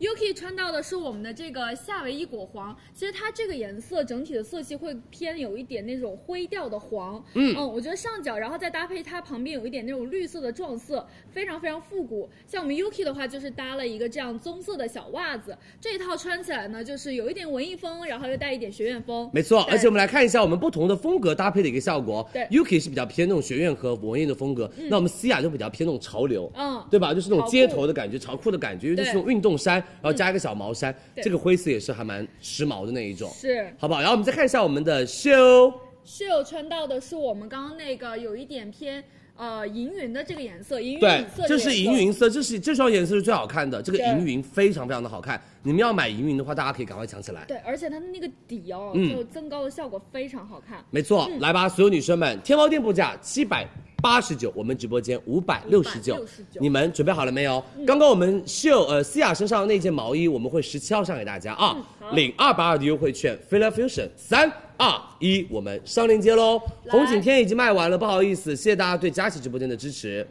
Speaker 6: Yuki 穿到的是我们的这个夏威夷果黄，其实它这个颜色整体的色系会偏有一点那种灰调的黄，
Speaker 12: 嗯
Speaker 6: 我觉得上角，然后再搭配它旁边有一点那种绿色的撞色，非常非常复古。像我们 Yuki 的话，就是搭了一个这样棕色的小袜子，这一套穿起来呢，就是有一点文艺风，然后又带一点学院风，
Speaker 12: 没错，
Speaker 6: 对
Speaker 12: 而且我们来看一下我们不同的风格搭配的一个效果。
Speaker 6: 对
Speaker 12: ，Yuki 是比较偏那种学院和文艺的风格，那我们思雅就比较偏那种潮流，
Speaker 6: 嗯
Speaker 12: 对吧？就是那
Speaker 6: 潮酷嗯
Speaker 12: 种街头的感觉、潮酷的感觉，尤其是那种运动衫，然后加一个小毛衫，
Speaker 6: 对
Speaker 12: 这个灰色也是还蛮时髦的那一种，
Speaker 6: 是。
Speaker 12: 好不好？然后我们再看一下我们的修，
Speaker 6: 室友穿到的是我们刚刚那个有一点偏呃银云的这个颜色，银云
Speaker 12: 对
Speaker 6: 紫色，的
Speaker 12: 这
Speaker 6: 颜色
Speaker 12: 是银云色，这是这双颜色是最好看的，这个
Speaker 6: 对
Speaker 12: 银云非常非常的好看。你们要买银云的话，大家可以赶快抢起来。
Speaker 6: 对，而且它的那个底哦，
Speaker 12: 嗯
Speaker 6: 就增高的效果非常好看。
Speaker 12: 没错，来吧，所有女生们，天猫店铺价七百八十九，我们直播间五百六十九嗯
Speaker 6: 569，
Speaker 12: 你们准备好了没有？刚刚我们秀呃思雅身上的那件毛衣，我们会十七号上给大家啊，领二百二的优惠券 f i l a Fusion 三。二一，我们上链接喽！红景天已经卖完了，不好意思，谢谢大家对佳琦直播间的支持。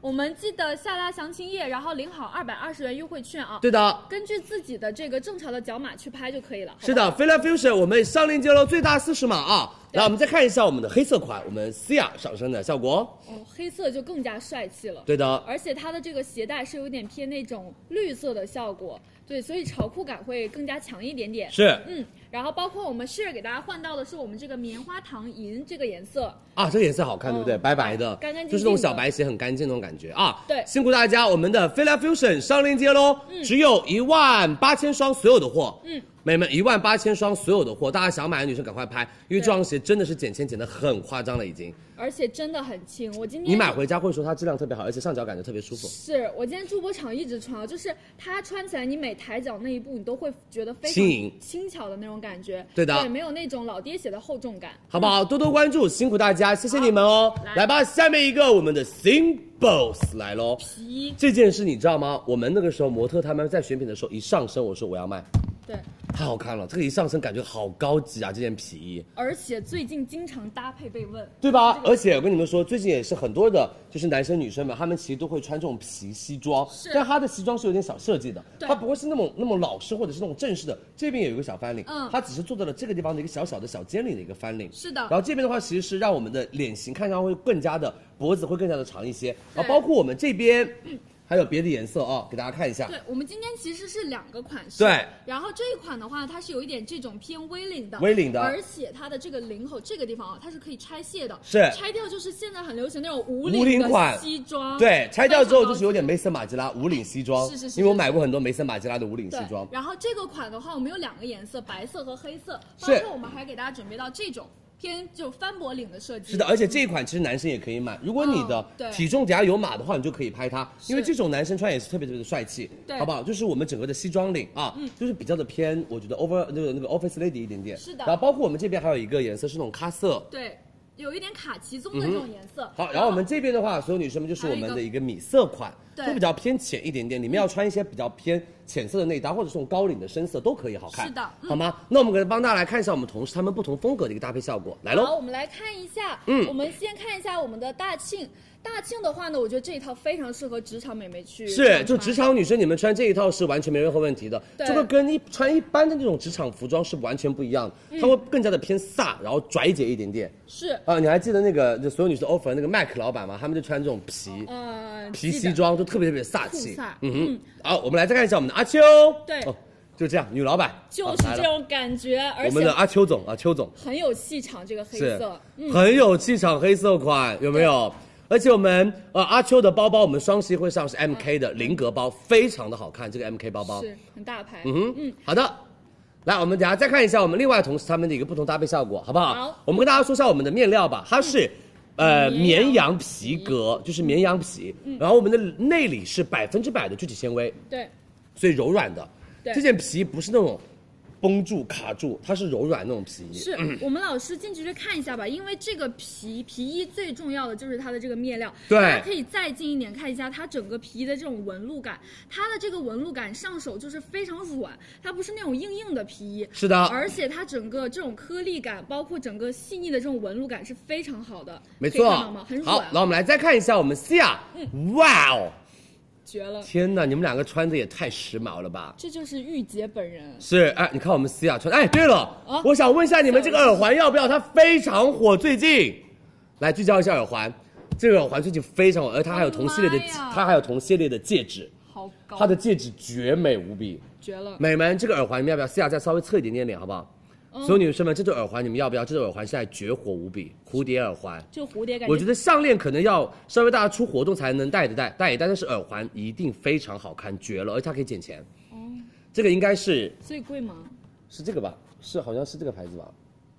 Speaker 6: 我们记得下拉详情页，然后领好二百二十元优惠券啊。
Speaker 12: 对的，
Speaker 6: 根据自己的这个正常的脚码去拍就可以了。好吧
Speaker 12: 是的 f i l a Fusion 我们上链接喽，最大四十码啊！来，我们再看一下我们的黑色款，我们思雅上身的效果。
Speaker 6: 哦，黑色就更加帅气了。
Speaker 12: 对的，
Speaker 6: 而且它的这个鞋带是有点偏那种绿色的效果，对，所以潮酷感会更加强一点点。
Speaker 12: 是
Speaker 6: 嗯，然后包括我们 share 给大家换到的是我们这个棉花糖银这个颜色，
Speaker 12: 啊，这个颜色好看，对不对？
Speaker 6: 嗯
Speaker 12: 白白的，
Speaker 6: 干干净净的
Speaker 12: 就是那种小白鞋，很干净那种感觉啊。
Speaker 6: 对
Speaker 12: 辛苦大家，我们的 Fila Fusion 上链接喽，只有一万八千双所有的货。
Speaker 6: 嗯，
Speaker 12: 美们，一万八千双所有的货，大家想买的女生赶快拍，因为这双鞋真的是减钱减的很夸张了，已经。
Speaker 6: 而且真的很轻。我今天
Speaker 12: 你买回家会说它质量特别好，而且上脚感觉特别舒服。
Speaker 6: 是我今天助播场一直穿啊，就是它穿起来，你每抬脚那一步，你都会觉得非常
Speaker 12: 轻盈
Speaker 6: 轻巧的那种感觉。
Speaker 12: 对的
Speaker 6: 对，没有那种老爹鞋的厚重感。
Speaker 12: 好不好？多多关注，辛苦大家，谢谢你们哦。
Speaker 6: 来
Speaker 12: 来吧，下面一个我们的 Symbols 来喽。
Speaker 6: 皮
Speaker 12: 这件事你知道吗？我们那个时候模特他们在选品的时候，一上身我说我要卖，
Speaker 6: 对，
Speaker 12: 太好看了，这个一上身感觉好高级啊，这件皮衣，
Speaker 6: 而且最近经常搭配被问，
Speaker 12: 对吧？而且我跟你们说，最近也是很多的，就是男生女生们，他们其实都会穿这种皮西装，但他的西装是有点小设计的，
Speaker 6: 对
Speaker 12: 它不会是那种那么老式或者是那种正式的，这边有一个小翻领，
Speaker 6: 嗯
Speaker 12: 它只是做到了这个地方的一个小小的小尖领的一个翻领，
Speaker 6: 是的
Speaker 12: 然后这边的话，其实是让我们的脸型看上去会更加的，脖子会更加的长一些，然后包括我们这边。还有别的颜色啊、给大家看一下。
Speaker 6: 对我们今天其实是两个款式，
Speaker 12: 对。
Speaker 6: 然后这一款的话，它是有一点这种偏 V 领的，
Speaker 12: 微领的
Speaker 6: 而且它的这个领口这个地方啊，它是可以拆卸的，
Speaker 12: 是
Speaker 6: 拆掉就是现在很流行那种无
Speaker 12: 无
Speaker 6: 领
Speaker 12: 领
Speaker 6: 的
Speaker 12: 款
Speaker 6: 西装，
Speaker 12: 对，拆掉之后就是有
Speaker 6: 点。
Speaker 12: 点梅森马吉拉无领西装，
Speaker 6: 是是是
Speaker 12: 因为我
Speaker 6: 是
Speaker 12: 买过很多梅森马吉拉的无领西
Speaker 6: 对，
Speaker 12: 装。
Speaker 6: 然后这个款的话，我们有两个颜色，白色和黑色，包
Speaker 12: 是
Speaker 6: 括我们还给大家准备到这种偏就翻脖领的设计。
Speaker 12: 是的，而且这一款其实男生也可以买。如果你的
Speaker 6: 嗯对
Speaker 12: 体重底下有码的话，你就可以拍它，因为这种男生穿也是特别特别的帅气，
Speaker 6: 对嗯
Speaker 12: 好不好？就是我们整个的西装领啊，就是比较的偏，我觉得 over 那个那个 office lady 一点点。
Speaker 6: 是的
Speaker 12: 然后包括我们这边还有一个颜色是那种咖色。
Speaker 6: 对，有一点卡其棕的这种颜色。
Speaker 12: 嗯好，然后我们这边的话，所有女生们就是我们的一个米色款，
Speaker 6: 对嗯
Speaker 12: 会比较偏浅一点点，里面要穿一些比较偏浅色的内搭，或者是这种高领的深色都可以好看，
Speaker 6: 是的嗯
Speaker 12: 好吗？那我们给帮大家来看一下我们同事他们不同风格的一个搭配效果，来
Speaker 6: 好，
Speaker 12: 喽。
Speaker 6: 我们来看一下，
Speaker 12: 嗯
Speaker 6: 我们先看一下我们的大庆。大庆的话呢，我觉得这一套非常适合职场美眉去
Speaker 12: 是，就
Speaker 6: 穿
Speaker 12: 职场女生，你们穿这一套是完全没任何问题的。
Speaker 6: 对
Speaker 12: 这个跟一穿一般的那种职场服装是完全不一样的，
Speaker 6: 嗯
Speaker 12: 它会更加的偏飒，然后拽姐一点点。
Speaker 6: 是，
Speaker 12: 啊，你还记得那个就所有女生 offer 那个 Mac 老板吗？他们就穿这种皮、
Speaker 6: 呃，
Speaker 12: 皮
Speaker 6: 记得
Speaker 12: 西装，就特别特别飒气
Speaker 6: 酷飒。
Speaker 12: 嗯哼，好，我们来再看一下我们的阿秋。
Speaker 6: 对
Speaker 12: 哦，就这样，女老板啊
Speaker 6: 就是
Speaker 12: 好来
Speaker 6: 这
Speaker 12: 了
Speaker 6: 种感觉，而
Speaker 12: 我们的
Speaker 6: 且
Speaker 12: 阿秋总啊，秋总。
Speaker 6: 很有气场。这个黑
Speaker 12: 是
Speaker 6: 色，嗯，
Speaker 12: 很有气场，黑色款有没有？而且我们呃阿秋的包包，我们双十一会上是 M K 的菱格包，非常的好看，这个 M K 包包。
Speaker 6: 嗯是很大牌。
Speaker 12: 嗯哼，好的。来，我们等下再看一下我们另外同事他们的一个不同搭配效果，好不好？
Speaker 6: 好嗯
Speaker 12: 我们跟大家说一下我们的面料吧，它是。呃，绵羊皮革就是绵羊皮，然后我们的内里是百分之百的聚酯纤维，
Speaker 6: 对，
Speaker 12: 所以柔软的。
Speaker 6: 对
Speaker 12: 这件皮不是那种绷住卡住，它是柔软那种皮。
Speaker 6: 是我们老师近距离看一下吧，因为这个皮皮衣最重要的就是它的这个面料，
Speaker 12: 对
Speaker 6: 大家可以再近一点看一下它整个皮衣的这种纹路感，它的这个纹路感上手就是非常软，它不是那种硬硬的皮衣，
Speaker 12: 是的
Speaker 6: 而且它整个这种颗粒感，包括整个细腻的这种纹路感是非常好的，
Speaker 12: 没
Speaker 6: 可以
Speaker 12: 错
Speaker 6: 看到吗？很，
Speaker 12: 好
Speaker 6: 软，嗯
Speaker 12: 那，我们来再看一下我们西亚，哇哦，
Speaker 3: 绝了！
Speaker 12: 天哪，你们两个穿的也太时髦了吧！
Speaker 3: 这就是御姐本人，
Speaker 12: 是，哎，你看我们思雅穿，哎，对了，
Speaker 3: 哦
Speaker 12: 我想问一下你们这个耳环要不要？它非常火，最近，来聚焦一下耳环，这个耳环最近非常火，而它还有同系列的
Speaker 3: 我的妈呀，
Speaker 12: 它还有同系列的戒指，
Speaker 3: 好高，
Speaker 12: 它的戒指绝美无比。
Speaker 3: 绝了！
Speaker 12: 美们，这个耳环你们要不要？思雅再稍微侧一点点脸好不好？
Speaker 3: 嗯
Speaker 12: 所有女生们，这对耳环你们要不要？这对耳环现在绝火无比，蝴蝶耳环。
Speaker 3: 这个蝴蝶感
Speaker 12: 我觉得项链可能要稍微大家出活动才能戴一戴，戴一戴，但是耳环一定非常好看，绝了，而且它可以减钱。
Speaker 3: 哦
Speaker 12: 这个应该是
Speaker 3: 最贵吗？
Speaker 12: 是这个吧？是好像是这个牌子吧？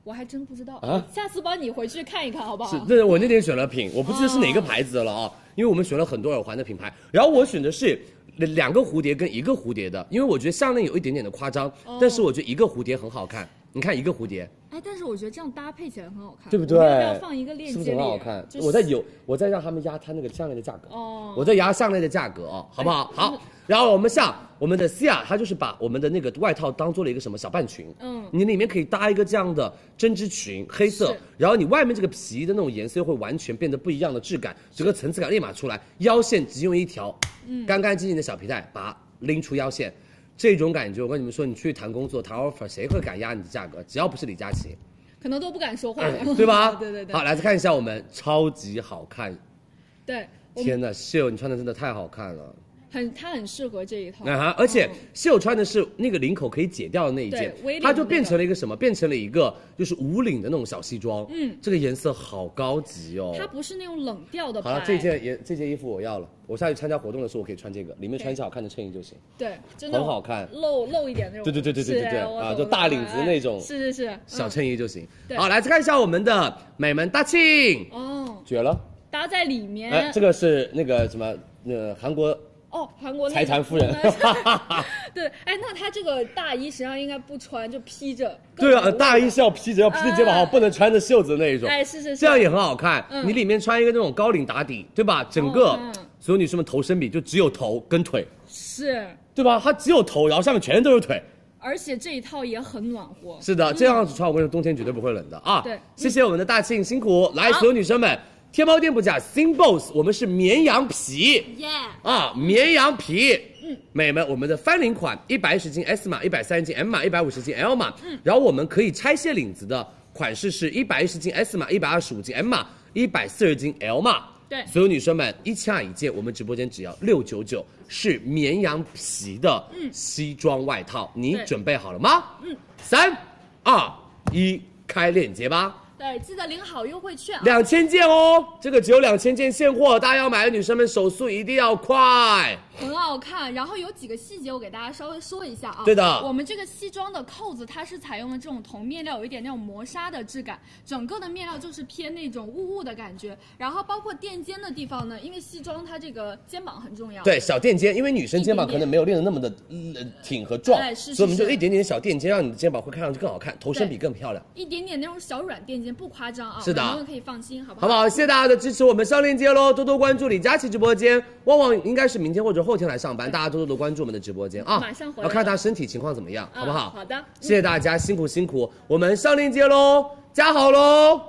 Speaker 3: 我还真不知道
Speaker 12: 啊
Speaker 3: 下次帮你回去看一看好不
Speaker 2: 哦
Speaker 3: 好？
Speaker 12: 是，那我那天选了品，我不记得是哪个牌子的了啊，因为我们选了很多耳环的品牌，然后我选的是。两两个蝴蝶跟一个蝴蝶的，因为我觉得项链有一点点的夸张，但是我觉得一个蝴蝶很好看。你看一个蝴蝶，
Speaker 3: 哎，但是我觉得这样搭配起来很好看，
Speaker 12: 对不对？
Speaker 3: 我们要不要放一个链
Speaker 12: 是
Speaker 3: 接里？
Speaker 12: 不是很好看？
Speaker 3: 就是
Speaker 12: 我在有，我在让他们压它那个项链的价格。
Speaker 3: 哦哎
Speaker 12: 我在压项链的价格哦，好不好？好。然后我们像我们的西亚，它就是把我们的那个外套当做了一个什么小半裙。
Speaker 3: 嗯
Speaker 12: 你里面可以搭一个这样的针织裙，黑色
Speaker 3: 是，
Speaker 12: 然后你外面这个皮的那种颜色会完全变得不一样的质感，整个层次感立马出来。腰线只用一条，
Speaker 3: 嗯
Speaker 12: 干干净净的小皮带把它拎出腰线。这种感觉，我跟你们说，你去谈工作、谈 offer，谁会敢压你的价格？只要不是李佳琦，
Speaker 3: 可能都不敢说话了，
Speaker 12: 对吧？
Speaker 3: (laughs) 对对对，
Speaker 12: 好，来再看一下我们超级好看，
Speaker 3: 对，我们
Speaker 12: 天呐，秀你穿的真的太好看了。
Speaker 3: 很它很适合这一套。
Speaker 12: 啊哈！而且秀穿的是那个领口可以解掉的那一件
Speaker 3: 哦对微领，的
Speaker 12: 它就变成了一个什么？变成了一个就是无领的那种小西装。
Speaker 3: 嗯，
Speaker 12: 这个颜色好高级哦。
Speaker 3: 它不是那种冷调的
Speaker 12: 好了
Speaker 3: 白，，
Speaker 12: 这件也这件衣服我要了，我下去参加活动的时候我可以穿这个，里面穿一件好看的衬衣就行。
Speaker 3: 对，真的
Speaker 12: 很好看
Speaker 3: 露露一点那种。
Speaker 12: 对对对对对对
Speaker 3: 是
Speaker 12: 对
Speaker 3: 我
Speaker 12: 啊
Speaker 3: 懂
Speaker 12: 就
Speaker 3: 了
Speaker 12: 大领子
Speaker 3: 哎
Speaker 12: 那种
Speaker 3: 是是是，嗯
Speaker 12: 小衬衣就行。
Speaker 3: 对
Speaker 12: 好，来再看一下我们的美门大庆，
Speaker 3: 哦，
Speaker 12: 绝了！
Speaker 3: 搭在里面。
Speaker 12: 哎，这个是那个什么，呃，韩国
Speaker 3: 哦，韩国那
Speaker 12: 财团
Speaker 3: (laughs)
Speaker 12: 夫人
Speaker 3: 对，哎，那他这个大衣实际上应该不穿，就披着。
Speaker 12: 对啊，
Speaker 3: 更
Speaker 12: 呃大衣是要披着，要披着肩膀，好，
Speaker 3: 哎
Speaker 12: 不能穿着袖子那一种。
Speaker 3: 哎是是是
Speaker 12: 这样也很好看。
Speaker 3: 嗯
Speaker 12: 你里面穿一个那种高领打底，对吧？整个
Speaker 3: 嗯
Speaker 12: 所有女生们头身比就只有头跟腿，
Speaker 3: 是，
Speaker 12: 对吧？它只有头，然后下面全都是腿。
Speaker 3: 而且这一套也很暖和。
Speaker 12: 是的，这样子穿，我跟你说，冬天绝对不会冷的啊。
Speaker 3: 嗯对
Speaker 12: 谢谢我们的大庆辛苦，来，所有女生们。天猫店铺价 Sing Boss，我们是绵羊皮，
Speaker 3: 耶、
Speaker 12: 啊，绵羊皮，嗯，美们，我们的翻领款一百一十斤 S 码，一百三十斤 M 码，一百五十斤 L 码，嗯，然后我们可以拆卸领子的款式是一百一十斤 S 码，一百二十五斤 M 码，一百四十斤 L 码。
Speaker 3: 对
Speaker 12: 所有女生们，一千二一件，我们直播间只要六九九，是绵羊皮的西装外套，你
Speaker 3: 对
Speaker 12: 准备好了吗？嗯，三、二、一，开链接吧。
Speaker 3: 对，记得领好优惠券啊。
Speaker 12: 两千件哦，这个只有两千件现货，大家要买的女生们手速一定要快。
Speaker 3: 很好看，然后有几个细节我给大家稍微说一下啊。
Speaker 12: 对的
Speaker 3: 我们这个西装的扣子它是采用了这种铜面料，有一点那种磨砂的质感，整个的面料就是偏那种雾雾的感觉。然后包括垫肩的地方呢，因为西装它这个肩膀很重要。
Speaker 12: 对，小垫肩，因为女生肩膀
Speaker 3: 一点点
Speaker 12: 可能没有练的那么的呃挺和壮，
Speaker 3: 哎是是
Speaker 12: 所以我们就是一点点小垫肩，让你的肩膀会看上去更好看，头
Speaker 3: 对
Speaker 12: 身比更漂亮，
Speaker 3: 一点点那种小软垫肩，不夸张啊。
Speaker 12: 是的
Speaker 3: 朋友们可以放心，好啊不
Speaker 12: 好不好？谢谢大家的支持，我们上链接喽，多多关注李佳琦直播间，旺旺应该是明天或者后天来上班，大家多多的关注我们的直播间啊，
Speaker 3: 马上回来嗯
Speaker 12: 要看他身体情况怎么样，好不好？
Speaker 3: 好的，
Speaker 12: 谢谢大家，辛苦辛苦，我们上链接喽，加好喽。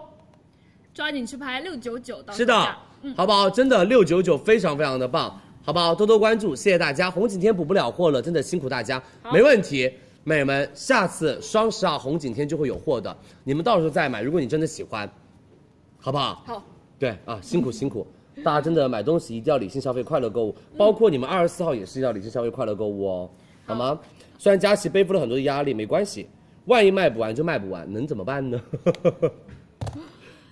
Speaker 3: 抓紧去拍六九九到嗯
Speaker 12: 是
Speaker 3: 手
Speaker 12: 的
Speaker 3: 价。，
Speaker 12: 好不好？真的六九九非常非常的棒，好不好？多多关注，谢谢大家。红景天补不了货了，真的辛苦大家，没问题。美们，下次双十二红景天就会有货的，你们到时候再买。如果你真的喜欢，好不好？
Speaker 3: 好。
Speaker 12: 对啊，辛苦辛苦，大家真的买东西一定要理性消费，快乐购物。
Speaker 3: 嗯
Speaker 12: 包括你们二十四号也是要理性消费，快乐购物哦，好吗？虽然佳琪背负了很多的压力，没关系，万一卖不完就卖不完，能怎么办呢？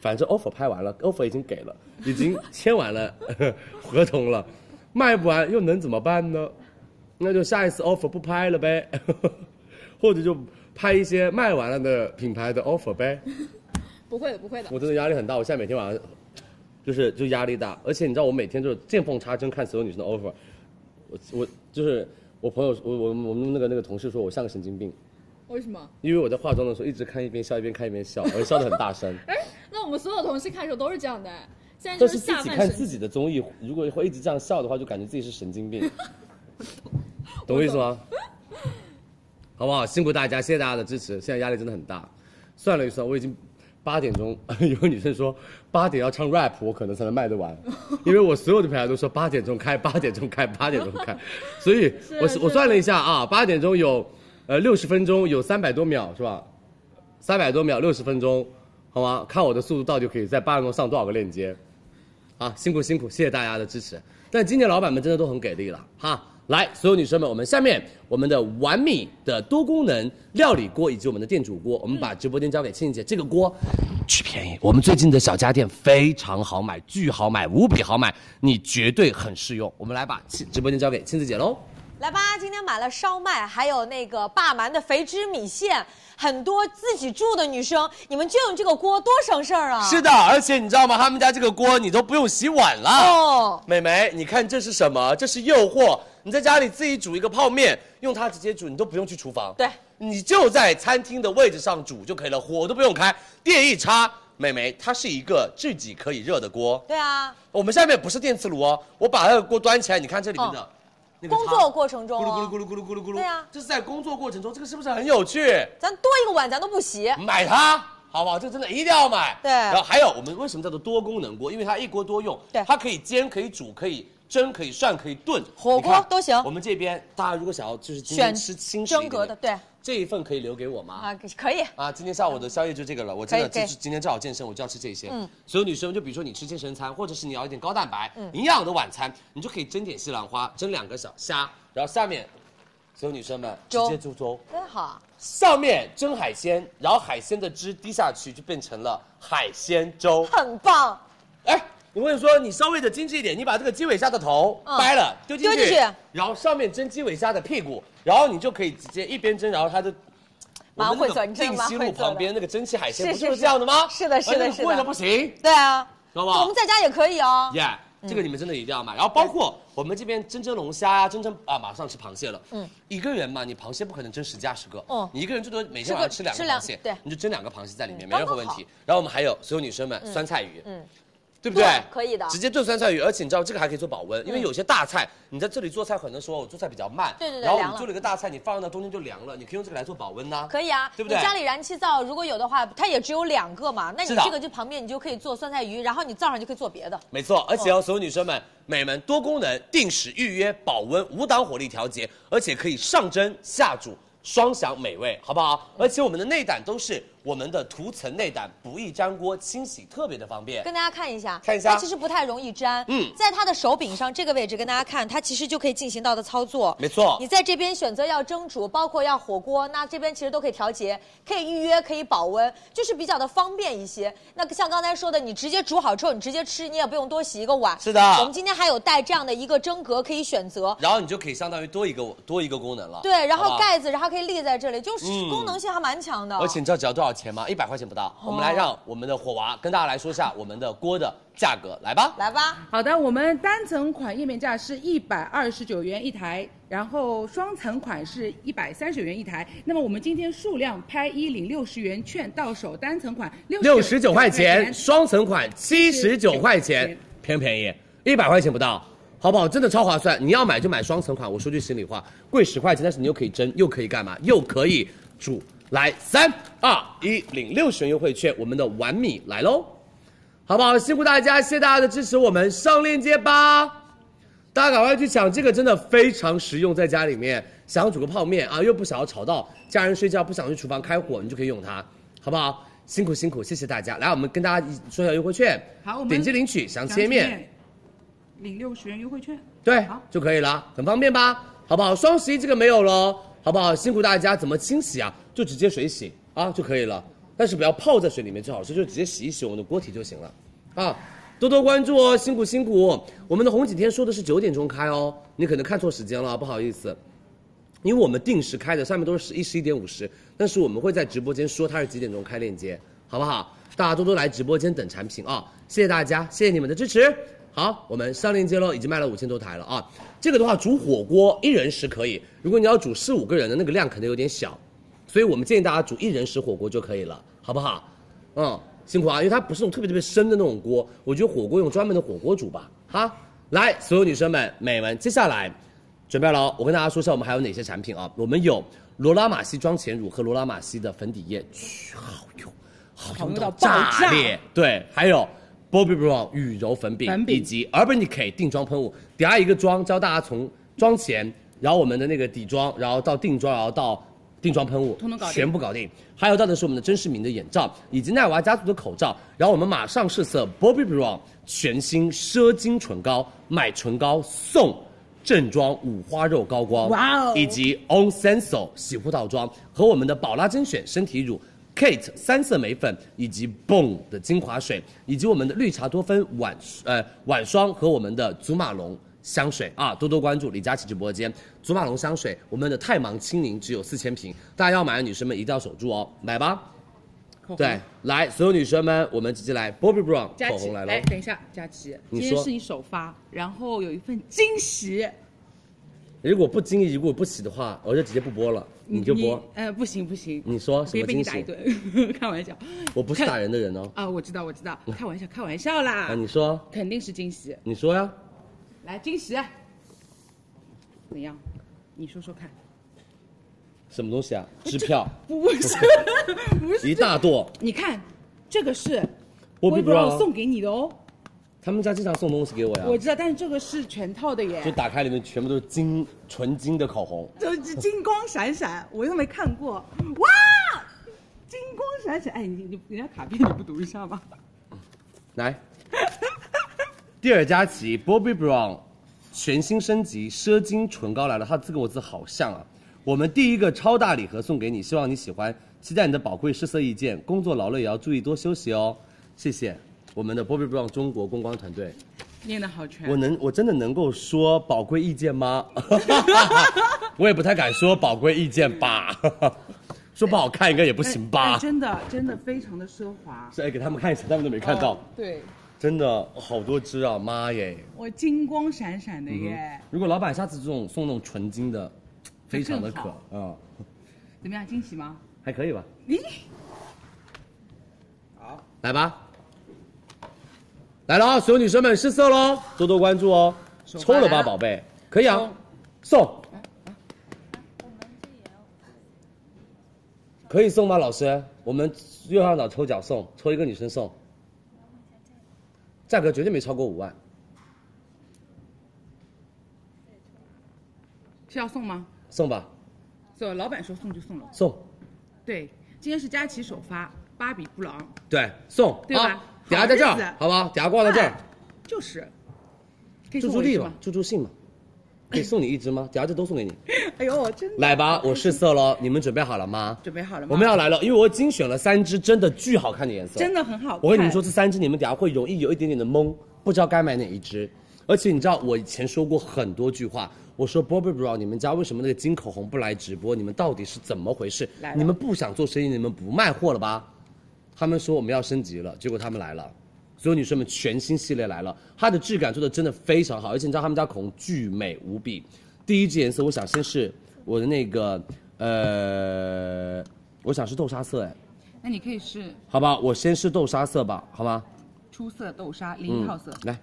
Speaker 12: 反正 offer 拍完了，offer 已经给了， (laughs) 已经签完了 (laughs) 合同了，卖不完又能怎么办呢？那就下一次 offer 不拍了呗， (laughs) 或者就拍一些卖完了的品牌的 offer 呗。
Speaker 3: 不会的，不会的。
Speaker 12: 我真的压力很大，我现在每天晚上就是就压力大，而且你知道我每天就是见缝插针看所有女生的 offer，我我就是我朋友我我我们那个那个同事说我像个神经病，
Speaker 3: 为什么？
Speaker 12: 因为我在化妆的时候一直看一边笑一边看一边笑，而且笑得很大声。
Speaker 3: 哎，那我们所有同事看的时候都是这样的，哎现在就
Speaker 12: 但是自
Speaker 3: 下
Speaker 12: 己
Speaker 3: 半
Speaker 12: 看
Speaker 3: 身
Speaker 12: 自己的综艺，如果会一直这样笑的话，就感觉自己是神经 (laughs) 病，懂我意思吗？好不好？辛苦大家，谢谢大家的支持。现在压力真的很大，算了一算，我已经八点钟 (laughs) 有女生说八点要唱 rap，我可能才能卖得 (laughs) 完，因为我所有的品牌都说八点钟开，八点钟开，八点钟 (laughs) 开，所以我我算了一下啊，八点钟有呃六十分钟，有三百多秒是吧？三百多秒，六十分钟，好吗？看我的速度到底可以在八点钟上多少个链接。啊，辛苦辛苦，谢谢大家的支持。但今年老板们真的都很给力了哈！来，所有女生们，我们下面我们的完美的多功能料理锅以及我们的电煮锅，我们把直播间交给倩姐。这个锅巨便宜，我们最近的小家电非常好买，巨好买，无比好买，你绝对很适用。我们来把倩直播间交给倩子姐喽。
Speaker 7: 来吧，今天买了烧麦，还有那个霸蛮的肥汁米线，很多自己住的女生，你们就用这个锅多省事儿啊！
Speaker 12: 是的，而且你知道吗？他们家这个锅你都不用洗碗了。
Speaker 7: 哦，
Speaker 12: 美眉，你看这是什么？这是诱惑。你在家里自己煮一个泡面，用它直接煮，你都不用去厨房。
Speaker 7: 对，
Speaker 12: 你就在餐厅的位置上煮就可以了，火都不用开，电一插，美眉，它是一个自己可以热的锅。
Speaker 7: 对啊，
Speaker 12: 我们下面不是电磁炉哦，我把那个锅端起来，你看这里面的，那个
Speaker 7: 工
Speaker 12: 汤
Speaker 7: 作过程中、
Speaker 12: 咕噜咕
Speaker 7: 哦，
Speaker 12: 噜咕噜咕噜咕噜咕噜，
Speaker 7: 对啊
Speaker 12: 这是在工作过程中，这个是不是很有趣？
Speaker 7: 咱多一个碗咱都不洗。
Speaker 12: 买它，好不好？这真的一定要买。
Speaker 7: 对
Speaker 12: 然后还有我们为什么叫做多功能锅？因为它一锅多用，
Speaker 7: 对
Speaker 12: 它可以煎，可以煮，可以蒸，可以涮，可以炖，
Speaker 7: 火锅
Speaker 12: 你看
Speaker 7: 都行
Speaker 12: 我们这边大家如果想要就是今
Speaker 7: 选
Speaker 12: 天吃轻食一
Speaker 7: 真
Speaker 12: 点
Speaker 7: 格的，，对
Speaker 12: 这一份可以留给我吗？
Speaker 7: 啊，可以。
Speaker 12: 啊，今天下午我的宵夜就这个了，我真的
Speaker 7: 可以可
Speaker 12: 就
Speaker 7: 以
Speaker 12: 是今天正好健身，我就要吃这些。
Speaker 7: 嗯
Speaker 12: 嗯，所有女生就比如说你吃健身餐，或者是你要一点高蛋白、
Speaker 7: 嗯
Speaker 12: 营养的晚餐，你就可以蒸点西兰花，蒸两个小虾，然后下面，所有女生们直
Speaker 7: 粥
Speaker 12: 接煮粥。
Speaker 7: 真好，
Speaker 12: 上面蒸海鲜，然后海鲜的汁滴下去就变成了海鲜粥。
Speaker 7: 很棒，
Speaker 12: 哎，我跟你说，你稍微的精致一点，你把这个鸡尾虾的头
Speaker 7: 嗯
Speaker 12: 掰了、丢进去，
Speaker 7: 丢进去
Speaker 12: 然后上面蒸鸡尾虾的屁股，然后你你就可以直接一边蒸，然后它就。
Speaker 7: 蛮会做你真的
Speaker 12: 定
Speaker 7: 蛮
Speaker 12: 西
Speaker 7: 会
Speaker 12: 路
Speaker 7: 做的
Speaker 12: 旁边那个蒸汽海鲜
Speaker 7: 是是
Speaker 12: 不是就是
Speaker 7: 是
Speaker 12: 这样的吗？
Speaker 7: 是的是的
Speaker 12: 而且那个
Speaker 7: 是的
Speaker 12: 贵的不行，
Speaker 7: 对啊，
Speaker 12: 知道吗？
Speaker 7: 我们在家也可以哦。
Speaker 12: 耶、这个你们真的一定要买。然后包括我们这边蒸蒸龙虾呀，蒸蒸啊，马上吃螃蟹了。
Speaker 7: 嗯
Speaker 12: 嗯，一个人嘛，你螃蟹不可能蒸十几二十个。
Speaker 7: 嗯
Speaker 12: 嗯，你一个人最多每天晚上吃两
Speaker 7: 吃
Speaker 12: 个
Speaker 7: 两
Speaker 12: 螃蟹，
Speaker 7: 对
Speaker 12: 你就蒸两个螃蟹在里面，
Speaker 7: 嗯
Speaker 12: 没任何问
Speaker 7: 刚刚
Speaker 12: 题。然后我们还有所有女生们酸菜鱼，
Speaker 7: 嗯
Speaker 12: 嗯，对不对
Speaker 7: 对？可以的嗯
Speaker 12: 直接炖酸菜鱼，而且你知道这个还可以做保温，因为有些大菜你在这里做菜，可能说我做菜比较慢，
Speaker 7: 对对对
Speaker 12: 然后
Speaker 7: 凉
Speaker 12: 你
Speaker 7: 了
Speaker 12: 做了一个大菜，你放到中间就凉了，你可以用这个来做保温呐、
Speaker 7: 可以啊，
Speaker 12: 对不对
Speaker 7: 你家里燃气灶如果有的话，它也只有两个嘛，那你
Speaker 12: 是的
Speaker 7: 这个就旁边你就可以做酸菜鱼，然后你灶上就可以做别的。
Speaker 12: 没错，而且哦，所有女生们，美们多功能定时预约保温无档火力调节，而且可以上蒸下煮，双享美味，好不好？
Speaker 7: 嗯
Speaker 12: 而且我们的内胆都是我们的涂层内胆，不易粘锅，清洗特别的方便。
Speaker 7: 跟大家看一下，
Speaker 12: 哎看一下
Speaker 7: 它其实不太容易粘。
Speaker 12: 嗯
Speaker 7: 在它的手柄上这个位置，跟大家看，它其实就可以进行到的操作。
Speaker 12: 没错
Speaker 7: 你在这边选择要蒸煮，包括要火锅，那这边其实都可以调节，可以预约，可以保温，就是比较的方便一些。那像刚才说的，你直接煮好之后，你直接吃，你也不用多洗一个碗。
Speaker 12: 是的
Speaker 7: 我们今天还有带这样的一个蒸格可以选择。
Speaker 12: 然后你就可以相当于多一个多一个功能了。
Speaker 7: 对，然
Speaker 12: 好
Speaker 7: 后
Speaker 12: 不好。
Speaker 7: 盖子，然后可以立在这里，就是
Speaker 12: 嗯
Speaker 7: 功能性还蛮强的。
Speaker 12: 而且你知道只要多少钱吗？一百块钱不到。
Speaker 7: 哦
Speaker 12: 我们来让我们的火娃跟大家来说一下我们的锅的价格，来吧。
Speaker 7: 来吧，
Speaker 11: 好的，我们单层款页面价是一百二十九元一台，然后双层款是一百三十元一台。那么我们今天数量拍一领六十元券到手，单层款
Speaker 12: 六十九块钱，
Speaker 11: 69
Speaker 12: 双层款七十九块钱
Speaker 11: 嗯，
Speaker 12: 便不便宜？一百块钱不到，好不好？真的超划算。你要买就买双层款，我说句心里话，贵十块钱，但是你又可以蒸，又可以干嘛？又可以煮。来，三二一，领六十元优惠券，我们的碗米来喽，好不好？辛苦大家，谢谢大家的支持，我们上链接吧。大家赶快去抢，这个真的非常实用，在家里面想煮个泡面啊，又不想要吵到家人睡觉，不想去厨房开火，你就可以用它，好不好？辛苦辛苦，谢谢大家。来，我们跟大家一说一下优惠券，
Speaker 11: 好我们
Speaker 12: 点击领取详
Speaker 11: 详
Speaker 12: 切
Speaker 11: 情
Speaker 12: 面，
Speaker 11: 页领六十元优惠券。
Speaker 12: 对
Speaker 11: 好，
Speaker 12: 就可以了，很方便吧？好不好？双十一这个没有喽，好不好？辛苦大家，怎么清洗啊？就直接水洗啊就可以了，但是不要泡在水里面最好是就直接洗一洗我们的锅体就行了，啊，多多关注哦，辛苦辛苦。我们的红景天说的是九点钟开哦，你可能看错时间了，不好意思。因为我们定时开的，上面都是十一十一点五十，但是我们会在直播间说它是几点钟开链接，好不好？大家多多来直播间等产品啊！谢谢大家，谢谢你们的支持。好，我们上链接喽，已经卖了五千多台了啊！这个的话，煮火锅一人食可以，如果你要煮四五个人的那个量可能有点小，所以我们建议大家煮一人食火锅就可以了，好不好？嗯，辛苦啊，因为它不是那种特别特别深的那种锅，我觉得火锅用专门的火锅煮吧。哈，来，所有女生们、美们，接下来准备了哦，我跟大家说一下我们还有哪些产品啊？我们有罗拉玛西妆前乳和罗拉玛西的粉底液，巨好用，好
Speaker 7: 好
Speaker 12: 用
Speaker 7: 用到
Speaker 12: 到
Speaker 7: 爆炸
Speaker 12: 裂。对，还有 Bobbi Brown 羽柔粉饼
Speaker 11: 粉饼
Speaker 12: 以及 Urban Decay 定妆喷雾，底下一个妆，教大家从妆前，然后我们的那个底妆，然后到定妆，然后到。定妆喷雾，
Speaker 11: 通通搞定
Speaker 12: 全部搞定。还有到的是我们的真视明的眼罩，以及奈娃家族的口罩。然后我们马上试色 Bobbi Brown 全新奢金唇膏，买唇膏送正装五花肉高光，
Speaker 7: 哇哦
Speaker 12: 以及 On Senso 洗护套装和我们的宝拉精选身体乳。Kate 三色眉粉以及 Bone 的精华水，以及我们的绿茶多酚晚呃晚霜和我们的祖马龙香水啊，多多关注李佳琦直播间。祖马龙香水，我们的太芒清柠只有四千瓶，大家要买的女生们一定要守住哦，买吧。
Speaker 11: 口红
Speaker 12: 对，来，所有女生们，我们直接来 Bobbi Brown
Speaker 11: 佳
Speaker 12: 口
Speaker 11: 琪，
Speaker 12: 红来
Speaker 11: 来，
Speaker 12: 了。
Speaker 11: 等一下，佳琪，
Speaker 12: 你
Speaker 11: 今
Speaker 12: 说
Speaker 11: 天是你首发，然后有一份惊喜，
Speaker 12: 如果不经意，如果不洗的话，我就直接不播了，你就播。
Speaker 11: 呃，不行不行，
Speaker 12: 你说什
Speaker 11: 别
Speaker 12: 么
Speaker 11: 被你
Speaker 12: 惊
Speaker 11: 打一
Speaker 12: 喜？
Speaker 11: 顿， (laughs) 开玩笑，
Speaker 12: 我不是打人的人哦。
Speaker 11: (laughs) 啊，我知道我知道，开玩笑开玩笑啦
Speaker 12: 啊，，你说，
Speaker 11: 肯定是惊喜，
Speaker 12: 你说呀。
Speaker 11: 来惊喜，怎么样？你说说看，
Speaker 12: 什么东西啊？支票，
Speaker 11: 不
Speaker 12: (laughs)
Speaker 11: 是不是，
Speaker 12: 一大垛。
Speaker 11: 你看这个是
Speaker 12: 啊 Bobbi Brown
Speaker 11: 送给你的哦，
Speaker 12: 他们家经常送东西给我呀，
Speaker 11: 我知道，但是这个是全套的耶
Speaker 12: 就，打开里面全部都是金纯金的口红，
Speaker 11: 就是金光闪闪，我又没看过，哇，金光闪闪，哎，你你人家卡片你不读一下吗？
Speaker 12: 来。 (laughs) 蒂尔佳琦 Bobbi Brown 全新升级奢金唇膏来了，它字跟我字好像啊。我们第一个超大礼盒送给你，希望你喜欢，期待你的宝贵试色意见。工作劳累也要注意多休息哦，谢谢我们的 Bobbi Brown 中国公关团队。
Speaker 11: 念的好全，
Speaker 12: 我能，我真的能够说宝贵意见吗？ (laughs) 我也不太敢说宝贵意见吧， (laughs) 说不好看应该也不
Speaker 11: 不
Speaker 12: 行吧。
Speaker 11: 哎真的真的非常的奢华，
Speaker 12: 所以给他们看一下，他们都没看到，
Speaker 11: 啊对
Speaker 12: 真的好多只啊，妈耶！
Speaker 11: 我金光闪闪的耶，
Speaker 12: 如果老板下次这种送那种纯金的，非常的
Speaker 11: 那
Speaker 12: 可
Speaker 11: 更好，
Speaker 12: 嗯，
Speaker 11: 怎么样，惊喜吗？
Speaker 12: 还可以吧？
Speaker 11: 咦，
Speaker 12: 来吧，来了啊！所有女生们试色喽，多多关注哦。
Speaker 11: 手
Speaker 12: 抽
Speaker 11: 发
Speaker 12: 了
Speaker 11: 来
Speaker 12: 吧，
Speaker 11: 了
Speaker 12: 宝贝，可以啊
Speaker 11: 抽，
Speaker 12: 送。可以送吗，老师？我们右上角抽奖送，抽一个女生送，价格绝对没超过五万。
Speaker 11: 是要送吗？
Speaker 12: 送吧，
Speaker 11: 送，老板说送就送了。
Speaker 12: 送，
Speaker 11: 对，今天是佳琦首发芭比布朗，
Speaker 12: 对，送，
Speaker 11: 对吧
Speaker 12: 啊底下在这
Speaker 11: 好日子哎
Speaker 12: 儿，好不好？底下挂在这儿，
Speaker 11: 就是，可以
Speaker 12: 助
Speaker 11: 送
Speaker 12: 助
Speaker 11: 我一
Speaker 12: 力
Speaker 11: 只
Speaker 12: 嘛
Speaker 11: 吗，？
Speaker 12: 助助
Speaker 11: (laughs)
Speaker 12: 兴嘛，可以送你一支吗？底下这都送给你，
Speaker 11: 哎呦，真的
Speaker 12: 来吧，我试色喽，你们准备好了吗？
Speaker 11: 准备好了吗？
Speaker 12: 我们要来了，因为我精选了三支真的巨好看的颜色，
Speaker 11: 真的很好看
Speaker 12: 我跟你们说，这三支你们等下会容易有一点点的懵，不知道该买哪一支。而且你知道我以前说过很多句话，我说 Bobbi Brown，你们家为什么那个金口红不来直播？你们到底是怎么回事
Speaker 11: 来？了
Speaker 12: 你们不想做生意，你们不卖货了吧？他们说我们要升级了，结果他们来了。所有女生们，全新系列来了，它的质感做的真的非常好，而且你知道他们家口红巨美无比。第一支颜色，我想先是我的那个，呃，我想是豆沙色，哎，
Speaker 11: 那你可以试
Speaker 12: 好吧，我先试豆沙色吧，好吗？
Speaker 11: 出色豆沙零套色，
Speaker 12: 来，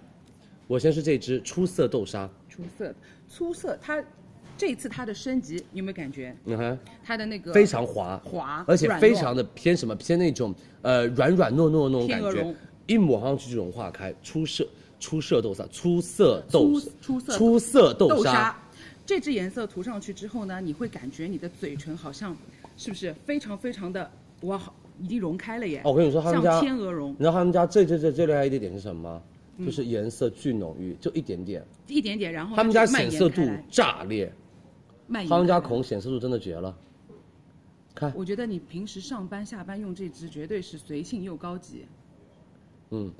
Speaker 12: 我先试这支出色豆沙，
Speaker 11: 出色粗色，它这一次它的升级，你有没有感觉？
Speaker 12: 嗯哼，
Speaker 11: 它的那个
Speaker 12: 非常滑，
Speaker 11: 滑
Speaker 12: 而且
Speaker 11: 软
Speaker 12: 非
Speaker 11: 糯
Speaker 12: 常的偏什么偏那种呃软软糯糯的那种
Speaker 11: 天
Speaker 12: 感
Speaker 11: 鹅
Speaker 12: 觉
Speaker 11: 绒，
Speaker 12: 一抹上去就融化开，出色出色豆沙，出色豆
Speaker 11: 出出色
Speaker 12: 出色豆
Speaker 11: 豆
Speaker 12: 沙
Speaker 11: 沙，，这支颜色涂上去之后呢，你会感觉你的嘴唇好像是不是非常非常的哇，好已经融开了耶！
Speaker 12: 哦，我跟你说他们家
Speaker 11: 像天鹅绒
Speaker 12: 你知道他们家最最最最厉害一点点是什么吗？
Speaker 11: 嗯
Speaker 12: 就是颜色巨浓郁，就一点点，
Speaker 11: 一点点，然后
Speaker 12: 他们
Speaker 11: 哦它
Speaker 12: 家
Speaker 11: 就蔓
Speaker 12: 显
Speaker 11: 延
Speaker 12: 色度
Speaker 11: 开来
Speaker 12: 炸裂，
Speaker 11: 蔓延
Speaker 12: 他们家
Speaker 11: 开来
Speaker 12: 口红显色度真的绝了，看，
Speaker 11: 我觉得你平时上班下班用这支绝对是随性又高级，
Speaker 12: 嗯，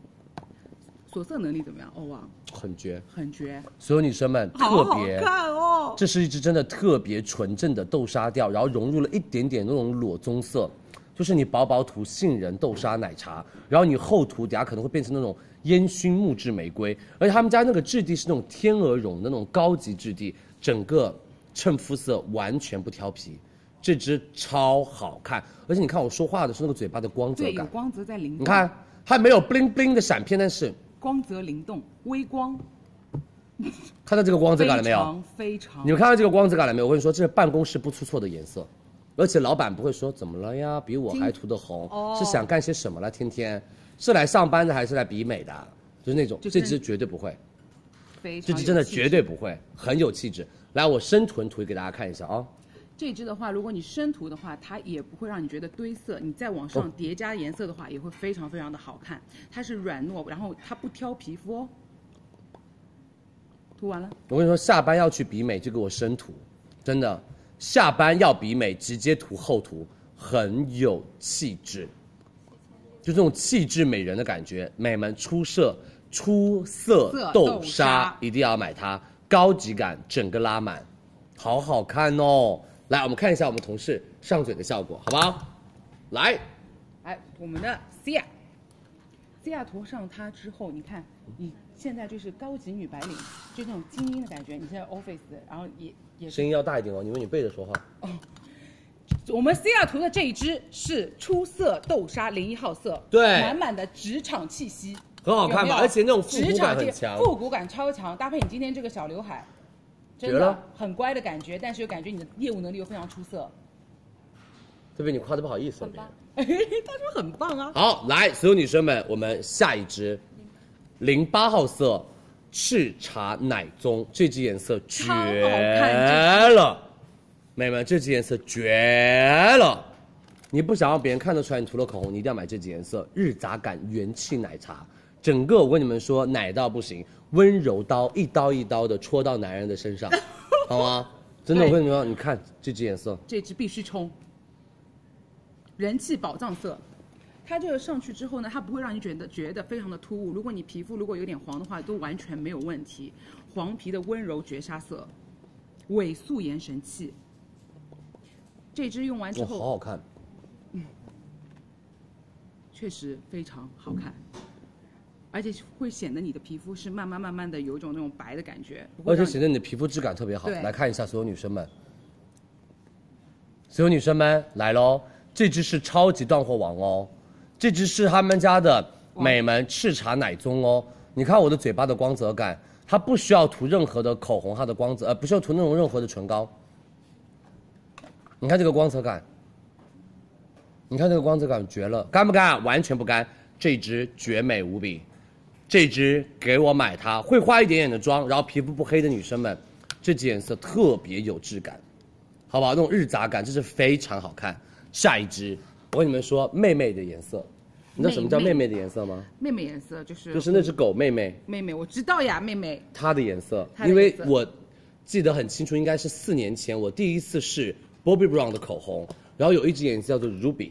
Speaker 11: 锁色能力怎么样？哦哇，
Speaker 12: 很绝。
Speaker 11: 很绝，
Speaker 12: 所有女生们
Speaker 11: 好
Speaker 12: 特
Speaker 11: 好
Speaker 12: 别，
Speaker 11: 看哦！
Speaker 12: 这是一支真的特别纯正的豆沙调，然后融入了一点点那种裸棕色，就是你薄薄涂杏仁豆沙奶茶，然后你厚涂底下可能会变成那种烟熏木质玫瑰，而且他们家那个质地是那种天鹅绒的那种高级质地，整个衬肤色完全不挑皮，这支超好看，而且你看我说话的时候那个嘴巴的光泽
Speaker 11: 对，有
Speaker 12: 感，
Speaker 11: 光泽在灵动，
Speaker 12: 你看它没有 bling bling 的闪片，但是
Speaker 11: 光泽灵动，微光，
Speaker 12: 看到这个光泽
Speaker 11: 非
Speaker 12: 感了
Speaker 11: 常
Speaker 12: 没有？
Speaker 11: (laughs) 非常
Speaker 12: 你们看到这个光泽感了没有？我跟你说，这是办公室不出错的颜色，而且老板不会说怎么了呀，比我还涂的红，
Speaker 11: 哦
Speaker 12: 是想干些什么了？天天是来上班的还是来比美的？就是那种，
Speaker 11: 就
Speaker 12: 这
Speaker 11: 跟
Speaker 12: 支绝对不会，
Speaker 11: 非常
Speaker 12: 这
Speaker 11: 有
Speaker 12: 支真的
Speaker 11: 气质
Speaker 12: 绝对不会，很有气质。来，我深唇涂给大家看一下啊、
Speaker 11: 这支的话，如果你深涂的话，它也不会让你觉得堆色，你再往
Speaker 12: 哦
Speaker 11: 上叠加颜色的话，也会非常非常的好看。它是软糯，然后它不挑皮肤哦。涂完了，
Speaker 12: 我跟你说，下班要去比美就给我深涂，真的，下班要比美直接涂厚涂，很有气质，就这种气质美人的感觉。美们出色，出色
Speaker 11: 色
Speaker 12: 豆
Speaker 11: 豆
Speaker 12: 沙
Speaker 11: 沙
Speaker 12: 一定要买它，高级感整个拉满，好好看哦。来，我们看一下我们同事上嘴的效果，好不好？来，
Speaker 11: 哎，我们的 Cia。西雅涂上它之后，你看，你现在就是高级女白领，就那种精英的感觉。你现在 office，然后也也是
Speaker 12: 声音要大一点哦，因为你背着说话。
Speaker 11: 我们 C 雅图的这一支是出色豆沙零一号色，
Speaker 12: 对
Speaker 11: 满满的职场气息，
Speaker 12: 很好看吧
Speaker 11: 有没有
Speaker 12: 而且那种复古
Speaker 11: 职场
Speaker 12: 感很
Speaker 11: 气
Speaker 12: 强
Speaker 11: 复古感超强，搭配你今天这个小刘海，真
Speaker 12: 绝
Speaker 11: 的
Speaker 12: 了
Speaker 11: 很乖的感觉，但是又感觉你的业务能力又非常出色。
Speaker 12: 对不对？你夸的不好意思。我觉得
Speaker 11: (laughs) 他说很棒啊，
Speaker 12: 好，来，所有女生们，我们下一支，零八号色，赤茶奶棕，这支颜色绝了，美们，这支颜色绝了。你不想让别人看得出来你涂了口红，你一定要买这支颜色，日杂感元气奶茶。整个我跟你们说，奶到不行，温柔刀一刀一刀的戳到男人的身上，好吗？真的，我跟你们说，你看这支颜色，
Speaker 11: 这支必须冲，人气宝藏色。它这个上去之后呢，它不会让你觉得觉得非常的突兀。如果你皮肤如果有点黄的话，都完全没有问题。黄皮的温柔绝杀色，伪素颜神器。这支用完之
Speaker 12: 哇，
Speaker 11: 后，嗯
Speaker 12: 好好看。
Speaker 11: 确实非常好看，而且会显得你的皮肤是慢慢慢慢的有一种那种白的感觉，不会
Speaker 12: 而且
Speaker 11: 让你
Speaker 12: 显得你的皮肤质感特别好。
Speaker 11: 对
Speaker 12: 来看一下所有女生们，所有女生们来喽，这支是超级断货王哦，这支是他们家的美门赤茶奶棕哦。你看我的嘴巴的光泽感，它不需要涂任何的口红，它的光泽呃不需要涂那种任何的唇膏。你看这个光泽感，你看这个光泽感绝了，干不干？完全不干，这支绝美无比。这支给我买它，会化一点点的妆，然后皮肤不黑的女生们，这支颜色特别有质感，好不好？那种日杂感，这是非常好看。下一支，我跟你们说，妹妹的颜色，你知道什么叫妹
Speaker 11: 妹妹
Speaker 12: 妹的颜色吗？
Speaker 11: 妹妹颜色就是
Speaker 12: 就是那只狗妹妹，
Speaker 11: 妹妹，我知道呀，妹妹
Speaker 12: 它的颜色，
Speaker 11: 它的
Speaker 12: 因为
Speaker 11: 颜色
Speaker 12: 我记得很清楚，应该是四年前我第一次试 Bobbi Brown 的口红，然后有一支颜色叫做 Ruby，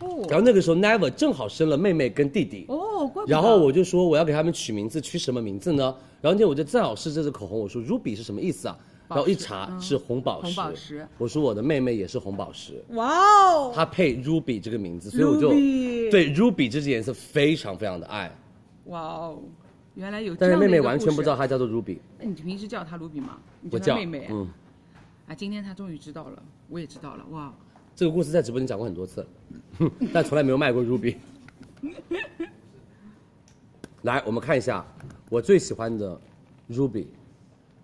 Speaker 11: 哦
Speaker 12: 然后那个时候 Never 正好生了妹妹跟弟弟，
Speaker 11: 哦，怪不得
Speaker 12: 然后我就说我要给他们取名字，取什么名字呢？然后那天我就正好试这支口红，我说 Ruby 是什么意思啊？然后一查
Speaker 11: 嗯
Speaker 12: 是红宝石，
Speaker 11: 红宝石
Speaker 12: 我说我的妹妹也是红宝石，
Speaker 7: 哇哦，
Speaker 12: 她配 Ruby 这个名字，所以我就
Speaker 11: Ruby
Speaker 12: 对 Ruby 这支颜色非常非常的爱，
Speaker 11: 哇哦，原来有这
Speaker 12: 但是
Speaker 11: 样的
Speaker 12: 妹
Speaker 11: 一个
Speaker 12: 妹完全不知道
Speaker 11: 故事。
Speaker 12: 她叫做 Ruby，
Speaker 11: 那你平时叫她卢比吗？你
Speaker 12: 我
Speaker 11: 叫
Speaker 12: 叫
Speaker 11: 她妹妹。
Speaker 12: 嗯，
Speaker 11: 啊，今天她终于知道了，我也知道了。哇，
Speaker 12: 这个故事在直播间讲过很多次，哼但从来没有卖过 Ruby。来，我们看一下我最喜欢的 Ruby，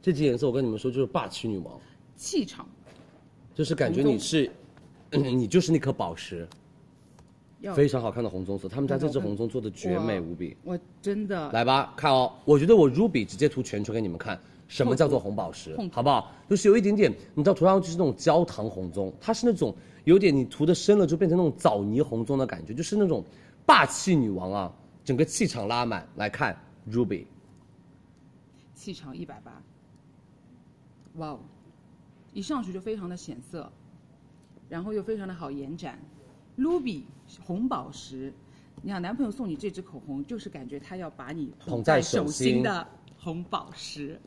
Speaker 12: 这支颜色我跟你们说就是霸气女王。
Speaker 11: 气场
Speaker 12: 就是感觉你是，你就是那颗宝石，
Speaker 11: 要
Speaker 12: 非常好看的红棕色。他们家这支红棕做的绝美无比。
Speaker 11: 我真的
Speaker 12: 来吧，看哦，我觉得我 Ruby 直接涂全唇给你们看，什么叫做红宝石
Speaker 11: 痛，苦
Speaker 12: 好不好？就是有一点点，你知道涂上去是那种焦糖红棕，它是那种有点你涂的深了就变成那种枣泥红棕的感觉，就是那种霸气女王啊，整个气场拉满。来看 Ruby，
Speaker 11: 气场一百八，哇哦，一上去就非常的显色，然后又非常的好延展。Ruby 红宝石，你想男朋友送你这支口红，就是感觉他要把你
Speaker 12: 捧在
Speaker 11: 在
Speaker 12: 手心
Speaker 11: 心的红宝石。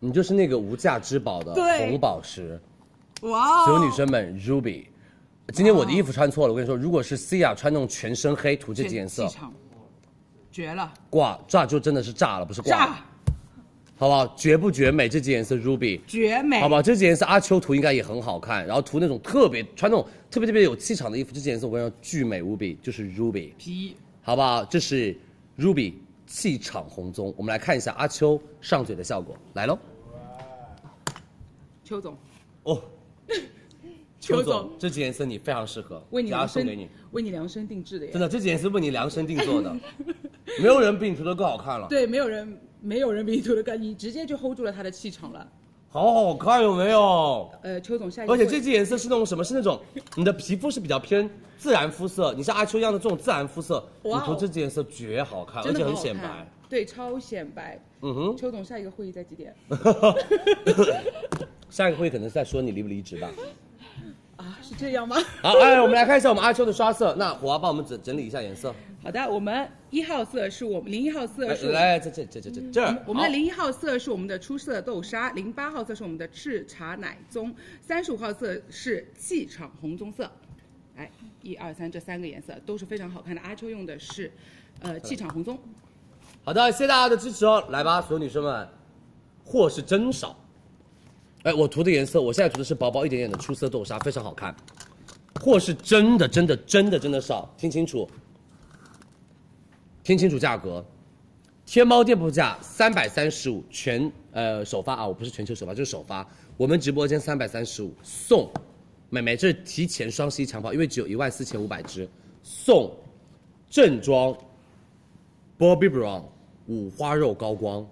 Speaker 12: 你就是那个无价之宝的
Speaker 11: 对
Speaker 12: 红宝石。
Speaker 11: 哇哦
Speaker 12: 所有女生们，Ruby，今天我的衣服穿错了，我跟你说，如果是 C 亚穿那种全身黑涂这几颜色
Speaker 11: 气，场绝了，
Speaker 12: 挂炸就真的是炸了，不是挂了，
Speaker 11: 炸
Speaker 12: 好不好？绝不绝美？这几颜色 Ruby，
Speaker 11: 绝美，
Speaker 12: 好不好？这几颜色阿秋涂应该也很好看，然后涂那种特别穿那种特别特别有气场的衣服，这几颜色我跟你说巨美无比，就是 Ruby，
Speaker 11: 皮
Speaker 12: 好不好？这是 Ruby 气场红棕，我们来看一下阿秋上嘴的效果，来喽。
Speaker 11: (laughs) 邱总，
Speaker 12: 哦，邱
Speaker 16: 总
Speaker 12: 总，这支颜色你非常适合，
Speaker 11: 为你
Speaker 12: 然后
Speaker 11: 量
Speaker 12: 送
Speaker 11: 身
Speaker 12: 给你，
Speaker 11: 为你量身定制的耶。
Speaker 12: 真的，这支颜色为你量身定
Speaker 11: (laughs)
Speaker 12: 做的，没有人比你涂的更好看了，
Speaker 11: 对，没有人没有人比你涂的更，你直接就 hold 住了他的气场了。
Speaker 12: 好好看有没有？
Speaker 11: 呃，邱总下一位，
Speaker 12: 而且这支颜色是那种什么？是那种你的皮肤是比较偏自然肤色，你像阿秋一样的这种自然肤色，你
Speaker 11: 哇哦
Speaker 12: 涂这支颜色绝好看，而
Speaker 11: 真的
Speaker 12: 且
Speaker 11: 很
Speaker 12: 很
Speaker 11: 好
Speaker 12: 显
Speaker 11: 看
Speaker 12: 白。，
Speaker 11: 对，超显白。
Speaker 12: 嗯哼，
Speaker 11: 邱总下一个会议在几点？
Speaker 12: (laughs) 下一个会可能是在说你离不离职吧。
Speaker 11: 啊，是这样吗？
Speaker 12: 好，哎，我们来看一下我们阿秋的刷色。那火花帮我们整整理一下颜色。
Speaker 11: 好的，我们一号色是我们零一号色
Speaker 12: 来
Speaker 11: 是我们
Speaker 12: 来，这这这这这这儿。
Speaker 11: 我们的
Speaker 12: 好
Speaker 11: 零一号色是我们的出色豆沙，零八号色是我们的赤茶奶棕，三十五号色是气场红棕色。哎，一二三，这三个颜色都是非常好看的。阿秋用的是，呃，气场红棕。
Speaker 12: 好的，谢谢大家的支持哦。来吧，所有女生们，货是真少。哎，我涂的颜色，我现在涂的是薄薄一点点的出色豆沙，非常好看。货是真的，真的，真的，真的少，听清楚，听清楚价格。天猫店铺价三百三十五，全呃首发啊，我不是全球首发，就是首发。我们直播间三百三十五送，美眉，这是提前双十一抢跑，因为只有一万四千五百只，送正装 Bobbi Brown 五花肉高光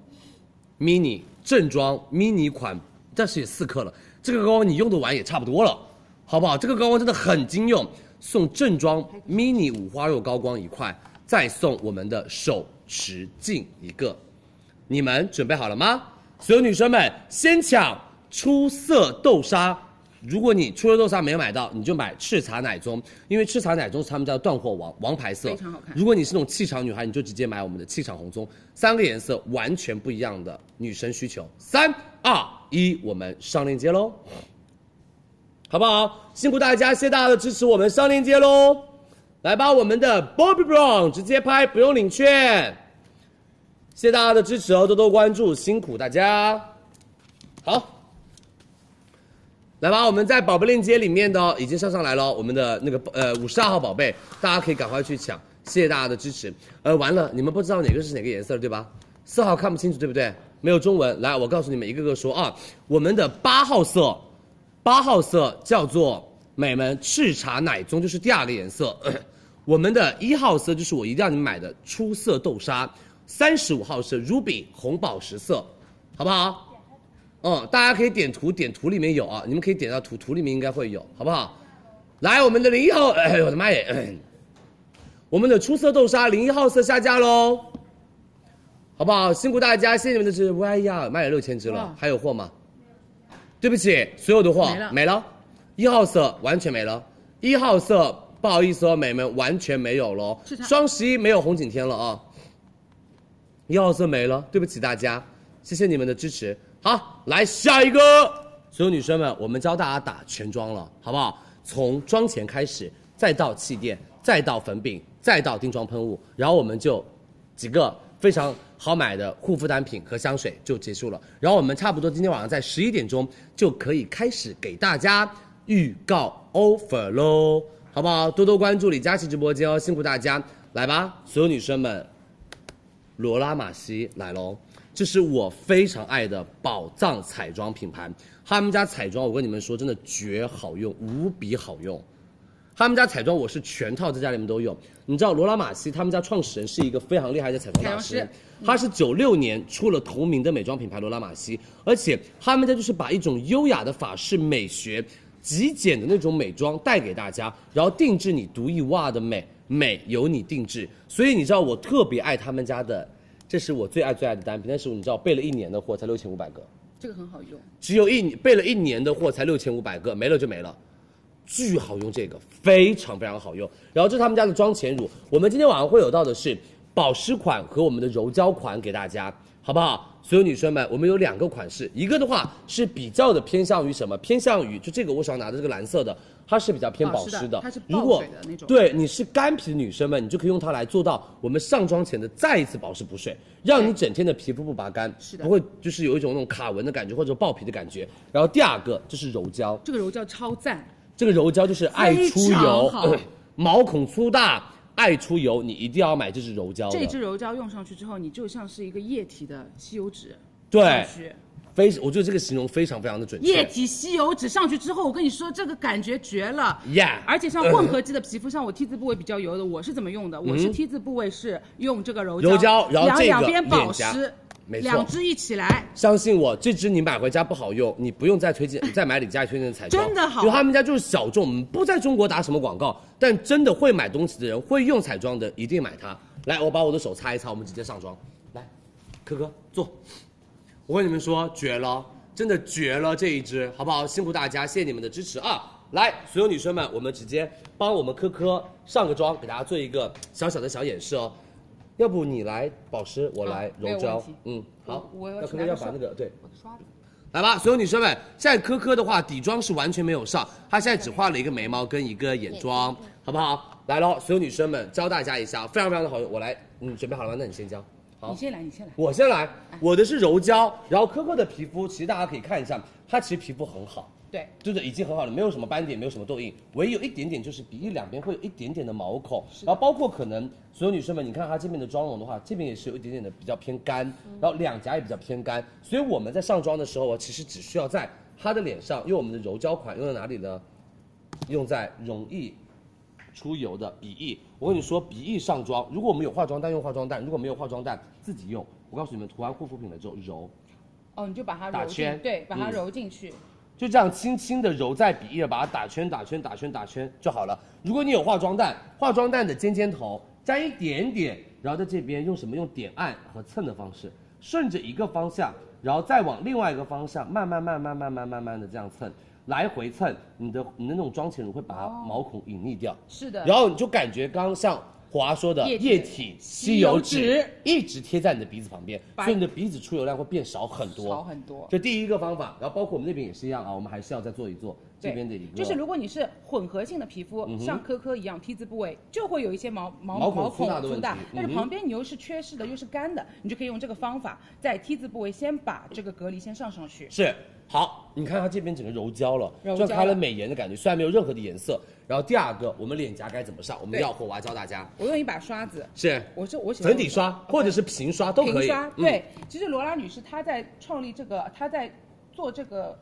Speaker 12: ，mini 正装 mini 款，但是也四克了，这个高光你用得完也差不多了，好不好？这个高光真的很经用，送正装 mini 五花肉高光一块，再送我们的手持镜一个，你们准备好了吗？所有女生们，先抢出色豆沙。如果你出色豆沙没有买到，你就买赤茶奶棕，因为赤茶奶棕是他们家的断货王王牌色，
Speaker 11: 非常好看
Speaker 12: 如果你是那种气场女孩，你就直接买我们的气场红棕，三个颜色完全不一样的女生需求。三二一，我们上链接喽，好不好？辛苦大家，谢谢大家的支持，我们上链接喽。来吧，我们的 Bobbi Brown 直接拍，不用领券。谢谢大家的支持哦，多多关注，辛苦大家。好，来吧，我们在宝贝链接里面的、哦、已经上上来了哦，我们的那个呃五十二号宝贝，大家可以赶快去抢，谢谢大家的支持。呃，完了，你们不知道哪个是哪个颜色了对吧？四号看不清楚对不对？没有中文，来，我告诉你们一个个说啊，我们的八号色，八号色叫做美们赤茶奶棕，就是第二个颜色。 (coughs) 我们的一号色就是我一定要你们买的出色豆沙，三十五号是 ruby 红宝石色，好不好？嗯，大家可以点图，点图里面有啊，你们可以点到图，图里面应该会有，好不好？来，我们的零一号，哎呦我的妈耶！咳我们的出色豆沙零一号色下架喽，好不好？辛苦大家，谢谢你们的支持。哎呀，卖了六千只了
Speaker 11: 哇，
Speaker 12: 还有货吗？对不起，所有的货
Speaker 11: 没了
Speaker 12: 一号色完全没了，一号色不好意思哦，美们完全没有喽
Speaker 11: 是，它
Speaker 12: 双十一没有红景天了啊。一号色没了，对不起大家，谢谢你们的支持。好，来下一个，所有女生们，我们教大家打全妆了，好不好？从妆前开始，再到气垫，再到粉饼，再到定妆喷雾，然后我们就几个非常好买的护肤单品和香水就结束了。然后我们差不多今天晚上在十一点钟就可以开始给大家预告 offer 喽，好不好？多多关注李佳琦直播间哦，辛苦大家，来吧，所有女生们，罗拉玛西来喽，这是我非常爱的宝藏彩妆品牌。他们家彩妆，我跟你们说，真的绝好用，无比好用。他们家彩妆我是全套在家里面都用。你知道罗拉玛西他们家创始人是一个非常厉害的彩妆大
Speaker 11: 彩
Speaker 12: 师
Speaker 11: 妆师，
Speaker 12: 他是九六年出了同名的美妆品牌罗拉玛西，而且他们家就是把一种优雅的法式美学、极简的那种美妆带给大家，然后定制你独一无二的美，美由你定制。所以你知道我特别爱他们家的，这是我最爱最爱的单品，但是你知道备了一年的货才六千五百个。
Speaker 11: 这个很好用，
Speaker 12: 只有一年备了一年的货才六千五百个，没了就没了，巨好用这个，非常非常好用。然后这是他们家的妆前乳，我们今天晚上会有到的是保湿款和我们的柔焦款给大家，好不好？所有女生们，我们有两个款式，一个的话是比较的偏向于什么？偏向于就这个我手上拿的这个蓝色的，它是比较偏保
Speaker 11: 保湿的
Speaker 12: 湿的。
Speaker 11: 它是
Speaker 12: 如
Speaker 11: 爆
Speaker 12: 果
Speaker 11: 水的那种
Speaker 12: 对你是干皮的女生们，你就可以用它来做到我们上妆前的再一次保湿补水，让你整天的皮肤不拔干，
Speaker 11: 是的
Speaker 12: 不会就是有一种那种卡纹的感觉或者爆皮的感觉。然后第二个就是柔焦，
Speaker 11: 这个柔焦超赞，
Speaker 12: 这个柔焦就是爱出
Speaker 11: 非常
Speaker 12: 油
Speaker 11: 好，
Speaker 12: (clears throat) 毛孔粗大，爱出油，你一定要买这支柔焦的。
Speaker 11: 这支柔焦用上去之后，你就像是一个液体的吸油纸，
Speaker 12: 对
Speaker 11: 上去
Speaker 12: 非我觉得这个形容非常非常的准确。
Speaker 11: 液体吸油纸上去之后，我跟你说这个感觉绝了
Speaker 12: Yeah
Speaker 11: 而且像混合肌的皮肤，像我 T 字部位比较油的，我是怎么用的？我是 T 字部位是用这个柔
Speaker 12: 柔焦然后
Speaker 11: 两
Speaker 12: 这个
Speaker 11: 两边保
Speaker 12: 脸颊
Speaker 11: 湿，
Speaker 12: 没错
Speaker 11: 两支一起来。
Speaker 12: 相信我，这支你买回家不好用，你不用再推荐，再买李佳琦推荐的彩妆，
Speaker 11: 真的好
Speaker 12: 因为他们家就是小众，我们不在中国打什么广告，但真的会买东西的人，会用彩妆的一定买它。来，我把我的手擦一擦，我们直接上妆。来，珂珂坐，我跟你们说绝了，真的绝了这一支，好不好？辛苦大家，谢谢你们的支持啊！来，所有女生们，我们直接帮我们珂珂上个妆，给大家做一个小小的小演示哦。要不你来保湿，我来
Speaker 11: 啊没有
Speaker 12: 柔焦
Speaker 11: 问题，
Speaker 12: 嗯，好，
Speaker 11: 我我要
Speaker 12: 那
Speaker 11: 去
Speaker 12: 珂
Speaker 11: 拿
Speaker 12: 珂
Speaker 11: 个
Speaker 12: 要把
Speaker 11: 刷
Speaker 12: 那个对。
Speaker 11: 我的刷子。
Speaker 12: 来吧，所有女生们，现在珂珂的话底妆是完全没有上，她现在只画了一个眉毛跟一个眼妆，好不好？来喽，所有女生们，教大家一下，非常非常的好用。我来，嗯，准备好了吗？那你先教。好
Speaker 11: 你，先来，你先来。
Speaker 12: 我先来，我的是柔焦，然后珂珂的皮肤，其实大家可以看一下，她其实皮肤很好，
Speaker 11: 对，
Speaker 12: 就是已经很好了，没有什么斑点，没有什么痘印，唯一有一点点就是鼻翼两边会有一点点的毛孔，然后包括可能所有女生们，你看她这边的妆容的话，这边也是有一点点的比较偏干，然后两颊也比较偏干，所以我们在上妆的时候啊，其实只需要在她的脸上用我们的柔焦款用在哪里呢？用在容易出油的鼻翼。我跟你说，鼻翼上妆，如果我们有化妆蛋用化妆蛋，如果没有化妆蛋自己用。我告诉你们，涂完护肤品了之后揉，
Speaker 11: 哦，你就把它
Speaker 12: 打
Speaker 11: 揉进
Speaker 12: 圈，
Speaker 11: 对，把它
Speaker 12: 嗯
Speaker 11: 揉进去。
Speaker 12: 就这样轻轻的揉在鼻翼，把它打圈、打圈、打圈、打圈就好了。如果你有化妆蛋，化妆蛋的尖尖头沾一点点，然后在这边用什么？用点按和蹭的方式，顺着一个方向，然后再往另外一个方向，慢慢、慢慢、慢慢、慢慢的这样蹭，来回蹭，你的你的那种妆前乳会把它
Speaker 11: 哦
Speaker 12: 毛孔隐匿掉。
Speaker 11: 是的。
Speaker 12: 然后你就感觉刚刚像华说的
Speaker 11: 液体
Speaker 12: 液体吸油纸一直贴在你的鼻子旁边，所以你的鼻子出油量会变少很多，
Speaker 11: 少很多
Speaker 12: 这第一个方法，然后包括我们那边也是一样啊，我们还是要再做一做这
Speaker 11: 对，
Speaker 12: 边的一个，
Speaker 11: 就是如果你是混合性的皮肤，像珂珂一样 T 字部位就会有一些毛毛
Speaker 12: 毛孔
Speaker 11: 毛
Speaker 12: 粗大的
Speaker 11: 粗
Speaker 12: 问
Speaker 11: 大
Speaker 12: 题，
Speaker 11: 但是
Speaker 12: 嗯哼
Speaker 11: 旁边你又是缺失的，又是干的，你就可以用这个方法在 T 字部位先把这个隔离先上上去。
Speaker 12: 是好，你看它这边整个柔焦了，
Speaker 11: 柔焦了
Speaker 12: 就像开了美颜的感觉，虽然没有任何的颜色。然后第二个，我们脸颊该怎么上？我们
Speaker 11: 对
Speaker 12: 要火娃教大家，
Speaker 11: 我用一把刷子，
Speaker 12: 是
Speaker 11: 我是我喜欢
Speaker 12: 粉底刷
Speaker 11: 用
Speaker 12: 或者是平刷都可
Speaker 11: 平
Speaker 12: 以，
Speaker 11: 刷。
Speaker 12: 嗯
Speaker 11: 对，其实罗拉女士她在创立这个，她在做这个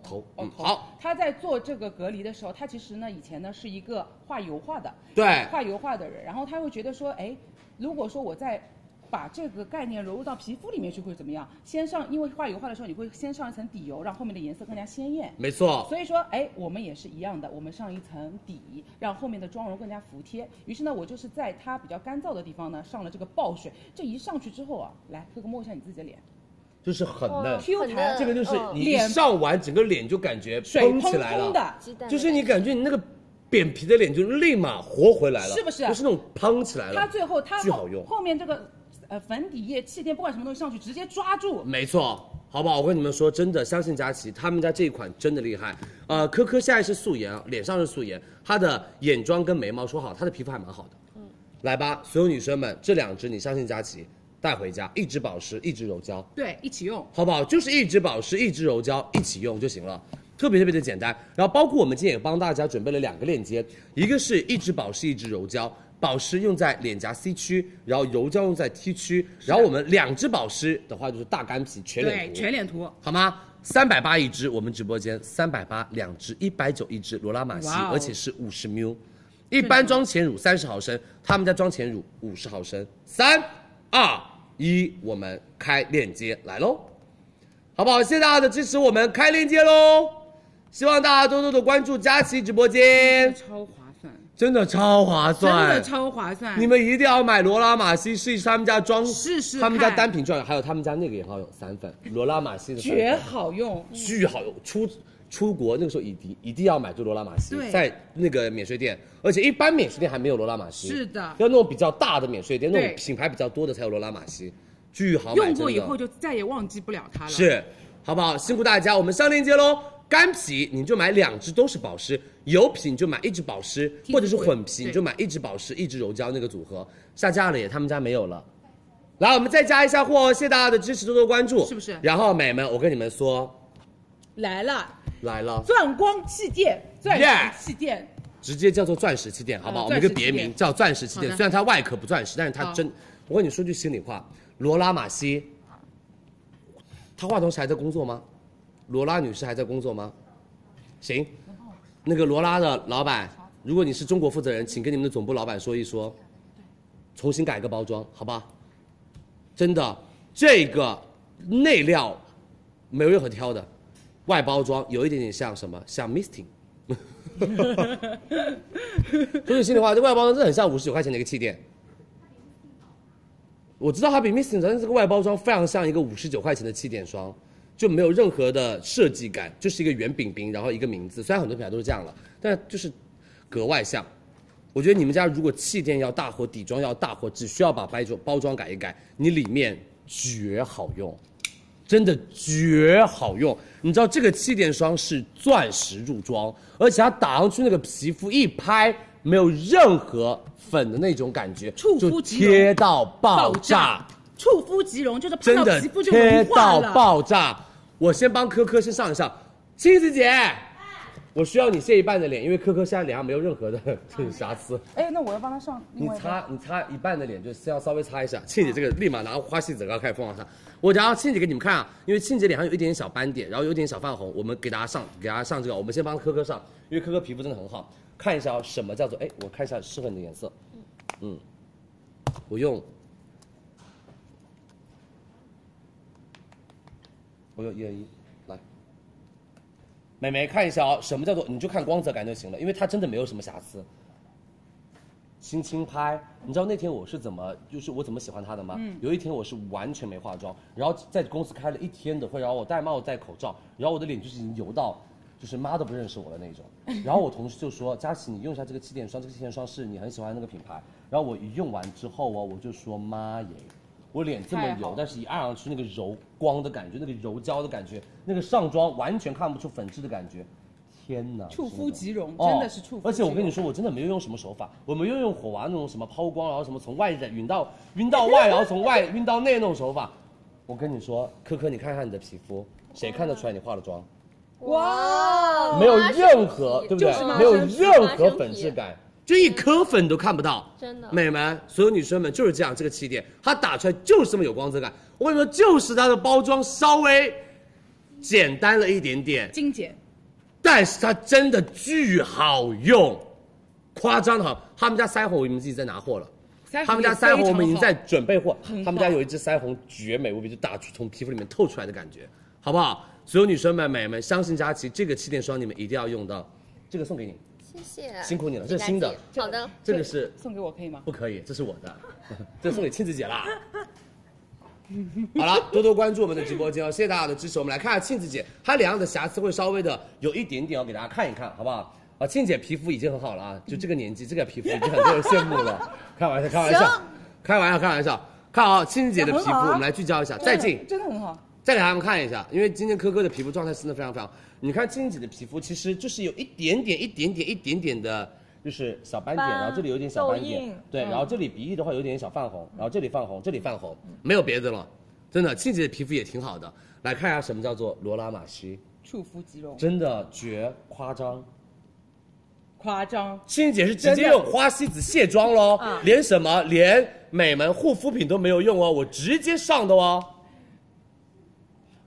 Speaker 12: 头，
Speaker 11: 哦
Speaker 12: 嗯，，
Speaker 11: 头
Speaker 12: 好，，
Speaker 11: 他在做这个隔离的时候，他其实呢以前呢是一个画油画的，
Speaker 12: 对
Speaker 11: 画油画的人，然后他会觉得说，哎，如果说我在。把这个概念融入到皮肤里面去会怎么样？先上，因为画油画的时候，你会先上一层底油，让后面的颜色更加鲜艳。
Speaker 12: 没错，
Speaker 11: 所以说，哎，我们也是一样的，我们上一层底，让后面的妆容更加服帖。于是呢，我就是在它比较干燥的地方呢，上了这个爆水。这一上去之后啊，来，哥哥摸一下你自己的脸
Speaker 12: 就是很嫩，
Speaker 11: 哦，Q 弹，
Speaker 12: 这个就是你一
Speaker 11: 脸
Speaker 12: 上完，整个脸就感觉
Speaker 11: 水
Speaker 12: 蓬
Speaker 11: 通
Speaker 12: 起来
Speaker 11: 通
Speaker 12: 了，
Speaker 11: 的，
Speaker 12: 就是你感觉你那个扁皮的脸就立马活回来了，
Speaker 11: 是不是
Speaker 12: 就是那种胖起来了。
Speaker 11: 它最后它
Speaker 12: 巨
Speaker 11: 后
Speaker 12: 好用
Speaker 11: 后面这个呃粉底液、气垫，不管什么东西上去，直接抓住。
Speaker 12: 没错，好不好？我跟你们说，真的，相信佳琦，他们家这一款真的厉害。呃，珂珂现在是素颜，脸上是素颜，她的眼妆跟眉毛说好，她的皮肤还蛮好的。嗯，来吧，所有女生们，这两支你相信佳琦，带回家，一支保湿，一支柔焦。
Speaker 11: 对，一起用。
Speaker 12: 好不好？就是一支保湿，一支柔焦，一起用就行了。特别特别的简单，然后包括我们今天也帮大家准备了两个链接，一个是一支保湿，一支柔焦，保湿用在脸颊 C 区，然后柔焦用在 T 区，然后我们两支保湿的话就是大干皮全脸
Speaker 11: 对，
Speaker 12: 涂，
Speaker 11: 全脸涂。
Speaker 12: 好吗？三百八一支，我们直播间三百八两支，一百九一支罗拉玛西，
Speaker 11: 哇哦
Speaker 12: 而且是五十 ml。一般妆前乳三十毫升，他们家妆前乳五十毫升。三二一，我们开链接来喽，好不好？谢谢大家的支持，我们开链接喽。希望大家多多的关注佳琦直播间，
Speaker 11: 超划算，
Speaker 12: 真的超划
Speaker 11: 真
Speaker 12: 算，
Speaker 11: 的超划算。
Speaker 12: 你们一定要买罗拉玛西试一试他们家妆，
Speaker 11: 试试
Speaker 12: 他们家
Speaker 11: 看
Speaker 12: 单品妆，还有他们家那个也好有散粉，罗拉玛西的散粉
Speaker 11: 绝好用，
Speaker 12: 巨好用，出出国那个时候一定一定要买，就罗拉玛西，
Speaker 11: 对
Speaker 12: 在那个免税店，而且一般免税店还没有罗拉玛西，
Speaker 11: 是的
Speaker 12: 要那种比较大的免税店，那
Speaker 11: 对
Speaker 12: 种品牌比较多的才有罗拉玛西，巨好买，
Speaker 11: 用过
Speaker 12: 真
Speaker 11: 以
Speaker 12: 的
Speaker 11: 后就再也忘记不了它了。，
Speaker 12: 是，好不好？辛苦大家，我们上链接喽。干皮你就买两支都是保湿，油皮你就买一支保湿，
Speaker 11: 皮
Speaker 12: 或者是
Speaker 11: 肤
Speaker 12: 混皮
Speaker 11: 对
Speaker 12: 你就买一支保湿一支柔焦那个组合，下架了也，他们家没有了。来，我们再加一下货哦，谢谢大家的支持，多多关注，
Speaker 11: 是不是
Speaker 12: 然后美们，我跟你们说，
Speaker 11: 来了，
Speaker 12: 来了，
Speaker 11: 钻光气垫，钻石
Speaker 12: Yeah
Speaker 11: 气垫，
Speaker 12: 直接叫做钻石气垫，好不
Speaker 11: 嗯
Speaker 12: 好？我们一个
Speaker 11: 钻石气
Speaker 12: 别
Speaker 11: 垫
Speaker 12: 名叫钻石气
Speaker 11: 好
Speaker 12: 垫，
Speaker 11: 的
Speaker 12: 虽然它外壳不钻石，但是它
Speaker 11: 好
Speaker 12: 真，我跟你说句心里话，罗拉玛西她化妆师还在工作吗？罗拉女士还在工作吗？行，那个罗拉的老板，如果你是中国负责人，请跟你们的总部老板说一说，重新改个包装，好吧？真的，这个内料没有任何挑的，外包装有一点点像什么？像 Misting。说句 (laughs) 心里话，这外包装真的很像五十九块钱的一个气垫。我知道它比 Missing 但是这个外包装非常像一个五十九块钱的气垫霜，就没有任何的设计感，就是一个圆饼饼，然后一个名字。虽然很多品牌都是这样了，但就是格外像。我觉得你们家如果气垫要大火，底妆要大火，只需要把包装包装改一改，你里面绝好用，真的绝好用。你知道这个气垫霜是钻石入妆，而且它打上去那个皮肤一拍，没有任何粉的那种感觉，
Speaker 7: 触
Speaker 12: 就
Speaker 7: 肤即溶
Speaker 12: 贴到爆
Speaker 7: 爆
Speaker 12: 炸
Speaker 7: 炸，触肤即溶，就是碰
Speaker 12: 真
Speaker 7: 到
Speaker 12: 的
Speaker 7: 皮肤就
Speaker 12: 贴
Speaker 7: 融化
Speaker 12: 到
Speaker 7: 了。
Speaker 12: 爆炸。我先帮科科先上一上，青子姐，我需要你卸一半的脸，因为科科现在脸上没有任 (laughs) 何的瑕疵。
Speaker 11: 啊哎，那我要帮他上另
Speaker 12: 你
Speaker 11: 外一个。
Speaker 12: 擦，你擦一半的脸，就是要稍微擦一下。庆姐这个立马拿花细子膏开始放上它。我然后庆姐给你们看啊，因为庆姐脸上有一点点小斑点，然后有一点小泛红，我们给大家上，给大家上这个，我们先帮科科上，因为科科皮肤真的很好。看一下、哦、什么叫做哎，我看一下适合你的颜色。嗯，我用，我用一二一来。美眉看一下哦，什么叫做你就看光泽感就行了，因为它真的没有什么瑕疵。轻轻拍。你知道那天我是怎么，就是我怎么喜欢他的吗？
Speaker 11: 嗯
Speaker 12: 有一天我是完全没化妆，然后在公司开了一天的会，然后我戴帽子戴口罩，然后我的脸就是已经油到，就是妈都不认识我
Speaker 11: (laughs)
Speaker 12: 的那种。然后我同事就说：“佳琪，你用一下这个气垫霜，这个气垫霜是你很喜欢的那个品牌。”然后我一用完之后哦，我就说：“妈耶！”我脸这么油，但是一按上去那个柔光的感觉，那个柔焦的感觉，那个上妆完全看不出粉质的感觉，天哪！
Speaker 11: 触肤即溶，
Speaker 12: 哦
Speaker 11: 真的是触肤。
Speaker 12: 而且我跟你，说，我真的没有用什么手法，我没有用火娃那种什么抛光，然后什么从外染匀到晕到外，然后从外晕到内那种手法。我跟你说，科科，你看看你的皮肤，谁看得出来你化了妆？
Speaker 11: 哦
Speaker 7: 哇，
Speaker 12: 没有任何，对不对？
Speaker 7: 就是嘛
Speaker 12: 没有
Speaker 7: 真皮
Speaker 12: 任
Speaker 7: 嘛
Speaker 12: 何
Speaker 7: 真
Speaker 12: 粉
Speaker 7: 皮
Speaker 12: 质感，就一颗粉都看不到。
Speaker 2: 真的
Speaker 12: 美们，所有女生们就是这样，这个气垫它打出来就是这么有光泽感。我跟你说，就是它的包装稍微简单了一点点，
Speaker 11: 金姐，
Speaker 12: 但是它真的巨好用，夸张的好。他们家腮红我们自己在拿货了，
Speaker 11: 腮红
Speaker 12: 他们家
Speaker 11: 也
Speaker 12: 腮
Speaker 11: 非
Speaker 12: 红我们已
Speaker 11: 常
Speaker 12: 经
Speaker 11: 好
Speaker 12: 在准备货
Speaker 11: 很。
Speaker 12: 他们
Speaker 11: 好
Speaker 12: 家有一支腮红绝美无比，就打出从皮肤里面透出来的感觉，好不好？所有女生们、美们，相信佳琪这个气垫霜你们一定要用到，这个送给你，
Speaker 2: 谢
Speaker 4: 啊
Speaker 2: 谢，
Speaker 12: 辛苦你了，这是新的，
Speaker 2: 好的，
Speaker 12: 这个是
Speaker 11: 送给我可以吗？
Speaker 12: 不可以，这是我的，这送给庆子姐啦。好了，多多关注我们的直播间哦，谢谢大家的支持。我们来看下庆子姐，她脸上的瑕疵会稍微的有一点点哦，给大家看一看，好不好？啊，庆姐皮肤已经很好了啊，就这个年纪，这个皮肤已经很多人羡慕了。开玩笑，开玩笑，开玩笑，开玩笑。看啊、庆子姐的皮肤，我们来聚焦一下，再近，
Speaker 11: 真的很好。
Speaker 12: 再给他们看一下，因为今天科科的皮肤状态真的非常非常好。你看静姐的皮肤，其实就是有一点点、一点点、一点点的，就是小斑嗯点，
Speaker 7: 斑
Speaker 12: 然后这里有点小斑
Speaker 7: 痘
Speaker 12: 点
Speaker 7: 印，
Speaker 12: 对，然后这里鼻翼的话有点小泛红，然后这里泛红，这里泛红，没有别的了，真的，静姐的皮肤也挺好的。来看一下什么叫做罗拉玛西，
Speaker 11: 触肤即溶，
Speaker 12: 真的绝夸张。
Speaker 11: 夸张。
Speaker 12: 欣姐是直接用花西子卸妆喽
Speaker 7: 嗯，
Speaker 12: 连什么连美门护肤品都没有用哦，我直接上的哦。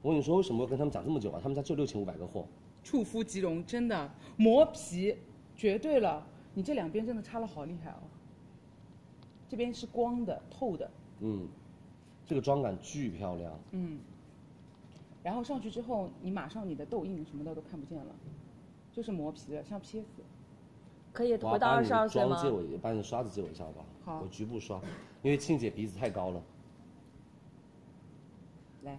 Speaker 12: 我跟你说，为什么要跟他们讲这么久啊？他们家就六千五百个货，
Speaker 11: 触肤即溶，真的磨皮，绝对了！你这两边真的差了好厉害哦。这边是光的、透的，
Speaker 12: 嗯，这个妆感巨漂亮，
Speaker 11: 嗯。然后上去之后，你马上你的痘印什么的都看不见了，就是磨皮的，像蝎子。
Speaker 7: 可以
Speaker 12: 我
Speaker 7: 回
Speaker 12: 要
Speaker 7: 到
Speaker 12: 把
Speaker 7: 二
Speaker 12: 你
Speaker 7: 十二岁
Speaker 12: 妆
Speaker 7: 吗
Speaker 12: 借？我一，把你的刷子借我一下好不好？
Speaker 11: 好
Speaker 12: 我局部刷，因为庆姐鼻子太高了。
Speaker 11: 来，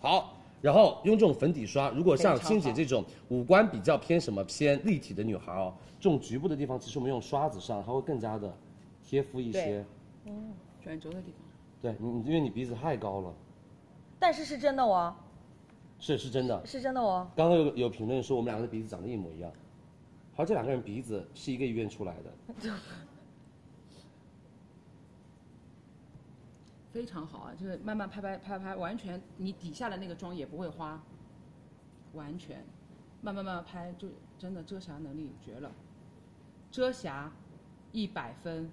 Speaker 12: 好，然后用这种粉底刷，如果像
Speaker 11: 非常
Speaker 12: 青姐这种五官比较偏什么偏立体的女孩哦，这种局部的地方，其实我们用刷子上，它会更加的贴肤一些
Speaker 11: 对。
Speaker 7: 嗯
Speaker 11: 转轴的地方。
Speaker 12: 对，你你因为你鼻子太高了，
Speaker 7: 但是是真的哦，
Speaker 12: 是是真的。
Speaker 7: 是真的哦。
Speaker 12: 刚刚有有评论说我们两个的鼻子长得一模一样，好像这两个人鼻子是一个医院出来的，
Speaker 11: 非常好啊，就是慢慢拍拍拍拍拍，完全你底下的那个妆也不会花，完全，慢慢慢慢拍，就真的遮瑕能力绝了，遮瑕一百分，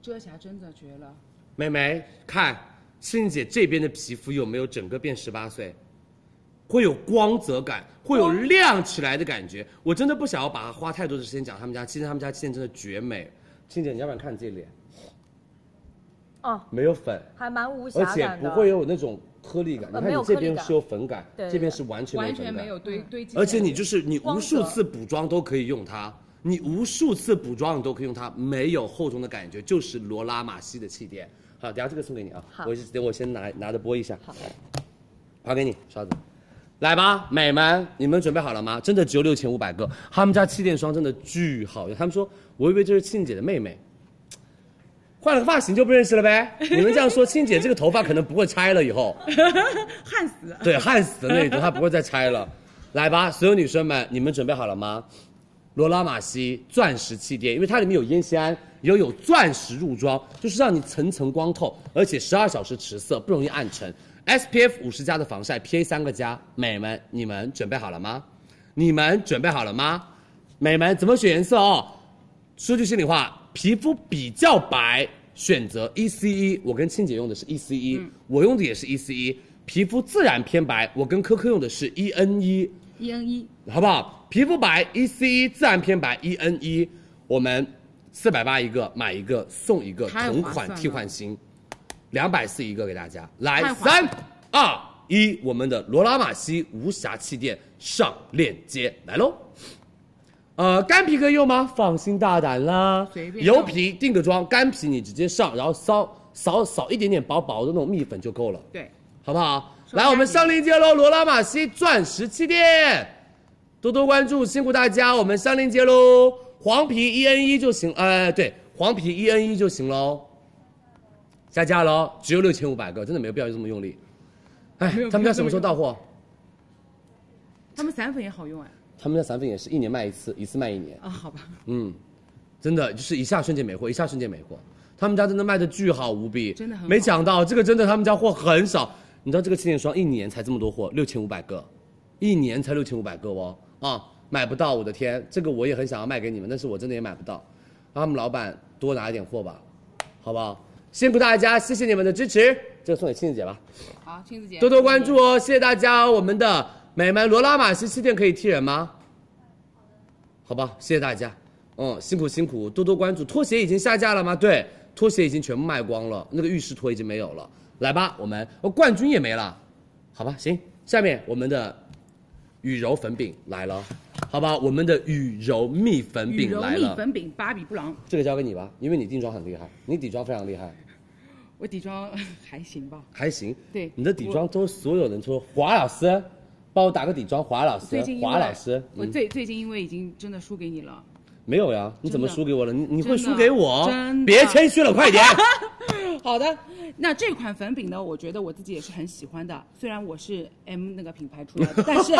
Speaker 11: 遮瑕真的绝了，
Speaker 12: 美眉看。欣姐这边的皮肤有没有整个变十八岁？会有光泽感，会有亮起来的感觉。我真的不想要把它花太多的时间讲他们家，其实他们家气垫真的绝美。欣姐，你要不然看这脸？
Speaker 7: 哦，
Speaker 12: 没有粉，
Speaker 7: 还蛮无瑕
Speaker 12: 而且
Speaker 7: 感的，
Speaker 12: 不会有那种颗粒感。
Speaker 7: 呃
Speaker 12: 你
Speaker 7: 没
Speaker 12: 看
Speaker 7: 有
Speaker 12: 你这
Speaker 7: 颗粒
Speaker 12: 边
Speaker 7: 感
Speaker 12: 是有粉感，
Speaker 7: 对对
Speaker 12: 这边是完全没有
Speaker 11: 完
Speaker 12: 粉
Speaker 11: 全
Speaker 12: 感。
Speaker 11: 没有堆堆积在那
Speaker 12: 而
Speaker 11: 里。
Speaker 12: 且你就是你
Speaker 7: 光
Speaker 12: 无
Speaker 7: 泽
Speaker 12: 数次补妆都可以用它，你无数次补妆你都可以用它，没有厚重的感觉，就是罗拉玛西的气垫。好，等下这个送给你啊，我先等我先拿拿着播一下。好，还给你，刷子。来吧，美们，你们准备好了吗？真的只有六千五百个，他们家气垫霜真的巨好用。他们说，我以为这是庆姐的妹妹，换了个发型就不认识了呗。你们这样说，庆姐这个头发可能不会拆了，以后。
Speaker 11: 焊死。
Speaker 12: (laughs) 对，焊死的那种，它不会再拆了。来吧，所有女生们，你们准备好了吗？罗拉玛西钻石气垫，因为它里面有烟酰胺，也有钻石入妆，就是让你层层光透，而且十二小时持色，不容易暗沉。SPF 五十加的防晒，PA 三个加，美们，你们准备好了吗？你们准备好了吗？美们，怎么选颜色哦？说句心里话，皮肤比较白，选择 E C E。我跟庆姐用的是 E C E，、我
Speaker 11: 嗯
Speaker 12: 用的也是 E C E。皮肤自然偏白，我跟科科用的是 E N E，
Speaker 11: E N E
Speaker 12: 好不好？皮肤白 E C E，自然偏白 E N E。我们四百八一个，买一个送一个，
Speaker 11: 太划
Speaker 12: 同
Speaker 11: 算
Speaker 12: 款
Speaker 11: 了
Speaker 12: 替换新，两百四一个给大家。来
Speaker 11: 太，划算
Speaker 12: 三二一，我们的罗拉玛西无瑕气垫上链接来喽。呃，干皮可以用吗？放心大胆啦，
Speaker 11: 随便用
Speaker 12: 油皮定个妆，干皮你直接上，然后扫扫扫一点点薄薄的那种蜜粉就够了，
Speaker 11: 对，
Speaker 12: 好不好？
Speaker 11: 说
Speaker 12: 来，
Speaker 11: 干
Speaker 12: 我们
Speaker 11: 皮
Speaker 12: 上链接喽，罗拉玛西钻石气垫，多多关注，辛苦大家，我们上链接喽。黄皮 E N 一就行，呃，对，黄皮 E N 一就行喽，下架喽，只有六千五百个，真的没有必要这么用力。哎
Speaker 11: 没有，
Speaker 12: 他们
Speaker 11: 必要
Speaker 12: 家什么时候
Speaker 11: 这么
Speaker 12: 到货？
Speaker 11: 他们散粉也好用哎。
Speaker 12: 他们家散粉也是一年卖一次，一次卖一年。
Speaker 11: 啊，好吧，
Speaker 12: 嗯，真的就是一下瞬间没货，一下瞬间没货。他们家真的卖的巨好无比，
Speaker 11: 真的很好
Speaker 12: 没想到这个真的他们家货很少。你知道这个气垫霜一年才这么多货，六千五百个，一年才六千五百个哦啊，买不到，我的天，这个我也很想要卖给你们，但是我真的也买不到。啊让他们老板多拿一点货吧，好不好？辛苦大家，谢谢你们的支持，这个送给庆子姐吧。
Speaker 11: 好，青子姐
Speaker 12: 多多关注哦，谢谢大家哦。我们的美们罗拉玛西气垫可以踢人吗？好吧，谢谢大家，嗯，辛苦辛苦，多多关注。拖鞋已经下架了吗？对，拖鞋已经全部卖光了，那个浴室拖已经没有了。来吧，我们哦，冠军也没了，好吧，行，下面我们的羽柔粉饼来了，好吧，我们的羽柔蜜粉
Speaker 11: 羽
Speaker 12: 饼
Speaker 11: 柔
Speaker 12: 来
Speaker 11: 蜜
Speaker 12: 了，
Speaker 11: 粉饼芭比布朗，
Speaker 12: 这个交给你吧，因为你定妆很厉害，你底妆非常厉害，
Speaker 11: 我底妆还行吧。
Speaker 12: 还行。
Speaker 11: 对
Speaker 12: 你的底妆都是所有人说华老师，帮我打个底妆，华老师
Speaker 11: 最近，因
Speaker 12: 华
Speaker 11: 为
Speaker 12: 老师，
Speaker 11: 我
Speaker 12: 嗯
Speaker 11: 最最近因为已经真的输给你了，
Speaker 12: 没有呀？你怎么
Speaker 11: 真的
Speaker 12: 输给我了？你你
Speaker 11: 真
Speaker 12: 会
Speaker 11: 的
Speaker 12: 输给我
Speaker 11: 真？的
Speaker 12: 别谦虚了，快点！
Speaker 11: 好的，那这款粉饼呢，我觉得我自己也是很喜欢的。虽然我是 M 那个品牌出
Speaker 12: 嗯
Speaker 11: 来的，但是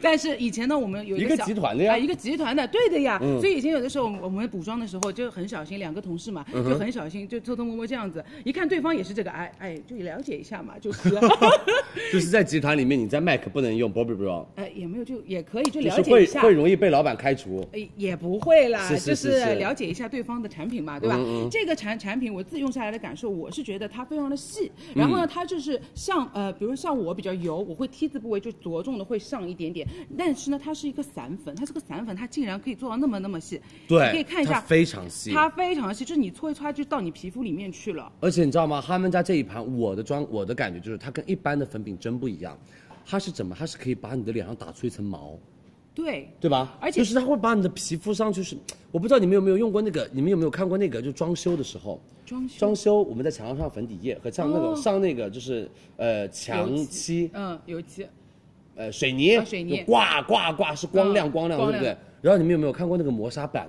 Speaker 11: 但是以前呢，我们 (laughs) 有
Speaker 12: 一
Speaker 11: 个
Speaker 12: 个
Speaker 11: 小
Speaker 12: 集团的呀
Speaker 11: 啊一个集团的，对的呀。
Speaker 12: 嗯
Speaker 11: 所以以前有的时候我们我们补妆的时候就很小心，两个同事嘛
Speaker 12: 嗯
Speaker 11: 就很小心，就偷偷摸摸这样子。一看对方也是这个，哎哎，就了解一下嘛，就是。
Speaker 12: (laughs)
Speaker 11: (laughs)
Speaker 12: 就是在集团里面，你在 MAC 不能用 Bobbi Brown，
Speaker 11: 呃，也没有就也可以就
Speaker 12: 就
Speaker 11: 了
Speaker 12: 是
Speaker 11: 解
Speaker 12: 会
Speaker 11: 一下，
Speaker 12: 会容易被老板开除。
Speaker 11: 呃，也不会啦，
Speaker 12: 是是是
Speaker 11: 就是
Speaker 12: 是
Speaker 11: 了解一下对方的产品嘛，对吧？
Speaker 12: 嗯嗯
Speaker 11: 这个产产品我自己用下来的感受，我是觉得它非常的细，然
Speaker 12: 嗯
Speaker 11: 后呢，它就是像呃，比如像我比较油，我会 T 字部位就着重的会上一点点，但是呢，它是一个散粉，它是个散粉，它竟然可以做到那么那么细，
Speaker 12: 对，
Speaker 11: 你可以看一
Speaker 12: 它
Speaker 11: 下。
Speaker 12: 非常细。
Speaker 11: 它非常细，就是你搓一搓它就到你皮肤里面去了。
Speaker 12: 而且你知道吗？他们家这一盘，我的妆，我的感觉就是它跟一般的粉饼真不一样，它是怎么？它是可以把你的脸上打出一层毛。
Speaker 11: 对，
Speaker 12: 对吧？
Speaker 11: 而且
Speaker 12: 就是它会把你的皮肤上，就是我不知道你们有没有用过那个，你们有没有看过那个？就装修的时候，
Speaker 11: 装修哦
Speaker 12: 装修我们在墙上上粉底液和上那个、上那个就是呃墙
Speaker 11: 油
Speaker 12: 漆
Speaker 11: 嗯，油漆，
Speaker 12: 呃水泥，
Speaker 11: 啊水泥
Speaker 12: 就挂挂挂是光亮
Speaker 11: 嗯
Speaker 12: 光亮，
Speaker 11: 光
Speaker 12: 对不对
Speaker 11: 亮？
Speaker 12: 然后你们有没有看过那个磨砂板？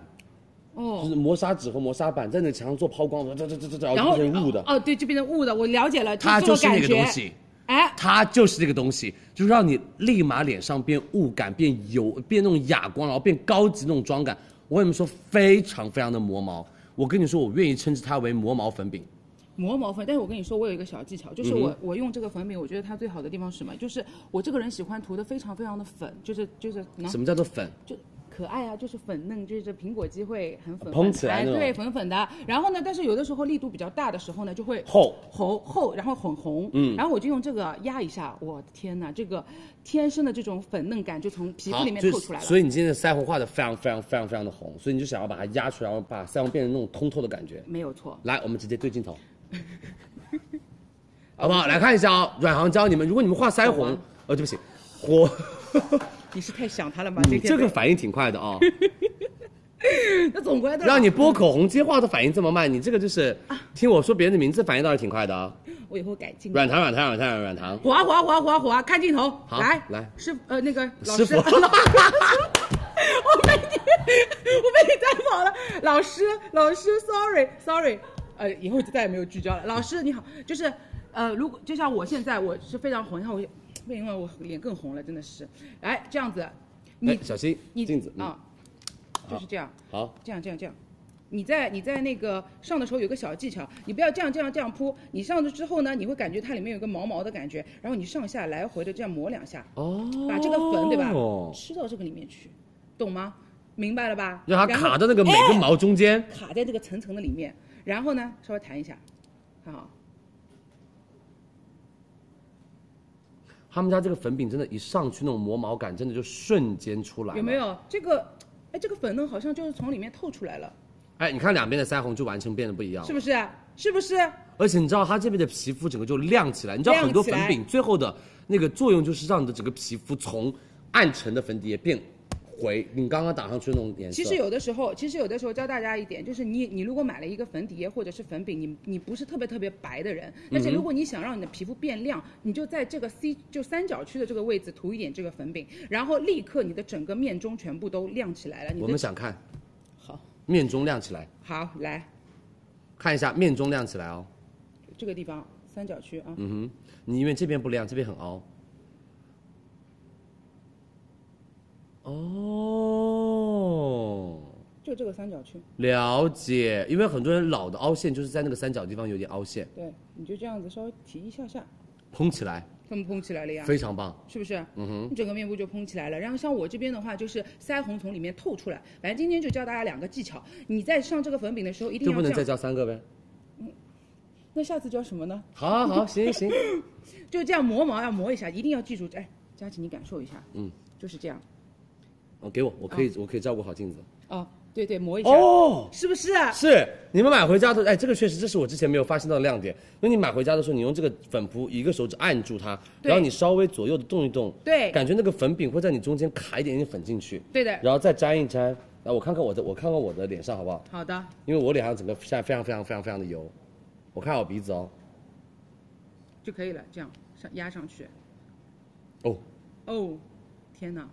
Speaker 12: 就
Speaker 11: 哦
Speaker 12: 是，磨砂纸和磨砂板在那墙上做抛光，这这这这这，
Speaker 11: 然后
Speaker 12: 变成雾的。
Speaker 11: 哦，对，就变成雾的，我了解了，
Speaker 12: 它
Speaker 11: 这
Speaker 12: 就
Speaker 11: 个
Speaker 12: 是
Speaker 11: 感
Speaker 12: 那个
Speaker 11: 觉
Speaker 12: 东，西，
Speaker 11: 哎，
Speaker 12: 它就是那个东西，就是让你立马脸上变雾感、变油、变那种哑光，然后变高级那种妆感。我跟你们说，非常非常的磨毛。我跟你说，我愿意称之它为磨毛粉饼。
Speaker 11: 磨毛粉，但是我跟你说，我有一个小技巧，就是
Speaker 12: 嗯
Speaker 11: 我、我用这个粉饼，我觉得它最好的地方是什么？就是我这个人喜欢涂的非常非常的粉，就是就是能
Speaker 12: 什么叫做粉？
Speaker 11: 就
Speaker 7: 可爱啊，就是粉嫩，就是苹果肌会很粉
Speaker 12: 蓬起来
Speaker 7: 哎
Speaker 12: 那种
Speaker 7: 对，粉粉的。然后呢，但是有的时候力度比较大的时候呢，就会
Speaker 12: 厚
Speaker 7: 厚厚，然后很红。
Speaker 12: 嗯
Speaker 7: 然后我就用这个压一下，我的天哪，这个天生的这种粉嫩感就从皮肤
Speaker 12: 好，
Speaker 7: 里面
Speaker 12: 就
Speaker 7: 透出来了。
Speaker 12: 所以你今天的腮红画的非常非常非常非常的红，所以你就想要把它压出来，然后把腮红变成那种通透的感觉。
Speaker 7: 没有错，
Speaker 12: 来，我们直接对镜头，好不好？来看一下哦，阮航教你们，如果你们画腮红，呃，对不起，我
Speaker 7: 你是太想他了吧？
Speaker 12: 你
Speaker 7: 这个
Speaker 12: 这个反应挺快的啊、
Speaker 7: 那总归的
Speaker 12: 让你拨口红接话的反应这么慢，你这个就是听我说别人的名字反应倒是挺快的啊、
Speaker 7: 我以后改进。
Speaker 12: 软糖，软糖，软糖，软糖，
Speaker 7: 滑滑滑滑滑，啊看镜头，
Speaker 12: 好
Speaker 7: 来
Speaker 12: 来
Speaker 7: 师傅呃那个老
Speaker 12: 师
Speaker 7: 师，
Speaker 12: 傅
Speaker 7: 我被你我被你带跑了，老师老师，sorry sorry，呃以后就再也没有聚焦了。老师你好，就是呃如果就像我现在我是非常红，你看我因为我脸更红了，真的是，来这样子，你
Speaker 12: 哎，小心
Speaker 7: 你
Speaker 12: 镜子，嗯，
Speaker 7: 啊，就是这样。
Speaker 12: 好，
Speaker 7: 这样这样这样。你在你在那个上的时候有个小技巧，你不要这样这样这样铺，你上去之后呢，你会感觉它里面有个毛毛的感觉，然后你上下来回的这样磨两下，
Speaker 12: 哦，
Speaker 7: 把这个粉对吧吃到这个里面去，懂吗？明白了吧？
Speaker 12: 让它
Speaker 7: 然后
Speaker 12: 卡到那个每
Speaker 7: 哎
Speaker 12: 根毛中间，
Speaker 7: 卡在这个层层的里面，然后呢，稍微弹一下，看好，
Speaker 12: 他们家这个粉饼真的，一上去那种磨毛感，真的就瞬间出来。
Speaker 7: 有没？有这个？哎，这个粉呢好像就是从里面透出来了，
Speaker 12: 哎，你看两边的腮红就完全变得不一样了
Speaker 7: 是不是？啊是不是？
Speaker 12: 而且你知道它这边的皮肤整个就亮起来，你知道很多粉
Speaker 7: 亮起
Speaker 12: 饼最后的那个作用就是让你的整个皮肤从暗沉的粉底液变回你刚刚打上去的那种颜色。
Speaker 7: 其实有的时候，其实有的时候教大家一点，就是你你如果买了一个粉底液或者是粉饼，你你不是特别特别白的人，但
Speaker 12: 嗯
Speaker 7: 是如果你想让你的皮肤变亮，你就在这个 C 就三角区的这个位置涂一点这个粉饼，然后立刻你的整个面中全部都亮起来了。你的
Speaker 12: 我们想看
Speaker 7: 好，
Speaker 12: 面中亮起来，
Speaker 7: 好来
Speaker 12: 看一下面中亮起来哦。
Speaker 7: 这个地方三角区啊，
Speaker 12: 嗯哼，你因为这边不亮，这边很凹。哦，
Speaker 7: 就这个三角区，
Speaker 12: 了解，因为很多人老的凹陷就是在那个三角地方有点凹陷，
Speaker 7: 对，你就这样子稍微提一下下，
Speaker 12: 蓬起来，
Speaker 7: 它们蓬起来了呀，
Speaker 12: 非常棒。
Speaker 7: 是不是？
Speaker 12: 嗯哼，
Speaker 7: 你整个面部就蓬起来了。然后像我这边的话，就是腮红从里面透出来。反正今天就教大家两个技巧，你在上这个粉饼的时候一定
Speaker 12: 就
Speaker 7: 要
Speaker 12: 不
Speaker 7: 这
Speaker 12: 能再
Speaker 7: 样。
Speaker 12: 教三个呗？
Speaker 7: 那下次教什么呢？
Speaker 12: 好好好，行行行，
Speaker 7: 就这样磨毛要磨一下，一定要记住。哎，佳琪，你感受一下，
Speaker 12: 嗯，
Speaker 7: 就是这样。
Speaker 12: 我哦给我，我可以、我可以照顾好镜子。
Speaker 7: 哦，对对，磨一下，
Speaker 12: 哦，
Speaker 7: 是不是？啊
Speaker 12: 是你们买回家的，哎，这个确实，这是我之前没有发现到的亮点。因为你买回家的时候，你用这个粉扑一个手指按住它，
Speaker 7: 对
Speaker 12: 然后你稍微左右的动一动，
Speaker 7: 对
Speaker 12: 感觉那个粉饼会在你中间卡一点点粉进去，
Speaker 7: 对的。
Speaker 12: 然后再粘一粘。来，我看看我的，我看看我的脸上好不好？
Speaker 7: 好的，
Speaker 12: 因为我脸上整个现在非常非常非常非常的油，我看我鼻子哦，
Speaker 7: 就可以了，这样上压上去。
Speaker 12: 哦
Speaker 7: 哦，天哪，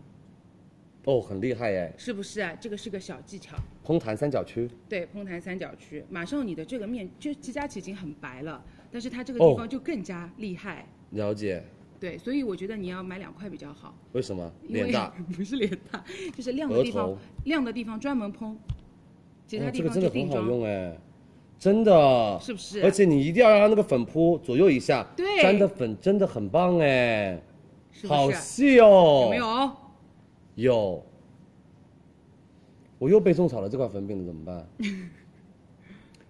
Speaker 12: 哦，很厉害哎，
Speaker 7: 是不是啊？这个是个小技巧。
Speaker 12: 蓬弹三角区，
Speaker 7: 对，蓬弹三角区，马上你的这个面，就其佳琪已经很白了，但是它这个地
Speaker 12: 哦
Speaker 7: 方就更加厉害。
Speaker 12: 了解，
Speaker 7: 对，所以我觉得你要买两块比较好，
Speaker 12: 为什么
Speaker 7: 因为
Speaker 12: 脸大？
Speaker 7: (laughs) 不是脸大，就是亮的地
Speaker 12: 额
Speaker 7: 方
Speaker 12: 头，
Speaker 7: 亮的地方专门喷，其他
Speaker 12: 哦
Speaker 7: 地
Speaker 12: 这个
Speaker 7: 方
Speaker 12: 真
Speaker 7: 就
Speaker 12: 的很
Speaker 7: 定
Speaker 12: 好
Speaker 7: 妆。
Speaker 12: 用哎，真的，
Speaker 7: 是不是
Speaker 12: 而且你一定要让它那个粉扑左右一下，
Speaker 7: 对
Speaker 12: 粘的粉真的很棒哎，
Speaker 7: 是不
Speaker 12: 好
Speaker 7: 是？
Speaker 12: 细哦，
Speaker 7: 有没有？
Speaker 12: 有我又被种草了这块粉饼了，怎
Speaker 7: (laughs)
Speaker 12: 么办？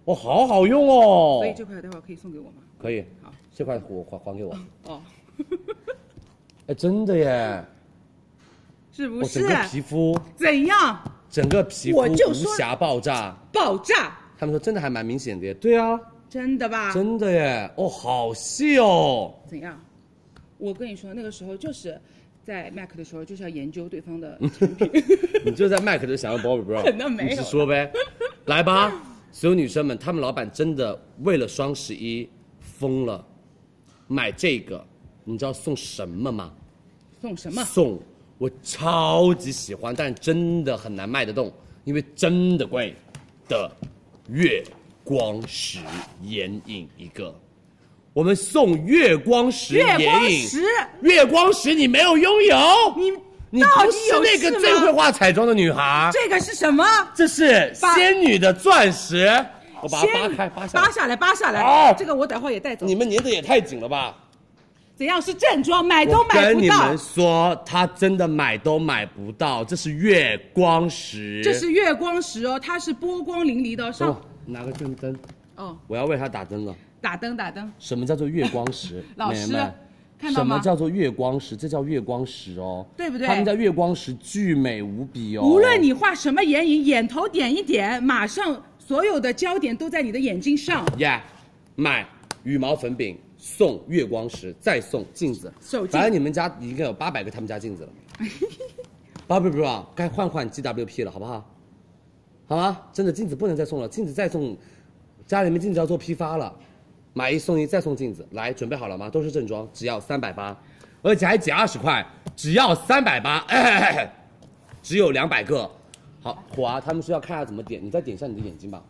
Speaker 12: 哇、好好用哦
Speaker 7: 所，以这块待会儿可以送给我吗？
Speaker 12: 可以
Speaker 7: 好，
Speaker 12: 这块我还还给我，
Speaker 7: 哦，
Speaker 12: (laughs) 哎，真的耶，
Speaker 7: 是不
Speaker 12: 我整
Speaker 7: 是？
Speaker 12: 个皮肤，
Speaker 7: 怎样？
Speaker 12: 整个皮肤
Speaker 7: 我就
Speaker 12: 无
Speaker 7: 说
Speaker 12: 瑕爆炸，
Speaker 7: 爆炸？
Speaker 12: 他们说真的还蛮明显的耶，对啊，
Speaker 7: 真的吧？
Speaker 12: 真的耶，哦，好细哦，
Speaker 7: 怎样？我跟你说，那个时候就是在 MAC 的时候，就是要研究对方的 (laughs)
Speaker 12: (laughs) 你就在麦克就想要 Bobbi Brown，
Speaker 7: 那没有
Speaker 12: 你直说呗，来吧，所有女生们，她们老板真的为了双十一疯了，买这个，你知道送什么吗？
Speaker 7: 送什么？
Speaker 12: 送，我超级喜欢，但真的很难卖得动，因为真的贵的月光石眼影一个。我们送月光石眼影，
Speaker 7: 月哎光石
Speaker 12: 月光石你没有拥有，
Speaker 7: 你
Speaker 12: 你
Speaker 7: 到
Speaker 12: 不
Speaker 7: 底
Speaker 12: 是
Speaker 7: 有
Speaker 12: 那
Speaker 7: 事
Speaker 12: 个
Speaker 7: 吗
Speaker 12: 最会画彩妆的女孩，
Speaker 7: 这个是什么？
Speaker 12: 这是仙女的钻石，我把它
Speaker 7: 仙
Speaker 12: 扒
Speaker 7: 女
Speaker 12: 开扒下来
Speaker 7: 扒，下来，扒下来。
Speaker 12: 哦
Speaker 7: 这个我等会儿也带走。
Speaker 12: 你们粘的也太紧了吧？
Speaker 7: 怎样是正装，买都
Speaker 12: 我
Speaker 7: 买
Speaker 12: 跟
Speaker 7: 不
Speaker 12: 你
Speaker 7: 到
Speaker 12: 们。说，他真的买都买不到，这是月光石。
Speaker 7: 这是月光石哦，它是波光粼粼的
Speaker 12: 等
Speaker 7: 上
Speaker 12: 我拿个正灯，
Speaker 7: 哦，
Speaker 12: 我要为他打灯了。
Speaker 7: 打灯打灯，？
Speaker 12: 什么叫做月光石
Speaker 7: (laughs) 老师
Speaker 12: 美们
Speaker 7: 看到
Speaker 12: 什
Speaker 7: 吗
Speaker 12: 么叫做月光石？这叫月光石哦，
Speaker 7: 对不对
Speaker 12: 他们家月光石巨美无比哦。
Speaker 7: 无论你画什么眼影，眼头点一点，马上所有的焦点都在你的眼睛上。
Speaker 12: 呀、买羽毛粉饼送月光石，再送镜子
Speaker 7: 手，机
Speaker 12: 反正你们家应该有八百个他们家
Speaker 7: (laughs)
Speaker 12: 镜子了。八不不不，该换换 GWP 了，好不好？好吗？真的镜子不能再送了，镜子再送，家里面镜子要做批发了，买一送一再送镜子，来准备好了吗？都是正装，只要三百八，而且还减二十块，只要三百八，哎只有两百个。好，火啊！他们说要看一下怎么点，你再点一下你的眼睛吧。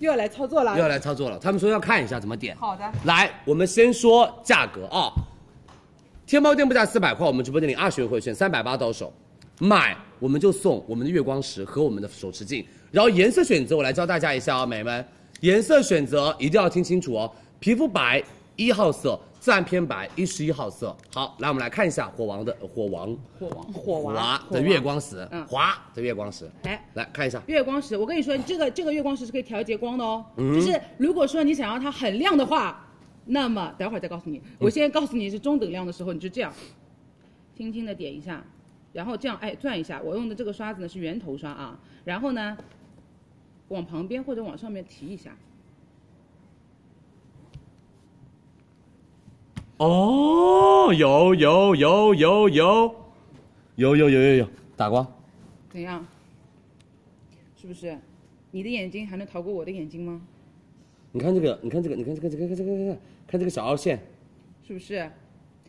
Speaker 7: 又要来操作了
Speaker 12: 又要来操作了，他们说要看一下怎么点。
Speaker 7: 好的，
Speaker 12: 来，我们先说价格啊、天猫店铺价四百块，我们直播间领二十元优惠券，三百八到手，买我们就送我们的月光石和我们的手持镜。然后颜色选择，我来教大家一下哦，美们，颜色选择一定要听清楚哦。皮肤白一号色，自然偏白一十一号色。好，来我们来看一下火王的火王
Speaker 7: 火王火
Speaker 12: 华
Speaker 7: 火
Speaker 12: 的月光石
Speaker 7: 嗯，
Speaker 12: 华的月光石，
Speaker 7: 来。
Speaker 12: 来看一下。
Speaker 7: 月光石，我跟你说，这个这个月光石是可以调节光的哦。
Speaker 12: 嗯
Speaker 7: 就是如果说你想要它很亮的话，那么等会儿再告诉你。
Speaker 12: 嗯
Speaker 7: 我现在告诉你是中等亮的时候，你就这样，轻轻的点一下，然后这样哎转一下。我用的这个刷子呢是圆头刷啊，然后呢，往旁边或者往上面提一下。
Speaker 12: 哦，有有有有有有有有有有打光，
Speaker 7: 怎样？是不是？你的眼睛还能逃过我的眼睛吗？
Speaker 12: 你看这个，你看这个，你看这个，这个，这个，这个，看这个小凹陷，
Speaker 7: 是不是？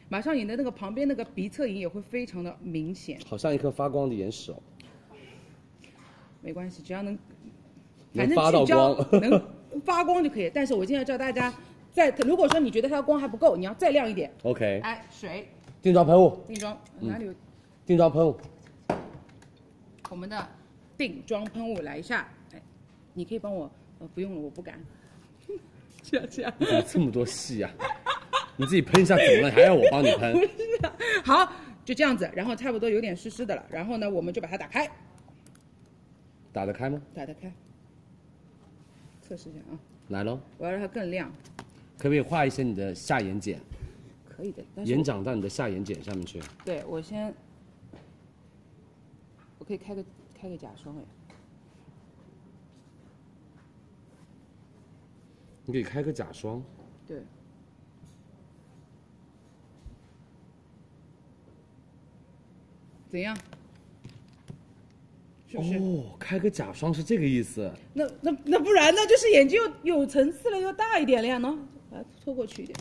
Speaker 7: 马上你的那个旁边那个鼻侧影也会非常的明显。
Speaker 12: 好像一颗发光的岩石哦，
Speaker 7: 没关系，只要能，
Speaker 12: 能
Speaker 7: 反正
Speaker 12: 发到
Speaker 7: 聚焦
Speaker 12: 光 (laughs)
Speaker 7: 能发光就可以。但是我今天教大家，在如果说你觉得它的光还不够，你要再亮一点。
Speaker 12: OK，
Speaker 7: 哎，水
Speaker 12: 定妆喷雾，嗯
Speaker 7: 定妆哪里有？
Speaker 12: 定妆喷雾，
Speaker 7: 我们的定妆喷雾来一下。哎，你可以帮我，呃，不用了，我不敢。 (laughs) 这样这样。
Speaker 12: 你怎么这么多戏呀、你自己喷一下怎么了？还要我帮你喷？
Speaker 7: (laughs) 好，就这样子，然后差不多有点湿湿的了，然后呢，我们就把它打开，
Speaker 12: 打得开吗？
Speaker 7: 打得开，测试一下啊，
Speaker 12: 来喽，
Speaker 7: 我要让它更亮，
Speaker 12: 可不可以画一些你的下眼睑，
Speaker 7: 可以的。但是
Speaker 12: 眼长到你的下眼睑上面去？
Speaker 7: 我对我先，我可以开个开个假霜哎，
Speaker 12: 你可以开个假霜，
Speaker 7: 对，怎样？是不是？
Speaker 12: 哦，开个假霜是这个意思。
Speaker 7: 那那那不然呢？就是眼睛又有层次了，又大一点了呀呢，把它拖过去一点。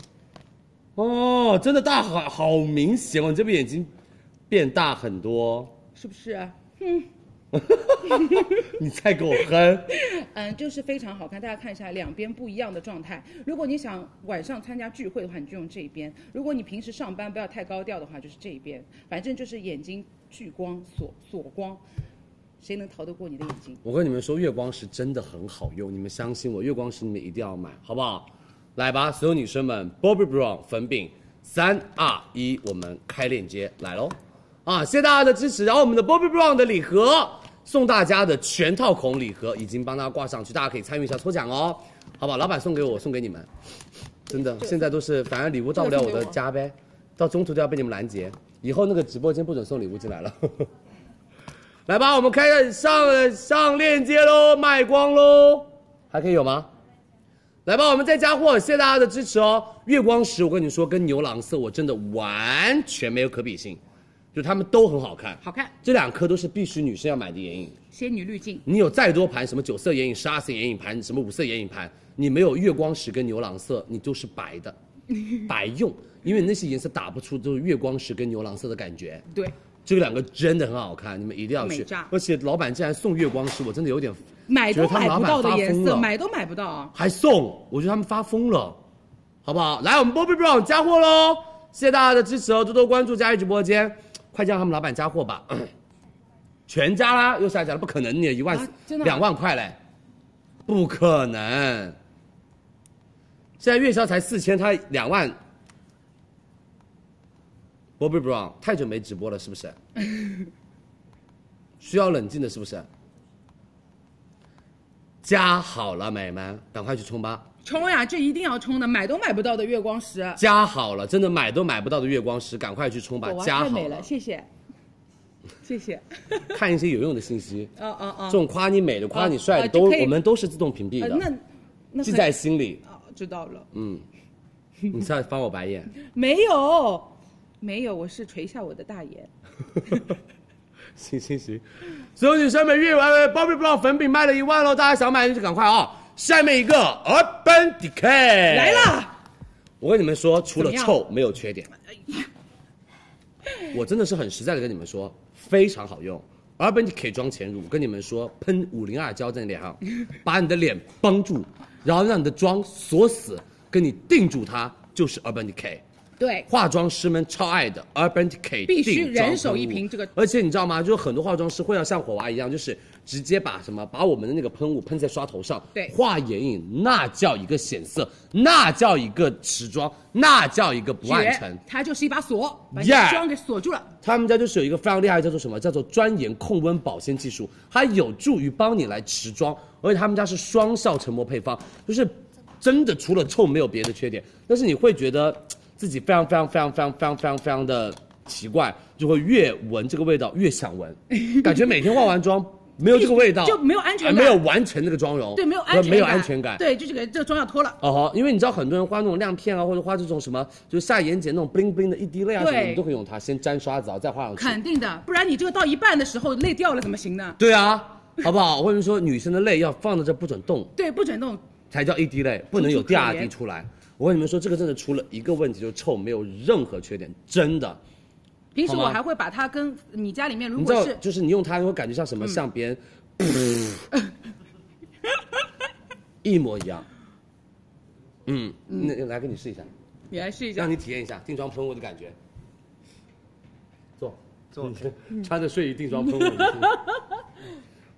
Speaker 12: 哦，真的大好好明显哦，你这边眼睛变大很多。 (laughs)
Speaker 7: 是啊不是、
Speaker 12: 你再给我哼，
Speaker 7: 嗯，就是非常好看。大家看一下两边不一样的状态。如果你想晚上参加聚会的话，你就用这一边；如果你平时上班不要太高调的话，就是这一边。反正就是眼睛聚光锁锁光，谁能逃得过你的眼睛？
Speaker 12: 我跟你们说，月光石真的很好用，你们相信我，月光石你们一定要买，好不好？来吧，所有女生们，Bobbi Brown 粉饼，三二一，我们开链接来喽！啊，谢谢大家的支持，然后我们的 Bobbi Brown 的礼盒送大家的全套孔礼盒已经帮大家挂上去，大家可以参与一下抽奖哦，好不好？老板送给我，我送给你们，真的，现在都是反正礼物到不了我的家呗，到中途都要被你们拦截，以后那个直播间不准送礼物进来了。来吧，我们开始上上链接喽，卖光喽，还可以有吗？来吧，我们再加货，谢谢大家的支持哦。月光石，我跟你说，跟牛郎色我真的完全没有可比性，就它们都很好看。
Speaker 7: 好看，
Speaker 12: 这两颗都是必须女生要买的眼影。
Speaker 7: 仙女滤镜。
Speaker 12: 你有再多盘什么九色眼影、十二色眼影盘、什么五色眼影盘，你没有月光石跟牛郎色，你就是
Speaker 7: (laughs)
Speaker 12: 白的，白用，因为你那些颜色打不出就是月光石跟牛郎色的感觉。
Speaker 7: 对，
Speaker 12: 这两个真的很好看，你们一定要
Speaker 7: 美
Speaker 12: 去
Speaker 7: 炸。
Speaker 12: 而且老板竟然送月光石，我真的有点
Speaker 7: 买
Speaker 12: 觉
Speaker 7: 都
Speaker 12: 得他
Speaker 7: 买
Speaker 12: 们老
Speaker 7: 不
Speaker 12: 板
Speaker 7: 到的
Speaker 12: 发
Speaker 7: 颜
Speaker 12: 疯
Speaker 7: 色，
Speaker 12: 了
Speaker 7: 买都买不到啊！
Speaker 12: 还送，我觉得他们发疯了，好不好？来，我们 Bobbi Brown 加货喽！谢谢大家的支持哦，多多关注佳怡直播间，快叫他们老板加货吧， (clears throat) 全加啦，又下架了，不可能，你一万
Speaker 7: 啊真的啊
Speaker 12: 两、万块嘞，不可能！现在月销才四千，他两万， Bobbi Brown 太久没直播了，是
Speaker 7: (laughs)
Speaker 12: 不是？需要冷静的，是不是？加好了，美们，赶快去冲吧！
Speaker 11: 冲呀，这一定要冲的，买都买不到的月光石，
Speaker 12: 加好了，真的买都买不到的月光石，赶快去冲吧！
Speaker 11: 哇，
Speaker 12: 加
Speaker 11: 太
Speaker 12: 好
Speaker 11: 美了，谢谢，谢谢，
Speaker 12: (laughs) 看一些有用的信息。
Speaker 11: 哦哦哦，
Speaker 12: 这种夸你美的、夸你帅的，
Speaker 11: 啊
Speaker 12: 都
Speaker 11: 就可以
Speaker 12: 我们都是自动屏蔽
Speaker 11: 呃
Speaker 12: 的，
Speaker 11: 那那
Speaker 12: 记
Speaker 11: 很
Speaker 12: 在心里。
Speaker 11: 啊，知道了，
Speaker 12: 嗯，你在翻我白眼，
Speaker 11: (laughs) 没有，没有，我是垂下我的大眼，
Speaker 12: (laughs) 行行行，所有女生们，日完 Bobbi Brown 粉饼卖了一万喽，大家想买的就赶快啊、下面一个 Urban Decay
Speaker 11: 来，啦，
Speaker 12: 我跟你们说，除了
Speaker 11: 怎么样
Speaker 12: 臭没有缺点。 (laughs) 我真的是很实在的跟你们说，非常好用。Urban Decay 妆前乳，我跟你们说，喷五零二胶在你脸
Speaker 11: (laughs)
Speaker 12: 上，把你的脸帮住，然后让你的妆锁死，跟你定住它，就是 Urban Decay。
Speaker 11: 对，
Speaker 12: 化妆师们超爱的 Urban Decay
Speaker 11: 必须
Speaker 12: 定妆喷雾
Speaker 11: 人手一瓶这个
Speaker 12: 而且你知道吗？就是很多化妆师会要像火娃一样，就是直接把什么把我们的那个喷雾喷在刷头上，
Speaker 11: 对
Speaker 12: 画眼影那叫一个显色，那叫一个持妆，那叫一个不暗沉
Speaker 11: 绝。，它就是一把锁，把
Speaker 12: Yeah
Speaker 11: 妆给锁住了，
Speaker 12: 他们家就是有一个非常厉害，叫做什么？叫做专研控温保鲜技术，它有助于帮你来持妆，而且他们家是双效成膜配方，就是真的除了臭没有别的缺点。但是你会觉得嘖自己非常非常非常非常非常非常非常的奇怪，就会越闻这个味道越想闻， (laughs) 感觉每天化完妆没有这个味道，
Speaker 11: 就没有安全感
Speaker 12: 没有完成那个妆容，
Speaker 11: 对，没有安全感，
Speaker 12: 没有安全感，
Speaker 11: 对，就这个这个妆要脱了，
Speaker 12: 哦吼，因为你知道很多人画那种亮片啊，或者画这种什么，就是下眼睑那种 bling bling 的一滴泪啊什么的，
Speaker 11: 对
Speaker 12: 你都可以用它先沾刷子啊，再画上去。
Speaker 11: 肯定的，不然你这个到一半的时候泪掉了怎么行呢？
Speaker 12: 对啊，好不好？我跟你说，女生的泪要放在这不准动，
Speaker 11: 对，不准弄，
Speaker 12: 才叫一滴泪，不能有第二滴出来。我跟你们说，这个真的出了一个问题，就是臭，没有任何缺点，真的。
Speaker 11: 平时
Speaker 12: 好
Speaker 11: 我
Speaker 12: 吗
Speaker 11: 还会把它跟你家里面如
Speaker 12: 你知
Speaker 11: 果
Speaker 12: 道
Speaker 11: 是，
Speaker 12: 就是你用它，你会感觉像什么？像别人，一模一样。嗯，那那来给你试一下，
Speaker 11: 你来试一下
Speaker 12: 让，你体验一下定妆喷雾的感觉。坐坐，你穿着睡衣定妆喷雾。你听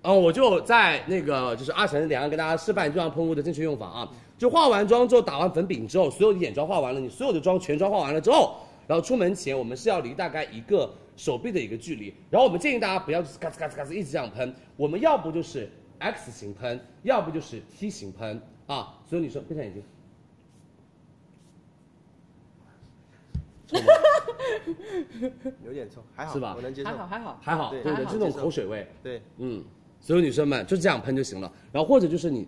Speaker 12: 哦，我就在那个就是阿晨脸上跟大家示范这样喷雾的正确用法啊。就化完妆之后，打完粉饼之后，所有的眼妆化完了，你所有的妆全妆化完了之后，然后出门前我们是要离大概一个手臂的一个距离。然后我们建议大家不要就是嘎吱嘎吱嘎吱一直这样喷，我们要不就是 X 型喷，要不就是 T 型喷啊。所有女生闭上眼睛。
Speaker 17: 有点臭，还好
Speaker 12: 是吧
Speaker 17: 我能接受，
Speaker 11: 还好还好，
Speaker 12: 还好，
Speaker 17: 对
Speaker 12: 对不对？
Speaker 17: 还好
Speaker 12: 就那种
Speaker 17: 接受
Speaker 12: 口水味。
Speaker 17: 对，
Speaker 12: 嗯，所有女生们就这样喷就行了。然后或者就是你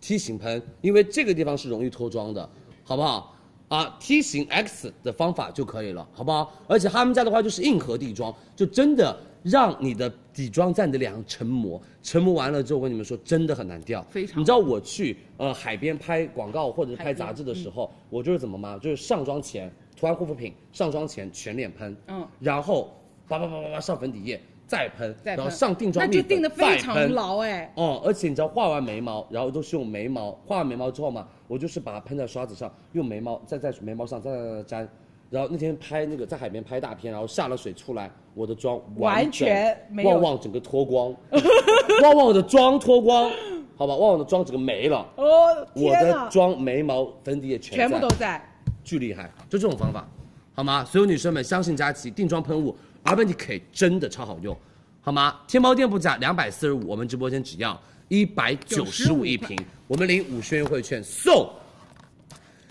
Speaker 12: 梯形喷，因为这个地方是容易脱妆的，好不好？啊梯形 X 的方法就可以了，好不好？而且他们家的话就是硬核底妆，就真的让你的底妆在你的脸上成膜，成膜完了之后，我跟你们说，真的很难掉。
Speaker 11: 非常
Speaker 12: 你知道我去呃海边拍广告或者是拍杂志的时候，我就是怎么吗？就是上妆前涂完护肤品，上妆前全脸喷，
Speaker 11: 嗯，
Speaker 12: 然后叭叭叭叭叭上粉底液，再喷，
Speaker 11: 再喷
Speaker 12: 然后上定妆
Speaker 11: 那
Speaker 12: 蜜
Speaker 11: 就
Speaker 12: 粉，
Speaker 11: 定的非
Speaker 12: 再
Speaker 11: 常
Speaker 12: 喷
Speaker 11: 牢哎，
Speaker 12: 哦，而且你知道画完眉毛，然后都是用眉毛，画完眉毛之后嘛，我就是把它喷在刷子上，用眉毛再在眉毛上再再再粘。然后那天拍那个在海边拍大片，然后下了水出来，我的妆
Speaker 11: 完全
Speaker 12: 整
Speaker 11: 没有
Speaker 12: 旺旺整个脱光， (laughs) 旺旺的妆脱光，好吧，旺旺的妆整个没了，
Speaker 11: 哦
Speaker 12: 我
Speaker 11: 天
Speaker 12: 的
Speaker 7: 啊
Speaker 11: 哪，
Speaker 12: 妆眉毛粉底液全
Speaker 11: 全部
Speaker 12: 在
Speaker 11: 都在，
Speaker 12: 巨厉害，就这种方法，好吗？所有女生们相信佳琦定妆喷雾 Urban Decay 真的超好用，好吗？天猫店铺价两百四十五，我们直播间只要一百九十五一瓶，我们领五十元优惠券送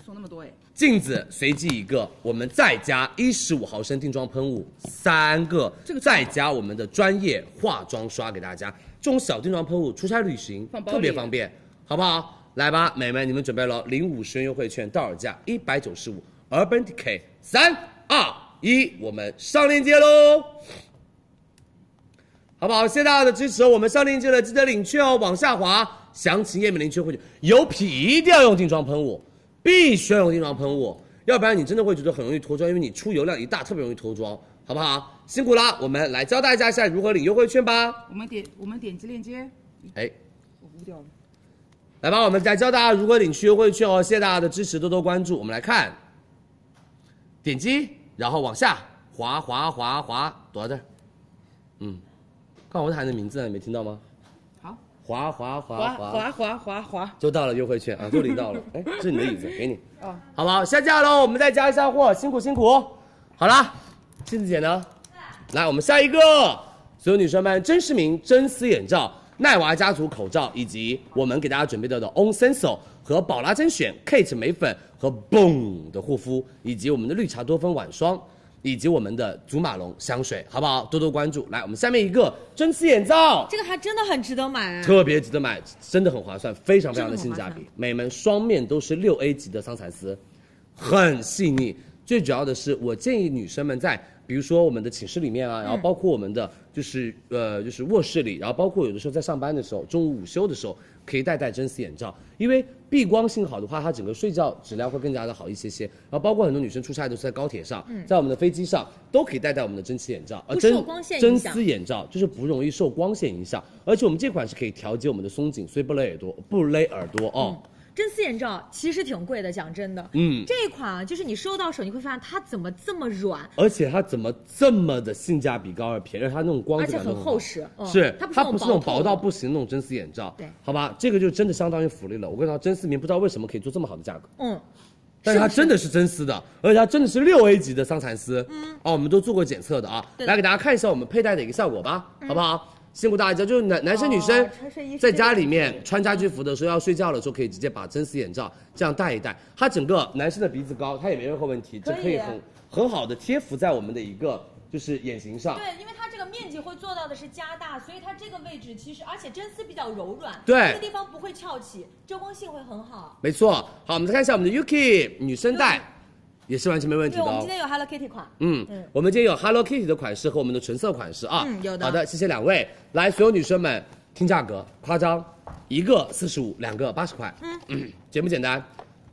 Speaker 11: 送那么多哎，
Speaker 12: 镜子随机一个，我们再加一十五毫升定妆喷雾三个，
Speaker 11: 这个
Speaker 12: 再加我们的专业化妆刷给大家。这种小定妆喷雾出差旅行
Speaker 11: 放包里
Speaker 12: 特别方便，好不好？来吧，美们，你们准备了领五十元优惠券，到手价一百九十五，Urban Decay 三二一，我们上链接喽。好不好？谢谢大家的支持，我们上链接了，记得领券哦。往下滑，详情页面领券会有品一定要用定妆喷雾，必须要用定妆喷雾，要不然你真的会觉得很容易脱妆，因为你出油量一大，特别容易脱妆，好不好？辛苦啦，我们来教大家一下如何领优惠券吧。
Speaker 11: 我们点我们点击链接，
Speaker 12: 哎，
Speaker 11: 我糊掉了，
Speaker 12: 来吧，我们来教大家如何领取优惠券哦。谢谢大家的支持，多多关注。我们来看，点击，然后往下滑滑滑滑，躲在这儿。嗯，刚好我喊你的名字啊呢，你没听到吗？
Speaker 11: 好，
Speaker 12: 滑滑滑
Speaker 11: 滑滑滑滑滑，
Speaker 12: 就到了优惠券啊，就领到了。哎，这是你的椅子，给你，
Speaker 11: 哦
Speaker 12: 好不好？下架喽，我们再加一下货，辛苦辛苦。好啦，镜子姐呢？来，我们下一个，所有女生们，真视明真丝眼罩、奈娃家族口罩，以及我们给大家准备到的 On Senso 和宝拉甄选 Kate 眉粉和 Boom 的护肤，以及我们的绿茶多酚晚霜，以及我们的祖马龙香水，好不好？多多关注。来，我们下面一个真丝眼罩，
Speaker 7: 这个还真的很值得买、啊，
Speaker 12: 特别值得买，真的很划算，非常非常的性价比。美们双面都是六 A 级的桑蚕丝，很细腻。最主要的是，我建议女生们在比如说我们的寝室里面
Speaker 7: 嗯
Speaker 12: 啊，然后包括我们的就是、呃就是卧室里，然后包括有的时候在上班的时候，中午午休的时候可以戴戴真丝眼罩，因为避光性好的话，它整个睡觉质量会更加的好一些些。然后包括很多女生出差都是在高铁上，在我们的飞机上都可以戴戴我们的真丝眼罩，
Speaker 7: 嗯
Speaker 12: 呃
Speaker 7: 不
Speaker 12: 真
Speaker 7: 受光线
Speaker 12: 真
Speaker 7: 影响
Speaker 12: 丝眼罩就是不容易受光线影响，而且我们这款是可以调节我们的松紧，所以不勒耳朵，不勒耳朵哦。
Speaker 7: 真丝眼罩其实挺贵的，讲真的，
Speaker 12: 嗯
Speaker 7: 这款啊，就是你收到手，你会发现它怎么这么软，
Speaker 12: 而且它怎么这么的性价比高而便宜，而且它那种光
Speaker 7: 而
Speaker 12: 泽
Speaker 7: 且
Speaker 12: 感都
Speaker 7: 很
Speaker 12: 好
Speaker 7: 厚实，嗯、
Speaker 12: 是
Speaker 7: 它不是
Speaker 12: 它
Speaker 7: 那种
Speaker 12: 不是那种薄
Speaker 7: 透的
Speaker 12: 到不行那种真丝眼罩，
Speaker 7: 对
Speaker 12: 好吧，这个就真的相当于福利了。我跟你说，真丝棉不知道为什么可以做这么好的价格，
Speaker 7: 嗯，
Speaker 12: 但是它真的是真丝的，而且它真的是六 A 级的桑蚕丝，嗯，哦，我们都做过检测的啊，
Speaker 7: 对的嗯
Speaker 12: 来给大家看一下我们佩戴的一个效果吧，好不好？辛苦大家，就是男男生女生
Speaker 7: 哦穿睡衣是
Speaker 12: 在
Speaker 7: 这
Speaker 12: 家
Speaker 7: 个
Speaker 12: 里面穿家
Speaker 7: 嗯
Speaker 12: 居服的时候，要睡觉的时候可以直接把真丝眼罩这样戴一戴，它整个男生的鼻子高，它也没任何问题，这
Speaker 7: 可以啊
Speaker 12: 可以很很好的贴服在我们的一个就是眼型上，
Speaker 7: 对，因为它这个面积会做到的是加大，所以它这个位置其实，而且真丝比较柔软，
Speaker 12: 对
Speaker 7: 这个地方不会翘起，遮光性会很好。
Speaker 12: 没错，好，我们再看一下我们的 Yuki 女生戴，也是完全没问
Speaker 7: 嗯
Speaker 12: 题
Speaker 7: 对，
Speaker 12: 的
Speaker 7: 我们
Speaker 12: 哦
Speaker 7: 今。天有 Hello Kitty 款，
Speaker 12: 嗯，我们今天有 Hello Kitty 的款式和我们的纯色款式啊。
Speaker 7: 嗯有的
Speaker 12: 好的，谢谢两位。来，所有女生们听价格，夸张，一个四十五，两个八十块。嗯，简不简单？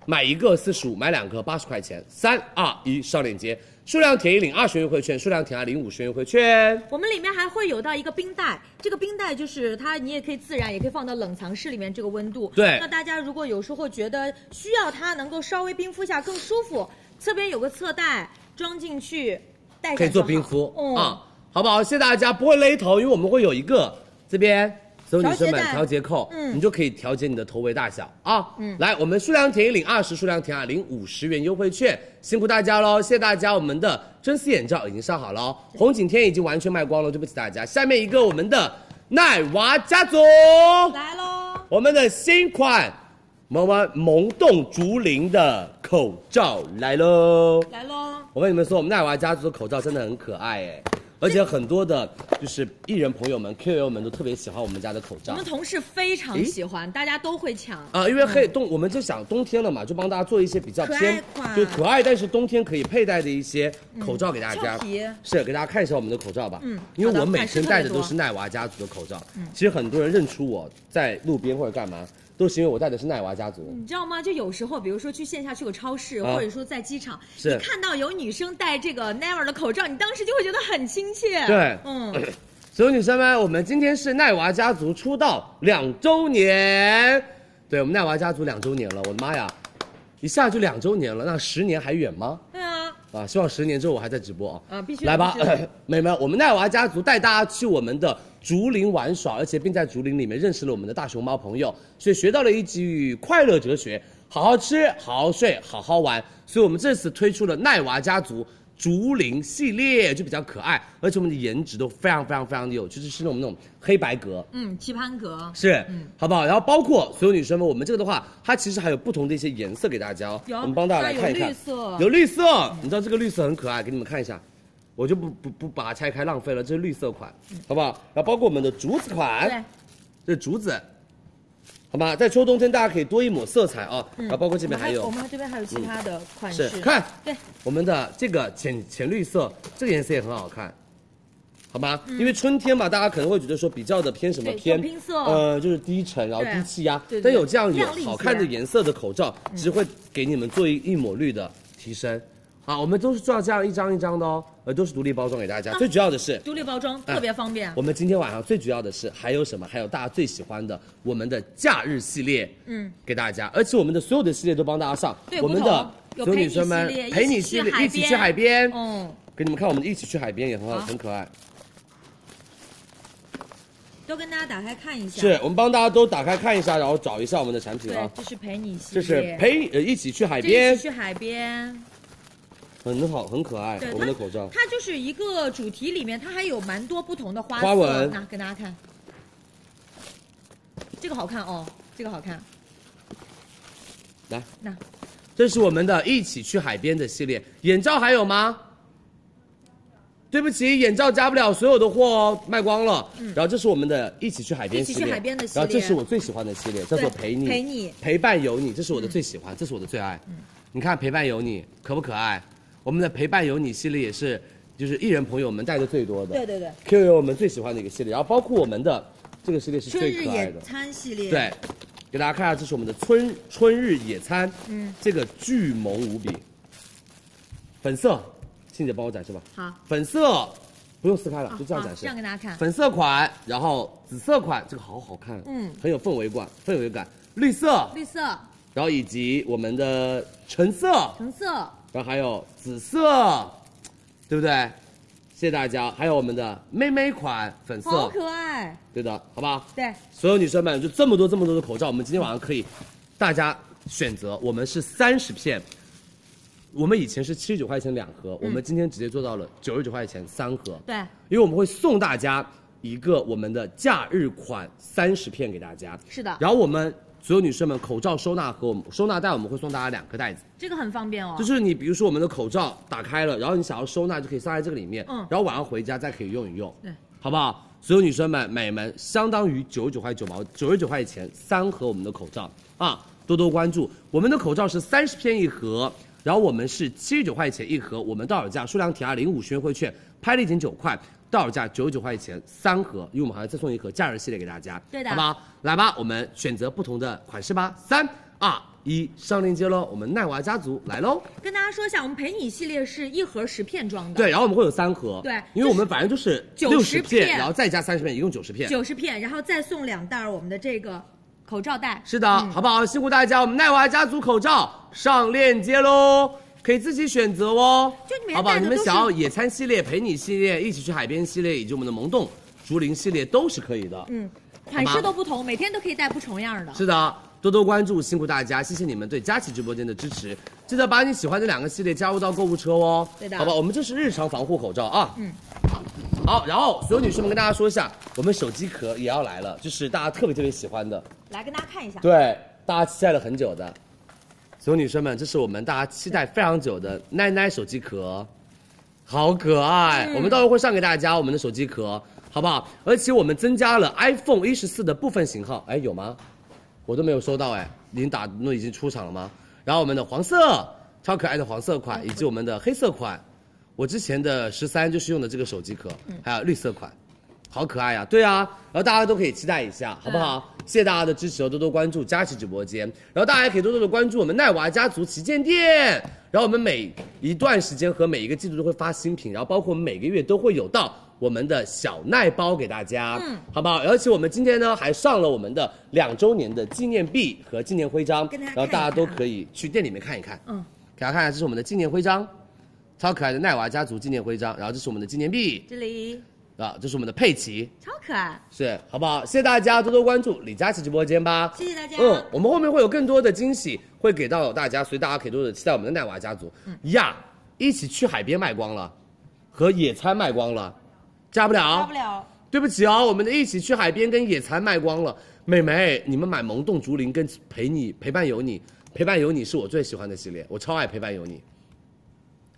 Speaker 12: 买一个四十五，买两个八十块钱。三二一，上链接，数量填一领二十元优惠券，数量填二领五十元优惠券。
Speaker 7: 我们里面还会有到一个冰袋，这个冰袋就是它，你也可以自然，也可以放到冷藏室里面，这个温度。
Speaker 12: 对
Speaker 7: 那大家如果有时候觉得需要它能够稍微冰敷一下更舒服，侧边有个侧袋装进去，带上
Speaker 12: 可以做
Speaker 7: 就好
Speaker 12: 冰敷
Speaker 7: 嗯，
Speaker 12: 啊，好不好？谢谢大家，不会勒头，因为我们会有一个这边。所有女生们
Speaker 7: 调节带
Speaker 12: 调节扣，
Speaker 7: 嗯
Speaker 12: 你就可以调节你的头围大小啊。嗯，来，我们数量填一领二十，数量填二领五十元优惠券，辛苦大家喽，谢谢大家。我们的真丝眼罩已经上好了哦，红景天已经完全卖光了，对不起大家。下面一个我们的奈娃家族，
Speaker 7: 来喽，
Speaker 12: 我们的新款萌萌萌动竹林的口罩来喽。
Speaker 7: 来喽，
Speaker 12: 我跟你们说，我们奈娃家族的口罩真的很可爱哎，而且很多的，就是艺人朋友们、KOL 们都特别喜欢我们家的口
Speaker 7: 我
Speaker 12: 罩
Speaker 7: 们。同事非常
Speaker 12: 咦
Speaker 7: 喜欢，大家都会抢。
Speaker 12: 啊，因为黑冬，我们就想冬天了嘛，就帮大家做一些比较
Speaker 7: 可爱
Speaker 12: 偏
Speaker 7: 款
Speaker 12: 就可爱，但是冬天可以佩戴的一些口罩给大
Speaker 7: 俏
Speaker 12: 家
Speaker 7: 嗯皮。
Speaker 12: 是给大家看一下我们的口罩吧。
Speaker 7: 嗯
Speaker 12: 因为
Speaker 7: 好的
Speaker 12: 我每
Speaker 7: 款式
Speaker 12: 天
Speaker 7: 特
Speaker 12: 戴
Speaker 7: 别
Speaker 12: 的都
Speaker 7: 多嗯
Speaker 12: 是奈娃家族的口罩。其实很多人认出我在路边或者干嘛，都是因为我戴的是奈娃家族。
Speaker 7: 你知道吗？就有时候，比如说去线下去个超市，
Speaker 12: 啊
Speaker 7: 或者说在机场，
Speaker 12: 是
Speaker 7: 你看到有女生戴这个 Never 的口罩，你当时就会觉得很亲切。
Speaker 12: 对
Speaker 7: 嗯，
Speaker 12: (coughs) 所有女生们，我们今天是奈娃家族出道两周年，对我们奈娃家族两周年了，我的妈呀，一下就两周年了，那十年还远吗？
Speaker 7: 对啊，
Speaker 12: 啊，希望十年之后我还在直播啊。
Speaker 7: 啊必须的
Speaker 12: 来吧 (laughs)
Speaker 7: 必须的，
Speaker 12: 美们，我们奈娃家族带大家去我们的竹林玩耍，而且并在竹林里面认识了我们的大熊猫朋友，所以学到了一句快乐哲学：好好吃，好好睡，好好玩。所以我们这次推出了奈娃家族。竹林系列就比较可爱，而且我们的颜值都非常非常非常的有趣，就是那种那种黑白格，
Speaker 7: 嗯，棋盘格
Speaker 12: 是，
Speaker 7: 嗯
Speaker 12: 好不好？然后包括所有女生们，我们这个的话，它其实还有不同的一些颜色给大家哦。
Speaker 7: 有
Speaker 12: 我们帮大家来看一看，
Speaker 7: 那有绿色
Speaker 12: 有绿色你知道这个绿色很可爱，给你们看一下，我就不不不把它拆开浪费了，这是绿色款，好不好？然后包括我们的竹子款，这是竹子，好吧？在秋冬天大家可以多一抹色彩啊，然后包括这边还有
Speaker 7: 嗯
Speaker 12: 嗯
Speaker 7: 我们还这边还有其他的款
Speaker 12: 是
Speaker 7: 式，
Speaker 12: 看
Speaker 7: 对
Speaker 12: 我们的这个浅浅绿色，这个颜色也很好看，好吗？因为春天嘛，大家可能会觉得说比较的偏什么
Speaker 7: 嗯对
Speaker 12: 偏
Speaker 7: 有拼色
Speaker 12: 呃，就是低沉，然后
Speaker 7: 对
Speaker 12: 低气压。
Speaker 7: 对对
Speaker 12: 但有这样有
Speaker 7: 亮丽一些嗯
Speaker 12: 好看的颜色的口罩，其实会给你们做一一抹绿的提升。好，我们都是做到这样一张一张的哦，呃，都是独立包装给大
Speaker 7: 啊
Speaker 12: 家。最主要的是，
Speaker 7: 独立包装
Speaker 12: 啊
Speaker 7: 特别方便。
Speaker 12: 我们今天晚上最主要的是还有什么？还有大家最喜欢的我们的假日系列，
Speaker 7: 嗯，
Speaker 12: 给大家，而且我们的所有的系列都帮大家上
Speaker 7: 对，
Speaker 12: 我们
Speaker 7: 不同
Speaker 12: 的
Speaker 7: 有
Speaker 12: 所有女生们
Speaker 7: 陪
Speaker 12: 陪
Speaker 7: 你
Speaker 12: 你
Speaker 7: 系
Speaker 12: 系
Speaker 7: 列
Speaker 12: 列
Speaker 7: 一
Speaker 12: 一
Speaker 7: 起
Speaker 12: 起
Speaker 7: 去
Speaker 12: 去
Speaker 7: 海
Speaker 12: 海边，
Speaker 7: 嗯，
Speaker 12: 给你们看，我们一起去海边也很好，
Speaker 7: 好
Speaker 12: 很可爱。
Speaker 7: 都跟大家打开看一下。
Speaker 12: 是我们帮大家都打开看一下，然后找一下我们的产品
Speaker 7: 对
Speaker 12: 啊，，
Speaker 7: 这是陪你系
Speaker 12: 这
Speaker 7: 列，
Speaker 12: 是陪呃一起去海
Speaker 7: 这
Speaker 12: 边
Speaker 7: 是，去海边，
Speaker 12: 很好，很可爱
Speaker 7: 对，
Speaker 12: 我们的口罩。
Speaker 7: 它就是一个主题里面，它还有蛮多不同的花色
Speaker 12: 花纹
Speaker 7: 拿给大家看，这个好看哦，这个好看，
Speaker 12: 来，
Speaker 7: 那
Speaker 12: 这是我们的一起去海边的系列，眼罩还有吗？对不起，眼罩加不了所有的货哦，卖光了。然后这是我们的一起去海边系
Speaker 7: 嗯
Speaker 12: 列，
Speaker 7: 一起去海边的系列
Speaker 12: 然后这是我最喜欢的系列，叫做
Speaker 7: 对
Speaker 12: 陪你
Speaker 7: 陪你嗯
Speaker 12: 陪伴有你，这是我的最喜欢，这是我的最爱。你看陪伴有你可不可爱？我们的陪伴有你系列也是，就是艺人朋友们带的最多的。
Speaker 7: 对对对。
Speaker 12: Q 有我们最喜欢的一个系列，然后包括我们的这个系列是
Speaker 7: 春
Speaker 12: 最
Speaker 7: 日
Speaker 12: 可爱
Speaker 7: 野
Speaker 12: 的。
Speaker 7: 餐系列，
Speaker 12: 对，给大家看一下，啊这是我们的春春日野餐，
Speaker 7: 嗯
Speaker 12: 这个巨萌无比，粉色，欣姐帮我展示吧。
Speaker 7: 好，
Speaker 12: 粉色不用撕开了
Speaker 7: 啊，
Speaker 12: 就这样展
Speaker 7: 好
Speaker 12: 示。
Speaker 7: 这样给大家看
Speaker 12: 粉色款，然后紫色款，这个好好看，啊
Speaker 7: 嗯
Speaker 12: 很有氛围感，氛围感。绿色，
Speaker 7: 绿色、
Speaker 12: 然后以及我们的橙色，
Speaker 7: 橙色，
Speaker 12: 然后还有紫色，对不对？谢谢大家，还有我们的妹妹款粉
Speaker 7: 好
Speaker 12: 色，
Speaker 7: 可爱，
Speaker 12: 对的，好不好？
Speaker 7: 对，
Speaker 12: 所有女生们，就这么多这么多的口罩，我们今天晚上可以大家选择，我们是三十片。我们以前是七十九块钱两盒，我们今天直接做到了九十九块钱三盒。
Speaker 7: 嗯对，
Speaker 12: 因为我们会送大家一个我们的假日款三十片给大家。
Speaker 7: 是的
Speaker 12: 然后我们所有女生们口罩收纳盒，我们收纳袋我们会送大家两个袋子，
Speaker 7: 这个很方便哦，
Speaker 12: 就是你比如说我们的口罩打开了，然后你想要收纳就可以塞在这个里面，
Speaker 7: 嗯
Speaker 12: 然后晚上回家再可以用一用。
Speaker 7: 对。
Speaker 12: 好不好？所有女生们、美们，相当于九十九块九毛九十九块钱三盒我们的口罩啊，多多关注。我们的口罩是三十片一盒，然后我们是七十九块钱一盒，我们到手价数量填二领五十元优惠券，拍立减九块，到手价九十九块钱三盒，因为我们还要再送一盒假日系列给大家，
Speaker 7: 对的
Speaker 12: 好不好？来吧，我们选择不同的款式吧，三二一，上链接喽！我们奈娃家族来喽。
Speaker 7: 跟大家说一下，我们陪你系列是一盒十片装的，
Speaker 12: 对，然后我们会有三盒，
Speaker 7: 对
Speaker 12: 因为我们反正就是
Speaker 7: 就是
Speaker 12: 十
Speaker 7: 90片
Speaker 12: 然后再加三十片，一共九十片，
Speaker 7: 九十片，然后再送两袋儿我们的这个口罩袋，
Speaker 12: 是的，好不好？辛苦大家，我们奈娃家族口罩上链接喽，可以自己选择哦。
Speaker 7: 就里面
Speaker 12: 好不好？
Speaker 7: 带的
Speaker 12: 你们
Speaker 7: 都是
Speaker 12: 想要野餐系列、陪你系列、一起去海边系列，以及我们的萌动竹林系列都是可以的。
Speaker 7: 嗯，款式都不同，每天都可以带不重样的。
Speaker 12: 是的，多多关注，辛苦大家，谢谢你们对佳琦直播间的支持。记得把你喜欢的两个系列加入到购物车哦。
Speaker 7: 对的
Speaker 12: 好吧，我们这是日常防护口罩啊。
Speaker 7: 嗯。
Speaker 12: 好，然后所有女生们跟大家说一下，我们手机壳也要来了，就是大家特别特别喜欢的。
Speaker 7: 来跟大家看一下，
Speaker 12: 对，大家期待了很久的，所有女生们，这是我们大家期待非常久的奈奈手机壳，好可爱！我们到时候会上给大家我们的手机壳，好不好？而且我们增加了 iPhone 一十四的部分型号，哎，有吗？我都没有收到，哎，琳达那已经出场了吗？然后我们的黄色超可爱的黄色款，以及我们的黑色款，我之前的十三就是用的这个手机壳，还有绿色款。好可爱呀、对啊，然后大家都可以期待一下，好不好？谢谢大家的支持哦，多多关注佳琦直播间，然后大家也可以多多的关注我们奈娃家族旗舰店，然后我们每一段时间和每一个季度都会发新品，然后包括我们每个月都会有到我们的小奈包给大家，嗯，好不好？而且我们今天呢还上了我们的两周年的纪念币和纪念徽章，
Speaker 7: 跟大家
Speaker 12: 然后大
Speaker 7: 看一
Speaker 12: 家
Speaker 7: 下
Speaker 12: 都可以去店里面看一看，
Speaker 7: 嗯，
Speaker 12: 给大家看一下，这是我们的纪念徽章，超可爱的奈娃家族纪念徽章，然后这是我们的纪念币，
Speaker 7: 这里
Speaker 12: 啊，这是我们的佩奇。
Speaker 7: 超可爱，
Speaker 12: 是，好不好？谢谢大家多多关注李佳琦直播间吧。
Speaker 7: 谢谢大家。
Speaker 12: 嗯，我们后面会有更多的惊喜会给到大家，所以大家可以多多地期待我们的奈娃家族。
Speaker 7: 嗯
Speaker 12: 呀，一起去海边卖光了，和野餐卖光了，加不了，
Speaker 7: 大不了
Speaker 12: 对不起哦，我们的一起去海边跟野餐卖光了。美眉，你们买萌动竹林跟陪你陪伴有你，陪伴有你是我最喜欢的系列，我超爱陪伴有你。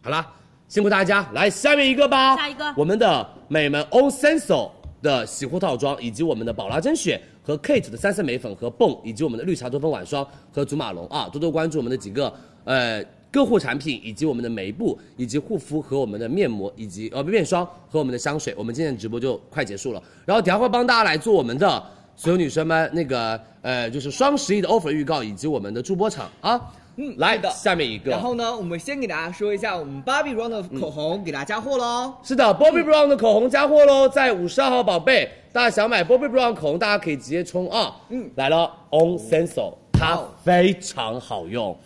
Speaker 12: 好啦，辛苦大家，来下面一个吧。
Speaker 7: 下一个
Speaker 12: 我们的美们 o s e n s o 的洗护套装，以及我们的宝拉珍雪和 Kate 的三色眉粉和泵，以及我们的绿茶多酚晚霜和祖马龙啊，多多关注我们的几个呃个护产品，以及我们的眉部，以及护肤和我们的面膜，以及呃面霜和我们的香水。我们今天的直播就快结束了，然后等一下会帮大家来做我们的所有女生们那个呃就是双十一的 offer 预告，以及我们的助播场啊。
Speaker 10: 嗯
Speaker 12: 来
Speaker 10: 是的
Speaker 12: 下面一个，
Speaker 10: 然后呢，我们先给大家说一下我们 Bobbi Brown 的口
Speaker 12: 嗯
Speaker 10: 红给大家加货喽。
Speaker 12: 是的，Bobbi
Speaker 10: 嗯
Speaker 12: Brown 的口红加货喽，在五十二号宝贝，大家想买 Bobbi Brown 口红，大家可以直接冲啊！嗯
Speaker 10: 嗯，
Speaker 12: 来了，On Senso，它非常好用。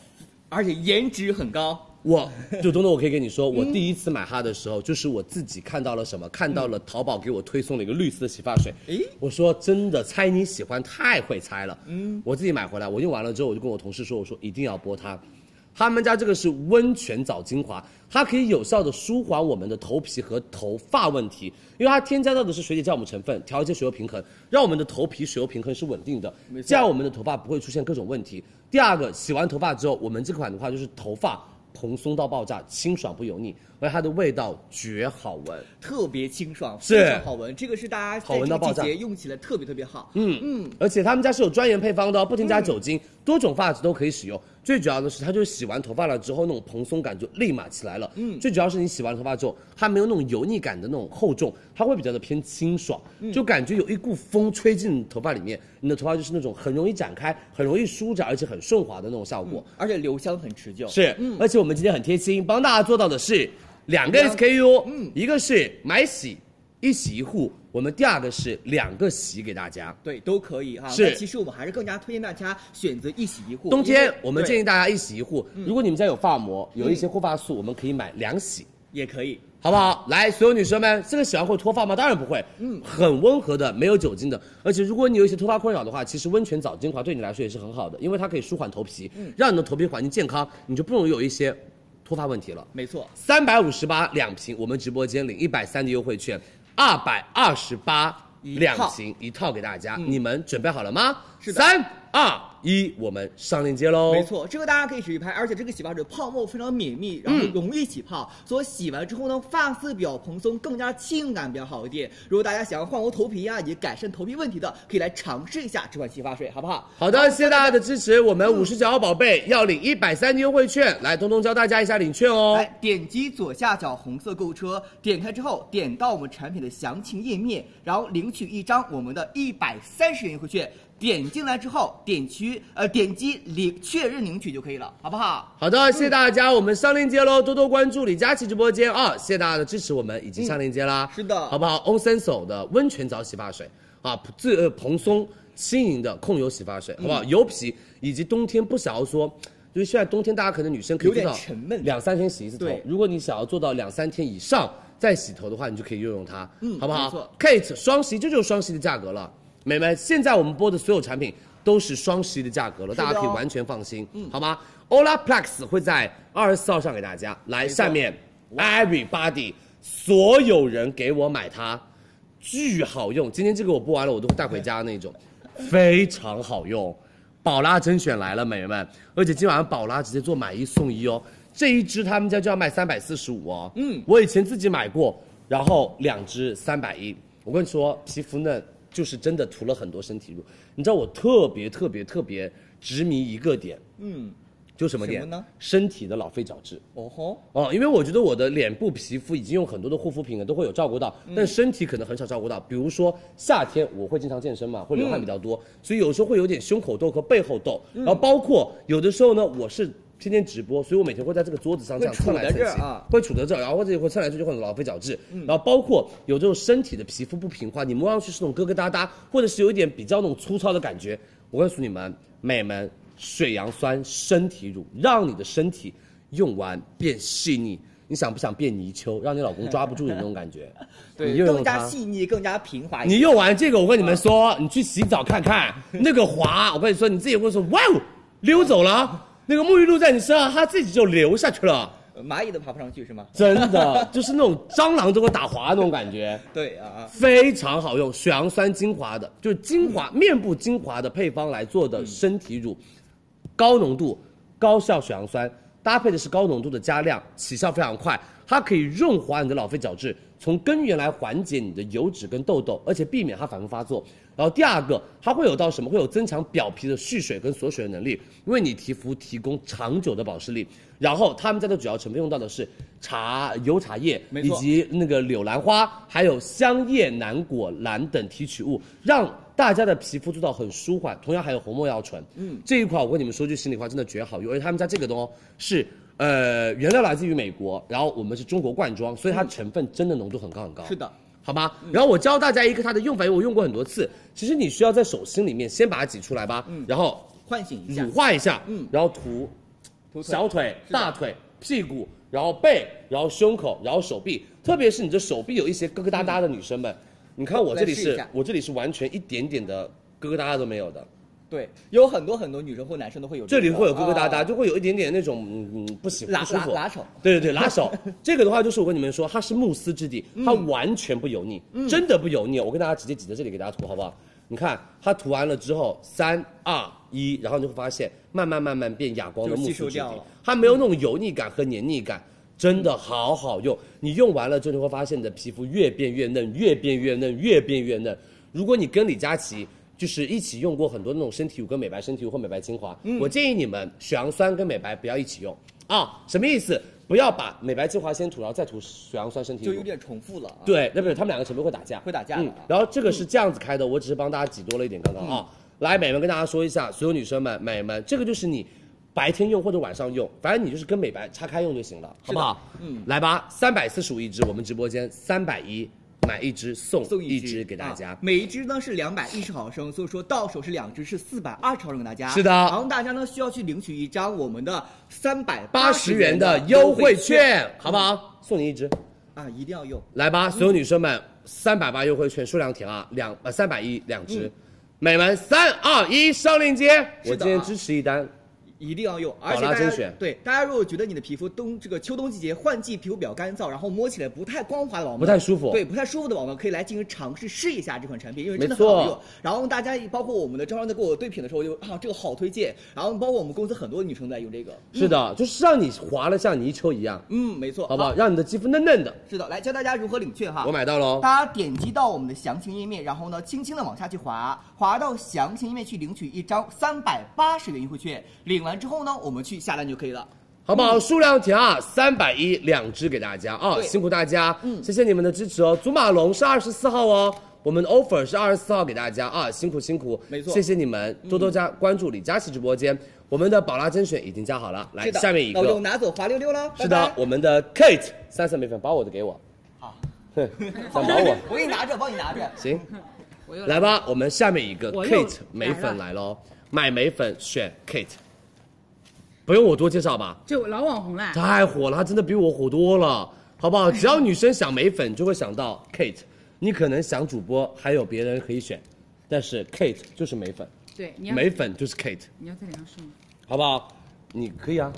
Speaker 10: 而且颜值很高。
Speaker 12: 我
Speaker 10: 嗯
Speaker 12: 就东东，我可以跟你说，我第一次买它的时候，就是我自己看到了什么，看到了淘宝给我推送了一个绿色的洗发水，
Speaker 10: 嗯诶
Speaker 12: 我说真的，猜你喜欢太会猜了，嗯，我自己买回来，我用完了之后，我就跟我同事说，我说一定要播它，他们家这个是温泉藻精华，它可以有效的舒缓我们的头皮和头发问题，因为它添加到的是水解酵母成分，调节水油平衡，让我们的头皮水油平衡是稳定的，这样我们的头发不会出现各种问题。第二个，洗完头发之后，我们这款的话就是头发。蓬松到爆炸，清爽不油腻，而且它的味道绝好闻，
Speaker 10: 特别清爽，
Speaker 12: 是
Speaker 10: 非常好闻。这个是大家
Speaker 12: 好
Speaker 10: 在
Speaker 12: 闻
Speaker 10: 这
Speaker 12: 到
Speaker 10: 个
Speaker 12: 爆
Speaker 10: 季
Speaker 12: 炸
Speaker 10: 节用起来特别特别好。
Speaker 12: 嗯嗯，而且他们家是有专研配方的哦，不添加酒精，多种发质都可以使用。最主要的是，它就是洗完头发了之后那种蓬松感就立马起来了。嗯，最主要是你洗完头发之后，它没有那种油腻感的那种厚重，它会比较的偏清爽，就感觉有一股风吹进头发里面，你的头发就是那种很容易展开、很容易舒展，而且很顺滑的那种效果。
Speaker 10: 而且留香很持久。嗯
Speaker 12: 嗯是，而且我们今天很贴心，帮大家做到的是两个 SKU，一嗯个是买洗一洗一护，我们第二个是两个洗给大家。
Speaker 10: 对，都可以哈、
Speaker 12: 是
Speaker 10: 那其实我们还是更加推荐大家选择一洗一护。
Speaker 12: 冬
Speaker 10: 因
Speaker 12: 天
Speaker 10: 为
Speaker 12: 我们
Speaker 10: 对嗯
Speaker 12: 建议大家一洗一护，如果你们家有发膜，有一些护发素，我们可以买两洗。
Speaker 10: 也可以。
Speaker 12: 好不好？
Speaker 10: 嗯
Speaker 12: 来，所有女生们，这个洗完会脱发吗？当然不会，嗯，很温和的，没有酒精的。而且如果你有一些脱发困扰的话，其实温泉藻精华对你来说也是很好的，因为它可以舒缓头皮，
Speaker 10: 嗯
Speaker 12: 让你的头皮环境健康，你就不容易有一些脱发问题了。
Speaker 10: 没错，
Speaker 12: 三百五十八两瓶，我们直播间领一百三的优惠券，二百二十八两瓶一套给大家，你们准备好了吗？
Speaker 10: 嗯是的
Speaker 12: 三二一，我们上链接喽。
Speaker 10: 没错，这个大家可以持续拍，而且这个洗发水泡沫非常绵密，然后
Speaker 12: 嗯
Speaker 10: 容易起泡，所以洗完之后呢，发丝比较蓬松，更加轻感比较好一点。如果大家想要焕肤头皮啊，以及改善头皮问题的，可以来尝试一下这款洗发水，好不好？
Speaker 12: 好的，谢谢大家的支持。我们五十九号宝贝要领一百三的优惠券，来，东东教大家一下领券哦
Speaker 10: 来。点击左下角红色购物车，点开之后点到我们产品的详情页面，然后领取一张我们的一百三十元优惠券。点进来之后，点击呃点击领确认领取就可以了，好不好？
Speaker 12: 好的，谢谢大家，我们上链接喽，多多关注李佳琦直播间啊！谢谢大家的支持，我们已经上链接啦，
Speaker 10: 嗯是的
Speaker 12: 好不好？Onsenso 的温泉澡洗发水啊，最呃蓬松轻盈的控油洗发
Speaker 10: 嗯
Speaker 12: 水，好不好？油皮以及冬天不想要说。就是现在冬天，大家可能女生可以
Speaker 10: 有点
Speaker 12: 做到
Speaker 10: 沉闷
Speaker 12: 两三天洗一次头
Speaker 10: 对。
Speaker 12: 如果你想要做到两三天以上再洗头的话，你就可以用用它，
Speaker 10: 嗯
Speaker 12: 好不好？
Speaker 10: 没错
Speaker 12: Kate 双十一，这就是双十一的价格了，美们，现在我们播的所有产品都是双十一的价格了，
Speaker 10: 的哦嗯
Speaker 12: 大家可以完全放心，好吗？Olaplex 会在二十四号上给大家。来，
Speaker 10: 错
Speaker 12: 下面
Speaker 10: 嗯
Speaker 12: Everybody，所有人给我买它，巨好用。今天这个我播完了，我都会带回家那种，非常好用。宝拉甄选来了，美人们，而且今晚上宝拉直接做买一送一哦，这一支他们家就要卖三百四十五哦。嗯，我以前自己买过，然后两支三百一。我跟你说，皮肤嫩就是真的涂了很多身体乳。你知道我特别特别特别执迷一个点，
Speaker 10: 嗯，
Speaker 12: 就什么点
Speaker 10: 什么呢？
Speaker 12: 身体的老废角质。
Speaker 10: 哦吼，
Speaker 12: 哦，因为我觉得我的脸部皮肤已经用很多的护肤品了，都会有照顾到，
Speaker 10: 嗯
Speaker 12: 但身体可能很少照顾到。比如说夏天我会经常健身嘛，会流
Speaker 10: 嗯
Speaker 12: 汗比较多，所以有时候会有点胸口痘和背后痘，然后包括有的时候呢，我是。天天直播，所以我每天会在这个桌子上这样
Speaker 10: 会杵
Speaker 12: 蹭来
Speaker 10: 在
Speaker 12: 蹭
Speaker 10: 这儿
Speaker 12: 去，
Speaker 10: 啊
Speaker 12: 会杵在这儿，然后或者会蹭来蹭去，会很老废角质。
Speaker 10: 嗯
Speaker 12: 然后包括有这种身体的皮肤不平滑，你摸上去是那种疙疙瘩瘩，或者是有一点比较那种粗糙的感觉。我告诉你们，美们，水杨酸身体乳让你的身体用完变细腻，你想不想变泥鳅？让你老公抓不住你那种感觉。
Speaker 10: (laughs) 对，
Speaker 12: 你用
Speaker 10: 更
Speaker 12: 用
Speaker 10: 加
Speaker 12: 它。
Speaker 10: 细腻，更加平滑一点。
Speaker 12: 你用完这个，我跟你们说，你去洗澡看看，那个滑，我跟你说，你自己会说哇哦，溜走了，那个沐浴露在你身上，它自己就流下去了。
Speaker 10: 蚂蚁都爬不上去是吗？
Speaker 12: 真的就是那种蟑螂都会打滑的那种感觉，
Speaker 10: 对啊，
Speaker 12: 非常好用。水杨酸精华的，就是精华、面部精华的配方来做的身体乳，高浓度、高效水杨酸，搭配的是高浓度的加量，起效非常快。它可以润滑你的老废角质，从根源来缓解你的油脂跟痘痘，而且避免它反复发作。然后第二个，它会有到什么？会有增强表皮的蓄水跟锁水的能力，为你皮肤提供长久的保湿力。然后他们家的主要成分用到的是茶油茶叶，
Speaker 10: 没
Speaker 12: 以
Speaker 10: 错
Speaker 12: 及那个柳兰花，还有香叶南果兰等提取物，让大家的皮肤做到很舒缓。同样还有红没药醇，嗯，这一款我跟你们说句心里话，真的绝好用。而且他们家这个的哦是。呃，原料来自于美国，然后我们是中国灌装，所以它成分真的浓度很高很高。
Speaker 10: 是的，嗯
Speaker 12: 好吗？然后我教大家一个它的用法，因为我用过很多次。其实你需要在手心里面先把它挤出来吧，
Speaker 10: 嗯
Speaker 12: 然后
Speaker 10: 唤醒一下
Speaker 12: 乳，化一下，
Speaker 10: 嗯
Speaker 12: 然后涂
Speaker 10: 涂腿
Speaker 12: 小腿、
Speaker 10: 是的
Speaker 12: 大腿、屁股，然后背，然后胸口，然后手臂，特别是你的手臂有一些疙疙瘩瘩的女生们，你看我这
Speaker 10: 嗯
Speaker 12: 里
Speaker 10: 来试一
Speaker 12: 是
Speaker 10: 下，
Speaker 12: 我这里是完全一点点的疙疙瘩瘩都没有的，
Speaker 10: 对，有很多很多女生或男生都会有
Speaker 12: 这里
Speaker 10: 种
Speaker 12: 会有疙疙瘩
Speaker 10: 啊
Speaker 12: 瘩，就会有一点点那种嗯嗯不喜
Speaker 10: 拉
Speaker 12: 不舒服
Speaker 10: 拉拉手
Speaker 12: 对对对，拉手。 (laughs) 这个的话就是我跟你们说，它是慕斯质地，
Speaker 10: 嗯
Speaker 12: 它完全不油腻，真的不油腻。我跟大家直接挤在这里给大家涂好不好？你看它涂完了之后，三二一，然后你会发现慢慢慢慢变哑光的
Speaker 10: 就
Speaker 12: 慕
Speaker 10: 吸
Speaker 12: 斯
Speaker 10: 收
Speaker 12: 质地
Speaker 10: 掉了，
Speaker 12: 它没有那种油腻感和黏腻感。真的好好用，你用完了之后你会发现你的皮肤越变越嫩，越变越嫩，越变越嫩。如果你跟李佳琦就是一起用过很多那种身体乳跟美白身体乳或美白精华，我建议你们水杨酸跟美白不要一起用啊，什么意思？不要把美白精华先涂，然后再涂水杨酸身体乳，
Speaker 10: 就有点重复了、啊。，
Speaker 12: 对，那不是他们两个前面会打架，
Speaker 10: 会打架的
Speaker 12: 嗯
Speaker 10: 啊，
Speaker 12: 然后这个是这样子开的，我只是帮大家挤多了一点刚刚啊。
Speaker 10: 嗯
Speaker 12: 来，美们跟大家说一下，所有女生们、美们，这个就是你白天用或者晚上用，反正你就是跟美白拆开用就行了，好不好？嗯，来吧，三百四十五一支，我们直播间三百一买一支送
Speaker 10: 送
Speaker 12: 一
Speaker 10: 支
Speaker 12: 支给大家
Speaker 10: 啊。每一支呢是两百一十毫升，所以说到手是两支，是四百二十毫升给大家。
Speaker 12: 是的
Speaker 10: 然后大家呢需要去领取一张我们的三百
Speaker 12: 八十
Speaker 10: 十
Speaker 12: 元
Speaker 10: 的
Speaker 12: 的优惠
Speaker 10: 券，
Speaker 12: 券，好不好？送你一支，
Speaker 10: 啊，一定要用。
Speaker 12: 来吧，所有女生们，三百八优惠券，数量填啊，两呃三百一两支，美们三二一上链接，
Speaker 10: 嗯是的啊
Speaker 12: 我今天支持一单。
Speaker 10: 一定要用，而且
Speaker 12: 宝
Speaker 10: 大
Speaker 12: 拉
Speaker 10: 家
Speaker 12: 甄选
Speaker 10: 对大家如果觉得你的皮肤冬这个秋冬季节换季皮肤比较干燥，然后摸起来不太光滑的宝宝们，
Speaker 12: 不太舒服
Speaker 10: 对不太舒服的宝宝们可以来进行尝试试一下这款产品，因为真的
Speaker 12: 没
Speaker 10: 很
Speaker 12: 错
Speaker 10: 好用。然后大家包括我们的招商在跟我对品的时候就啊这个好推荐，然后包括我们公司很多女生在用这个，
Speaker 12: 是的，就是让你滑了像泥鳅一样，
Speaker 10: 嗯，没错，
Speaker 12: 好不好？让你的肌肤嫩嫩的。
Speaker 10: 是的，来教大家如何领券哈。
Speaker 12: 我买到了哦
Speaker 10: 大家点击到我们的详情页面，然后呢，轻轻的往下去滑，滑到详情页面去领取一张三百八十元优惠券。领完之后呢，我们去下单就可以了。
Speaker 12: 好不好？数量填啊，三百一两支给大家啊、
Speaker 10: 对嗯
Speaker 12: 辛苦大家，谢谢你们的支持哦。祖马龙是二十四号哦，我们的 offer 是二十四号给大家啊，辛苦辛苦，
Speaker 10: 没错
Speaker 12: 谢谢你们多多加、关注李佳琦直播间，我们的宝拉甄选已经加好了，来
Speaker 10: 是的
Speaker 12: 下面一
Speaker 10: 那我就
Speaker 12: 个，
Speaker 10: 拿走滑溜溜了。
Speaker 12: 是
Speaker 10: 拜
Speaker 12: 的
Speaker 10: 拜，
Speaker 12: 我们的 Kate 三色眉粉，把我的给我，
Speaker 10: 好，
Speaker 12: 哼，想把我，
Speaker 10: (laughs) 我给你拿着，帮你拿着。
Speaker 12: 行，来吧，我们下面一个
Speaker 11: 我又
Speaker 12: Kate 眉
Speaker 11: 来了
Speaker 12: 粉来喽，买眉粉选 Kate，不用我多介绍吧？
Speaker 11: 就老网红啦。
Speaker 12: 太火了，它真的比我火多了，好不
Speaker 11: (laughs)
Speaker 12: 好？只要女生想美粉，就会想到 Kate。你可能想主播，还有别人可以选，但是 Kate 就是美粉，
Speaker 11: 对，你要
Speaker 12: 美粉就是 Kate，
Speaker 11: 你要在脸上试吗？
Speaker 12: 好不好？你可以啊，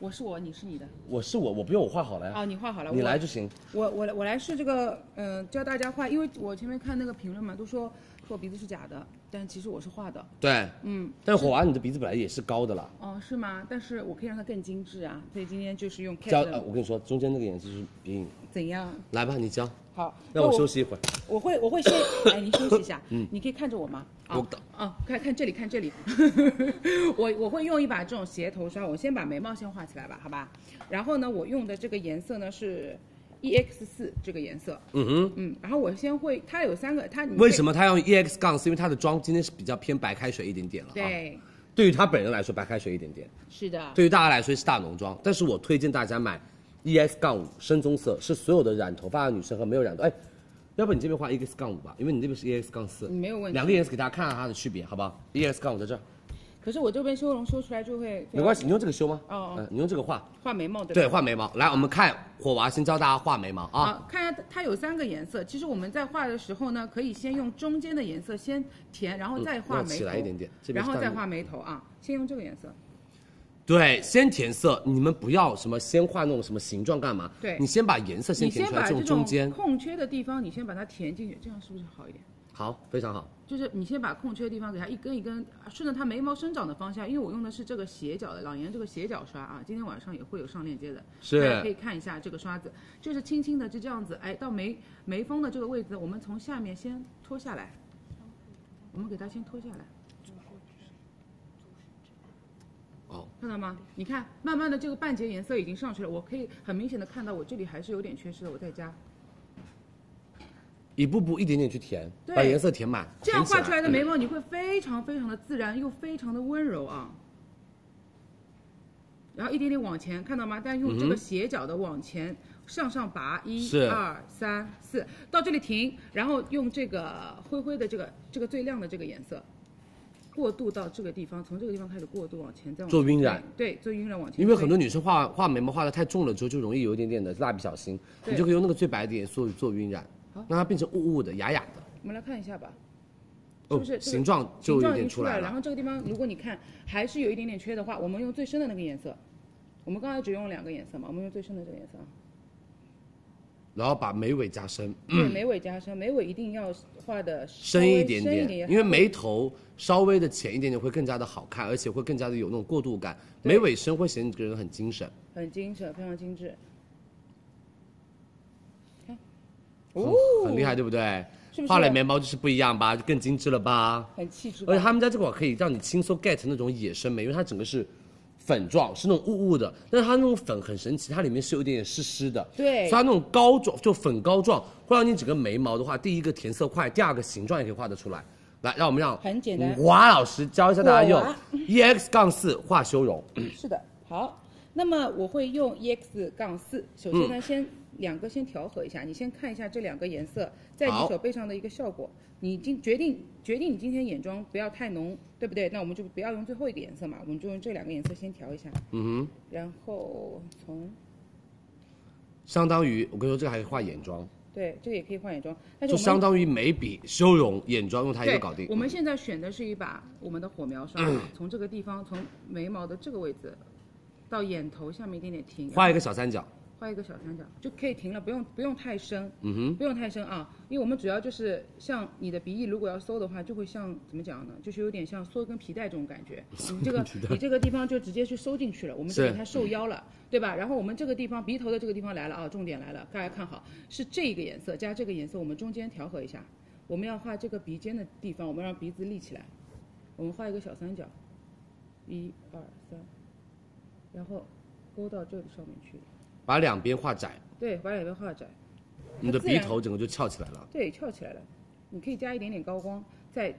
Speaker 11: 我是我，你是你的。
Speaker 12: 我是我，我不用我画好了呀、
Speaker 11: 哦，你画好了，
Speaker 12: 你
Speaker 11: 我
Speaker 12: 来就行。
Speaker 11: 我我来我来试这个，嗯、教大家画，因为我前面看那个评论嘛，都说说我鼻子是假的，但其实我是画的，
Speaker 12: 对，
Speaker 11: 嗯，
Speaker 12: 但火娃你的鼻子本来也是高的啦，
Speaker 11: 哦，是吗？但是我可以让它更精致啊，所以今天就是用 Kate
Speaker 12: 教
Speaker 11: 的
Speaker 12: 呃，我跟你说，中间那个颜色是鼻影，
Speaker 11: 怎样？
Speaker 12: 来吧，你教，
Speaker 11: 好，
Speaker 12: 让我休。息一会儿。嗯
Speaker 11: 我会我会先，哎，你休息一下，你可以看着我吗？啊
Speaker 12: 我的
Speaker 11: 啊，看看这里，看这里。 (laughs) 我我会用一把这种斜头刷，我先把眉毛先画起来吧，好吧？然后呢，我用的这个颜色呢是 EX 四这个颜色，
Speaker 12: 嗯哼，
Speaker 11: 嗯，然后我先会，它有三个，它你
Speaker 12: 为什？么他要用 EX 杠？是因为他的妆今天是比较偏白开水一点点了、啊。，
Speaker 11: 对，
Speaker 12: 对于他本人来说，白开水一点点。
Speaker 11: 是的，
Speaker 12: 对于大家来说是大浓妆，但是我推荐大家买 ES 杠五深棕色，是所有的染头发的女生和没有染头。哎，要不你这边画 ES 杠五吧，因为你那边是 ES 杠四，
Speaker 11: 嗯没有问题
Speaker 12: 两个 E 颜色给大家看看它的区别，好不好？ES 杠五在这儿，
Speaker 11: 可是我这边修容修出来就会
Speaker 12: 没关系，你用这个修吗？
Speaker 11: 哦哦
Speaker 12: 嗯你用这个画，
Speaker 11: 画眉毛对吧？
Speaker 12: 对，画眉毛。来，我们看火娃先教大家画眉毛啊。
Speaker 11: 啊，看一下它有三个颜色。其实我们在画的时候呢，可以先用中间的颜色先填，然后再画
Speaker 12: 嗯那
Speaker 11: 眉头，
Speaker 12: 起来一点点这边
Speaker 11: 然
Speaker 12: 是
Speaker 11: 后
Speaker 12: 淡
Speaker 11: 再
Speaker 12: 绿
Speaker 11: 画眉头啊。先用这个颜色，
Speaker 12: 对，先填色，你们不要什么先画那种什么形状干嘛？
Speaker 11: 对
Speaker 12: 你先把颜色先
Speaker 11: 你
Speaker 12: 填
Speaker 11: 先
Speaker 12: 出来，
Speaker 11: 把
Speaker 12: 这
Speaker 11: 这
Speaker 12: 种中间
Speaker 11: 空缺的地方，你先把它填进去，这样是不是好一点？
Speaker 12: 好，非常好。
Speaker 11: 就是你先把空缺的地方给它一根一根，顺着它眉毛生长的方向，因为我用的是这个斜角的朗颜这个斜角刷啊，今天晚上也会有上链接的，
Speaker 12: 是
Speaker 11: 大家可以看一下这个刷子，就是轻轻的就这样子，哎，到眉眉峰的这个位置，我们从下面先拖下来，我们给它先拖下来。
Speaker 12: 哦，
Speaker 11: 看到吗？你看，慢慢的这个半截颜色已经上去了，我可以很明显的看到我这里还是有点缺失的，我再加。
Speaker 12: 一步步一点点去填，
Speaker 11: 对
Speaker 12: 把颜色填满。
Speaker 11: 这样
Speaker 12: 填起
Speaker 11: 画出来的眉
Speaker 12: 嗯
Speaker 11: 毛你会非常非常的自然，又非常的温柔啊。然后一点点往前，看到吗？但用这
Speaker 12: 嗯
Speaker 11: 个
Speaker 12: 哼
Speaker 11: 斜角的往前上上拔，一
Speaker 12: 是、
Speaker 11: 二、三、四，到这里停，然后用这个灰灰的这个这个最亮的这个颜色，过渡到这个地方，从这个地方开始过渡往前，再往
Speaker 12: 做
Speaker 11: 前
Speaker 12: 晕染
Speaker 11: 推，对，做晕染往前推。
Speaker 12: 因为很多女生画画眉毛画的太重了之后，就容易有一点点的蜡笔小新，
Speaker 11: 对
Speaker 12: 你就可
Speaker 2: 啊
Speaker 12: 以用那个最白的颜色做做晕染，让它变成雾雾的、哑哑的。
Speaker 11: 我们来看一下吧，
Speaker 12: 哦
Speaker 2: 就是这个
Speaker 12: 形状
Speaker 2: 形
Speaker 12: 就
Speaker 2: 状
Speaker 12: 有
Speaker 2: 已经
Speaker 12: 点出
Speaker 2: 出
Speaker 12: 来
Speaker 2: 来
Speaker 12: 了
Speaker 2: 然后这个地方如果你看还是有一点点缺的话，我们用最深的那个颜色。我们刚才只用了两个颜色嘛，我们用最深的这个颜色啊。
Speaker 12: 然后把眉尾加深，嗯
Speaker 2: 对，眉尾加深，眉尾一定要画的
Speaker 12: 深一点
Speaker 2: 深一
Speaker 12: 点，因为眉头稍微的浅一点点会更加的好看，而且会更加的有那种过渡感。
Speaker 2: 对
Speaker 12: 眉尾深会显得你这个人很精神，
Speaker 2: 很精神，非常精致。
Speaker 12: 很很厉害，对不对
Speaker 2: 哦是不？是
Speaker 12: 画了眉毛就是不一样吧，就更精致了吧？
Speaker 2: 很气质吧。
Speaker 12: 而且他们家这款可以让你轻松 get 那种野生眉，因为它整个是粉状，是那种雾雾的，但是它那种粉很神奇，它里面是有一点点湿湿的，
Speaker 2: 对
Speaker 12: 所以它那种膏状就粉膏状，会让你整个眉毛的话，第一个填色快，第二个形状也可以画得出来。来，让我们让
Speaker 2: 很简单
Speaker 12: 华老师教一下大家用
Speaker 2: 我娃
Speaker 12: EX 杠四画修容。
Speaker 2: 是的，好，那么我会用 EX 杠四。首先呢，
Speaker 12: 嗯
Speaker 2: 先两个先调和一下，你先看一下这两个颜色在你
Speaker 12: 好
Speaker 2: 手背上的一个效果。你已经决定决定你今天眼妆不要太浓，对不对？那我们就不要用最后一个颜色嘛，我们就用这两个颜色先调一下，
Speaker 12: 嗯哼，
Speaker 2: 然后从
Speaker 12: 相当于我跟你说，这个还可以画眼妆，
Speaker 2: 对这个也可以画眼妆，但是
Speaker 12: 就
Speaker 2: 我们
Speaker 12: 相当于眉笔、修容、眼妆用它一个
Speaker 2: 对
Speaker 12: 搞定。
Speaker 2: 我们现在选的是一把我们的火苗刷
Speaker 12: 嗯，
Speaker 2: 从这个地方，从眉毛的这个位置到眼头下面一点点停，
Speaker 12: 画一个小三角，
Speaker 2: 画一个小三角就可以停了，不用不用太深，
Speaker 12: 嗯哼
Speaker 2: 不用太深啊，因为我们主要就是像你的鼻翼，如果要收的话，就会像怎么讲呢？就是有点像缩一根皮带这种感觉。你
Speaker 12: (laughs)
Speaker 2: 这个
Speaker 12: 皮带
Speaker 2: 你这个地方就直接去收进去了，我们就是给它收腰了，对吧？然后我们这个地方鼻头的这个地方来了啊，重点来了，大家看好，是这个颜色加这个颜色，我们中间调和一下。我们要画这个鼻尖的地方，我们让鼻子立起来，我们画一个小三角，一二三，然后勾到这个上面去，
Speaker 12: 把两边画窄，
Speaker 2: 对，把两边画窄。
Speaker 12: 你的
Speaker 2: 它自然
Speaker 12: 鼻头整个就翘起来了，
Speaker 2: 对，翘起来了。你可以加一点点高光在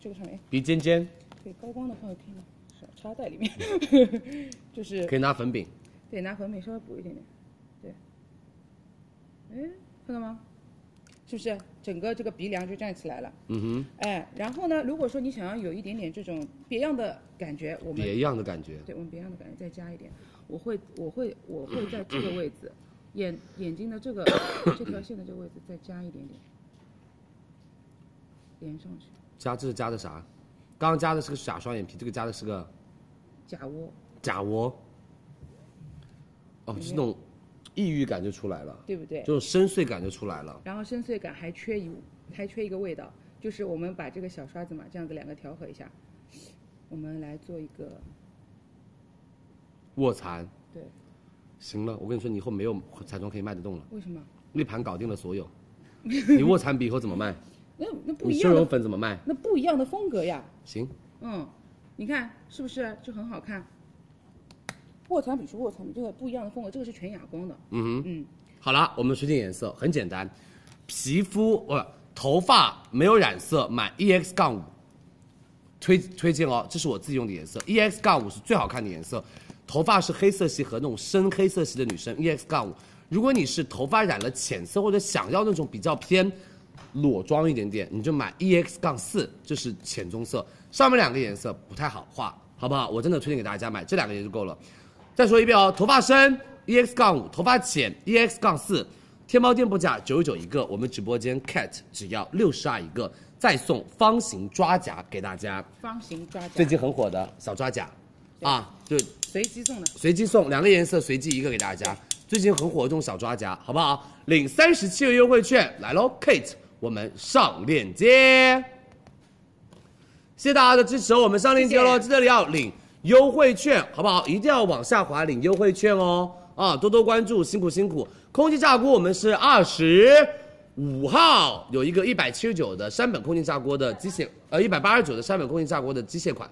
Speaker 2: 这个上面。
Speaker 12: 鼻尖尖
Speaker 2: 对，高光的话可以拿小插袋里
Speaker 12: (laughs)
Speaker 2: 面，就是
Speaker 12: 可以拿粉饼。
Speaker 2: 对拿粉饼稍微补一点点。对，哎，看到吗？是不是整个这个鼻梁就站起来了？
Speaker 12: 嗯
Speaker 2: 哎，然后呢，如果说你想要有一点点这种别样的感觉，我
Speaker 12: 哼，
Speaker 2: 们
Speaker 12: 别样的感觉。
Speaker 2: 对，我们别样的感觉再加一点。我会，我会，我会在这个位置，眼眼睛的这个这条线的这个位置再加一点点，连上去。
Speaker 12: 加这是加的啥？刚刚加的是个假双眼皮，这个加的是个
Speaker 2: 假窝，
Speaker 12: 假窝。哦，就是那种抑郁感就出来了，
Speaker 2: 对不对
Speaker 12: 这？种深邃感就出来了。
Speaker 2: 然后深邃感还缺一，还缺一个味道，就是我们把这个小刷子嘛，这样子两个调和一下，我们来做一个
Speaker 12: 卧蚕，
Speaker 2: 对，
Speaker 12: 行了，我跟你说，你以后没有彩妆可以卖得动了，
Speaker 2: 为什么？
Speaker 12: 一盘搞定
Speaker 2: (laughs)
Speaker 12: 了所有。你卧蚕笔以后怎么卖？
Speaker 2: 那那不
Speaker 12: 你
Speaker 2: 一
Speaker 12: 修
Speaker 2: 样
Speaker 12: 容
Speaker 2: 的，
Speaker 12: 粉怎么卖？
Speaker 2: 那不一样的风格呀，
Speaker 12: 行，
Speaker 2: 嗯，你看是不是就很好看？卧蚕笔是卧蚕笔，这个不一样的风格，这个是全哑光的，
Speaker 12: 嗯哼，
Speaker 2: 嗯，
Speaker 12: 好了，我们推荐颜色很简单，皮肤呃头发没有染色买 EX 杠五，推推荐哦，这是我自己用的颜色，EX 杠五是最好看的颜色，头发是黑色系和那种深黑色系的女生 E EX 杠五，如果你是头发染了浅色或者想要那种比较偏裸妆一点点，你就买 EX 杠四，这是浅棕色，上面两个颜色不太好画，好不好？我真的推荐给大家买这两个也就够了。再说一遍哦，头发深 EX 杠五，头发浅 EX 杠四，天猫店铺价九十九一个，我们直播间 cat 只要六十二一个，再送方形抓夹给大家，
Speaker 2: 方形抓
Speaker 12: 最
Speaker 2: 夹，
Speaker 12: 近很火的小抓夹，啊，就
Speaker 2: 随机送的。
Speaker 12: 随机送两个颜色，随机一个给大家。最近很火的这种小抓夹，好不好？领三十七元优惠券来喽，Kate，我们上链接。谢谢大家的支持哦，我们上链接喽，在这里要领优惠券，好不好？一定要往下滑领优惠券哦，啊，多多关注，辛苦辛苦。空气炸锅我们是二十五号有一个一百七十九的山本空气炸锅的机械，呃，一百八十九的山本空气炸锅的机械款，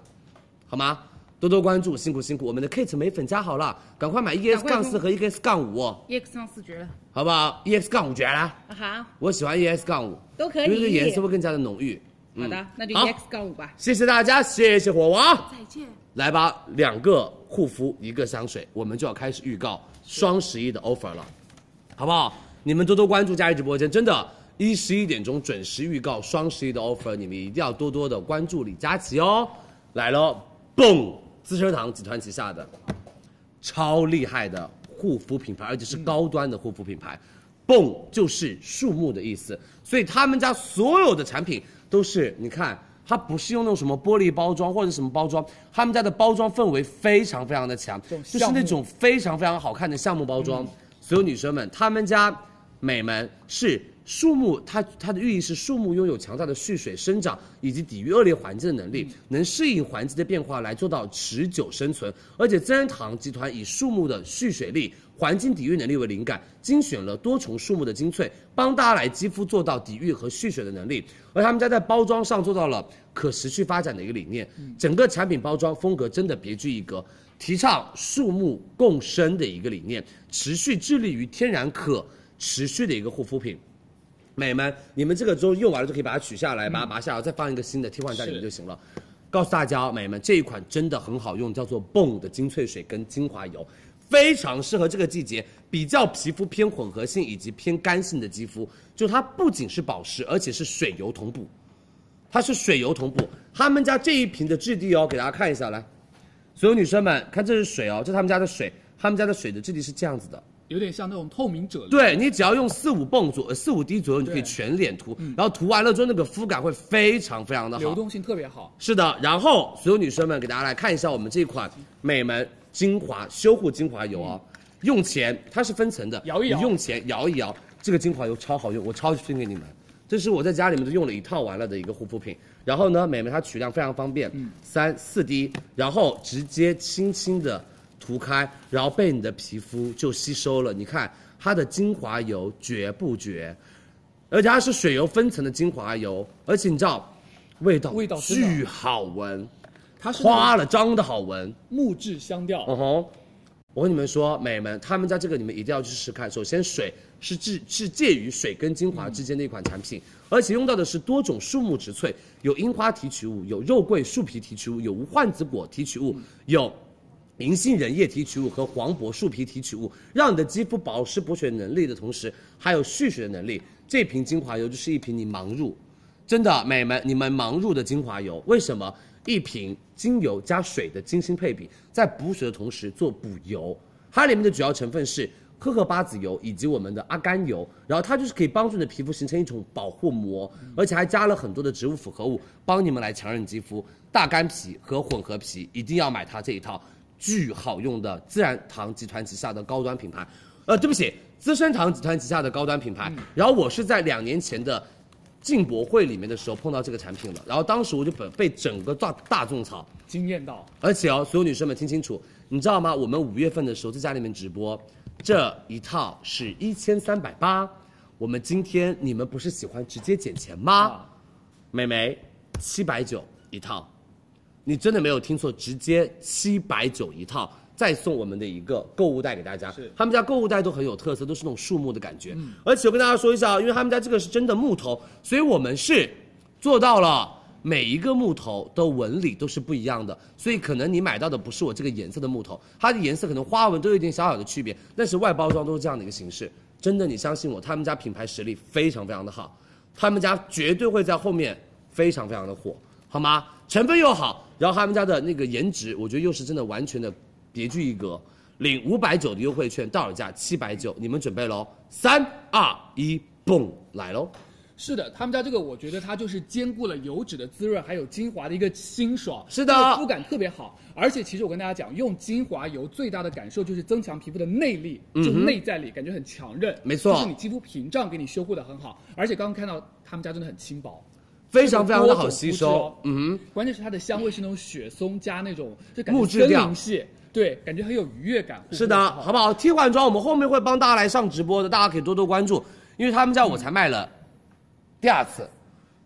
Speaker 12: 好吗？多多关注，辛苦辛苦。我们的 Kate 美粉加好了，赶快买 EX 杠四和 EX 杠五哦，
Speaker 2: EX 上四绝了，
Speaker 12: 好不好？EX 杠五绝啦，
Speaker 2: 啊哈，
Speaker 12: 我喜欢 EX 杠五，
Speaker 2: 都可以
Speaker 12: 因为这个颜色会更加的浓郁。嗯
Speaker 2: 好的，那就
Speaker 12: 好
Speaker 2: EX 杠五吧。
Speaker 12: 谢谢大家，谢谢火王。
Speaker 2: 再见。
Speaker 12: 来吧，两个护肤，一个香水，我们就要开始预告双十一的 offer 了，好不好？你们多多关注佳怡直播间，真的，一十一点钟准时预告双十一的 offer，你们一定要多多的关注李佳琦哦。来喽，蹦，资生堂集团旗下的超厉害的护肤品牌，而且是高端的护肤品牌。泵就是树木的意思，所以他们家所有的产品都是，你看它不是用那种什么玻璃包装或者什么包装，他们家的包装氛围非常非常的强，就是那种非常非常好看的橡木包装。所有女生们，他们家美门是树木，它它的寓意是树木拥有强大的蓄水、生长以及抵御恶劣环境的能力，能适应环境的变化来做到持久生存。而且资生堂集团以树木的蓄水力、环境抵御能力为灵感，精选了多重树木的精粹，帮大家来肌肤做到抵御和蓄水的能力。而他们家在包装上做到了可持续发展的一个理念，整个产品包装风格真的别具一格，提倡树木共生的一个理念，持续致力于天然可持续的一个护肤品。美们，你们这个周用完了就可以把它取下来，把它拔下来，再放一个新的替换在里面就行了。告诉大家哦，美们，这一款真的很好用，叫做泵的精粹水跟精华油，非常适合这个季节比较皮肤偏混合性以及偏干性的肌肤。就它不仅是保湿，而且是水油同步，它是水油同步。他们家这一瓶的质地哦，给大家看一下来，所有女生们看这是水哦，这是他们家的水，他们家的水的质地是这样子的。
Speaker 16: 有点像那种透明啫喱。
Speaker 12: 对你只要用四五泵左呃四五滴左右，你就可以全脸涂，
Speaker 16: 嗯
Speaker 12: 然后涂完了之后那个肤感会非常非常的好，
Speaker 16: 流动性特别好。
Speaker 12: 是的，然后所有女生们给大家来看一下我们这款美门精华修护精华油啊，用前它是分层的，
Speaker 16: 摇一摇
Speaker 12: 你用前摇一摇，这个精华油超好用，我超级推荐给你们。这是我在家里面都用了一套完了的一个护肤品，然后呢，美门它取量非常方便，
Speaker 16: 嗯
Speaker 12: 三四滴，然后直接轻轻的涂开，然后被你的皮肤就吸收了。你看它的精华油绝不绝？而且它是水油分层的精华油，而且你知道，味道
Speaker 16: 味道真的
Speaker 12: 巨好闻，
Speaker 16: 它是那种
Speaker 12: 花了章的好闻。
Speaker 16: 木质香调，
Speaker 12: 嗯哼，我跟你们说，美们，他们家这个你们一定要去试试看。首先，水是至是介于水跟精华之间的一款产品，而且用到的是多种树木植萃，有樱花提取物，有肉桂树皮提取物，有无患子果提取物，有。银杏仁液提取物和黄柏树皮提取物，让你的肌肤保湿补水能力的同时，还有蓄水的能力。这瓶精华油就是一瓶你盲入，真的美们，你们盲入的精华油，为什么一瓶精油加水的精心配比，在补水的同时做补油？它里面的主要成分是荷荷巴籽油以及我们的阿甘油，然后它就是可以帮助你的皮肤形成一种保护膜，而且还加了很多的植物复合物，帮你们来强韧肌肤。大干皮和混合皮一定要买它这一套，巨好用的自然堂集团旗下的高端品牌。呃，对不起，资生堂集团旗下的高端品牌。然后我是在两年前的进博会里面的时候碰到这个产品了，然后当时我就被被整个大大种草，
Speaker 16: 惊艳到。
Speaker 12: 而且哦，所有女生们听清楚，你知道吗？我们五月份的时候在家里面直播，这一套是一千三百八，我们今天你们不是喜欢直接减钱
Speaker 10: 啊
Speaker 12: 吗？
Speaker 16: 啊
Speaker 12: 美眉，七百九一套，你真的没有听错，直接七百九一套，再送我们的一个购物袋给大家。他们家购物袋都很有特色，都是那种树木的感觉。而且我跟大家说一下啊，因为他们家这个是真的木头，所以我们是做到了。每一个木头的纹理都是不一样的，所以可能你买到的不是我这个颜色的木头，它的颜色可能花纹都有一点小小的区别，但是外包装都是这样的一个形式。真的，你相信我，他们家品牌实力非常非常的好，他们家绝对会在后面非常非常的火，好吗？成分又好，然后他们家的那个颜值，我觉得又是真的完全的别具一格。领五百九的优惠券，到手价七百九，你们准备喽！三二一，蹦来喽！
Speaker 16: 是的，他们家这个我觉得它就是兼顾了油脂的滋润，还有精华的一个清爽，
Speaker 12: 是的
Speaker 16: 它肤感特别好。而且其实我跟大家讲，用精华油最大的感受就是增强皮肤的内力，
Speaker 12: 嗯哼
Speaker 16: 就内在力，感觉很强韧，
Speaker 12: 没错
Speaker 16: 就是你肌肤屏障给你修护的很好。而且刚刚看到他们家真的很轻薄，
Speaker 12: 非常非常的
Speaker 16: 这个
Speaker 12: 好
Speaker 16: 多种
Speaker 12: 吸
Speaker 16: 肤质
Speaker 12: 收
Speaker 16: 哦，
Speaker 12: 嗯哼。
Speaker 16: 关键是它的香味是那种雪松加那种就感觉
Speaker 12: 木质调
Speaker 16: 森林系，对，感觉很有愉悦感。
Speaker 12: 是的，好不好？替换装我们后面会帮大家来上直播的，大家可以多多关注，因为他们家我才卖了第二次，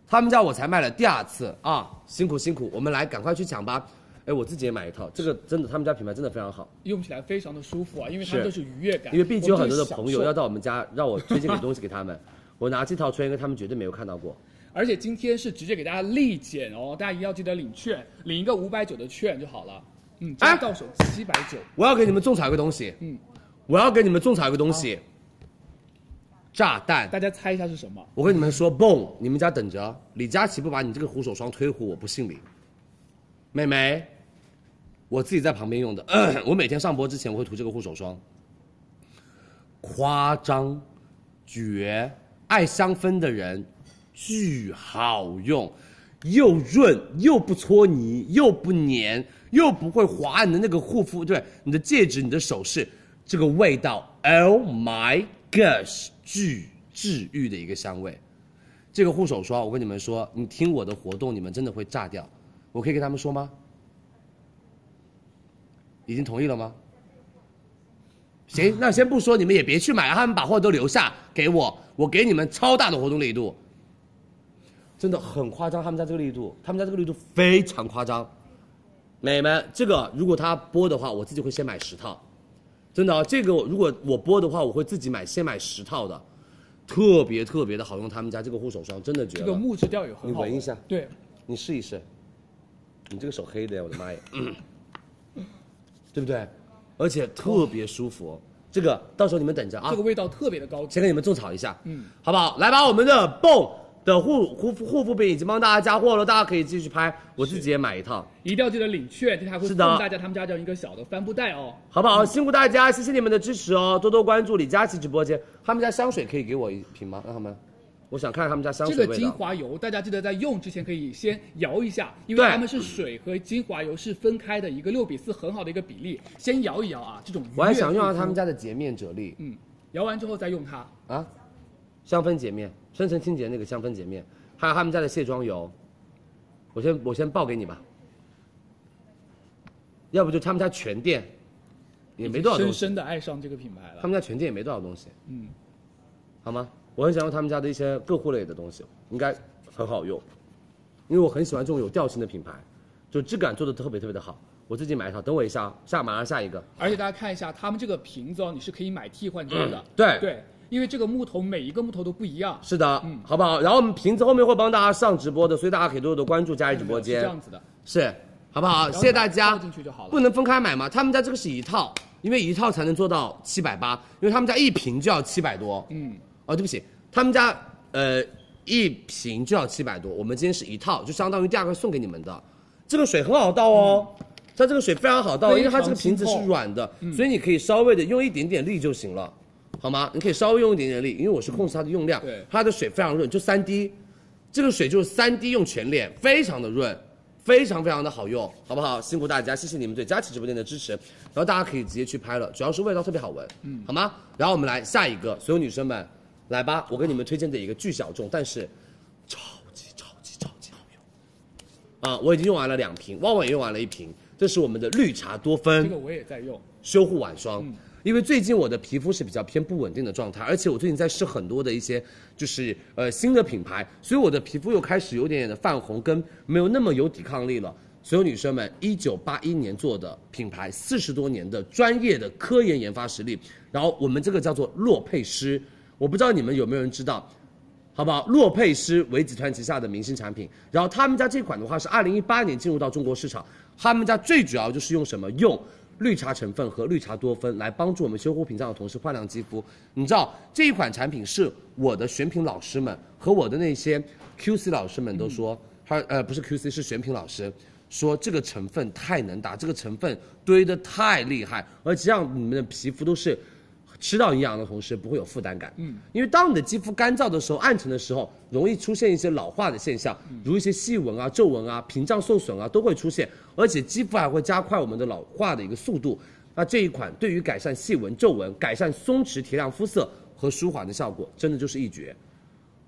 Speaker 12: 他们家我才卖了第二次啊，辛苦辛苦，我们来赶快去抢吧。哎，我自己也买一套，这个真的他们家品牌真的非常好，
Speaker 16: 用起来非常的舒服啊，因为它
Speaker 12: 是
Speaker 16: 就是愉悦感。
Speaker 12: 因为毕竟有很多的
Speaker 16: 我们
Speaker 12: 朋
Speaker 16: 就是享
Speaker 12: 友
Speaker 16: 受
Speaker 12: 要到我们家让我推荐点东西给他们，我拿这套穿一个他们绝对没有看到过。
Speaker 16: 而且今天是直接给大家立减哦，大家一定要记得领券，领一个五百九的券就好了。嗯，这
Speaker 12: 哎
Speaker 16: 个到手七百九，
Speaker 12: 我要给你们种草一个东西，
Speaker 16: 嗯，
Speaker 12: 我要给你们种草一个东西，炸弹。
Speaker 16: 大家猜一下是什么？
Speaker 12: 我跟你们说，蹦，你们家等着，李佳琦不把你这个护手霜推火，我不信你。妹妹，我自己在旁边用的， (clears throat) 我每天上播之前我会涂这个护手霜，夸张，绝，爱香氛的人巨好用。又润又不搓泥，又不粘，又不会划你的那个护肤，对你的戒指、你的首饰，这个味道，Oh my gosh，巨治愈的一个香味。这个护手霜，我跟你们说，你听我的活动，你们真的会炸掉。我可以跟他们说吗？已经同意了吗？行，那先不说，你们也别去买，他们把货都留下给我，我给你们超大的活动力度。真的很夸张，他们家这个力度，他们家这个力度非常夸张。美们，这个如果他播的话，我自己会先买十套，真的、哦，这个我如果我播的话，我会自己买，先买十套的，特别特别的好用。他们家这个护手霜真的绝
Speaker 16: 这
Speaker 12: 了，
Speaker 16: 个木质调也很
Speaker 12: 你
Speaker 16: 好闻。
Speaker 12: 闻一下，
Speaker 16: 对，
Speaker 12: 你试一试，你这个手黑的呀，我的
Speaker 16: (laughs)
Speaker 12: 妈呀，对不对？而且特别舒服，哦这个到时候你们等着啊，
Speaker 16: 这个味道特别的高级。
Speaker 12: 先给你们种草一下，
Speaker 16: 嗯，
Speaker 12: 好不好？来吧，我们的泵的护护肤护肤品已经帮大家加货了，大家可以继续拍，我自己也买一套，
Speaker 16: 一定要记得领券，这还会
Speaker 12: 是
Speaker 16: 送
Speaker 12: 的
Speaker 16: 大家他们家这样一个小的帆布袋哦。
Speaker 12: 好不好？辛苦大家，谢谢你们的支持哦，多多关注李佳琦直播间。他们家香水可以给我一瓶吗？让他们，我想看看他们家香
Speaker 16: 这
Speaker 12: 水
Speaker 16: 个
Speaker 12: 味
Speaker 16: 精
Speaker 12: 道。
Speaker 16: 华油大家记得在用之前可以先摇一下，因为
Speaker 12: 对
Speaker 16: 它们是水和精华油是分开的一个六比四很好的一个比例，先摇一摇啊。这种愉悦
Speaker 12: 我还想用
Speaker 16: 护
Speaker 12: 上
Speaker 16: 肤
Speaker 12: 他们，家的洁面啫喱
Speaker 16: 嗯，摇完之后再用它。
Speaker 12: 啊，香氛洁面，深层清洁那个香氛洁面，还有他们家的卸妆油，我先我先报给你吧。要不就他们家全店，也没多少东
Speaker 16: 深
Speaker 12: 西。
Speaker 16: 深的爱上这个品牌了。
Speaker 12: 他们家全店也没多少东西，
Speaker 16: 嗯，
Speaker 12: 好吗？我很想用他们家的一些个护类的东西，应该很好用，因为我很喜欢这种有调性的品牌，就质感做的特别特别的好。我自己买一套，等我一下啊，下马上下一个。
Speaker 16: 而且大家看一下，他们这个瓶子哦，你是可以买替换装的。
Speaker 12: 对
Speaker 16: 对，因为这个木头每一个木头都不一样。
Speaker 12: 是的，
Speaker 16: 嗯
Speaker 12: 好不好？然后我们瓶子后面会帮大家上直播的，所以大家可以多多关注佳怡直播
Speaker 16: 是
Speaker 12: 间。
Speaker 16: 这样子的，
Speaker 12: 是，好不好？
Speaker 16: 然后
Speaker 12: 谢谢大
Speaker 16: 倒
Speaker 12: 家
Speaker 16: 进去就好了。
Speaker 12: 不能分开买嘛，他们家这个是一套，因为一套才能做到七百八，因为他们家一瓶就要七百多。
Speaker 16: 嗯，
Speaker 12: 哦，对不起，他们家呃一瓶就要七百多，我们今天是一套，就相当于第二个送给你们的。这个水很好倒哦，它这个水非常好倒，
Speaker 16: 嗯非常
Speaker 12: 因为它这个瓶子是软的，所以你可以稍微的用一点点力就行了，好吗？你可以稍微用一点点力，因为我是控制它的用量，
Speaker 16: 对
Speaker 12: 它的水非常润，就三滴，这个水就是三滴用全脸，非常的润。非常非常的好用，好不好？辛苦大家，谢谢你们对佳琦直播间的支持。然后大家可以直接去拍了，主要是味道特别好闻，嗯，好吗？然后我们来下一个，所有女生们，来吧，我给你们推荐的一个巨小众，但是超级超级超级好用啊！我已经用完了两瓶，旺旺也用完了一瓶，这是我们的绿茶多
Speaker 16: 这
Speaker 12: 酚
Speaker 16: 个我也在用。
Speaker 12: 修护晚霜。因为最近我的皮肤是比较偏不稳定的状态，而且我最近在试很多的一些就是呃新的品牌，所以我的皮肤又开始有点点的泛红，跟没有那么有抵抗力了。所有女生们，一九八一年做的品牌，四十多年的专业的科研研发实力，然后我们这个叫做洛佩诗，我不知道你们有没有人知道，好不好？洛佩诗维集团旗下的明星产品，然后他们家这款的话是二零一八年进入到中国市场，他们家最主要就是用什么用。绿茶成分和绿茶多酚来帮助我们修护屏障的同时焕亮肌肤。你知道这一款产品是我的选品老师们和我的那些 QC 老师们都说，他呃不是 QC 是选品老师说这个成分太能打，这个成分堆的太厉害，而且让你们的皮肤都是吃到营养的同时不会有负担感。嗯，因为当你的肌肤干燥的时候、暗沉的时候，容易出现一些老化的现象，如一些细纹啊、皱纹啊、屏障受损啊都会出现，而且肌肤还会加快我们的老化的一个速度。那这一款对于改善细纹、皱纹、改善松弛、提亮肤色和舒缓的效果，真的就是一绝。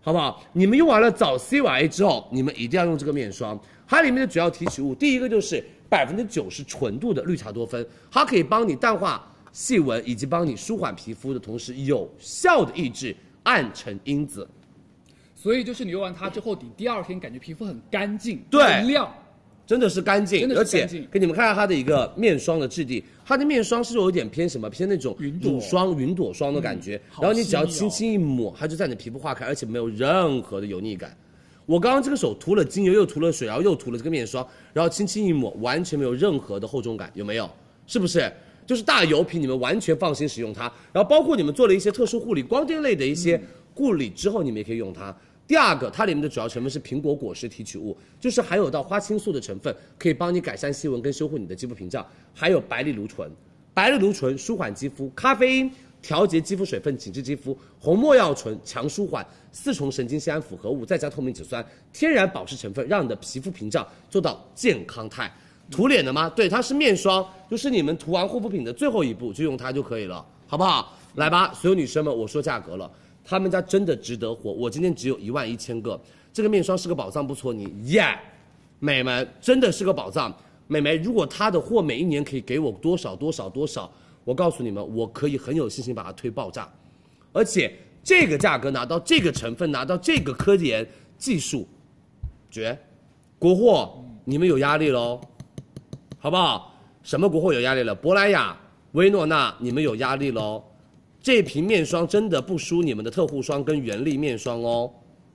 Speaker 12: 好不好？你们用完了早 C 晚 A 之后，你们一定要用这个面霜。它里面的主要提取物，第一个就是百分之九十纯度的绿茶多酚，它可以帮你淡化细纹，以及帮你舒缓皮肤的同时，有效的抑制暗沉因子。
Speaker 16: 所以就是你用完它之后，你第二天感觉皮肤很干净，
Speaker 12: 对
Speaker 16: 很亮，
Speaker 12: 真的是干净，
Speaker 16: 真的是
Speaker 12: 而且
Speaker 16: 干净
Speaker 12: 给你们看看它的一个面霜的质地，它的面霜是有一点偏什么，偏那种
Speaker 16: 云朵
Speaker 12: 乳霜、云朵霜的感觉。
Speaker 16: 好
Speaker 12: 然后你只要
Speaker 16: 细腻哦
Speaker 12: 轻轻一抹，它就在你皮肤化开，而且没有任何的油腻感。我刚刚这个手涂了精油，又涂了水，然后又涂了这个面霜，然后轻轻一抹，完全没有任何的厚重感，有没有？是不是？就是大油皮，你们完全放心使用它。然后包括你们做了一些特殊护理、光电类的一些护理之后，你们也可以用它。第二个，它里面的主要成分是苹果果实提取物，就是含有到花青素的成分，可以帮你改善细纹跟修护你的肌肤屏障，还有白藜芦醇。白藜芦醇舒缓肌肤，咖啡因调节肌肤水分，紧致肌肤；红没药醇强舒缓，四重神经酰胺复合物，再加透明质酸，天然保湿成分，让你的皮肤屏障做到健康态。涂脸的吗？对，它是面霜，就是你们涂完护肤品的最后一步就用它就可以了，好不好？来吧，所有女生们，我说价格了，他们家真的值得火。我今天只有一万一千个，这个面霜是个宝藏，不戳你，耶、美们真的是个宝藏。美眉，如果她的货每一年可以给我多少多少多少，我告诉你们，我可以很有信心把它推爆炸。而且这个价格拿到这个成分，拿到这个科研技术，绝！国货，你们有压力喽，好不好？什么国货有压力了？珀莱雅、薇诺娜，你们有压力喽。这瓶面霜真的不输你们的特护霜跟原力面霜哦，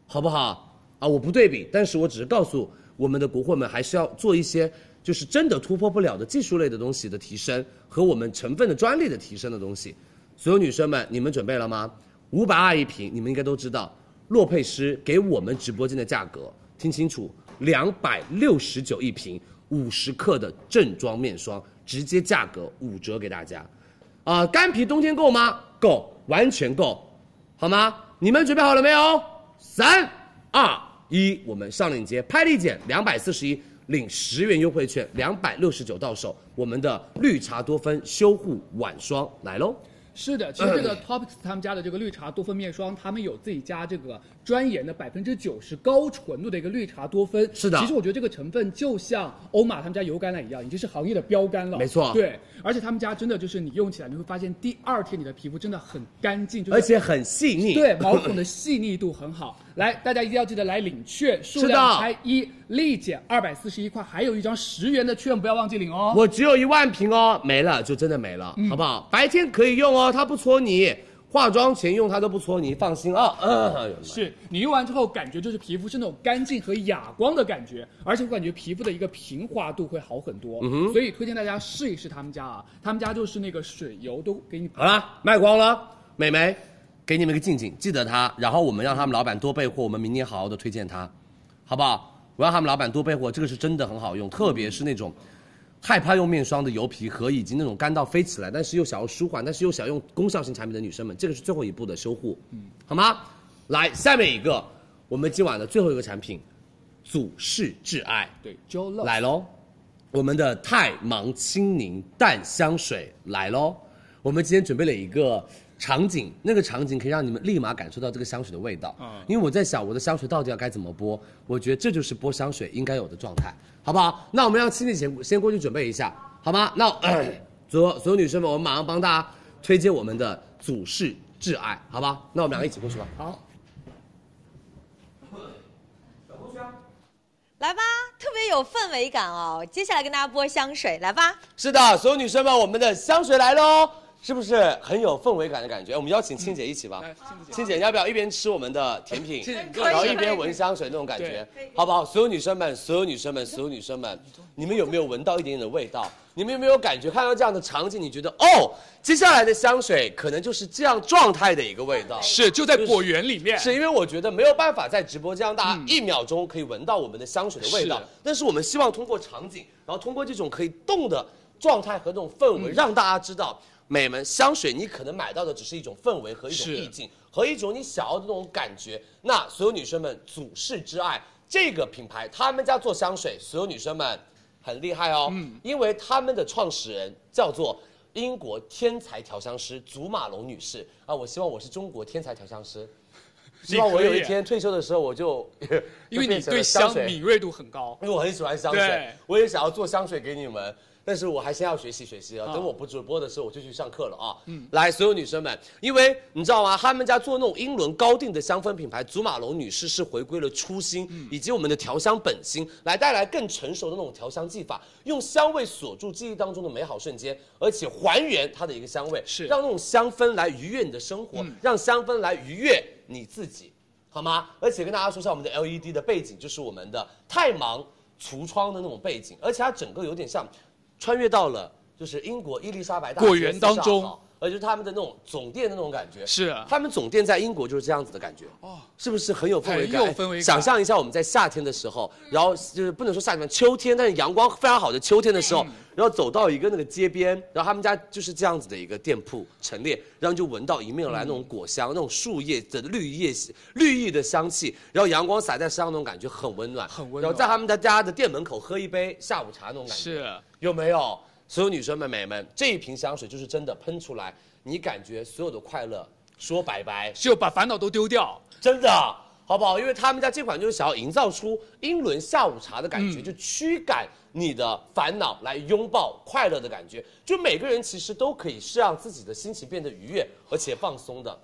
Speaker 12: 好不好？啊，我不对比，但是我只是告诉我们的国货们，还是要做一些就是真的突破不了的技术类的东西的提升和我们成分的专利的提升的东西。所有女生们，你们准备了吗？五百二一瓶，你们应该都知道，洛佩诗给我们直播间的价格，听清楚，两百六十九一瓶，五十克的正装面霜，直接价格五折给大家。啊、干皮冬天够吗？够，完全够，好吗？你们准备好了没有？三、二、一，我们上链接，拍立减两百四十一领十元优惠券，两百六十九到手。我们的绿茶多酚修护晚霜来喽！
Speaker 16: 是的，其实这个 Topics 他们家的这个绿茶多酚面霜，他们有自己家这个专研的百分之九十高纯度的一个绿茶多酚。
Speaker 12: 是的
Speaker 16: 其实我觉得这个成分就像欧玛他们家油橄榄一样，已经是行业的标杆了。
Speaker 12: 没错
Speaker 16: 对，而且他们家真的就是你用起来，你会发现第二天你的皮肤真的很干净，就是
Speaker 12: 而且很细腻，
Speaker 16: 对，毛孔 (laughs) 的细腻度很好。来，大家一定要记得来领券，数量拍一，立减二百四十一块，还有一张十元的券，不要忘记领哦。
Speaker 12: 我只有一万瓶哦，没了就真的没
Speaker 16: 嗯
Speaker 12: 了，好不好？白天可以用哦，它不搓泥，化妆前用它都不搓泥，放心啊、嗯
Speaker 16: 是你用完之后，感觉就是皮肤是那种干净和哑光的感觉，而且我感觉皮肤的一个平滑度会好很多。
Speaker 12: 嗯哼
Speaker 16: 所以推荐大家试一试他们家啊，他们家就是那个水油都给你
Speaker 12: 好啦，卖光了，美眉，给你们一个静静，记得它，然后我们让他们老板多备货，我们明年好好的推荐它，好不好？我让他们老板多备货，这个是真的很好用，特别是那种害怕用面霜的油皮和以及那种干到飞起来，但是又想要舒缓，但是又想用功效型产品的女生们，这个是最后一步的修护，好吗？来，下面一个，我们今晚的最后一个产品，祖氏挚爱，
Speaker 16: 对 Jo Love
Speaker 12: 来喽。我们的太芒清凝淡香水来喽！我们今天准备了一个场景，那个场景可以让你们立马感受到这个香水的味道。
Speaker 16: 嗯
Speaker 12: 因为我在想我的香水到底要该怎么播，我觉得这就是播香水应该有的状态，好不好？那我们让亲姐先先过去准备一下，好吗？那 (clears throat) 呃所有所有女生们，我们马上帮大家推荐我们的祖氏挚爱，好吧？那我们两个一起过去吧。
Speaker 16: 好，
Speaker 7: 来吧，特别有氛围感哦。接下来跟大家播香水，来吧。
Speaker 12: 是的，所有女生们，我们的香水来喽，是不是很有氛围感的感觉？我们邀请青姐一起吧。
Speaker 16: 来，亲自讲
Speaker 12: 青姐，你要不要一边吃我们的甜品
Speaker 16: 是，可以
Speaker 12: 然后一边闻香水那种感觉，好不好？所有女生们，所有女生们，所有女生们，你们有没有闻到一点点的味道？你们有没有感觉看到这样的场景，你觉得哦，接下来的香水可能就是这样状态的一个味道？
Speaker 16: 是就在果园里面，
Speaker 12: 是因为我觉得没有办法在直播间让大家一秒钟可以闻到我们的香水的味道，
Speaker 16: 嗯是
Speaker 12: 但是我们希望通过场景，然后通过这种可以动的状态和这种氛围，
Speaker 16: 嗯
Speaker 12: 让大家知道，美们香水你可能买到的只是一种氛围和一种
Speaker 16: 是
Speaker 12: 意境和一种你想要的那种感觉。那所有女生们，祖氏之爱这个品牌，他们家做香水，所有女生们很厉害哦，
Speaker 16: 嗯
Speaker 12: 因为他们的创始人叫做。英国天才调香师祖马龙女士啊，我希望我是中国天才调香师。希望我有一天退休的时候，
Speaker 16: (laughs)
Speaker 12: 我就
Speaker 16: 因为你
Speaker 12: 就变成
Speaker 16: 对
Speaker 12: 了
Speaker 16: 香
Speaker 12: 水
Speaker 16: 敏锐度很高。
Speaker 12: 因为我很喜欢香水
Speaker 16: 对，
Speaker 12: 我也想要做香水给你们。但是我还先要学习学习啊，等我不直播的时候我就去上课了啊。嗯，来，所有女生们，因为你知道吗？他们家做那种英伦高定的香氛品牌，祖马龙女士是回归了初心，
Speaker 16: 嗯
Speaker 12: 以及我们的调香本心，来带来更成熟的那种调香技法，用香味锁住记忆当中的美好瞬间，而且还原它的一个香味，
Speaker 16: 是嗯
Speaker 12: 让那种香氛来愉悦你的生活，让香氛来愉悦你自己。好吗？而且跟大家说一下，我们的 LED 的背景就是我们的太芒橱窗的那种背景，而且它整个有点像穿越到了就是英国伊丽莎白大街
Speaker 16: 果园当中
Speaker 12: 四十二号而就是他们的那种总店的那种感觉。
Speaker 16: 是啊
Speaker 12: 他们总店在英国就是这样子的感觉。哦，是不是很有氛围感？
Speaker 16: 很哎有氛围感
Speaker 12: 想象一下我们在夏天的时候，然后就是不能说夏天，秋天，但是阳光非常好的秋天的时
Speaker 16: 嗯
Speaker 12: 候，然后走到一个那个街边，然后他们家就是这样子的一个店铺陈列，然后就闻到迎面而来那种果香，那种树叶的绿叶绿意的香气，然后阳光洒在身上那种感觉很温暖，很
Speaker 16: 温暖
Speaker 12: 然后在他们的家的店门口喝一杯下午茶那种感觉。
Speaker 16: 是，
Speaker 12: 有没有？所有女生们、美们，这一瓶香水就是真的喷出来，你感觉所有的快乐说拜拜，
Speaker 16: 就把烦恼都丢掉。
Speaker 12: 真的，好不好？因为他们家这款就是想要营造出英伦下午茶的感觉，
Speaker 16: 嗯
Speaker 12: 就驱赶你的烦恼，来拥抱快乐的感觉。就每个人其实都可以是让自己的心情变得愉悦而且放松的。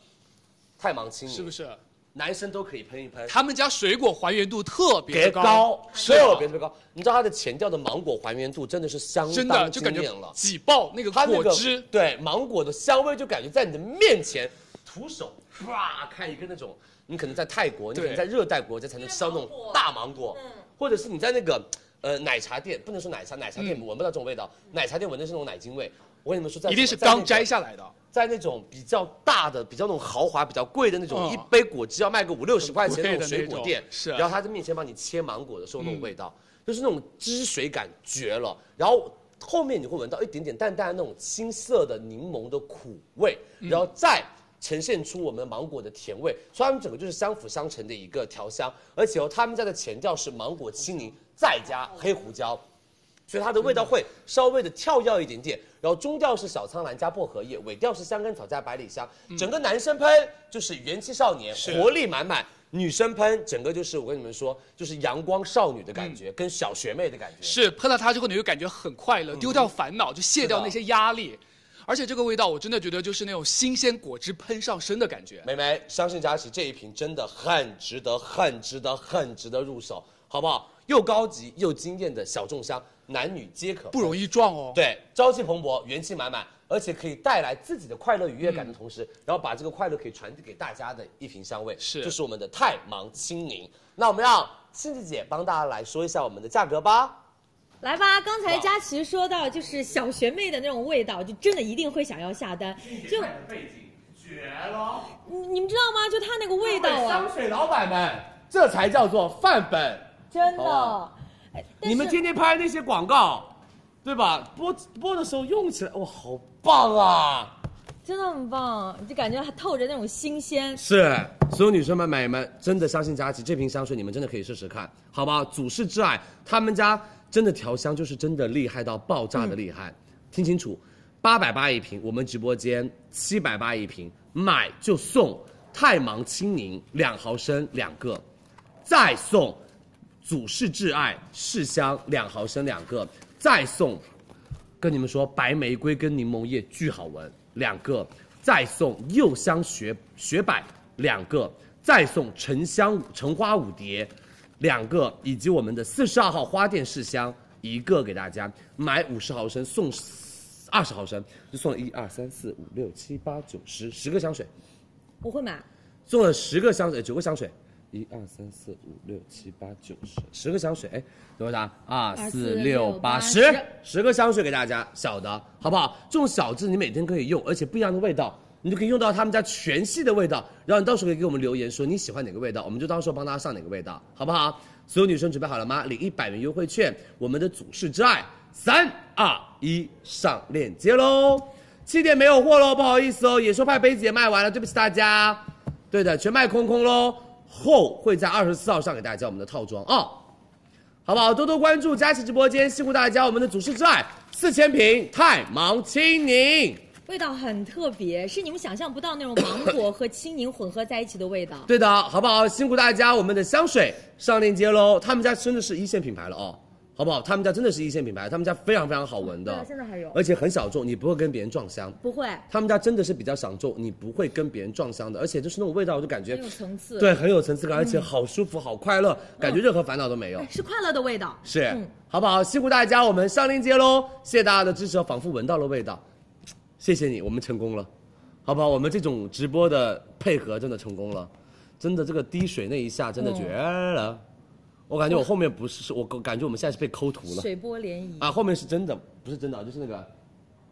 Speaker 12: 太忙青年
Speaker 16: 是不是？
Speaker 12: 男生都可以喷一喷，
Speaker 16: 他们家水果还原度特别
Speaker 12: 别
Speaker 16: 高，
Speaker 12: 高，
Speaker 16: 是吧
Speaker 12: 特别特别高。你知道它的前调的芒果还原度真的是相
Speaker 16: 真的
Speaker 12: 当
Speaker 16: 就
Speaker 12: 惊
Speaker 16: 感觉
Speaker 12: 艳了，
Speaker 16: 挤爆那个
Speaker 12: 它那
Speaker 16: 果
Speaker 12: 个
Speaker 16: 汁，
Speaker 12: 对芒果的香味就感觉在你的面前，徒手唰开一个那种，你可能在泰国，你可能
Speaker 16: 对
Speaker 12: 在热带国家才能吃到那种大芒果，嗯或者是你在那个呃奶茶店，不能说奶茶，奶茶店闻不到这种味道，奶茶店闻的是那种奶精味。我跟你们说，在
Speaker 16: 嗯一定是
Speaker 12: 在那
Speaker 16: 刚
Speaker 12: 个
Speaker 16: 摘下来的。
Speaker 12: 在那种比较大的、比较那种豪华、比较贵的那种，
Speaker 16: 嗯
Speaker 12: 一杯果汁要卖个五六十块钱
Speaker 16: 很贵
Speaker 12: 那
Speaker 16: 的
Speaker 12: 种水果店
Speaker 16: 那，种是
Speaker 12: 然后他在面前帮你切芒果的时候那种味道，就是那种汁水感绝了，然后。后面你会闻到一点点淡淡的那种青涩的柠檬的苦味，然后再呈现出我们芒果的甜味，所以它们整个就是相辅相成的一个调香。而且哦，他们家的前调是芒果青柠，再加黑胡椒，所以它的味道会稍微的跳跃一点点。然后中调是小苍兰加薄荷叶，尾调是香根草加百里香。整个男生喷就是元气少年，
Speaker 16: 是
Speaker 12: 活力满满；女生喷整个就是我跟你们说，就是阳光少女的感觉，跟小学妹的感觉。
Speaker 16: 是喷了它之后，你会感觉很快乐，丢掉烦恼，就卸掉那些压力。而且这个味道，我真的觉得就是那种新鲜果汁喷上身的感觉。
Speaker 12: 梅梅，相信佳琪这一瓶真的很值得，很值得，很值得入手，好不好？又高级又惊艳的小众香，男女皆可，
Speaker 16: 不容易撞哦。
Speaker 12: 对，朝气蓬勃，元气满满，而且可以带来自己的快乐愉悦感的同时，然后把这个快乐可以传递给大家的一瓶香味，
Speaker 16: 嗯是
Speaker 12: 就是我们的太芒青柠。那我们让欣姐姐帮大家来说一下我们的价格吧。
Speaker 7: 来吧，刚才佳琪说到就是小学妹的那种味道，就真的一定会想要下单。就
Speaker 17: 背景绝了！
Speaker 7: 你你们知道吗？就它那个味道啊，
Speaker 17: 水老板们，这才叫做范本。
Speaker 7: 真的
Speaker 12: 啊
Speaker 17: 好。
Speaker 7: 哎但
Speaker 17: 你们
Speaker 7: 是
Speaker 17: 天天拍那些广告，对吧？播播的时候用起来，哇，好棒啊！
Speaker 7: 真的很棒，就感觉还透着那种新鲜。
Speaker 12: 是，所有女生们、美们，真的相信佳琪这瓶香水，你们真的可以试试看，好不好？祖氏之爱，他们家真的调香就是真的厉害到爆炸的厉
Speaker 7: 嗯
Speaker 12: 害，听清楚，八百八一瓶，我们直播间七百八一瓶，买就送太芒青柠两毫升两个，再送祖氏挚爱试香两毫升两个，再送跟你们说，白玫瑰跟柠檬叶巨好闻，两个；再送柚香雪雪柏两个；再送沉香橙花五碟两个，以及我们的四十二号花店试香一个给大家。买五十毫升送二十毫升，就送了一二三四五六七八九十十个香水，
Speaker 7: 我会买，
Speaker 12: 送了十个香水，九个香水。一二三四五六七八九十，十个香水，哎，等我答，二四六八十，十个香水给大家，小的，好不好？这种小支你每天可以用，而且不一样的味道，你就可以用到他们家全系的味道。然后你到时候可以给我们留言说你喜欢哪个味道，我们就到时候帮大家上哪个味道，好不好？所有女生准备好了吗？领一百元优惠券，我们的祖氏之爱，三二一，上链接喽！七点没有货喽，不好意思哦，野兽派杯子也卖完了，对不起大家。对的，全卖空空喽。后会在二十四号上给大家我们的套装啊、好不好？多多关注佳琦直播间，辛苦大家！我们的祖师之爱四千瓶太芒青柠，
Speaker 7: 味道很特别，是你们想象不到那种芒果和青柠混合在一起的味
Speaker 12: (laughs)
Speaker 7: 道。
Speaker 12: 对的，好不好？辛苦大家！我们的香水上链接喽，他们家真的是一线品牌了哦，好不好？他们家真的是一线品牌，他们家非常非常好闻
Speaker 7: 对啊
Speaker 12: 的，
Speaker 7: 现在还有
Speaker 12: 而且很小众，你不会跟别人撞香。
Speaker 7: 不会，
Speaker 12: 他们家真的是比较小众，你不会跟别人撞香的，而且就是那种味道，我就感觉
Speaker 7: 很有嗯层次
Speaker 12: 对，很有层次感，而且好舒服，好快乐，感觉任何烦恼都没有。
Speaker 7: 是快乐的味道。
Speaker 12: 是，好不好？辛苦大家，我们上链接喽！谢谢大家的支持，仿佛闻到了味道，谢谢你，我们成功了，好不好？我们这种直播的配合真的成功了，真的这个滴水那一下真的绝了，我感觉我后面不是，我感觉我们现在是被抠图了
Speaker 7: 水波涟漪。
Speaker 12: 啊啊，后面是真的，不是真的，就是那个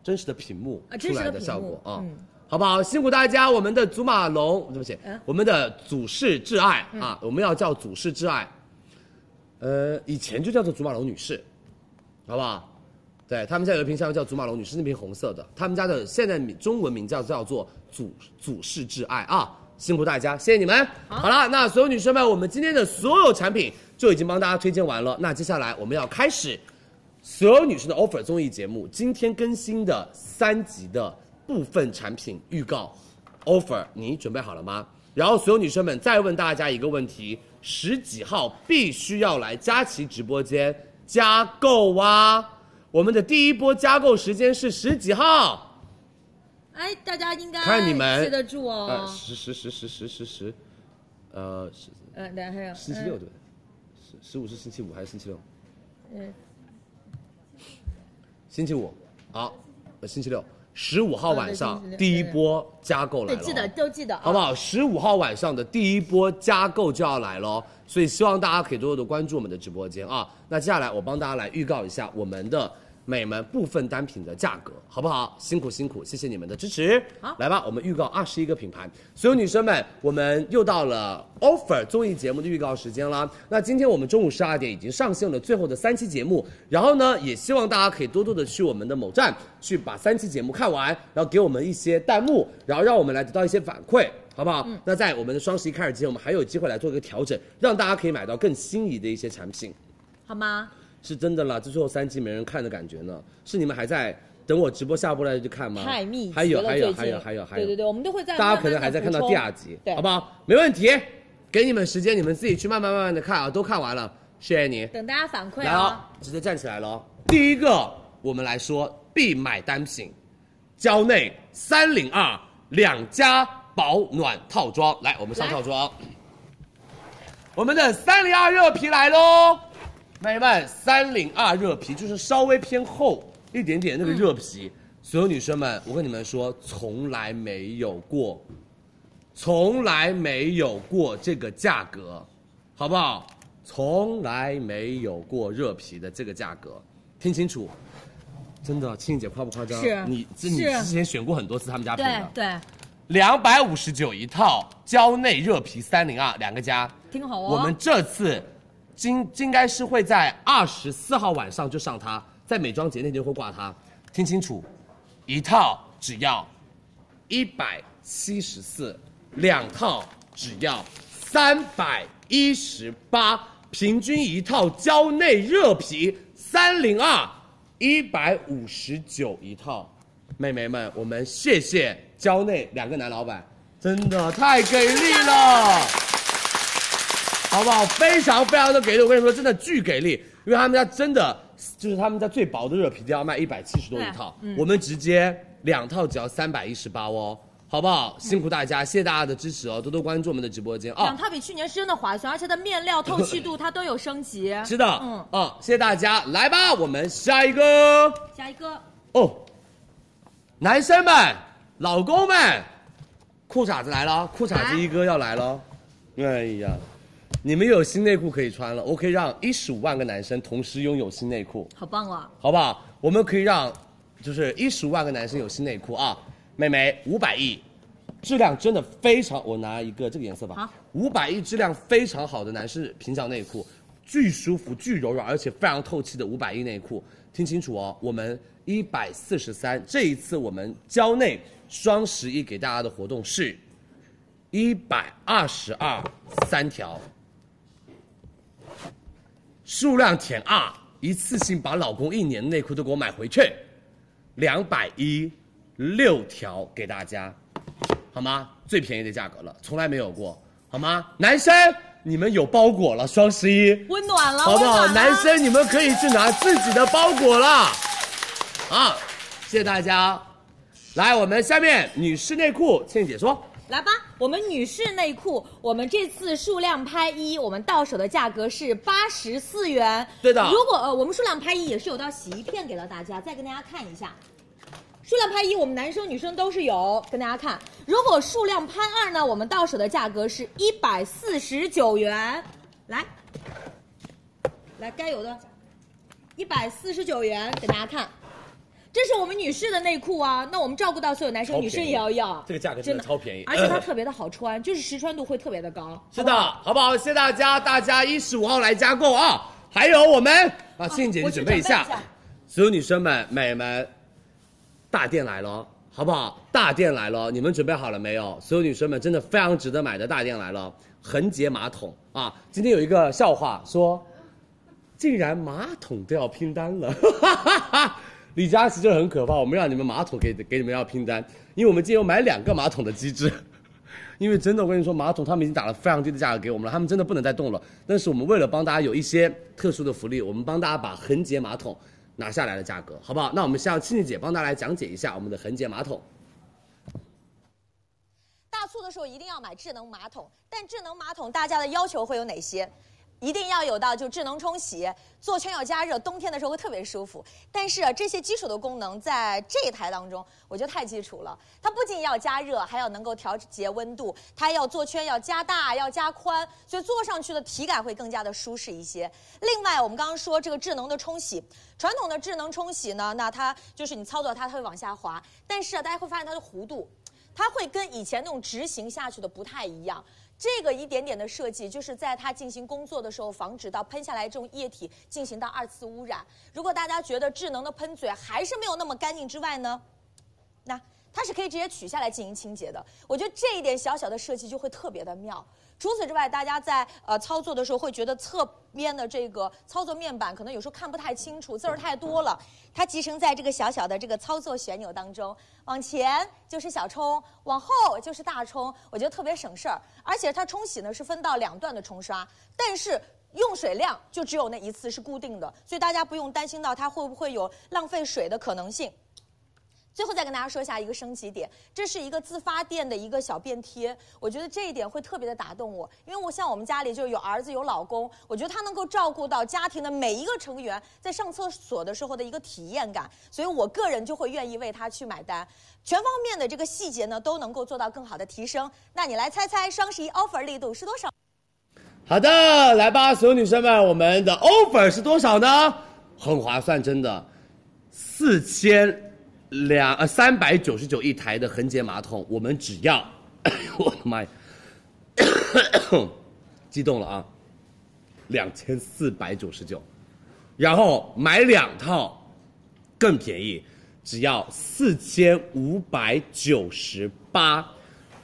Speaker 12: 真实的屏幕
Speaker 7: 啊真
Speaker 12: 出
Speaker 7: 实的
Speaker 12: 来
Speaker 7: 屏幕
Speaker 12: 效果啊
Speaker 7: 嗯，
Speaker 12: 好不好？辛苦大家，我们的祖马龙，对不起
Speaker 7: 嗯，
Speaker 12: 我们的祖氏挚爱啊，我们要叫祖氏挚爱，呃，以前就叫做祖马龙女士，好不好？对他们家有一瓶香叫祖马龙女士，那瓶红色的，他们家的现在名中文名叫叫做祖祖氏挚爱啊，辛苦大家，谢谢你们。好了，那所有女生们，我们今天的所有产品就已经帮大家推荐完了，那接下来我们要开始所有女生的 offer 综艺节目今天更新的三集的部分产品预告 offer，你准备好了吗？然后所有女生们再问大家一个问题：十几号必须要来佳琦直播间加购啊！我们的第一波加购时间是十几号？
Speaker 7: 哎，大家应该
Speaker 12: 看你们
Speaker 7: 记得住哦
Speaker 12: 呃，。十十十十十十十，呃，十
Speaker 7: 嗯，对，还有
Speaker 12: 星期六对不对？十十五是星期五还是星期六？
Speaker 7: 嗯，
Speaker 12: 星期五，好，呃星期六，十五号晚上
Speaker 7: 哦对星期六
Speaker 12: 第一波加购来
Speaker 7: 对，
Speaker 12: 了哦，
Speaker 7: 记得都记得，啊
Speaker 12: 好不？好？十五号晚上的第一波加购就要来喽，所以希望大家可以多多的关注我们的直播间啊。那接下来我帮大家来预告一下我们的美门部分单品的价格，好不好？辛苦辛苦，谢谢你们的支持。
Speaker 7: 好
Speaker 12: 来吧，我们预告二十一个品牌，所有女生们，我们又到了 offer 综艺节目的预告时间啦。那今天我们中午十二点已经上线了最后的三期节目，然后呢，也希望大家可以多多的去我们的某站去把三期节目看完，然后给我们一些弹幕，然后让我们来得到一些反馈。好不好？
Speaker 7: 嗯
Speaker 12: 那在我们的双十一开始之前，我们还有机会来做一个调整，让大家可以买到更心仪的一些产品。
Speaker 7: 好吗？
Speaker 12: 是真的啦，这最后三期没人看的感觉呢，是你们还在等我直播下播了就看吗？
Speaker 7: 太密集了，
Speaker 12: 还有还有
Speaker 7: 最近
Speaker 12: 还有还有还有，
Speaker 7: 对对对，我们都会在
Speaker 12: 大
Speaker 7: 慢
Speaker 12: 家
Speaker 7: 慢
Speaker 12: 可能还在
Speaker 7: 地补
Speaker 12: 看到
Speaker 7: 充
Speaker 12: 第二集，
Speaker 7: 对，
Speaker 12: 好不？好？没问题，给你们时间，你们自己去慢慢慢慢的看啊，都看完了，谢谢你。
Speaker 7: 等大家反馈
Speaker 12: 来哦
Speaker 7: 啊，，
Speaker 12: 直接站起来了哦。第一个，我们来说必买单品，蕉内三零二两家保暖套装。来，我们上套装。我们的三零二热皮来喽，妹们，三零二热皮就是稍微偏厚一点点那个热皮。所有女生们，我跟你们说，从来没有过，从来没有过这个价格。好不好？从来没有过热皮的这个价格，听清楚，真的，青青姐夸不夸张？
Speaker 7: 是啊
Speaker 12: 你这你
Speaker 7: 是
Speaker 12: 之前选过很多次他们家品
Speaker 7: 对
Speaker 12: 的，
Speaker 7: 对，
Speaker 12: 两百五十九一套，蕉内热皮三零二两个加，
Speaker 7: 挺好哦。
Speaker 12: 我们这次今应该是会在二十四号晚上就上它，在美妆节那天会挂它，听清楚，一套只要一百七十四，两套只要三百一十八，平均一套蕉内热皮三零二，一百五十九一套。妹妹们，我们谢谢蕉内两个男老板，真的太给力了。好不好？非常非常的给力，我跟你说，真的巨给力，因为他们家真的就是他们家最薄的热皮都要卖一百七十多一套，
Speaker 7: 嗯
Speaker 12: 我们直接两套只要三百一十八哦，好不好？辛苦大家，谢谢大家的支持哦，多多关注我们的直播间
Speaker 7: 嗯
Speaker 12: 啊
Speaker 7: 两。套比去年是真的划算，而且它面料透气度它都有升级。
Speaker 12: 是的，嗯
Speaker 7: 嗯，
Speaker 12: 啊，谢谢大家，来吧，我们下一个
Speaker 7: (laughs) 下一个
Speaker 12: 哦，男生们、老公们，裤衩子来了，裤衩子一哥要来了，哎呀，你们有新内裤可以穿了，我可以让一十五万个男生同时拥有新内裤，
Speaker 7: 好棒啊！
Speaker 12: 好不好？我们可以让就是一十五万个男生有新内裤啊，妹妹五百亿，质量真的非常，我拿一个这个颜色吧
Speaker 7: 好，
Speaker 12: 五百亿质量非常好的男士平角内裤，巨舒服、巨柔软，而且非常透气的五百亿内裤，听清楚哦，我们一百四十三，这一次我们蕉内双十一给大家的活动是。一百二十二三条，数量填二，一次性把老公一年的内裤都给我买回去，两百一六条给大家，好吗？最便宜的价格了，从来没有过，好吗？男生，你们有包裹了，双十一
Speaker 7: 温暖了，
Speaker 12: 好不好？
Speaker 7: 温暖了
Speaker 12: 男生你们可以去拿自己的包裹了，啊，谢谢大家。来，我们下面女士内裤，倩姐说，
Speaker 7: 来吧，我们女士内裤，我们这次数量拍一，我们到手的价格是八十四元。
Speaker 12: 对的
Speaker 7: 如果呃，我们数量拍一也是有到洗衣片给到大家，再跟大家看一下。数量拍一，我们男生女生都是有，跟大家看。如果数量拍二呢，我们到手的价格是一百四十九元。来，来该有的，一百四十九元给大家看。
Speaker 8: 这是我们女士的内裤啊，那我们照顾到所有男生，
Speaker 12: 超
Speaker 8: 女生
Speaker 12: 便宜
Speaker 8: 也要要。
Speaker 12: 这个价格真的超便宜
Speaker 8: 而
Speaker 12: (laughs)
Speaker 8: 且它特别的好穿，就是实穿度会特别的高。
Speaker 12: 是的，好不好？谢谢大家，大家一十五号来加购啊！还有我们啊，庆姐
Speaker 8: 哦我去
Speaker 12: 你准备一下
Speaker 8: 准备一下，
Speaker 12: 所有女生们、美们，大店来了，好不好？大店来了，你们准备好了没有？所有女生们真的非常值得买的大店来了，横截马桶啊！今天有一个笑话说，竟然马桶都要拼单了， (laughs) 哈哈哈！李佳琦就很可怕，我们让你们马桶给给你们要拼单，因为我们今天有买两个马桶的机制。因为真的，我跟你说，马桶他们已经打了非常低的价格给我们了，他们真的不能再动了。但是我们为了帮大家有一些特殊的福利，我们帮大家把横截马桶拿下来的价格，好不好？那我们先让庆庆姐帮大家来讲解一下我们的横截马桶。
Speaker 7: 大促的时候一定要买智能马桶，但智能马桶大家的要求会有哪些？一定要有到就智能冲洗，坐圈要加热，冬天的时候会特别舒服。但是啊这些基础的功能在这一台当中，我觉得太基础了。它不仅要加热，还要能够调节温度，它要坐圈要加大，要加宽，所以坐上去的体感会更加的舒适一些。另外，我们刚刚说这个智能的冲洗，传统的智能冲洗呢，那它就是你操作它，它会往下滑，但是啊，大家会发现它的弧度。它会跟以前那种直行下去的不太一样。这个一点点的设计，就是在它进行工作的时候，防止到喷下来这种液体进行到二次污染。如果大家觉得智能的喷嘴还是没有那么干净之外呢，那它是可以直接取下来进行清洁的。我觉得这一点小小的设计就会特别的妙。除此之外，大家在呃操作的时候会觉得侧边的这个操作面板可能有时候看不太清楚，字儿太多了。它集成在这个小小的这个操作旋钮当中，往前就是小冲，往后就是大冲，我觉得特别省事儿。而且它冲洗呢是分到两段的冲刷，但是用水量就只有那一次是固定的，所以大家不用担心到它会不会有浪费水的可能性。最后再跟大家说一下一个升级点，这是一个自发电的一个小便贴，我觉得这一点会特别的打动我，因为我像我们家里就有儿子有老公，我觉得他能够照顾到家庭的每一个成员在上厕所的时候的一个体验感，所以我个人就会愿意为他去买单，全方面的这个细节呢都能够做到更好的提升。那你来猜猜双十一 offer 力度是多少？
Speaker 12: 好的，来吧，所有女生们，我们的 offer 是多少呢？很划算，真的，四千两呃三百九十九一台的横截马桶，我们只要， (coughs) 我的妈呀， (coughs) 激动了啊，两千四百九十九，然后买两套更便宜，只要四千五百九十八。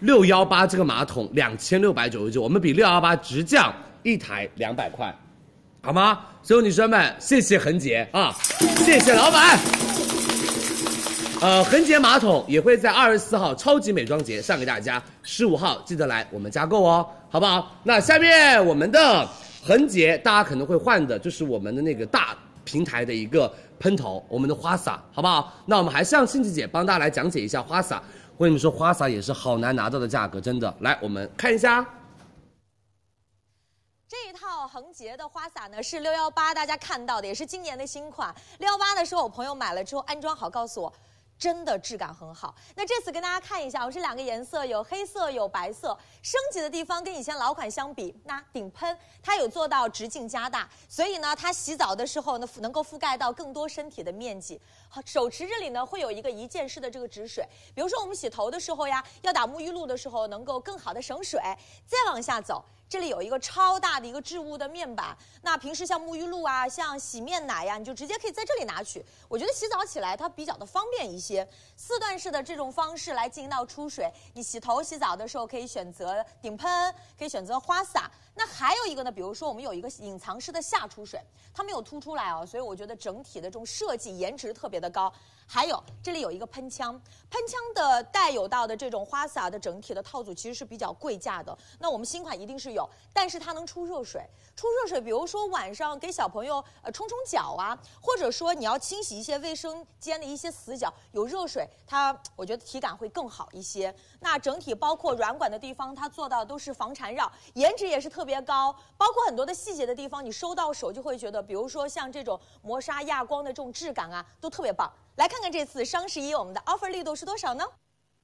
Speaker 12: 六幺八这个马桶两千六百九十九，我们比六幺八直降一台两百块，好吗？所有女生们，谢谢恒杰啊，谢谢老板。呃，恒杰马桶也会在二十四号超级美妆节上给大家，十五号记得来我们加购哦，好不好？那下面我们的恒杰，大家可能会换的就是我们的那个大平台的一个喷头，我们的花洒，好不好？那我们还是让庆琪姐帮大家来讲解一下花洒。我跟你们说，花洒也是好难拿到的价格，真的。来，我们看一下。
Speaker 7: 这一套恒洁的花洒呢是六幺八，大家看到的也是今年的新款。六幺八的时候，我朋友买了之后安装好，告诉我。真的质感很好。那这次跟大家看一下，我这两个颜色有黑色有白色，升级的地方跟以前老款相比，那顶喷它有做到直径加大，所以呢，它洗澡的时候呢能够覆盖到更多身体的面积。好手持这里呢会有一个一键式的这个止水，比如说我们洗头的时候呀，要打沐浴露的时候能够更好的省水。再往下走。这里有一个超大的一个置物的面板，那平时像沐浴露啊、像洗面奶呀、你就直接可以在这里拿取。我觉得洗澡起来它比较的方便一些。四段式的这种方式来进行到出水，你洗头、洗澡的时候可以选择顶喷，可以选择花洒。那还有一个呢，比如说我们有一个隐藏式的下出水，它没有凸出来啊，所以我觉得整体的这种设计颜值特别的高。还有这里有一个喷枪，喷枪的带有到的这种花洒的整体的套组其实是比较贵价的。那我们新款一定是有，但是它能出热水，出热水，比如说晚上给小朋友呃冲冲脚啊，或者说你要清洗一些卫生间的一些死角，有热水，它我觉得体感会更好一些。那整体包括软管的地方，它做到都是防缠绕，颜值也是特别高，包括很多的细节的地方，你收到手就会觉得，比如说像这种磨砂亚光的这种质感啊，都特别棒。来看看这次双十一我们的 offer 力度是多少呢？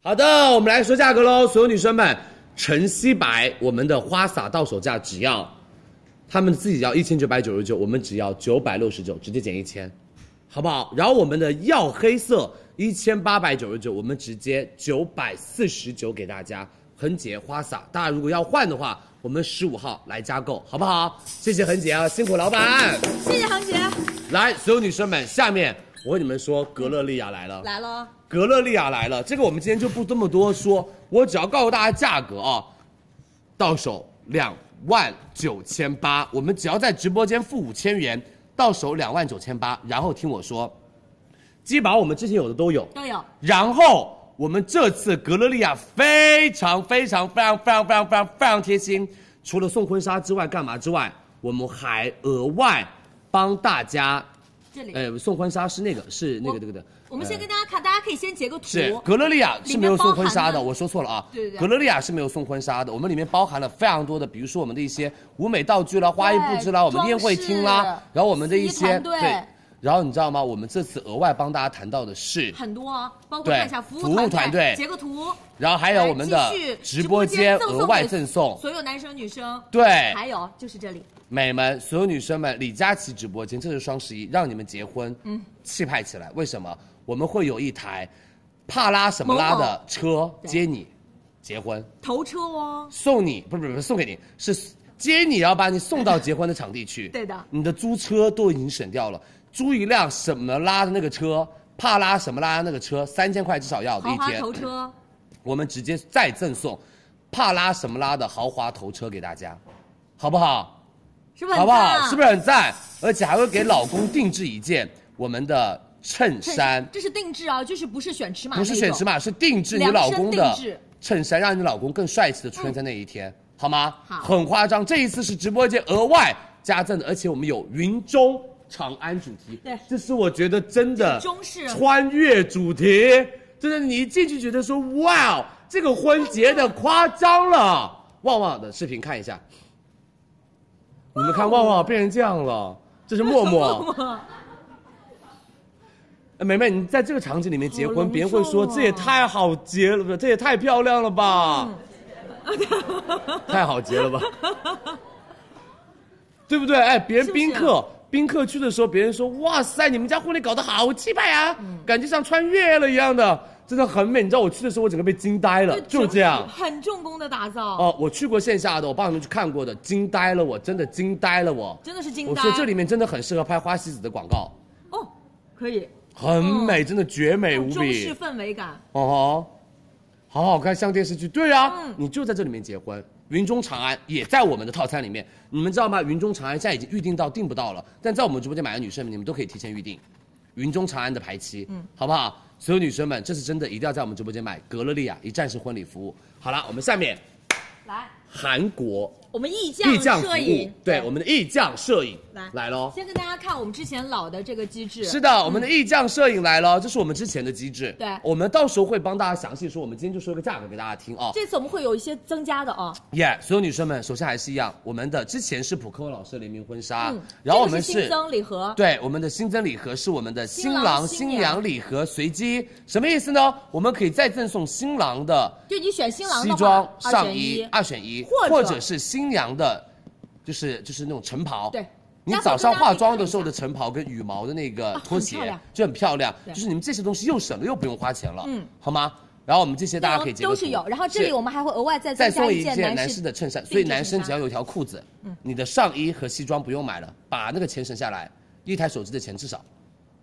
Speaker 12: 好的，我们来说价格喽，所有女生们，晨曦白我们的花洒到手价只要，他们自己要一千九百九十九，我们只要九百六十九，直接减一千，好不好？然后我们的曜黑色一千八百九十九，我们直接九百四十九给大家，恒姐花洒。大家如果要换的话，我们十五号来加购，好不好？谢谢恒姐啊，辛苦老板。
Speaker 8: 谢谢航姐，
Speaker 12: 来，所有女生们，下面我跟你们说，格勒利亚来了，
Speaker 8: 来喽。
Speaker 12: 格勒利亚来了，这个我们今天就不这么多说，我只要告诉大家价格啊，到手两万九千八，我们只要在直播间付五千元，到手两万九千八，然后听我说，基本上我们之前有的都有，
Speaker 8: 都有。
Speaker 12: 然后我们这次格勒利亚非常非常非常非常非常非常非常贴心，除了送婚纱之外，干嘛之外，我们还额外帮大家，
Speaker 8: 这里
Speaker 12: 呃，送婚纱是那个是那个那个的。
Speaker 8: 我们
Speaker 12: 呃
Speaker 8: 先跟大家看，大家可以先截个图。
Speaker 12: 是格勒利亚是没有送婚纱
Speaker 8: 里面包含
Speaker 12: 的，
Speaker 8: 了
Speaker 12: 我说错了啊。
Speaker 8: 对对对
Speaker 12: 格勒利亚是没有送婚纱的，我们里面包含了非常多的，比如说我们的一些舞美道具啦、花艺布置啦、我们宴会
Speaker 8: 装饰
Speaker 12: 厅啦，然后我们的一
Speaker 8: 司仪
Speaker 12: 些
Speaker 8: 团队
Speaker 12: 然后你知道吗？我们这次额外帮大家谈到的是，
Speaker 8: 很多啊，包括
Speaker 12: 对
Speaker 8: 看一下服
Speaker 12: 服务
Speaker 8: 务
Speaker 12: 团
Speaker 8: 队，
Speaker 12: 队
Speaker 8: 截个图。
Speaker 12: 然后还有我们的
Speaker 8: 来继续
Speaker 12: 直
Speaker 8: 直
Speaker 12: 播间
Speaker 8: 赠送
Speaker 12: 额外
Speaker 8: 给
Speaker 12: 赠送
Speaker 8: 所有男生女生。
Speaker 12: 对
Speaker 8: 还有就是这里，
Speaker 12: 美们，所有女生们，李佳琦直播间，这是双十一，让你们结婚，嗯，气派起来。为什么？我们会有一台帕拉什么拉的车接你结婚，
Speaker 8: 头车哦。
Speaker 12: 送你，不是不是不是送给你，是接你，然后把你送到结婚的场地去。
Speaker 8: (laughs) 对的
Speaker 12: 你的租车都已经省掉了，租一辆什么拉的那个车，帕拉什么拉的那个车，三千块至少要的
Speaker 8: 豪
Speaker 12: 一
Speaker 8: 华
Speaker 12: 天。
Speaker 8: 头车，
Speaker 12: 我们直接再赠送帕拉什么拉的豪华头车给大家，好不好？
Speaker 8: 是不是
Speaker 12: 好
Speaker 8: 很
Speaker 12: 不
Speaker 8: 赞啊？
Speaker 12: 好？是不是很赞？而且还会给老公定制一件我们的衬
Speaker 8: 衬
Speaker 12: 衫，
Speaker 8: 这是定制啊，就是不是选尺码那
Speaker 12: 不
Speaker 8: 种，
Speaker 12: 是选尺码，是定制你老公
Speaker 8: 量身定
Speaker 12: 的
Speaker 8: 制嗯
Speaker 12: 衬衫，让你老公更帅气的出现在那一天，好吗？
Speaker 8: 好
Speaker 12: 很夸张。这一次是直播间额外加赠的，而且我们有云中长安主题，
Speaker 8: 对
Speaker 12: 这是我觉得真的
Speaker 8: 中式
Speaker 12: 穿越主题，真的你一进去觉得说哇哦，这个婚结的
Speaker 8: 哦
Speaker 12: 夸张了。旺旺的视频看一下，你们
Speaker 8: 哦
Speaker 12: 看旺旺变成这样了，这是默默。哎梅梅，你在这个场景里面结
Speaker 8: 好
Speaker 12: 婚，
Speaker 8: 隆
Speaker 12: 别人会说
Speaker 8: 重啊
Speaker 12: 这也太好结了吧，这也太漂亮了吧，
Speaker 8: 嗯
Speaker 12: (laughs) 太好结了吧，对不对？哎，别
Speaker 8: 啊
Speaker 12: 人宾客宾客去的时候，别人说哇塞，你们家婚礼搞得好气派啊，
Speaker 8: 嗯
Speaker 12: 感觉像穿越了一样的，真的很美。你知道我去的时候，我整个被惊呆了，就这样。
Speaker 8: 很重工的打造，
Speaker 12: 哦，我去过线下的，我帮你们去看过的，惊呆了我，真的惊呆了我，
Speaker 8: 真的是惊呆
Speaker 12: 我说这里面真的很适合拍花西子的广告，
Speaker 8: 哦，可以，
Speaker 12: 很美，真的绝哎美无比。
Speaker 8: 嗯中式氛围感，
Speaker 12: 哦吼，好好看，像电视剧。对啊，你就在这里面结婚。云中长安也在我们的套餐里面，你们知道吗？云中长安现在已经预定到订不到了，但在我们直播间买的女生们，你们都可以提前预定。云中长安的排期，嗯，好不好？所有女生们，这是真的，一定要在我们直播间买格勒利亚一站式婚礼服务。好了，我们下面
Speaker 8: 来，
Speaker 12: 韩国
Speaker 8: 我们意
Speaker 12: 意匠
Speaker 8: 匠
Speaker 12: 服
Speaker 8: 摄
Speaker 12: 务
Speaker 8: 影，，
Speaker 12: 对我们的意匠摄影
Speaker 8: 来
Speaker 12: 来喽。
Speaker 8: 先跟大家看我们之前老的这个机制，
Speaker 12: 是的，我们的意匠摄影来了，这是我们之前的机制。
Speaker 8: 嗯对
Speaker 12: 我们到时候会帮大家详细说，我们今天就说一个价格给大家听啊。
Speaker 8: 这次我们会有一些增加的啊，
Speaker 12: 耶所有女生们，首先还是一样，我们的之前是普克老师的联名婚纱，
Speaker 8: 嗯
Speaker 12: 然后我们
Speaker 8: 这个是新增礼盒
Speaker 12: 对，我们的新增礼盒是我们的新
Speaker 8: 新
Speaker 12: 郎
Speaker 8: 郎
Speaker 12: 新
Speaker 8: 新
Speaker 12: 娘
Speaker 8: 娘
Speaker 12: 礼盒随机，什么意思呢？我们可以再赠送新郎的
Speaker 8: 就你选新郎
Speaker 12: 西
Speaker 8: 的
Speaker 12: 装
Speaker 8: 话，二
Speaker 12: 上
Speaker 8: 选
Speaker 12: 衣
Speaker 8: 一，
Speaker 12: 二选一，
Speaker 8: 或者
Speaker 12: 是新娘的，就是就是那种晨袍。
Speaker 8: 对
Speaker 12: 你
Speaker 8: 待会儿
Speaker 12: 早上
Speaker 8: 跟大家
Speaker 12: 化妆的时候的晨袍跟羽毛的那个
Speaker 8: 啊
Speaker 12: 拖
Speaker 8: 很漂
Speaker 12: 鞋
Speaker 8: 亮
Speaker 12: 就很漂亮，
Speaker 8: 对
Speaker 12: 就是你们这些东西又省了又不用花钱了，
Speaker 8: 嗯，
Speaker 12: 好吗？然后我们这些大家可以截个
Speaker 8: 都是
Speaker 12: 图
Speaker 8: 有，然后这里
Speaker 12: 是
Speaker 8: 我们还会额外再
Speaker 12: 再
Speaker 8: 增加
Speaker 12: 送一
Speaker 8: 件
Speaker 12: 件男
Speaker 8: 士
Speaker 12: 士的衬衫，
Speaker 8: 定制
Speaker 12: 所以男生
Speaker 8: 衬
Speaker 12: 只
Speaker 8: 衫
Speaker 12: 要有一条裤子，
Speaker 8: 嗯
Speaker 12: 你的上衣和西装不用买了，把那个钱省下来，一台手机的钱至少，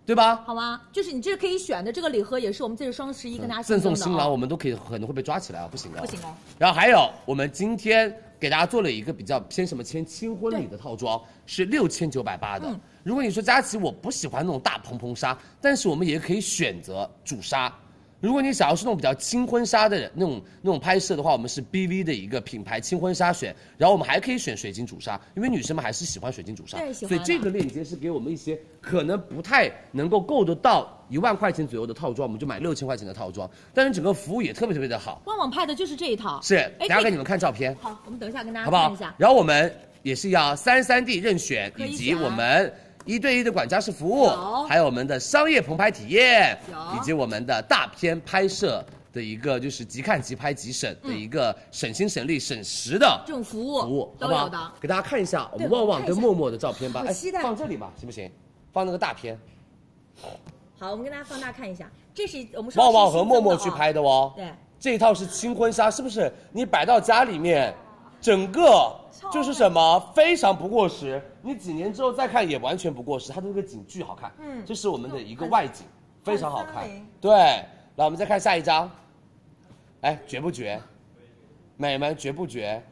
Speaker 12: 对吧？
Speaker 8: 好吗？就是你这可以选的这个礼盒，也是我们这是双十一跟大家
Speaker 12: 嗯赠送
Speaker 8: 新
Speaker 12: 新
Speaker 8: 增的啊
Speaker 12: 郎，我们都可以可能会被抓起来啊，不行的，
Speaker 8: 不行哦。
Speaker 12: 然后还有，我们今天给大家做了一个比较偏什么偏轻婚礼的套装，是六千九百八的。
Speaker 8: 嗯
Speaker 12: 如果你说佳琪我不喜欢那种大蓬蓬纱，但是我们也可以选择主纱。如果你想要是那种比较轻婚纱的那种那种拍摄的话，我们是 BV 的一个品牌轻婚纱选，然后我们还可以选水晶主纱，因为女生们还是喜欢水晶主纱，
Speaker 8: 对喜
Speaker 12: 所
Speaker 8: 欢
Speaker 12: 以
Speaker 8: 的
Speaker 12: 这个链接是给我们一些可能不太能够够得到一万块钱左右的套装，我们就买六千块钱的套装，但是整个服务也特别特别的好，
Speaker 8: 旺旺拍的就是这一套，
Speaker 12: 是，
Speaker 8: 哎，
Speaker 12: 等下
Speaker 8: 这
Speaker 12: 给你们看照片。
Speaker 8: 好，我们等一下跟大
Speaker 12: 好
Speaker 8: 家
Speaker 12: 不
Speaker 8: 看
Speaker 12: 好
Speaker 8: 一下？，
Speaker 12: 然后我们也是要三三 D 任选，
Speaker 8: 可以
Speaker 12: 以及
Speaker 8: 夹
Speaker 12: 我们一对一的管家式服务
Speaker 8: 有，
Speaker 12: 还有我们的商业棚拍体验，
Speaker 8: 有
Speaker 12: 以及我们的大片拍摄的一个就是即看即拍即审的一个省心省力省时的
Speaker 8: 这种服务
Speaker 12: 服务，好
Speaker 8: 都
Speaker 12: 不
Speaker 8: 有
Speaker 12: 好
Speaker 8: 的？。
Speaker 12: 给大家看一下我们
Speaker 8: 对
Speaker 12: 旺
Speaker 8: 我
Speaker 12: 旺
Speaker 8: 看一
Speaker 12: 跟
Speaker 8: 下
Speaker 12: 默默的照片吧，
Speaker 8: 好
Speaker 12: 哎
Speaker 8: 期待
Speaker 12: 放这里吧，行不行？放那个大片，
Speaker 8: 好，我们跟大家放大看一下，这是我们说
Speaker 12: 旺旺
Speaker 8: 是
Speaker 12: 和
Speaker 8: 新增
Speaker 12: 默
Speaker 8: 的
Speaker 12: 默
Speaker 8: 啊
Speaker 12: 去拍的哦。
Speaker 8: 对，
Speaker 12: 这一套是轻婚纱，是不是？你摆到家里面，整个就是什么非常不过时。你几年之后再看也完全不过时，它的那个景巨好看。
Speaker 18: 嗯
Speaker 12: 这是我们的一个外景，非常好
Speaker 18: 很
Speaker 12: 看
Speaker 18: 森林。
Speaker 12: 对，来我们再看下一张，哎，绝不绝？美们绝不绝？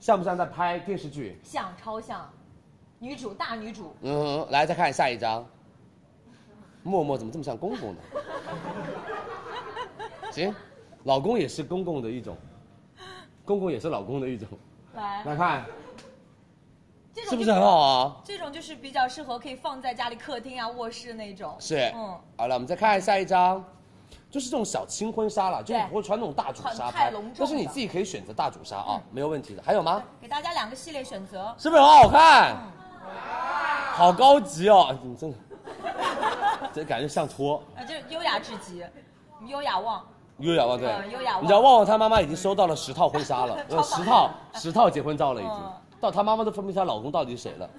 Speaker 12: 像不像在拍电视剧？
Speaker 19: 像超像，女主大女主，
Speaker 12: 嗯，来再看下一张，默默怎么这么像公
Speaker 19: (laughs)
Speaker 12: 公呢？行，老公也是公公的一种，公公也是老公的一种。
Speaker 19: 来，
Speaker 12: 来看，
Speaker 19: 这种
Speaker 12: 是不
Speaker 19: 就是
Speaker 12: 很好？啊？
Speaker 19: 这种就是比较适合可以放在家里客厅啊、卧室那种。
Speaker 12: 是，
Speaker 19: 嗯，
Speaker 12: 好了，我们再看下一张，就是这种小轻婚纱啦，就你不会穿那种大主纱
Speaker 19: 很
Speaker 12: 拍
Speaker 19: 太隆重，嗯
Speaker 12: 但是你
Speaker 19: 了
Speaker 12: 自己可以选择大主纱啊，没有问题的。还有吗？
Speaker 19: 给大家两个系列选
Speaker 12: (laughs)
Speaker 19: 择。
Speaker 12: 是不是很好看？
Speaker 19: 嗯
Speaker 12: 好高级哦，你真的，这感觉像托。
Speaker 19: 呃，就是优雅至极，优雅望。
Speaker 12: 优雅旺对，
Speaker 19: 嗯优雅旺
Speaker 12: 你知道旺旺她妈妈已经收到了十套婚
Speaker 19: (laughs)
Speaker 12: 纱了，
Speaker 19: 超棒
Speaker 12: 呃，十套十套结婚照了已经
Speaker 19: 嗯，
Speaker 12: 到她妈妈都分不清她老公到底是谁了。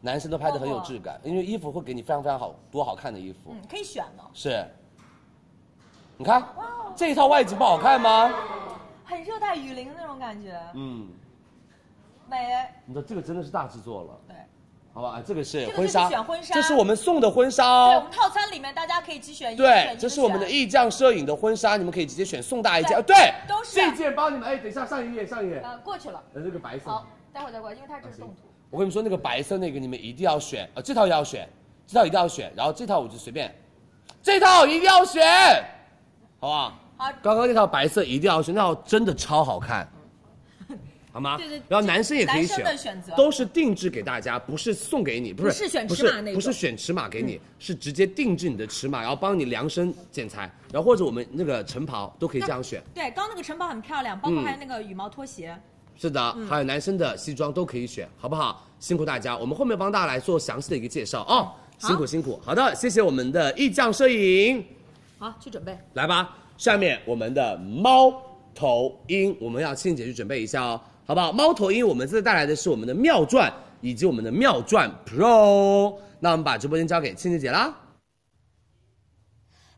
Speaker 12: 男生都拍的很有质感，因为衣服会给你非常非常好多好看的衣服。
Speaker 19: 嗯嗯，可以选的，
Speaker 12: 是，你看这一套外景不好看吗？
Speaker 19: 很热带雨林那种感觉，
Speaker 12: 嗯，
Speaker 19: 美。
Speaker 12: 你知道这个真的是大制作了。
Speaker 19: 对，
Speaker 12: 好吧，啊这个是
Speaker 19: 这个
Speaker 12: 婚纱，
Speaker 19: 就是选婚纱
Speaker 12: 这是我们送的婚纱
Speaker 19: 对，
Speaker 12: 哦
Speaker 19: 我。们套餐里面大家可以只选一个选
Speaker 12: 对
Speaker 19: 一，个
Speaker 12: 这是我们的
Speaker 19: 选
Speaker 12: 意匠摄影的婚纱，你们可以直接选送大一件。啊对，
Speaker 19: 都是
Speaker 12: 这件帮你们。哎，等一下，上一页，上一页。
Speaker 19: 呃过去了，
Speaker 12: 呃，那个白色。
Speaker 19: 好，待会儿再过来，因为它这是动图。
Speaker 12: 我跟你们说，那个白色那个你们一定要选，呃，这套也要选，这套一定要选，然后这套我就随便，这套一定要选，好不好？
Speaker 19: 好
Speaker 12: 刚刚那套白色一定要选，那套真的超好看，
Speaker 19: (laughs)
Speaker 12: 好吗？
Speaker 19: 对对
Speaker 12: 然后男生也可以
Speaker 19: 男生
Speaker 12: 选，
Speaker 19: 的选择
Speaker 12: 都是定制给大家，不是送给你，不是
Speaker 19: 不是选
Speaker 12: 不
Speaker 19: 尺码那
Speaker 12: 不是
Speaker 19: 种
Speaker 12: 选尺码给你，是直接定制你的尺码，然后帮你量身剪裁，然后或者我们那个晨袍都可以这样选。
Speaker 8: 对，刚刚那个城堡很漂亮，包括还
Speaker 12: 嗯
Speaker 8: 有那个羽毛拖鞋。
Speaker 12: 是的，还有男生的西装都可以选，好不好？辛苦大家，我们后面帮大家来做详细的一个介绍哦。辛苦辛苦，好的，谢谢我们的意匠摄影，
Speaker 8: 好，去准备。
Speaker 12: 来吧，下面我们的猫头鹰，我们要庆姐去准备一下哦，好不好？猫头鹰，我们这次带来的是我们的妙转以及我们的妙转 Pro，那我们把直播间交给庆姐姐啦。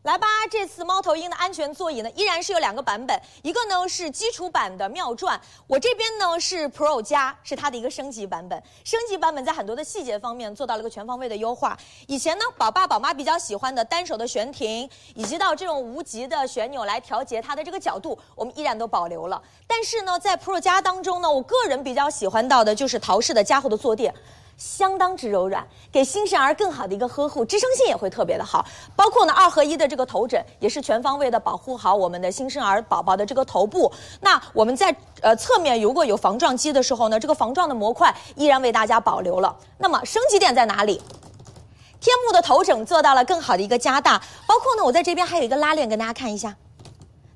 Speaker 7: 来吧，这次猫头鹰的安全座椅呢，依然是有两个版本，一个呢是基础版的妙转，我这边呢是 Pro 加，是它的一个升级版本。升级版本在很多的细节方面做到了一个全方位的优化。以前呢，宝爸宝妈比较喜欢的单手的悬停，以及到这种无极的旋钮来调节它的这个角度，我们依然都保留了。但是呢，在 Pro 加当中呢，我个人比较喜欢到的就是陶氏的加厚的坐垫。相当之柔软，给新生儿更好的一个呵护，支撑性也会特别的好。包括呢二合一的这个头枕，也是全方位的保护好我们的新生儿宝宝的这个头部。那我们在呃侧面如果有防撞击的时候呢，这个防撞的模块依然为大家保留了。那么升级点在哪里？天幕的头枕做到了更好的一个加大，包括呢我在这边还有一个拉链跟大家看一下。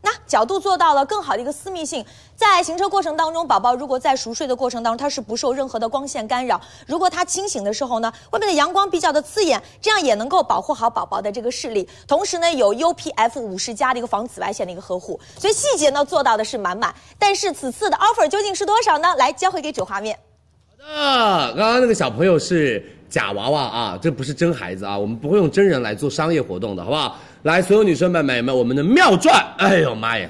Speaker 7: 那角度做到了更好的一个私密性，在行车过程当中，宝宝如果在熟睡的过程当中，他是不受任何的光线干扰。如果他清醒的时候呢，外面的阳光比较的刺眼，这样也能够保护好宝宝的这个视力。同时呢，有 UPF 五十加的一个防紫外线的一个呵护，所以细节呢做到的是满满。但是此次的 offer 究竟是多少呢？来，交回给主画面。
Speaker 12: 啊，刚刚那个小朋友是假娃娃啊，这不是真孩子啊，我们不会用真人来做商业活动的，好不好？来，所有女生们、美们，我们的妙转，哎呦妈呀，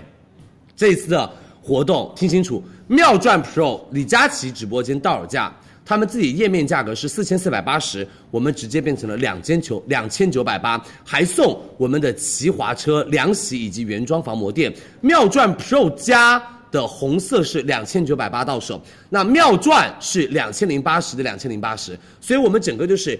Speaker 12: 这一次的活动听清楚，妙转 Pro 李佳琦直播间到手价，他们自己页面价格是四千四百八十，我们直接变成了两千九两千九百八，还送我们的骑滑车、凉席以及原装防磨垫。妙转 Pro 加的红色是两千九百八到手，那妙转是两千零八十的两千零八十，所以我们整个就是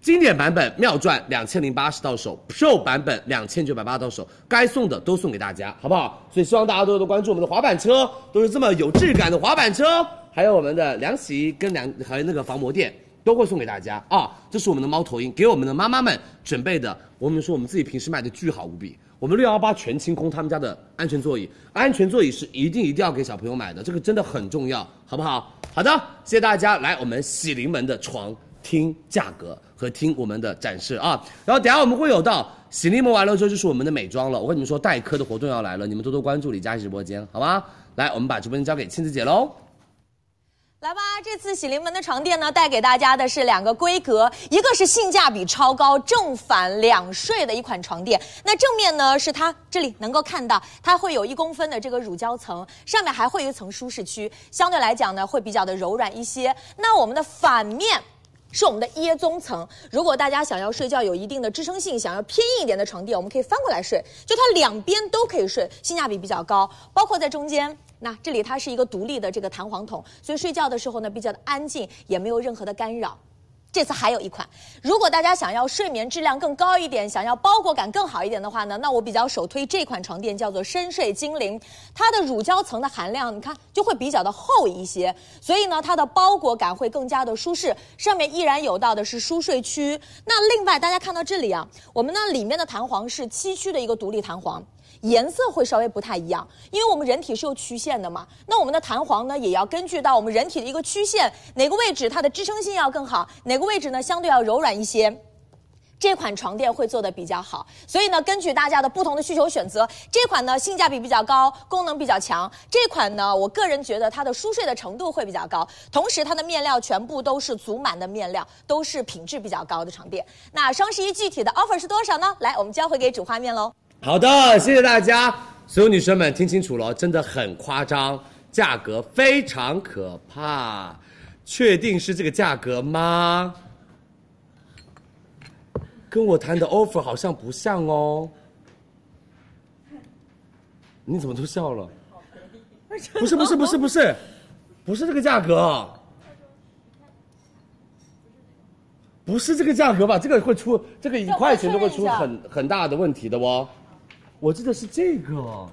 Speaker 12: 经典版本妙转两千零八十到手，Pro 版本两千九百八到手，该送的都送给大家，好不好？所以希望大家多多关注我们的滑板车，都是这么有质感的滑板车，还有我们的凉席跟凉还有那个防磨垫。都会送给大家啊！这是我们的猫头鹰给我们的妈妈们准备的。我跟你们说，我们自己平时卖的巨好无比。我们六幺八全清空他们家的安全座椅，安全座椅是一定一定要给小朋友买的，这个真的很重要，好不好？好的，谢谢大家。来，我们喜临门的床听价格和听我们的展示啊。然后等一下我们会有到喜临门完了之后就是我们的美妆了。我跟你们说，黛珂的活动要来了，你们多多关注李佳琦直播间，好吗？来，我们把直播间交给庆子姐喽。
Speaker 7: 来吧，这次喜临门的床垫呢，带给大家的是两个规格，一个是性价比超高、正反两睡的一款床垫。那正面呢是它这里能够看到，它会有一公分的这个乳胶层，上面还会有一层舒适区，相对来讲呢会比较的柔软一些。那我们的反面。是我们的椰棕层。如果大家想要睡觉有一定的支撑性，想要偏硬一点的床垫，我们可以翻过来睡，就它两边都可以睡，性价比比较高。包括在中间，那这里它是一个独立的这个弹簧筒，所以睡觉的时候呢比较的安静，也没有任何的干扰。这次还有一款，如果大家想要睡眠质量更高一点，想要包裹感更好一点的话呢，那我比较首推这款床垫，叫做深睡精灵。它的乳胶层的含量，你看就会比较的厚一些，所以呢，它的包裹感会更加的舒适。上面依然有到的是舒睡区。那另外大家看到这里啊，我们呢里面的弹簧是七区的一个独立弹簧。颜色会稍微不太一样，因为我们人体是有曲线的嘛。那我们的弹簧呢，也要根据到我们人体的一个曲线，哪个位置它的支撑性要更好，哪个位置呢相对要柔软一些。这款床垫会做的比较好，所以呢，根据大家的不同的需求选择，这款呢性价比比较高，功能比较强。这款呢，我个人觉得它的舒适的程度会比较高，同时它的面料全部都是足满的面料，都是品质比较高的床垫。那双十一具体的 offer 是多少呢？来，我们交回给主画面喽。
Speaker 12: 好的，谢谢大家，所有女生们听清楚了，真的很夸张，价格非常可怕，确定是这个价格吗？跟我谈的 offer 好像不像哦。你怎么都笑了？不是不是不是不是，不是这个价格啊，不是这个价格吧？这个会出，这个一块钱都会出很很大的问题的哦。我记得是这个。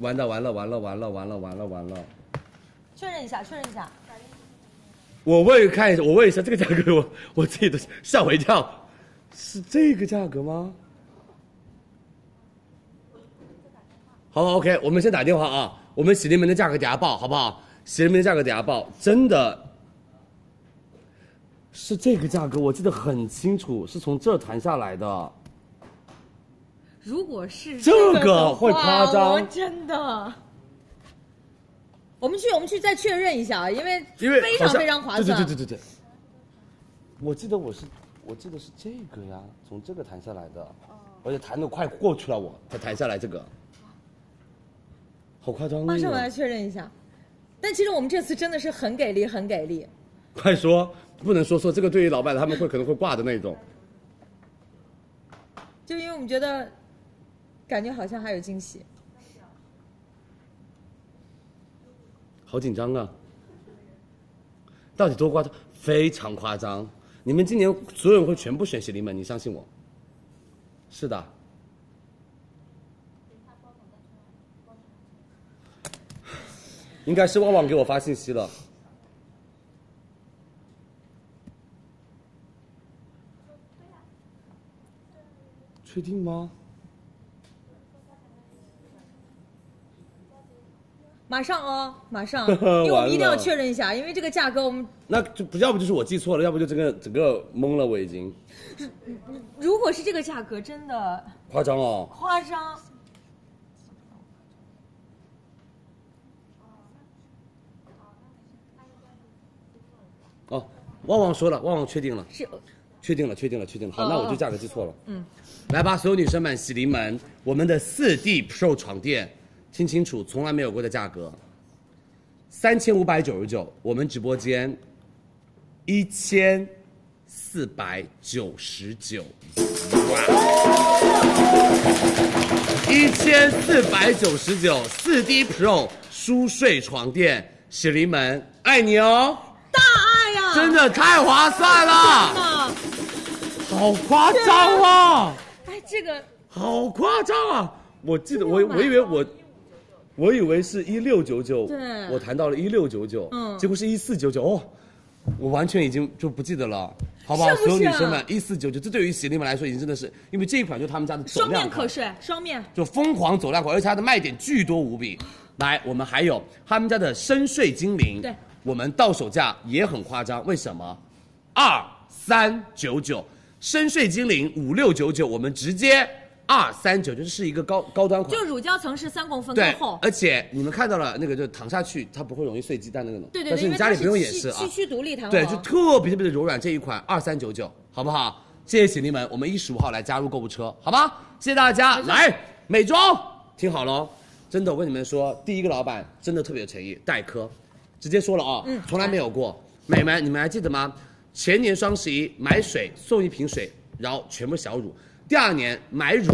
Speaker 12: 完了完了完了完了完了完了完了！
Speaker 20: 确认一下，确认一下。
Speaker 12: 我问看一下，我问一下这个价格，我我自己都吓我一跳，是这个价格吗？好，OK，我们先打电话啊，我们喜临门的价格给大家报，好不好？喜临门的价格给大家报，真的是这个价格，我记得很清楚，是从这儿谈下来的。
Speaker 20: 如果是
Speaker 12: 这个
Speaker 20: 的话
Speaker 12: 会夸张
Speaker 20: 我真的。我们去，我们去再确认一下啊，因为
Speaker 12: 因为
Speaker 20: 非
Speaker 12: 好
Speaker 20: 常
Speaker 12: 像
Speaker 20: 非常划算。
Speaker 12: 对对对对对对。我记得我是，我记得是这个呀，从这个谈下来的，
Speaker 20: 哦
Speaker 12: 而且谈的快过去了我，才谈下来这个，好夸张、哦！
Speaker 20: 马上我来确认一下。但其实我们这次真的是很给力，很给力。
Speaker 12: 快说，不能说错，这个对于老板他们会可能会挂的那种。
Speaker 20: 就因为我们觉得，感觉好像还有惊喜。
Speaker 12: 好紧张啊！到底多夸张？非常夸张！你们今年所有人会全部选喜临门，你相信我。是的。应该是旺旺给我发信息了。确定吗？
Speaker 20: 马上哦，马上，
Speaker 12: (laughs) 完了
Speaker 20: 因为我们一定要确认一下，因为这个价格我们
Speaker 12: 那就不要不就是我记错了，要不就整个整个懵了，我已经
Speaker 20: 如果是这个价格，真的
Speaker 12: 夸张哦。
Speaker 20: 夸张。
Speaker 12: 哦，旺旺说了，旺旺确定了，
Speaker 20: 是，
Speaker 12: 确定了，确定了，确定了。好，
Speaker 20: 哦
Speaker 12: 那我就价格记错了。
Speaker 20: 嗯，
Speaker 12: 来吧，所有女生们，喜临门，我们的四 D Pro 床垫，听清楚，从来没有过的价格，三千五百九十九，我们直播间一千四百九十九，哇，一千四百九十九，四 D Pro 舒睡床垫，喜临门，爱你哦，
Speaker 20: 大爱啊呀、
Speaker 12: 真的太划算了，
Speaker 20: 了！
Speaker 12: 好夸张啊！
Speaker 20: 哎，这个
Speaker 12: 好夸张啊！我记得我我以为我，我以为是一六九九，
Speaker 20: 对
Speaker 12: 我谈到了一六九九，
Speaker 20: 嗯
Speaker 12: 结果是一四九九哦，我完全已经就不记得了，好不好？
Speaker 20: 是不是啊
Speaker 12: 所有女生们，一四九九，这对于喜力们来说已经真的是，因为这一款就是他们家的走
Speaker 20: 双
Speaker 12: 量
Speaker 20: 面
Speaker 12: 款
Speaker 20: 可，睡，双面
Speaker 12: 就疯狂走量款，而且它的卖点巨多无比。来，我们还有他们家的深睡精灵，
Speaker 20: 对，
Speaker 12: 我们到手价也很夸张，为什么？二三九九，深睡精灵五六九九，我们直接二三九，就是一个高高端款，
Speaker 8: 就乳胶层是三公分
Speaker 12: 对
Speaker 8: 更厚，
Speaker 12: 而且你们看到了那个，就躺下去它不会容易碎鸡蛋那个呢。
Speaker 8: 对对对
Speaker 12: 但是
Speaker 8: 因
Speaker 12: 你
Speaker 8: 为
Speaker 12: 家
Speaker 8: 它
Speaker 12: 里
Speaker 8: 是
Speaker 12: 不用
Speaker 8: 七
Speaker 12: 演示啊。
Speaker 8: 七区独立弹簧哦
Speaker 12: 对，就特别特别的柔软，这一款二三九九，好不好？谢谢喜力们，我们一十五号来加入购物车，好吧？谢谢大家，来美妆听好喽，真的，我跟你们说，第一个老板真的特别有诚意，黛珂，直接说了啊、
Speaker 17: 嗯
Speaker 12: 从来没有过。美们，你们还记得吗？前年双十一买水送一瓶水，然后全部小乳；第二年买乳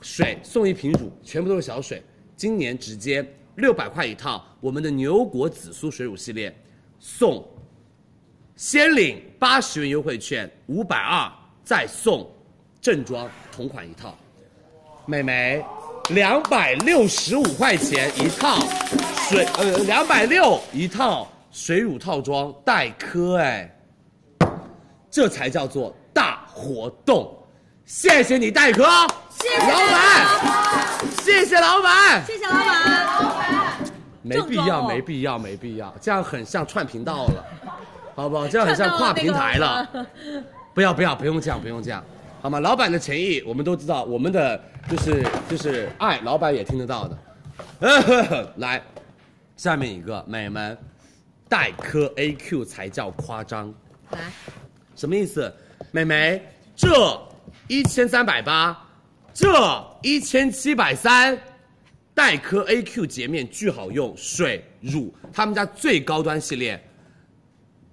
Speaker 12: 水送一瓶乳，全部都是小水。今年直接六百块一套，我们的牛果紫苏水乳系列送先领八十元优惠券，五百二再送正装同款一套。美眉，两百六十五块钱一套水，呃，两百六一套水乳套装黛珂，哎，这才叫做大活动。谢谢你，黛珂，谢谢老板，谢谢老板，
Speaker 7: 谢谢老板。
Speaker 12: 没必
Speaker 7: 正装
Speaker 12: 要，
Speaker 7: 哦
Speaker 12: 没必要，没必要，这样很像串频道了，好不好？这样很像跨平台了。不要不要，不用这样，不用这样，好吗？老板的诚意我们都知道，我们的就是就是爱，老板也听得到的。 (laughs) 来，下面一个美们，黛珂 AQ 才叫夸张。
Speaker 8: 来，
Speaker 12: 什么意思？美眉，这一千三百八，这一千七百三，黛珂 AQ 洁面巨好用，水乳他们家最高端系列。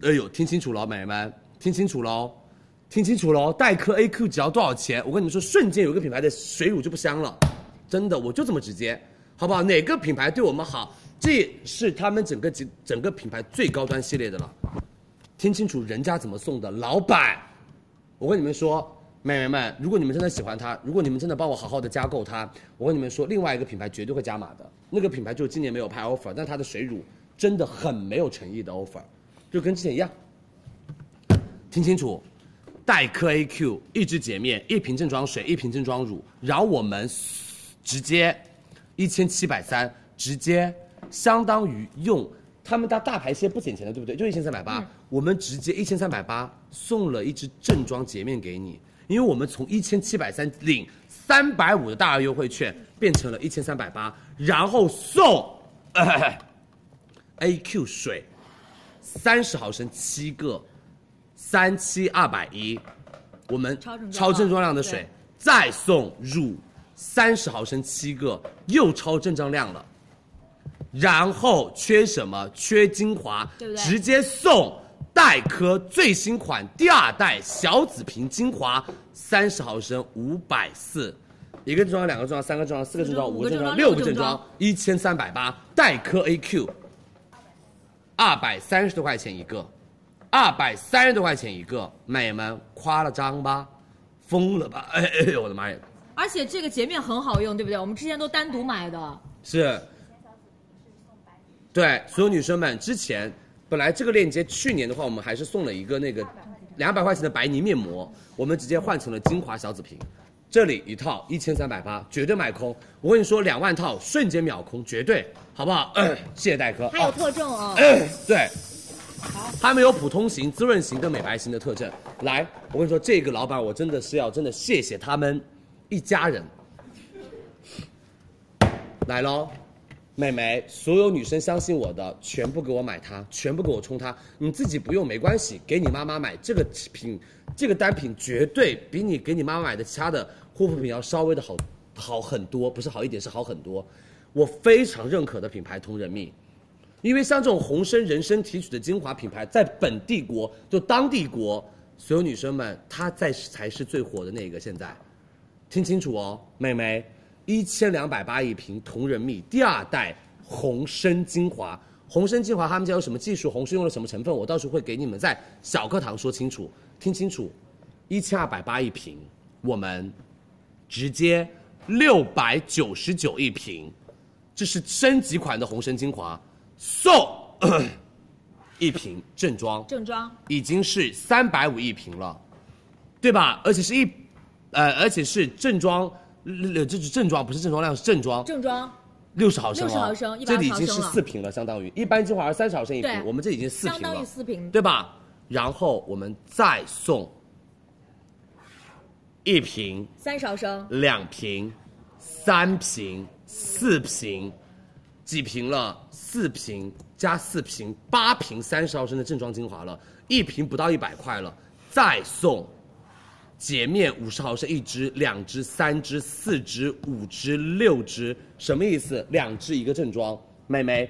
Speaker 12: 哎呦，听清楚了，美眉们，听清楚喽，听清楚哦喽，黛珂 AQ 只要多少钱？我跟你们说，瞬间有一个品牌的水乳就不香了，真的，我就这么直接，好不好？哪个品牌对我们好，这是他们整个集整个品牌最高端系列的了。听清楚人家怎么送的，老板，我跟你们说，美眉们，如果你们真的喜欢它，如果你们真的帮我好好的加购它，我跟你们说，另外一个品牌绝对会加码的，那个品牌就是今年没有拍 offer，但它的水乳真的很没有诚意的 offer，就跟之前一样。听清楚，黛珂 AQ 一支洁面，一瓶正装水，一瓶正装乳，然后我们直接一千七百三，直接相当于用他们家大牌蟹不减钱的，对不对？就一千三百八，我们直接一千三百八送了一支正装洁面给你，因为我们从一千七百三领三百五的大额优惠券变成了一千三百八，然后送、AQ 水三十毫升七个，三七二百一，我们
Speaker 17: 超正装
Speaker 12: 超正装量的
Speaker 17: 对
Speaker 12: 水。再送乳三十毫升七个，又超正装量了。然后缺什么？缺精华，
Speaker 17: 对不对
Speaker 12: 直接送黛珂最新款第二代小紫瓶精华，三十毫升五百四，一个正装，两个正装，三个正装，四个正装，
Speaker 17: 五
Speaker 12: 五
Speaker 17: 个
Speaker 12: 个
Speaker 17: 正
Speaker 12: 正
Speaker 17: 装
Speaker 12: 装，
Speaker 17: 六
Speaker 12: 六
Speaker 17: 个
Speaker 12: 个
Speaker 17: 正
Speaker 12: 正
Speaker 17: 装
Speaker 12: 装，一千三百八，黛珂 AQ，二百三十多块钱一个，二百三十多块钱一个，美们夸了张吧，疯了吧？哎哎呦我的妈呀！
Speaker 8: 而且这个洁面很好用，对不对？我们之前都单独买的，
Speaker 12: 是，对，所有女生们，之前本来这个链接去年的话，我们还是送了一个那个两百块钱的白泥面膜，我们直接换成了精华小紫瓶，这里一套一千三百八，绝对买空。我跟你说，两万套瞬间秒空，绝对，好不好？ (coughs) 谢谢戴哥。
Speaker 8: 还有
Speaker 12: 哦
Speaker 8: 特征
Speaker 7: 啊
Speaker 8: 哦。
Speaker 12: 对，他们有普通型、滋润型跟美白型的特征。来，我跟你说，这个老板我真的是要真的谢谢他们一家人。来喽，美眉，所有女生相信我的，全部给我买它，全部给我冲它。你自己不用没关系，给你妈妈买这个品，这个单品绝对比你给你妈妈买的其他的护肤品要稍微的好好很多，不是好一点，是好很多。我非常认可的品牌同仁蜜，因为像这种红参、人参提取的精华品牌，在本地国就当地国，所有女生们，它在才是最火的那个。现在，听清楚哦，美眉，一千两百八一瓶同仁蜜第二代红参精华。红参精华他们家有什么技术？红参用了什么成分？我到时候会给你们在小课堂说清楚。听清楚，一千二百八一瓶，我们直接六百九十九一瓶，这是升级款的红参精华，送一瓶正装，
Speaker 8: 正装
Speaker 12: 已经是三百五一瓶了，对吧？而且是一，呃，而且是正装，呃这是正装，不是正装量，是正装，
Speaker 8: 正装
Speaker 12: 六十毫升、哦，
Speaker 8: 60毫升100
Speaker 12: 这里已经是
Speaker 8: 毫升了
Speaker 12: 四瓶了，相当于一般精华是三十毫升一瓶
Speaker 8: 对，
Speaker 12: 我们这已经四瓶了，
Speaker 8: 相当于四瓶
Speaker 12: 对吧？然后我们再送一瓶、
Speaker 8: 三毫升，
Speaker 12: 两瓶、三瓶、四瓶，几瓶了？四瓶加四瓶，八瓶三十毫升的正装精华了，一瓶不到一百块了，再送洁面五十毫升一支、两支、三支、四支、五支、六支，什么意思？两支一个正装，妹妹。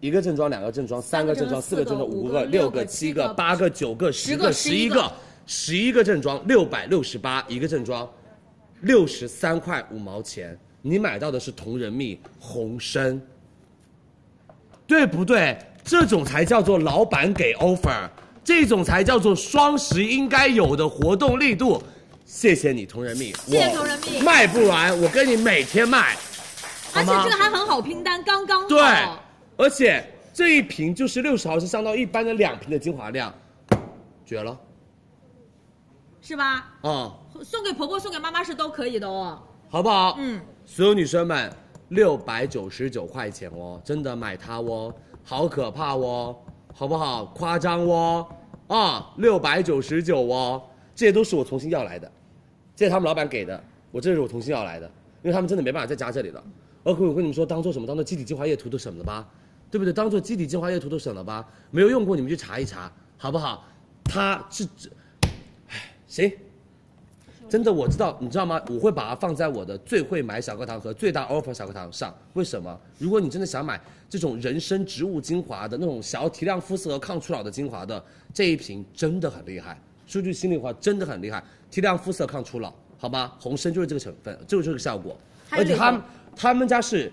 Speaker 12: 一个正装，两个正装，三个正装，四个正装，五个、六个、七个、八个、九个、十个、十一个，十一个正装，六百六十八一个正装，六十三块五毛钱。你买到的是同仁蜜红参，对不对？这种才叫做老板给 offer，这种才叫做双十应该有的活动力度。谢谢你，同仁蜜，
Speaker 8: 谢谢同仁蜜
Speaker 12: 我卖不完，我跟你每天卖，好
Speaker 8: 而且
Speaker 12: 吗
Speaker 8: 这个还很好拼单，刚刚好。
Speaker 12: 对，而且这一瓶就是六十毫升，相当于一般的两瓶的精华量，绝了
Speaker 8: 是吧？
Speaker 12: 啊、嗯
Speaker 8: 送给婆婆、送给妈妈是都可以的哦。
Speaker 12: 好不好？
Speaker 8: 嗯，
Speaker 12: 所有女生们，六百九十九块钱哦，真的买它哦，好可怕哦，好不好？夸张哦，啊，六百九十九哦，这些都是我重新要来的，这是他们老板给的，我这是我重新要来的，因为他们真的没办法再加这里了。而且我跟你们说，当做什么？当做基底精华液涂都省了吧，对不对？当做基底精华液涂都省了吧，没有用过你们去查一查，好不好？它是，唉，行。真的，我知道，你知道吗？我会把它放在我的最会买小课堂和最大 offer 小课堂上。为什么？如果你真的想买这种人参植物精华的那种想要提亮肤色和抗初老的精华的，这一瓶真的很厉害。说句心里话，真的很厉害，提亮肤色、抗初老，好吗？红参就是这个成分，就是这个效果。
Speaker 8: 还有
Speaker 12: 而且他们
Speaker 8: 哪
Speaker 12: 他们家是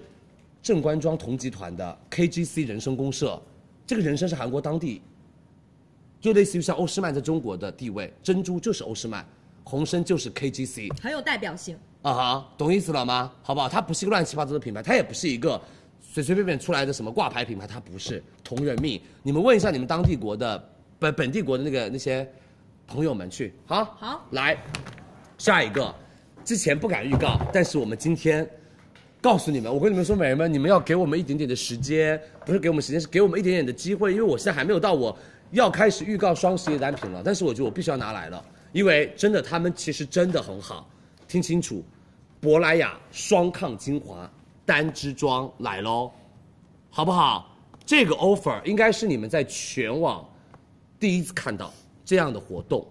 Speaker 12: 正官庄同集团的 KGC 人参公社，这个人参是韩国当地就类似于像欧诗漫在中国的地位，珍珠就是欧诗漫，红参就是 KGC
Speaker 8: 很有代表性。
Speaker 12: 啊哈，懂意思了吗？好不好？它不是一个乱七八糟的品牌，它也不是一个随随便便出来的什么挂牌品牌，它不是同人命。你们问一下你们当地国的本本地国的那个那些朋友们去，好，
Speaker 8: 好，
Speaker 12: 来下一个，之前不敢预告，但是我们今天。告诉你们，我跟你们说，美人们，你们要给我们一点点的时间，不是给我们时间，是给我们一点点的机会，因为我现在还没有到我要开始预告双十一的单品了，但是我觉得我必须要拿来了，因为真的，他们其实真的很好，听清楚，珀莱雅双抗精华单支装来喽，好不好？这个 offer 应该是你们在全网第一次看到这样的活动，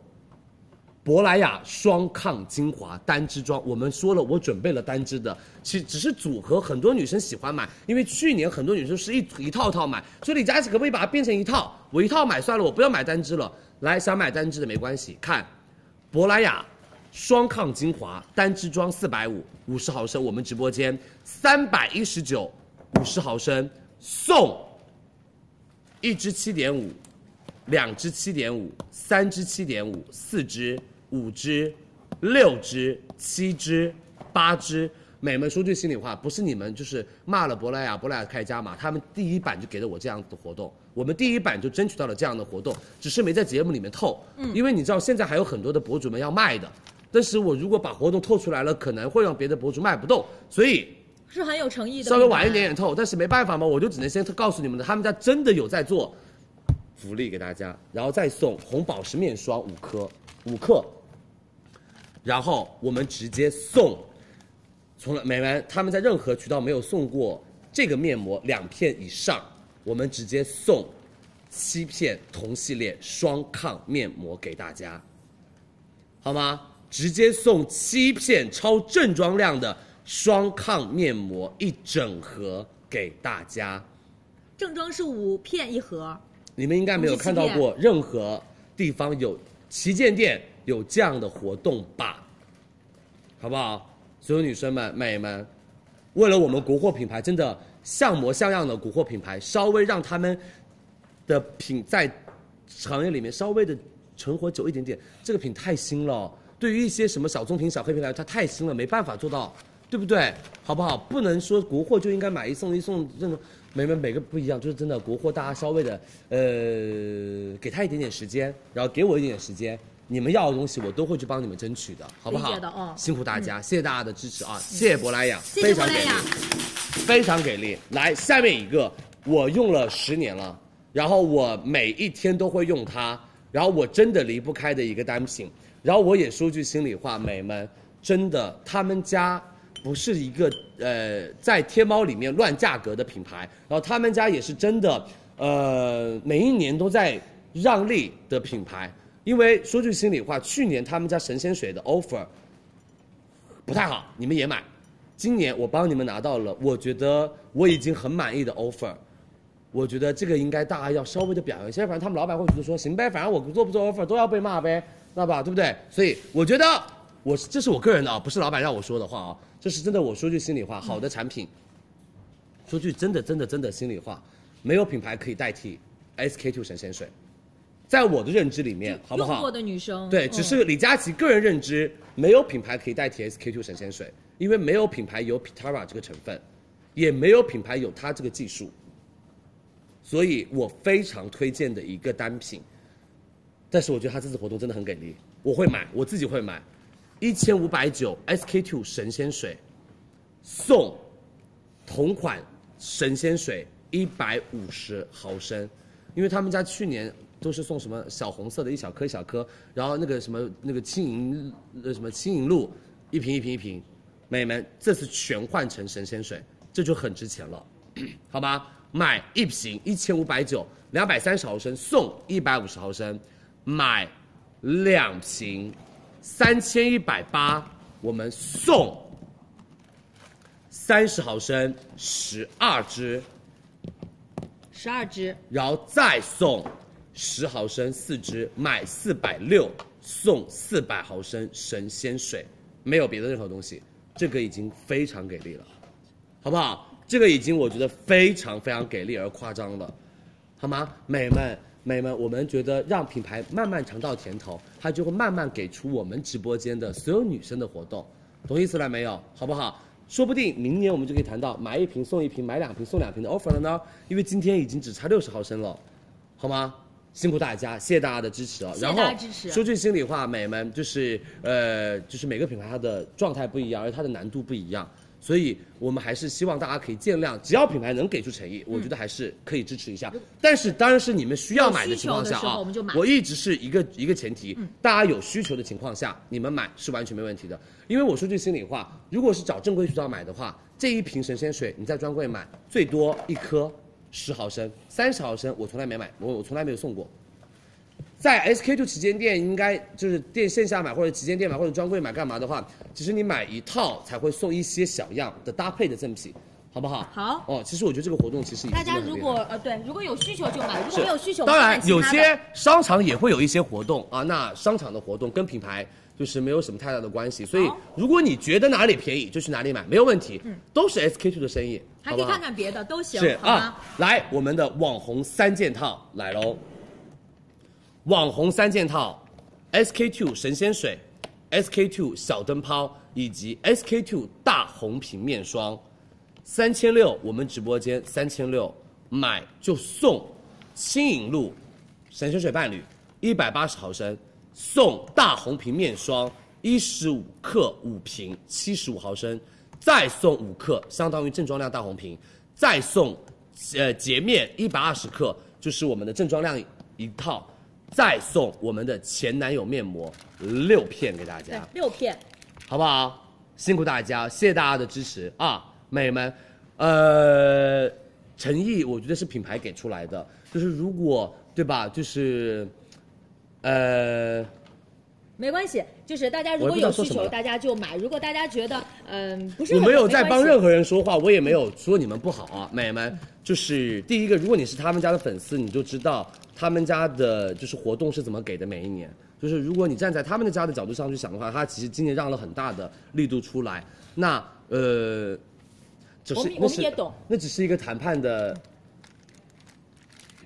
Speaker 12: 珀莱雅双抗精华单支装，我们说了，我准备了单支的，其实只是组合，很多女生喜欢买，因为去年很多女生是一一套套买，所以李佳琦可不可以把它变成一套？我一套买算了，我不要买单支了。来，想买单支的没关系，看珀莱雅双抗精华单支装四百五五十毫升，我们直播间三百一十九五十毫升送一支七点五，两支七点五，三支七点五，四支、五支、六支、七支、八支。美们说句心里话，不是你们就是骂了珀莱雅，珀莱雅开加码，他们第一版就给了我这样子的活动，我们第一版就争取到了这样的活动，只是没在节目里面透，
Speaker 8: 嗯
Speaker 12: 因为你知道现在还有很多的博主们要卖的，但是我如果把活动透出来了，可能会让别的博主卖不动，所以
Speaker 8: 是很有诚意的。
Speaker 12: 稍微晚一点点透，但是没办法嘛，我就只能先告诉你们的，他们家真的有在做福利给大家，然后再送红宝石面霜五颗五克，然后我们直接送，从来美们他们在任何渠道没有送过这个面膜两片以上，我们直接送七片同系列双抗面膜给大家。好吗？直接送七片超正装量的双抗面膜一整盒给大家。
Speaker 8: 正装是五片一盒，
Speaker 12: 你们应该没有看到过任何地方有旗舰店有这样的活动吧？好不好？所有女生们、美们，为了我们国货品牌，真的像模像样的国货品牌，稍微让他们的品在行业里面稍微的存活久一点点，这个品太新了。对于一些什么小棕瓶、小黑瓶来说，它太新了，没办法做到，对不对？好不好？不能说国货就应该买一送一送这种，每每每个不一样，就是真的国货，大家稍微的呃，给他一点点时间，然后给我一点点时间，你们要的东西我都会去帮你们争取的，好不好？
Speaker 8: 理解的嗯
Speaker 12: 辛苦大家，谢谢大家的支持啊！谢谢珀莱雅，
Speaker 8: 谢谢
Speaker 12: 非常
Speaker 8: 珀
Speaker 7: 哎
Speaker 8: 莱
Speaker 12: 给力
Speaker 8: 雅，
Speaker 12: 非常给力。来，下面一个，我用了十年了，然后我每一天都会用它，然后我真的离不开的一个单品，然后我也说句心里话，美们，真的他们家。不是一个呃，在天猫里面乱价格的品牌，然后他们家也是真的，呃，每一年都在让利的品牌。因为说句心里话，去年他们家神仙水的 offer 不太好，你们也买。今年我帮你们拿到了，我觉得我已经很满意的 offer。我觉得这个应该大家要稍微的表扬一下，要不然他们老板会觉得说行呗，反正我做不做 offer 都要被骂呗，那吧，对不对？所以我觉得我这是我个人的啊，不是老板让我说的话啊，这是真的。我说句心里
Speaker 7: 嗯
Speaker 12: 话，好的产品，说句真的真的真的心里话，没有品牌可以代替 SK two 神仙水，在我的认知里面，好不
Speaker 7: 用
Speaker 12: 好
Speaker 7: 过？的女生，
Speaker 12: 对，
Speaker 7: 嗯
Speaker 12: 只是李佳琦个人认知，没有品牌可以代替 SK two 神仙水，因为没有品牌有 Pitara 这个成分，也没有品牌有它这个技术，所以我非常推荐的一个单品。但是我觉得它这次活动真的很给力，我会买，我自己会买，一千五百九 SK two 神仙水，送同款神仙水一百五十毫升，因为他们家去年都是送什么小红色的一小颗一小颗，然后那个什么那个轻盈呃什么轻盈露一瓶一瓶一瓶，美们这次全换成神仙水，这就很值钱了， (clears throat) 好吧？买一瓶一千五百九，两百三十毫升送一百五十毫升，买两瓶三千一百八，我们送三十毫升十二支，
Speaker 7: 十二支，
Speaker 12: 然后再送十毫升四支，买四百六送四百毫升神仙水，没有别的任何东西，这个已经非常给力了，好不好？这个已经我觉得非常非常给力而夸张了，好吗？美们，美们，我们觉得让品牌慢慢尝到甜头，它就会慢慢给出我们直播间的所有女生的活动，懂意思了没有？好不好？说不定明年我们就可以谈到买一瓶送一瓶，买两瓶送两瓶的 offer 了呢，因为今天已经只差六十毫升了，好吗？辛苦大家，谢谢大家的支持啊！
Speaker 7: 谢谢
Speaker 12: 然后
Speaker 7: 大家支持
Speaker 12: 说句心里话，美们，就是呃，就是每个品牌它的状态不一样，而它的难度不一样，所以我们还是希望大家可以见谅，只要品牌能给出诚意，我觉得还是可以支持一下。但是当然是你们需要买的情况下
Speaker 7: 嗯有需求的时
Speaker 12: 啊，
Speaker 7: 候我们就买
Speaker 12: 一直是一个一个前提，
Speaker 7: 嗯
Speaker 12: 大家有需求的情况下，你们买是完全没问题的。因为我说句心里话，如果是找正规渠道买的话，这一瓶神仙水你在专柜买最多一颗十毫升、三十毫升，我从来没买，我我从来没有送过。在 SK two 旗舰店应该就是店线下买或者旗舰店买或者专柜买干嘛的话，其实你买一套才会送一些小样的搭配的赠品，好不好？
Speaker 7: 好
Speaker 12: 哦，其实我觉得这个活动其实已经
Speaker 7: 大家
Speaker 12: 很厉
Speaker 7: 如
Speaker 12: 害
Speaker 7: 果呃对，如果有需求就买，如
Speaker 12: 是
Speaker 7: 果没有需求，
Speaker 12: 当
Speaker 7: 我
Speaker 12: 然
Speaker 7: 们
Speaker 12: 有
Speaker 7: 看其他的
Speaker 12: 些商场也会有一些活动啊，那商场的活动跟品牌就是没有什么太大的关系，所以如果你觉得哪里便宜就去哪里买，没有问题，
Speaker 7: 嗯
Speaker 12: 都是 SK two 的生意，
Speaker 7: 还
Speaker 12: 好
Speaker 7: 可
Speaker 12: 不
Speaker 7: 以
Speaker 12: 好？
Speaker 7: 看看别的都行
Speaker 12: 是，
Speaker 7: 好吗
Speaker 12: 啊？，来我们的网红三件套来喽，网红三件套，SK two 神仙水，SK two 小灯泡以及 SK two 大红平面霜。三千六，我们直播间三千六买就送轻盈露神仙水伴侣一百八十毫升，送大红瓶面霜一十五克五瓶七十五毫升，再送五克，相当于正装量大红瓶，再送呃洁面一百二十克，就是我们的正装量一套，再送我们的前男友面膜六片给大家。
Speaker 7: 对，六片，
Speaker 12: 好不好？辛苦大家，谢谢大家的支持啊，美们，呃，诚意我觉得是品牌给出来的，就是如果对吧，就是，呃，
Speaker 7: 没关系，就是大家如
Speaker 12: 我
Speaker 7: 果
Speaker 12: 也不知道
Speaker 7: 有
Speaker 12: 说
Speaker 7: 需
Speaker 12: 什么
Speaker 7: 求，
Speaker 12: 了
Speaker 7: 大家就买。如果大家觉得嗯、不是
Speaker 12: 我
Speaker 7: 很
Speaker 12: 没有在帮任
Speaker 7: 何
Speaker 12: 何人说话，我也没有说你们不好啊，美们，就是第一个，如果你是他们家的粉丝，你就知道他们家的就是活动是怎么给的，每一年。就是如果你站在他们的家的角度上去想的话，他其实今年让了很大的力度出来。那呃，只是
Speaker 7: 我们
Speaker 12: 那
Speaker 7: 我们
Speaker 12: 是
Speaker 7: 也懂，
Speaker 12: 那只是一个谈判的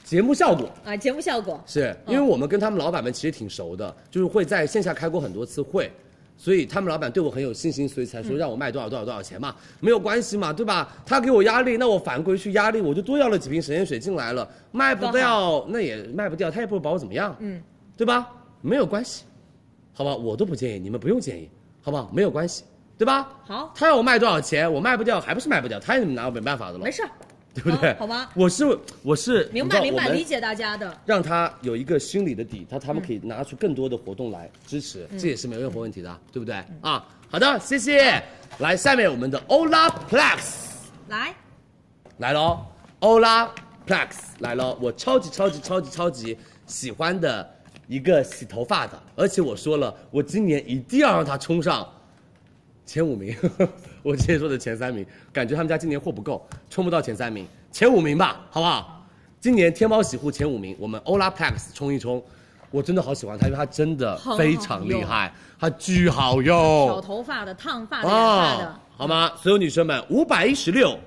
Speaker 12: 节目效果。
Speaker 7: 啊，节目效果
Speaker 12: 是因为我们跟他们老板们其实挺熟的，就是会在线下开过很多次会，所以他们老板对我很有信心，所以才说让我卖多少多少多少钱嘛，没有关系嘛，对吧？他给我压力，那我反过去压力，我就多要了几瓶神仙水进来了，卖不掉那也卖不掉，他也不会把我怎么样，
Speaker 7: 嗯，
Speaker 12: 对吧？没有关系，好吧，我都不建议，你们不用建议，好不好？没有关系，对吧？
Speaker 7: 好，
Speaker 12: 他要我卖多少钱，我卖不掉还不是卖不掉，他也拿我没办法的了，
Speaker 7: 没事儿，
Speaker 12: 对不对？
Speaker 7: 好吧
Speaker 12: 我是我是
Speaker 7: 明
Speaker 12: 你知道
Speaker 7: 白明白，
Speaker 12: 我们
Speaker 7: 理解大家的。
Speaker 12: 让他有一个心理的底，他他们可以拿出更多的活动来支持，这也是没有任何问题的，对不对？啊，好的，谢谢。来，下面我们的 Olaplex
Speaker 7: 来，
Speaker 12: 来喽，Olaplex 来喽，我超级超级超级超级喜欢的一个洗头发的，而且我说了，我今年一定要让它冲上前五名， (laughs) 我之前说的前三名，感觉他们家今年货不够，冲不到前三名，前五名吧，好不好？今年天猫洗护前五名，我们 Olaplex 冲一冲，我真的好喜欢它，因为它真的
Speaker 7: 很好
Speaker 12: 非常厉害，它巨好用，
Speaker 7: 漂头发的、烫发
Speaker 12: 哦
Speaker 7: 的、染发的，
Speaker 12: 好吗？所有女生们，五百一十六，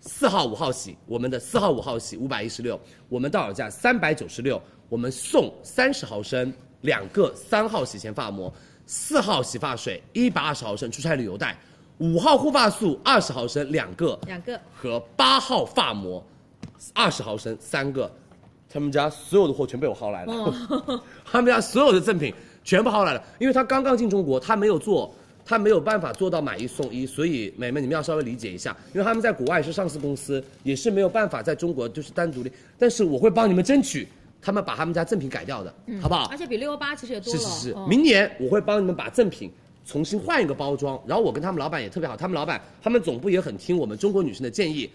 Speaker 12: 四号五号洗，我们的四号五号洗五百一十六，我们到手价三百九十六，我们送三十毫升两个三号洗前发膜，四号洗发水一百二十毫升出差旅游袋，五号护发素二十毫升两个
Speaker 7: 两个
Speaker 12: 和八号发膜二十毫升三个，他们家所有的货全被我薅来了。 (laughs) 他们家所有的赠品全部薅来了，因为他刚刚进中国，他没有做，他没有办法做到买一送一，所以美眉你们要稍微理解一下，因为他们在国外是上市公司，也是没有办法在中国就是单独的，但是我会帮你们争取，他们把他们家赠品改掉的，好不好？
Speaker 7: 而且比六幺八其实也多
Speaker 12: 是
Speaker 7: 了。
Speaker 12: 是是，
Speaker 7: 嗯
Speaker 12: 明年我会帮你们把赠品重新换一个包装。然后我跟他们老板也特别好，他们老板他们总部也很听我们中国女生的建议。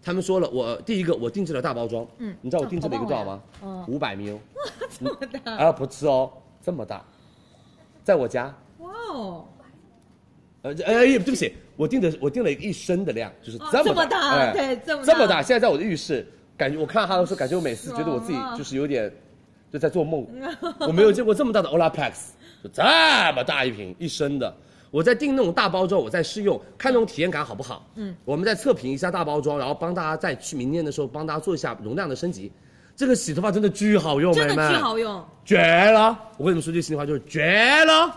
Speaker 12: 他们说了，我第一个我定制了大包装，
Speaker 7: 嗯
Speaker 12: 你知道我定制了一个多少吗？
Speaker 7: 好棒呀嗯
Speaker 12: 五百 ml，
Speaker 7: (laughs) 这么大，
Speaker 12: 啊不吃哦，这么大，在我家，
Speaker 7: 哇哦，
Speaker 12: 呃呃，对不起，我定的我定了一升的量，就是
Speaker 7: 哦
Speaker 12: 这
Speaker 7: 这
Speaker 12: 么
Speaker 7: 么大
Speaker 12: 哎
Speaker 7: 对这么大
Speaker 12: 这么大，现在在我的浴室，感觉我看到它的时候，感觉我每次觉得我自己
Speaker 7: 爽啊
Speaker 12: 就是有点就在做
Speaker 7: (laughs)
Speaker 12: 梦，我没有见过这么大的 Olaplex，就这么大一瓶一升的。我在订那种大包装，我在试用，看那种体验感好不好。
Speaker 7: 嗯，
Speaker 12: 我们再测评一下大包装，然后帮大家再去明年的时候帮大家做一下容量的升级。这个洗头发真的巨好用，
Speaker 7: 真的
Speaker 12: 美眉
Speaker 7: 巨好用。
Speaker 12: 绝了！我跟你们说句心里话，就是绝了，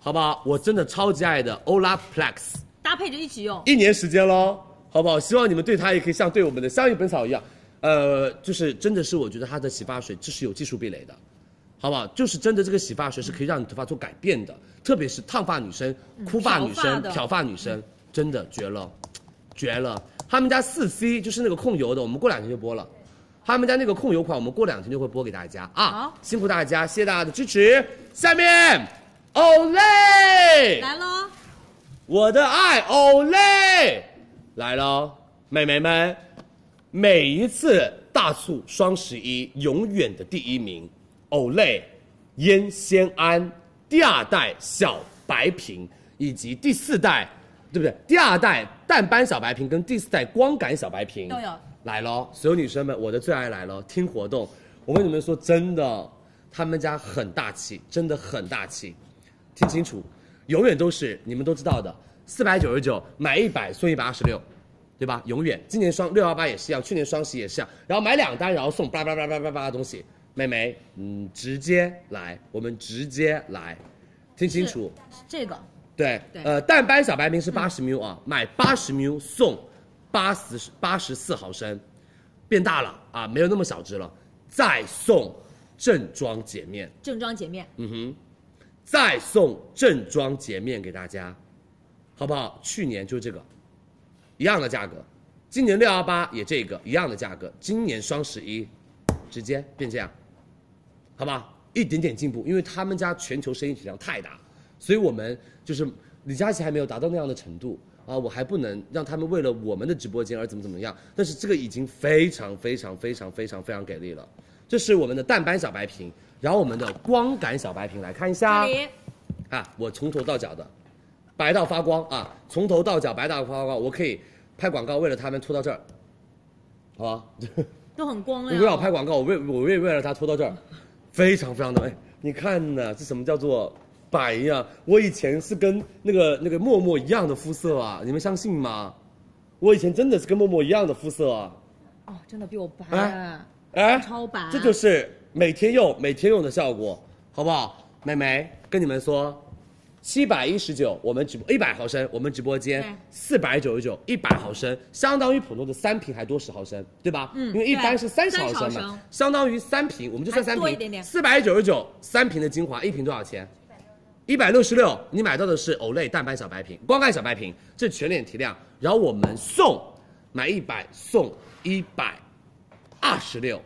Speaker 12: 好不好？我真的超级爱的 Olaplex，
Speaker 7: 搭配着一起用。
Speaker 12: 一年时间喽，好不好？希望你们对它也可以像对我们的相宜本草一样，呃，就是真的是我觉得它的洗发水这是有技术壁垒的，好不好？就是真的这个洗发水是可以让你头发做改变的，特别是烫发女生、枯发女
Speaker 7: 嗯漂发
Speaker 12: 生、
Speaker 7: 的嗯
Speaker 12: 漂发女生，真的绝了，绝了！他们家四 C 就是那个控油的，我们过两天就播了。他们家那个控油款，我们过两天就会播给大家啊
Speaker 7: 好！
Speaker 12: 辛苦大家，谢谢大家的支持。下面，Olay，
Speaker 7: 来喽，
Speaker 12: 我的爱 Olay 来喽，美眉们，每一次大促双十一永远的第一名，Olay 烟酰胺第二代小白瓶以及第四代，对不对？第二代淡斑小白瓶跟第四代光感小白瓶
Speaker 7: 都有
Speaker 12: 来喽，所有女生们，我的最爱来喽！听活动，我跟你们说，真的，他们家很大气，真的很大气。听清楚，永远都是你们都知道的，四百九十九买一百送一百二十六，对吧？永远，今年双六幺八也是一样，去年双十一也是一样，然后买两单然后送叭叭叭叭叭叭的东西。妹妹，嗯，直接来，我们直接来，听清楚。
Speaker 7: 这个
Speaker 12: 对，
Speaker 7: 对
Speaker 12: 呃，淡斑小白瓶是八十 ml 啊，买八十 ml 送八十八十四毫升，变大了啊，没有那么小只了，再送正装洁面，
Speaker 7: 正装洁面，
Speaker 12: 嗯哼，再送正装洁面给大家，好不好？去年就这个，一样的价格，今年六幺八也这个一样的价格，今年双十一直接变这样，好吧，一点点进步，因为他们家全球生意体量太大，所以我们就是李佳琦还没有达到那样的程度啊，我还不能让他们为了我们的直播间而怎么怎么样，但是这个已经非常非常非常非常非常给力了。这是我们的淡斑小白瓶，然后我们的光感小白瓶来看一下。
Speaker 7: 这里
Speaker 12: 啊，我从头到脚的，白到发光啊，从头到脚白到发光，我可以拍广告，为了他们拖到这儿，好吧？ (laughs)
Speaker 7: 都很光
Speaker 12: 如果要
Speaker 7: 亮。
Speaker 12: 拍广告，我为我为为了他拖到这儿，非常非常的哎，你看呢，这什么叫做白呀、我以前是跟那个那个默默一样的肤色啊，你们相信吗？我以前真的是跟默默一样的肤色啊，
Speaker 7: 哦，真的比我白
Speaker 12: 哎
Speaker 7: 啊，
Speaker 12: 哎，
Speaker 7: 超白。
Speaker 12: 这就是每天用每天用的效果，好不好？美眉跟你们说，七百一十九，我们直播一百毫升，我们直播间
Speaker 7: 对
Speaker 12: 四百九十九，一百毫升，相当于普通的三瓶还多十毫升，对吧？
Speaker 7: 嗯
Speaker 12: 因为一般
Speaker 7: 对
Speaker 12: 是三十毫
Speaker 7: 30毫
Speaker 12: 嘛
Speaker 7: 升，
Speaker 12: 相当于三瓶，我们就算三
Speaker 7: 还多一点
Speaker 12: 瓶，
Speaker 7: 点
Speaker 12: 四百九十九，三瓶的精华，一瓶多少钱？一百六十六，你买到的是 Olay 淡斑小白瓶，光干小白瓶，这全脸提亮，然后我们送买一百送一百二十六。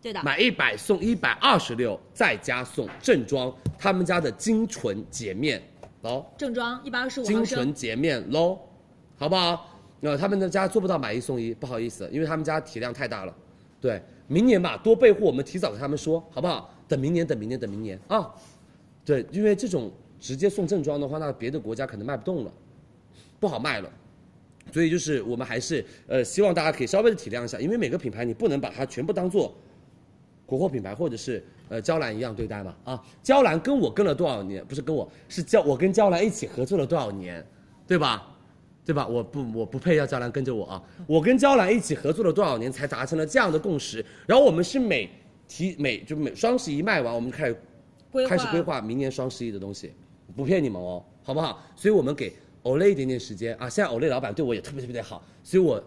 Speaker 7: 对的，
Speaker 12: 买一百送一百二十六，再加送正装他们家的精纯洁面哦，
Speaker 7: 正装一百二十五毫
Speaker 12: 精
Speaker 7: 升
Speaker 12: 纯，洁面喽，好不好？呃，他们的家做不到买一送一，不好意思，因为他们家体量太大了。对，明年吧，多备货，我们提早跟他们说，好不好？等明年，等明年，等明年啊！对，因为这种直接送正装的话，那别的国家可能卖不动了，不好卖了。所以就是我们还是呃，希望大家可以稍微的体谅一下，因为每个品牌你不能把它全部当做国货品牌或者是呃娇兰一样对待嘛啊，娇兰跟我跟了多少年？不是跟我是娇我跟娇兰一起合作了多少年，对吧？对吧？我不我不配要娇兰跟着我啊！我跟娇兰一起合作了多少年才达成了这样的共识？然后我们是每提每就每双十一卖完，我们就开始
Speaker 7: 规划
Speaker 12: 开始规划明年双十一的东西，不骗你们哦，好不好？所以我们给 Olay 一点点时间啊。现在 Olay 老板对我也特别特别的好，所以我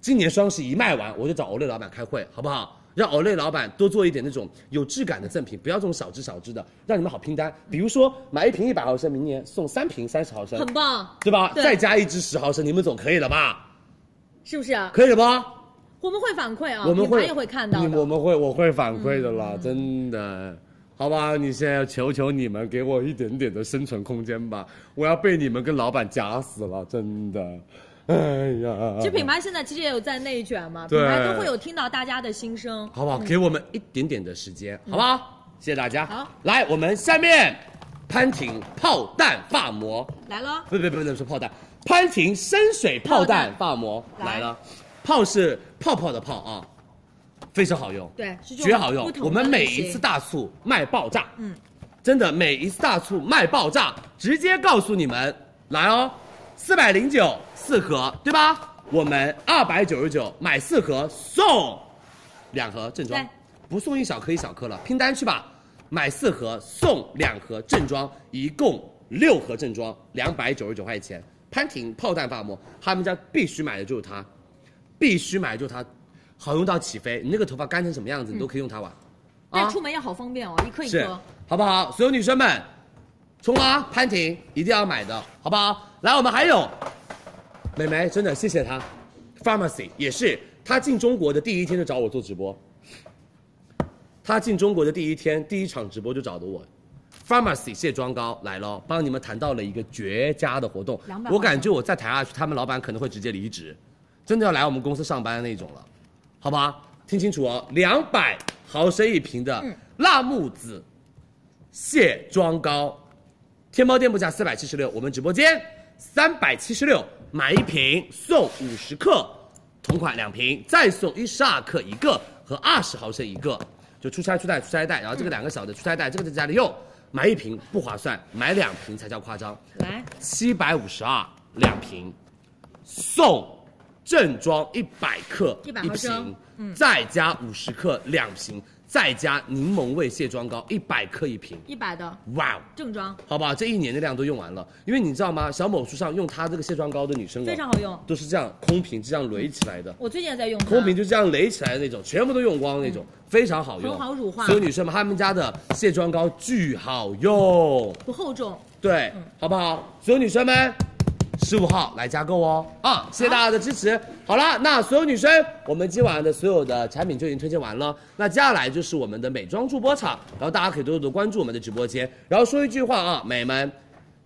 Speaker 12: 今年双十一卖完，我就找 Olay 老板开会，好不好？让 Olay 老板多做一点那种有质感的赠品，不要这种小只小只的，让你们好拼单。比如说买一瓶一百毫升，明年送三瓶三十毫升，
Speaker 7: 很棒，
Speaker 12: 对吧？
Speaker 7: 对
Speaker 12: 再加一支十毫升，你们总可以了吧？
Speaker 7: 是不是啊？
Speaker 12: 可以了吧？
Speaker 7: 我们会反馈啊，
Speaker 12: 我们
Speaker 7: 品
Speaker 12: 会
Speaker 7: 牌也会看到
Speaker 12: 你
Speaker 7: 的。嗯
Speaker 12: 我们会我会反馈的啦，真的。好吧，你现在求求你们给我一点点的生存空间吧，我要被你们跟老板夹死了，真的。哎呀，
Speaker 7: 其实品牌现在其实也有在内卷嘛，品
Speaker 12: 对
Speaker 7: 牌都会有听到大家的心声。
Speaker 12: 好不好？给我们一点点的时间，好不好？谢谢大家。
Speaker 7: 嗯好，
Speaker 12: 来，我们下面潘婷炮弹发膜，
Speaker 7: 来喽，
Speaker 12: 不不不能说炮弹，潘婷深水炮弹发膜来了，泡是泡泡的泡啊，非常好用，
Speaker 7: 对，是这种
Speaker 12: 绝好用
Speaker 7: 不。同的
Speaker 12: 我们每
Speaker 7: 类型
Speaker 12: 一次大促卖爆炸，
Speaker 7: 嗯，
Speaker 12: 真的每一次大促卖爆炸，直接告诉你们来哦，四百零九四盒，对吧？我们二百九十九买四盒送两盒正装
Speaker 7: 对，
Speaker 12: 不送一小颗一小颗了，拼单去吧。买四盒送两盒正装，一共六盒正装，两百九十九块钱。潘婷炮弹发膜，他们家必须买的就是它，必须买的就是它，好用到起飞。你那个头发干成什么样子，你都可以用它玩。
Speaker 7: 但
Speaker 12: 啊
Speaker 7: 出门也好方便哦，一颗一
Speaker 12: 是
Speaker 7: 颗。，
Speaker 12: 好不好？所有女生们，冲啊！潘婷一定要买的，好不好？来，我们还有，美眉，真的谢谢她，Pharmacy 也是，她进中国的第一天就找我做直播，她进中国的第一天第一场直播就找的我。Pharmacy 卸妆膏来了，帮你们谈到了一个绝佳的活动
Speaker 7: 200，
Speaker 12: 我感觉我再谈下去，他们老板可能会直接离职，真的要来我们公司上班的那种了。好吧，听清楚哦，两百毫升一瓶的辣木籽卸妆膏，天猫店铺价四百七十六，我们直播间三百七十六，买一瓶送五十克，同款两瓶，再送一十二克一个和二十毫升一个，就出差出带出差带，然后这个两个小的出差带，这个在家里用，买一瓶不划算，买两瓶才叫夸张。
Speaker 7: 来，
Speaker 12: 七百五十二两瓶，送正装一百克
Speaker 7: 100
Speaker 12: 一
Speaker 7: 毫升嗯
Speaker 12: 瓶，再加五十克两瓶，再加柠檬味卸妆膏一百克一瓶。
Speaker 7: 一百的
Speaker 12: 哇哦，
Speaker 7: 正装
Speaker 12: 好不好？这一年的量都用完了，因为你知道吗？小某书上用它这个卸妆膏的女生哦
Speaker 7: 非常好嗯用，
Speaker 12: 都是这样空瓶这样垒起来的，
Speaker 7: 我最近也在用它。
Speaker 12: 空瓶就这样垒起来的那种，全部都用光那种，非常好
Speaker 7: 嗯
Speaker 12: 用，
Speaker 7: 很好乳化
Speaker 12: 所有女生们，她们家的卸妆膏巨好用。
Speaker 7: 不厚重，
Speaker 12: 对，好不好？所有女生们，十五号来加购哦！啊，谢谢大家的支持。好啦，那所有女生，我们今晚的所有的产品就已经推荐完了。那接下来就是我们的美妆助播场，然后大家可以多多关注我们的直播间。然后说一句话啊，美们，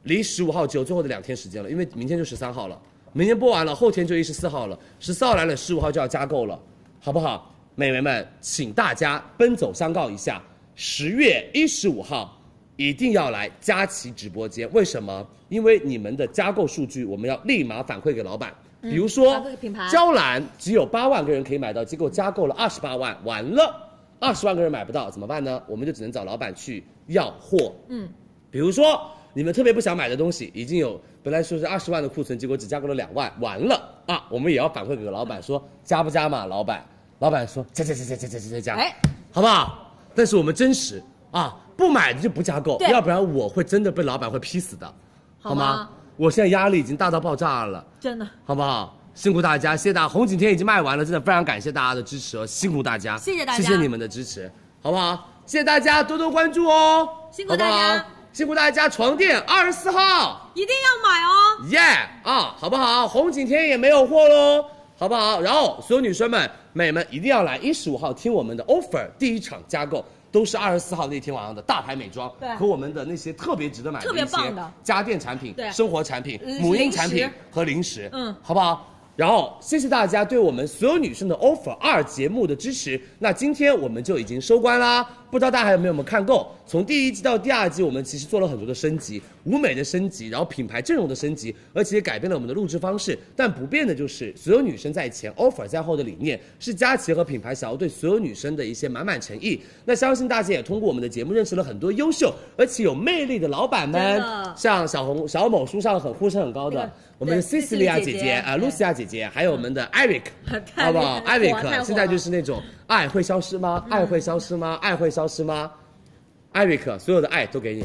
Speaker 12: 离十五号只有最后的两天时间了，因为明天就十三号了，明天播完了，后天就一十四号了，十四号来了，十五号就要加购了，好不好？美眉们，请大家奔走相告一下，十月一十五号一定要来佳琦直播间，为什么？因为你们的加购数据，我们要立马反馈给老板。比如
Speaker 7: 嗯
Speaker 12: 说
Speaker 7: 反馈给品牌，
Speaker 12: 娇兰只有八万个人可以买到，结果加购了二十八万，完了二十万个人买不到，怎么办呢？我们就只能找老板去要货。
Speaker 7: 嗯，
Speaker 12: 比如说你们特别不想买的东西，已经有本来说是二十万的库存，结果只加购了两万，完了啊，我们也要反馈给老板说加不加嘛，老板，老板说加加加加加加加加加，
Speaker 7: 哎，
Speaker 12: 好不好？但是我们真实啊，不买的就不加购，
Speaker 7: 对
Speaker 12: 要不然我会真的被老板会批死的，
Speaker 7: 好吗
Speaker 12: 吗？我现在压力已经大到爆炸了。
Speaker 7: 真的，
Speaker 12: 好不好？辛苦大家，谢谢大家。红景天已经卖完了，真的非常感谢大家的支持哦，辛苦大家，
Speaker 7: 谢谢大家
Speaker 12: 谢谢你们的支持，好不好？谢谢大家多多关注哦，
Speaker 7: 辛苦大家
Speaker 12: 好不好辛苦大家。床垫二十四号，
Speaker 7: 一定要买哦。
Speaker 12: 耶、啊，好不好？红景天也没有货喽，好不好？然后所有女生们、美们一定要来一十五号听我们的 offer 第一场加购。都是二十四号那天晚上的大牌美妆
Speaker 7: 对
Speaker 12: 和我们的那些特别值得买的
Speaker 7: 特别
Speaker 12: 一些
Speaker 7: 棒的
Speaker 12: 家电产品、
Speaker 7: 对
Speaker 12: 生活产品
Speaker 7: 嗯、
Speaker 12: 母婴
Speaker 7: 零食
Speaker 12: 产品和零食，
Speaker 7: 嗯
Speaker 12: 好不好？然后谢谢大家对我们所有女生的 offer 二节目的支持。那今天我们就已经收官啦，不知道大家还有没有没有看够？从第一季到第二季，我们其实做了很多的升级，舞美的升级，然后品牌阵容的升级，而且也改变了我们的录制方式。但不变的就是所有女生在前，offer 在后的理念是佳琦和品牌想要对所有女生的一些满满诚意。那相信大家也通过我们的节目认识了很多优秀而且有魅力的老板
Speaker 7: 真
Speaker 12: 们
Speaker 7: 的，
Speaker 12: 像小红小某书上很呼声很高的。我们的
Speaker 7: 对
Speaker 12: c e l i a
Speaker 7: Cecilia 姐姐
Speaker 12: 姐啊露西亚姐姐，还有我们的 Eric，
Speaker 7: (laughs) 太
Speaker 12: 好不
Speaker 7: 厉害
Speaker 12: 好
Speaker 7: 了嗯火太火
Speaker 12: ？Eric 现在就是那种爱会消失吗？爱会消失吗？爱会消失吗？Eric 所有的爱都给你。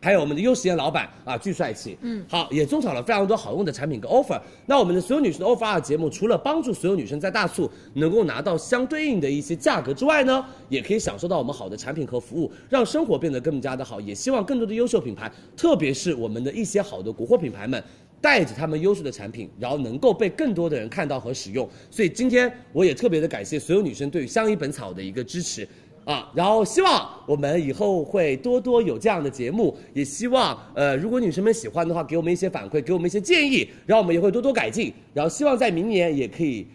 Speaker 12: 还有我们的优时颜老板啊，巨帅气。嗯，好，也种草了非常多好用的产品跟 offer。那我们的所有女生的 offer 二节目，除了帮助所有女生在大促能够拿到相对应的一些价格之外呢，也可以享受到我们好的产品和服务，让生活变得更加的好。也希望更多的优秀品牌，特别是我们的一些好的国货品牌们。带着他们优秀的产品，然后能够被更多的人看到和使用。所以今天我也特别的感谢所有女生对于相宜本草的一个支持啊，然后希望我们以后会多多有这样的节目，也希望呃，如果女生们喜欢的话，给我们一些反馈，给我们一些建议，然后我们也会多多改进。然后希望在明年也可以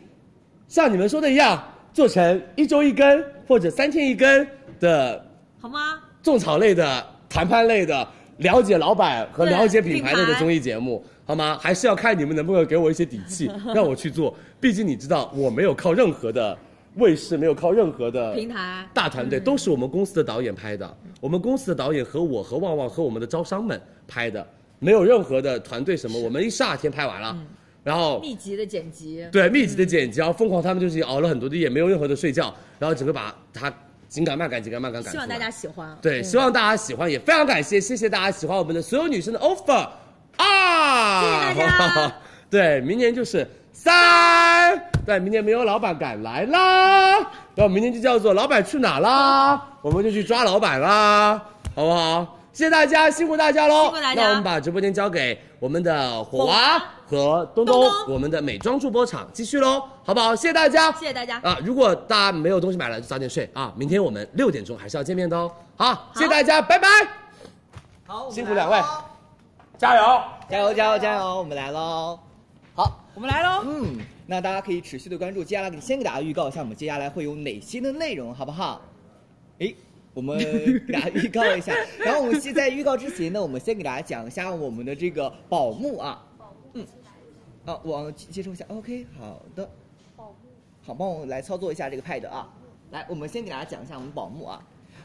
Speaker 12: 像你们说的一样，做成一周一根或者三天一根的
Speaker 7: 好吗？
Speaker 12: 种草类的、谈判类的、了解老板和了解品牌类的综艺节目，好吗？还是要看你们能不能给我一些底
Speaker 7: (laughs)
Speaker 12: 气，让我去做。毕竟你知道，我没有靠任何的卫视，没有靠任何的
Speaker 7: 平台嗯
Speaker 12: 大团队，都是我们公司的导演拍的。我们公司的导演和我和旺旺和我们的招商们拍的，没有任何的团队什么，我们一十二天拍完了，然后
Speaker 7: 嗯密集的嗯剪辑，
Speaker 12: 对，密集的剪辑，然后疯狂，他们就是熬了很多的夜，没有任何的睡觉，然后整个把它紧赶慢赶、紧赶慢赶赶
Speaker 7: 希
Speaker 12: 出来。
Speaker 7: 望大家喜欢。
Speaker 12: 对，希望大家喜欢，也非常感谢，谢谢大家喜欢我们的所有女生的 offer 啊！
Speaker 7: 谢谢大家
Speaker 12: 家。 (laughs) 对，明年就是三，对，明年没有老板敢来啦，然后明年就叫做老板去哪
Speaker 7: 哦
Speaker 12: 啦，我们就去抓老板啦，好不好？谢谢大家，辛苦大家喽！
Speaker 7: 辛苦大家
Speaker 12: 那我们把直播间交给我们的火娃和东东，我们的美妆助播场继续喽，好不好？谢谢大家，
Speaker 7: 谢谢大家
Speaker 12: 啊！如果大家没有东西买了，就早点睡啊！明天我们六点钟还是要见面的哦。好，谢谢大家，拜拜！
Speaker 7: 好，
Speaker 12: 辛苦两位，加油！
Speaker 10: 加油加油加油！我们来喽！好，
Speaker 7: 我们来喽。
Speaker 10: 嗯，那大家可以持续的关注，接下来给先给大家预告一下，我们接下来会有哪些的内容，好不好？诶，我
Speaker 7: (laughs)
Speaker 10: 们给大家预告一下。然后我们现在预告之前呢，我们先给大家讲一下我们的这个宝木啊，嗯，啊，我接收一下，OK，好的。好，帮我来操作一下这个 pad 啊。来，我们先给大家讲一下我们宝木啊。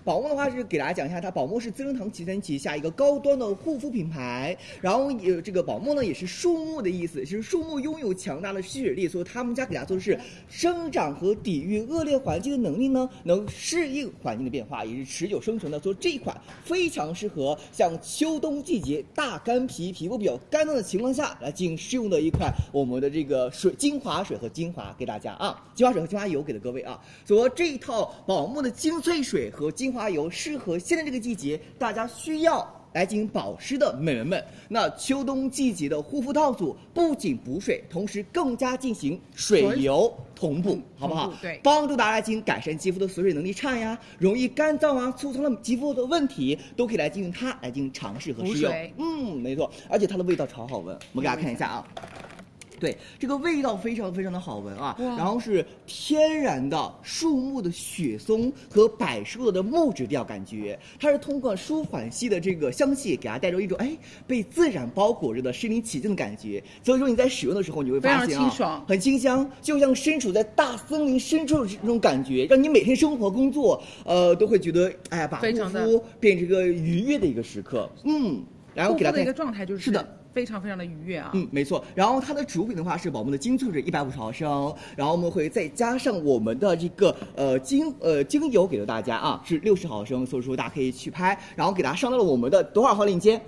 Speaker 10: 宝木的话是给大家讲一下，它宝木是资生堂集团旗下一个高端的护肤品牌。然后也这个宝木呢也是树木的意思，是树木拥有强大的吸水力，所以他们家给大家做的是生长和抵御恶劣环境的能力呢，能适应环境的变化，也是持久生存的。所以这一款非常适合像秋冬季节大干皮、皮肤比较干燥的情况下来进行试用的一款我们的这个水精华水和精华给大家啊，精华水和精华油给了各位啊。所以说这一套宝木的精粹水和精华油适合现在这个季节大家需要。来进行保湿的美眉们，那秋冬季节的护肤套组不仅补水，同时更加进行水流同步，好不好？
Speaker 11: 同步嗯对
Speaker 10: 帮助大家进行改善肌肤的锁水能力差呀、容易干燥啊、粗糙的肌肤的问题，都可以来进行它来进行尝试和
Speaker 11: 补
Speaker 10: 试用
Speaker 11: 水。
Speaker 10: 嗯，没错，而且它的味道超好闻，我们给大家看一下啊。对，这个味道非常非常的好闻啊，然后是天然的树木的雪松和柏树的木质调感觉，它是通过舒缓系的这个香气，给它带出一种哎被自然包裹着的身临其境的感觉。所以说你在使用的时候，你会发
Speaker 11: 非
Speaker 10: 现
Speaker 11: 常
Speaker 10: 啊，
Speaker 11: 清爽
Speaker 10: 很清香，就像身处在大森林深处的这种感觉，让你每天生活工作，呃，都会觉得哎呀，把
Speaker 11: 非
Speaker 10: 护
Speaker 11: 常的
Speaker 10: 肤变成一个愉悦的一个时刻。嗯，然后
Speaker 11: 护
Speaker 10: 给
Speaker 11: 肤
Speaker 10: 它
Speaker 11: 的一
Speaker 10: 看
Speaker 11: 个状态就是
Speaker 10: 是的，
Speaker 11: 非常非常的愉悦啊。
Speaker 10: 嗯，没错。然后它的主品的话是宝木的精粹水一百五十毫升，然后我们会再加上我们的这个呃精呃精油给到大家啊，是六十毫升，所以说大家可以去拍，然后给大家上到了我们的多少号链接？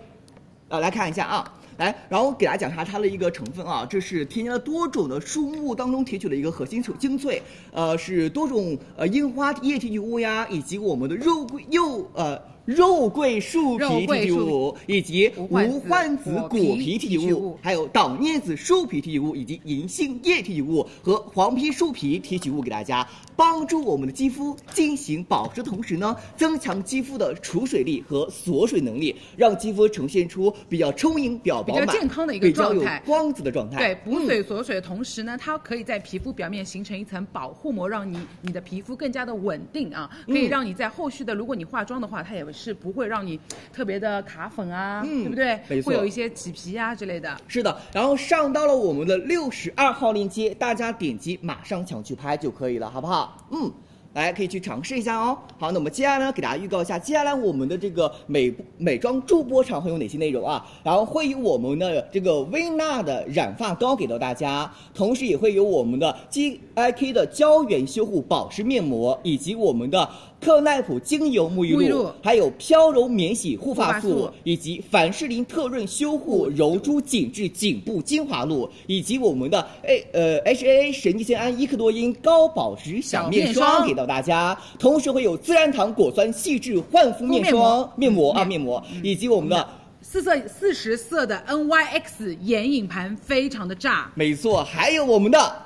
Speaker 10: 啊，来看一下啊。来，然后给大家讲一下它的一个成分啊，这是添加了多种的树木当中提取的一个核心精粹，呃，是多种呃樱花液体植物呀，以及我们的肉桂柚呃肉桂树
Speaker 7: 肉
Speaker 10: 皮
Speaker 7: 桂
Speaker 10: 提取
Speaker 7: 树
Speaker 10: 物，以及
Speaker 7: 患
Speaker 10: 无患子
Speaker 7: 子
Speaker 10: 果
Speaker 7: 果皮
Speaker 10: 皮提
Speaker 7: 提
Speaker 10: 取
Speaker 7: 取
Speaker 10: 物
Speaker 7: 物，
Speaker 10: 还有导镊子树皮提取物，以及银杏叶提取物和黄皮树皮提取物给大家，帮助我们的肌肤进行保湿的同时呢，增强肌肤的储水力和锁水能力，让肌肤呈现出比较充盈、比较
Speaker 7: 比
Speaker 10: 饱
Speaker 7: 较
Speaker 10: 满、
Speaker 7: 健康的一个
Speaker 10: 比较
Speaker 7: 状
Speaker 10: 有
Speaker 7: 态
Speaker 10: 光泽的状态。嗯
Speaker 7: 对，补水锁水的同时呢，它可以在皮肤表面形成一层保护膜，让你你的皮肤更加的稳定啊，可以
Speaker 10: 嗯
Speaker 7: 让你在后续的，如果你化妆的话，它也是不会让你特别的卡粉啊，
Speaker 10: 嗯
Speaker 7: 对不对？
Speaker 10: 没错
Speaker 7: 会有一些起皮啊之类的。
Speaker 10: 是的，然后上到了我们的六十二号链接，大家点击马上抢去拍就可以了，好不好？嗯。来，可以去尝试一下哦。好，那么接下来呢，给大家预告一下，接下来我们的这个美美妆助播场会有哪些内容啊？然后会有我们的这个薇娜的染发膏给到大家，同时也会有我们的 G I K 的胶原修护保湿面膜，以及我们的克奈普精油沐浴
Speaker 7: 沐浴
Speaker 10: 露
Speaker 7: 露，
Speaker 10: 还有飘柔免洗护发
Speaker 7: 护发
Speaker 10: 素
Speaker 7: 素，
Speaker 10: 以及凡士林特润修护柔珠紧致颈部精华露，以及我们的 A 呃 HAA 神经酰胺伊克多因高保值小面
Speaker 7: 小面
Speaker 10: 霜
Speaker 7: 霜
Speaker 10: 给到大家，同时会有自然堂果酸细致焕肤面霜面膜嗯啊面膜，以及我们的。
Speaker 7: 四色四十色的 NYX 眼影盘非常的炸，
Speaker 10: 没错，还有我们的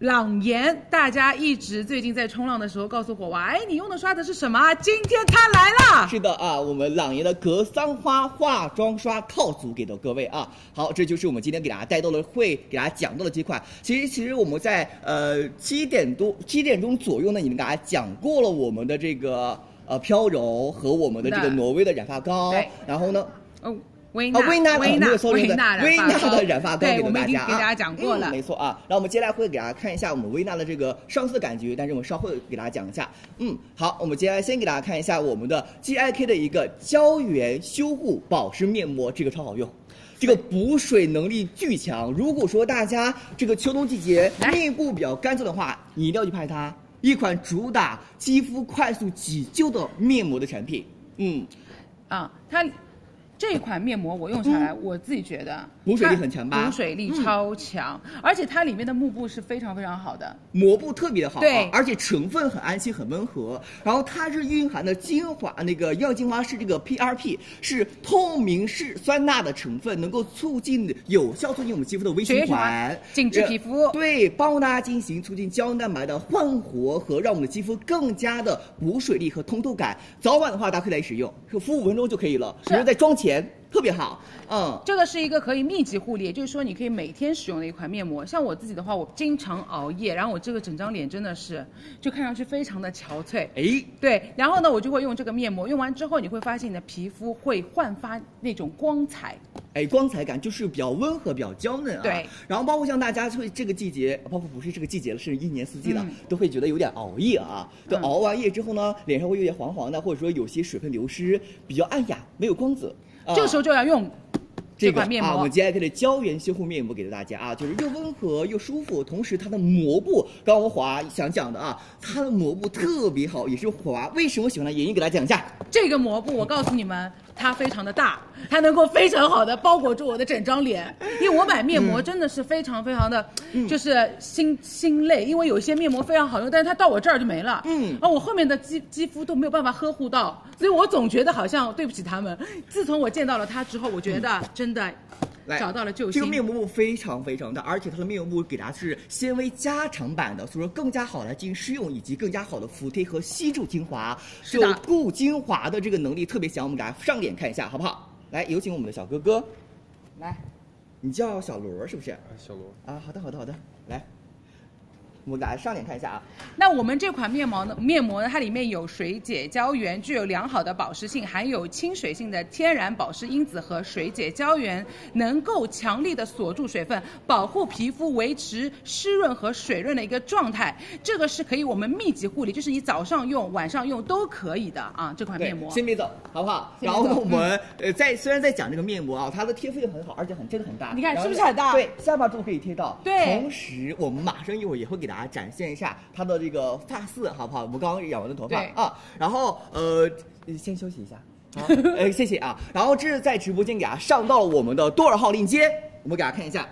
Speaker 7: 朗颜，大家一直最近在冲浪的时候告诉火娃，哎，你用的刷子是什么啊？今天它来啦！
Speaker 10: 是的啊，我们朗爷的格桑花化妆刷套组给到各位啊。好，这就是我们今天给大家带到了会给大家讲到的几款。其实其实我们在呃七点多七点钟左右呢，已经给大家讲过了我们的这个呃飘柔和我们的这个
Speaker 7: 那
Speaker 10: 挪威的染发膏
Speaker 7: 对，
Speaker 10: 然后呢。
Speaker 7: 哦，薇
Speaker 10: 啊
Speaker 7: 娜，，
Speaker 10: 薇娜的，
Speaker 7: 薇
Speaker 10: 没
Speaker 7: 娜
Speaker 10: 有，搜
Speaker 7: 薇
Speaker 10: 的
Speaker 7: 娜染
Speaker 10: 薇
Speaker 7: 发
Speaker 10: 娜
Speaker 7: 膏
Speaker 10: 的染发膏给
Speaker 7: 对，我
Speaker 10: 到
Speaker 7: 们
Speaker 10: 大
Speaker 7: 已经
Speaker 10: 家
Speaker 7: 给大家讲过
Speaker 10: 啊
Speaker 7: 了。
Speaker 10: 嗯没错啊。那我们接下来会给大家看一下我们薇娜的这个上色感觉，但是我们稍后给大家讲一下。嗯，好，我们接下来先给大家看一下我们的 G I K 的一个胶原修护保湿面膜，这个超好用。这个补水能力巨强。如果说大家这个秋冬季节
Speaker 7: 哎
Speaker 10: 面部比较干燥的话，你一定要去拍它，一款主打肌肤快速急救的面膜的产品。嗯，嗯
Speaker 7: 啊，它这款面膜我用下来，我自己觉得
Speaker 10: 补水力
Speaker 7: 它
Speaker 10: 很强吧
Speaker 7: 补水力
Speaker 10: 嗯
Speaker 7: 超强，而且它里面的幕布是非常非常好的。
Speaker 10: 膜布特别的好、啊，
Speaker 7: 对
Speaker 10: 而且成分很安心、很温和。然后它是蕴含的精华，那个药精华是这个 PRP，是透明嗜酸钠的成分，能够促进有效促进我们肌肤的微
Speaker 7: 血液
Speaker 10: 循
Speaker 7: 循
Speaker 10: 环
Speaker 7: 环，紧致皮肤
Speaker 10: 呃对，帮助大家进行促进胶原蛋白的焕活和让我们的肌肤更加的补水力和通透感。早晚的话，大家可以来使用，是敷五分钟就可以了，比如说在妆前特别好。嗯，
Speaker 7: 这个是一个可以密集护理，也就是说你可以每天使用的一款面膜。像我自己的话，我经常熬夜，然后我这个整张脸真的是就看上去非常的憔悴。
Speaker 10: 哎，
Speaker 7: 对，然后呢，我就会用这个面膜，用完之后你会发现你的皮肤会焕发那种光彩。
Speaker 10: 哎，光彩感就是比较温和、比较娇嫩啊。
Speaker 7: 对。
Speaker 10: 然后包括像大家会这个季节，包括不是这个季节了，是一年四季了，
Speaker 7: 嗯
Speaker 10: 都会觉得有点熬夜啊。就熬完夜之后呢，脸上会有点黄黄的，或者说有些水分流失，比较暗哑，没有光泽。啊、
Speaker 7: 这个时候就要用
Speaker 10: 这
Speaker 7: 款面膜。
Speaker 10: 啊，我们 G I K 的胶原修护面膜给到大家啊，就是又温和又舒服，同时它的膜布，刚刚华想讲的啊，它的膜布特别好，也是华为什么喜欢它的原因，给大家讲一下。
Speaker 7: 这个膜布，我告诉你们，它非常的大，它能够非常好的包裹住我的整张脸。因为我买面膜真的是非常非常的，
Speaker 10: 嗯
Speaker 7: 就是心心累，因为有一些面膜非常好用，但是它到我这儿就没了。
Speaker 10: 嗯
Speaker 7: 啊，我后面的肌肌肤都没有办法呵护到，所以我总觉得好像对不起他们。
Speaker 10: 嗯
Speaker 7: 自从我见到了它之后，我觉得真的
Speaker 10: 来
Speaker 7: 找到了救
Speaker 10: 哎
Speaker 7: 星。
Speaker 10: 这个面膜布非常非常大，而且它的面膜布给大家是纤维加长版的，所以说更加好来进行施用，以及更加好的服贴和吸住精华，
Speaker 7: 是的
Speaker 10: 就固精华的这个能力特别强。我们给大家上脸看一下，好不好？来，有请我们的小哥哥，
Speaker 7: 来，
Speaker 10: 你叫小罗是不是？
Speaker 12: 小罗，
Speaker 10: 啊，好的，好的，好的，来，我们给大家上脸看一下啊。
Speaker 7: 那我们这款面膜呢，面膜呢，它里面有水解胶原，具有良好的保湿性，含有亲水性的天然保湿因子和水解胶原，能够强力的锁住水分，保护皮肤维持湿润和水润的一个状态。这个是可以我们密集护理，就是你早上用、晚上用都可以的啊。这款
Speaker 10: 对
Speaker 7: 面，膜，
Speaker 10: 先别走，好不好？
Speaker 7: 先别
Speaker 10: 然后呢，
Speaker 7: 走嗯
Speaker 10: 我们呃，在虽然在讲这个面膜啊，它的贴肤也很好，而且很真的很大，
Speaker 7: 你看
Speaker 10: 然后
Speaker 7: 是不是很大
Speaker 10: 对，下巴都可以贴到。
Speaker 7: 对
Speaker 10: 同时我们马上一会儿也会给大家展现一下它的这个发色，好不好？我们刚刚染完的头发
Speaker 7: 对
Speaker 10: 啊，然后呃，先休息一下。好，呃，谢谢啊。然后这是在直播间给大家上到了我们的多少号链接，我们给大家看一下。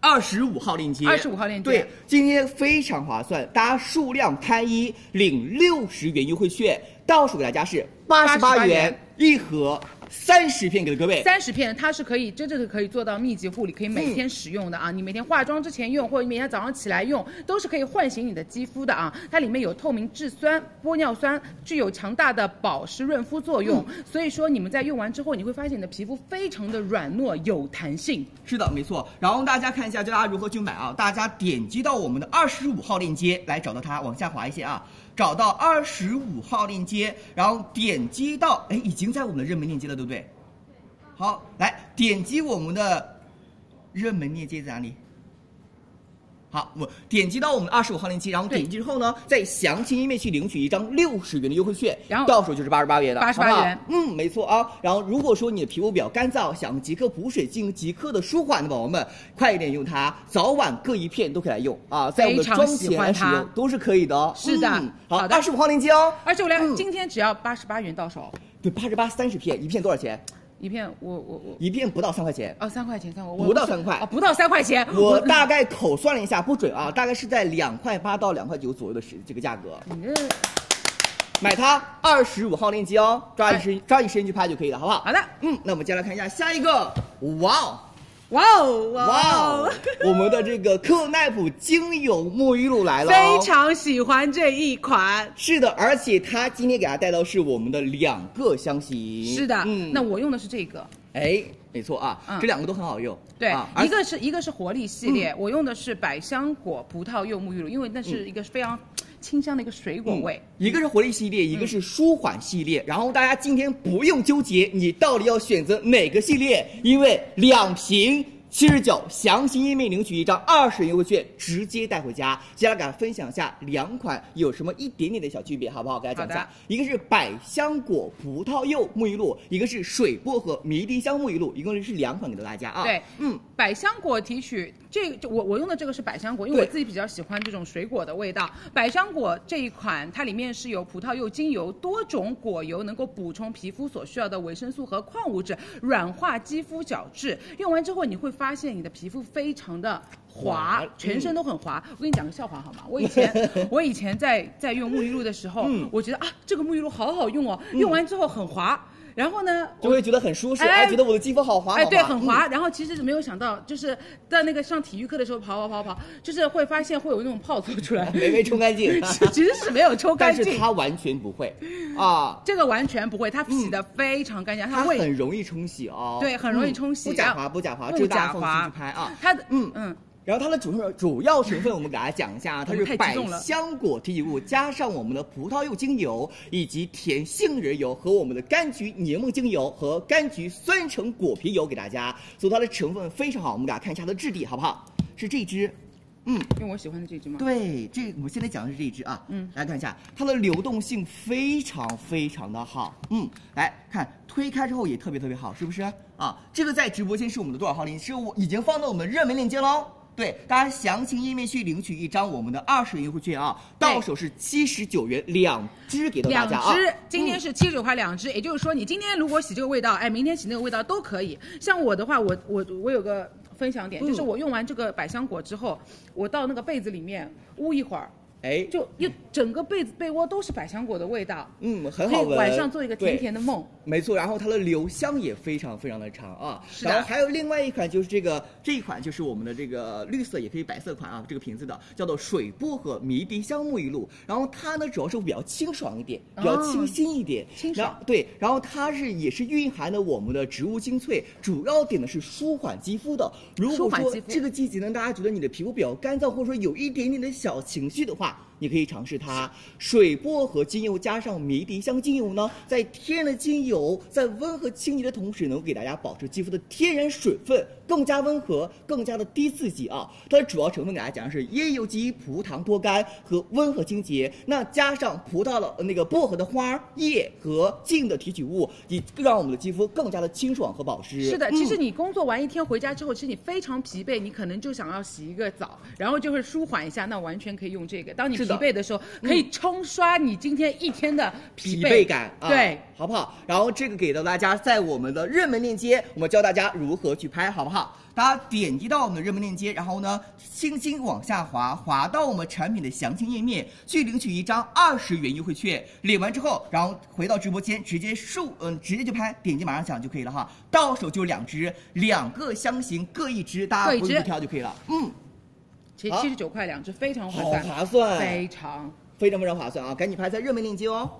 Speaker 10: 二十五号链接，
Speaker 7: 25号链接
Speaker 10: 对，今天非常划算，大家数量拍一领六十元优惠券，倒数给大家是八十八
Speaker 7: 88
Speaker 10: 元一盒，三十片给各位。
Speaker 7: 三十片，它是可以真正的可以做到密集护理，可以
Speaker 10: 嗯
Speaker 7: 每天使用的啊。你每天化妆之前用，或者你每天早上起来用，都是可以唤醒你的肌肤的啊。它里面有透明质酸、玻尿酸，具有强大的保湿润肤作用。
Speaker 10: 嗯
Speaker 7: 所以说你们在用完之后，你会发现你的皮肤非常的软糯有弹性。
Speaker 10: 是的，没错。然后大家看一下，教大家如何去买啊？大家点击到我们的二十五号链接来找到它，往下滑一些啊，找到二十五号链接，然后点击到，哎，已经在我们的热门链接了，对不对？好，来点击我们的热门链接在哪里？好，我点击到我们的二十五号链接，然后点击之后呢，在详情页面去领取一张六十元的优惠券，
Speaker 7: 然后
Speaker 10: 到手就是八十八元了，
Speaker 7: 88
Speaker 10: 好不好
Speaker 7: 元
Speaker 10: 嗯，没错啊。然后如果说你的皮肤比较干燥，想即刻补水进行即刻的舒缓的宝宝们，快一点用它，早晚各一片都可以来用啊，在我们的
Speaker 7: 非常
Speaker 10: 妆
Speaker 7: 喜
Speaker 10: 前
Speaker 7: 欢
Speaker 10: 来使
Speaker 7: 它
Speaker 10: 用都是可以的哦。
Speaker 7: 是的
Speaker 10: 嗯好，
Speaker 7: 好的
Speaker 10: 二十五号链接哦。
Speaker 7: 而且我来、今天只要八十八元到手，
Speaker 10: 对，八十八三十片，一片多少钱？
Speaker 7: 一片我我我
Speaker 10: 一片不到三块
Speaker 7: (laughs)
Speaker 10: 钱。
Speaker 7: 哦三块钱三块，我
Speaker 10: 不到三块
Speaker 7: 啊不到三块钱，
Speaker 10: 我大概口算了一下，不准啊， (laughs) 大概是在两块八到两块九左右的时这个价格。
Speaker 7: 你这
Speaker 10: 买它二十五号链接哦，抓紧时间抓紧时间去拍就可以了，好不好？
Speaker 7: 哎好的，
Speaker 10: 嗯，那我们接下来看一下下一个，哇哦！
Speaker 7: 哇哦
Speaker 10: 哇
Speaker 7: (laughs)
Speaker 10: 哦！我们的这个克奈普精油沐浴露来了、哦
Speaker 7: 非。常喜欢这一款。
Speaker 10: 是的，而且它今天给大家带到是我们的两个香型。
Speaker 7: 是的，
Speaker 10: 嗯，
Speaker 7: 那我用的是这个，
Speaker 10: 哎，没错啊，
Speaker 7: 嗯
Speaker 10: 这两个都很好用。
Speaker 7: 对，
Speaker 10: 啊、而嗯
Speaker 7: 一个是一个是活力系列，我用的是百香果葡萄柚沐浴露，因为那是一个非常清香的一个水
Speaker 10: 嗯
Speaker 7: 果味。
Speaker 10: 一个是活力系列，一个
Speaker 7: 嗯
Speaker 10: 是舒缓系列。然后大家今天不用纠结你到底要选择哪个系列，因为两瓶七十九，详情页面领取一张二十元优惠券，直接带回家。接下来给大家分享一下两款有什么一点点的小区别，好不好？给大家讲一
Speaker 7: 好
Speaker 10: 下
Speaker 7: 的，
Speaker 10: 一个是百香果葡萄柚沐浴露，一个是水薄荷迷迭香沐浴露，一共是两款给到大家啊。
Speaker 7: 对，
Speaker 10: 嗯，
Speaker 7: 百香果提取这个，我我用的这个是百香果，因为
Speaker 10: 对
Speaker 7: 我自己比较喜欢这种水果的味道。百香果这一款，它里面是有葡萄柚精油、多种果油，能够补充皮肤所需要的维生素和矿物质，软化肌肤角质。用完之后，你会发现你的皮肤非常的。滑
Speaker 10: 滑，嗯
Speaker 7: 全身都很滑。我跟你讲个笑话好吗？我
Speaker 10: (laughs)
Speaker 7: 以前我以前在在用沐浴露的时候，
Speaker 10: 嗯
Speaker 7: 我觉得啊，这个沐浴露好好用哦，用完之后很滑。然后呢，
Speaker 10: 就会觉得很舒适，
Speaker 7: 哎
Speaker 10: 哎，觉得我的肌肤好滑，
Speaker 7: 哎，
Speaker 10: 好
Speaker 7: 对，很滑。。然后其实没有想到，就是在那个上体育课的时候跑跑跑跑，就是会发现会有那种泡搓
Speaker 10: (laughs)
Speaker 7: 出来，
Speaker 10: 嗯，没被冲干净
Speaker 7: (laughs) 是其实是没有抽干
Speaker 10: 但是
Speaker 7: 净。
Speaker 10: 它完全不会啊。
Speaker 7: 这个完全不会，它洗的非常干净，
Speaker 10: 它
Speaker 7: 味
Speaker 10: 很容易冲洗哦，
Speaker 7: 对很容易冲洗
Speaker 10: 不假滑不假滑，
Speaker 7: 不
Speaker 10: 这个大家
Speaker 7: 假
Speaker 10: 放
Speaker 7: 滑
Speaker 10: 心去拍啊。
Speaker 7: 它的
Speaker 10: 嗯
Speaker 7: 嗯，
Speaker 10: 然后它的主成主要成分我们给大家讲一下，啊，它
Speaker 7: 我
Speaker 10: 是
Speaker 7: 们太激
Speaker 10: 百
Speaker 7: 动了
Speaker 10: 香果提取物加上我们的葡萄柚精油，以及甜杏仁油和我们的柑橘柠檬精油和柑橘酸橙果皮油给大家，所以它的成分非常好。我们给大家看一下它的质地好不好？是这支，嗯，
Speaker 7: 用我喜欢的这支吗？
Speaker 10: 对，这我们现在讲的是这一支啊，
Speaker 7: 嗯
Speaker 10: 来看一下它的流动性非常非常的好，嗯，来看推开之后也特别特别好，是不是啊？这个在直播间是我们的多少号链接？是我已经放到我们的热门链接喽。对，大家详情页面去领取一张我们的二十元优惠券啊，到手是七十九元两支给到大
Speaker 7: 两
Speaker 10: 家啊。
Speaker 7: 支，今天
Speaker 10: 嗯
Speaker 7: 是七十九块两支，也就是说你今天如果洗这个味道，哎，明天洗那个味道都可以。像我的话，我我我有个分享点，
Speaker 10: 嗯
Speaker 7: 就是我用完这个百香果之后，我到那个被子里面捂一会儿，
Speaker 10: 哎，
Speaker 7: 就一整个被子被窝都是百香果的味道，
Speaker 10: 嗯，很
Speaker 7: 可
Speaker 10: 好
Speaker 7: 以
Speaker 10: 闻。
Speaker 7: 晚上做一个甜
Speaker 10: 对
Speaker 7: 甜的梦。
Speaker 10: 没错，然后它的留香也非常非常的长啊。
Speaker 7: 是的
Speaker 10: 然后还有另外一款就是这个这一款就是我们的这个绿色也可以白色款啊，这个瓶子的叫做水薄荷迷迭香沐浴露。然后它呢主要是比较清爽一点，比较清新一点。
Speaker 7: 啊清
Speaker 10: 然
Speaker 7: 爽
Speaker 10: 后对，然后它是也是蕴含了我们的植物精粹，主要点的是舒缓肌肤的。如
Speaker 7: 舒
Speaker 10: 果
Speaker 7: 缓
Speaker 10: 说
Speaker 7: 肌肤
Speaker 10: 这个季节呢，大家觉得你的皮肤比较干燥，或者说有一点点的小情绪的话，你可以尝试它。水薄荷精油加上迷迭香精油呢，在天然的精油在温和清洁的同时，能够给大家保持肌肤的天然水分，更加温和，更加的低刺激啊。它的主要成分给大家讲的是椰油基、葡糖多苷和温和清洁，那加上葡萄的呃那个薄荷的花叶和茎的提取物，以让我们的肌肤更加的清爽和保湿。
Speaker 7: 是的，
Speaker 10: 嗯
Speaker 7: 其实你工作完一天回家之后，其实你非常疲惫，你可能就想要洗一个澡，然后就会舒缓一下，那完全可以用这个。当你
Speaker 10: 是
Speaker 7: 疲
Speaker 10: 的嗯
Speaker 11: 惫的时候，可以冲刷你今天一天的
Speaker 10: 疲
Speaker 11: 疲
Speaker 10: 惫感，啊、
Speaker 11: 对，，
Speaker 10: 好不好？然后这个给到大家，在我们的热门链接，我们教大家如何去拍，好不好？大家点击到我们的热门链接，然后呢，轻轻往下滑，滑到我们产品的详情页面，去领取一张二十元优惠券。领完之后，然后回到直播间，直接数，嗯，直接就拍，点击马上抢就可以了哈。到手就两只，两个香型各一只，大
Speaker 11: 各
Speaker 10: 家
Speaker 11: 一
Speaker 10: 不
Speaker 11: 只
Speaker 10: 用挑就可以了。嗯，
Speaker 11: 其实
Speaker 10: 好
Speaker 11: 七十九块两只非常划
Speaker 10: 好
Speaker 11: 算，
Speaker 10: 划算，
Speaker 11: 非常。
Speaker 10: 非常非常划算啊！赶紧拍在热门链接哦。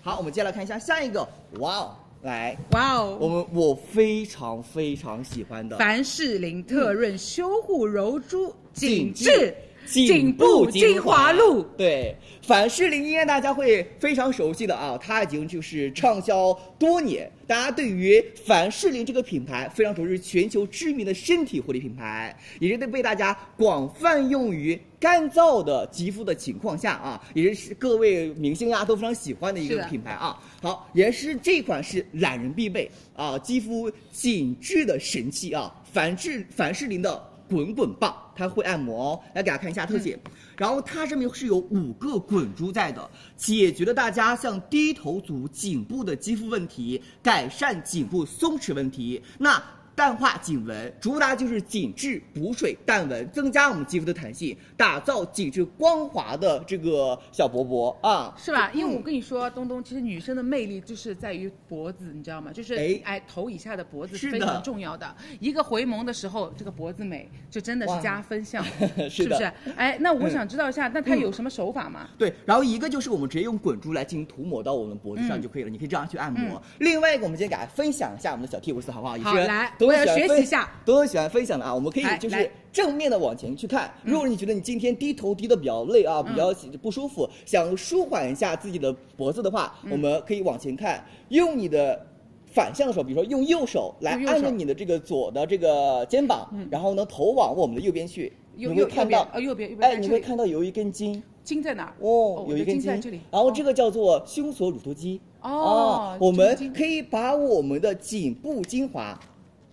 Speaker 10: 好，我们接下来看一下下一个，哇哦，来，
Speaker 11: 哇哦，
Speaker 10: 我们我非常非常喜欢的
Speaker 11: 凡士林
Speaker 10: 嗯
Speaker 11: 特润修护柔珠紧致
Speaker 10: 致
Speaker 11: 颈部精华露，
Speaker 10: 对，凡士林应该大家会非常熟悉的啊，它已经就是畅销多年，大家对于凡士林这个品牌非常熟悉，全球知名的身体护理品牌，也是被大家广泛用于。干燥的肌肤的情况下啊，也是各位明星啊都非常喜欢的一
Speaker 11: 是
Speaker 10: 个
Speaker 11: 的
Speaker 10: 品牌啊。好，也是这款是懒人必备啊，肌肤紧致的神器啊，凡士凡士林的滚滚棒，它会按摩哦。来给大家看一下特写，然后它上面是有五个滚珠在的，解决了大家像低头族、颈部的肌肤问题，改善颈部松弛问题。那淡化颈纹，主打就是紧致补水淡纹，增加我们肌肤的弹性，打造紧致光滑的这个小薄薄啊。
Speaker 11: 是吧？因为我跟你说，东东，其实女生的魅力就是在于脖子，你知道吗？就是
Speaker 10: 哎
Speaker 11: 哎，头以下的脖子
Speaker 10: 是
Speaker 11: 是
Speaker 10: 的
Speaker 11: 非常重要的。一个回眸的时候，这个脖子美，这真的
Speaker 10: 哇
Speaker 11: 是加分项，
Speaker 10: (laughs) 是
Speaker 11: 不
Speaker 10: 的
Speaker 11: 是？哎，那我
Speaker 10: 嗯
Speaker 11: 想知道一下，那它有什么手法吗？
Speaker 10: 对，然后一个就是我们直接用滚珠来进行涂抹到我们脖子上
Speaker 11: 嗯
Speaker 10: 就可以了，你可以这样去按摩
Speaker 11: 嗯。
Speaker 10: 另外一个，我们今天给大家分享一下我们的小 tips 好不好？也
Speaker 11: 好
Speaker 10: 是
Speaker 11: 来
Speaker 10: 都
Speaker 11: 我
Speaker 10: 喜
Speaker 11: 要
Speaker 10: 欢
Speaker 11: 学
Speaker 10: 分
Speaker 11: 习一下，
Speaker 10: 都很喜欢分享的啊。我们可以
Speaker 11: 来
Speaker 10: 就
Speaker 11: 来嗯
Speaker 10: 是正面的往前去看。如果你觉得你今天低头低的比较累啊，比较不舒服，想舒缓一下自己的脖子的话，
Speaker 11: 嗯
Speaker 10: 我们可以往前看，用你的。反向的手，比如说用右手来
Speaker 11: 用右
Speaker 10: 按着
Speaker 11: 手
Speaker 10: 你的这个左的这个肩膀，然后呢头往我们的右边去，你
Speaker 11: 嗯右
Speaker 10: 会
Speaker 11: 右
Speaker 10: 看
Speaker 11: 右
Speaker 10: 到
Speaker 11: 边，呃右边右边
Speaker 10: 哎，
Speaker 11: 在
Speaker 10: 你
Speaker 11: 这
Speaker 10: 会
Speaker 11: 里
Speaker 10: 看到有一根筋，
Speaker 11: 筋在哪儿？
Speaker 10: 哦，
Speaker 11: 我
Speaker 10: 有
Speaker 11: 的
Speaker 10: 一根
Speaker 11: 筋
Speaker 10: 筋
Speaker 11: 在这里。
Speaker 10: 然后这个叫做胸锁乳突肌。
Speaker 11: 哦
Speaker 10: 啊我们
Speaker 11: 这个筋
Speaker 10: 可以把我们的颈部精华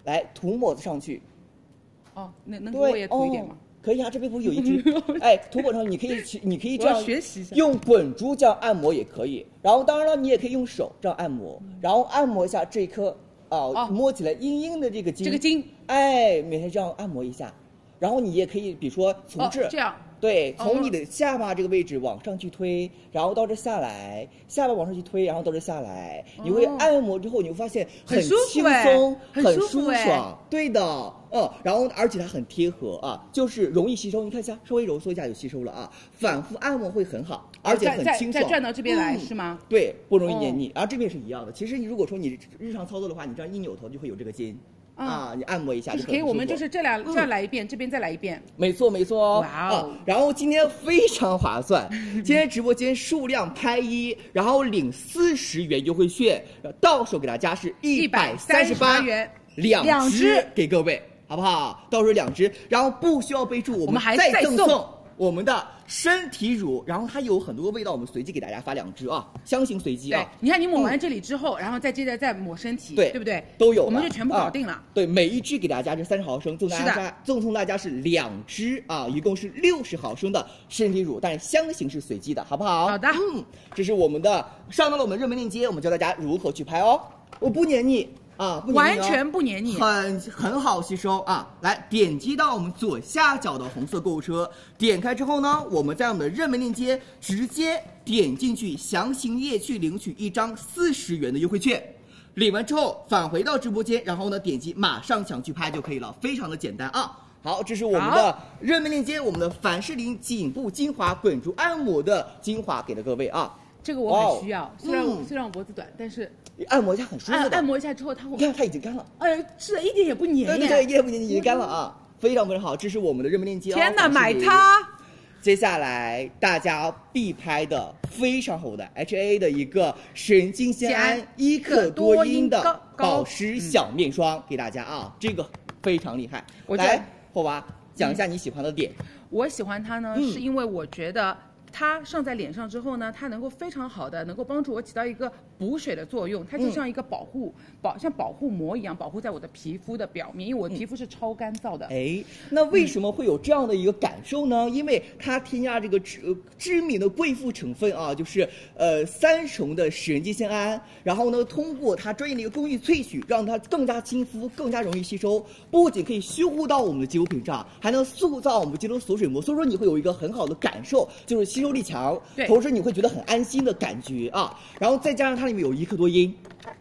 Speaker 10: 来涂抹上去。
Speaker 11: 哦，那能给我
Speaker 10: 对，
Speaker 11: 也
Speaker 10: 哦
Speaker 11: 涂一点吗？
Speaker 10: 可以啊，这边不是有
Speaker 11: (laughs)
Speaker 10: 一只？哎，涂抹上你可以去，你可以这
Speaker 11: 我
Speaker 10: 样
Speaker 11: 要学习一下
Speaker 10: 用滚珠这样按摩也可以。然后当然了，你也可以用手这样按摩，然后按摩一下这一颗啊、
Speaker 11: 嗯哦
Speaker 10: 摸起来硬硬的这个筋。
Speaker 11: 这个筋，
Speaker 10: 哎，每天这样按摩一下。然后你也可以，比如说从
Speaker 11: 哦
Speaker 10: 这、
Speaker 11: 这样
Speaker 10: 对，
Speaker 11: 哦
Speaker 10: 从你的下巴这个位置往上去推，然后到这下来，下巴往上去推，然后到这下来，你会
Speaker 11: 哦
Speaker 10: 按摩之后，你会发现
Speaker 11: 很舒服
Speaker 10: 轻
Speaker 11: 哎
Speaker 10: 松，
Speaker 11: 很
Speaker 10: 很
Speaker 11: 舒服
Speaker 10: 舒
Speaker 11: 哎
Speaker 10: 爽，对的，嗯，然后而且它很贴合啊，就是容易吸收。你看一下，稍微揉缩一下就吸收了啊，反复按摩会很好，而且
Speaker 11: 哦再
Speaker 10: 很
Speaker 11: 再
Speaker 10: 清
Speaker 11: 再
Speaker 10: 爽。
Speaker 11: 转到这边来
Speaker 10: 嗯
Speaker 11: 是吗？
Speaker 10: 对，不容易
Speaker 11: 哦
Speaker 10: 黏腻。然啊后这边也是一样的。其实你如果说你日常操作的话，你这样一扭头就会有这个筋
Speaker 11: 嗯
Speaker 10: 啊，你按摩一下
Speaker 11: 就
Speaker 10: 就是很
Speaker 11: 给我们
Speaker 10: 舒
Speaker 11: 就
Speaker 10: 服
Speaker 11: 是这两
Speaker 16: 嗯
Speaker 11: 这样来一遍，这边再来一遍。
Speaker 10: 没错没错哦，
Speaker 11: 哇哦
Speaker 10: 啊然后今天非常划算，今天直播间数量拍一，然后领四十元优惠券，到手给大家是一百三十八
Speaker 11: 138元
Speaker 10: 两
Speaker 11: 两只
Speaker 10: 给各位，好不好？到手两只，然后不需要备注，我
Speaker 11: 我们还
Speaker 10: 再
Speaker 11: 再
Speaker 10: 赠
Speaker 11: 送
Speaker 10: 我们的身体乳，然后它有很多味道，我们随机给大家发两支啊，香型随机
Speaker 11: 对
Speaker 10: 啊，，
Speaker 11: 你看你抹完这里之后，然后再接着再抹身体，
Speaker 10: 对
Speaker 11: 对不对？
Speaker 10: 都有了，
Speaker 11: 我们就全部搞定了
Speaker 10: 啊。对，每一支给大家是三十毫升，赠大
Speaker 11: 是
Speaker 10: 家
Speaker 11: 的
Speaker 10: 赠送大家是两支啊，一共是六十毫升的身体乳，但是香型是随机的，好不好？
Speaker 11: 好的
Speaker 10: 嗯，这是我们的上到了我们热门链接，我们教大家如何去拍哦。我不黏腻啊，不黏腻
Speaker 11: 完
Speaker 10: 哦
Speaker 11: 全不黏腻。
Speaker 10: 很很好吸收啊！来，点击到我们左下角的红色购物车，点开之后呢，我们在我们的热门链接直接点进去详情页去领取一张四十元的优惠券。领完之后返回到直播间，然后呢点击马上抢去拍就可以了，非常的简单啊！好，这是我们的热门链接，我们的凡士林颈部精华滚珠按摩的精华给了各位啊，
Speaker 11: 这个我很需
Speaker 10: 哇
Speaker 11: 要
Speaker 10: 哦，
Speaker 11: 虽然我
Speaker 10: 嗯
Speaker 11: 虽然我脖子短，但是
Speaker 10: 按摩一下很舒服
Speaker 11: 按
Speaker 10: 的。
Speaker 11: 啊按摩一下之后，它
Speaker 10: 你
Speaker 11: 会
Speaker 10: 看它已经干了。
Speaker 11: 哎，是的一点也不黏
Speaker 10: 对
Speaker 11: 腻
Speaker 10: 对对，业务已经干了啊，非常非常好，这是我们的热门链接哦。
Speaker 11: 天哪，
Speaker 10: 凡士
Speaker 11: 买
Speaker 10: 林！
Speaker 11: 它！
Speaker 10: 接下来大家必拍的非常火的 HA 的一个神经酰胺一克
Speaker 11: 多
Speaker 10: 多因
Speaker 11: 因
Speaker 10: 的
Speaker 11: 高嗯
Speaker 10: 保湿小面霜给大家啊，这个非常厉害。
Speaker 11: 我觉得
Speaker 10: 来，霍娃讲一下你喜欢的点。
Speaker 11: 我喜欢它呢，
Speaker 10: 嗯
Speaker 11: 是因为我觉得它上在脸上之后呢，它能够非常好的能够帮助我起到一个
Speaker 7: 补水的作用，它就像一个保护、保像保护膜一样保护在我的皮肤的表面，因为我的皮肤是超干燥的。
Speaker 10: 哎，那为什么会有这样的一个感受呢？因为它添加这个知呃知名的贵妇成分啊，就是呃三重的使人肌酰胺，然后呢，通过它专业的一个工艺萃取，让它更加亲肤，更加容易吸收，不仅可以修护到我们的肌肤屏障，还能塑造我们肌肤锁水膜，所以说你会有一个很好的感受，就是吸收力强，
Speaker 7: 对
Speaker 10: 同时你会觉得很安心的感觉啊，然后再加上它里面有一克多因。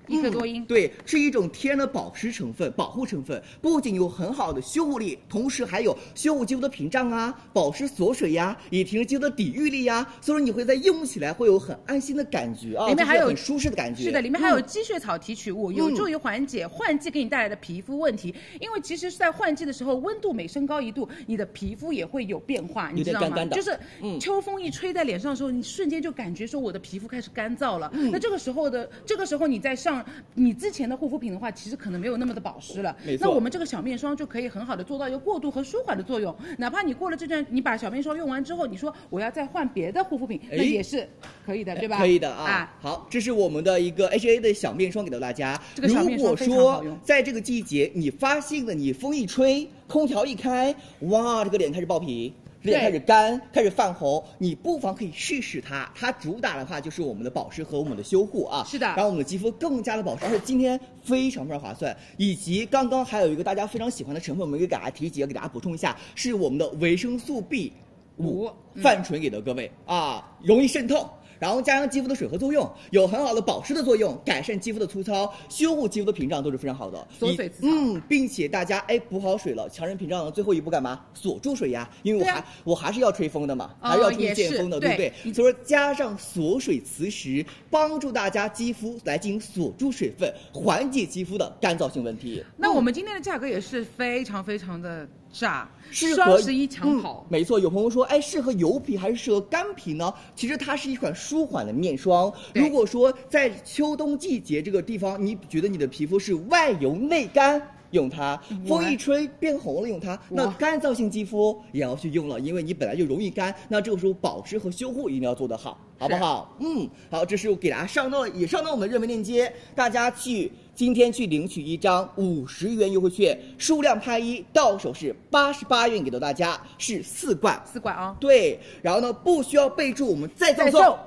Speaker 7: 一克多因、
Speaker 10: 嗯对，是一种天然的保湿成分、保护成分，不仅有很好的修护力，同时还有修护肌肤的屏障啊、保湿锁水呀、也提升肌肤的抵御力呀、所以说你会在应用起来会有很安心的感觉啊，
Speaker 7: 里面还
Speaker 10: 就是
Speaker 7: 有
Speaker 10: 很舒适的感觉。
Speaker 7: 是的，里面还有
Speaker 10: 嗯
Speaker 7: 积雪草提取物，有助于缓解换季给你带来的皮肤问题。因为其实，在换季的时候，温度每升高一度，你的皮肤也会有变化，你
Speaker 10: 有
Speaker 7: 知
Speaker 10: 点
Speaker 7: 道
Speaker 10: 干
Speaker 7: 吗？
Speaker 10: 干的
Speaker 7: 就是
Speaker 10: 嗯
Speaker 7: 秋风一吹在脸上的时候，你瞬间就感觉说我的皮肤开始干燥了。
Speaker 10: 嗯
Speaker 7: 那这个时候的，这个时候你再上你之前的护肤品的话，其实可能没有那么的保湿了
Speaker 10: 没。错
Speaker 7: 那我们这个小面霜就可以很好的做到一个过渡和舒缓的作用。哪怕你过了这段，你把小面霜用完之后，你说我要再换别的护肤品，那
Speaker 10: 哎
Speaker 7: 也是可以的，对吧？
Speaker 10: 可以的啊。
Speaker 7: 啊，
Speaker 10: 好，这是我们的一个 H A 的小面霜给到大家。
Speaker 7: 这个小面霜
Speaker 10: 如果
Speaker 7: 非常好
Speaker 10: 说
Speaker 7: 用
Speaker 10: 在这个季节，你发现了你风一吹，空调一开，哇，这个脸开始爆皮。脸
Speaker 7: 对
Speaker 10: 开始干，开始泛红，你不妨可以试试它。它主打的话就是我们的保湿和我们的修护啊，
Speaker 7: 是的
Speaker 10: 然后我们的肌肤更加的保湿，而且今天非常非常划算。以及刚刚还有一个大家非常喜欢的成分，我们给大家提及，给大家补充一下，是我们的维生素 B 五泛醇给到各位啊，容易渗透。然后加上肌肤的水合作用，有很好的保湿的作用，改善肌肤的粗糙，修护肌肤的屏障都是非常好的。
Speaker 7: 锁水自
Speaker 10: 嗯，并且大家哎补好水了，强人屏障的最后一步干嘛？锁住水呀，因为我
Speaker 7: 对啊
Speaker 10: 还、我还是要吹风的嘛，
Speaker 7: 哦
Speaker 10: 还是要出去
Speaker 7: 也
Speaker 10: 见
Speaker 7: 是
Speaker 10: 风的，
Speaker 7: 对
Speaker 10: 不对？所以说加上锁水磁石，帮助大家肌肤来进行锁住水分，缓解肌肤的干燥性问题。
Speaker 7: 那我们今天的价格也是非常非常的炸，
Speaker 10: 适合
Speaker 7: 双十一抢
Speaker 10: 嗯。。
Speaker 7: 跑
Speaker 10: 没错，有朋友说，哎，适合油皮还是适合干皮呢？其实它是一款舒缓的面霜。
Speaker 7: 对
Speaker 10: 如果说在秋冬季节这个地方，你觉得你的皮肤是外油内干。用它，
Speaker 7: 我
Speaker 10: 风一吹变红了，用它。那干燥性肌肤也要去用了，因为你本来就容易干，那这个时候保湿和修护一定要做得好，好不好？嗯，好，这是我给大家上到也上到我们的热门链接，大家去今天去领取一张五十元优惠券，数量拍一，到手是八十八元，给到大家是四罐，
Speaker 7: 四罐啊，
Speaker 10: 对，然后呢不需要备注，我们再赠送
Speaker 7: 再送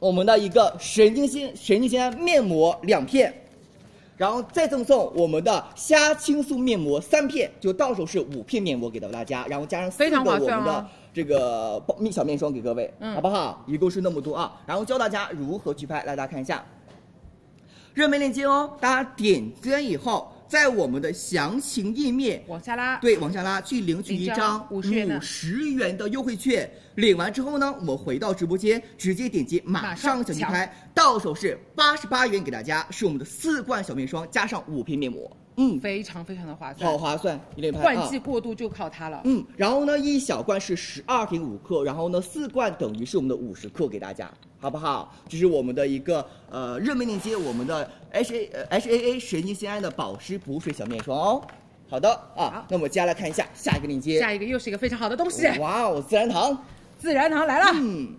Speaker 10: 我们的一个神经酰神经酰胺面膜两片。然后再赠送我们的虾青素面膜三片，就到手是五片面膜给到大家，然后加上四
Speaker 7: 非
Speaker 10: 个
Speaker 7: 常划
Speaker 10: 我们
Speaker 7: 算
Speaker 10: 的
Speaker 7: 哦
Speaker 10: 这个包面小面霜给各位，
Speaker 7: 嗯
Speaker 10: 好不好？一共是那么多啊，然后教大家如何去拍，来大家看一下热门链接哦，大家点击以后，在我们的详情页面
Speaker 7: 往下拉。
Speaker 10: 对，往下拉去领取一张
Speaker 7: 领张50元的
Speaker 10: 50元的优惠券。领完之后呢，我们回到直播间，直接点击马
Speaker 7: 马
Speaker 10: 上
Speaker 7: 上
Speaker 10: 小击
Speaker 7: 抢
Speaker 10: 拍，到手是八十八元给大家，是我们的四罐小面霜加上五片面膜，嗯，
Speaker 7: 非常非常的划算
Speaker 10: 好。划算，一连拍
Speaker 7: 换
Speaker 10: 啊
Speaker 7: 季过渡就靠它了。
Speaker 10: 嗯，然后呢，一小罐是十二点五克，然后呢，四罐等于是我们的五十克，给大家，好不好？这是我们的一个呃热门链接，我们的 H A 呃 H A A 神经酰胺的保湿补水小面霜哦。好的啊，那我们接下来看一下下一个链接。
Speaker 7: 下一个又是一个非常好的东西，
Speaker 10: 哇哦，自然堂，
Speaker 7: 啊自然堂来了。
Speaker 10: 嗯，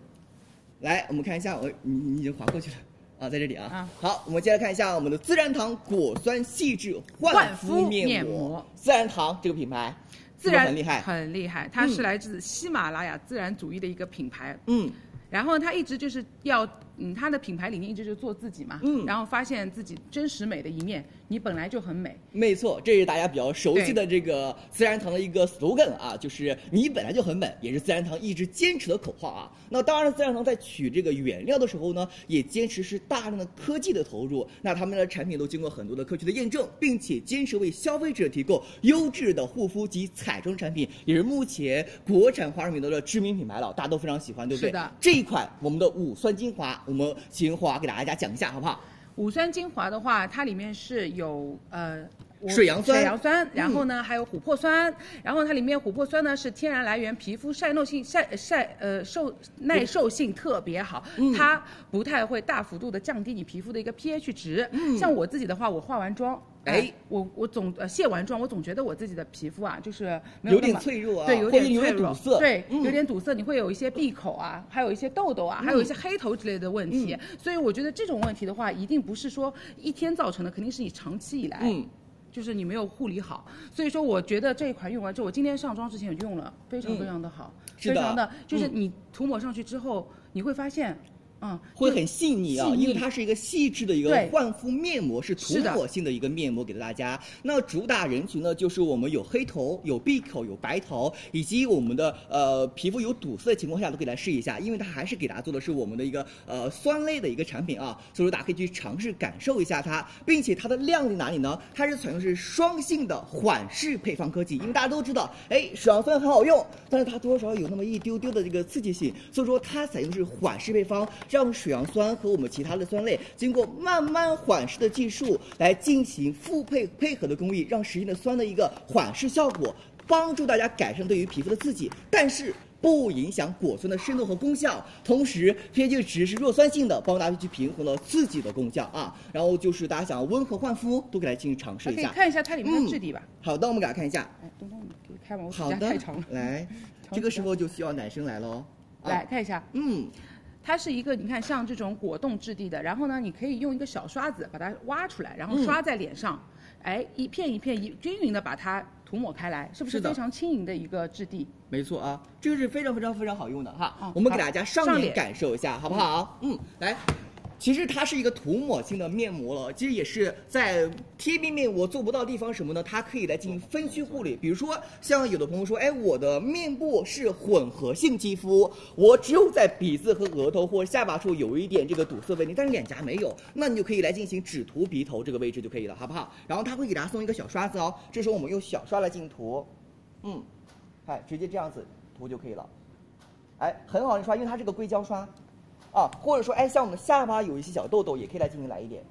Speaker 10: 来，我们看一下，我你你已经划过去了啊，在这里啊。
Speaker 7: 啊
Speaker 10: 好，我们接下来看一下我们的自然堂果酸细致焕
Speaker 7: 焕
Speaker 10: 肤
Speaker 7: 肤
Speaker 10: 面
Speaker 7: 面
Speaker 10: 膜。
Speaker 7: 膜
Speaker 10: 自然堂这个品牌，是不
Speaker 7: 自
Speaker 10: 是
Speaker 7: 然
Speaker 10: 很厉害。
Speaker 7: 很厉害。它是来自喜马拉雅自然主义的一个品牌，
Speaker 10: 嗯，
Speaker 7: 然后它一直就是要，嗯，它的品牌理念一直就是做自己嘛，
Speaker 10: 嗯
Speaker 7: 然后发现自己真实美的一面，你本来就很美，
Speaker 10: 没错，这是大家比较熟悉的这个自然堂的一个 slogan 啊，就是你本来就很美，也是自然堂一直坚持的口号啊。那当然，自然堂在取这个原料的时候呢，也坚持是大量的科技的投入。那他们的产品都经过很多的科学的验证，并且坚持为消费者提供优质的护肤及彩妆产品，也是目前国产化妆品的知名品牌了，大家都非常喜欢，对不对？
Speaker 7: 是的
Speaker 10: 这一款我们的五酸精华，我们秦华给大家讲一下好不好？
Speaker 7: 乳酸精华的话，它里面是有呃我
Speaker 10: 水杨酸
Speaker 7: 水杨酸，然后呢、还有琥珀酸，然后它里面琥珀酸呢是天然来源，皮肤晒耐性晒晒呃受耐受性特别好，
Speaker 10: 嗯
Speaker 7: 它不太会大幅度的降低你皮肤的一个 pH 值。
Speaker 10: 嗯
Speaker 7: 像我自己的话，我化完妆。
Speaker 10: 哎，
Speaker 7: 我我总呃卸完妆，我总觉得我自己的皮肤啊，就是没
Speaker 10: 有点
Speaker 7: 那么
Speaker 10: 脆弱啊
Speaker 7: 对，有
Speaker 10: 或者
Speaker 7: 点
Speaker 10: 有
Speaker 7: 脆
Speaker 10: 点堵
Speaker 7: 弱，
Speaker 10: 塞
Speaker 7: 对，
Speaker 10: 嗯
Speaker 7: 有点堵塞，你会有一些闭口啊，还有一些痘痘啊，还有一些黑头之类的
Speaker 10: 嗯
Speaker 7: 问题。所以我觉得这种问题的话，一定不是说一天造成的，肯定是你长期以来，
Speaker 10: 嗯
Speaker 7: 就是你没有护理好。所以说，我觉得这一款用完之后，我今天上妆之前也用了，非常
Speaker 10: 嗯
Speaker 7: 非常的好，
Speaker 10: 是
Speaker 7: 非
Speaker 10: 的
Speaker 7: 常的就是
Speaker 10: 嗯
Speaker 7: 你涂抹上去之后，你会发现，嗯，
Speaker 10: 会
Speaker 7: 就
Speaker 10: 很细腻啊，
Speaker 7: 细腻
Speaker 10: 因为它是一个细致的一个
Speaker 7: 对
Speaker 10: 焕肤面膜，是涂
Speaker 7: 是的
Speaker 10: 抹性的一个面膜给到大家。那主打人群呢，就是我们有黑头、有闭口、有白头，以及我们的呃皮肤有堵塞的情况下，都给大家试一下，因为它还是给大家做的是我们的一个呃酸类的一个产品啊，所以说大家可以去尝试感受一下它，并且它的亮点哪里呢？它是采用是双性的缓释配方科技，因为大家都知道，哎，水杨酸很好用，但是它多少有那么一丢丢的这个刺激性，所以说它采用的是缓释配方，让水杨酸和我们其他的酸类经过慢慢缓释的技术来进行复配配合的工艺，让实现的酸的一个缓释效果，帮助大家改善对于皮肤的刺激，但是。不影响果酸的深度和功效，同时 pH 值是弱酸性的，帮大家去平衡了自己的功效啊。然后就是大家想要温和焕肤，都给大家进行尝试
Speaker 7: 可
Speaker 10: 一
Speaker 7: 以
Speaker 10: 下。
Speaker 7: 看一下它里面的质地吧。
Speaker 10: 好的，我们给大家看一下。
Speaker 7: 哎，东东，你给我开吧，我指
Speaker 10: 好
Speaker 7: 甲
Speaker 10: 的
Speaker 7: 太长了，。
Speaker 10: 来，
Speaker 7: 长
Speaker 10: 这个时候就需要男生来喽。啊
Speaker 7: 来，看一下，
Speaker 10: 嗯，
Speaker 7: 它是一个你看像这种果冻质地的，然后呢，你可以用一个小刷子把它挖出来，然后刷在脸上，嗯哎，一片一片一均匀的把它涂抹开来，是不是
Speaker 10: 是的
Speaker 7: 非常轻盈的一个质地？
Speaker 10: 没错啊，这个是非常非常非常好用的哈。
Speaker 7: 嗯
Speaker 10: 我们给
Speaker 7: 好
Speaker 10: 大家上
Speaker 7: 上
Speaker 10: 脸
Speaker 7: 脸
Speaker 10: 感受一下，好不好？嗯，来。其实它是一个涂抹性的面膜了，其实也是在贴面面膜做不到的地方什么呢？它可以来进行分区护理。比如说，像有的朋友说，哎，我的面部是混合性肌肤，我只有在鼻子和额头或者下巴处有一点这个堵塞问题，但是脸颊没有，那你就可以来进行只涂鼻头这个位置就可以了，好不好？然后它会给大家送一个小刷子哦，这时候我们用小刷来进行涂，嗯，哎，直接这样子涂就可以了。哎，很好的刷，因为它是个硅胶刷，啊，或者说，哎，像我们下巴有一些小痘痘，也可以来进行来一点。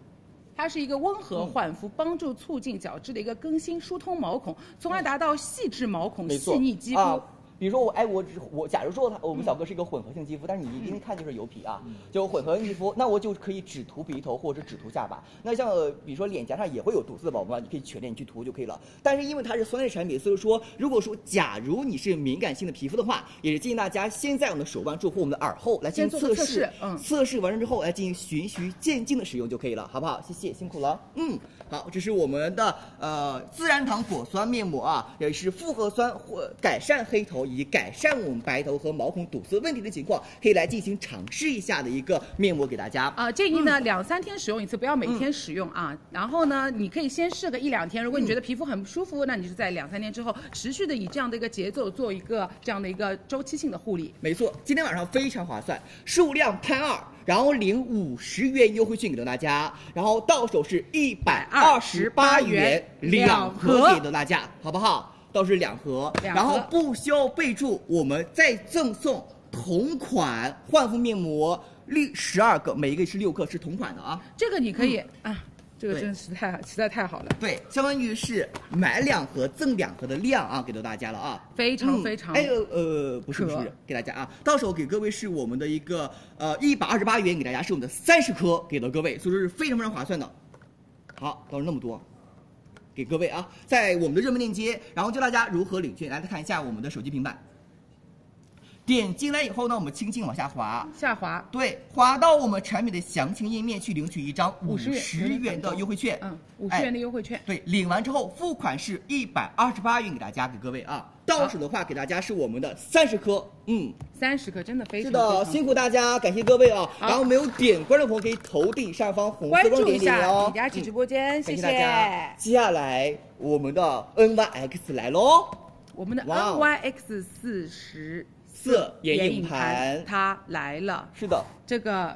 Speaker 7: 它是一个温和焕肤，帮助促进角质的一个更新，疏通毛孔，从而达到细致毛孔、
Speaker 10: 没错，
Speaker 7: 细腻肌肤。
Speaker 10: 啊嗯比如说我，哎，我只我假如说他我们小哥是一个混合性肌肤，但是你一定看就是油皮啊，就混合性肌肤，那我就可以只涂鼻头或者只涂下巴。那像呃比如说脸颊上也会有堵塞的宝宝，啊你可以全脸去涂就可以了。但是因为它是酸类产品，所以说如果说假如你是敏感性的皮肤的话，也是建议大家先在我们的手腕处或我们的耳后来进行
Speaker 7: 先做个
Speaker 10: 测
Speaker 7: 测
Speaker 10: 试
Speaker 7: 试，嗯
Speaker 10: 测试完了之后哎来进行循序渐进的使用就可以了，好不好？谢谢，辛苦了。嗯，好，这是我们的呃自然堂果酸面膜啊，也是复合酸或改善黑头以及改善我们白头和毛孔堵塞问题的情况，可以来进行尝试一下的一个面膜给大家。
Speaker 7: 啊，建议呢、两三天使用一次，不要每天使用啊。然后呢，你可以先试个一两天，如果你觉得皮肤很不舒服，那你就在两三天之后持续的以这样的一个节奏做一个这样的一个周期性的护理。
Speaker 10: 没错，今天晚上非常划算，数量拍二，然后领五十元优惠券给到大家，然后到手是一百二十八元两盒给到大家，好不好？到是两盒，
Speaker 7: 两盒
Speaker 10: 然后不需要备注，我们再赠送同款焕肤面膜六十二个，每一个是六克，是同款的啊。
Speaker 7: 这个你可以、啊，这
Speaker 10: 嗯
Speaker 7: 个
Speaker 10: 对
Speaker 7: 真是太实在太好了，
Speaker 10: 对，相当于是买两盒赠两盒的量啊，给到大家了啊。
Speaker 7: 非常非常。
Speaker 10: 哎呃呃，不是不是
Speaker 7: 可，
Speaker 10: 给大家啊，到手给各位是我们的一个呃一百二十八元，给大家是我们的三十颗给到各位，所以说是非常非常划算的。好，到手那么多，给各位啊，在我们的热门链接，然后教大家如何领券，来再看一下我们的手机平板。点进来以后呢，我们轻轻往下滑，
Speaker 7: 下滑，
Speaker 10: 对，滑到我们产品的详情页面去领取一张五
Speaker 7: 50
Speaker 10: 十元的优惠券，
Speaker 7: 嗯，五
Speaker 10: 哎
Speaker 7: 十元的优惠券。
Speaker 10: 对，领完之后付款是一百二十八元给大家，给各位啊。到手的话给大家是我们的三十颗，嗯，
Speaker 7: 三十克真的非
Speaker 10: 是
Speaker 7: 常
Speaker 10: 的，辛苦大家，感谢各位啊。然后没有点关注的朋友可以头顶上方红
Speaker 7: 关
Speaker 10: 色光
Speaker 7: 注
Speaker 10: 点
Speaker 7: 一
Speaker 10: 点
Speaker 7: 下
Speaker 10: 哦
Speaker 7: 李。佳琦直播间，
Speaker 10: 感
Speaker 7: 谢
Speaker 10: 谢大家
Speaker 7: 谢。。
Speaker 10: 接下来我们的 NYX 来喽，
Speaker 7: 我们的
Speaker 10: 哇哦
Speaker 7: NYX 四十
Speaker 10: 色眼
Speaker 7: 眼
Speaker 10: 影
Speaker 7: 影
Speaker 10: 盘
Speaker 7: 盘它来了。
Speaker 10: 是的，
Speaker 7: (laughs) 这个，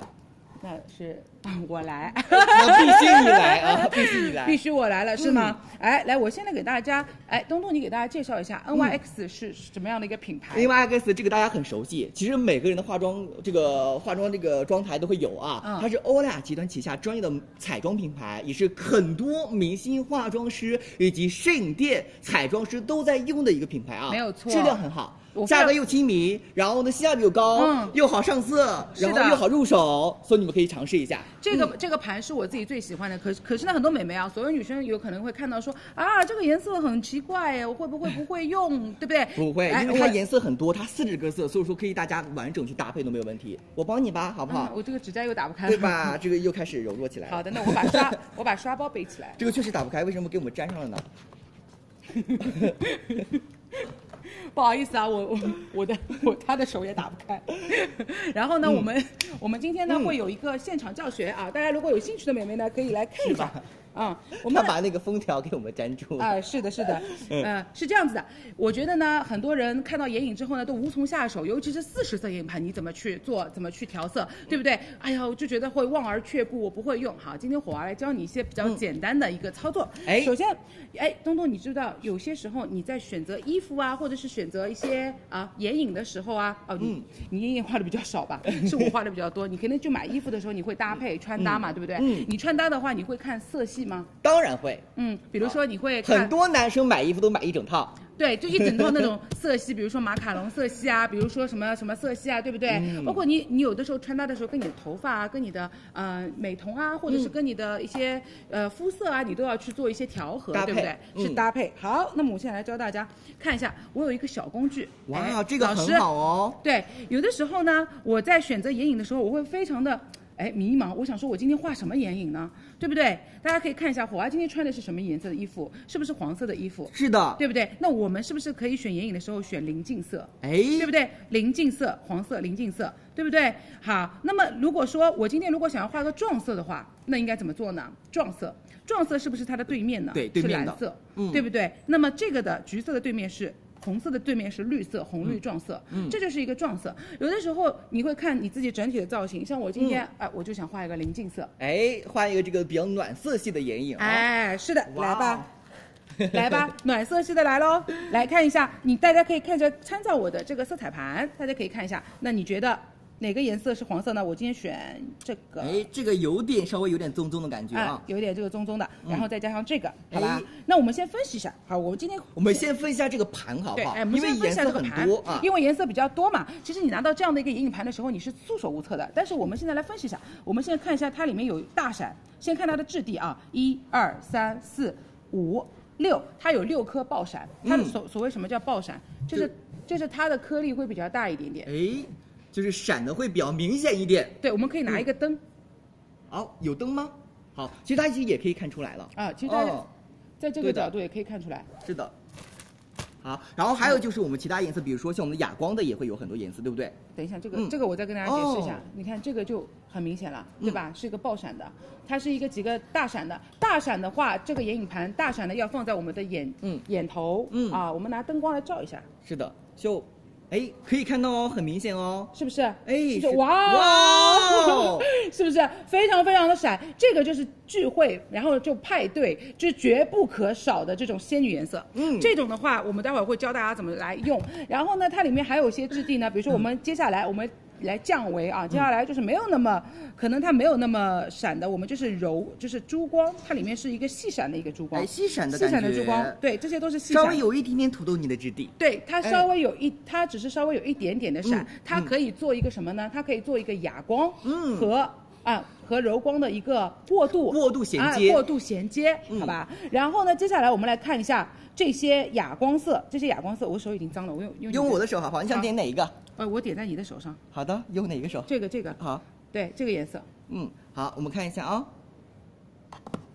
Speaker 7: 那是啊，我来，
Speaker 10: 那必须你来啊必须你来嗯
Speaker 7: 必须我来了是吗？哎，来，我现在给大家，哎，东东，你给大家介绍一下 NYX 是什么样的一个品牌？
Speaker 10: 因为 X 这个大家很熟悉，其实每个人的化妆这个化妆这个妆台都会有啊。
Speaker 7: 嗯
Speaker 10: 它是欧莱雅集团旗下专业的彩妆品牌，也是很多明星化妆师以及摄影店彩妆师都在用的一个品牌啊。
Speaker 7: 没有错
Speaker 10: 质量很好
Speaker 7: 我，非常
Speaker 10: 价格又亲民，然后呢性价比又高，
Speaker 7: 嗯
Speaker 10: 又好上色，
Speaker 7: 是的
Speaker 10: 然后又好入手，所以你们可以尝试一下。
Speaker 7: 这
Speaker 10: 嗯
Speaker 7: 个、这个盘是我自己最喜欢的，可是可是呢，很多美眉啊，所有女生有可能会看到说啊，这个颜色很奇怪耶，我会不会不会用，对不对？
Speaker 10: 不会，
Speaker 7: 哎
Speaker 10: 因为它
Speaker 7: 我
Speaker 10: 颜色很多，它四十个色，所以说可以大家完整去搭配都没有问题。我帮你吧，好不
Speaker 7: 嗯
Speaker 10: 好？
Speaker 7: 我这个指甲又打不开
Speaker 10: 啊
Speaker 7: 了，
Speaker 10: 对
Speaker 7: (laughs)
Speaker 10: 吧？？这个又开始柔弱起来了。
Speaker 7: 好的，那我把刷我把刷包背起来。
Speaker 10: 这个确实打不开，为什么给我们粘上了呢？
Speaker 7: 不好意思啊，我我我的我他的手也打不开。 (laughs) 然后呢，我们我们今天呢
Speaker 10: 嗯
Speaker 7: 会有一个现场教学啊，大家如果有兴趣的美眉呢，可以来看一
Speaker 10: 是
Speaker 7: 下
Speaker 10: 吧。
Speaker 7: 啊，我
Speaker 10: 他
Speaker 7: 们
Speaker 10: 把那个封条给我们粘住了。
Speaker 7: 啊，是的，
Speaker 12: (laughs)
Speaker 7: 是的，
Speaker 10: 嗯
Speaker 7: 呃，是这样子的。我觉得呢，很多人看到眼影之后呢，都无从下手，尤其是四十色眼影盘，你怎么去做，怎么去调色，对不对？哎呀，我就觉得会望而却步，我不会用。好，今天火娃来教你一些比较简单的一个操作。
Speaker 10: 嗯哎
Speaker 7: 首先，哎，东东，你知道有些时候你在选择衣服啊，或者是选择一些啊眼影的时候啊，哦，你、
Speaker 10: 嗯
Speaker 7: 你眼影画的比较少
Speaker 12: (laughs)
Speaker 7: 吧？是我画的比较多。你可能就买衣服的时候，你会搭配穿搭嘛，对不对？
Speaker 10: 嗯
Speaker 7: 你穿搭的话，你会看色系吗？
Speaker 10: 当然会，
Speaker 7: 嗯，比如说你会看
Speaker 10: 很多男生买衣服都买一整套。
Speaker 7: 对，就一整套那种色系，比如说马卡龙色系啊，比如说什么什么色系啊，对不对？
Speaker 10: 嗯
Speaker 7: 包括你你有的时候穿搭的时候，跟你的头发啊，跟你的呃美瞳啊，或者
Speaker 10: 嗯
Speaker 7: 是跟你的一些、呃肤色啊，你都要去做一些调和，
Speaker 10: 搭
Speaker 7: 对不对
Speaker 10: 配？
Speaker 7: 是
Speaker 10: 嗯
Speaker 7: 搭配。好，那么我现在来教大家看一下，我有一个小工具。
Speaker 10: 哇，
Speaker 7: 哎
Speaker 10: 这个
Speaker 7: 老
Speaker 10: 很
Speaker 7: 师
Speaker 10: 好哦。
Speaker 7: 对，有的时候呢，我在选择眼影的时候，我会非常的。哎，迷茫，我想说，我今天画什么眼影呢？对不对？大家可以看一下，火娃啊今天穿的是什么颜色的衣服？是不是黄色的衣服？
Speaker 10: 是的，
Speaker 7: 对不对？那我们是不是可以选眼影的时候选临近色，
Speaker 10: 哎，
Speaker 7: 对不对？临近色，黄色临近色，对不对？好，那么如果说我今天如果想要画个撞色的话，那应该怎么做呢？撞色，撞色是不是它的对面呢？
Speaker 10: 对对面
Speaker 7: 是
Speaker 10: 的
Speaker 7: 蓝色，
Speaker 10: 嗯
Speaker 7: 对不对？那么这个的橘色的对面是。红色的对面是绿色，红绿撞色，
Speaker 10: 嗯
Speaker 7: 这就是一个撞色。有的时候你会看你自己整体的造型，像我今天，
Speaker 10: 嗯
Speaker 7: 哎、我就想画一个临近色，
Speaker 10: 哎，画一个这个比较暖色系的眼影啊。
Speaker 7: 哎，是的，
Speaker 10: 哇哦
Speaker 7: 来吧，来吧，暖色系的来喽，来看一下，你大家可以看着参照我的这个色彩盘，大家可以看一下，那你觉得哪个颜色是黄色呢？我今天选这个，
Speaker 10: 哎，这个有点稍微有点棕棕的感觉
Speaker 7: 啊
Speaker 10: 啊，。
Speaker 7: 有点这个棕棕的，然后再加上这个，好吧
Speaker 10: 哎？
Speaker 7: 那我们先分析一下，好，我们今天
Speaker 10: 我们。先分析一下这个盘好
Speaker 7: 对，
Speaker 10: 不
Speaker 7: 哎，
Speaker 10: 好
Speaker 7: 我？们
Speaker 10: 因为
Speaker 7: 先分
Speaker 10: 颜
Speaker 7: 析下这
Speaker 10: 色
Speaker 7: 个
Speaker 10: 很
Speaker 7: 盘
Speaker 10: 多啊。
Speaker 7: 因为颜色比较多嘛。其实你拿到这样的一个眼影盘的时候，你是束手无策的。但是我们现在来分析一下，我们现在看一下它里面有大闪，先看它的质地啊，一二三四五六，它有六颗爆闪。它的
Speaker 10: 嗯
Speaker 7: 所所谓什么叫爆闪，就是就是它的颗粒会比较大一点点。
Speaker 10: 哎，就是闪的会比较明显一点。
Speaker 7: 对，我们可以
Speaker 10: 嗯
Speaker 7: 拿一个灯
Speaker 10: 好，有灯吗？好，其实大家其实也可以看出来了。
Speaker 7: 啊，其实大家
Speaker 10: 哦
Speaker 7: 在这个
Speaker 10: 对的
Speaker 7: 角度也可以看出来。
Speaker 10: 是的。好，然后还有就是我们其他颜色，比如说像我们的哑光的也会有很多颜色，对不对？
Speaker 7: 等一下，这个、
Speaker 10: 嗯
Speaker 7: 这个我再跟大家解释一下。
Speaker 10: 哦嗯
Speaker 7: 你看这个就很明显了，对吧？是一个爆闪的，它是一个几个大闪的。大闪的话，这个眼影盘大闪的要放在我们的眼、
Speaker 10: 嗯
Speaker 7: 眼头，
Speaker 10: 嗯
Speaker 7: 啊，我们拿灯光来照一下，
Speaker 10: 是的，就，哎，可以看到哦，很明显哦。
Speaker 7: 是不是？
Speaker 10: 哎
Speaker 7: 是不是
Speaker 10: 是
Speaker 7: 哇
Speaker 10: 哇
Speaker 7: 哦 (laughs)
Speaker 10: 哦，
Speaker 7: 是不是非常非常的闪？这个就是聚会，然后就派对，就是绝不可少的这种仙女颜色。
Speaker 10: 嗯
Speaker 7: 这种的话，我们待会儿会教大家怎么来用。然后呢，它里面还有一些质地呢，比如说我
Speaker 10: 嗯
Speaker 7: 们接下来我们。来降维啊，接下来就是没有那么，可能它没有那么闪的，我们就是柔，就是珠光，它里面是一个细闪的一个珠光，
Speaker 10: 哎细闪的
Speaker 7: 细闪的
Speaker 10: 感觉
Speaker 7: 珠光，对，这些都是细闪，
Speaker 10: 稍微有一点点土豆泥的质地。
Speaker 7: 对，它
Speaker 10: 哎
Speaker 7: 稍微有一，它只是稍微有一点点的闪，
Speaker 10: 嗯
Speaker 7: 它可以做一个什么呢？它可以做一个哑光
Speaker 10: 嗯
Speaker 7: 和、啊和柔光的一个过渡，
Speaker 10: 过渡衔接
Speaker 7: 啊、过渡衔接，
Speaker 10: 嗯
Speaker 7: 好吧。然后呢，接下来我们来看一下这些哑光色，这些哑光色，我手已经脏了，我用用你
Speaker 10: 用我的，手好不好？你想点哪一个？
Speaker 7: 呃，我点在你的手上，
Speaker 10: 好的，用哪一个手？
Speaker 7: 这个这个，
Speaker 10: 好，
Speaker 7: 对，这个颜色，
Speaker 10: 嗯，好，我们看一下啊，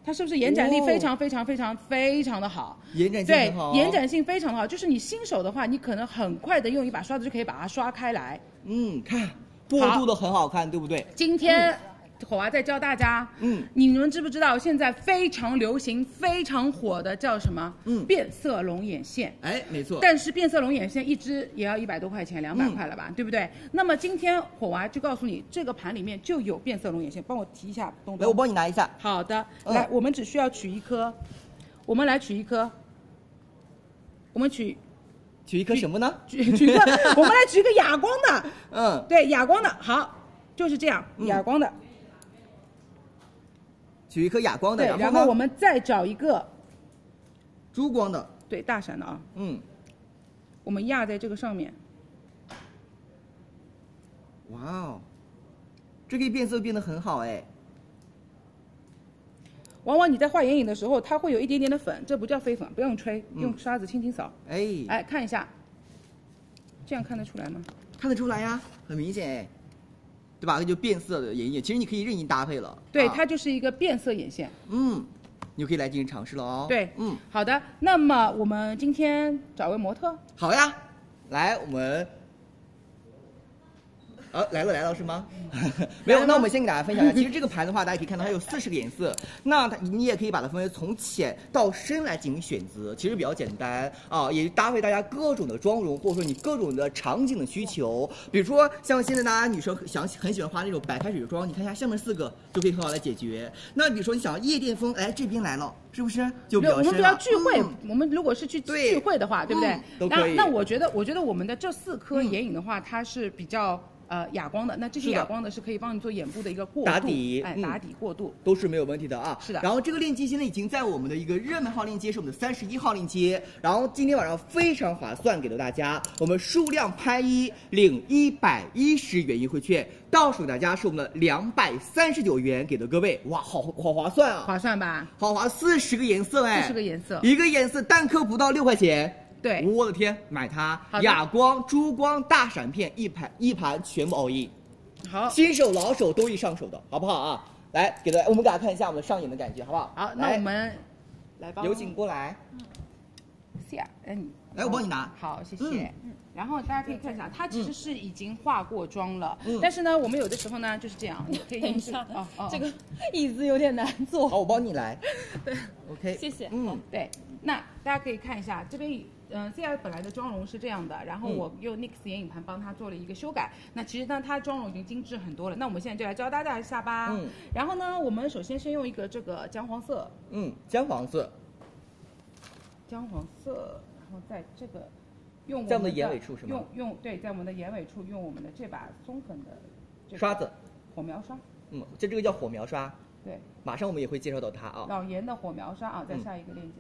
Speaker 7: 它是不是延展力
Speaker 10: 哦
Speaker 7: 非常非常非常非常的好？
Speaker 10: 延展性
Speaker 7: 对
Speaker 10: 很好，，哦
Speaker 7: 延，展性非常的好，就是你新手的话，你可能很快的用一把刷子就可以把它刷开来。
Speaker 10: 嗯，看过渡的很好看，对不对？
Speaker 7: 今天火娃啊再教大家，嗯，你们知不知道现在非常流行、非常火的叫什么？嗯，变色龙眼线。
Speaker 10: 哎，没错。
Speaker 7: 但是变色龙眼线一支也要一百多块钱，两百块了吧，
Speaker 10: 嗯
Speaker 7: 对不对？那么今天火娃就告诉你，这个盘里面就有变色龙眼线，帮我提一下，东东。
Speaker 10: 来，我帮你拿一下。
Speaker 7: 好的，
Speaker 10: 嗯
Speaker 7: 来，我们只需要取一颗，我们来取一颗，我们
Speaker 10: (laughs)
Speaker 7: 取
Speaker 10: 取一颗什么呢？
Speaker 7: 举举个，
Speaker 10: (laughs)
Speaker 7: 我们来举个哑光的，
Speaker 10: 嗯，
Speaker 7: 对，哑光的，好，就是这样，哑光的，
Speaker 10: 取一颗哑光的，
Speaker 7: 对，然
Speaker 10: 后
Speaker 7: 后
Speaker 10: 呢
Speaker 7: 我们再找一个，
Speaker 10: 珠光的，
Speaker 7: 对，大闪的啊，
Speaker 10: 嗯，
Speaker 7: 我们压在这个上面，
Speaker 10: 哇哦，这可以变色变得很好哎。
Speaker 7: 往往你在画眼影的时候，它会有一点点的粉，这不叫飞粉，不用吹，
Speaker 10: 嗯
Speaker 7: 用刷子轻轻扫，
Speaker 10: 哎，
Speaker 7: 哎，看一下，这样看得出来吗？
Speaker 10: 看得出来呀，很明显哎，对吧？那就变色的眼影，其实你可以任意搭配了。
Speaker 7: 对，
Speaker 10: 啊
Speaker 7: 它就是一个变色眼线。
Speaker 10: 嗯，你就可以来进行尝试了哦。
Speaker 7: 对
Speaker 10: 嗯，
Speaker 7: 好的，那么我们今天找位模特，
Speaker 10: 好呀，来我们。呃、来了来了是吗？
Speaker 7: 嗯
Speaker 10: 没有，那我们先给大家分享一下。其实这个盘的话，大家可以看到它有四十个颜
Speaker 7: (laughs)
Speaker 10: 色，那它你也可以把它分为从浅到深来进行选择，其实比较简单啊，也搭配大家各种的妆容，或者说你各种的场景的需求。比如说像现在大家女生想很喜欢画那种白开水妆，你看一下下面四个就可以很好来解决。那比如说你想要夜店风，哎，这边来了，是不是就比
Speaker 7: 对，
Speaker 10: 较
Speaker 7: 我
Speaker 10: 深了？
Speaker 7: 们比较聚会
Speaker 10: 嗯，
Speaker 7: 我们如果是去
Speaker 10: 对
Speaker 7: 聚会的话，对不
Speaker 10: 嗯都
Speaker 7: 对？那
Speaker 10: 可以
Speaker 7: 那我觉得，我觉得我们的这四颗眼影的话，它是比较呃哑光的。那这些
Speaker 10: 是的
Speaker 7: 哑光的是可以帮你做眼部的一个过渡
Speaker 10: 打底
Speaker 7: 哎，
Speaker 10: 嗯
Speaker 7: 打底过渡。
Speaker 10: 都是没有问题的啊。
Speaker 7: 是的
Speaker 10: 然后这个链接现在已经在我们的一个热门号链接，是我们的三十一号链接。然后今天晚上非常划算，给到大家，我们数量拍一领一百一十元优惠券，倒数给大家是我们的两百三十九元给到各位，哇，好好划算啊！
Speaker 7: 划算吧？
Speaker 10: 好划四十个颜色哎，
Speaker 7: 40个颜色
Speaker 10: 一个颜色单颗不到六块钱。
Speaker 7: 对
Speaker 10: 我的天，买它
Speaker 7: 好！的
Speaker 10: 哑光、珠光、大闪片，一盘一盘全部 all in。
Speaker 7: 好，
Speaker 10: 新手老手都易上手的，好不好啊？来，给大家，我们给大家看一下我们上眼的感觉，好不好？
Speaker 7: 好，
Speaker 10: 来
Speaker 7: 那我们来帮
Speaker 10: 有请过来，
Speaker 7: C R，哎，你
Speaker 10: 来我帮你拿
Speaker 7: 好，谢
Speaker 10: 嗯
Speaker 7: 谢。然后大家可以看一下，它其实是已经化过妆了
Speaker 10: 嗯，
Speaker 7: 但是呢，我们有的时候呢就是这样，你
Speaker 10: (laughs)
Speaker 7: 可以用这个哦哦，哦
Speaker 6: 这个椅子有点难坐。
Speaker 10: 好，我帮你
Speaker 7: (laughs)
Speaker 10: 来。对，OK，
Speaker 6: 谢谢
Speaker 10: 嗯，
Speaker 7: 对，那大家可以看一下这边。嗯，C R 本来的妆容是这样的，然后
Speaker 10: 嗯
Speaker 7: 我用 NYX 眼影盘帮她做了一个修改。那其实呢，她妆容已经精致很多了。那我们现在就来教大家一下吧。
Speaker 10: 嗯。
Speaker 7: 然后呢，我们首先先用一个这个姜黄色，
Speaker 10: 嗯，姜黄色，
Speaker 7: 姜黄色，然后在这个用
Speaker 10: 在我们
Speaker 7: 我们
Speaker 10: 的眼尾处是吗
Speaker 7: 用用对，在我们的眼尾处用我们的这把松粉的这个
Speaker 10: 刷子，
Speaker 7: 火苗刷，
Speaker 10: 嗯，这这个叫火苗刷，
Speaker 7: 对，
Speaker 10: 马上我们也会介绍到它啊。
Speaker 7: 老颜的火苗刷啊，在
Speaker 10: 嗯
Speaker 7: 下一个链接，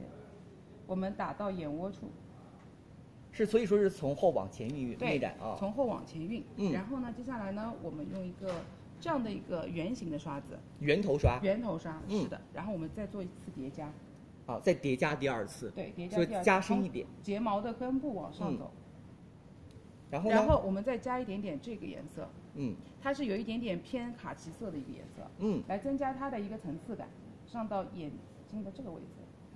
Speaker 7: 我们打到眼窝处。
Speaker 10: 是，所以说是从后往前运运
Speaker 7: 对，
Speaker 10: 内展啊。
Speaker 7: 从后往前运。
Speaker 10: 嗯
Speaker 7: 然后呢，接下来呢，我们用一个这样的一个圆形的刷子，
Speaker 10: 圆头刷，
Speaker 7: 圆头刷，
Speaker 10: 嗯
Speaker 7: 是的。然后我们再做一次叠加，
Speaker 10: 好，啊再叠加第二次，
Speaker 7: 对，叠加
Speaker 10: 就
Speaker 7: 第二次
Speaker 10: 加深一点。，
Speaker 7: 从睫毛的根部往上
Speaker 10: 嗯
Speaker 7: 走，
Speaker 10: 然后呢？
Speaker 7: 然后我们再加一点点这个颜色，
Speaker 10: 嗯
Speaker 7: 它是有一点点偏卡其色的一个颜色，
Speaker 10: 嗯，
Speaker 7: 来增加它的一个层次感，上到眼睛的这个位置。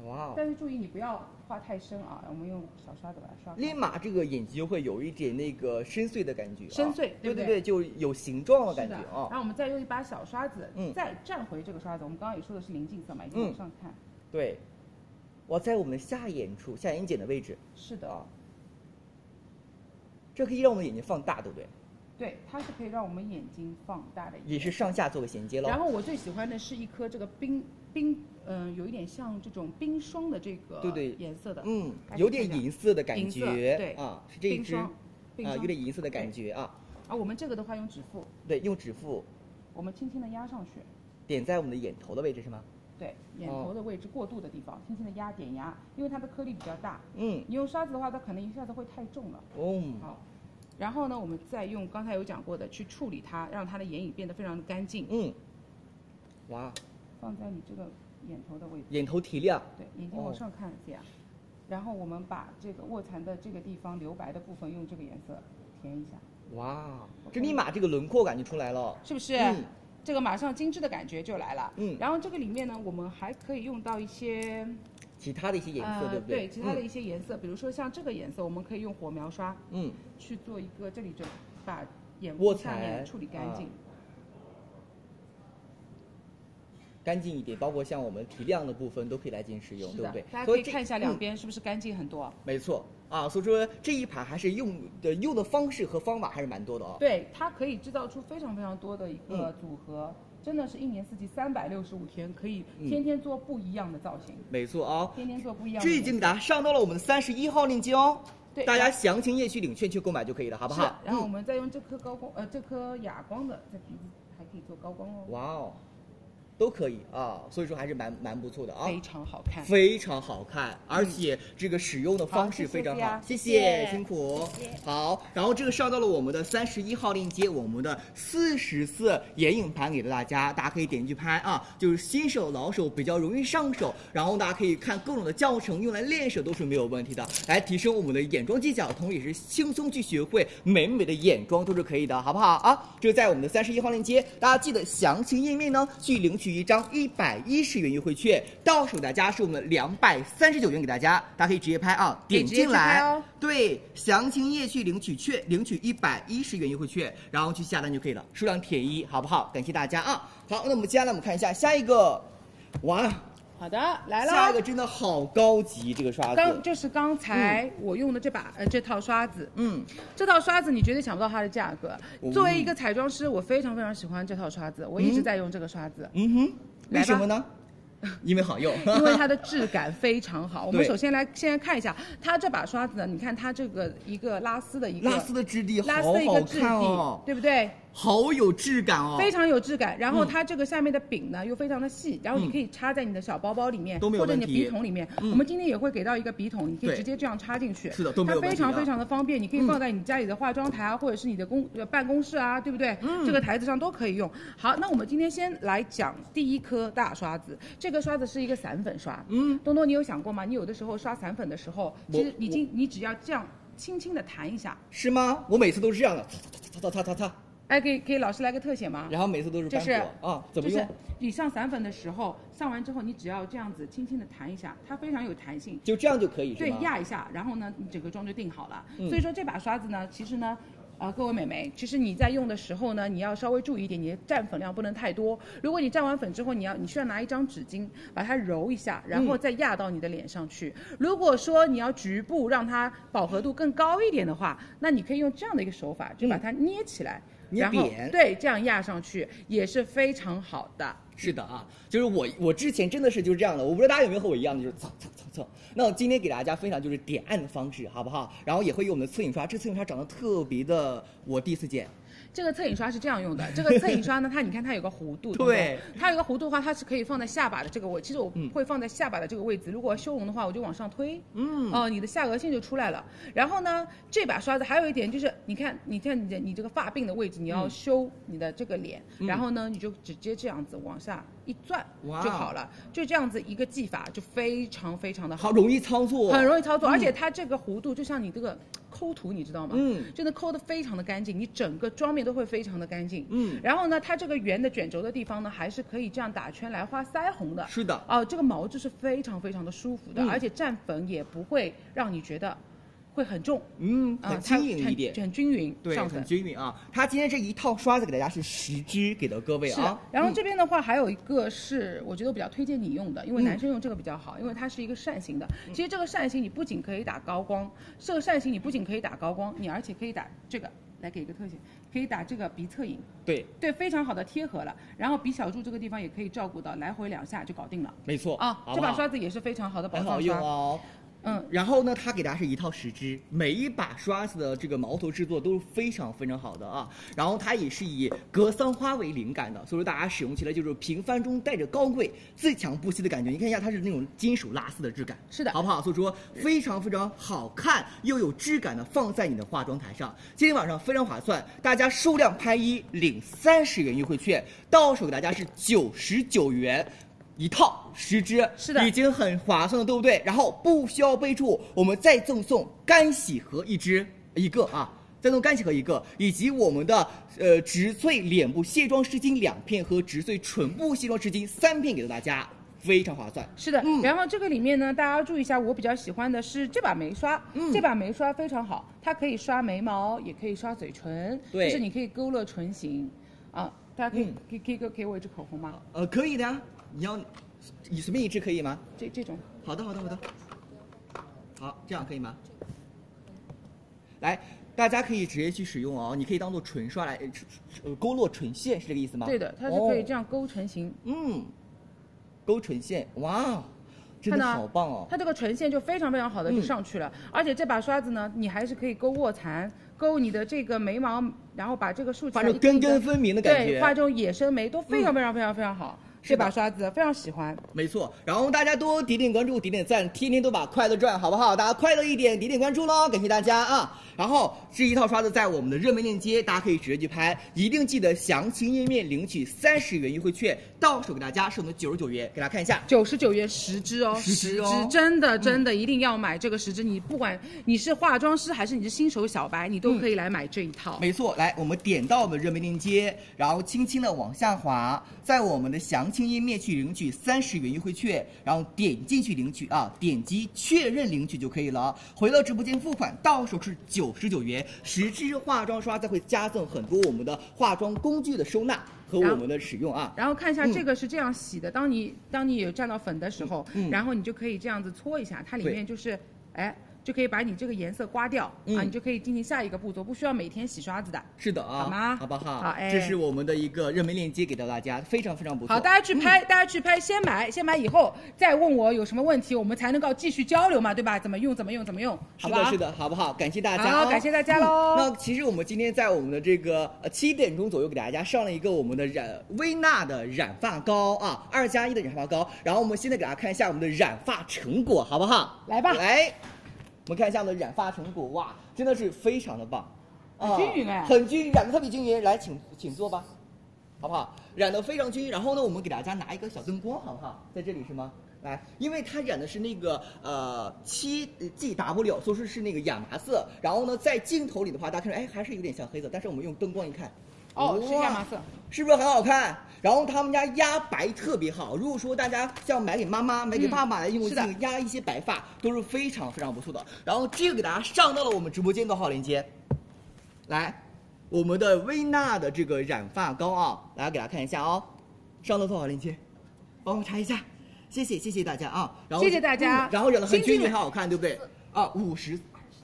Speaker 10: 哇哦。
Speaker 7: 但是注意你不要画太深啊，我们用小刷子把它刷开。
Speaker 10: 立马这个眼睛就会有一点那个深邃的感觉啊，
Speaker 7: 深邃对
Speaker 10: 对
Speaker 7: 不对
Speaker 10: 对，就有形状的感
Speaker 7: 是
Speaker 10: 觉
Speaker 7: 的，
Speaker 10: 啊
Speaker 7: 然。后我们再用一把小刷子，
Speaker 10: 嗯
Speaker 7: 再蘸回这个刷子。我们刚刚也说的是临近色嘛，一定
Speaker 10: 嗯
Speaker 7: 往上看。
Speaker 10: 对，我在我们的下眼处，下眼睑的位置，
Speaker 7: 是的，
Speaker 10: 啊这可以让我们眼睛放大，对不对？
Speaker 7: 对，它是可以让我们眼睛放大的一
Speaker 10: 也
Speaker 7: 个。
Speaker 10: 是上下做个衔接
Speaker 7: 然
Speaker 10: 了。
Speaker 7: 后我最喜欢的是一颗这个冰冰，嗯、有一点像这种冰霜的这个
Speaker 10: 对对
Speaker 7: 颜色的，
Speaker 10: 嗯
Speaker 7: 大，家
Speaker 10: 有
Speaker 7: 看一
Speaker 10: 点
Speaker 7: 下
Speaker 10: 银色的感
Speaker 7: 银色
Speaker 10: 觉，
Speaker 7: 对
Speaker 10: 啊，是这一
Speaker 7: 冰
Speaker 10: 支
Speaker 7: 霜
Speaker 10: 啊，
Speaker 7: 冰霜
Speaker 10: 有点银色的感觉啊。
Speaker 7: 啊，我们这个的话用指腹，
Speaker 10: 对，用指腹
Speaker 7: 我们轻轻的压上去，
Speaker 10: 点在我们的眼头的位置是吗？
Speaker 7: 对，眼
Speaker 10: 哦
Speaker 7: 头的位置过渡的地方，轻轻的压点压，因为它的颗粒比较大，
Speaker 10: 嗯，
Speaker 7: 你用刷子的话，它可能一下子会太重了。
Speaker 10: 哦，
Speaker 7: 好，然后呢，我们再用刚才有讲过的去处理它，让它的眼影变得非常的干净，
Speaker 10: 嗯，哇，
Speaker 7: 放在你这个眼头的位置，
Speaker 10: 眼头提亮，哦
Speaker 7: 对，眼睛往上看这样。然后我们把这个卧蚕的这个地方留白的部分用这个颜色填一下，
Speaker 10: 哇，这立马这个轮廓感就出来了。
Speaker 7: 是不是？
Speaker 10: 嗯
Speaker 7: 这个马上精致的感觉就来了。
Speaker 10: 嗯
Speaker 7: 然后这个里面呢，我们还可以用到一些
Speaker 10: 其他的一些颜色，
Speaker 7: 呃
Speaker 10: 对不对？
Speaker 7: 其他的
Speaker 10: 嗯
Speaker 7: 一些颜色，比如说像这个颜色，我们可以用火苗刷
Speaker 10: 嗯，
Speaker 7: 去做一个，这里就把眼
Speaker 10: 卧啊
Speaker 7: 部下面
Speaker 10: 蚕
Speaker 7: 处理干净。
Speaker 10: 啊干净一点，包括像我们提亮的部分都可以来进行使用，
Speaker 7: 是
Speaker 10: 对不
Speaker 7: 的
Speaker 10: 对？，
Speaker 7: 大家
Speaker 10: 所
Speaker 7: 可
Speaker 10: 以
Speaker 7: 以
Speaker 10: 这
Speaker 7: 看一下两
Speaker 10: 嗯
Speaker 7: 边是不是干净很多。
Speaker 10: 没错啊，所以说这一盘还是用的用的方式和方法还是蛮多的哦。
Speaker 7: 对，它可以制造出非常非常多的一个
Speaker 10: 嗯
Speaker 7: 组合，真的是一年四季三百六十五天，可以
Speaker 10: 嗯
Speaker 7: 天天做不一样的造型，
Speaker 10: 没错啊、
Speaker 7: 天天做不一样的
Speaker 10: 这
Speaker 7: 颜色。
Speaker 10: 已经给大家上到了我们的三十一号链接哦，
Speaker 7: 对
Speaker 10: 大家详情页去领券去购买就可以了，好不
Speaker 7: 是
Speaker 10: 好？
Speaker 7: 然后我们再用这颗高光，呃，这颗哑光的，在鼻子还可以做高光哦。
Speaker 10: 哇哦，都可以啊，所以说还是蛮蛮不错的啊，
Speaker 7: 非常好看
Speaker 10: 非常好看，而且这个使用的方式非常好
Speaker 7: 好，
Speaker 10: 谢
Speaker 7: 谢谢啊谢谢
Speaker 10: 辛苦。好，然后这个上到了我们的三十一号链接，我们的四十色眼影盘给到大家，大家可以点进去拍啊，就是新手老手比较容易上手，然后大家可以看各种的教程，用来练手都是没有问题的，来提升我们的眼妆技巧，同时也是轻松去学会美美的眼妆都是可以的，好不好啊？这是在我们的三十一号链接，大家记得详情页面呢去领取一张一百一十元优惠券，到手大家是我们两百三十九元给大家，大家可以直接拍啊，
Speaker 7: 可以
Speaker 10: 点
Speaker 7: 直接
Speaker 10: 进
Speaker 7: 去
Speaker 10: 来
Speaker 7: 拍哦
Speaker 10: 对，详情页去领取券，领取一百一十元优惠券，然后去下单就可以了，数量便宜，好不好？感谢大家啊！好，那我们接下来我们看一下下一个，哇，
Speaker 7: 好的，来了。
Speaker 10: 下一个真的好高级，这个刷
Speaker 7: 刚
Speaker 10: 子，
Speaker 7: 就是刚才我用的这把、呃这套刷子，
Speaker 10: 嗯，
Speaker 7: 这套刷子你绝对想不到它的价格
Speaker 10: 哦。
Speaker 7: 作为一个彩妆师，我非常非常喜欢这套刷子，我一直在用这个刷子， (laughs)
Speaker 10: 嗯哼，
Speaker 7: 来吧
Speaker 10: 为什么呢？因为好用， (laughs)
Speaker 7: 因为它的质感非常好。我们
Speaker 10: 对
Speaker 7: 首先来先来看一下它这把刷子呢，你看它这个一个拉丝的一个
Speaker 10: 拉丝的质地
Speaker 7: 拉
Speaker 10: 好
Speaker 7: 丝的一
Speaker 10: 好
Speaker 7: 个质
Speaker 10: 看哦
Speaker 7: 地，对不对？
Speaker 10: 好有质感哦，
Speaker 7: 非常有质感。然后
Speaker 10: 嗯
Speaker 7: 它这个下面的柄呢又非常的细，然后你
Speaker 10: 嗯
Speaker 7: 可以插在你的小包包里面，
Speaker 10: 都没有
Speaker 7: 或者你的
Speaker 10: 问题
Speaker 7: 笔筒里面。
Speaker 10: 嗯
Speaker 7: 我们今天也会给到一个笔筒，你可以
Speaker 10: 对
Speaker 7: 直接这样插进去。
Speaker 10: 是的都没有
Speaker 7: 它
Speaker 10: 问
Speaker 7: 非
Speaker 10: 题啊
Speaker 7: 常非常的方便，你可以
Speaker 10: 嗯
Speaker 7: 放在你家里的化妆台啊，或者是你的公呃办公室啊，对不对？
Speaker 10: 嗯
Speaker 7: 这个台子上都可以用。好，那我们今天先来讲第一颗大刷子，这个刷子是一个散粉刷。
Speaker 10: 嗯，
Speaker 7: 东东，你有想过吗？你有的时候刷散粉的时候，
Speaker 10: 我
Speaker 7: 其实已经你只要这样轻轻的弹一下，
Speaker 10: 是吗？我每次都是这样的，擦擦擦擦擦擦擦，
Speaker 7: 哎，给给老师来个特写吗？
Speaker 10: 然后每次都是
Speaker 7: 就
Speaker 10: 斑
Speaker 7: 是
Speaker 10: 驳啊，怎么
Speaker 7: 就是
Speaker 10: 用？
Speaker 7: 你上散粉的时候，上完之后你只要这样子轻轻的弹一下，它非常有弹性，
Speaker 10: 就这样就可以是
Speaker 7: 对
Speaker 10: 吗？，
Speaker 7: 压一下，然后呢，你整个妆就定好了。
Speaker 10: 嗯
Speaker 7: 所以说这把刷子呢，其实呢。啊、各位美眉，其实你在用的时候呢，你要稍微注意一点，你的蘸粉量不能太多。如果你蘸完粉之后，你要你需要拿一张纸巾把它揉一下，然后
Speaker 10: 嗯
Speaker 7: 再压到你的脸上去。如果说你要局部让它饱和度更高一点的话，那你可以用这样的一个手法，就把它捏起来，
Speaker 10: 嗯捏
Speaker 7: 然后
Speaker 10: 扁
Speaker 7: 对，这样压上去也是非常好的。
Speaker 10: 是的啊，就是我我之前真的是就是这样的，我不知道大家有没有和我一样的，就是蹭蹭蹭蹭。那我今天给大家分享就是点按的方式，好不好？然后也会用我们的侧影刷，这侧影刷长得特别的，我第一次见，
Speaker 7: 这个侧影刷是这样用的，这个侧影刷呢，它你看它有个弧度，不
Speaker 10: 对
Speaker 7: 它有个弧度的话，它是可以放在下巴的这个位，其实我
Speaker 10: 嗯
Speaker 7: 会放在下巴的这个位置。如果修容的话，我就往上推，
Speaker 10: 嗯
Speaker 7: 哦、你的下颚线就出来了。然后呢，这把刷子还有一点就是，你看，你看你的你这个发鬓的位置，你要
Speaker 10: 嗯
Speaker 7: 修你的这个脸，
Speaker 10: 嗯
Speaker 7: 然后呢，你就直接这样子往下一转
Speaker 10: 哇哦
Speaker 7: 就好了，就这样子一个技法就非常非常的好
Speaker 10: 好容易操作，
Speaker 7: 很容易操作，
Speaker 10: 嗯
Speaker 7: 而且它这个弧度就像你这个抠图，你知道吗？
Speaker 10: 嗯
Speaker 7: 真的抠的非常的干净，你整个妆面都会非常的干净。
Speaker 10: 嗯
Speaker 7: 然后呢，它这个圆的卷轴的地方呢，还是可以这样打圈来画腮红的。
Speaker 10: 是的
Speaker 7: 哦、这个毛质是非常非常的舒服的，
Speaker 10: 嗯
Speaker 7: 而且蘸粉也不会让你觉得会很重。
Speaker 10: 嗯，
Speaker 7: 啊
Speaker 10: 很轻盈
Speaker 7: 它
Speaker 10: 一点
Speaker 7: 很，很均匀，
Speaker 10: 对，
Speaker 7: 上
Speaker 10: 很
Speaker 7: 粉。
Speaker 10: 均匀啊。它今天这一套刷子给大家是十支给到各位
Speaker 7: 是
Speaker 10: 啊，，
Speaker 7: 然后
Speaker 10: 嗯
Speaker 7: 这边的话还有一个是我觉得我比较推荐你用的，因为
Speaker 10: 嗯
Speaker 7: 男生用这个比较好，因为它是一个扇形的。其实这个扇形你不仅可以打高光，这个扇形你不仅可以打高光，你而且可以打这个，来给一个特写，可以打这个鼻侧影，
Speaker 10: 对，
Speaker 7: 对，非常好的贴合了。然后鼻小柱这个地方也可以照顾到，来回两下就搞定了。
Speaker 10: 没错
Speaker 7: 啊，
Speaker 10: 好
Speaker 7: 这
Speaker 10: 不
Speaker 7: 把
Speaker 10: 好
Speaker 7: 刷子也是非常好的保
Speaker 10: 很好
Speaker 7: 障
Speaker 10: 用
Speaker 7: 刷。
Speaker 10: 哦。
Speaker 7: 嗯，
Speaker 10: 然后呢，它给大家是一套十支，每一把刷子的这个毛头制作都是非常非常好的啊。然后它也是以格桑花为灵感的，所以说大家使用起来就是平凡中带着高贵、自强不息的感觉。你看一下，它是那种金属拉丝的质感，
Speaker 7: 是的
Speaker 10: 好不好？所以说非常非常好看又有质感的放在你的化妆台上。今天晚上非常划算，大家数量拍一领三十元优惠券，到手给大家是九十九元。一套十支，
Speaker 7: 是的
Speaker 10: 已经很划算了，对不对？然后不需要备注，我们再赠送干洗盒一支一个啊，再送干洗盒一个，以及我们的呃植萃脸部卸妆湿巾两片和植萃唇部卸妆湿巾三片给到大家，非常划算。
Speaker 7: 是的，
Speaker 10: 嗯
Speaker 7: 然后这个里面呢，大家要注意一下，我比较喜欢的是这把眉刷，
Speaker 10: 嗯
Speaker 7: 这把眉刷非常好，它可以刷眉毛，也可以刷嘴唇，
Speaker 10: 对嗯
Speaker 7: 就是你可以勾勒唇形，啊，大家可以、给给给给我一支口红吗？
Speaker 10: 呃，可以的呀，你要你随便一支可以吗？
Speaker 7: 这这种。
Speaker 10: 好的，好的，好的。好，这样可以吗？来，大家可以直接去使用哦，你可以当做唇刷来，呃唇呃，勾勒唇线是这个意思吗？
Speaker 7: 对的，它是可以
Speaker 10: 哦
Speaker 7: 这样勾唇形。
Speaker 10: 嗯，勾唇线，哇，真
Speaker 7: 看
Speaker 10: 的
Speaker 7: 到啊
Speaker 10: 好棒哦！
Speaker 7: 它这个唇线就非常非常好的就
Speaker 10: 嗯
Speaker 7: 上去了，而且这把刷子呢，你还是可以勾卧蚕，勾你的这个眉毛，然后把这个竖起
Speaker 10: 画
Speaker 7: 来，
Speaker 10: 出
Speaker 7: 一根一
Speaker 10: 根根分明的感觉嗯
Speaker 7: 对，画这种野生眉都非常非常非常非常好。这把刷子非常喜欢，
Speaker 10: 没错，然后大家多点点关注，点点赞，天天都把快乐赚，好不好？大家快乐一点，点点关注喽，感谢大家啊！然后这一套刷子在我们的热门链接，大家可以直接去拍，一定记得详情页面领取三十元优惠券，到手给大家是我们的九十九元，给大家看一下。
Speaker 7: 九十九元十支哦，
Speaker 10: 十支哦
Speaker 7: 真的真的一定要买这个十支，你不管你是化妆师还是你是新手小白，你都可以来买这一套。
Speaker 10: 没错，来，我们点到我们的热门链接，然后轻轻的往下滑，在我们的详情页面去领取三十元优惠券，然后点进去领取啊，点击确认领取就可以了。回到直播间付款，到手是九十九元，十支化妆刷再会加赠很多我们的化妆工具的收纳和我们的使用啊。
Speaker 7: 然后看一下
Speaker 10: 嗯
Speaker 7: 这个是这样洗的，当你当你有沾到粉的时候，
Speaker 10: 嗯嗯
Speaker 7: 然后你就可以这样子搓一下，它里
Speaker 10: 对
Speaker 7: 面就是，哎，就可以把你这个颜色刮掉、
Speaker 10: 嗯
Speaker 7: 啊，你就可以进行下一个步骤，不需要每天洗刷子的。
Speaker 10: 是的啊，
Speaker 7: 好吗
Speaker 10: 好不好？
Speaker 7: 好哎
Speaker 10: 这是我们的一个热门链接给到大家，非常非常不错。
Speaker 7: 好，大家去拍，
Speaker 10: 嗯
Speaker 7: 大家去拍，先买，先买以后再问我有什么问题，我们才能够继续交流嘛，对吧？怎么用，怎么用，怎么用，好
Speaker 10: 是
Speaker 7: 吧？
Speaker 10: 的，是的，好不好？感谢大家、
Speaker 7: 好
Speaker 10: 哦，
Speaker 7: 感谢大家
Speaker 10: 嗯
Speaker 7: 喽
Speaker 10: 那其实我们今天在我们的这个呃七点钟左右给大家上了一个我们的染薇娜的染发膏啊，二加一的染发膏。然后我们现在给大家看一下我们的染发成果，好不好？
Speaker 7: 来吧
Speaker 10: 来，我们看一下我们的染发成果，哇，真的是非常的棒，啊
Speaker 7: 很均匀哎
Speaker 10: 很均匀，染的特别均匀。来，请请坐吧，好不好？染的非常均匀。然后呢，我们给大家拿一个小灯光，好不好？在这里是吗？来，因为它染的是那个呃七 G W，所以说是那个亚麻色。然后呢，在镜头里的话，大家看着哎还是有点像黑色，但是我们用灯光一看，
Speaker 7: 哦，是亚
Speaker 10: 哇
Speaker 7: 麻色。
Speaker 10: 是不是很好看？然后他们家压白特别好，如果说大家像买给妈妈、买给爸爸来用
Speaker 7: 嗯是的
Speaker 10: 这个压一些白发，都是非常非常不错的。然后这个给大家上到了我们直播间的号链接，来，我们的薇娜的这个染发膏啊，大家给大家看一下哦，上到多少链接？帮我查一下，谢谢谢谢大家啊，然后
Speaker 7: 谢谢大家
Speaker 10: 嗯然后染的很
Speaker 7: 新
Speaker 10: 均
Speaker 7: 进
Speaker 10: 匀，
Speaker 7: 来
Speaker 10: 很好看，对不对？啊，五十，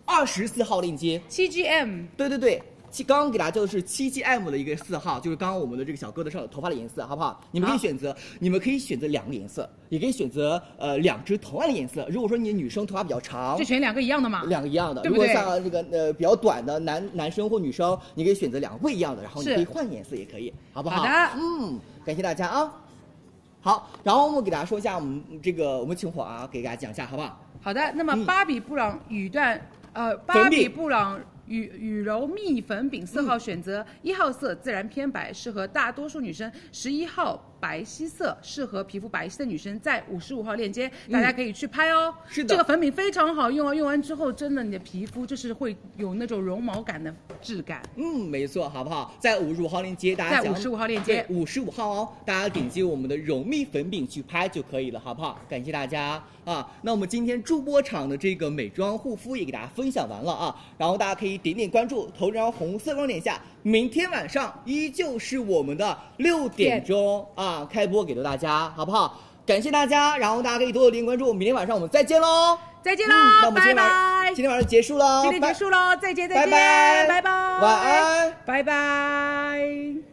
Speaker 10: 二十四号链接，
Speaker 7: 七 GM
Speaker 10: 对对对，七刚刚给大家就是七 GM 的一个色号，就是刚刚我们的这个小哥的上头发的颜色，好不好？你们可以选择，你们可以选择两个颜色，也可以选择呃两支同样的颜色。如果说你女生头发比较长，
Speaker 7: 就选两个一样的嘛，
Speaker 10: 两个一样的。
Speaker 7: 啊对不对
Speaker 10: 如果像这个呃比较短的男男生或女生，你可以选择两个不一样的，然后你
Speaker 7: 是
Speaker 10: 可以换颜色也可以，好不好？
Speaker 7: 好的
Speaker 10: 嗯，感谢大家啊。好，然后我们给大家说一下我们这个我们请火啊，给大家讲一下，好不好？
Speaker 7: 好的，那么
Speaker 10: 嗯
Speaker 7: 芭比布朗羽缎，呃，芭
Speaker 10: 粉
Speaker 7: 比
Speaker 10: 饼
Speaker 7: 布朗羽羽柔蜜粉饼色号选
Speaker 10: 嗯
Speaker 7: 择一号色，自然偏白，适合大多数女生；十一号白皙色，适合皮肤白皙的女生，在五十五号链接，大家可以去拍哦。
Speaker 10: 嗯是的
Speaker 7: 这个粉饼非常好用哦，用完之后真的你的皮肤就是会有那种绒毛感的质感。
Speaker 10: 嗯，没错，好不好？在五十五号链接，大家
Speaker 7: 在55号链接
Speaker 10: 五十五号哦，大家点击我们的柔蜜粉饼去拍就可以了，好不好？感谢大家啊！那我们今天助播场的这个美妆护肤也给大家分享完了啊，然后大家可以点点关注，头张红色光点下，明天晚上依旧是我们的六点钟啊开播给到大家，好不好？感谢大家，然后大家可以多多点关注，明天晚上我们再见喽！
Speaker 7: 再见
Speaker 10: 嗯
Speaker 7: 喽，
Speaker 10: 那我们今天
Speaker 7: 拜
Speaker 10: 晚上
Speaker 7: 拜。
Speaker 10: 今天晚上结束喽，
Speaker 7: 今天
Speaker 10: 拜
Speaker 7: 结束喽，再见，再
Speaker 10: 拜
Speaker 7: 见，
Speaker 10: 拜
Speaker 7: 拜拜，
Speaker 10: 晚安，
Speaker 7: 拜拜。